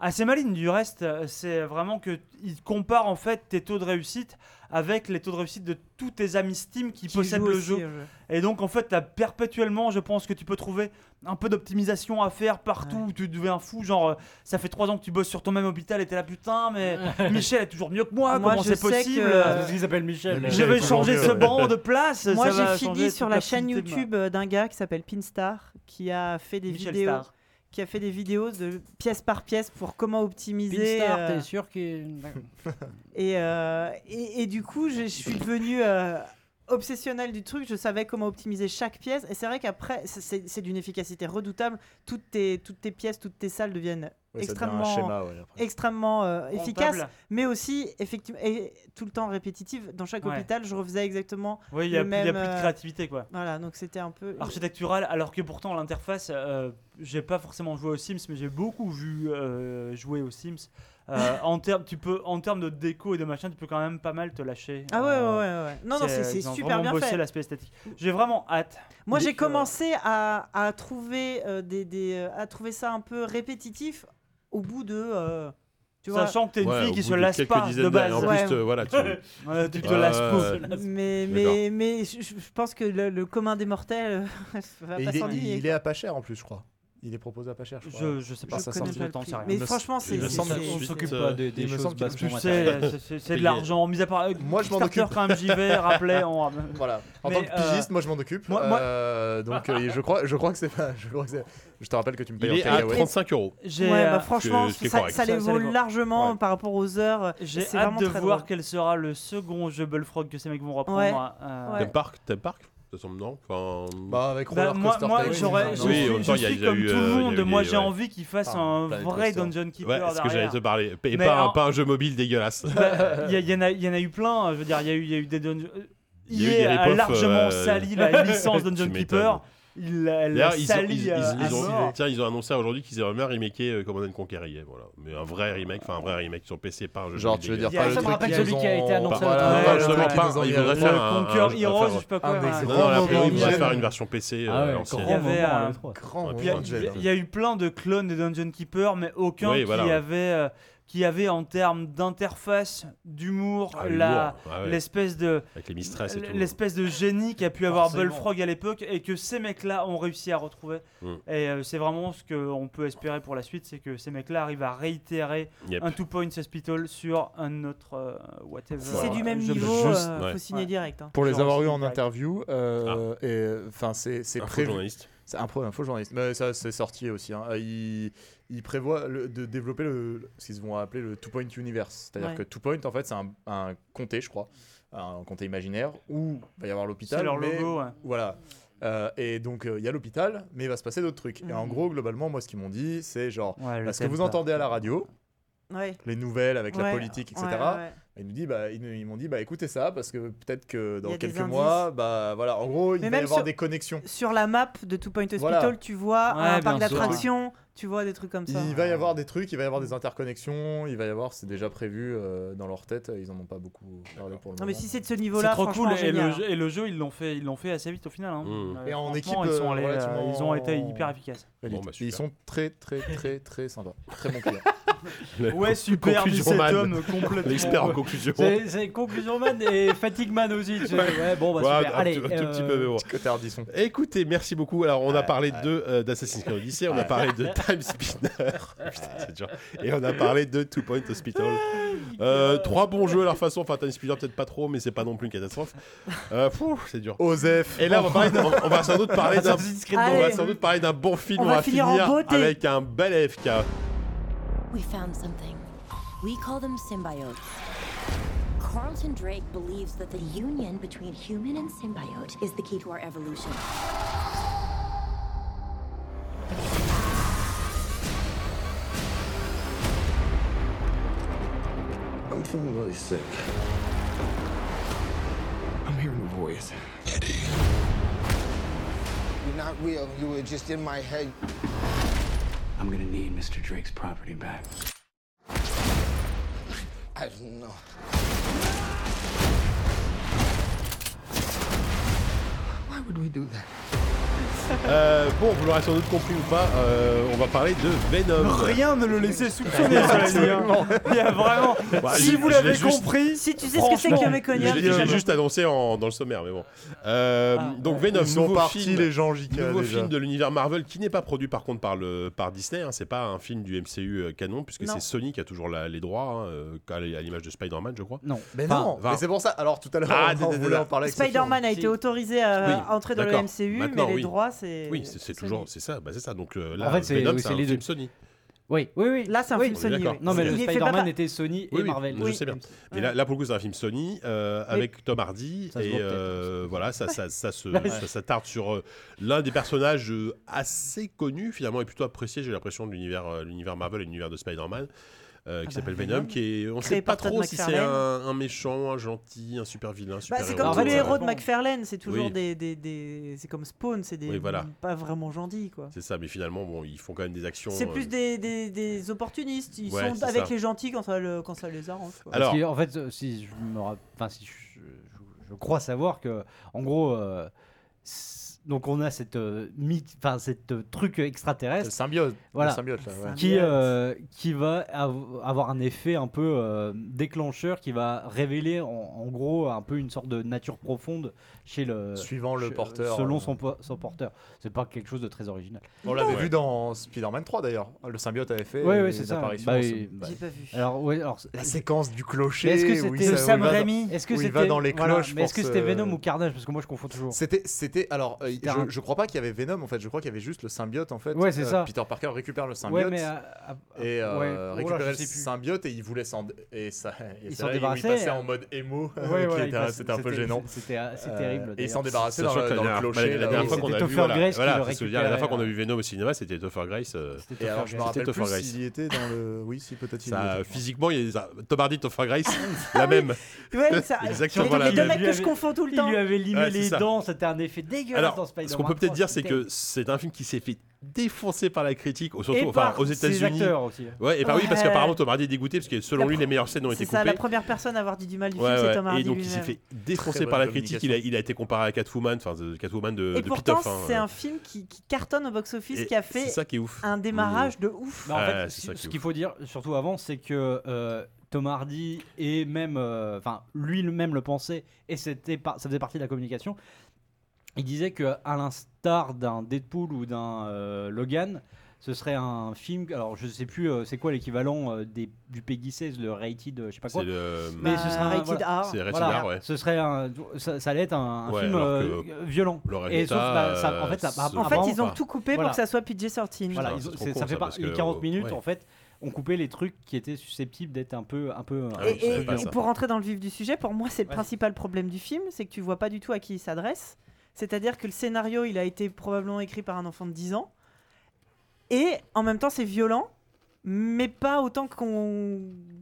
Speaker 6: assez maligne du reste, euh, c'est vraiment que t- ils comparent en fait tes taux de réussite avec les taux de réussite de tous tes amis Steam qui,
Speaker 3: Qui
Speaker 6: possèdent
Speaker 3: joue
Speaker 6: le
Speaker 3: aussi euh,
Speaker 6: jeu.
Speaker 3: au jeu.
Speaker 6: Et donc en fait, là, perpétuellement, je pense que tu peux trouver un peu d'optimisation à faire partout
Speaker 3: Ouais.
Speaker 6: où tu deviens fou. Genre, euh, ça fait trois ans que tu bosses sur ton même hôpital et t'es là putain, mais Michel est toujours mieux que moi.
Speaker 3: Moi,
Speaker 6: comment
Speaker 3: je
Speaker 6: c'est
Speaker 3: sais
Speaker 6: possible Euh,
Speaker 3: que-
Speaker 4: Ah, parce qu'il s'appelle Michel.
Speaker 6: Je vais changer ce banc de place.
Speaker 3: Moi,
Speaker 6: ça va
Speaker 3: j'ai
Speaker 6: changer
Speaker 3: fini sur
Speaker 6: toute
Speaker 3: la chaîne
Speaker 6: fluidité de ma-
Speaker 3: YouTube euh, d'un gars qui s'appelle Pinstar, qui a fait des
Speaker 6: Michel
Speaker 3: vidéos,
Speaker 6: Star.
Speaker 3: qui a fait des vidéos de pièce par pièce pour comment optimiser.
Speaker 4: Pinstar,
Speaker 3: euh,
Speaker 4: t'es sûr qu'il.
Speaker 3: Et, euh, et, et du coup, je je suis devenu euh, obsessionnel du truc. Je savais comment optimiser chaque pièce. Et c'est vrai qu'après, c'est- c'est c'est d'une efficacité redoutable. Toutes tes, toutes tes pièces, toutes tes salles deviennent
Speaker 5: Ouais, ça devient un
Speaker 3: extrêmement,
Speaker 5: schéma, ouais, après.
Speaker 3: extrêmement euh, efficaces,
Speaker 6: Rentable.
Speaker 3: mais aussi effectivement, et tout le temps répétitives. Dans chaque
Speaker 6: Ouais.
Speaker 3: hôpital, je refaisais exactement.
Speaker 6: Oui, il y a,
Speaker 3: le
Speaker 6: il y a
Speaker 3: même,
Speaker 6: plus de
Speaker 3: euh,
Speaker 6: créativité quoi.
Speaker 3: Voilà, donc c'était un peu.
Speaker 6: Architecturale, alors que pourtant l'interface, euh, j'ai pas forcément joué aux Sims, mais j'ai beaucoup vu euh, jouer aux Sims. Euh, en termes, tu peux, en termes de déco et de machin, tu peux quand même pas mal te lâcher.
Speaker 3: Ah ouais, ouais,
Speaker 6: Euh,
Speaker 3: ouais. ouais. Non, non, c'est c'est
Speaker 6: ils ont
Speaker 3: super
Speaker 6: vraiment
Speaker 3: bien
Speaker 6: bossé euh.
Speaker 3: fait.
Speaker 6: l'aspect esthétique. J'ai vraiment hâte.
Speaker 3: Moi,
Speaker 6: Dès
Speaker 3: j'ai
Speaker 6: que-
Speaker 3: commencé à, à trouver, euh, des, des, euh, à trouver ça un peu répétitif au bout de. euh, tu vois,
Speaker 6: Sachant que t'es une
Speaker 2: Ouais,
Speaker 6: fille
Speaker 2: au
Speaker 6: qui
Speaker 2: bout
Speaker 6: se
Speaker 2: de
Speaker 6: lasse
Speaker 2: quelques
Speaker 6: pas
Speaker 2: dizaines
Speaker 6: de
Speaker 2: d'années,
Speaker 6: base.
Speaker 2: En
Speaker 3: Ouais.
Speaker 2: plus, euh, voilà, tu-
Speaker 6: Ouais, tu te
Speaker 2: Ouais.
Speaker 6: lasses pas.
Speaker 3: Mais,
Speaker 2: D'accord.
Speaker 3: mais, mais je, je- je pense que le, le commun des mortels euh, va
Speaker 9: Et
Speaker 3: pas
Speaker 9: il, est,
Speaker 3: s'ennuyer.
Speaker 9: il est à pas cher en plus, je crois. Il est proposé à pas cher, je crois.
Speaker 6: Je, je sais pas,
Speaker 9: Je
Speaker 6: ça
Speaker 9: connais
Speaker 6: sent
Speaker 9: pas
Speaker 6: le
Speaker 3: le
Speaker 6: temps,
Speaker 3: prix.
Speaker 6: c'est rien.
Speaker 3: Mais franchement, c'est.
Speaker 2: Il me
Speaker 3: c'est-
Speaker 2: semble
Speaker 3: c'est-
Speaker 2: que-
Speaker 4: On
Speaker 2: Ensuite,
Speaker 4: s'occupe
Speaker 2: euh,
Speaker 4: pas des, des
Speaker 9: il me
Speaker 4: choses
Speaker 9: semble qu'il
Speaker 6: Tu
Speaker 4: bassement
Speaker 6: sais, euh,
Speaker 4: matérielles. euh,
Speaker 6: c'est- c'est- c'est de
Speaker 9: Payé.
Speaker 6: l'argent, mis à part. euh,
Speaker 9: Moi, je m'en
Speaker 6: Kickstarter,
Speaker 9: occupe.
Speaker 6: quand même, j'y vais, rappelez. on-
Speaker 9: Voilà.
Speaker 5: En
Speaker 6: Mais,
Speaker 5: tant que
Speaker 6: euh,
Speaker 5: pigiste, moi je m'en occupe.
Speaker 6: moi- moi-
Speaker 5: Euh, donc euh, je crois, je crois que c'est pas. Je crois que c'est. Je te rappelle que tu me
Speaker 2: Il
Speaker 5: payes
Speaker 2: est
Speaker 5: en
Speaker 2: à
Speaker 5: takeaway.
Speaker 2: 35 euros.
Speaker 6: J'ai
Speaker 3: ouais,
Speaker 6: euh,
Speaker 3: bah, franchement,
Speaker 2: ce qui est
Speaker 3: ça,
Speaker 2: correct.
Speaker 3: ça les
Speaker 6: Ça, ça
Speaker 3: vaut
Speaker 6: les vaut.
Speaker 3: largement
Speaker 5: Ouais.
Speaker 3: par rapport aux heures. euh,
Speaker 6: J'ai
Speaker 3: C'est
Speaker 6: hâte
Speaker 3: vraiment
Speaker 6: de
Speaker 3: très
Speaker 6: voir
Speaker 3: drôle.
Speaker 6: quel sera le second jeu Bullfrog que ces mecs vont reprendre.
Speaker 3: Ouais.
Speaker 6: euh,
Speaker 3: Ouais.
Speaker 2: T'aimes Park T'aimes Park Ça semble non Enfin,
Speaker 9: Bah, avec
Speaker 6: Bah,
Speaker 9: Roller
Speaker 6: moi,
Speaker 9: Coaster
Speaker 6: moi
Speaker 9: Tycoon,
Speaker 6: j'aurais, je
Speaker 9: non,
Speaker 2: Oui,
Speaker 6: suis,
Speaker 2: en même
Speaker 6: je
Speaker 2: temps, il y a-
Speaker 6: suis
Speaker 2: il y a
Speaker 6: comme
Speaker 2: eu,
Speaker 6: tout
Speaker 2: euh,
Speaker 6: le
Speaker 2: il y a
Speaker 6: monde.
Speaker 2: eu
Speaker 6: moi,
Speaker 2: des-
Speaker 6: j'ai
Speaker 2: ouais.
Speaker 6: envie qu'ils fassent
Speaker 5: Pardon,
Speaker 6: un
Speaker 5: Planet
Speaker 6: vrai
Speaker 5: Coaster.
Speaker 6: Dungeon Keeper.
Speaker 2: Ouais, c'est ce que j'allais
Speaker 6: derrière.
Speaker 2: te parler. Et
Speaker 6: Mais
Speaker 2: pas, un,
Speaker 6: en-
Speaker 2: pas un jeu mobile dégueulasse.
Speaker 6: Bah, Il y, a- il y en a- il y en a eu plein. Je veux dire, il y a eu, il y a eu des Dungeon.
Speaker 2: Il y a eu des
Speaker 6: a
Speaker 2: rip-off,
Speaker 6: largement
Speaker 2: euh,
Speaker 6: sali la licence
Speaker 2: tu
Speaker 6: Dungeon
Speaker 2: m'étonnes.
Speaker 6: Keeper. Il l'a- l'a
Speaker 2: D'ailleurs, ils, ont-
Speaker 6: sali
Speaker 2: ils, ils-
Speaker 6: euh,
Speaker 2: ils
Speaker 6: à
Speaker 2: ont,
Speaker 6: mort.
Speaker 2: tiens, ils ont annoncé aujourd'hui qu'ils avaient même remaké euh, Command and Conquer hier, voilà. Mais un vrai remake, enfin un vrai remake sur PC par un jeu.
Speaker 5: Genre,
Speaker 2: de
Speaker 5: tu veux
Speaker 2: délire.
Speaker 5: dire
Speaker 4: Il y a-
Speaker 5: pas le
Speaker 4: ça me
Speaker 5: truc
Speaker 4: rappelle
Speaker 5: qu'ils
Speaker 4: celui qui
Speaker 5: ont-
Speaker 4: a été annoncé
Speaker 5: Voilà,
Speaker 6: l'autre jour.
Speaker 5: ouais,
Speaker 2: justement,
Speaker 5: le truc
Speaker 2: pas,
Speaker 5: qu'ils ont-
Speaker 2: il voudrait faire un-
Speaker 6: Conquer
Speaker 2: un-
Speaker 6: Heroes,
Speaker 2: enfin,
Speaker 6: je sais pas quoi.
Speaker 9: Ah, mais
Speaker 6: hein.
Speaker 9: c'est
Speaker 2: Non,
Speaker 9: grand
Speaker 2: non, là, après,
Speaker 9: moment
Speaker 2: ils voudraient
Speaker 9: Jedi.
Speaker 2: faire une version PC euh,
Speaker 4: Ah
Speaker 2: à
Speaker 4: ouais,
Speaker 2: l'ancienne.
Speaker 6: Il y
Speaker 4: grand
Speaker 6: avait,
Speaker 4: moment à
Speaker 6: euh,
Speaker 4: l'E3.
Speaker 9: Grand
Speaker 2: Ouais,
Speaker 6: Il y a-
Speaker 9: moment de Jedi.
Speaker 6: Il y a eu plein de clones de Dungeon Keeper, mais aucun
Speaker 2: Oui,
Speaker 6: qui,
Speaker 2: voilà, ouais.
Speaker 6: avait, euh, qui avait en termes d'interface, d'humour,
Speaker 2: Ah,
Speaker 6: la-
Speaker 2: l'humour, ouais, ouais,
Speaker 6: l'espèce de
Speaker 2: Avec les mistresses et tout.
Speaker 6: l'espèce de génie qu'a pu avoir
Speaker 4: Forcément.
Speaker 6: Bullfrog à l'époque et que ces mecs-là ont réussi à retrouver.
Speaker 2: Mm.
Speaker 6: Et euh, c'est vraiment ce qu'on peut espérer pour la suite, c'est que ces mecs-là arrivent à réitérer
Speaker 2: Yep.
Speaker 6: un Two Points Hospital sur un autre euh, whatever.
Speaker 3: Si c'est du même
Speaker 6: jeu de
Speaker 3: niveau,
Speaker 6: jeu.
Speaker 3: euh,
Speaker 2: ouais.
Speaker 3: faut signer
Speaker 6: Ouais.
Speaker 3: direct. hein.
Speaker 5: Pour les
Speaker 6: Genre,
Speaker 5: avoir
Speaker 6: je
Speaker 5: eu
Speaker 6: suis
Speaker 5: en
Speaker 6: direct.
Speaker 5: interview, euh, et enfin c'est c'est
Speaker 2: Info
Speaker 5: prévu.
Speaker 2: journaliste.
Speaker 5: C'est un pro, un faux journaliste. Mais ça, c'est sorti aussi. hein. Euh, Ils, ils prévoient le- de développer le, ce qu'ils vont appeler le Two Point Universe. C'est-à-dire
Speaker 3: Ouais.
Speaker 5: que Two Point, en fait, c'est un, un comté, je crois, un comté imaginaire où il va y avoir l'hôpital.
Speaker 6: C'est leur
Speaker 5: mais-
Speaker 3: hein.
Speaker 6: logo. ouais.
Speaker 5: Voilà. Euh, et donc, euh, il y a l'hôpital, mais il va se passer d'autres trucs. Et en
Speaker 3: Mhm.
Speaker 5: gros, globalement, moi, ce qu'ils m'ont dit, c'est genre.
Speaker 3: Ah,
Speaker 6: Ouais, le
Speaker 5: Parce que
Speaker 6: thème,
Speaker 5: vous
Speaker 6: ça.
Speaker 5: entendez à la radio,
Speaker 3: Ouais.
Speaker 5: les nouvelles avec la
Speaker 3: Ouais,
Speaker 5: politique, etc.
Speaker 3: ouais, ouais.
Speaker 5: Et Ils nous disent, bah, ils, nous- ils m'ont dit, bah écoutez ça, parce que peut-être que
Speaker 3: Il y
Speaker 5: dans
Speaker 3: a des
Speaker 5: quelques
Speaker 3: indices.
Speaker 5: mois, bah voilà, en gros, il
Speaker 3: Mais
Speaker 5: va y
Speaker 3: même
Speaker 5: avoir
Speaker 3: sur-
Speaker 5: des connexions.
Speaker 3: Sur la map de Two Point Hospital,
Speaker 5: Voilà.
Speaker 3: tu vois
Speaker 6: Ouais,
Speaker 3: un
Speaker 6: bien
Speaker 3: parc
Speaker 6: sûr.
Speaker 3: d'attractions, tu vois, des trucs comme ça.
Speaker 7: Il va y avoir des trucs, il va y avoir des interconnexions, il va y avoir, c'est déjà prévu euh, dans leur tête, ils en ont pas beaucoup parlé pour le
Speaker 3: Non, mais
Speaker 7: moment.
Speaker 3: si c'est de ce niveau-là,
Speaker 6: C'est trop
Speaker 3: franchement,
Speaker 6: cool et
Speaker 3: génial. hein.
Speaker 6: le, jeu, et le jeu, ils l'ont fait, ils l'ont fait assez vite au final. hein.
Speaker 2: Mm.
Speaker 6: Euh,
Speaker 7: Et en
Speaker 6: franchement,
Speaker 7: équipe,
Speaker 6: ils, sont
Speaker 7: euh,
Speaker 6: allés, euh,
Speaker 7: relativement-
Speaker 6: ils ont été hyper efficaces.
Speaker 2: Bon, bah, super.
Speaker 7: ils sont très très très très sympas, très bons clients.
Speaker 6: Ouais, super,
Speaker 2: Conclusion
Speaker 6: cet
Speaker 2: man.
Speaker 6: homme complètement.
Speaker 2: L'expert en conclusion.
Speaker 4: C'est c'est conclusion man et fatigue man aussi. tu sais.
Speaker 2: Ouais.
Speaker 4: Ouais, bon, bah
Speaker 2: Ouais,
Speaker 4: super.
Speaker 2: un
Speaker 4: Allez,
Speaker 2: tout- un tout petit
Speaker 5: euh,
Speaker 2: peu, mais bon.
Speaker 7: Côté Ardisson.
Speaker 2: Écoutez, merci beaucoup. Alors, on a parlé de euh, d'Assassin's Creed Odyssey, on a parlé de Time Spinner, Putain, c'est dur. et on a parlé de Two Point Hospital. Euh, trois bons jeux à leur façon. Enfin, Time Spinner peut-être pas trop, mais c'est pas non plus une catastrophe. Euh, pfff, c'est dur.
Speaker 7: Osef.
Speaker 2: Et là, on va, parler d'un- on va sans doute parler d'un on va
Speaker 3: Allez.
Speaker 2: sans doute parler d'un bon film.
Speaker 3: On va finir en beauté.
Speaker 2: avec un bel FK.
Speaker 8: We found something. We call them symbiotes. Carlton Drake believes that the union between human and symbiote is the key to our evolution.
Speaker 10: I'm feeling really sick. I'm hearing a voice.
Speaker 11: You're not real. You were just in my head.
Speaker 10: I'm gonna need Mr. Drake's property back.
Speaker 11: I don't know. Why would we do that?
Speaker 2: Euh, bon, vous l'aurez sans doute compris ou pas, euh, on va parler de Venom.
Speaker 6: Rien ne le laissait soupçonner, Solani, hein. Il y a vraiment.
Speaker 2: Bah, je-
Speaker 6: si vous
Speaker 2: je
Speaker 6: l'avez
Speaker 2: l'ai juste-
Speaker 6: compris,
Speaker 3: Si tu sais ce que c'est que le
Speaker 6: Franchement,
Speaker 2: Je
Speaker 3: méconnaire,
Speaker 2: l'ai- je l'ai juste annoncé en- dans le sommaire, mais bon. Euh,
Speaker 6: Ah.
Speaker 2: donc Venom,
Speaker 7: Ils sont
Speaker 2: nouveau
Speaker 7: partis
Speaker 2: film.
Speaker 7: les gens JK
Speaker 2: Nouveau
Speaker 7: déjà.
Speaker 2: film de l'univers Marvel qui n'est pas produit par contre par, le, par Disney, hein. c'est pas un film du MCU euh, canon puisque
Speaker 3: Non.
Speaker 2: c'est Sony qui a toujours la- les droits hein, euh, à l- à l'image de Spider-Man je crois.
Speaker 4: Non.
Speaker 7: Mais
Speaker 4: Enfin,
Speaker 7: non,
Speaker 2: va.
Speaker 7: mais c'est pour ça. Alors tout à l'heure,
Speaker 2: Ah,
Speaker 7: on- on
Speaker 2: désolé.
Speaker 7: voulait en parler avec Sophie.
Speaker 3: Spider-Man a
Speaker 4: Si.
Speaker 3: été autorisé à
Speaker 2: Oui,
Speaker 3: à entrer dans le
Speaker 2: d'accord.
Speaker 3: MCU,
Speaker 2: Maintenant,
Speaker 3: mais les
Speaker 2: oui.
Speaker 3: droits, c'est.
Speaker 2: Oui, c'est- c'est toujours c'est ça, bah, c'est ça. Donc euh, là
Speaker 4: En fait, c'est-
Speaker 2: Venom
Speaker 4: oui,
Speaker 2: c'est
Speaker 4: c'est
Speaker 2: un
Speaker 4: les
Speaker 2: film
Speaker 4: deux.
Speaker 2: Sony.
Speaker 4: Oui, oui, oui.
Speaker 3: Là, c'est un
Speaker 4: Oui.
Speaker 3: film
Speaker 2: On est
Speaker 3: Sony.
Speaker 2: d'accord.
Speaker 3: oui.
Speaker 4: Non, mais le
Speaker 3: Il est fait pas
Speaker 4: Spider-Man
Speaker 3: par-
Speaker 4: était Sony
Speaker 2: Oui,
Speaker 4: et
Speaker 2: oui,
Speaker 4: Marvel.
Speaker 2: je sais bien. Mais là, là, pour le coup c'est un film Sony euh, avec Tom Hardy
Speaker 4: Ça se
Speaker 2: et
Speaker 4: voit peut-être,
Speaker 2: euh, voilà ça ça, ça se-
Speaker 4: Ouais.
Speaker 2: ça s'attarde sur euh, l'un des personnages euh, assez connus finalement et plutôt apprécié j'ai l'impression de l'univers euh, l'univers Marvel et l'univers de Spider-Man. euh, qui
Speaker 3: bah,
Speaker 2: s'appelle
Speaker 3: Venom.
Speaker 2: Venom, qui est on
Speaker 3: Créé
Speaker 2: sait pas
Speaker 3: par Todd
Speaker 2: trop si c'est
Speaker 3: McFarlane.
Speaker 2: un, un méchant, un gentil, un super vilain,
Speaker 3: Bah,
Speaker 2: super
Speaker 3: c'est
Speaker 2: héros.
Speaker 6: Ah,
Speaker 3: comme
Speaker 4: En
Speaker 3: tous
Speaker 4: fait,
Speaker 3: les
Speaker 4: ça
Speaker 3: héros de
Speaker 6: répond.
Speaker 3: McFarlane, c'est toujours
Speaker 2: Oui.
Speaker 3: des, des, des- C'est comme Spawn, c'est des.
Speaker 2: Oui, voilà.
Speaker 3: Pas vraiment gentils, quoi.
Speaker 2: C'est ça, mais finalement, bon, ils font quand même des actions.
Speaker 3: C'est
Speaker 2: euh,
Speaker 3: plus des, des, des opportunistes. Ils
Speaker 2: Ouais,
Speaker 3: sont
Speaker 2: c'est
Speaker 3: avec
Speaker 2: ça.
Speaker 3: les gentils quand ça, le- quand ça les arrange. quoi.
Speaker 2: Alors,
Speaker 4: Parce que, en fait, euh, si je me rapp- enfin, si je, je- je crois savoir que, en gros, euh, s- donc on a cette euh, mythe- enfin, cette euh, truc
Speaker 7: Le
Speaker 4: extraterrestre
Speaker 7: symbiote.
Speaker 4: Voilà.
Speaker 7: Le symbiote là, ouais.
Speaker 4: qui euh, qui va av- avoir un effet un peu euh, déclencheur, qui va révéler en, en gros un peu une sorte de nature profonde chez le
Speaker 7: Suivant le
Speaker 4: chez-
Speaker 7: porteur.
Speaker 4: Euh, selon
Speaker 7: euh,
Speaker 4: son, po- son porteur. C'est pas quelque chose de très original.
Speaker 7: On l'avait
Speaker 2: Ouais.
Speaker 7: vu dans Spider-Man 3 d'ailleurs. Le symbiote avait fait
Speaker 4: Ouais, ouais,
Speaker 7: une
Speaker 4: c'est ça.
Speaker 7: apparition.
Speaker 4: Bah,
Speaker 7: dans ce-
Speaker 4: oui, bah,
Speaker 3: J'ai pas vu.
Speaker 4: alors, ouais, alors
Speaker 7: La séquence du clocher.
Speaker 4: Est-ce que
Speaker 7: où il
Speaker 4: c'était
Speaker 7: s'a-
Speaker 6: le
Speaker 7: où il
Speaker 6: Sam
Speaker 7: va dans-
Speaker 6: Raimi.
Speaker 4: Est-ce que
Speaker 7: où il
Speaker 4: c'était
Speaker 7: va dans les
Speaker 4: voilà,
Speaker 7: cloches, je
Speaker 4: mais Est-ce que
Speaker 7: pense,
Speaker 4: c'était
Speaker 7: euh,
Speaker 4: Venom ou Carnage Parce que moi je confonds toujours.
Speaker 7: C'était, c'était, alors, euh,
Speaker 4: C'était
Speaker 7: je,
Speaker 4: un-
Speaker 7: je crois pas qu'il y avait Venom en fait, je crois qu'il y avait juste le symbiote en fait. Euh,
Speaker 4: Ouais, c'est ça.
Speaker 7: Peter Parker récupère le symbiote
Speaker 4: Ouais, mais à- à-
Speaker 7: et euh,
Speaker 4: ouais. Oh là,
Speaker 7: récupérait
Speaker 4: je
Speaker 7: le
Speaker 4: sais plus.
Speaker 7: symbiote et il voulait s'en et ça. Et
Speaker 4: Il
Speaker 7: c'est
Speaker 4: s'en
Speaker 7: là où
Speaker 4: débarrassait,
Speaker 7: Il passait
Speaker 4: euh,
Speaker 7: en mode émo,
Speaker 4: Ouais,
Speaker 7: qui
Speaker 4: voilà,
Speaker 7: était
Speaker 4: il
Speaker 7: un-
Speaker 4: passe-
Speaker 7: c'était un peu gênant.
Speaker 4: C'était assez
Speaker 7: Euh,
Speaker 4: terrible.
Speaker 7: Et il
Speaker 4: d'ailleurs.
Speaker 7: s'en débarrassait dans,
Speaker 2: sachant
Speaker 7: le-
Speaker 2: que la
Speaker 7: dans le
Speaker 2: dernière-
Speaker 7: clocher.
Speaker 2: la
Speaker 7: là,
Speaker 2: dernière
Speaker 7: où-
Speaker 2: fois
Speaker 4: c'était
Speaker 2: qu'on a vu,
Speaker 4: Topher
Speaker 2: voilà,
Speaker 4: Grace qui
Speaker 2: voilà,
Speaker 4: le
Speaker 2: faut se souvenir, la dernière fois qu'on a vu
Speaker 4: récupérait,
Speaker 2: Venom au cinéma, c'était Topher Grace. euh,
Speaker 4: C'était
Speaker 7: Et alors, je me rappelle
Speaker 2: Topher
Speaker 7: plus
Speaker 2: Grace.
Speaker 7: s'il y était dans le. Oui, si, peut-être il y
Speaker 2: ça,
Speaker 7: était.
Speaker 2: physiquement, il y a des- Tom Hardy, Topher Grace, la même.
Speaker 3: Ouais, ça-
Speaker 2: Les
Speaker 3: C'est
Speaker 2: acteurs,
Speaker 3: les
Speaker 2: voilà.
Speaker 3: deux
Speaker 4: Il
Speaker 3: mecs
Speaker 4: lui
Speaker 3: que je
Speaker 4: avait-
Speaker 3: confonds tout le
Speaker 4: Il
Speaker 3: temps.
Speaker 4: lui avait limé
Speaker 2: Ouais, c'est
Speaker 4: les
Speaker 2: ça.
Speaker 4: dents, c'était un effet dégueulasse dans
Speaker 2: Alors,
Speaker 4: Spider-Man.
Speaker 2: ce qu'on peut peut-être
Speaker 4: 3,
Speaker 2: dire, c'est
Speaker 4: c'était-
Speaker 2: que c'est un film qui s'est fait défoncer par la critique, au-
Speaker 4: Et
Speaker 2: surtout enfin,
Speaker 4: par
Speaker 2: aux
Speaker 4: ses
Speaker 2: États-Unis.
Speaker 4: acteurs aussi.
Speaker 2: Ouais, et par oui, parce
Speaker 3: Ouais.
Speaker 2: qu'apparemment, Tom Hardy est dégoûté, parce que selon
Speaker 3: La
Speaker 2: lui,
Speaker 3: pre-
Speaker 2: les meilleures scènes ont été
Speaker 3: C'est ça, la
Speaker 2: coupées.
Speaker 3: première personne à avoir dit du mal du
Speaker 2: Ouais,
Speaker 3: film,
Speaker 2: ouais.
Speaker 3: c'est Tom
Speaker 2: Et
Speaker 3: Hardy
Speaker 2: donc il s'est
Speaker 3: lui-même.
Speaker 2: fait euh, défoncer
Speaker 7: Très bonne
Speaker 2: par la critique. Il a,
Speaker 7: communication.
Speaker 2: il a été comparé à Catwoman, enfin de Catwoman de,
Speaker 3: Et
Speaker 2: de
Speaker 3: pourtant,
Speaker 2: Pitoff, hein.
Speaker 3: c'est un film qui, qui cartonne au box-office,
Speaker 2: Et
Speaker 3: qui a
Speaker 2: C'est
Speaker 3: fait
Speaker 2: ça qui est ouf.
Speaker 3: un démarrage de ouf.
Speaker 4: Bah, en
Speaker 2: Ouais,
Speaker 4: fait,
Speaker 2: Euh, c'est ça
Speaker 4: ce
Speaker 2: qui est
Speaker 4: ce qu'il faut dire, surtout avant, c'est que euh, Tom Hardy et même, euh, enfin, lui-même le pensait, et c'était par- ça faisait partie de la communication. Il disait que, à l'instar d'un Deadpool ou d'un euh, Logan, ce serait un film. Alors, je sais plus, euh, c'est quoi l'équivalent euh, des- du Peggy 16, le rated, euh, je sais pas quoi.
Speaker 2: C'est le.
Speaker 4: Mais ce sera un-
Speaker 3: Bah, rated
Speaker 4: voilà.
Speaker 3: R.
Speaker 2: C'est Rated
Speaker 4: Voilà,
Speaker 2: R, ouais.
Speaker 4: ce serait un, ça, ça allait être un, un
Speaker 2: Ouais,
Speaker 4: film
Speaker 2: alors
Speaker 4: euh, violent.
Speaker 2: Le
Speaker 4: Et sauf,
Speaker 2: résultat,
Speaker 4: bah, ça- en
Speaker 2: euh,
Speaker 4: fait, ça-
Speaker 2: se-
Speaker 4: en
Speaker 3: En
Speaker 4: Ah,
Speaker 3: fait,
Speaker 4: bon,
Speaker 3: ils ont
Speaker 2: enfin,
Speaker 3: tout coupé
Speaker 4: voilà.
Speaker 3: pour que ça soit PG-13.
Speaker 4: Voilà,
Speaker 2: Putain,
Speaker 4: ils ont-
Speaker 2: c'est trop
Speaker 4: c'est-
Speaker 2: con,
Speaker 4: ça
Speaker 2: ça,
Speaker 4: fait pas
Speaker 2: parce que,
Speaker 4: les 40 minutes
Speaker 2: ouais.
Speaker 4: en fait ont coupé les trucs qui étaient susceptibles d'être un peu un peu
Speaker 2: Ah
Speaker 3: Et,
Speaker 4: un
Speaker 2: oui,
Speaker 4: peu
Speaker 2: je savais
Speaker 3: et-
Speaker 2: pas
Speaker 3: et
Speaker 2: ça.
Speaker 3: pour rentrer dans le vif du sujet, pour moi, c'est le
Speaker 4: Vas-y.
Speaker 3: principal problème du film, c'est que tu vois pas du tout à qui il s'adresse. C'est-à-dire que le scénario, il a été probablement écrit par un enfant de 10 ans. Et en même temps, c'est violent, mais pas autant qu'on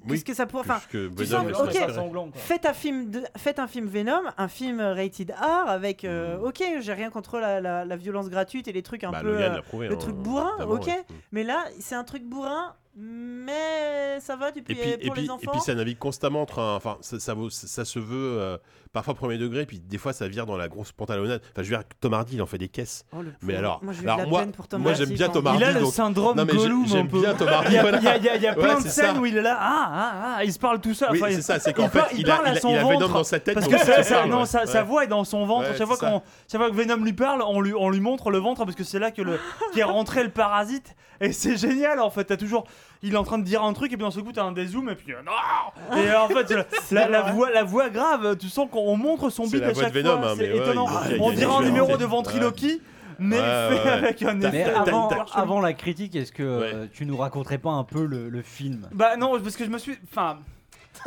Speaker 3: Qu'est-ce que ça pourrait. Enfin,
Speaker 2: Parce que
Speaker 3: tu
Speaker 2: Venom
Speaker 3: sens-
Speaker 2: est
Speaker 3: ok,
Speaker 2: super
Speaker 4: sanglant, quoi.
Speaker 3: faites un film, de- faites un film Venom, un film euh, rated R avec. euh, Ok, j'ai rien contre la, la- la violence gratuite et les trucs un
Speaker 2: Mm. Bah,
Speaker 3: peu.
Speaker 2: Logan l'a
Speaker 3: euh,
Speaker 2: prouvé,
Speaker 3: le
Speaker 2: hein,
Speaker 3: truc bourrin,
Speaker 2: notamment,
Speaker 3: ok.
Speaker 2: ouais. Mm.
Speaker 3: Mais là, c'est un truc bourrin, mais ça va. Tu peux
Speaker 2: Et
Speaker 3: y
Speaker 6: euh,
Speaker 2: puis,
Speaker 3: aller
Speaker 2: et,
Speaker 3: pour
Speaker 2: puis,
Speaker 3: les
Speaker 2: et
Speaker 3: enfants.
Speaker 2: puis ça navigue constamment entre un. Enfin, ça, ça, vaut- ça- ça se veut euh, parfois premier degré, puis des fois ça vire dans la grosse pantalonnade. Enfin, je veux dire, Tom Hardy, il en fait des caisses.
Speaker 3: Oh, le
Speaker 2: mais
Speaker 3: pauvre.
Speaker 2: alors,
Speaker 3: Moi, j'ai eu de
Speaker 2: alors
Speaker 3: la
Speaker 2: moi,
Speaker 3: peine pour Tom
Speaker 2: moi
Speaker 3: Hardy
Speaker 2: j'aime bien
Speaker 3: quand
Speaker 2: Tom
Speaker 3: il-
Speaker 2: Hardy.
Speaker 6: Il a le
Speaker 2: donc-
Speaker 6: syndrome
Speaker 2: Non, mais j'ai-
Speaker 6: Gollum, un
Speaker 2: J'aime
Speaker 6: peu.
Speaker 2: bien Tom Hardy.
Speaker 6: Il y a,
Speaker 2: voilà.
Speaker 6: il y a- il y a- il y a
Speaker 2: Ouais,
Speaker 6: plein de
Speaker 2: c'est
Speaker 6: scènes
Speaker 2: ça.
Speaker 6: où il est là, ah, ah, ah, il se parle tout seul.
Speaker 2: Oui,
Speaker 6: Enfin,
Speaker 2: c'est ça, c'est qu'en
Speaker 6: il
Speaker 2: fait,
Speaker 6: par-
Speaker 2: il a,
Speaker 6: parle à
Speaker 2: il a-
Speaker 6: son
Speaker 2: il a Venom
Speaker 6: ventre.
Speaker 2: dans sa tête.
Speaker 6: Parce
Speaker 2: donc
Speaker 6: que
Speaker 2: ça
Speaker 6: ça-
Speaker 2: parle,
Speaker 6: ça- non,
Speaker 2: ouais.
Speaker 6: sa, sa
Speaker 2: Ouais.
Speaker 6: voix est dans son ventre.
Speaker 2: Ouais,
Speaker 6: chaque, fois
Speaker 2: c'est ça.
Speaker 6: qu'on- chaque fois que Venom lui parle, on lui, on lui montre le ventre parce que c'est là que le, qu'est rentré le parasite. Et c'est génial en fait. T'as toujours, il est en train de dire un truc et puis dans ce coup t'as un dézoom et puis euh, non. Et en fait la, la voix, la voix grave, tu sens qu'on montre son
Speaker 2: C'est
Speaker 6: bide
Speaker 2: la
Speaker 6: à
Speaker 2: voix de
Speaker 6: chaque
Speaker 2: Venom,
Speaker 6: fois.
Speaker 2: hein,
Speaker 6: c'est
Speaker 2: mais ouais,
Speaker 6: étonnant.
Speaker 2: il- il-
Speaker 6: on
Speaker 2: il-
Speaker 6: dirait
Speaker 2: il-
Speaker 6: un
Speaker 2: il-
Speaker 6: numéro
Speaker 2: il-
Speaker 6: de ventriloquie, mais
Speaker 2: Ouais,
Speaker 6: fait
Speaker 2: ouais, ouais.
Speaker 6: avec un
Speaker 2: T'as-
Speaker 6: effet.
Speaker 4: Mais
Speaker 2: t'as-
Speaker 4: avant,
Speaker 2: t'as-
Speaker 4: avant la critique, est-ce que euh,
Speaker 2: Ouais.
Speaker 4: tu nous raconterais pas un peu le, le film
Speaker 6: Bah non, parce que je me suis, enfin,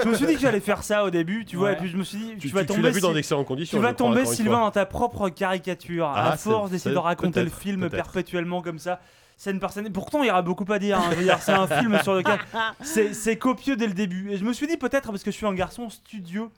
Speaker 6: je me suis dit que j'allais faire ça au début, tu vois,
Speaker 4: Ouais.
Speaker 6: et puis je me suis dit,
Speaker 2: Tu,
Speaker 6: tu, vas
Speaker 2: tu- tu
Speaker 6: tomber,
Speaker 2: l'as vu
Speaker 6: si-
Speaker 2: dans d'excellentes conditions.
Speaker 6: tu vas
Speaker 2: je crois,
Speaker 6: tomber
Speaker 2: encore une
Speaker 6: Sylvain
Speaker 2: fois.
Speaker 6: dans ta propre caricature
Speaker 2: Ah,
Speaker 6: à
Speaker 2: c'est-
Speaker 6: force d'essayer de
Speaker 2: peut-être,
Speaker 6: raconter le film
Speaker 2: peut-être.
Speaker 6: perpétuellement comme ça. Scène par scène. Pourtant, il y aura beaucoup à dire. hein. Je veux dire, c'est un film sur lequel c'est c'est copieux dès le début. Et je me suis dit peut-être parce que je suis un garçon studieux,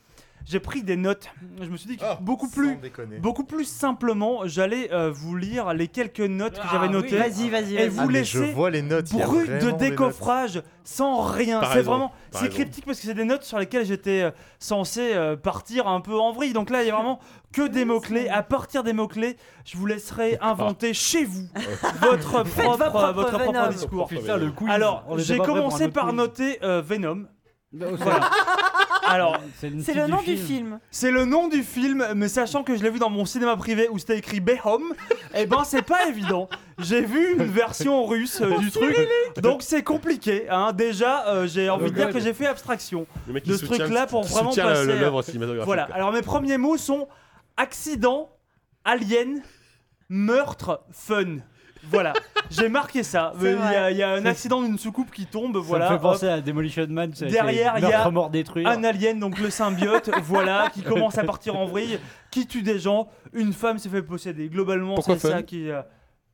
Speaker 6: j'ai pris des notes. Je me suis dit que
Speaker 2: Oh,
Speaker 6: beaucoup
Speaker 7: oh,
Speaker 6: plus, beaucoup plus simplement, j'allais euh, vous lire les quelques notes que j'avais notées.
Speaker 3: Vas-y, vas-y,
Speaker 6: Et
Speaker 3: vas-y.
Speaker 6: vous
Speaker 7: Ah, mais je
Speaker 6: laissez
Speaker 7: vois les notes. il y a
Speaker 6: brut de
Speaker 7: vraiment des notes.
Speaker 6: décoffrage sans rien.
Speaker 2: T'as
Speaker 6: C'est
Speaker 2: raison,
Speaker 6: vraiment
Speaker 2: t'as
Speaker 6: c'est
Speaker 2: raison.
Speaker 6: cryptique parce que c'est des notes sur lesquelles j'étais euh, censé euh, partir un peu en vrille. Donc là, il y a vraiment que des mots clés. À partir des mots clés, je vous laisserai inventer chez vous votre propre,
Speaker 3: votre propre
Speaker 6: votre
Speaker 3: Venom.
Speaker 6: propre discours.
Speaker 4: Putain, le quiz.
Speaker 6: Alors,
Speaker 4: On était
Speaker 6: j'ai
Speaker 4: pas prêts pour un
Speaker 6: commencé
Speaker 4: autre
Speaker 6: par
Speaker 4: quiz. Bah,
Speaker 6: noter euh, Venom.
Speaker 4: Voilà.
Speaker 6: Alors,
Speaker 3: C'est le
Speaker 2: euh,
Speaker 3: nom du film.
Speaker 6: c'est le nom du film, mais sachant que je l'ai vu dans mon cinéma privé où c'était écrit Behom, eh ben c'est pas évident. J'ai vu une version russe euh, du truc, donc c'est compliqué. hein. Déjà, euh, j'ai envie de dire que j'ai fait abstraction.
Speaker 2: Le mec
Speaker 6: de
Speaker 2: qui
Speaker 6: ce
Speaker 2: soutient-
Speaker 6: truc-là pour
Speaker 2: qui
Speaker 6: vraiment
Speaker 2: soutient la-
Speaker 6: passer à-
Speaker 2: l'œuvre cinématographique.
Speaker 6: Voilà.
Speaker 2: quoi.
Speaker 6: Alors mes premiers mots sont accident, alien, meurtre, fun. Voilà. J'ai marqué ça. Il y,
Speaker 3: C'est
Speaker 6: a- il y a un accident d'une soucoupe qui tombe. voilà.
Speaker 4: Ça me
Speaker 6: hop.
Speaker 4: fait penser à Demolition Man. c'est-
Speaker 6: Derrière,
Speaker 4: c'est
Speaker 6: il y a Ah,
Speaker 4: meurtre mort détruire.
Speaker 6: Un alien, donc le symbiote, voilà, qui commence à partir en vrille, qui tue des gens, une femme se fait posséder. Globalement,
Speaker 7: Pourquoi
Speaker 6: c'est ça
Speaker 7: fun
Speaker 6: qui. euh,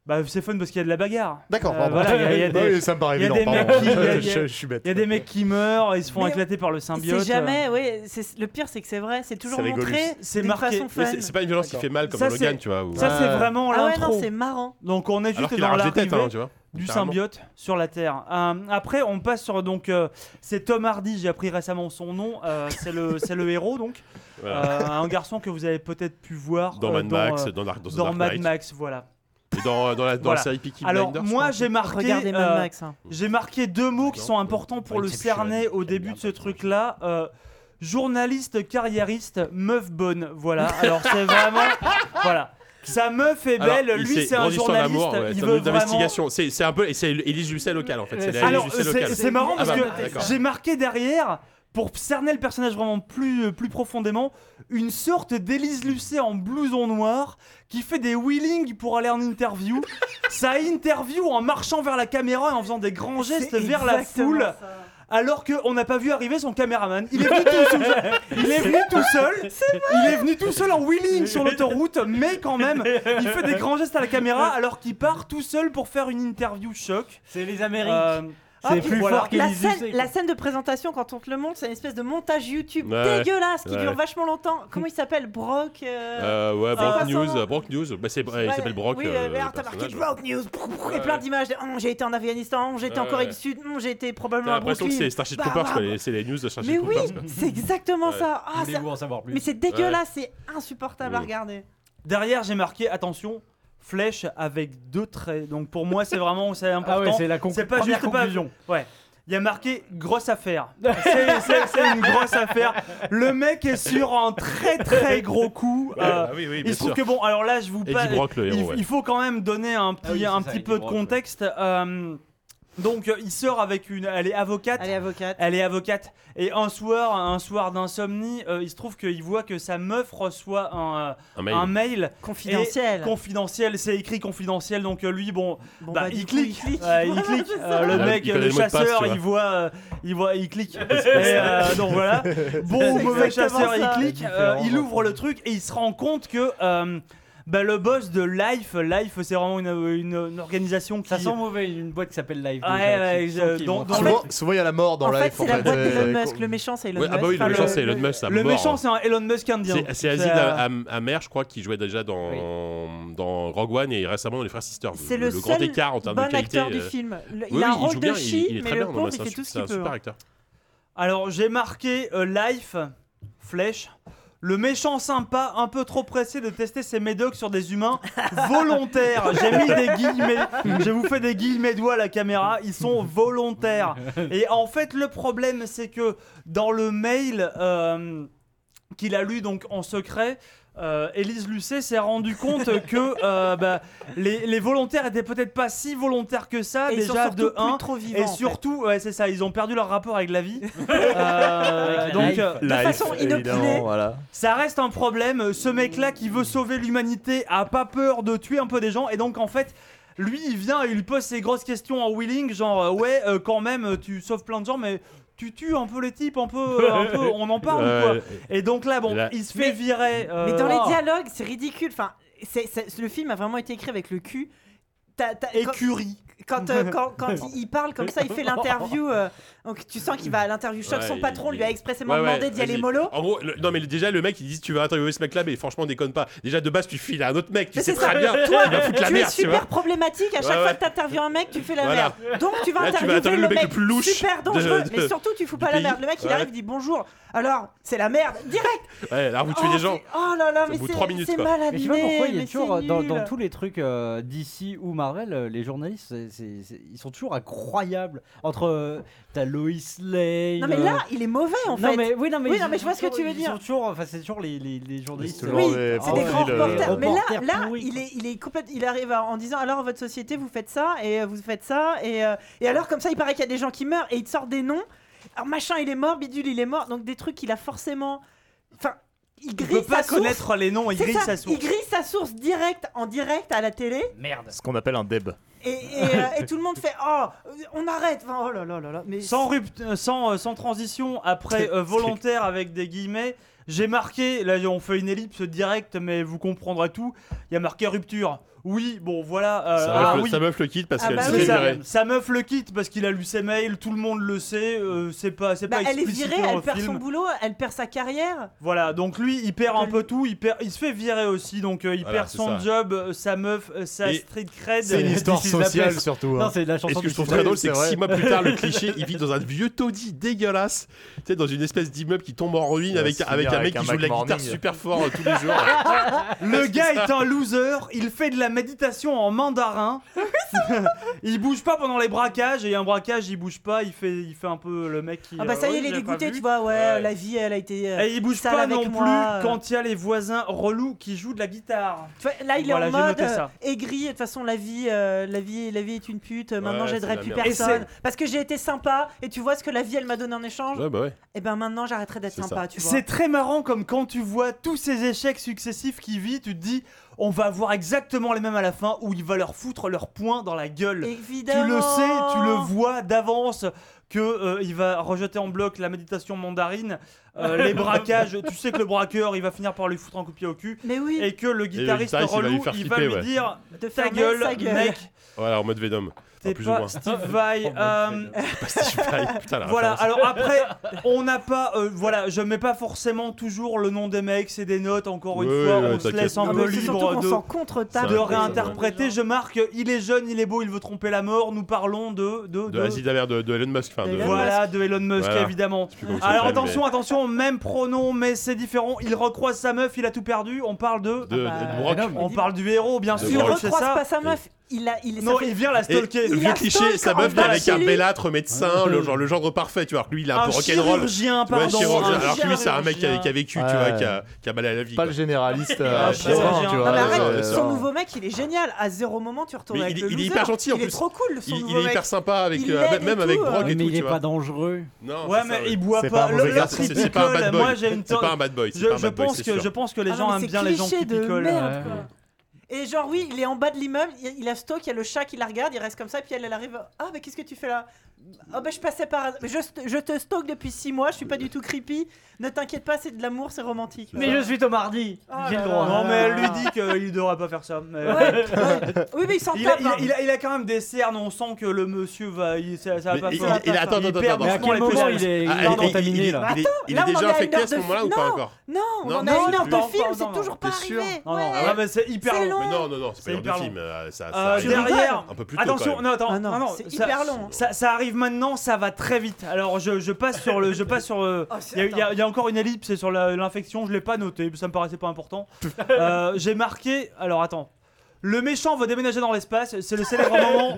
Speaker 6: Bah, c'est fun parce qu'il y a de la bagarre.
Speaker 7: D'accord,
Speaker 6: Euh,
Speaker 7: pardon.
Speaker 6: voilà, il y a- il y a des-
Speaker 7: Ah oui, ça me paraît
Speaker 6: il y a
Speaker 7: évident,
Speaker 6: des
Speaker 7: pardon.
Speaker 6: mecs qui- il y a-
Speaker 7: je, je- je suis bête.
Speaker 6: Il y a des mecs qui meurent, ils se font
Speaker 3: Mais-
Speaker 6: éclater par le symbiote.
Speaker 3: C'est jamais, oui. c'est- Le pire, c'est que c'est vrai. C'est toujours
Speaker 7: C'est rigolo.
Speaker 3: montré.
Speaker 6: C'est
Speaker 3: d'une
Speaker 6: marqué.
Speaker 3: façon
Speaker 2: Mais
Speaker 3: fun.
Speaker 2: c'est- c'est pas une violence qui fait mal comme
Speaker 6: Ça,
Speaker 2: dans Logan,
Speaker 6: c'est-
Speaker 2: tu vois. ou- euh,
Speaker 6: Ça, c'est
Speaker 7: Ouais.
Speaker 6: vraiment
Speaker 3: Ah ouais, non,
Speaker 6: l'intro.
Speaker 3: c'est marrant.
Speaker 6: donc, on est
Speaker 2: Alors
Speaker 6: juste
Speaker 2: qu'il
Speaker 6: dans
Speaker 2: arrache des têtes,
Speaker 6: l'arrivée
Speaker 2: hein, tu vois.
Speaker 6: du
Speaker 2: littéralement.
Speaker 6: symbiote sur la Terre. Euh, après, on passe sur donc euh, c'est Tom Hardy. J'ai appris récemment son nom. euh, c'est le c'est le héros donc
Speaker 2: Voilà.
Speaker 6: Euh, un garçon que vous avez peut-être pu voir
Speaker 2: Dans
Speaker 6: euh,
Speaker 2: Mad Max,
Speaker 6: euh,
Speaker 2: dans Dark dans The
Speaker 6: dans
Speaker 2: Dark
Speaker 6: Mad
Speaker 2: Knight.
Speaker 6: Max. Voilà.
Speaker 2: Et dans, euh, dans la, dans
Speaker 6: Voilà.
Speaker 2: la série Peaky
Speaker 6: Alors
Speaker 2: Blinders,
Speaker 6: moi j'ai marqué
Speaker 3: Regardez Mad
Speaker 6: euh,
Speaker 3: Max. hein.
Speaker 6: j'ai marqué deux mots qui
Speaker 2: D'accord.
Speaker 6: sont importants pour le
Speaker 7: Inception,
Speaker 6: cerner au
Speaker 7: j'aime
Speaker 6: début
Speaker 7: bien
Speaker 6: de ce
Speaker 7: Mad Max.
Speaker 6: truc là. journaliste carriériste meuf bonne. Voilà. Alors c'est vraiment voilà. Sa meuf
Speaker 3: Eh
Speaker 6: est
Speaker 3: ben,
Speaker 2: Alors,
Speaker 6: belle,
Speaker 2: il-
Speaker 6: lui c'est un
Speaker 2: grosse histoire
Speaker 6: journaliste,
Speaker 2: d'amour, ouais,
Speaker 6: il
Speaker 2: c'est un
Speaker 6: veut
Speaker 2: truc
Speaker 6: vraiment
Speaker 2: d'investigation. C'est c'est un peu, et c'est Élise Lucet locale en fait. C'est la
Speaker 6: Alors,
Speaker 2: Élise
Speaker 6: c'est-
Speaker 2: Lucet locale.
Speaker 6: c'est marrant parce
Speaker 2: Ah bah,
Speaker 6: que
Speaker 2: d'accord.
Speaker 6: j'ai marqué derrière, pour cerner le personnage vraiment plus, euh, plus profondément, une sorte d'Élise Lucet en blouson noir qui fait des wheelings pour aller en interview. Ça interview en marchant vers la caméra et en faisant des grands gestes
Speaker 3: C'est
Speaker 6: vers la
Speaker 3: exactement
Speaker 6: foule.
Speaker 3: ça.
Speaker 6: Alors qu'on n'a pas vu arriver son caméraman. Il est venu tout seul. Il est venu tout seul. Il est venu tout seul en wheeling sur l'autoroute, mais quand même, il fait des grands gestes à la caméra alors qu'il part tout seul pour faire une interview choc.
Speaker 4: C'est les Amériques.
Speaker 6: Euh,
Speaker 4: C'est
Speaker 6: hop,
Speaker 4: plus
Speaker 6: voilà.
Speaker 4: fort que
Speaker 3: La
Speaker 4: les
Speaker 3: scène,
Speaker 4: Lucet,
Speaker 3: la
Speaker 4: quoi.
Speaker 3: scène de présentation, quand on te le montre, c'est une espèce de montage YouTube
Speaker 2: Ouais.
Speaker 3: dégueulasse qui
Speaker 2: Ouais.
Speaker 3: dure vachement longtemps. Comment il s'appelle Brock euh,
Speaker 2: Euh, ouais,
Speaker 3: quoi
Speaker 2: Brock
Speaker 3: son
Speaker 2: News,
Speaker 3: nom
Speaker 2: euh, Brock News, bah, c'est, ouais, il
Speaker 3: Ouais,
Speaker 2: s'appelle Brock.
Speaker 3: Oui,
Speaker 2: euh,
Speaker 3: euh,
Speaker 2: le
Speaker 3: merde, t'as marqué
Speaker 2: personnage.
Speaker 3: Brock News. brou, brou, Et
Speaker 2: Ouais,
Speaker 3: plein
Speaker 2: ouais.
Speaker 3: d'images. de, Hum, j'ai été en Afghanistan, hum, j'étais en
Speaker 2: Ouais,
Speaker 3: Corée
Speaker 2: ouais.
Speaker 3: du Sud, hum, j'ai été
Speaker 2: T'as
Speaker 3: probablement à
Speaker 2: l'impression que
Speaker 3: Brooklyn.
Speaker 2: c'est Starship
Speaker 3: Bah,
Speaker 2: Troopers,
Speaker 3: bah,
Speaker 2: quoi,
Speaker 3: bah.
Speaker 2: les- c'est les news de Starship
Speaker 3: Mais oui,
Speaker 2: Troopers. quoi.
Speaker 3: c'est exactement
Speaker 2: Ouais.
Speaker 3: ça. Ah, ça-
Speaker 4: Voulez-vous en savoir plus
Speaker 3: Mais c'est dégueulasse, c'est insupportable à
Speaker 2: Oui.
Speaker 3: regarder.
Speaker 6: Derrière, j'ai marqué attention, flèche avec deux traits. Donc pour moi, c'est vraiment c'est
Speaker 4: Ah
Speaker 6: important.
Speaker 4: ouais, c'est la conclusion.
Speaker 6: c'est pas juste pas-
Speaker 4: conclusion.
Speaker 6: Ouais. Il y a marqué grosse affaire. C'est- C'est c'est une grosse affaire. Le mec est sur un très très gros coup.
Speaker 2: Ouais,
Speaker 6: Euh,
Speaker 2: bah oui, oui,
Speaker 6: il
Speaker 2: bien
Speaker 6: se trouve
Speaker 2: sûr.
Speaker 6: que bon, alors là, je vous
Speaker 2: Eddie
Speaker 6: pas-
Speaker 2: Brock, le
Speaker 6: il,
Speaker 2: héros, ouais.
Speaker 6: il faut quand même donner un petit,
Speaker 4: Ah oui, c'est
Speaker 6: un
Speaker 4: ça,
Speaker 6: petit
Speaker 4: Eddie
Speaker 6: peu de
Speaker 4: Brock, ouais.
Speaker 6: contexte. Euh, donc, il sort avec une. Elle est avocate.
Speaker 3: Allez, avocate.
Speaker 6: Elle est avocate et un soir, un soir d'insomnie, euh, il se trouve qu'il voit que sa meuf reçoit un, euh,
Speaker 2: Un mail.
Speaker 6: un mail
Speaker 3: Confidentiel.
Speaker 6: et confidentiel, c'est écrit confidentiel, donc euh, lui, bon,
Speaker 3: Bon,
Speaker 6: bah,
Speaker 3: bah, du
Speaker 6: il,
Speaker 3: coup,
Speaker 6: clique,
Speaker 3: il clique.
Speaker 6: Euh, il clique. Euh, le
Speaker 2: Il a-
Speaker 6: mec,
Speaker 2: Ah, il
Speaker 6: euh,
Speaker 2: connaît
Speaker 6: le
Speaker 2: le mot de passe,
Speaker 6: chasseur,
Speaker 2: tu vois.
Speaker 6: il voit, euh, il voit, il clique. Et, euh, donc voilà, bon ou mauvais
Speaker 3: exactement
Speaker 6: chasseur,
Speaker 3: ça.
Speaker 6: il clique,
Speaker 4: Différent,
Speaker 6: euh, il
Speaker 4: ouais.
Speaker 6: ouvre le truc et il se rend compte que. euh, Bah, le boss de Life, Life, c'est vraiment une, une, une organisation qui.
Speaker 4: Ça sent mauvais, une boîte qui s'appelle Live.
Speaker 6: Ouais,
Speaker 4: déjà,
Speaker 6: ouais,
Speaker 4: qui-
Speaker 6: je-
Speaker 4: sent qu'ils
Speaker 6: dans-
Speaker 4: vont
Speaker 6: dans
Speaker 4: faire-
Speaker 6: le-
Speaker 7: Souvent, souvent, il y a la mort dans
Speaker 3: en
Speaker 7: Life.
Speaker 3: fait, c'est
Speaker 7: en
Speaker 3: la
Speaker 7: fait.
Speaker 3: boîte d'Elon
Speaker 7: Euh,
Speaker 3: Musk. Le méchant, c'est Elon
Speaker 2: Ouais,
Speaker 3: Musk.
Speaker 2: ah bah oui, le
Speaker 3: Enfin,
Speaker 2: méchant, c'est Elon Musk, ça
Speaker 6: Le
Speaker 2: mort. hein.
Speaker 6: méchant, c'est un Elon Musk indien.
Speaker 2: C'est c'est Aziz
Speaker 6: euh,
Speaker 2: Am- Amer, je crois, qui jouait déjà dans, dans Rogue One et récemment dans Les Frères Sisters.
Speaker 3: C'est le,
Speaker 2: grand
Speaker 3: seul
Speaker 2: écart en termes
Speaker 3: bon
Speaker 2: de qualité.
Speaker 3: acteur du
Speaker 2: euh.
Speaker 3: film. Le-
Speaker 2: Oui,
Speaker 3: il a un
Speaker 2: oui,
Speaker 3: rôle
Speaker 2: joue
Speaker 3: de
Speaker 2: bien,
Speaker 3: chi,
Speaker 2: il, il est
Speaker 3: mais
Speaker 2: très
Speaker 3: le
Speaker 2: bien. Non,
Speaker 3: pauvre,
Speaker 2: mais c'est
Speaker 3: il
Speaker 2: un
Speaker 3: fait
Speaker 2: su-
Speaker 3: tout
Speaker 2: C'est
Speaker 3: ce qu'il
Speaker 2: un
Speaker 3: peut.
Speaker 2: super
Speaker 3: hein.
Speaker 2: acteur.
Speaker 6: Alors j'ai marqué euh, Life, flèche. Le méchant sympa, un peu trop pressé de tester ses médocs sur des humains volontaires. J'ai mis des guillemets. Je vous fais des guillemets doigts à la caméra. Ils sont volontaires. Et en fait, le problème, c'est que dans le mail euh, qu'il a lu donc en secret, euh, Élise Lucet s'est rendu compte que euh, bah, les, les volontaires étaient peut-être pas si volontaires que ça
Speaker 3: hein. Et ils sont
Speaker 6: déjà
Speaker 3: surtout
Speaker 6: de
Speaker 3: plus
Speaker 6: 1
Speaker 3: trop vivants.
Speaker 6: hein, et
Speaker 3: en fait.
Speaker 6: surtout, ouais, c'est ça, ils ont perdu leur rapport avec la vie. Euh,
Speaker 4: Avec la
Speaker 6: donc,
Speaker 4: life.
Speaker 6: euh,
Speaker 3: de façon
Speaker 7: évidemment,
Speaker 3: inoculée.
Speaker 7: voilà.
Speaker 6: ça reste un problème. euh, Ce mec-là qui veut sauver l'humanité a pas peur de tuer un peu des gens. Et donc, en fait, lui, il vient et il pose ses grosses questions en wheeling, genre, euh, ouais, euh, quand même, tu sauves plein de gens, mais. Tu tues un peu les types, un peu, euh, un peu on en parle ou
Speaker 2: Euh,
Speaker 6: quoi. Et donc là, bon,
Speaker 2: Là.
Speaker 6: il se fait virer. euh,
Speaker 3: Mais dans les
Speaker 6: oh,
Speaker 3: dialogues, c'est ridicule. Enfin, c'est- c'est- le film a vraiment été écrit avec le cul. T'as- t'as- quand-
Speaker 6: Écurie.
Speaker 3: Quand, euh, quand, quand il, il parle comme ça, il fait l'interview. euh, donc tu sens qu'il va à l'interview choc.
Speaker 2: Ouais,
Speaker 3: Son
Speaker 2: il-
Speaker 3: patron lui a expressément
Speaker 2: Ouais, ouais,
Speaker 3: demandé d'y aller
Speaker 2: vas-y.
Speaker 3: mollo.
Speaker 2: En gros, le- non mais le- déjà le mec il dit tu vas interviewer ce mec là mais franchement déconne pas. Déjà de base tu files à un autre mec, tu
Speaker 3: Mais
Speaker 2: sais
Speaker 3: c'est ça.
Speaker 2: très bien, toi il va foutre la
Speaker 3: tu es
Speaker 2: merde, tu
Speaker 3: super
Speaker 2: vois.
Speaker 3: problématique. À chaque
Speaker 2: Ouais,
Speaker 3: fois
Speaker 2: ouais.
Speaker 3: que t'interviews un mec, tu fais la
Speaker 2: Voilà.
Speaker 3: merde. Donc tu vas
Speaker 2: Là, tu vas
Speaker 3: interviewer
Speaker 2: interviewer
Speaker 3: le
Speaker 2: le mec
Speaker 3: mec
Speaker 2: le plus louche
Speaker 3: super
Speaker 2: de-
Speaker 3: dangereux.
Speaker 2: de-
Speaker 3: mais surtout, tu fous pas la
Speaker 2: pays.
Speaker 3: merde. Le mec, il
Speaker 2: Ouais.
Speaker 3: arrive, il dit bonjour. Alors, c'est la merde. Direct.
Speaker 2: Ouais, là vous tuez
Speaker 3: Oh,
Speaker 2: des gens.
Speaker 3: c'est- Oh là là,
Speaker 2: Au
Speaker 3: mais
Speaker 2: bout de
Speaker 3: c'est-
Speaker 2: trois minutes,
Speaker 3: c'est
Speaker 2: quoi.
Speaker 3: mal
Speaker 4: Mais
Speaker 3: habillé.
Speaker 4: je sais pas pourquoi il y a
Speaker 3: mais
Speaker 4: toujours
Speaker 3: c'est
Speaker 4: dans,
Speaker 3: nul.
Speaker 4: dans tous les trucs euh, DC ou Marvel, euh, les journalistes, c'est- c'est- c'est- ils sont toujours incroyables. Entre euh, t'as Lois Lane.
Speaker 3: Non mais
Speaker 4: euh,
Speaker 3: là, il est mauvais en
Speaker 4: non
Speaker 3: fait.
Speaker 4: mais oui non mais,
Speaker 3: Oui,
Speaker 4: ils-
Speaker 3: non, mais je vois ce que tu veux
Speaker 4: ils
Speaker 3: dire.
Speaker 4: sont toujours, enfin c'est toujours les, les, les journalistes.
Speaker 7: toujours
Speaker 3: Oui,
Speaker 7: des
Speaker 3: c'est des
Speaker 7: profils, euh,
Speaker 3: grands reporters. Mais là,
Speaker 4: reporters
Speaker 3: là
Speaker 4: pourris,
Speaker 3: il,
Speaker 4: quoi.
Speaker 3: est, il, est complète- il arrive en disant alors votre société, vous faites ça et euh, vous faites ça. Et, euh, et alors, comme ça, il paraît qu'il y a des gens qui meurent et il te sort des noms. Alors, machin, il est mort, bidule, il est mort. Donc, des trucs qu'il a forcément. Enfin, il
Speaker 6: Il peut
Speaker 3: grille
Speaker 6: pas
Speaker 3: sa source.
Speaker 6: connaître les noms, il
Speaker 3: C'est
Speaker 6: grille
Speaker 3: ça,
Speaker 6: sa source.
Speaker 3: Il grille sa source direct, en direct à la télé.
Speaker 4: Merde.
Speaker 7: Ce qu'on appelle un deb.
Speaker 3: Et, et, euh, et tout le monde fait Oh, on arrête. Enfin, oh là là là là. Mais
Speaker 6: Sans, rupt- euh, sans, euh, sans transition, après euh, volontaire avec des guillemets, j'ai marqué, là on fait une ellipse directe, mais vous comprendrez tout, il y a marqué rupture. Oui, bon voilà. euh,
Speaker 2: Ça
Speaker 6: ah
Speaker 2: meuf,
Speaker 6: oui,
Speaker 2: sa meuf le quitte parce
Speaker 3: Ah
Speaker 2: qu'elle
Speaker 3: bah
Speaker 2: se
Speaker 3: oui.
Speaker 2: fait
Speaker 6: sa,
Speaker 2: virer.
Speaker 6: sa meuf le quitte parce qu'il a lu ses mails, tout le monde le sait, euh, c'est pas, c'est
Speaker 3: Bah,
Speaker 6: pas
Speaker 3: elle est
Speaker 6: explicité
Speaker 3: virée,
Speaker 6: dans
Speaker 3: elle
Speaker 6: le
Speaker 3: perd
Speaker 6: film.
Speaker 3: son boulot, elle perd sa carrière.
Speaker 6: Voilà, donc lui il perd
Speaker 3: Que
Speaker 6: un
Speaker 3: lui-
Speaker 6: peu tout, il, perd, il se fait virer aussi, donc euh, il
Speaker 2: Voilà,
Speaker 6: perd
Speaker 2: c'est
Speaker 6: son
Speaker 2: ça.
Speaker 6: job, euh, sa meuf, euh, sa
Speaker 2: Et
Speaker 6: street cred.
Speaker 5: C'est une histoire
Speaker 4: This is la
Speaker 5: sociale
Speaker 4: place.
Speaker 5: surtout.
Speaker 4: Non
Speaker 5: hein.
Speaker 4: c'est de la
Speaker 2: Et
Speaker 4: chanson.
Speaker 2: ce que je
Speaker 4: du
Speaker 2: trouve
Speaker 4: film.
Speaker 2: très drôle, c'est que
Speaker 5: c'est vrai.
Speaker 2: six mois plus tard, le cliché, il vit dans un vieux taudis dégueulasse, tu sais, dans une espèce d'immeuble qui tombe en ruine
Speaker 7: Ouais,
Speaker 2: avec,
Speaker 7: c'est
Speaker 2: avec
Speaker 7: bien,
Speaker 2: un mec
Speaker 7: avec
Speaker 2: qui
Speaker 7: un
Speaker 2: joue de la
Speaker 7: Mac
Speaker 2: guitare
Speaker 7: Morning.
Speaker 2: super fort euh, tous les jours.
Speaker 6: Le gars est un loser, il fait de la méditation en mandarin. il bouge pas pendant les braquages, et un braquage, il bouge pas, il fait, il fait un peu le mec qui.
Speaker 3: Ah bah ça
Speaker 6: euh,
Speaker 3: y est,
Speaker 6: oui,
Speaker 3: il est
Speaker 6: j'ai pas
Speaker 3: dégoûté,
Speaker 6: vu.
Speaker 3: tu vois, ouais,
Speaker 2: Ouais.
Speaker 3: la vie, elle a été... euh,
Speaker 6: Et il bouge
Speaker 3: sale
Speaker 6: pas
Speaker 3: avec
Speaker 6: non
Speaker 3: moi, euh.
Speaker 6: plus quand il y a les voisins relous qui jouent de la guitare.
Speaker 3: tu vois, là, il
Speaker 6: Voilà,
Speaker 3: est en
Speaker 6: j'ai
Speaker 3: mode
Speaker 6: noté
Speaker 3: euh,
Speaker 6: ça.
Speaker 3: aigri, et de toute façon, la vie, euh, la, vie, la vie est une pute, euh, maintenant,
Speaker 2: Ouais,
Speaker 3: j'aiderai
Speaker 2: c'est
Speaker 3: plus
Speaker 2: la merde.
Speaker 3: personne,
Speaker 6: Et
Speaker 3: parce que j'ai été sympa, et tu vois ce que la vie, elle m'a donné en échange,
Speaker 2: Ouais, bah ouais.
Speaker 3: et ben maintenant, j'arrêterai d'être
Speaker 2: C'est ça.
Speaker 3: sympa, tu vois.
Speaker 6: C'est très marrant comme quand tu vois tous ces échecs successifs qu'il vit, tu te dis on va avoir exactement les mêmes à la fin où il va leur foutre leur poing dans la gueule.
Speaker 3: Évidemment
Speaker 6: Tu le sais, tu le vois d'avance que euh, il va rejeter en bloc la méditation mandarine, euh, les braquages. Tu sais que le braqueur, il va finir par lui foutre un coup de pied au cul.
Speaker 3: Mais oui,
Speaker 6: Et que le guitariste
Speaker 2: guitariste, il va lui
Speaker 6: relou,
Speaker 2: faire
Speaker 6: il va
Speaker 2: flipper,
Speaker 6: lui
Speaker 2: ouais.
Speaker 6: dire
Speaker 3: de
Speaker 6: ta
Speaker 3: fermer
Speaker 6: gueule,
Speaker 3: sa gueule.
Speaker 6: mec,
Speaker 2: Voilà, en mode Venom.
Speaker 6: t'es
Speaker 2: Enfin, plus ou
Speaker 6: pas
Speaker 2: moins.
Speaker 6: Steve Vai. euh,
Speaker 2: Pas si je parie. Putain, la
Speaker 6: voilà.
Speaker 2: référence.
Speaker 6: Alors après, on n'a pas, euh, voilà, je mets pas forcément toujours le nom des mecs, c'est des notes. Encore une
Speaker 2: Ouais,
Speaker 6: fois,
Speaker 2: ouais,
Speaker 6: on se
Speaker 2: t'inquiète.
Speaker 6: laisse un
Speaker 3: Non,
Speaker 6: peu
Speaker 3: mais c'est surtout
Speaker 6: libre
Speaker 3: qu'on
Speaker 6: de
Speaker 3: s'en contre-tape.
Speaker 2: de
Speaker 6: de
Speaker 2: Ouais,
Speaker 6: réinterpréter. Je marque, il est jeune, il est beau, il veut tromper la mort. Nous parlons de de,
Speaker 2: De Aziz Daver, de, de Elon Musk. Enfin,
Speaker 3: De
Speaker 2: de,
Speaker 3: Elon Musk.
Speaker 6: Voilà, de Elon Musk,
Speaker 2: Voilà.
Speaker 6: évidemment.
Speaker 2: Je sais plus comment il
Speaker 6: Alors
Speaker 2: s'appelle,
Speaker 6: attention, attention, même pronom, mais c'est différent. Il recroise sa meuf, il a tout perdu. On parle de.
Speaker 2: mais- de,
Speaker 3: Ah bah,
Speaker 2: de Brock.
Speaker 4: Venom.
Speaker 6: On parle du héros, bien
Speaker 2: De
Speaker 3: Il
Speaker 6: sûr,
Speaker 2: Brock.
Speaker 6: c'est
Speaker 3: recroise
Speaker 6: ça.
Speaker 3: pas sa meuf, il a... Il, ça
Speaker 6: Non,
Speaker 3: fait-
Speaker 6: il vient la
Speaker 2: Et
Speaker 6: stalker.
Speaker 2: le
Speaker 3: Il a
Speaker 2: vieux cliché,
Speaker 3: stalk
Speaker 2: sa
Speaker 3: en
Speaker 2: meuf qui est
Speaker 3: bas
Speaker 2: avec
Speaker 3: chez
Speaker 2: un
Speaker 3: lui.
Speaker 2: belâtre médecin, le genre, le genre parfait, tu vois. Alors que lui, il est un,
Speaker 6: Un
Speaker 2: peu rock'n'roll.
Speaker 6: chirurgien,
Speaker 2: Ouais,
Speaker 6: pardon.
Speaker 2: chirurgien.
Speaker 6: un
Speaker 2: Alors que lui, c'est un mec qui a,
Speaker 6: chirurgien.
Speaker 2: qui a vécu, tu
Speaker 7: Ouais.
Speaker 2: vois, qui a, qui a mal à la vie.
Speaker 7: Pas
Speaker 2: quoi.
Speaker 7: le généraliste
Speaker 6: Ah,
Speaker 7: euh,
Speaker 6: bah,
Speaker 7: purement,
Speaker 6: j'ai
Speaker 7: tu
Speaker 6: un-
Speaker 7: vois.
Speaker 3: Non, mais
Speaker 2: Ah,
Speaker 3: arrête,
Speaker 2: ouais,
Speaker 7: euh,
Speaker 3: son nouveau mec, il est génial. À zéro moment, tu retournes
Speaker 2: Mais
Speaker 3: avec
Speaker 2: il-
Speaker 3: le
Speaker 2: il est
Speaker 3: loser.
Speaker 2: hyper gentil, en
Speaker 3: Il est
Speaker 2: plus.
Speaker 3: trop cool, son
Speaker 2: Il, il
Speaker 3: nouveau
Speaker 2: est
Speaker 3: mec.
Speaker 2: hyper sympa avec
Speaker 3: Il
Speaker 2: euh,
Speaker 3: l'aide et
Speaker 2: même avec
Speaker 3: tout,
Speaker 2: Brock
Speaker 4: Ouais,
Speaker 2: et
Speaker 4: Ah, mais
Speaker 2: tout,
Speaker 4: il
Speaker 2: tu
Speaker 4: est
Speaker 2: vois.
Speaker 4: pas dangereux.
Speaker 2: Non,
Speaker 6: Ouais,
Speaker 2: c'est ça,
Speaker 6: mais il boit
Speaker 7: C'est
Speaker 6: pas.
Speaker 7: pas un mauvais
Speaker 6: Le
Speaker 7: garçon,
Speaker 6: type
Speaker 2: c'est- c'est pas un
Speaker 6: picole,
Speaker 2: bad boy.
Speaker 6: Moi, j'ai une
Speaker 2: C'est
Speaker 6: tendance-
Speaker 2: pas un bad boy.
Speaker 6: Je, je pense que je pense que les
Speaker 3: Ah
Speaker 6: gens
Speaker 3: non, mais
Speaker 6: aiment
Speaker 3: c'est
Speaker 6: bien les gens hein. qui
Speaker 3: cliché de
Speaker 6: picolent.
Speaker 3: merde,
Speaker 4: ouais.
Speaker 3: quoi. Et genre, oui, il est en bas de l'immeuble, il il a stock, il y a le chat qui la regarde, il reste comme ça, puis elle, elle arrive. Ah, bah qu'est-ce que tu fais là Ah, bah je passais par. Mais Je, st- je te stocke depuis 6 mois, je suis pas du tout creepy. Ne t'inquiète pas, c'est de l'amour, c'est romantique.
Speaker 4: Mais je suis Tom Hardy
Speaker 3: Ah
Speaker 4: J'ai
Speaker 3: là
Speaker 4: le
Speaker 3: là.
Speaker 4: droit.
Speaker 6: Non, mais elle lui dit qu'il ne devrait pas faire ça. mais-
Speaker 3: Ouais, ouais. Oui, mais il s'en
Speaker 6: Il a,
Speaker 3: tape.
Speaker 6: il, a,
Speaker 3: hein.
Speaker 6: il a- il a quand même des cernes, on sent que le monsieur va. Il, ça, ça va
Speaker 2: Mais
Speaker 6: pas
Speaker 2: il- il- il-
Speaker 6: faire.
Speaker 2: attends,
Speaker 6: hyper
Speaker 2: attends, attends, attends.
Speaker 4: Mais à
Speaker 6: doucement,
Speaker 4: quel
Speaker 6: hein. il
Speaker 4: moment
Speaker 6: fait
Speaker 4: il
Speaker 6: ça.
Speaker 4: est, il
Speaker 2: Ah,
Speaker 4: est
Speaker 2: il- il-
Speaker 4: contaminé
Speaker 2: il est-
Speaker 4: là
Speaker 2: il est- Il
Speaker 3: là,
Speaker 2: est
Speaker 3: on en
Speaker 2: déjà
Speaker 3: a
Speaker 2: infecté
Speaker 3: une
Speaker 2: à ce
Speaker 3: heure de
Speaker 2: moment-là ou
Speaker 3: fi-
Speaker 2: pas
Speaker 3: non.
Speaker 2: encore
Speaker 3: Non, on
Speaker 2: Non,
Speaker 3: en
Speaker 2: non,
Speaker 3: a une heure de
Speaker 6: non,
Speaker 3: film,
Speaker 6: non,
Speaker 3: c'est
Speaker 6: non,
Speaker 3: toujours pas
Speaker 2: t'es sûr
Speaker 3: arrivé.
Speaker 6: Non, non,
Speaker 3: Ouais.
Speaker 6: ouais, mais c'est hyper
Speaker 3: C'est
Speaker 6: long.
Speaker 3: long.
Speaker 2: Mais non, non, non, c'est
Speaker 6: C'est
Speaker 2: pas une
Speaker 6: hyper
Speaker 2: heure de
Speaker 6: long.
Speaker 2: film. euh, ça, ça
Speaker 6: Euh,
Speaker 2: arrive
Speaker 6: derrière,
Speaker 2: un peu plus tôt. quand
Speaker 6: attention,
Speaker 2: même.
Speaker 6: non, attends,
Speaker 3: Ah non,
Speaker 6: non, non,
Speaker 3: c'est
Speaker 6: ça-
Speaker 3: hyper long.
Speaker 6: Ça, ça arrive maintenant, ça va très vite. Alors je, je passe sur le, je passe sur. le-
Speaker 3: Oh,
Speaker 6: Il y, a- il y a- il y a encore une ellipse sur la- l'infection, je l'ai pas noté, ça me paraissait pas important. Euh, J'ai marqué. Alors attends. Le méchant veut déménager dans l'espace, c'est le célèbre moment.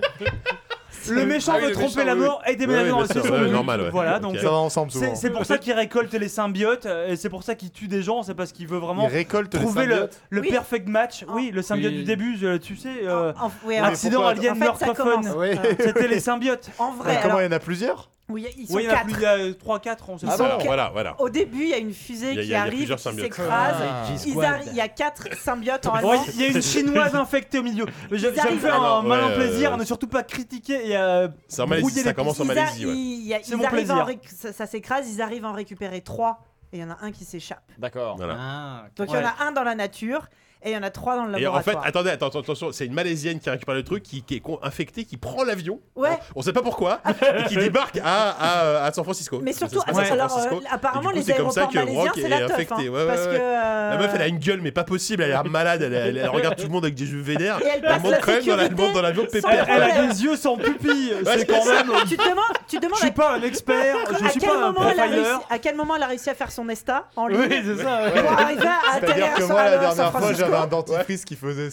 Speaker 6: Le méchant
Speaker 2: Ah oui,
Speaker 6: veut
Speaker 2: le
Speaker 6: tromper
Speaker 2: méchant,
Speaker 6: la
Speaker 2: oui.
Speaker 6: mort et
Speaker 2: Oui, oui,
Speaker 6: déménager dans
Speaker 2: bien
Speaker 6: l'espace.
Speaker 2: sûr,
Speaker 6: C'est son
Speaker 2: ouais,
Speaker 6: but.
Speaker 2: normal, ouais.
Speaker 6: Voilà,
Speaker 2: Ok.
Speaker 6: donc
Speaker 2: Ça
Speaker 5: Ça va ensemble souvent.
Speaker 6: c'est c'est pour ça qu'il récolte les symbiotes euh, et c'est pour ça qu'il tue des gens, c'est parce qu'il veut
Speaker 5: Il
Speaker 6: vraiment
Speaker 5: récolte les
Speaker 6: trouver le,
Speaker 5: symbiotes.
Speaker 6: le
Speaker 3: Oui.
Speaker 6: perfect match.
Speaker 3: Ah.
Speaker 6: Oui, le symbiote
Speaker 4: Oui.
Speaker 6: du début, je- tu sais. euh,
Speaker 3: En- en- ouais, en-
Speaker 5: Ah,
Speaker 6: Accident
Speaker 5: pourquoi
Speaker 6: alien
Speaker 3: en fait, ça
Speaker 6: meurtre
Speaker 3: commence.
Speaker 4: Ah
Speaker 5: Oui.
Speaker 3: Euh,
Speaker 6: C'était les symbiotes.
Speaker 3: En
Speaker 5: Mais
Speaker 3: vrai,
Speaker 5: comment
Speaker 3: alors,
Speaker 5: il y en a plusieurs
Speaker 3: oui, ils sont
Speaker 6: Oui, il y en a
Speaker 3: quatre.
Speaker 6: plus, il y a 3-4, on sait
Speaker 2: Ah,
Speaker 6: pas.
Speaker 2: voilà,
Speaker 7: bah,
Speaker 3: que-
Speaker 2: voilà, voilà.
Speaker 3: Au début, il y a une
Speaker 2: Il y
Speaker 3: fusée
Speaker 2: a- il y
Speaker 3: qui
Speaker 2: a
Speaker 3: arrive,
Speaker 2: plusieurs
Speaker 3: qui
Speaker 2: symbiotes.
Speaker 3: s'écrase.
Speaker 6: Ah.
Speaker 3: Ils arri- Il y a quatre symbiotes en
Speaker 6: Ouais,
Speaker 3: allemand.
Speaker 6: Il y a une chinoise infectée au milieu. Mais je,
Speaker 3: Ils
Speaker 6: je vais me
Speaker 3: arrivent.
Speaker 6: faire
Speaker 2: Ah
Speaker 6: un
Speaker 2: non,
Speaker 6: malin
Speaker 2: ouais,
Speaker 6: plaisir,
Speaker 2: euh,
Speaker 6: ne surtout pas critiquer et euh,
Speaker 2: C'est en Malaisie,
Speaker 6: brouiller
Speaker 2: ça
Speaker 6: les
Speaker 2: commence en
Speaker 3: Ils a-
Speaker 2: Malaisie, ouais.
Speaker 3: il y a-
Speaker 6: C'est
Speaker 3: ils
Speaker 6: mon
Speaker 3: arrivent à en
Speaker 6: plaisir.
Speaker 3: réc- Ça ça s'écrase, ils arrivent à en récupérer trois. Et il y en a un qui s'échappe.
Speaker 7: D'accord.
Speaker 2: Voilà.
Speaker 4: Ah,
Speaker 3: Donc il y en a un dans la nature et il y en a trois dans le
Speaker 2: Et en fait,
Speaker 3: laboratoire.
Speaker 2: attendez, attends, attention, attention, c'est une Malaisienne qui récupère le truc, qui, qui est con- infectée, qui prend l'avion.
Speaker 3: Ouais.
Speaker 2: On, on sait pas pourquoi, et qui débarque à, à, euh, à San Francisco.
Speaker 3: Ah. Mais
Speaker 2: Ça se
Speaker 3: surtout,
Speaker 2: passe à
Speaker 3: alors,
Speaker 2: San
Speaker 3: alors,
Speaker 2: Francisco.
Speaker 3: euh, apparemment,
Speaker 2: Et du coup,
Speaker 3: les
Speaker 2: c'est comme ça
Speaker 3: aéroports
Speaker 2: que
Speaker 3: malaisiens,
Speaker 2: Rock
Speaker 3: c'est
Speaker 2: est
Speaker 3: la teuf.
Speaker 2: infecté.
Speaker 3: hein,
Speaker 2: Ouais, ouais,
Speaker 3: parce
Speaker 2: ouais.
Speaker 3: que, euh,
Speaker 2: La meuf, elle a une gueule, mais pas possible, elle a l'air malade, elle, elle- elle regarde tout le monde avec des yeux vénères.
Speaker 3: euh, Et elle passe
Speaker 2: monte
Speaker 3: la
Speaker 2: quand même dans la- elle
Speaker 3: sécurité
Speaker 2: monte dans l'avion de
Speaker 3: sans
Speaker 2: Pépère.
Speaker 6: elle
Speaker 2: quoi.
Speaker 6: a des yeux sans pupille.
Speaker 2: c'est
Speaker 6: c'est quand
Speaker 2: ça.
Speaker 6: même.
Speaker 3: tu te demandes, tu te
Speaker 6: Je
Speaker 3: demandes
Speaker 6: suis
Speaker 3: à,
Speaker 6: pas un expert, je
Speaker 3: à
Speaker 6: suis
Speaker 3: quel
Speaker 6: pas un
Speaker 3: moment elle a réussi,
Speaker 6: profiler.
Speaker 3: à quel moment elle a réussi à faire son ESTA en ligne
Speaker 4: Oui, c'est ça. ouais.
Speaker 3: pour arriver à
Speaker 5: C'est-à-dire
Speaker 3: atterrir
Speaker 5: que
Speaker 3: sur
Speaker 5: moi, la
Speaker 3: à San
Speaker 5: dernière fois,
Speaker 3: Francisco.
Speaker 5: j'avais un dentifrice qui faisait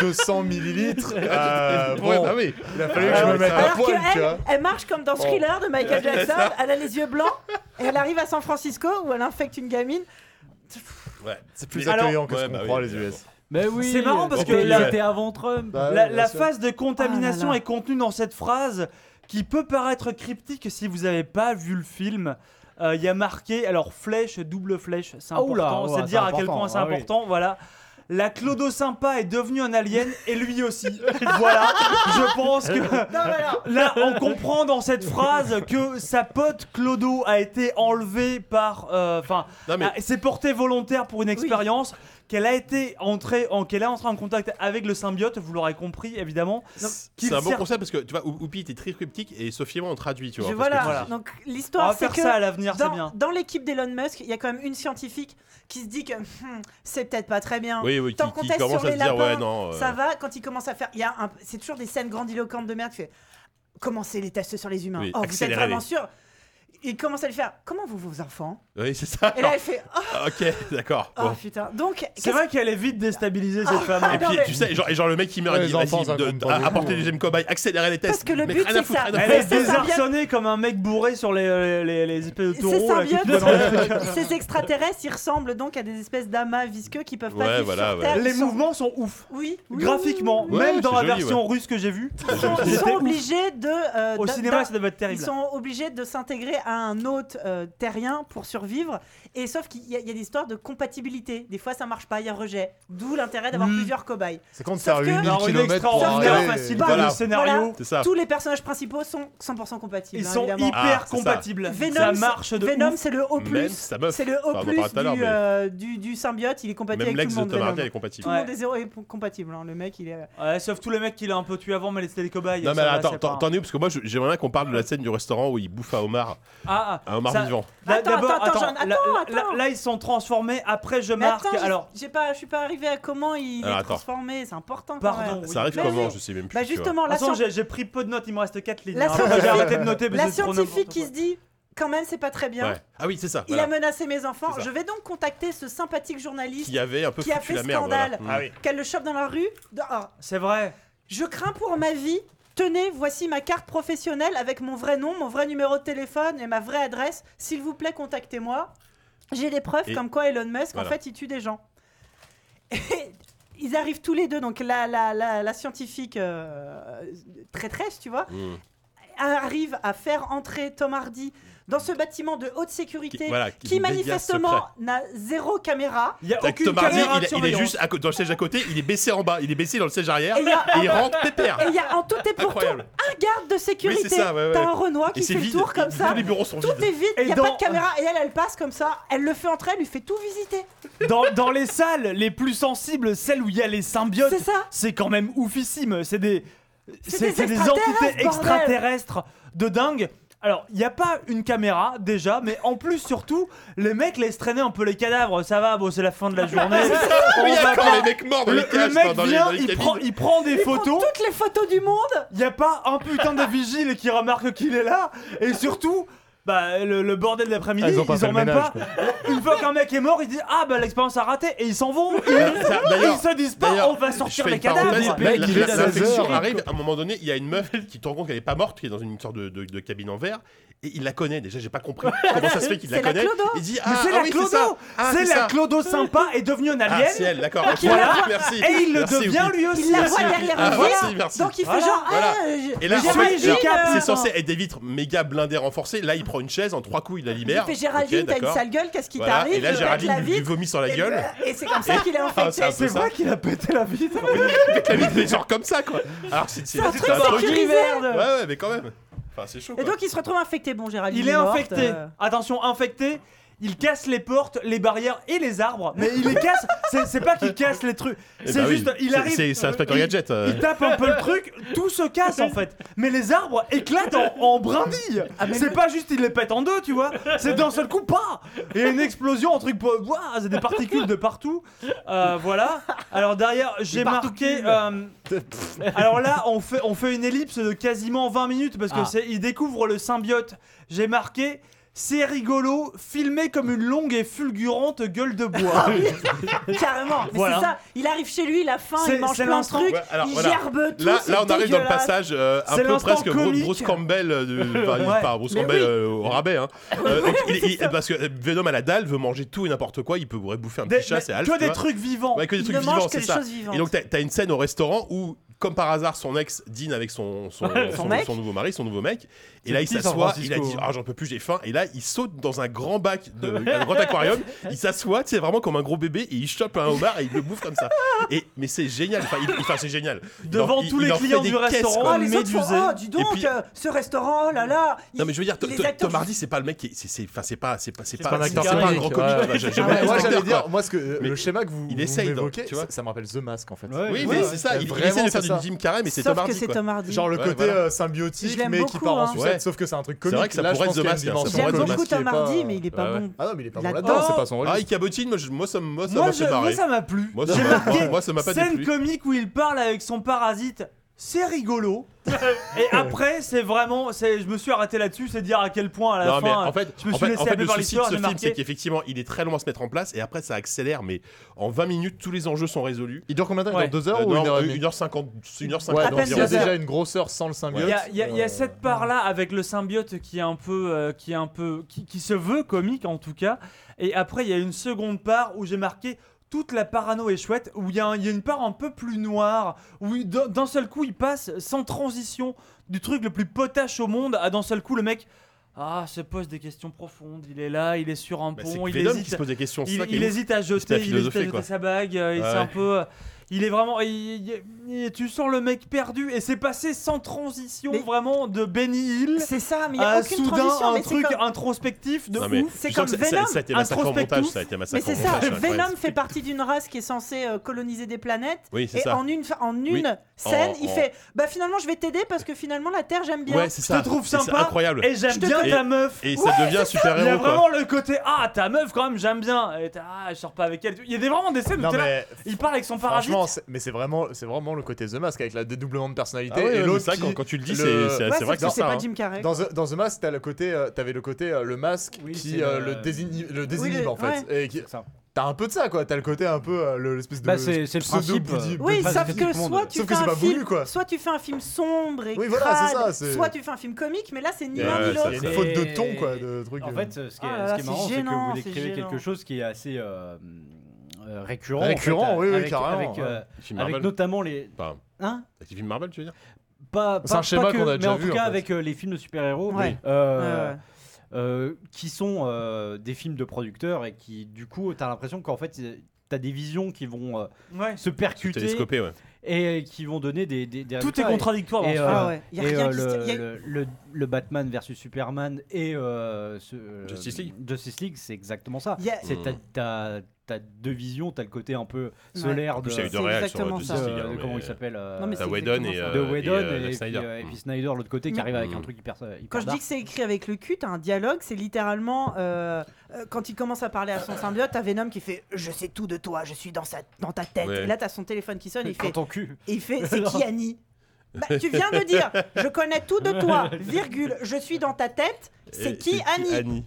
Speaker 5: 200 millilitres.
Speaker 3: Ah,
Speaker 5: Euh,
Speaker 2: Ouais,
Speaker 5: bon,
Speaker 2: bah oui.
Speaker 5: Il a fallu
Speaker 2: Ah
Speaker 5: que je
Speaker 2: ouais,
Speaker 5: me mette
Speaker 2: ça va.
Speaker 5: à
Speaker 3: Alors
Speaker 5: poil, tu vois.
Speaker 3: qu'elle, elle marche comme
Speaker 2: Oh.
Speaker 3: dans Thriller de Michael Jackson, elle a les yeux blancs, et elle arrive à San Francisco où elle infecte une gamine.
Speaker 2: Ouais.
Speaker 5: C'est plus
Speaker 2: Mais alors-
Speaker 5: accueillant que ce
Speaker 2: Ouais,
Speaker 5: qu'on
Speaker 2: bah oui,
Speaker 5: croit, les
Speaker 2: évidemment.
Speaker 5: US.
Speaker 4: Mais oui.
Speaker 6: C'est marrant parce
Speaker 2: que là-
Speaker 4: c'était avant Trump.
Speaker 5: Bah,
Speaker 6: La,
Speaker 5: ouais,
Speaker 6: la
Speaker 5: bien sûr.
Speaker 6: phase de contamination
Speaker 3: Ah là là.
Speaker 6: est contenue dans cette phrase qui peut paraître cryptique si vous n'avez pas vu le film. Euh, Il y a marqué, alors flèche, double flèche, c'est
Speaker 4: Ah, oula,
Speaker 6: important,
Speaker 4: ouais,
Speaker 6: c'est
Speaker 4: c'est
Speaker 6: dire à quel
Speaker 4: important,
Speaker 6: point c'est
Speaker 4: ah oui.
Speaker 6: important, voilà. La Clodo sympa est devenue un alien et lui aussi. voilà, je pense que
Speaker 3: Non, mais alors,
Speaker 6: là on comprend dans cette phrase que sa pote Clodo a été enlevée par, euh, enfin,
Speaker 2: Non, mais
Speaker 6: ah, c'est porté volontaire pour une expérience qu'elle a été entrée en qu'elle est entrée en contact avec le symbiote, vous l'aurez compris évidemment.
Speaker 2: c'est un bon
Speaker 6: sert-
Speaker 2: concept parce que tu vois, Ou- Oupi était très cryptique et Sophie et moi on traduit, tu vois.
Speaker 3: je,
Speaker 2: parce que
Speaker 3: voilà.
Speaker 2: tu-
Speaker 6: Voilà.
Speaker 3: Donc
Speaker 6: On va
Speaker 3: l'histoire, c'est
Speaker 6: faire
Speaker 3: que
Speaker 6: ça à l'avenir, c'est
Speaker 3: dans,
Speaker 6: bien.
Speaker 3: dans l'équipe d'Elon Musk, il y a quand même une scientifique qui se dit que hmm, c'est peut-être pas très bien.
Speaker 2: Oui, oui,
Speaker 3: Tant
Speaker 2: qui,
Speaker 3: qu'on
Speaker 2: qui
Speaker 3: teste
Speaker 2: commence
Speaker 3: sur
Speaker 2: à se
Speaker 3: les
Speaker 2: dire,
Speaker 3: lapins,
Speaker 2: ouais, non. euh,
Speaker 3: Ça va quand il commence à faire. Il y a un- c'est toujours des scènes grandiloquentes de merde. Tu fais commencez les tests sur les humains.
Speaker 2: Oui,
Speaker 3: oh, vous êtes
Speaker 2: accélérez-les.
Speaker 3: vraiment sûr Il commence à le faire. Comment vous vos enfants
Speaker 2: Oui, c'est ça.
Speaker 3: Et là, elle fait oh,
Speaker 2: Ok, d'accord.
Speaker 3: oh,
Speaker 2: bon.
Speaker 3: putain. Donc
Speaker 6: C'est
Speaker 3: qu'est-ce- Ah.
Speaker 6: vrai qu'elle est vite déstabilisée cette femme.
Speaker 2: Et
Speaker 3: non,
Speaker 2: puis,
Speaker 3: mais-
Speaker 2: tu sais, genre, et genre le mec qui meurt,
Speaker 5: Ouais,
Speaker 2: il dit
Speaker 5: les
Speaker 2: vas-y,
Speaker 5: enfants, ça
Speaker 2: de-
Speaker 5: compte pas
Speaker 2: à-
Speaker 5: beaucoup,
Speaker 2: apportez
Speaker 5: hein.
Speaker 2: les gemmes cobayes, accélérez les tests.
Speaker 3: Parce que le
Speaker 2: Mec,
Speaker 3: but,
Speaker 2: rien à
Speaker 3: c'est
Speaker 2: foutre,
Speaker 3: ça.
Speaker 2: rien à
Speaker 6: Elle
Speaker 2: foutre.
Speaker 6: est
Speaker 3: C'est symbiote.
Speaker 6: désarçonnée comme un mec bourré sur les, les, les- les espèces de
Speaker 3: Ces
Speaker 6: taureaux. là, qui se
Speaker 3: symbiotes,
Speaker 6: donnent en-
Speaker 3: ces extraterrestres, ils ressemblent donc à des espèces d'amas visqueux qui peuvent pas
Speaker 2: Ouais,
Speaker 3: vivre
Speaker 2: voilà,
Speaker 3: sur
Speaker 2: ouais.
Speaker 3: Terre.
Speaker 6: Les
Speaker 3: Ils sont-
Speaker 6: mouvements sont ouf.
Speaker 3: oui, oui,
Speaker 6: Graphiquement,
Speaker 2: oui, oui.
Speaker 6: même
Speaker 2: Ouais,
Speaker 6: dans la
Speaker 2: c'est joli,
Speaker 6: version russe que j'ai vue.
Speaker 3: Ils
Speaker 6: C'était
Speaker 3: sont
Speaker 6: ouf.
Speaker 3: obligés de. euh,
Speaker 6: Au
Speaker 3: d'a-
Speaker 6: cinéma,
Speaker 3: d'a-
Speaker 6: ça devait être
Speaker 3: Ils
Speaker 6: terrible.
Speaker 3: sont obligés de s'intégrer à un hôte euh, terrien pour survivre. Et sauf qu'il y, a- il y a des histoires de compatibilité. Des fois, ça marche pas, il y a rejet. D'où l'intérêt d'avoir
Speaker 6: Oui.
Speaker 3: plusieurs cobayes.
Speaker 5: C'est quand de
Speaker 3: Sauf
Speaker 5: faire
Speaker 3: que-
Speaker 5: 8000
Speaker 6: Alors, une
Speaker 5: km pour
Speaker 6: extraordinaire
Speaker 5: arriver.
Speaker 6: facile
Speaker 3: Voilà.
Speaker 6: de scénario.
Speaker 3: Voilà.
Speaker 2: C'est ça.
Speaker 3: Tous les personnages principaux sont 100% compatibles.
Speaker 6: Ils
Speaker 3: hein,
Speaker 6: sont
Speaker 3: évidemment.
Speaker 6: hyper
Speaker 2: Ah, c'est ça.
Speaker 6: compatibles.
Speaker 3: Venom,
Speaker 6: ça
Speaker 3: c'est-
Speaker 6: marche de
Speaker 3: Venom,
Speaker 6: ouf.
Speaker 3: c'est le O+.
Speaker 2: Même sa meuf.
Speaker 3: C'est le
Speaker 2: Enfin,
Speaker 3: O+,
Speaker 2: on en parlera tout à l'heure,
Speaker 3: du,
Speaker 2: mais-
Speaker 3: euh, du, du symbiote. Il est compatible
Speaker 2: Même
Speaker 3: avec
Speaker 2: l'ex
Speaker 3: tout
Speaker 2: de
Speaker 3: le monde.
Speaker 2: Tom Hardy,
Speaker 3: Venom.
Speaker 2: elle est compatible.
Speaker 3: Tout le
Speaker 6: Ouais.
Speaker 3: monde est zéro est compatible. hein. Le mec, il est.
Speaker 6: Ouais, sauf tous les mecs qu'il a un peu tué avant, mais les les cobayes.
Speaker 2: Non, mais
Speaker 6: ça, là,
Speaker 2: attends,
Speaker 6: c'est
Speaker 2: attends,
Speaker 6: pas-
Speaker 2: attendez, parce que moi je- j'aimerais bien qu'on parle de la scène du restaurant où il bouffe à Omar,
Speaker 6: Ah, ah,
Speaker 2: à Omar
Speaker 6: ça-
Speaker 2: vivant.
Speaker 6: D'a-
Speaker 3: Attends,
Speaker 6: d'abord,
Speaker 3: attends, Jean,
Speaker 6: là,
Speaker 3: attends,
Speaker 6: là-
Speaker 3: attends.
Speaker 6: là, ils sont transformés. Après, je
Speaker 3: Mais
Speaker 6: marque.
Speaker 3: attends, j'ai-
Speaker 6: alors,
Speaker 3: j'ai pas, je suis pas arrivé à comment il
Speaker 2: Alors,
Speaker 3: est
Speaker 2: attends.
Speaker 3: transformé. C'est important. quand
Speaker 6: pardon.
Speaker 3: même.
Speaker 6: oui.
Speaker 2: Ça arrive
Speaker 3: Mais
Speaker 2: comment
Speaker 3: oui.
Speaker 2: Je sais même plus.
Speaker 3: Bah
Speaker 2: tu vois. Ah,
Speaker 3: justement,
Speaker 6: De
Speaker 3: la
Speaker 6: toute façon,
Speaker 3: science-
Speaker 6: j'ai- j'ai pris peu de notes. Il me reste 4 lignes.
Speaker 3: La
Speaker 6: hein.
Speaker 3: scientifique-
Speaker 6: J'ai arrêté de noter. parce
Speaker 3: La
Speaker 6: que c'est trop
Speaker 3: scientifique
Speaker 6: n'importe
Speaker 3: qui
Speaker 6: quoi.
Speaker 3: se dit quand même c'est pas très bien.
Speaker 2: Ouais. Ah oui, c'est ça.
Speaker 3: Il
Speaker 2: voilà.
Speaker 3: a menacé mes enfants.
Speaker 2: C'est ça.
Speaker 3: Je vais donc contacter ce sympathique journaliste
Speaker 2: Qui avait un peu
Speaker 3: qui a
Speaker 2: foutu
Speaker 3: fait
Speaker 2: la merde.
Speaker 3: scandale.
Speaker 2: voilà.
Speaker 3: qu'elle le chope dans la rue. De- Ah,
Speaker 6: C'est vrai.
Speaker 3: je crains pour ma vie. Tenez, voici ma carte professionnelle avec mon vrai nom, mon vrai numéro de téléphone et ma vraie adresse. S'il vous plaît, contactez-moi. J'ai des preuves
Speaker 2: Et-
Speaker 3: comme quoi Elon Musk,
Speaker 2: Voilà.
Speaker 3: en fait, il tue des gens. Et ils arrivent tous les deux, donc la, la, la, la scientifique euh, traîtresse, tu vois,
Speaker 2: Mm.
Speaker 3: arrive à faire entrer Tom Hardy dans ce bâtiment de haute sécurité
Speaker 2: Qui- voilà, qui
Speaker 3: qui,
Speaker 2: est méga
Speaker 3: manifestement
Speaker 2: secret.
Speaker 3: n'a zéro caméra.
Speaker 6: Il y a
Speaker 2: Tac,
Speaker 6: aucune
Speaker 2: Tom Hardy,
Speaker 6: caméra
Speaker 2: il, est-
Speaker 6: de
Speaker 2: il est
Speaker 6: surveillance.
Speaker 2: juste à co- dans le siège à côté, il est baissé en bas, il est baissé dans le siège arrière
Speaker 3: Et il y a-
Speaker 2: et il rentre pépère.
Speaker 3: Et il y a en tout et pour tout
Speaker 2: Incroyable.
Speaker 3: un garde de sécurité.
Speaker 2: Oui, c'est ça, ouais, ouais.
Speaker 3: T'as un Renoir
Speaker 2: Et
Speaker 3: qui
Speaker 2: c'est
Speaker 3: fait le
Speaker 2: vide.
Speaker 3: tour comme
Speaker 2: et
Speaker 3: ça.
Speaker 2: Tous les bureaux sont
Speaker 3: Tout
Speaker 2: vides.
Speaker 3: est vide,
Speaker 6: Et
Speaker 3: il n'y a
Speaker 6: dans-
Speaker 3: pas de caméra et elle, elle passe comme ça, elle le fait entrer, elle lui fait tout visiter.
Speaker 6: dans, dans les salles les plus sensibles, celles où il y a les symbiotes,
Speaker 3: C'est ça.
Speaker 6: c'est quand même oufissime. C'est des,
Speaker 3: C'est des
Speaker 6: entités
Speaker 3: extraterrestres,
Speaker 6: extraterrestres de dingue. Alors, il n'y a pas une caméra déjà, mais en plus, surtout, les mecs laissent traîner un peu les cadavres. Ça va, bon, c'est la fin de la journée. On
Speaker 2: Il y
Speaker 6: va
Speaker 2: a
Speaker 6: pas-
Speaker 2: quand les mecs morts dans
Speaker 6: le,
Speaker 2: les cages, dans-
Speaker 6: le mec
Speaker 2: dans les-
Speaker 6: vient,
Speaker 2: dans les
Speaker 6: il,
Speaker 2: cabines.
Speaker 6: prend, il prend des
Speaker 3: Il prend
Speaker 6: photos.
Speaker 3: toutes les photos du monde.
Speaker 6: Il n'y a pas un putain de vigile qui remarque qu'il est là et surtout bah le, le bordel d'après-midi ils
Speaker 7: Ah, Ils
Speaker 6: ont,
Speaker 7: ont pas fait le
Speaker 6: même
Speaker 7: ménage,
Speaker 6: pas une fois qu'un mec est mort ils disent ah bah l'expérience a raté et ils s'en vont ils,
Speaker 2: Ça,
Speaker 6: ils
Speaker 2: d'ailleurs-
Speaker 6: se disent pas
Speaker 2: d'ailleurs,
Speaker 6: Oh, on va
Speaker 2: Je
Speaker 6: sortir
Speaker 2: fais
Speaker 6: les
Speaker 2: une parenthèse,
Speaker 6: cadavres
Speaker 2: la-
Speaker 7: mec, il est
Speaker 2: la-
Speaker 7: à
Speaker 2: L'infection
Speaker 7: 16
Speaker 2: arrive, à un moment donné, il y a une meuf qui te rend compte qu'elle est pas morte, qui est dans une sorte de, de- de cabine en verre, et il la connaît déjà, j'ai pas compris comment ça se fait qu'il la
Speaker 3: C'est la
Speaker 2: connaît.
Speaker 3: Clodo.
Speaker 2: Il dit
Speaker 6: mais
Speaker 2: Ah,
Speaker 6: c'est
Speaker 2: ah
Speaker 6: la
Speaker 2: oui, c'est ça
Speaker 6: Clodo
Speaker 2: Ah,
Speaker 6: c'est la
Speaker 2: ça.
Speaker 6: Clodo sympa est devenu un
Speaker 2: Ah,
Speaker 6: alien
Speaker 2: c'est elle, d'accord.
Speaker 3: Donc, il
Speaker 2: Voilà,
Speaker 3: la voit.
Speaker 2: merci.
Speaker 6: et il le
Speaker 2: Merci,
Speaker 6: devient
Speaker 2: Wiki.
Speaker 6: lui aussi
Speaker 3: Il la
Speaker 2: Merci.
Speaker 3: voit derrière
Speaker 2: Ah,
Speaker 3: le verre.
Speaker 2: merci, merci.
Speaker 3: Donc il fait
Speaker 6: Voilà.
Speaker 3: genre
Speaker 2: Voilà.
Speaker 3: ah, je- euh,
Speaker 2: Et là,
Speaker 6: J'ai
Speaker 2: en fait,
Speaker 6: réussi,
Speaker 2: alors,
Speaker 6: Cap.
Speaker 2: c'est censé être des vitres méga blindées renforcées. Là, il prend une chaise, en trois coups, il la
Speaker 3: il
Speaker 2: libère.
Speaker 3: fait Géraldine,
Speaker 2: Ok,
Speaker 3: t'as une
Speaker 2: d'accord.
Speaker 3: sale gueule, qu'est-ce qui
Speaker 2: Voilà.
Speaker 3: t'arrive
Speaker 2: Et là,
Speaker 3: Je pète
Speaker 2: Géraldine
Speaker 3: la
Speaker 2: lui
Speaker 3: vitre.
Speaker 2: vomit sur la gueule.
Speaker 3: Et c'est comme ça qu'il est
Speaker 2: Ah, c'est
Speaker 3: infecté.
Speaker 2: un peu
Speaker 6: c'est
Speaker 2: ça.
Speaker 6: vrai qu'il a pété la vitre
Speaker 2: Avec la vitre, des genres comme ça, quoi. Alors, c'est c'est-
Speaker 3: un
Speaker 2: c'est
Speaker 3: truc
Speaker 2: un truc.
Speaker 3: sécurisé.
Speaker 2: Ouais, ouais, mais quand même. Enfin, c'est chaud.
Speaker 3: Et
Speaker 2: quoi.
Speaker 3: donc il se retrouve infecté. Bon, Géraldine.
Speaker 6: il est
Speaker 3: morte,
Speaker 6: infecté
Speaker 3: euh,
Speaker 6: attention infecté il casse les portes, les barrières et les arbres, mais il les casse. C'est c'est pas qu'il casse les trucs,
Speaker 2: Eh
Speaker 6: c'est
Speaker 2: bah oui,
Speaker 6: juste, il
Speaker 2: c'est-
Speaker 6: arrive.
Speaker 2: C'est c'est Inspector
Speaker 6: il-
Speaker 2: Gadget. euh.
Speaker 6: Il tape un peu le truc, tout se casse en fait. Mais les arbres éclatent en, en brindilles.
Speaker 3: Ah,
Speaker 6: C'est pas juste il les pète en deux, tu vois. C'est d'un seul coup, pas. Et une explosion, un truc, waouh, c'est des particules de partout. Euh, voilà. Alors derrière, j'ai marqué. euh, alors là, on fait, on fait une ellipse de quasiment 20 minutes parce que
Speaker 4: Ah.
Speaker 6: c'est, il découvre le symbiote. J'ai marqué. C'est rigolo, filmé comme une longue et fulgurante gueule de
Speaker 3: Ah
Speaker 6: bois.
Speaker 3: Carrément. Mais
Speaker 6: Voilà.
Speaker 3: c'est ça. Il a arrive chez lui, il a faim,
Speaker 6: C'est-
Speaker 3: il mange
Speaker 6: c'est
Speaker 3: plein de
Speaker 6: l'instant.
Speaker 3: trucs,
Speaker 2: Ouais, alors,
Speaker 3: il
Speaker 2: voilà.
Speaker 3: gerbe tout.
Speaker 2: Là,
Speaker 3: c'est
Speaker 2: là, on arrive dans le
Speaker 3: dégueulasse.
Speaker 2: passage euh, un
Speaker 6: C'est
Speaker 2: peu
Speaker 6: l'instant
Speaker 2: presque Bru-
Speaker 6: comique.
Speaker 2: Bruce Campbell, euh, de- enfin,
Speaker 6: Ouais.
Speaker 2: pas Bruce
Speaker 3: Mais
Speaker 2: Campbell
Speaker 3: oui.
Speaker 2: euh, au rabais. Hein. Euh, donc, il- il- parce que euh, Venom à la dalle veut manger tout et n'importe quoi. Il peut bouffer un
Speaker 6: Des-
Speaker 2: petit chat, c'est Alf.
Speaker 6: que
Speaker 2: tu
Speaker 6: des
Speaker 2: vois.
Speaker 6: trucs vivants.
Speaker 2: Ouais, que des
Speaker 3: Il
Speaker 2: trucs
Speaker 3: ne mange
Speaker 2: vivants,
Speaker 3: que
Speaker 2: c'est
Speaker 3: des
Speaker 2: ça.
Speaker 3: choses vivantes.
Speaker 2: Et donc, t'as- t'as une scène au restaurant où, comme par hasard, son ex dîne avec son, son, son-
Speaker 3: mec.
Speaker 2: son nouveau mari, son nouveau mec. Et là, il
Speaker 4: petit San
Speaker 2: s'assoit, il a dit
Speaker 4: Francisco.
Speaker 2: Ah, j'en peux plus, j'ai faim. Et là, il saute dans un grand bac, de, un grand aquarium. Il s'assoit, tu sais, vraiment comme un gros bébé. Et il chope un homard et il le bouffe comme ça. Et, mais c'est génial. Enfin, il- enfin, c'est génial. Il
Speaker 6: Devant
Speaker 2: en- il-
Speaker 6: tous
Speaker 2: il
Speaker 6: les
Speaker 2: en fait
Speaker 6: clients
Speaker 2: des
Speaker 6: du
Speaker 2: caisses,
Speaker 6: restaurant,
Speaker 2: quoi.
Speaker 3: Ah, les autres
Speaker 6: médusé.
Speaker 3: font, oh, dis donc,
Speaker 2: puis-
Speaker 3: euh, ce restaurant, là, là.
Speaker 2: Non
Speaker 3: il-
Speaker 2: mais je veux dire, To-
Speaker 3: les
Speaker 2: To-
Speaker 3: acteurs
Speaker 2: Tom Hardy c'est pas le mec qui, c'est, c'est, enfin, c'est pas, c'est pas, c'est,
Speaker 7: pas un acteur
Speaker 2: c'est pas un
Speaker 7: comique,
Speaker 2: grand
Speaker 7: ouais.
Speaker 2: comique. tu vois, j'ai- j'ai-
Speaker 7: Ouais,
Speaker 2: j'ai-
Speaker 7: moi
Speaker 2: j'ai-
Speaker 7: j'allais
Speaker 2: j'ai-
Speaker 7: dire, moi ce que
Speaker 2: Mais
Speaker 7: le schéma que vous,
Speaker 2: il
Speaker 7: vous
Speaker 2: essaye, donc,
Speaker 7: m'évoquez,
Speaker 2: tu vois.
Speaker 7: ça, ça me rappelle The Mask en fait.
Speaker 2: Oui,
Speaker 4: Ouais,
Speaker 2: mais
Speaker 4: ouais.
Speaker 2: c'est ça. Il, il
Speaker 7: Vraiment,
Speaker 2: essaie de
Speaker 7: c'est
Speaker 2: faire du
Speaker 7: ça.
Speaker 2: Jim Carrey, mais c'est
Speaker 3: Sauf
Speaker 2: Tom Hardy.
Speaker 3: que c'est
Speaker 2: quoi.
Speaker 3: Tom Hardy.
Speaker 7: Genre le
Speaker 2: Ouais,
Speaker 7: côté
Speaker 2: voilà.
Speaker 7: euh,
Speaker 3: Je
Speaker 7: symbiotique
Speaker 3: l'aime
Speaker 7: mais qui
Speaker 3: beaucoup,
Speaker 7: part en
Speaker 3: hein.
Speaker 7: sucette,
Speaker 2: Ouais.
Speaker 7: sauf que c'est un truc
Speaker 2: C'est
Speaker 7: comique.
Speaker 2: vrai que ça
Speaker 7: Là, je
Speaker 2: pourrait
Speaker 7: pense
Speaker 2: être The
Speaker 7: qu'il y a une
Speaker 2: Mask, hein, ça
Speaker 7: dimension
Speaker 2: pourrait
Speaker 3: J'aime
Speaker 7: comique
Speaker 2: être The
Speaker 3: beaucoup
Speaker 7: qui est
Speaker 3: Tom
Speaker 7: pas-
Speaker 3: Hardy, mais il est pas
Speaker 2: Ouais, ouais.
Speaker 3: bon.
Speaker 7: Ah non, mais il est pas
Speaker 3: Je
Speaker 7: bon là-dedans,
Speaker 6: l'adore.
Speaker 7: c'est pas son rôle.
Speaker 2: Ah, il cabotine. Moi, je- moi, ça, me- moi, ça
Speaker 6: moi,
Speaker 2: m'a
Speaker 6: je-
Speaker 2: fait
Speaker 6: moi,
Speaker 2: marrer.
Speaker 6: ça m'a plu.
Speaker 2: Moi, ça
Speaker 6: J'ai
Speaker 2: m'a-
Speaker 6: marqué
Speaker 2: moi, moi, ça m'a pas
Speaker 6: scène
Speaker 2: déplu.
Speaker 6: comique où il parle avec son parasite. C'est rigolo. Et après, c'est vraiment. c'est- Je me suis arrêté là-dessus, c'est dire à quel point à la
Speaker 2: Non, mais
Speaker 6: fin.
Speaker 2: en fait,
Speaker 6: je me
Speaker 2: en
Speaker 6: suis
Speaker 2: fait,
Speaker 6: laissé
Speaker 2: en fait,
Speaker 6: happer
Speaker 2: le
Speaker 6: par
Speaker 2: souci de
Speaker 6: l'histoire.
Speaker 2: ce
Speaker 6: J'ai
Speaker 2: film, c'est
Speaker 6: marqué.
Speaker 2: qu'effectivement, il est très long à se mettre en place et après, ça accélère, mais en 20 minutes, tous les enjeux sont résolus.
Speaker 7: Il dure combien de temps
Speaker 6: Ouais.
Speaker 7: Il dure 2 heures
Speaker 2: Euh,
Speaker 7: ou
Speaker 2: non,
Speaker 7: 1 heure et demie
Speaker 2: 1h50, 1h50
Speaker 7: Ouais,
Speaker 3: À
Speaker 7: donc
Speaker 3: peine
Speaker 7: il y a
Speaker 3: deux heures.
Speaker 7: déjà une grosse heure sans le
Speaker 6: Il
Speaker 7: symbiote.
Speaker 6: y a, il y a- il
Speaker 2: Euh,
Speaker 6: y a cette part-là avec le symbiote qui est un peu, euh, qui est un peu, qui, qui se veut comique en tout cas. Et après, il y a une seconde part où j'ai marqué toute la parano est chouette, où il y, a un- il y a une part un peu plus noire, où il- d'un d'un seul coup, il passe sans transition du truc le plus potache au monde à d'un seul coup le mec. Ah, se pose des questions profondes. Il est là, il est sur un
Speaker 2: Bah,
Speaker 6: pont,
Speaker 2: c'est
Speaker 6: il
Speaker 2: Venom qui
Speaker 6: hésite
Speaker 2: se pose des questions. c'est
Speaker 6: il,
Speaker 2: ça qui
Speaker 6: il
Speaker 2: est ouf.
Speaker 6: hésite à
Speaker 2: C'est la
Speaker 6: jeter, il hésite à
Speaker 2: philosophie,
Speaker 6: jeter
Speaker 2: quoi. Ah
Speaker 6: sa bague. euh, il-
Speaker 2: Ouais.
Speaker 6: C'est un peu. euh, Il est vraiment. il- il- il- tu sens le mec perdu et c'est passé sans transition
Speaker 3: Mais-
Speaker 6: vraiment de Benny Hill
Speaker 3: C'est ça, mais il n'y a
Speaker 6: à
Speaker 3: aucune
Speaker 6: Ah, soudain
Speaker 3: transition.
Speaker 6: un Ah,
Speaker 3: mais c'est
Speaker 6: truc
Speaker 3: comme-
Speaker 6: introspectif de
Speaker 2: Non, mais
Speaker 6: ouf.
Speaker 3: c'est
Speaker 2: je sens
Speaker 3: comme
Speaker 2: que ça- ça-
Speaker 3: Venom,
Speaker 2: Ça a été massacre en
Speaker 6: introspective.
Speaker 2: montage. Ça a été
Speaker 3: Mais
Speaker 2: massacre
Speaker 3: c'est
Speaker 2: en
Speaker 3: ça,
Speaker 2: montage, ouais, quand même.
Speaker 3: Venom fait partie d'une race qui est censée euh, coloniser des planètes.
Speaker 2: Oui, c'est
Speaker 3: Et
Speaker 2: ça.
Speaker 3: en une, en une
Speaker 2: Oui.
Speaker 3: scène,
Speaker 2: En-
Speaker 3: il
Speaker 2: en-
Speaker 3: fait Bah finalement, je vais t'aider parce que finalement, la Terre, j'aime bien.
Speaker 2: Ouais, c'est
Speaker 6: Je
Speaker 2: ça.
Speaker 6: te trouve
Speaker 2: C'est- c'est
Speaker 6: sympa.
Speaker 2: incroyable.
Speaker 6: Et j'aime
Speaker 3: Je te
Speaker 6: bien
Speaker 2: connais.
Speaker 6: ta meuf.
Speaker 2: Et ça devient super
Speaker 6: Il y a
Speaker 2: héros. quoi.
Speaker 6: vraiment le côté ah ta meuf quand même j'aime bien. Et t'as, ah, je sors pas avec elle. Il y a des, vraiment des scènes où
Speaker 7: Non,
Speaker 6: t'es là,
Speaker 7: mais
Speaker 6: il parle avec son parasite.
Speaker 7: franchement, c'est- mais c'est vraiment, c'est vraiment le côté The Mask avec la dédoublement de personnalité
Speaker 2: Ah ouais,
Speaker 7: et
Speaker 2: ouais, mais
Speaker 7: l'autre
Speaker 2: c'est vrai,
Speaker 7: qui-
Speaker 2: quand, quand tu le dis,
Speaker 7: le-
Speaker 2: c'est- c'est
Speaker 7: Ouais,
Speaker 2: c'est vrai que
Speaker 3: que
Speaker 2: c'est
Speaker 3: c'est
Speaker 2: ça.
Speaker 3: pas
Speaker 2: hein.
Speaker 3: Jim Carrey.
Speaker 7: Dans The, dans The Mask, t'as le côté, euh, t'avais le côté euh, le masque
Speaker 4: Oui, c'est
Speaker 7: qui euh,
Speaker 4: le-
Speaker 7: le désinhibe, le désinhibe,
Speaker 3: le-
Speaker 7: en fait. Et qui-
Speaker 4: C'est ça.
Speaker 7: T'as un peu de ça quoi, t'as le côté un peu euh, le- l'espèce de.
Speaker 4: Bah, c'est- c'est le
Speaker 7: pseudo
Speaker 4: principe, euh,
Speaker 7: Budi-
Speaker 3: Oui,
Speaker 7: Budi-
Speaker 3: sauf que
Speaker 4: physiquement,
Speaker 3: soit
Speaker 4: de-
Speaker 3: tu
Speaker 7: Sauf que
Speaker 3: fais
Speaker 7: c'est
Speaker 3: un
Speaker 7: pas
Speaker 3: film,
Speaker 7: voulu, quoi.
Speaker 3: soit tu fais un film sombre et
Speaker 7: Oui, voilà, c'est
Speaker 3: crade,
Speaker 7: ça, c'est-
Speaker 3: soit tu fais un film comique, mais là c'est ni
Speaker 2: Ouais,
Speaker 3: l'un
Speaker 2: ouais,
Speaker 3: ni
Speaker 2: ça,
Speaker 7: Il y a
Speaker 3: l'autre.
Speaker 7: une faute de ton quoi, de truc.
Speaker 4: En
Speaker 7: euh,
Speaker 4: fait, ce qui est,
Speaker 3: Ah là
Speaker 4: ce
Speaker 3: là,
Speaker 4: qui
Speaker 3: c'est
Speaker 4: est marrant, c'est que
Speaker 3: gênant,
Speaker 4: vous
Speaker 3: c'est
Speaker 4: décrivez
Speaker 3: gênant.
Speaker 4: quelque chose qui est assez euh, euh, récurrent.
Speaker 7: Récurrent,
Speaker 4: en fait,
Speaker 7: oui, oui,
Speaker 4: avec-
Speaker 7: carrément.
Speaker 4: Avec, euh,
Speaker 2: Film
Speaker 4: avec
Speaker 2: Marvel.
Speaker 4: notamment les.
Speaker 2: Enfin,
Speaker 3: Hein
Speaker 2: avec les films Marvel, tu veux dire
Speaker 4: Pas,
Speaker 7: C'est
Speaker 4: pas-
Speaker 7: un schéma
Speaker 4: pas que-
Speaker 7: qu'on a
Speaker 4: Mais
Speaker 7: déjà
Speaker 4: en tout
Speaker 7: vu,
Speaker 4: cas,
Speaker 7: en fait.
Speaker 4: avec euh, les films de super-héros.
Speaker 3: Ouais.
Speaker 4: euh,
Speaker 3: Ouais, ouais.
Speaker 4: euh, qui sont euh, des films de producteurs et qui, du coup, t'as l'impression qu'en fait, euh, t'as des visions qui vont euh,
Speaker 6: Ouais.
Speaker 4: se percuter
Speaker 2: Télescopé, ouais.
Speaker 4: et qui vont donner des, des, des
Speaker 6: Tout est
Speaker 4: résultats. Et-
Speaker 6: contradictoire. hein. dans
Speaker 4: et,
Speaker 6: ce
Speaker 4: euh,
Speaker 6: film.
Speaker 3: Ah ouais, y a
Speaker 4: et,
Speaker 3: rien
Speaker 4: euh,
Speaker 3: qui
Speaker 4: le,
Speaker 3: se- y a-
Speaker 4: le- le- le Batman versus Superman et euh, ce, euh,
Speaker 2: Justice League.
Speaker 4: Justice League, c'est exactement ça.
Speaker 3: Il y a-
Speaker 4: C'est t'as-
Speaker 2: Mm.
Speaker 4: t'as t'as deux visions, t'as le côté un peu
Speaker 3: Ouais.
Speaker 4: solaire
Speaker 2: En plus, il y
Speaker 4: de,
Speaker 2: a eu
Speaker 4: de-
Speaker 2: deux réels sur
Speaker 3: exactement
Speaker 2: Justice
Speaker 3: ça.
Speaker 2: League, hein,
Speaker 4: de- comment
Speaker 2: mais-
Speaker 4: il s'appelle euh,
Speaker 3: Non, mais
Speaker 2: T'as
Speaker 3: c'est
Speaker 2: Whedon
Speaker 3: exactement
Speaker 2: et,
Speaker 3: ça.
Speaker 2: euh,
Speaker 4: de
Speaker 2: et,
Speaker 4: Whedon
Speaker 2: euh, Zack
Speaker 4: et, puis,
Speaker 2: Snyder.
Speaker 4: euh, et puis
Speaker 2: Mm.
Speaker 4: Snyder de l'autre côté qui
Speaker 3: Mais-
Speaker 4: arrive avec
Speaker 2: Mm.
Speaker 4: un truc hyper, hyper
Speaker 3: Quand je dis
Speaker 4: dark.
Speaker 3: que c'est écrit avec le cul, t'as un dialogue, c'est littéralement euh, euh, quand il commence à parler à son symbiote, t'as Venom qui fait Je sais tout de toi, je suis dans, sa, dans ta tête.
Speaker 2: Ouais.
Speaker 3: Et là, t'as son téléphone qui sonne et il
Speaker 4: Quand
Speaker 3: fait,
Speaker 4: ton cul.
Speaker 3: et il fait C'est qui Annie bah, Tu viens de dire Je connais tout de toi, virgule, je suis dans ta tête, c'est
Speaker 2: Et
Speaker 3: qui Annie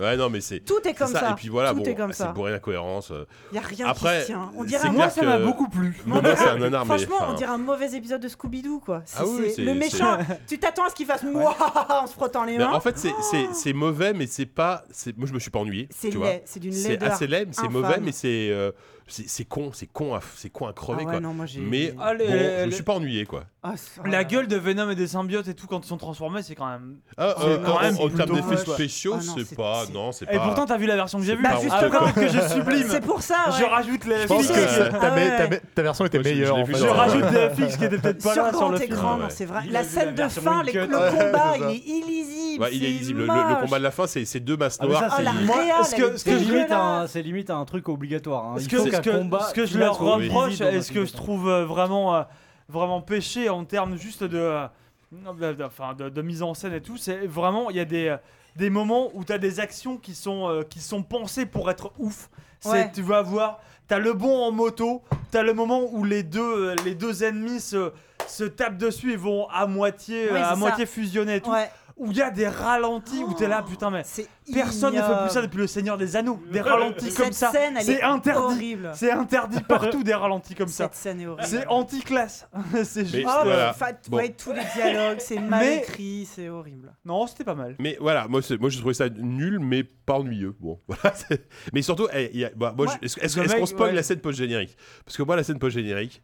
Speaker 2: Ouais, non, mais c'est.
Speaker 3: Tout est
Speaker 2: c'est
Speaker 3: comme ça.
Speaker 2: Et puis voilà,
Speaker 3: tout est
Speaker 2: bon,
Speaker 3: comme
Speaker 2: c'est
Speaker 3: ça.
Speaker 2: bourré d'incohérences. euh.
Speaker 3: Il y a rien qui
Speaker 2: Après,
Speaker 3: se tient. On
Speaker 2: c'est
Speaker 3: dirait
Speaker 2: clair
Speaker 3: un
Speaker 6: Moi, ça m'a
Speaker 2: que-
Speaker 6: beaucoup plu.
Speaker 3: Mais on
Speaker 2: Moi,
Speaker 3: dirait-
Speaker 2: c'est un nanar, mais,
Speaker 3: Franchement, on
Speaker 2: enfin-
Speaker 3: dirait un mauvais épisode de Scooby-Doo, quoi. C'est-
Speaker 2: Ah oui,
Speaker 3: c'est
Speaker 2: c'est- c'est-
Speaker 3: le méchant. tu t'attends à ce qu'il fasse moi en se frottant les
Speaker 2: Mais
Speaker 3: mains.
Speaker 2: en fait, c'est- c'est c'est mauvais, mais c'est pas. c'est- Moi, je me suis pas ennuyé.
Speaker 3: Oh. c'est
Speaker 2: tu vois.
Speaker 3: laid, c'est d'une
Speaker 2: C'est
Speaker 3: laideur.
Speaker 2: assez laid, mais c'est
Speaker 3: infâme.
Speaker 2: mauvais, mais c'est euh, c'est c'est con, c'est con, à f- c'est con à
Speaker 3: Ah
Speaker 2: crever
Speaker 3: ouais,
Speaker 2: quoi.
Speaker 3: non, moi, j'ai- Oh,
Speaker 2: Mais
Speaker 6: Ah, les-
Speaker 2: bon, je me
Speaker 6: les-
Speaker 2: suis pas ennuyé quoi.
Speaker 3: Ah, c'est-
Speaker 6: La gueule de Venom et des symbiotes et tout quand ils sont transformés, c'est quand même.
Speaker 2: Ah,
Speaker 6: C'est
Speaker 2: euh,
Speaker 6: quand
Speaker 2: en-
Speaker 6: même
Speaker 2: en termes
Speaker 6: plutôt
Speaker 2: d'effets
Speaker 6: moche.
Speaker 2: spéciaux,
Speaker 3: Ah non,
Speaker 2: c'est
Speaker 3: c'est-
Speaker 2: pas,
Speaker 3: c'est-
Speaker 2: non, c'est pas.
Speaker 6: Et pourtant, t'as vu la version que j'ai
Speaker 2: c'est
Speaker 6: vue.
Speaker 2: pas
Speaker 3: Bah,
Speaker 2: honteux,
Speaker 3: justement.
Speaker 2: quoi.
Speaker 6: que je sublime.
Speaker 3: C'est pour ça,
Speaker 6: Je
Speaker 3: Ah ouais.
Speaker 6: rajoute les
Speaker 7: Je pense
Speaker 6: FX.
Speaker 7: que
Speaker 2: euh,
Speaker 7: ta,
Speaker 3: Ah ouais.
Speaker 7: ta- ta- ta version était
Speaker 2: Moi, je- je
Speaker 7: meilleure
Speaker 2: l'ai
Speaker 7: en
Speaker 2: vu
Speaker 7: fait.
Speaker 6: Je
Speaker 2: sur-
Speaker 6: rajoute des FX qui étaient peut-être pas
Speaker 3: sur
Speaker 6: là sur
Speaker 3: grand
Speaker 6: le film.
Speaker 3: écran,
Speaker 2: Ouais,
Speaker 3: non,
Speaker 2: ouais.
Speaker 3: c'est vrai.
Speaker 6: Il
Speaker 3: La euh,
Speaker 6: a vu la
Speaker 3: scène de
Speaker 6: version
Speaker 3: fin, les-
Speaker 6: Wicked.
Speaker 3: le
Speaker 7: Ouais,
Speaker 3: combat,
Speaker 7: c'est
Speaker 3: il
Speaker 7: ça.
Speaker 3: est illisible.
Speaker 2: Ouais, il est
Speaker 3: c'est
Speaker 2: illisible. Le, le
Speaker 3: moche.
Speaker 2: combat de la fin, c'est c'est deux masses
Speaker 4: Ah, mais ça,
Speaker 2: noires.
Speaker 3: Ah,
Speaker 4: c'est-
Speaker 3: la
Speaker 2: qui-
Speaker 4: Moi,
Speaker 3: réal,
Speaker 6: ce que-
Speaker 3: elle est
Speaker 6: ce
Speaker 4: C'est
Speaker 6: que je
Speaker 4: limite, un,
Speaker 3: dégueulasse.
Speaker 4: c'est limite un truc obligatoire. hein.
Speaker 6: Ce
Speaker 4: Il
Speaker 6: que,
Speaker 4: faut
Speaker 6: ce
Speaker 4: qu'un
Speaker 6: que-
Speaker 4: combat,
Speaker 6: ce que je
Speaker 4: tu
Speaker 6: leur
Speaker 4: la trouves
Speaker 6: reproche
Speaker 4: visible dans
Speaker 6: et
Speaker 4: un
Speaker 6: ce
Speaker 4: film.
Speaker 6: que je trouve euh, vraiment, euh, vraiment péché en termes juste de, euh, de- de- enfin, de- de mise en scène et tout, c'est vraiment, il y a des, euh, des moments où tu as des actions qui sont, euh, qui sont pensées pour être ouf. C'est-
Speaker 3: Ouais.
Speaker 6: Tu vas voir, tu as le bon en moto, tu as le moment où les deux, euh, les deux ennemis se, se tapent dessus et vont à moitié,
Speaker 3: Oui,
Speaker 6: euh, à
Speaker 3: c'est ça.
Speaker 6: moitié fusionner et tout,
Speaker 3: Ouais, Oh.
Speaker 6: où il y a des ralentis où tu es là, putain, mais
Speaker 3: c'est
Speaker 6: personne ne fait plus ça
Speaker 3: ignoble.
Speaker 6: depuis le Seigneur des Anneaux, des ralentis
Speaker 3: Cette
Speaker 6: comme ça.
Speaker 3: scène, elle
Speaker 6: C'est
Speaker 3: est
Speaker 6: interdit.
Speaker 3: horrible.
Speaker 6: C'est interdit partout des ralentis comme ça.
Speaker 3: Cette scène est horrible.
Speaker 6: C'est anti-classe. c'est juste.
Speaker 3: Oh,
Speaker 2: Voilà.
Speaker 3: bah, fat-
Speaker 2: Bon.
Speaker 3: ouais, tous les dialogues, c'est mal
Speaker 6: Mais-
Speaker 3: écrit, c'est horrible.
Speaker 6: Non, c'était pas mal.
Speaker 2: Mais voilà, moi, c'est- moi j'ai trouvé ça nul, mais pas ennuyeux. Bon, voilà. c'est- Mais surtout, eh, il y a- bah, moi,
Speaker 6: Ouais.
Speaker 2: je- est-ce est-ce-
Speaker 6: Le
Speaker 2: est-ce qu'on
Speaker 6: mec,
Speaker 2: spoil
Speaker 6: ouais.
Speaker 2: la scène post-générique Parce que moi, la scène post-générique.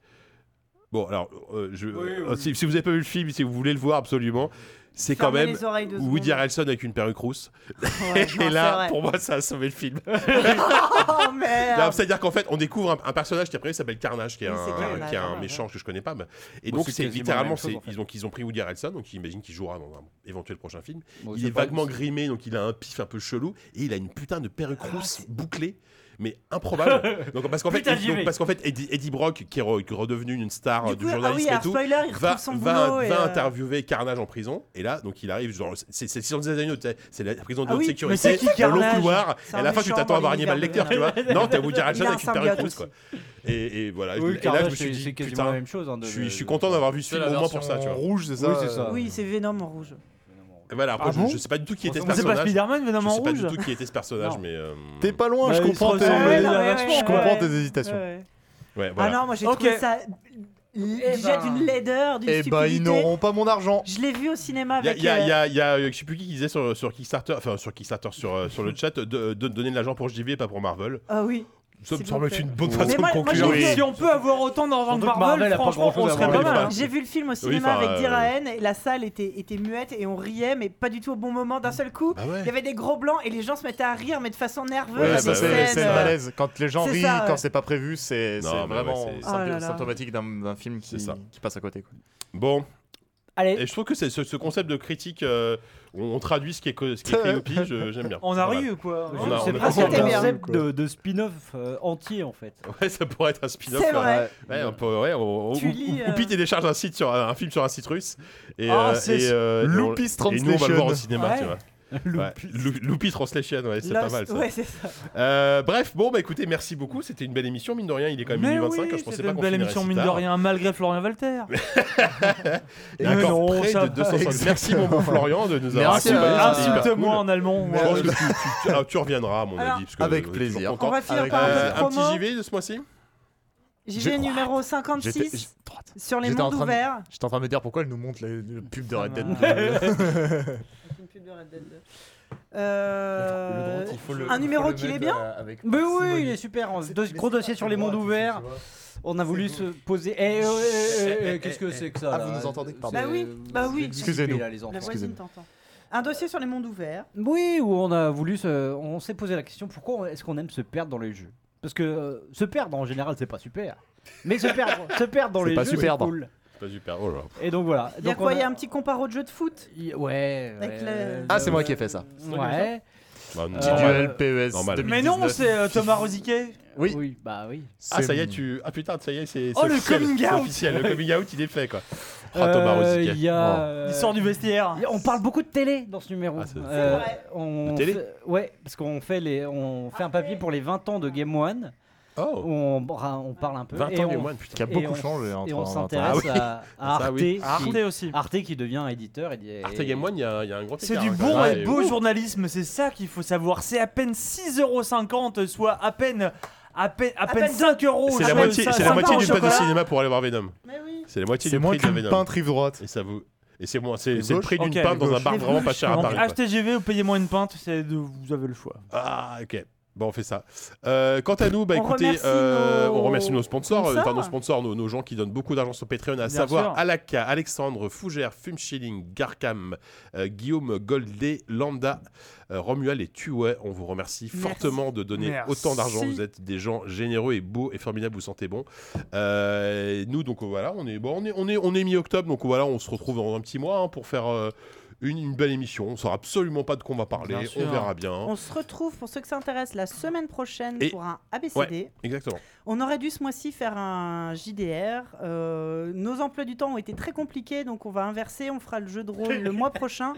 Speaker 2: Bon, alors, euh, je,
Speaker 6: Oui,
Speaker 2: euh,
Speaker 6: oui.
Speaker 2: Si, si vous n'avez pas vu le film, si vous voulez le voir absolument, c'est quand
Speaker 3: Fermez
Speaker 2: même
Speaker 3: les oreilles deux
Speaker 2: Woody
Speaker 3: secondes.
Speaker 2: Harrelson avec une perruque rousse.
Speaker 3: Ouais, non,
Speaker 2: Et
Speaker 3: c'est
Speaker 2: là,
Speaker 3: vrai.
Speaker 2: pour moi, ça a sauvé le film.
Speaker 3: Oh merde
Speaker 2: Là, C'est-à-dire qu'en fait, on découvre un, un personnage qui après s'appelle Carnage, qui est,
Speaker 3: Oui,
Speaker 2: un,
Speaker 3: c'est Carnage,
Speaker 2: qui est un
Speaker 3: voilà,
Speaker 2: méchant que je connais pas. mais- Et
Speaker 4: Bon,
Speaker 2: donc,
Speaker 4: c'est
Speaker 2: c'est
Speaker 4: quasiment la
Speaker 2: littéralement,
Speaker 4: même chose,
Speaker 2: c'est-
Speaker 4: en fait.
Speaker 2: ils ont, ils ont pris Woody Harrelson, donc j'imagine qu'il jouera dans un éventuel prochain film.
Speaker 3: Oh,
Speaker 4: Bon,
Speaker 2: il
Speaker 4: c'est
Speaker 2: est
Speaker 4: pas-
Speaker 2: vaguement grimé, donc il a un pif un peu chelou, et il a une putain de perruque
Speaker 3: Ah,
Speaker 2: rousse bouclée. Mais improbable. Donc, parce qu'en fait,
Speaker 4: Putain, j'y
Speaker 2: donc,
Speaker 4: vais.
Speaker 2: parce qu'en fait Eddie, Eddie Brock, qui est re- qui est redevenu une star euh, du,
Speaker 3: Du coup, ah oui,
Speaker 2: journalisme
Speaker 3: alors,
Speaker 2: et tout,
Speaker 3: spoiler, il
Speaker 2: va,
Speaker 3: retrouve son
Speaker 2: va-
Speaker 3: boulot. et,
Speaker 2: va
Speaker 3: euh,
Speaker 2: interviewer Carnage en prison. Et là, donc il arrive, genre, c'est c'est 600 années, tu sais, c'est la prison de
Speaker 3: Ah
Speaker 2: haute
Speaker 3: oui,
Speaker 2: sécurité,
Speaker 6: mais c'est qui
Speaker 2: dans le long
Speaker 6: Carnage
Speaker 2: couloir.
Speaker 3: C'est
Speaker 2: Et à
Speaker 3: un
Speaker 2: la fin, tu
Speaker 3: méchant
Speaker 2: t'attends à
Speaker 3: dans
Speaker 2: voir Hannibal Lecter,
Speaker 3: l'univers
Speaker 2: tu vois. Non, t'as Woody Harrelson
Speaker 3: Il a
Speaker 2: avec une
Speaker 3: un
Speaker 2: perruque
Speaker 3: symbiote
Speaker 2: rousse, quoi. Et, et voilà.
Speaker 4: Oui,
Speaker 2: et là, je
Speaker 4: Carnage,
Speaker 2: me
Speaker 4: c'est
Speaker 2: suis
Speaker 4: c'est
Speaker 2: dit,
Speaker 4: quasiment la
Speaker 2: putain,
Speaker 4: même chose. hein, de-
Speaker 2: je suis, je suis
Speaker 4: de-
Speaker 2: content d'avoir vu ce
Speaker 7: C'est
Speaker 2: film,
Speaker 7: la
Speaker 2: au moins pour
Speaker 7: version
Speaker 2: ça, tu vois.
Speaker 7: Rouge, c'est ça
Speaker 4: Oui, c'est
Speaker 7: euh,
Speaker 4: ça.
Speaker 3: Oui, c'est Venom en rouge.
Speaker 2: Et Voilà, après,
Speaker 6: Ah
Speaker 2: je-
Speaker 6: bon
Speaker 2: je, sais pas du tout qui était ce
Speaker 6: Mais c'est pas
Speaker 2: personnage.
Speaker 6: Spider-Man
Speaker 2: Je
Speaker 6: Venom en
Speaker 2: sais pas
Speaker 6: rouge
Speaker 2: du tout qui était ce personnage, mais. euh,
Speaker 7: T'es pas loin, je
Speaker 6: Bah, ils se
Speaker 7: comprends tes,
Speaker 6: ressemblent,
Speaker 3: Ouais,
Speaker 7: je
Speaker 3: non, mais
Speaker 6: vachement.
Speaker 3: ouais,
Speaker 7: comprends
Speaker 3: ouais.
Speaker 7: tes hésitations.
Speaker 3: Ouais. Eh
Speaker 2: Ouais, voilà.
Speaker 3: Ah non, moi j'ai
Speaker 6: Ok.
Speaker 3: trouvé ça. Il jette une laideur, d'une
Speaker 7: Eh ben,
Speaker 3: stupidité.
Speaker 7: ils n'auront pas mon argent.
Speaker 3: Je l'ai vu au cinéma
Speaker 2: Il y a,
Speaker 3: avec.
Speaker 2: y a-
Speaker 3: euh,
Speaker 2: y a- y a, euh, je sais plus qui qui disait sur, sur Kickstarter, enfin sur Kickstarter, sur, euh, sur le chat, de, de donner de l'argent pour JV et pas pour Marvel.
Speaker 3: Ah oui.
Speaker 2: Ça me
Speaker 3: C'est
Speaker 2: semble
Speaker 3: bien
Speaker 2: être
Speaker 3: fait.
Speaker 2: une bonne
Speaker 3: Mais
Speaker 2: façon
Speaker 3: moi-
Speaker 2: de
Speaker 3: moi,
Speaker 2: conclure.
Speaker 3: j'ai-
Speaker 6: Si on peut avoir autant d'argent de
Speaker 4: Surtout que
Speaker 6: Marvel,
Speaker 4: Marvel a pas
Speaker 6: franchement,
Speaker 4: grand-chose
Speaker 6: on
Speaker 4: à
Speaker 7: Ah
Speaker 6: serait
Speaker 2: voir
Speaker 6: pas
Speaker 2: avec
Speaker 6: mal.
Speaker 2: ça.
Speaker 6: hein.
Speaker 3: J'ai vu le film au cinéma
Speaker 2: enfin,
Speaker 3: avec
Speaker 2: euh,
Speaker 3: Diraen et la salle était, était muette et on riait, mais pas du tout au bon moment. D'un seul coup,
Speaker 7: Ah
Speaker 2: Bah
Speaker 3: il
Speaker 2: ouais.
Speaker 3: y avait des gros blancs et les gens se mettaient à rire, mais de façon nerveuse.
Speaker 2: Ouais,
Speaker 7: Ouais,
Speaker 3: à
Speaker 7: ça,
Speaker 2: bah,
Speaker 3: des
Speaker 7: c'est
Speaker 2: ouais,
Speaker 7: c'est
Speaker 3: scènes,
Speaker 7: le
Speaker 3: euh,
Speaker 7: malaise. Quand les gens
Speaker 3: c'est
Speaker 7: rient,
Speaker 3: ça, ouais.
Speaker 7: quand c'est pas prévu, c'est
Speaker 2: Non,
Speaker 7: c'est
Speaker 2: mais ouais,
Speaker 7: vraiment
Speaker 2: c'est-
Speaker 7: sympt-
Speaker 3: Oh là là.
Speaker 7: symptomatique d'un d'un film qui,
Speaker 2: C'est ça.
Speaker 7: qui passe à côté. quoi.
Speaker 2: Bon,
Speaker 4: Allez,
Speaker 2: et je trouve que c'est ce, ce concept de critique, euh, on, on traduit ce qui est, co- ce qui est écrit au pige, euh, j'aime bien.
Speaker 6: On a
Speaker 2: Voilà.
Speaker 6: ri ou quoi
Speaker 2: On a-
Speaker 4: c'est
Speaker 2: on a-
Speaker 4: presque
Speaker 3: on a-
Speaker 4: un
Speaker 3: bien.
Speaker 4: concept de, de spin-off euh, entier en fait.
Speaker 2: Ouais, ça pourrait être un spin-off.
Speaker 3: C'est
Speaker 2: ouais.
Speaker 3: vrai.
Speaker 2: Ouais, on peut- ouais, on- on-
Speaker 3: Tu
Speaker 2: ou-
Speaker 3: lis,
Speaker 2: ou-
Speaker 3: euh, Oh,
Speaker 2: ou Pete télécharge un, site sur, un film sur un site russe. Et,
Speaker 6: Ah,
Speaker 2: euh,
Speaker 6: c'est-
Speaker 2: et, euh, et on-
Speaker 7: Loopy's
Speaker 2: et nous, on va le
Speaker 7: Translation.
Speaker 2: voir au cinéma,
Speaker 6: Ouais.
Speaker 2: tu vois. Ouais.
Speaker 4: Loopy.
Speaker 2: Lou- Loopy Translation, ouais, c'est
Speaker 3: Lost-
Speaker 2: pas mal ça.
Speaker 3: Ouais, c'est ça.
Speaker 2: Euh, bref, bon, bah écoutez, merci beaucoup. C'était une belle émission, mine de rien. Il est quand même
Speaker 6: Mais
Speaker 2: 1 25
Speaker 6: oui,
Speaker 2: je pensais
Speaker 6: c'était
Speaker 2: pas
Speaker 6: une
Speaker 2: qu'on
Speaker 6: belle
Speaker 2: finirait
Speaker 6: émission
Speaker 2: si
Speaker 6: mine de
Speaker 2: tard.
Speaker 6: rien, malgré Florian Walter.
Speaker 2: Il y a
Speaker 6: Mais
Speaker 2: encore
Speaker 6: non,
Speaker 2: près
Speaker 6: ça
Speaker 2: de
Speaker 6: va.
Speaker 2: 260. Merci, mon bon Florian, de nous avoir
Speaker 7: Merci,
Speaker 2: accompagnés.
Speaker 7: euh,
Speaker 2: C'était hyper
Speaker 6: Insulte-moi
Speaker 2: cool.
Speaker 6: en allemand.
Speaker 2: Je
Speaker 7: Ouais.
Speaker 2: pense que tu, tu- ah, tu reviendras, à mon
Speaker 3: Alors,
Speaker 2: avis. Parce que
Speaker 7: avec
Speaker 2: euh, toujours
Speaker 7: plaisir.
Speaker 2: content.
Speaker 3: On va finir
Speaker 7: Avec,
Speaker 3: par un peu
Speaker 2: Euh,
Speaker 3: de
Speaker 2: un petit
Speaker 3: promo.
Speaker 2: JV de ce mois-ci
Speaker 3: JV numéro
Speaker 7: J'étais
Speaker 3: 56
Speaker 7: j'étais- droite.
Speaker 3: sur les
Speaker 7: j'étais en
Speaker 3: mondes
Speaker 7: train de-
Speaker 3: ouverts.
Speaker 7: J'étais en train de me dire pourquoi elle nous montre la la pub de
Speaker 6: Ça
Speaker 7: Red Dead
Speaker 6: m'a-
Speaker 7: 2.
Speaker 3: Euh, un numéro qui est bien
Speaker 7: euh, avec
Speaker 5: Ah,
Speaker 4: Mais oui, il est super. on- deux- gros dossier sur les mondes ouverts. On a voulu se poser. Eh, eh, eh, eh, eh, qu'est-ce que c'est que ça
Speaker 7: Ah,
Speaker 4: là
Speaker 7: vous nous entendez
Speaker 4: C'est-
Speaker 7: Pardon. Euh,
Speaker 3: Bah oui, bah oui.
Speaker 4: Excusez-nous.
Speaker 7: Excusez-nous.
Speaker 4: Là, les enfants.
Speaker 3: La voisine t'entend. Un dossier sur les mondes ouverts.
Speaker 4: Oui, où on a voulu se- on s'est posé la question pourquoi on- est-ce qu'on aime se perdre dans les jeux Parce que euh, se perdre en général, c'est pas super. Mais se perdre, se perdre dans
Speaker 7: C'est
Speaker 4: les
Speaker 7: pas
Speaker 4: jeux,
Speaker 7: super,
Speaker 4: c'est
Speaker 7: non.
Speaker 4: cool.
Speaker 2: C'est pas super. Oh là.
Speaker 4: Et donc voilà.
Speaker 3: Il y a
Speaker 4: Donc, on
Speaker 3: quoi Il y a un petit comparo de jeu de foot
Speaker 4: Y- Ouais.
Speaker 3: Avec
Speaker 4: ouais,
Speaker 3: le-
Speaker 7: Ah, c'est moi qui ai fait ça.
Speaker 4: Ouais.
Speaker 2: Bah, non.
Speaker 4: Petit Euh,
Speaker 7: Duel E PES.
Speaker 2: normal.
Speaker 7: 2019.
Speaker 6: Mais non, c'est euh, Thomas Rosiquet.
Speaker 7: Oui.
Speaker 4: Bah oui.
Speaker 2: Ah, ça y est,
Speaker 7: mon-
Speaker 2: tu. Ah putain, ça y est, c'est.
Speaker 6: Oh,
Speaker 2: c'est
Speaker 6: le
Speaker 2: officiel,
Speaker 6: coming
Speaker 2: c'est
Speaker 6: out.
Speaker 2: officiel, Le coming out, il est fait, quoi. Oh,
Speaker 7: Ah,
Speaker 4: Euh,
Speaker 2: Thomas Rosiquet.
Speaker 4: Il y
Speaker 7: Oh.
Speaker 4: a. euh,
Speaker 6: Il sort du vestiaire.
Speaker 4: y a- Ah, On parle beaucoup de télé dans ce numéro.
Speaker 2: Ah, c'est-
Speaker 4: Euh,
Speaker 3: C'est vrai.
Speaker 4: on
Speaker 2: De télé
Speaker 4: fait- Ouais, parce qu'on fait les, on fait un papier pour les 20 ans de Game One
Speaker 2: Oh
Speaker 4: où on, bra- on parle un peu.
Speaker 2: 20 ans,
Speaker 4: et on,
Speaker 2: Game One, hein, putain.
Speaker 7: Qui a
Speaker 4: et
Speaker 7: beaucoup
Speaker 4: on-
Speaker 7: changé entre
Speaker 4: Et on
Speaker 7: 20 ans.
Speaker 2: Ah
Speaker 4: s'intéresse à, à
Speaker 2: Ça,
Speaker 4: Arte,
Speaker 2: oui.
Speaker 4: qui-
Speaker 6: Arte aussi.
Speaker 4: Arte qui devient éditeur. Et,
Speaker 2: Arte Game One, il y, a un- il y a un gros
Speaker 6: C'est
Speaker 2: écart,
Speaker 6: du
Speaker 2: hein,
Speaker 6: bon
Speaker 2: quand même.
Speaker 6: et
Speaker 2: Ouais,
Speaker 6: beau
Speaker 2: ouh.
Speaker 6: journalisme, c'est ça qu'il faut savoir. C'est à peine 6,50€, soit à peine, à peine, à peine
Speaker 3: peine
Speaker 6: 5 euros.
Speaker 2: C'est la
Speaker 6: soit
Speaker 2: moitié,
Speaker 6: ça,
Speaker 2: c'est la
Speaker 6: cinq
Speaker 2: moitié
Speaker 6: pains au
Speaker 2: du pass de
Speaker 6: chocolat.
Speaker 2: cinéma pour aller voir Venom.
Speaker 3: Mais oui.
Speaker 2: C'est la moitié
Speaker 7: C'est
Speaker 2: du
Speaker 7: moins
Speaker 2: prix de
Speaker 7: qu'une
Speaker 2: Venom.
Speaker 7: pinte rive droite.
Speaker 2: Et ça vous. Et c'est moins, c'est,
Speaker 7: Et
Speaker 2: c'est le
Speaker 7: gauche.
Speaker 2: prix d'une
Speaker 6: Ok,
Speaker 2: pinte dans un
Speaker 7: gauche.
Speaker 2: bar
Speaker 6: Et
Speaker 2: vraiment
Speaker 6: gauche.
Speaker 2: pas cher à
Speaker 6: Donc,
Speaker 2: Paris. quoi.
Speaker 6: Achetez GV ou payez-moi une pinte, c'est de- vous avez le choix.
Speaker 2: Ah, ok. Bon, on fait ça. Euh, quant à nous, bah,
Speaker 3: On
Speaker 2: écoutez,
Speaker 3: remercie
Speaker 2: euh,
Speaker 3: nos
Speaker 2: on remercie nos sponsors, euh,
Speaker 3: sponsors.
Speaker 2: enfin nos sponsors, nos, nos gens qui donnent beaucoup d'argent sur Patreon, à savoir
Speaker 6: sûr.
Speaker 2: Alaka, Alexandre, Fougère, Fumschilling, Garkam, euh, Guillaume, Goldé, Landa, euh, Romuald et Tuet. On vous remercie
Speaker 3: Merci.
Speaker 2: fortement de donner
Speaker 6: Merci.
Speaker 2: autant d'argent. Vous êtes des gens généreux et beaux et formidables, vous sentez bon. Euh, nous, donc voilà, on est, bon, on est, on est, on est mi-octobre, donc voilà, on se retrouve dans un petit mois hein, pour faire. euh, une, une belle émission, on ne saura absolument pas de quoi on va parler,
Speaker 6: Bien
Speaker 2: on
Speaker 6: sûr.
Speaker 2: verra bien.
Speaker 3: On se retrouve pour ceux que ça intéresse la semaine prochaine
Speaker 2: Et-
Speaker 3: pour un ABCD.
Speaker 2: Exactement.
Speaker 3: On aurait dû ce mois-ci faire un JDR. Euh, nos emplois du temps ont été très compliqués, donc on va inverser. On fera le jeu de rôle le mois prochain.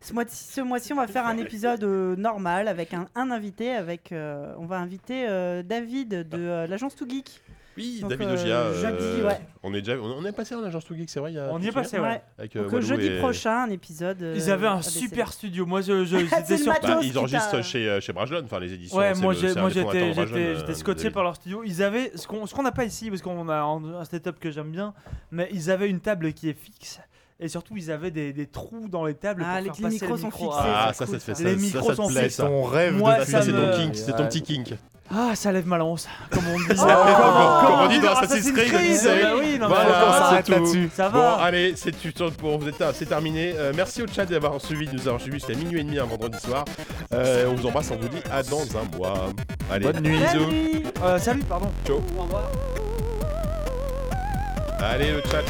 Speaker 3: Ce mois-ci, ce mois-ci, on va faire un épisode euh, normal avec un, un invité. Avec, euh, on va inviter euh, David de euh, l'agence Too Geek.
Speaker 2: Oui,
Speaker 3: Donc,
Speaker 2: David
Speaker 3: euh,
Speaker 2: Ogia.
Speaker 3: jeudi, ouais.
Speaker 2: On est déjà, on, on est passé en agence Too Geek, c'est vrai. il y a-
Speaker 6: On y
Speaker 2: tu
Speaker 6: est
Speaker 2: te souviens
Speaker 6: passé, ouais.
Speaker 2: Avec, euh,
Speaker 3: Donc,
Speaker 2: Walou
Speaker 3: jeudi
Speaker 2: et-
Speaker 3: prochain, un épisode. euh,
Speaker 6: Ils avaient un
Speaker 3: ABCD.
Speaker 6: super studio. Moi, je, je-
Speaker 3: C'est
Speaker 6: j'étais
Speaker 3: le
Speaker 6: sur
Speaker 3: matin.
Speaker 2: Bah,
Speaker 3: Atos qui
Speaker 2: ils
Speaker 3: t'a-
Speaker 2: enregistrent chez, euh, chez Brajlon, enfin les éditions.
Speaker 6: Ouais,
Speaker 2: c'est
Speaker 6: moi,
Speaker 2: le-
Speaker 6: j'ai-
Speaker 2: c'est un
Speaker 6: moi,
Speaker 2: des fondateurs
Speaker 6: j'étais
Speaker 2: de Brajlon,
Speaker 6: j'étais-
Speaker 2: euh,
Speaker 6: j'étais scotché
Speaker 2: David.
Speaker 6: par leur studio. Ils avaient ce qu'on ce qu'on n'a pas ici, parce qu'on a un, un setup que j'aime bien, mais ils avaient une table qui est fixe. Et surtout, ils avaient des, des trous dans les tables
Speaker 3: Ah,
Speaker 6: pour
Speaker 3: les-
Speaker 6: faire
Speaker 3: les
Speaker 6: passer
Speaker 3: micros sont
Speaker 6: micros.
Speaker 3: fixés,
Speaker 2: Ah, ça,
Speaker 3: cool,
Speaker 2: ça te fait
Speaker 6: ça.
Speaker 2: ça.
Speaker 6: Les
Speaker 2: ça,
Speaker 6: micros
Speaker 2: ça te
Speaker 6: sont
Speaker 2: plaît,
Speaker 6: fixés.
Speaker 2: ça.
Speaker 7: Ton rêve
Speaker 6: Moi,
Speaker 7: de
Speaker 2: Ça,
Speaker 6: ça
Speaker 2: c'est
Speaker 6: me-
Speaker 2: ton kink, c'est ton petit kink.
Speaker 6: Ah, ça lève ma lance, comme on dit.
Speaker 2: Ah, comme- comme on dit dans Assassin's Creed, c'est-
Speaker 6: Bah oui, non, mais
Speaker 2: Voilà,
Speaker 6: ça va.
Speaker 2: c'est tout.
Speaker 6: Ça
Speaker 2: Bon,
Speaker 6: va.
Speaker 2: allez, c'est tu- bon, vous êtes là, c'est terminé. Euh, merci au chat d'avoir suivi, de nous avoir suivis jusqu'à minuit et demi un vendredi soir. Euh, on vous embrasse, on vous dit à dans un mois. Allez,
Speaker 7: Bonne nuit.
Speaker 2: bisous.
Speaker 6: Euh, salut, pardon.
Speaker 2: Allez, le chat.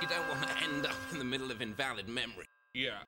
Speaker 12: You don't want to end up in the middle of invalid memory. Yeah.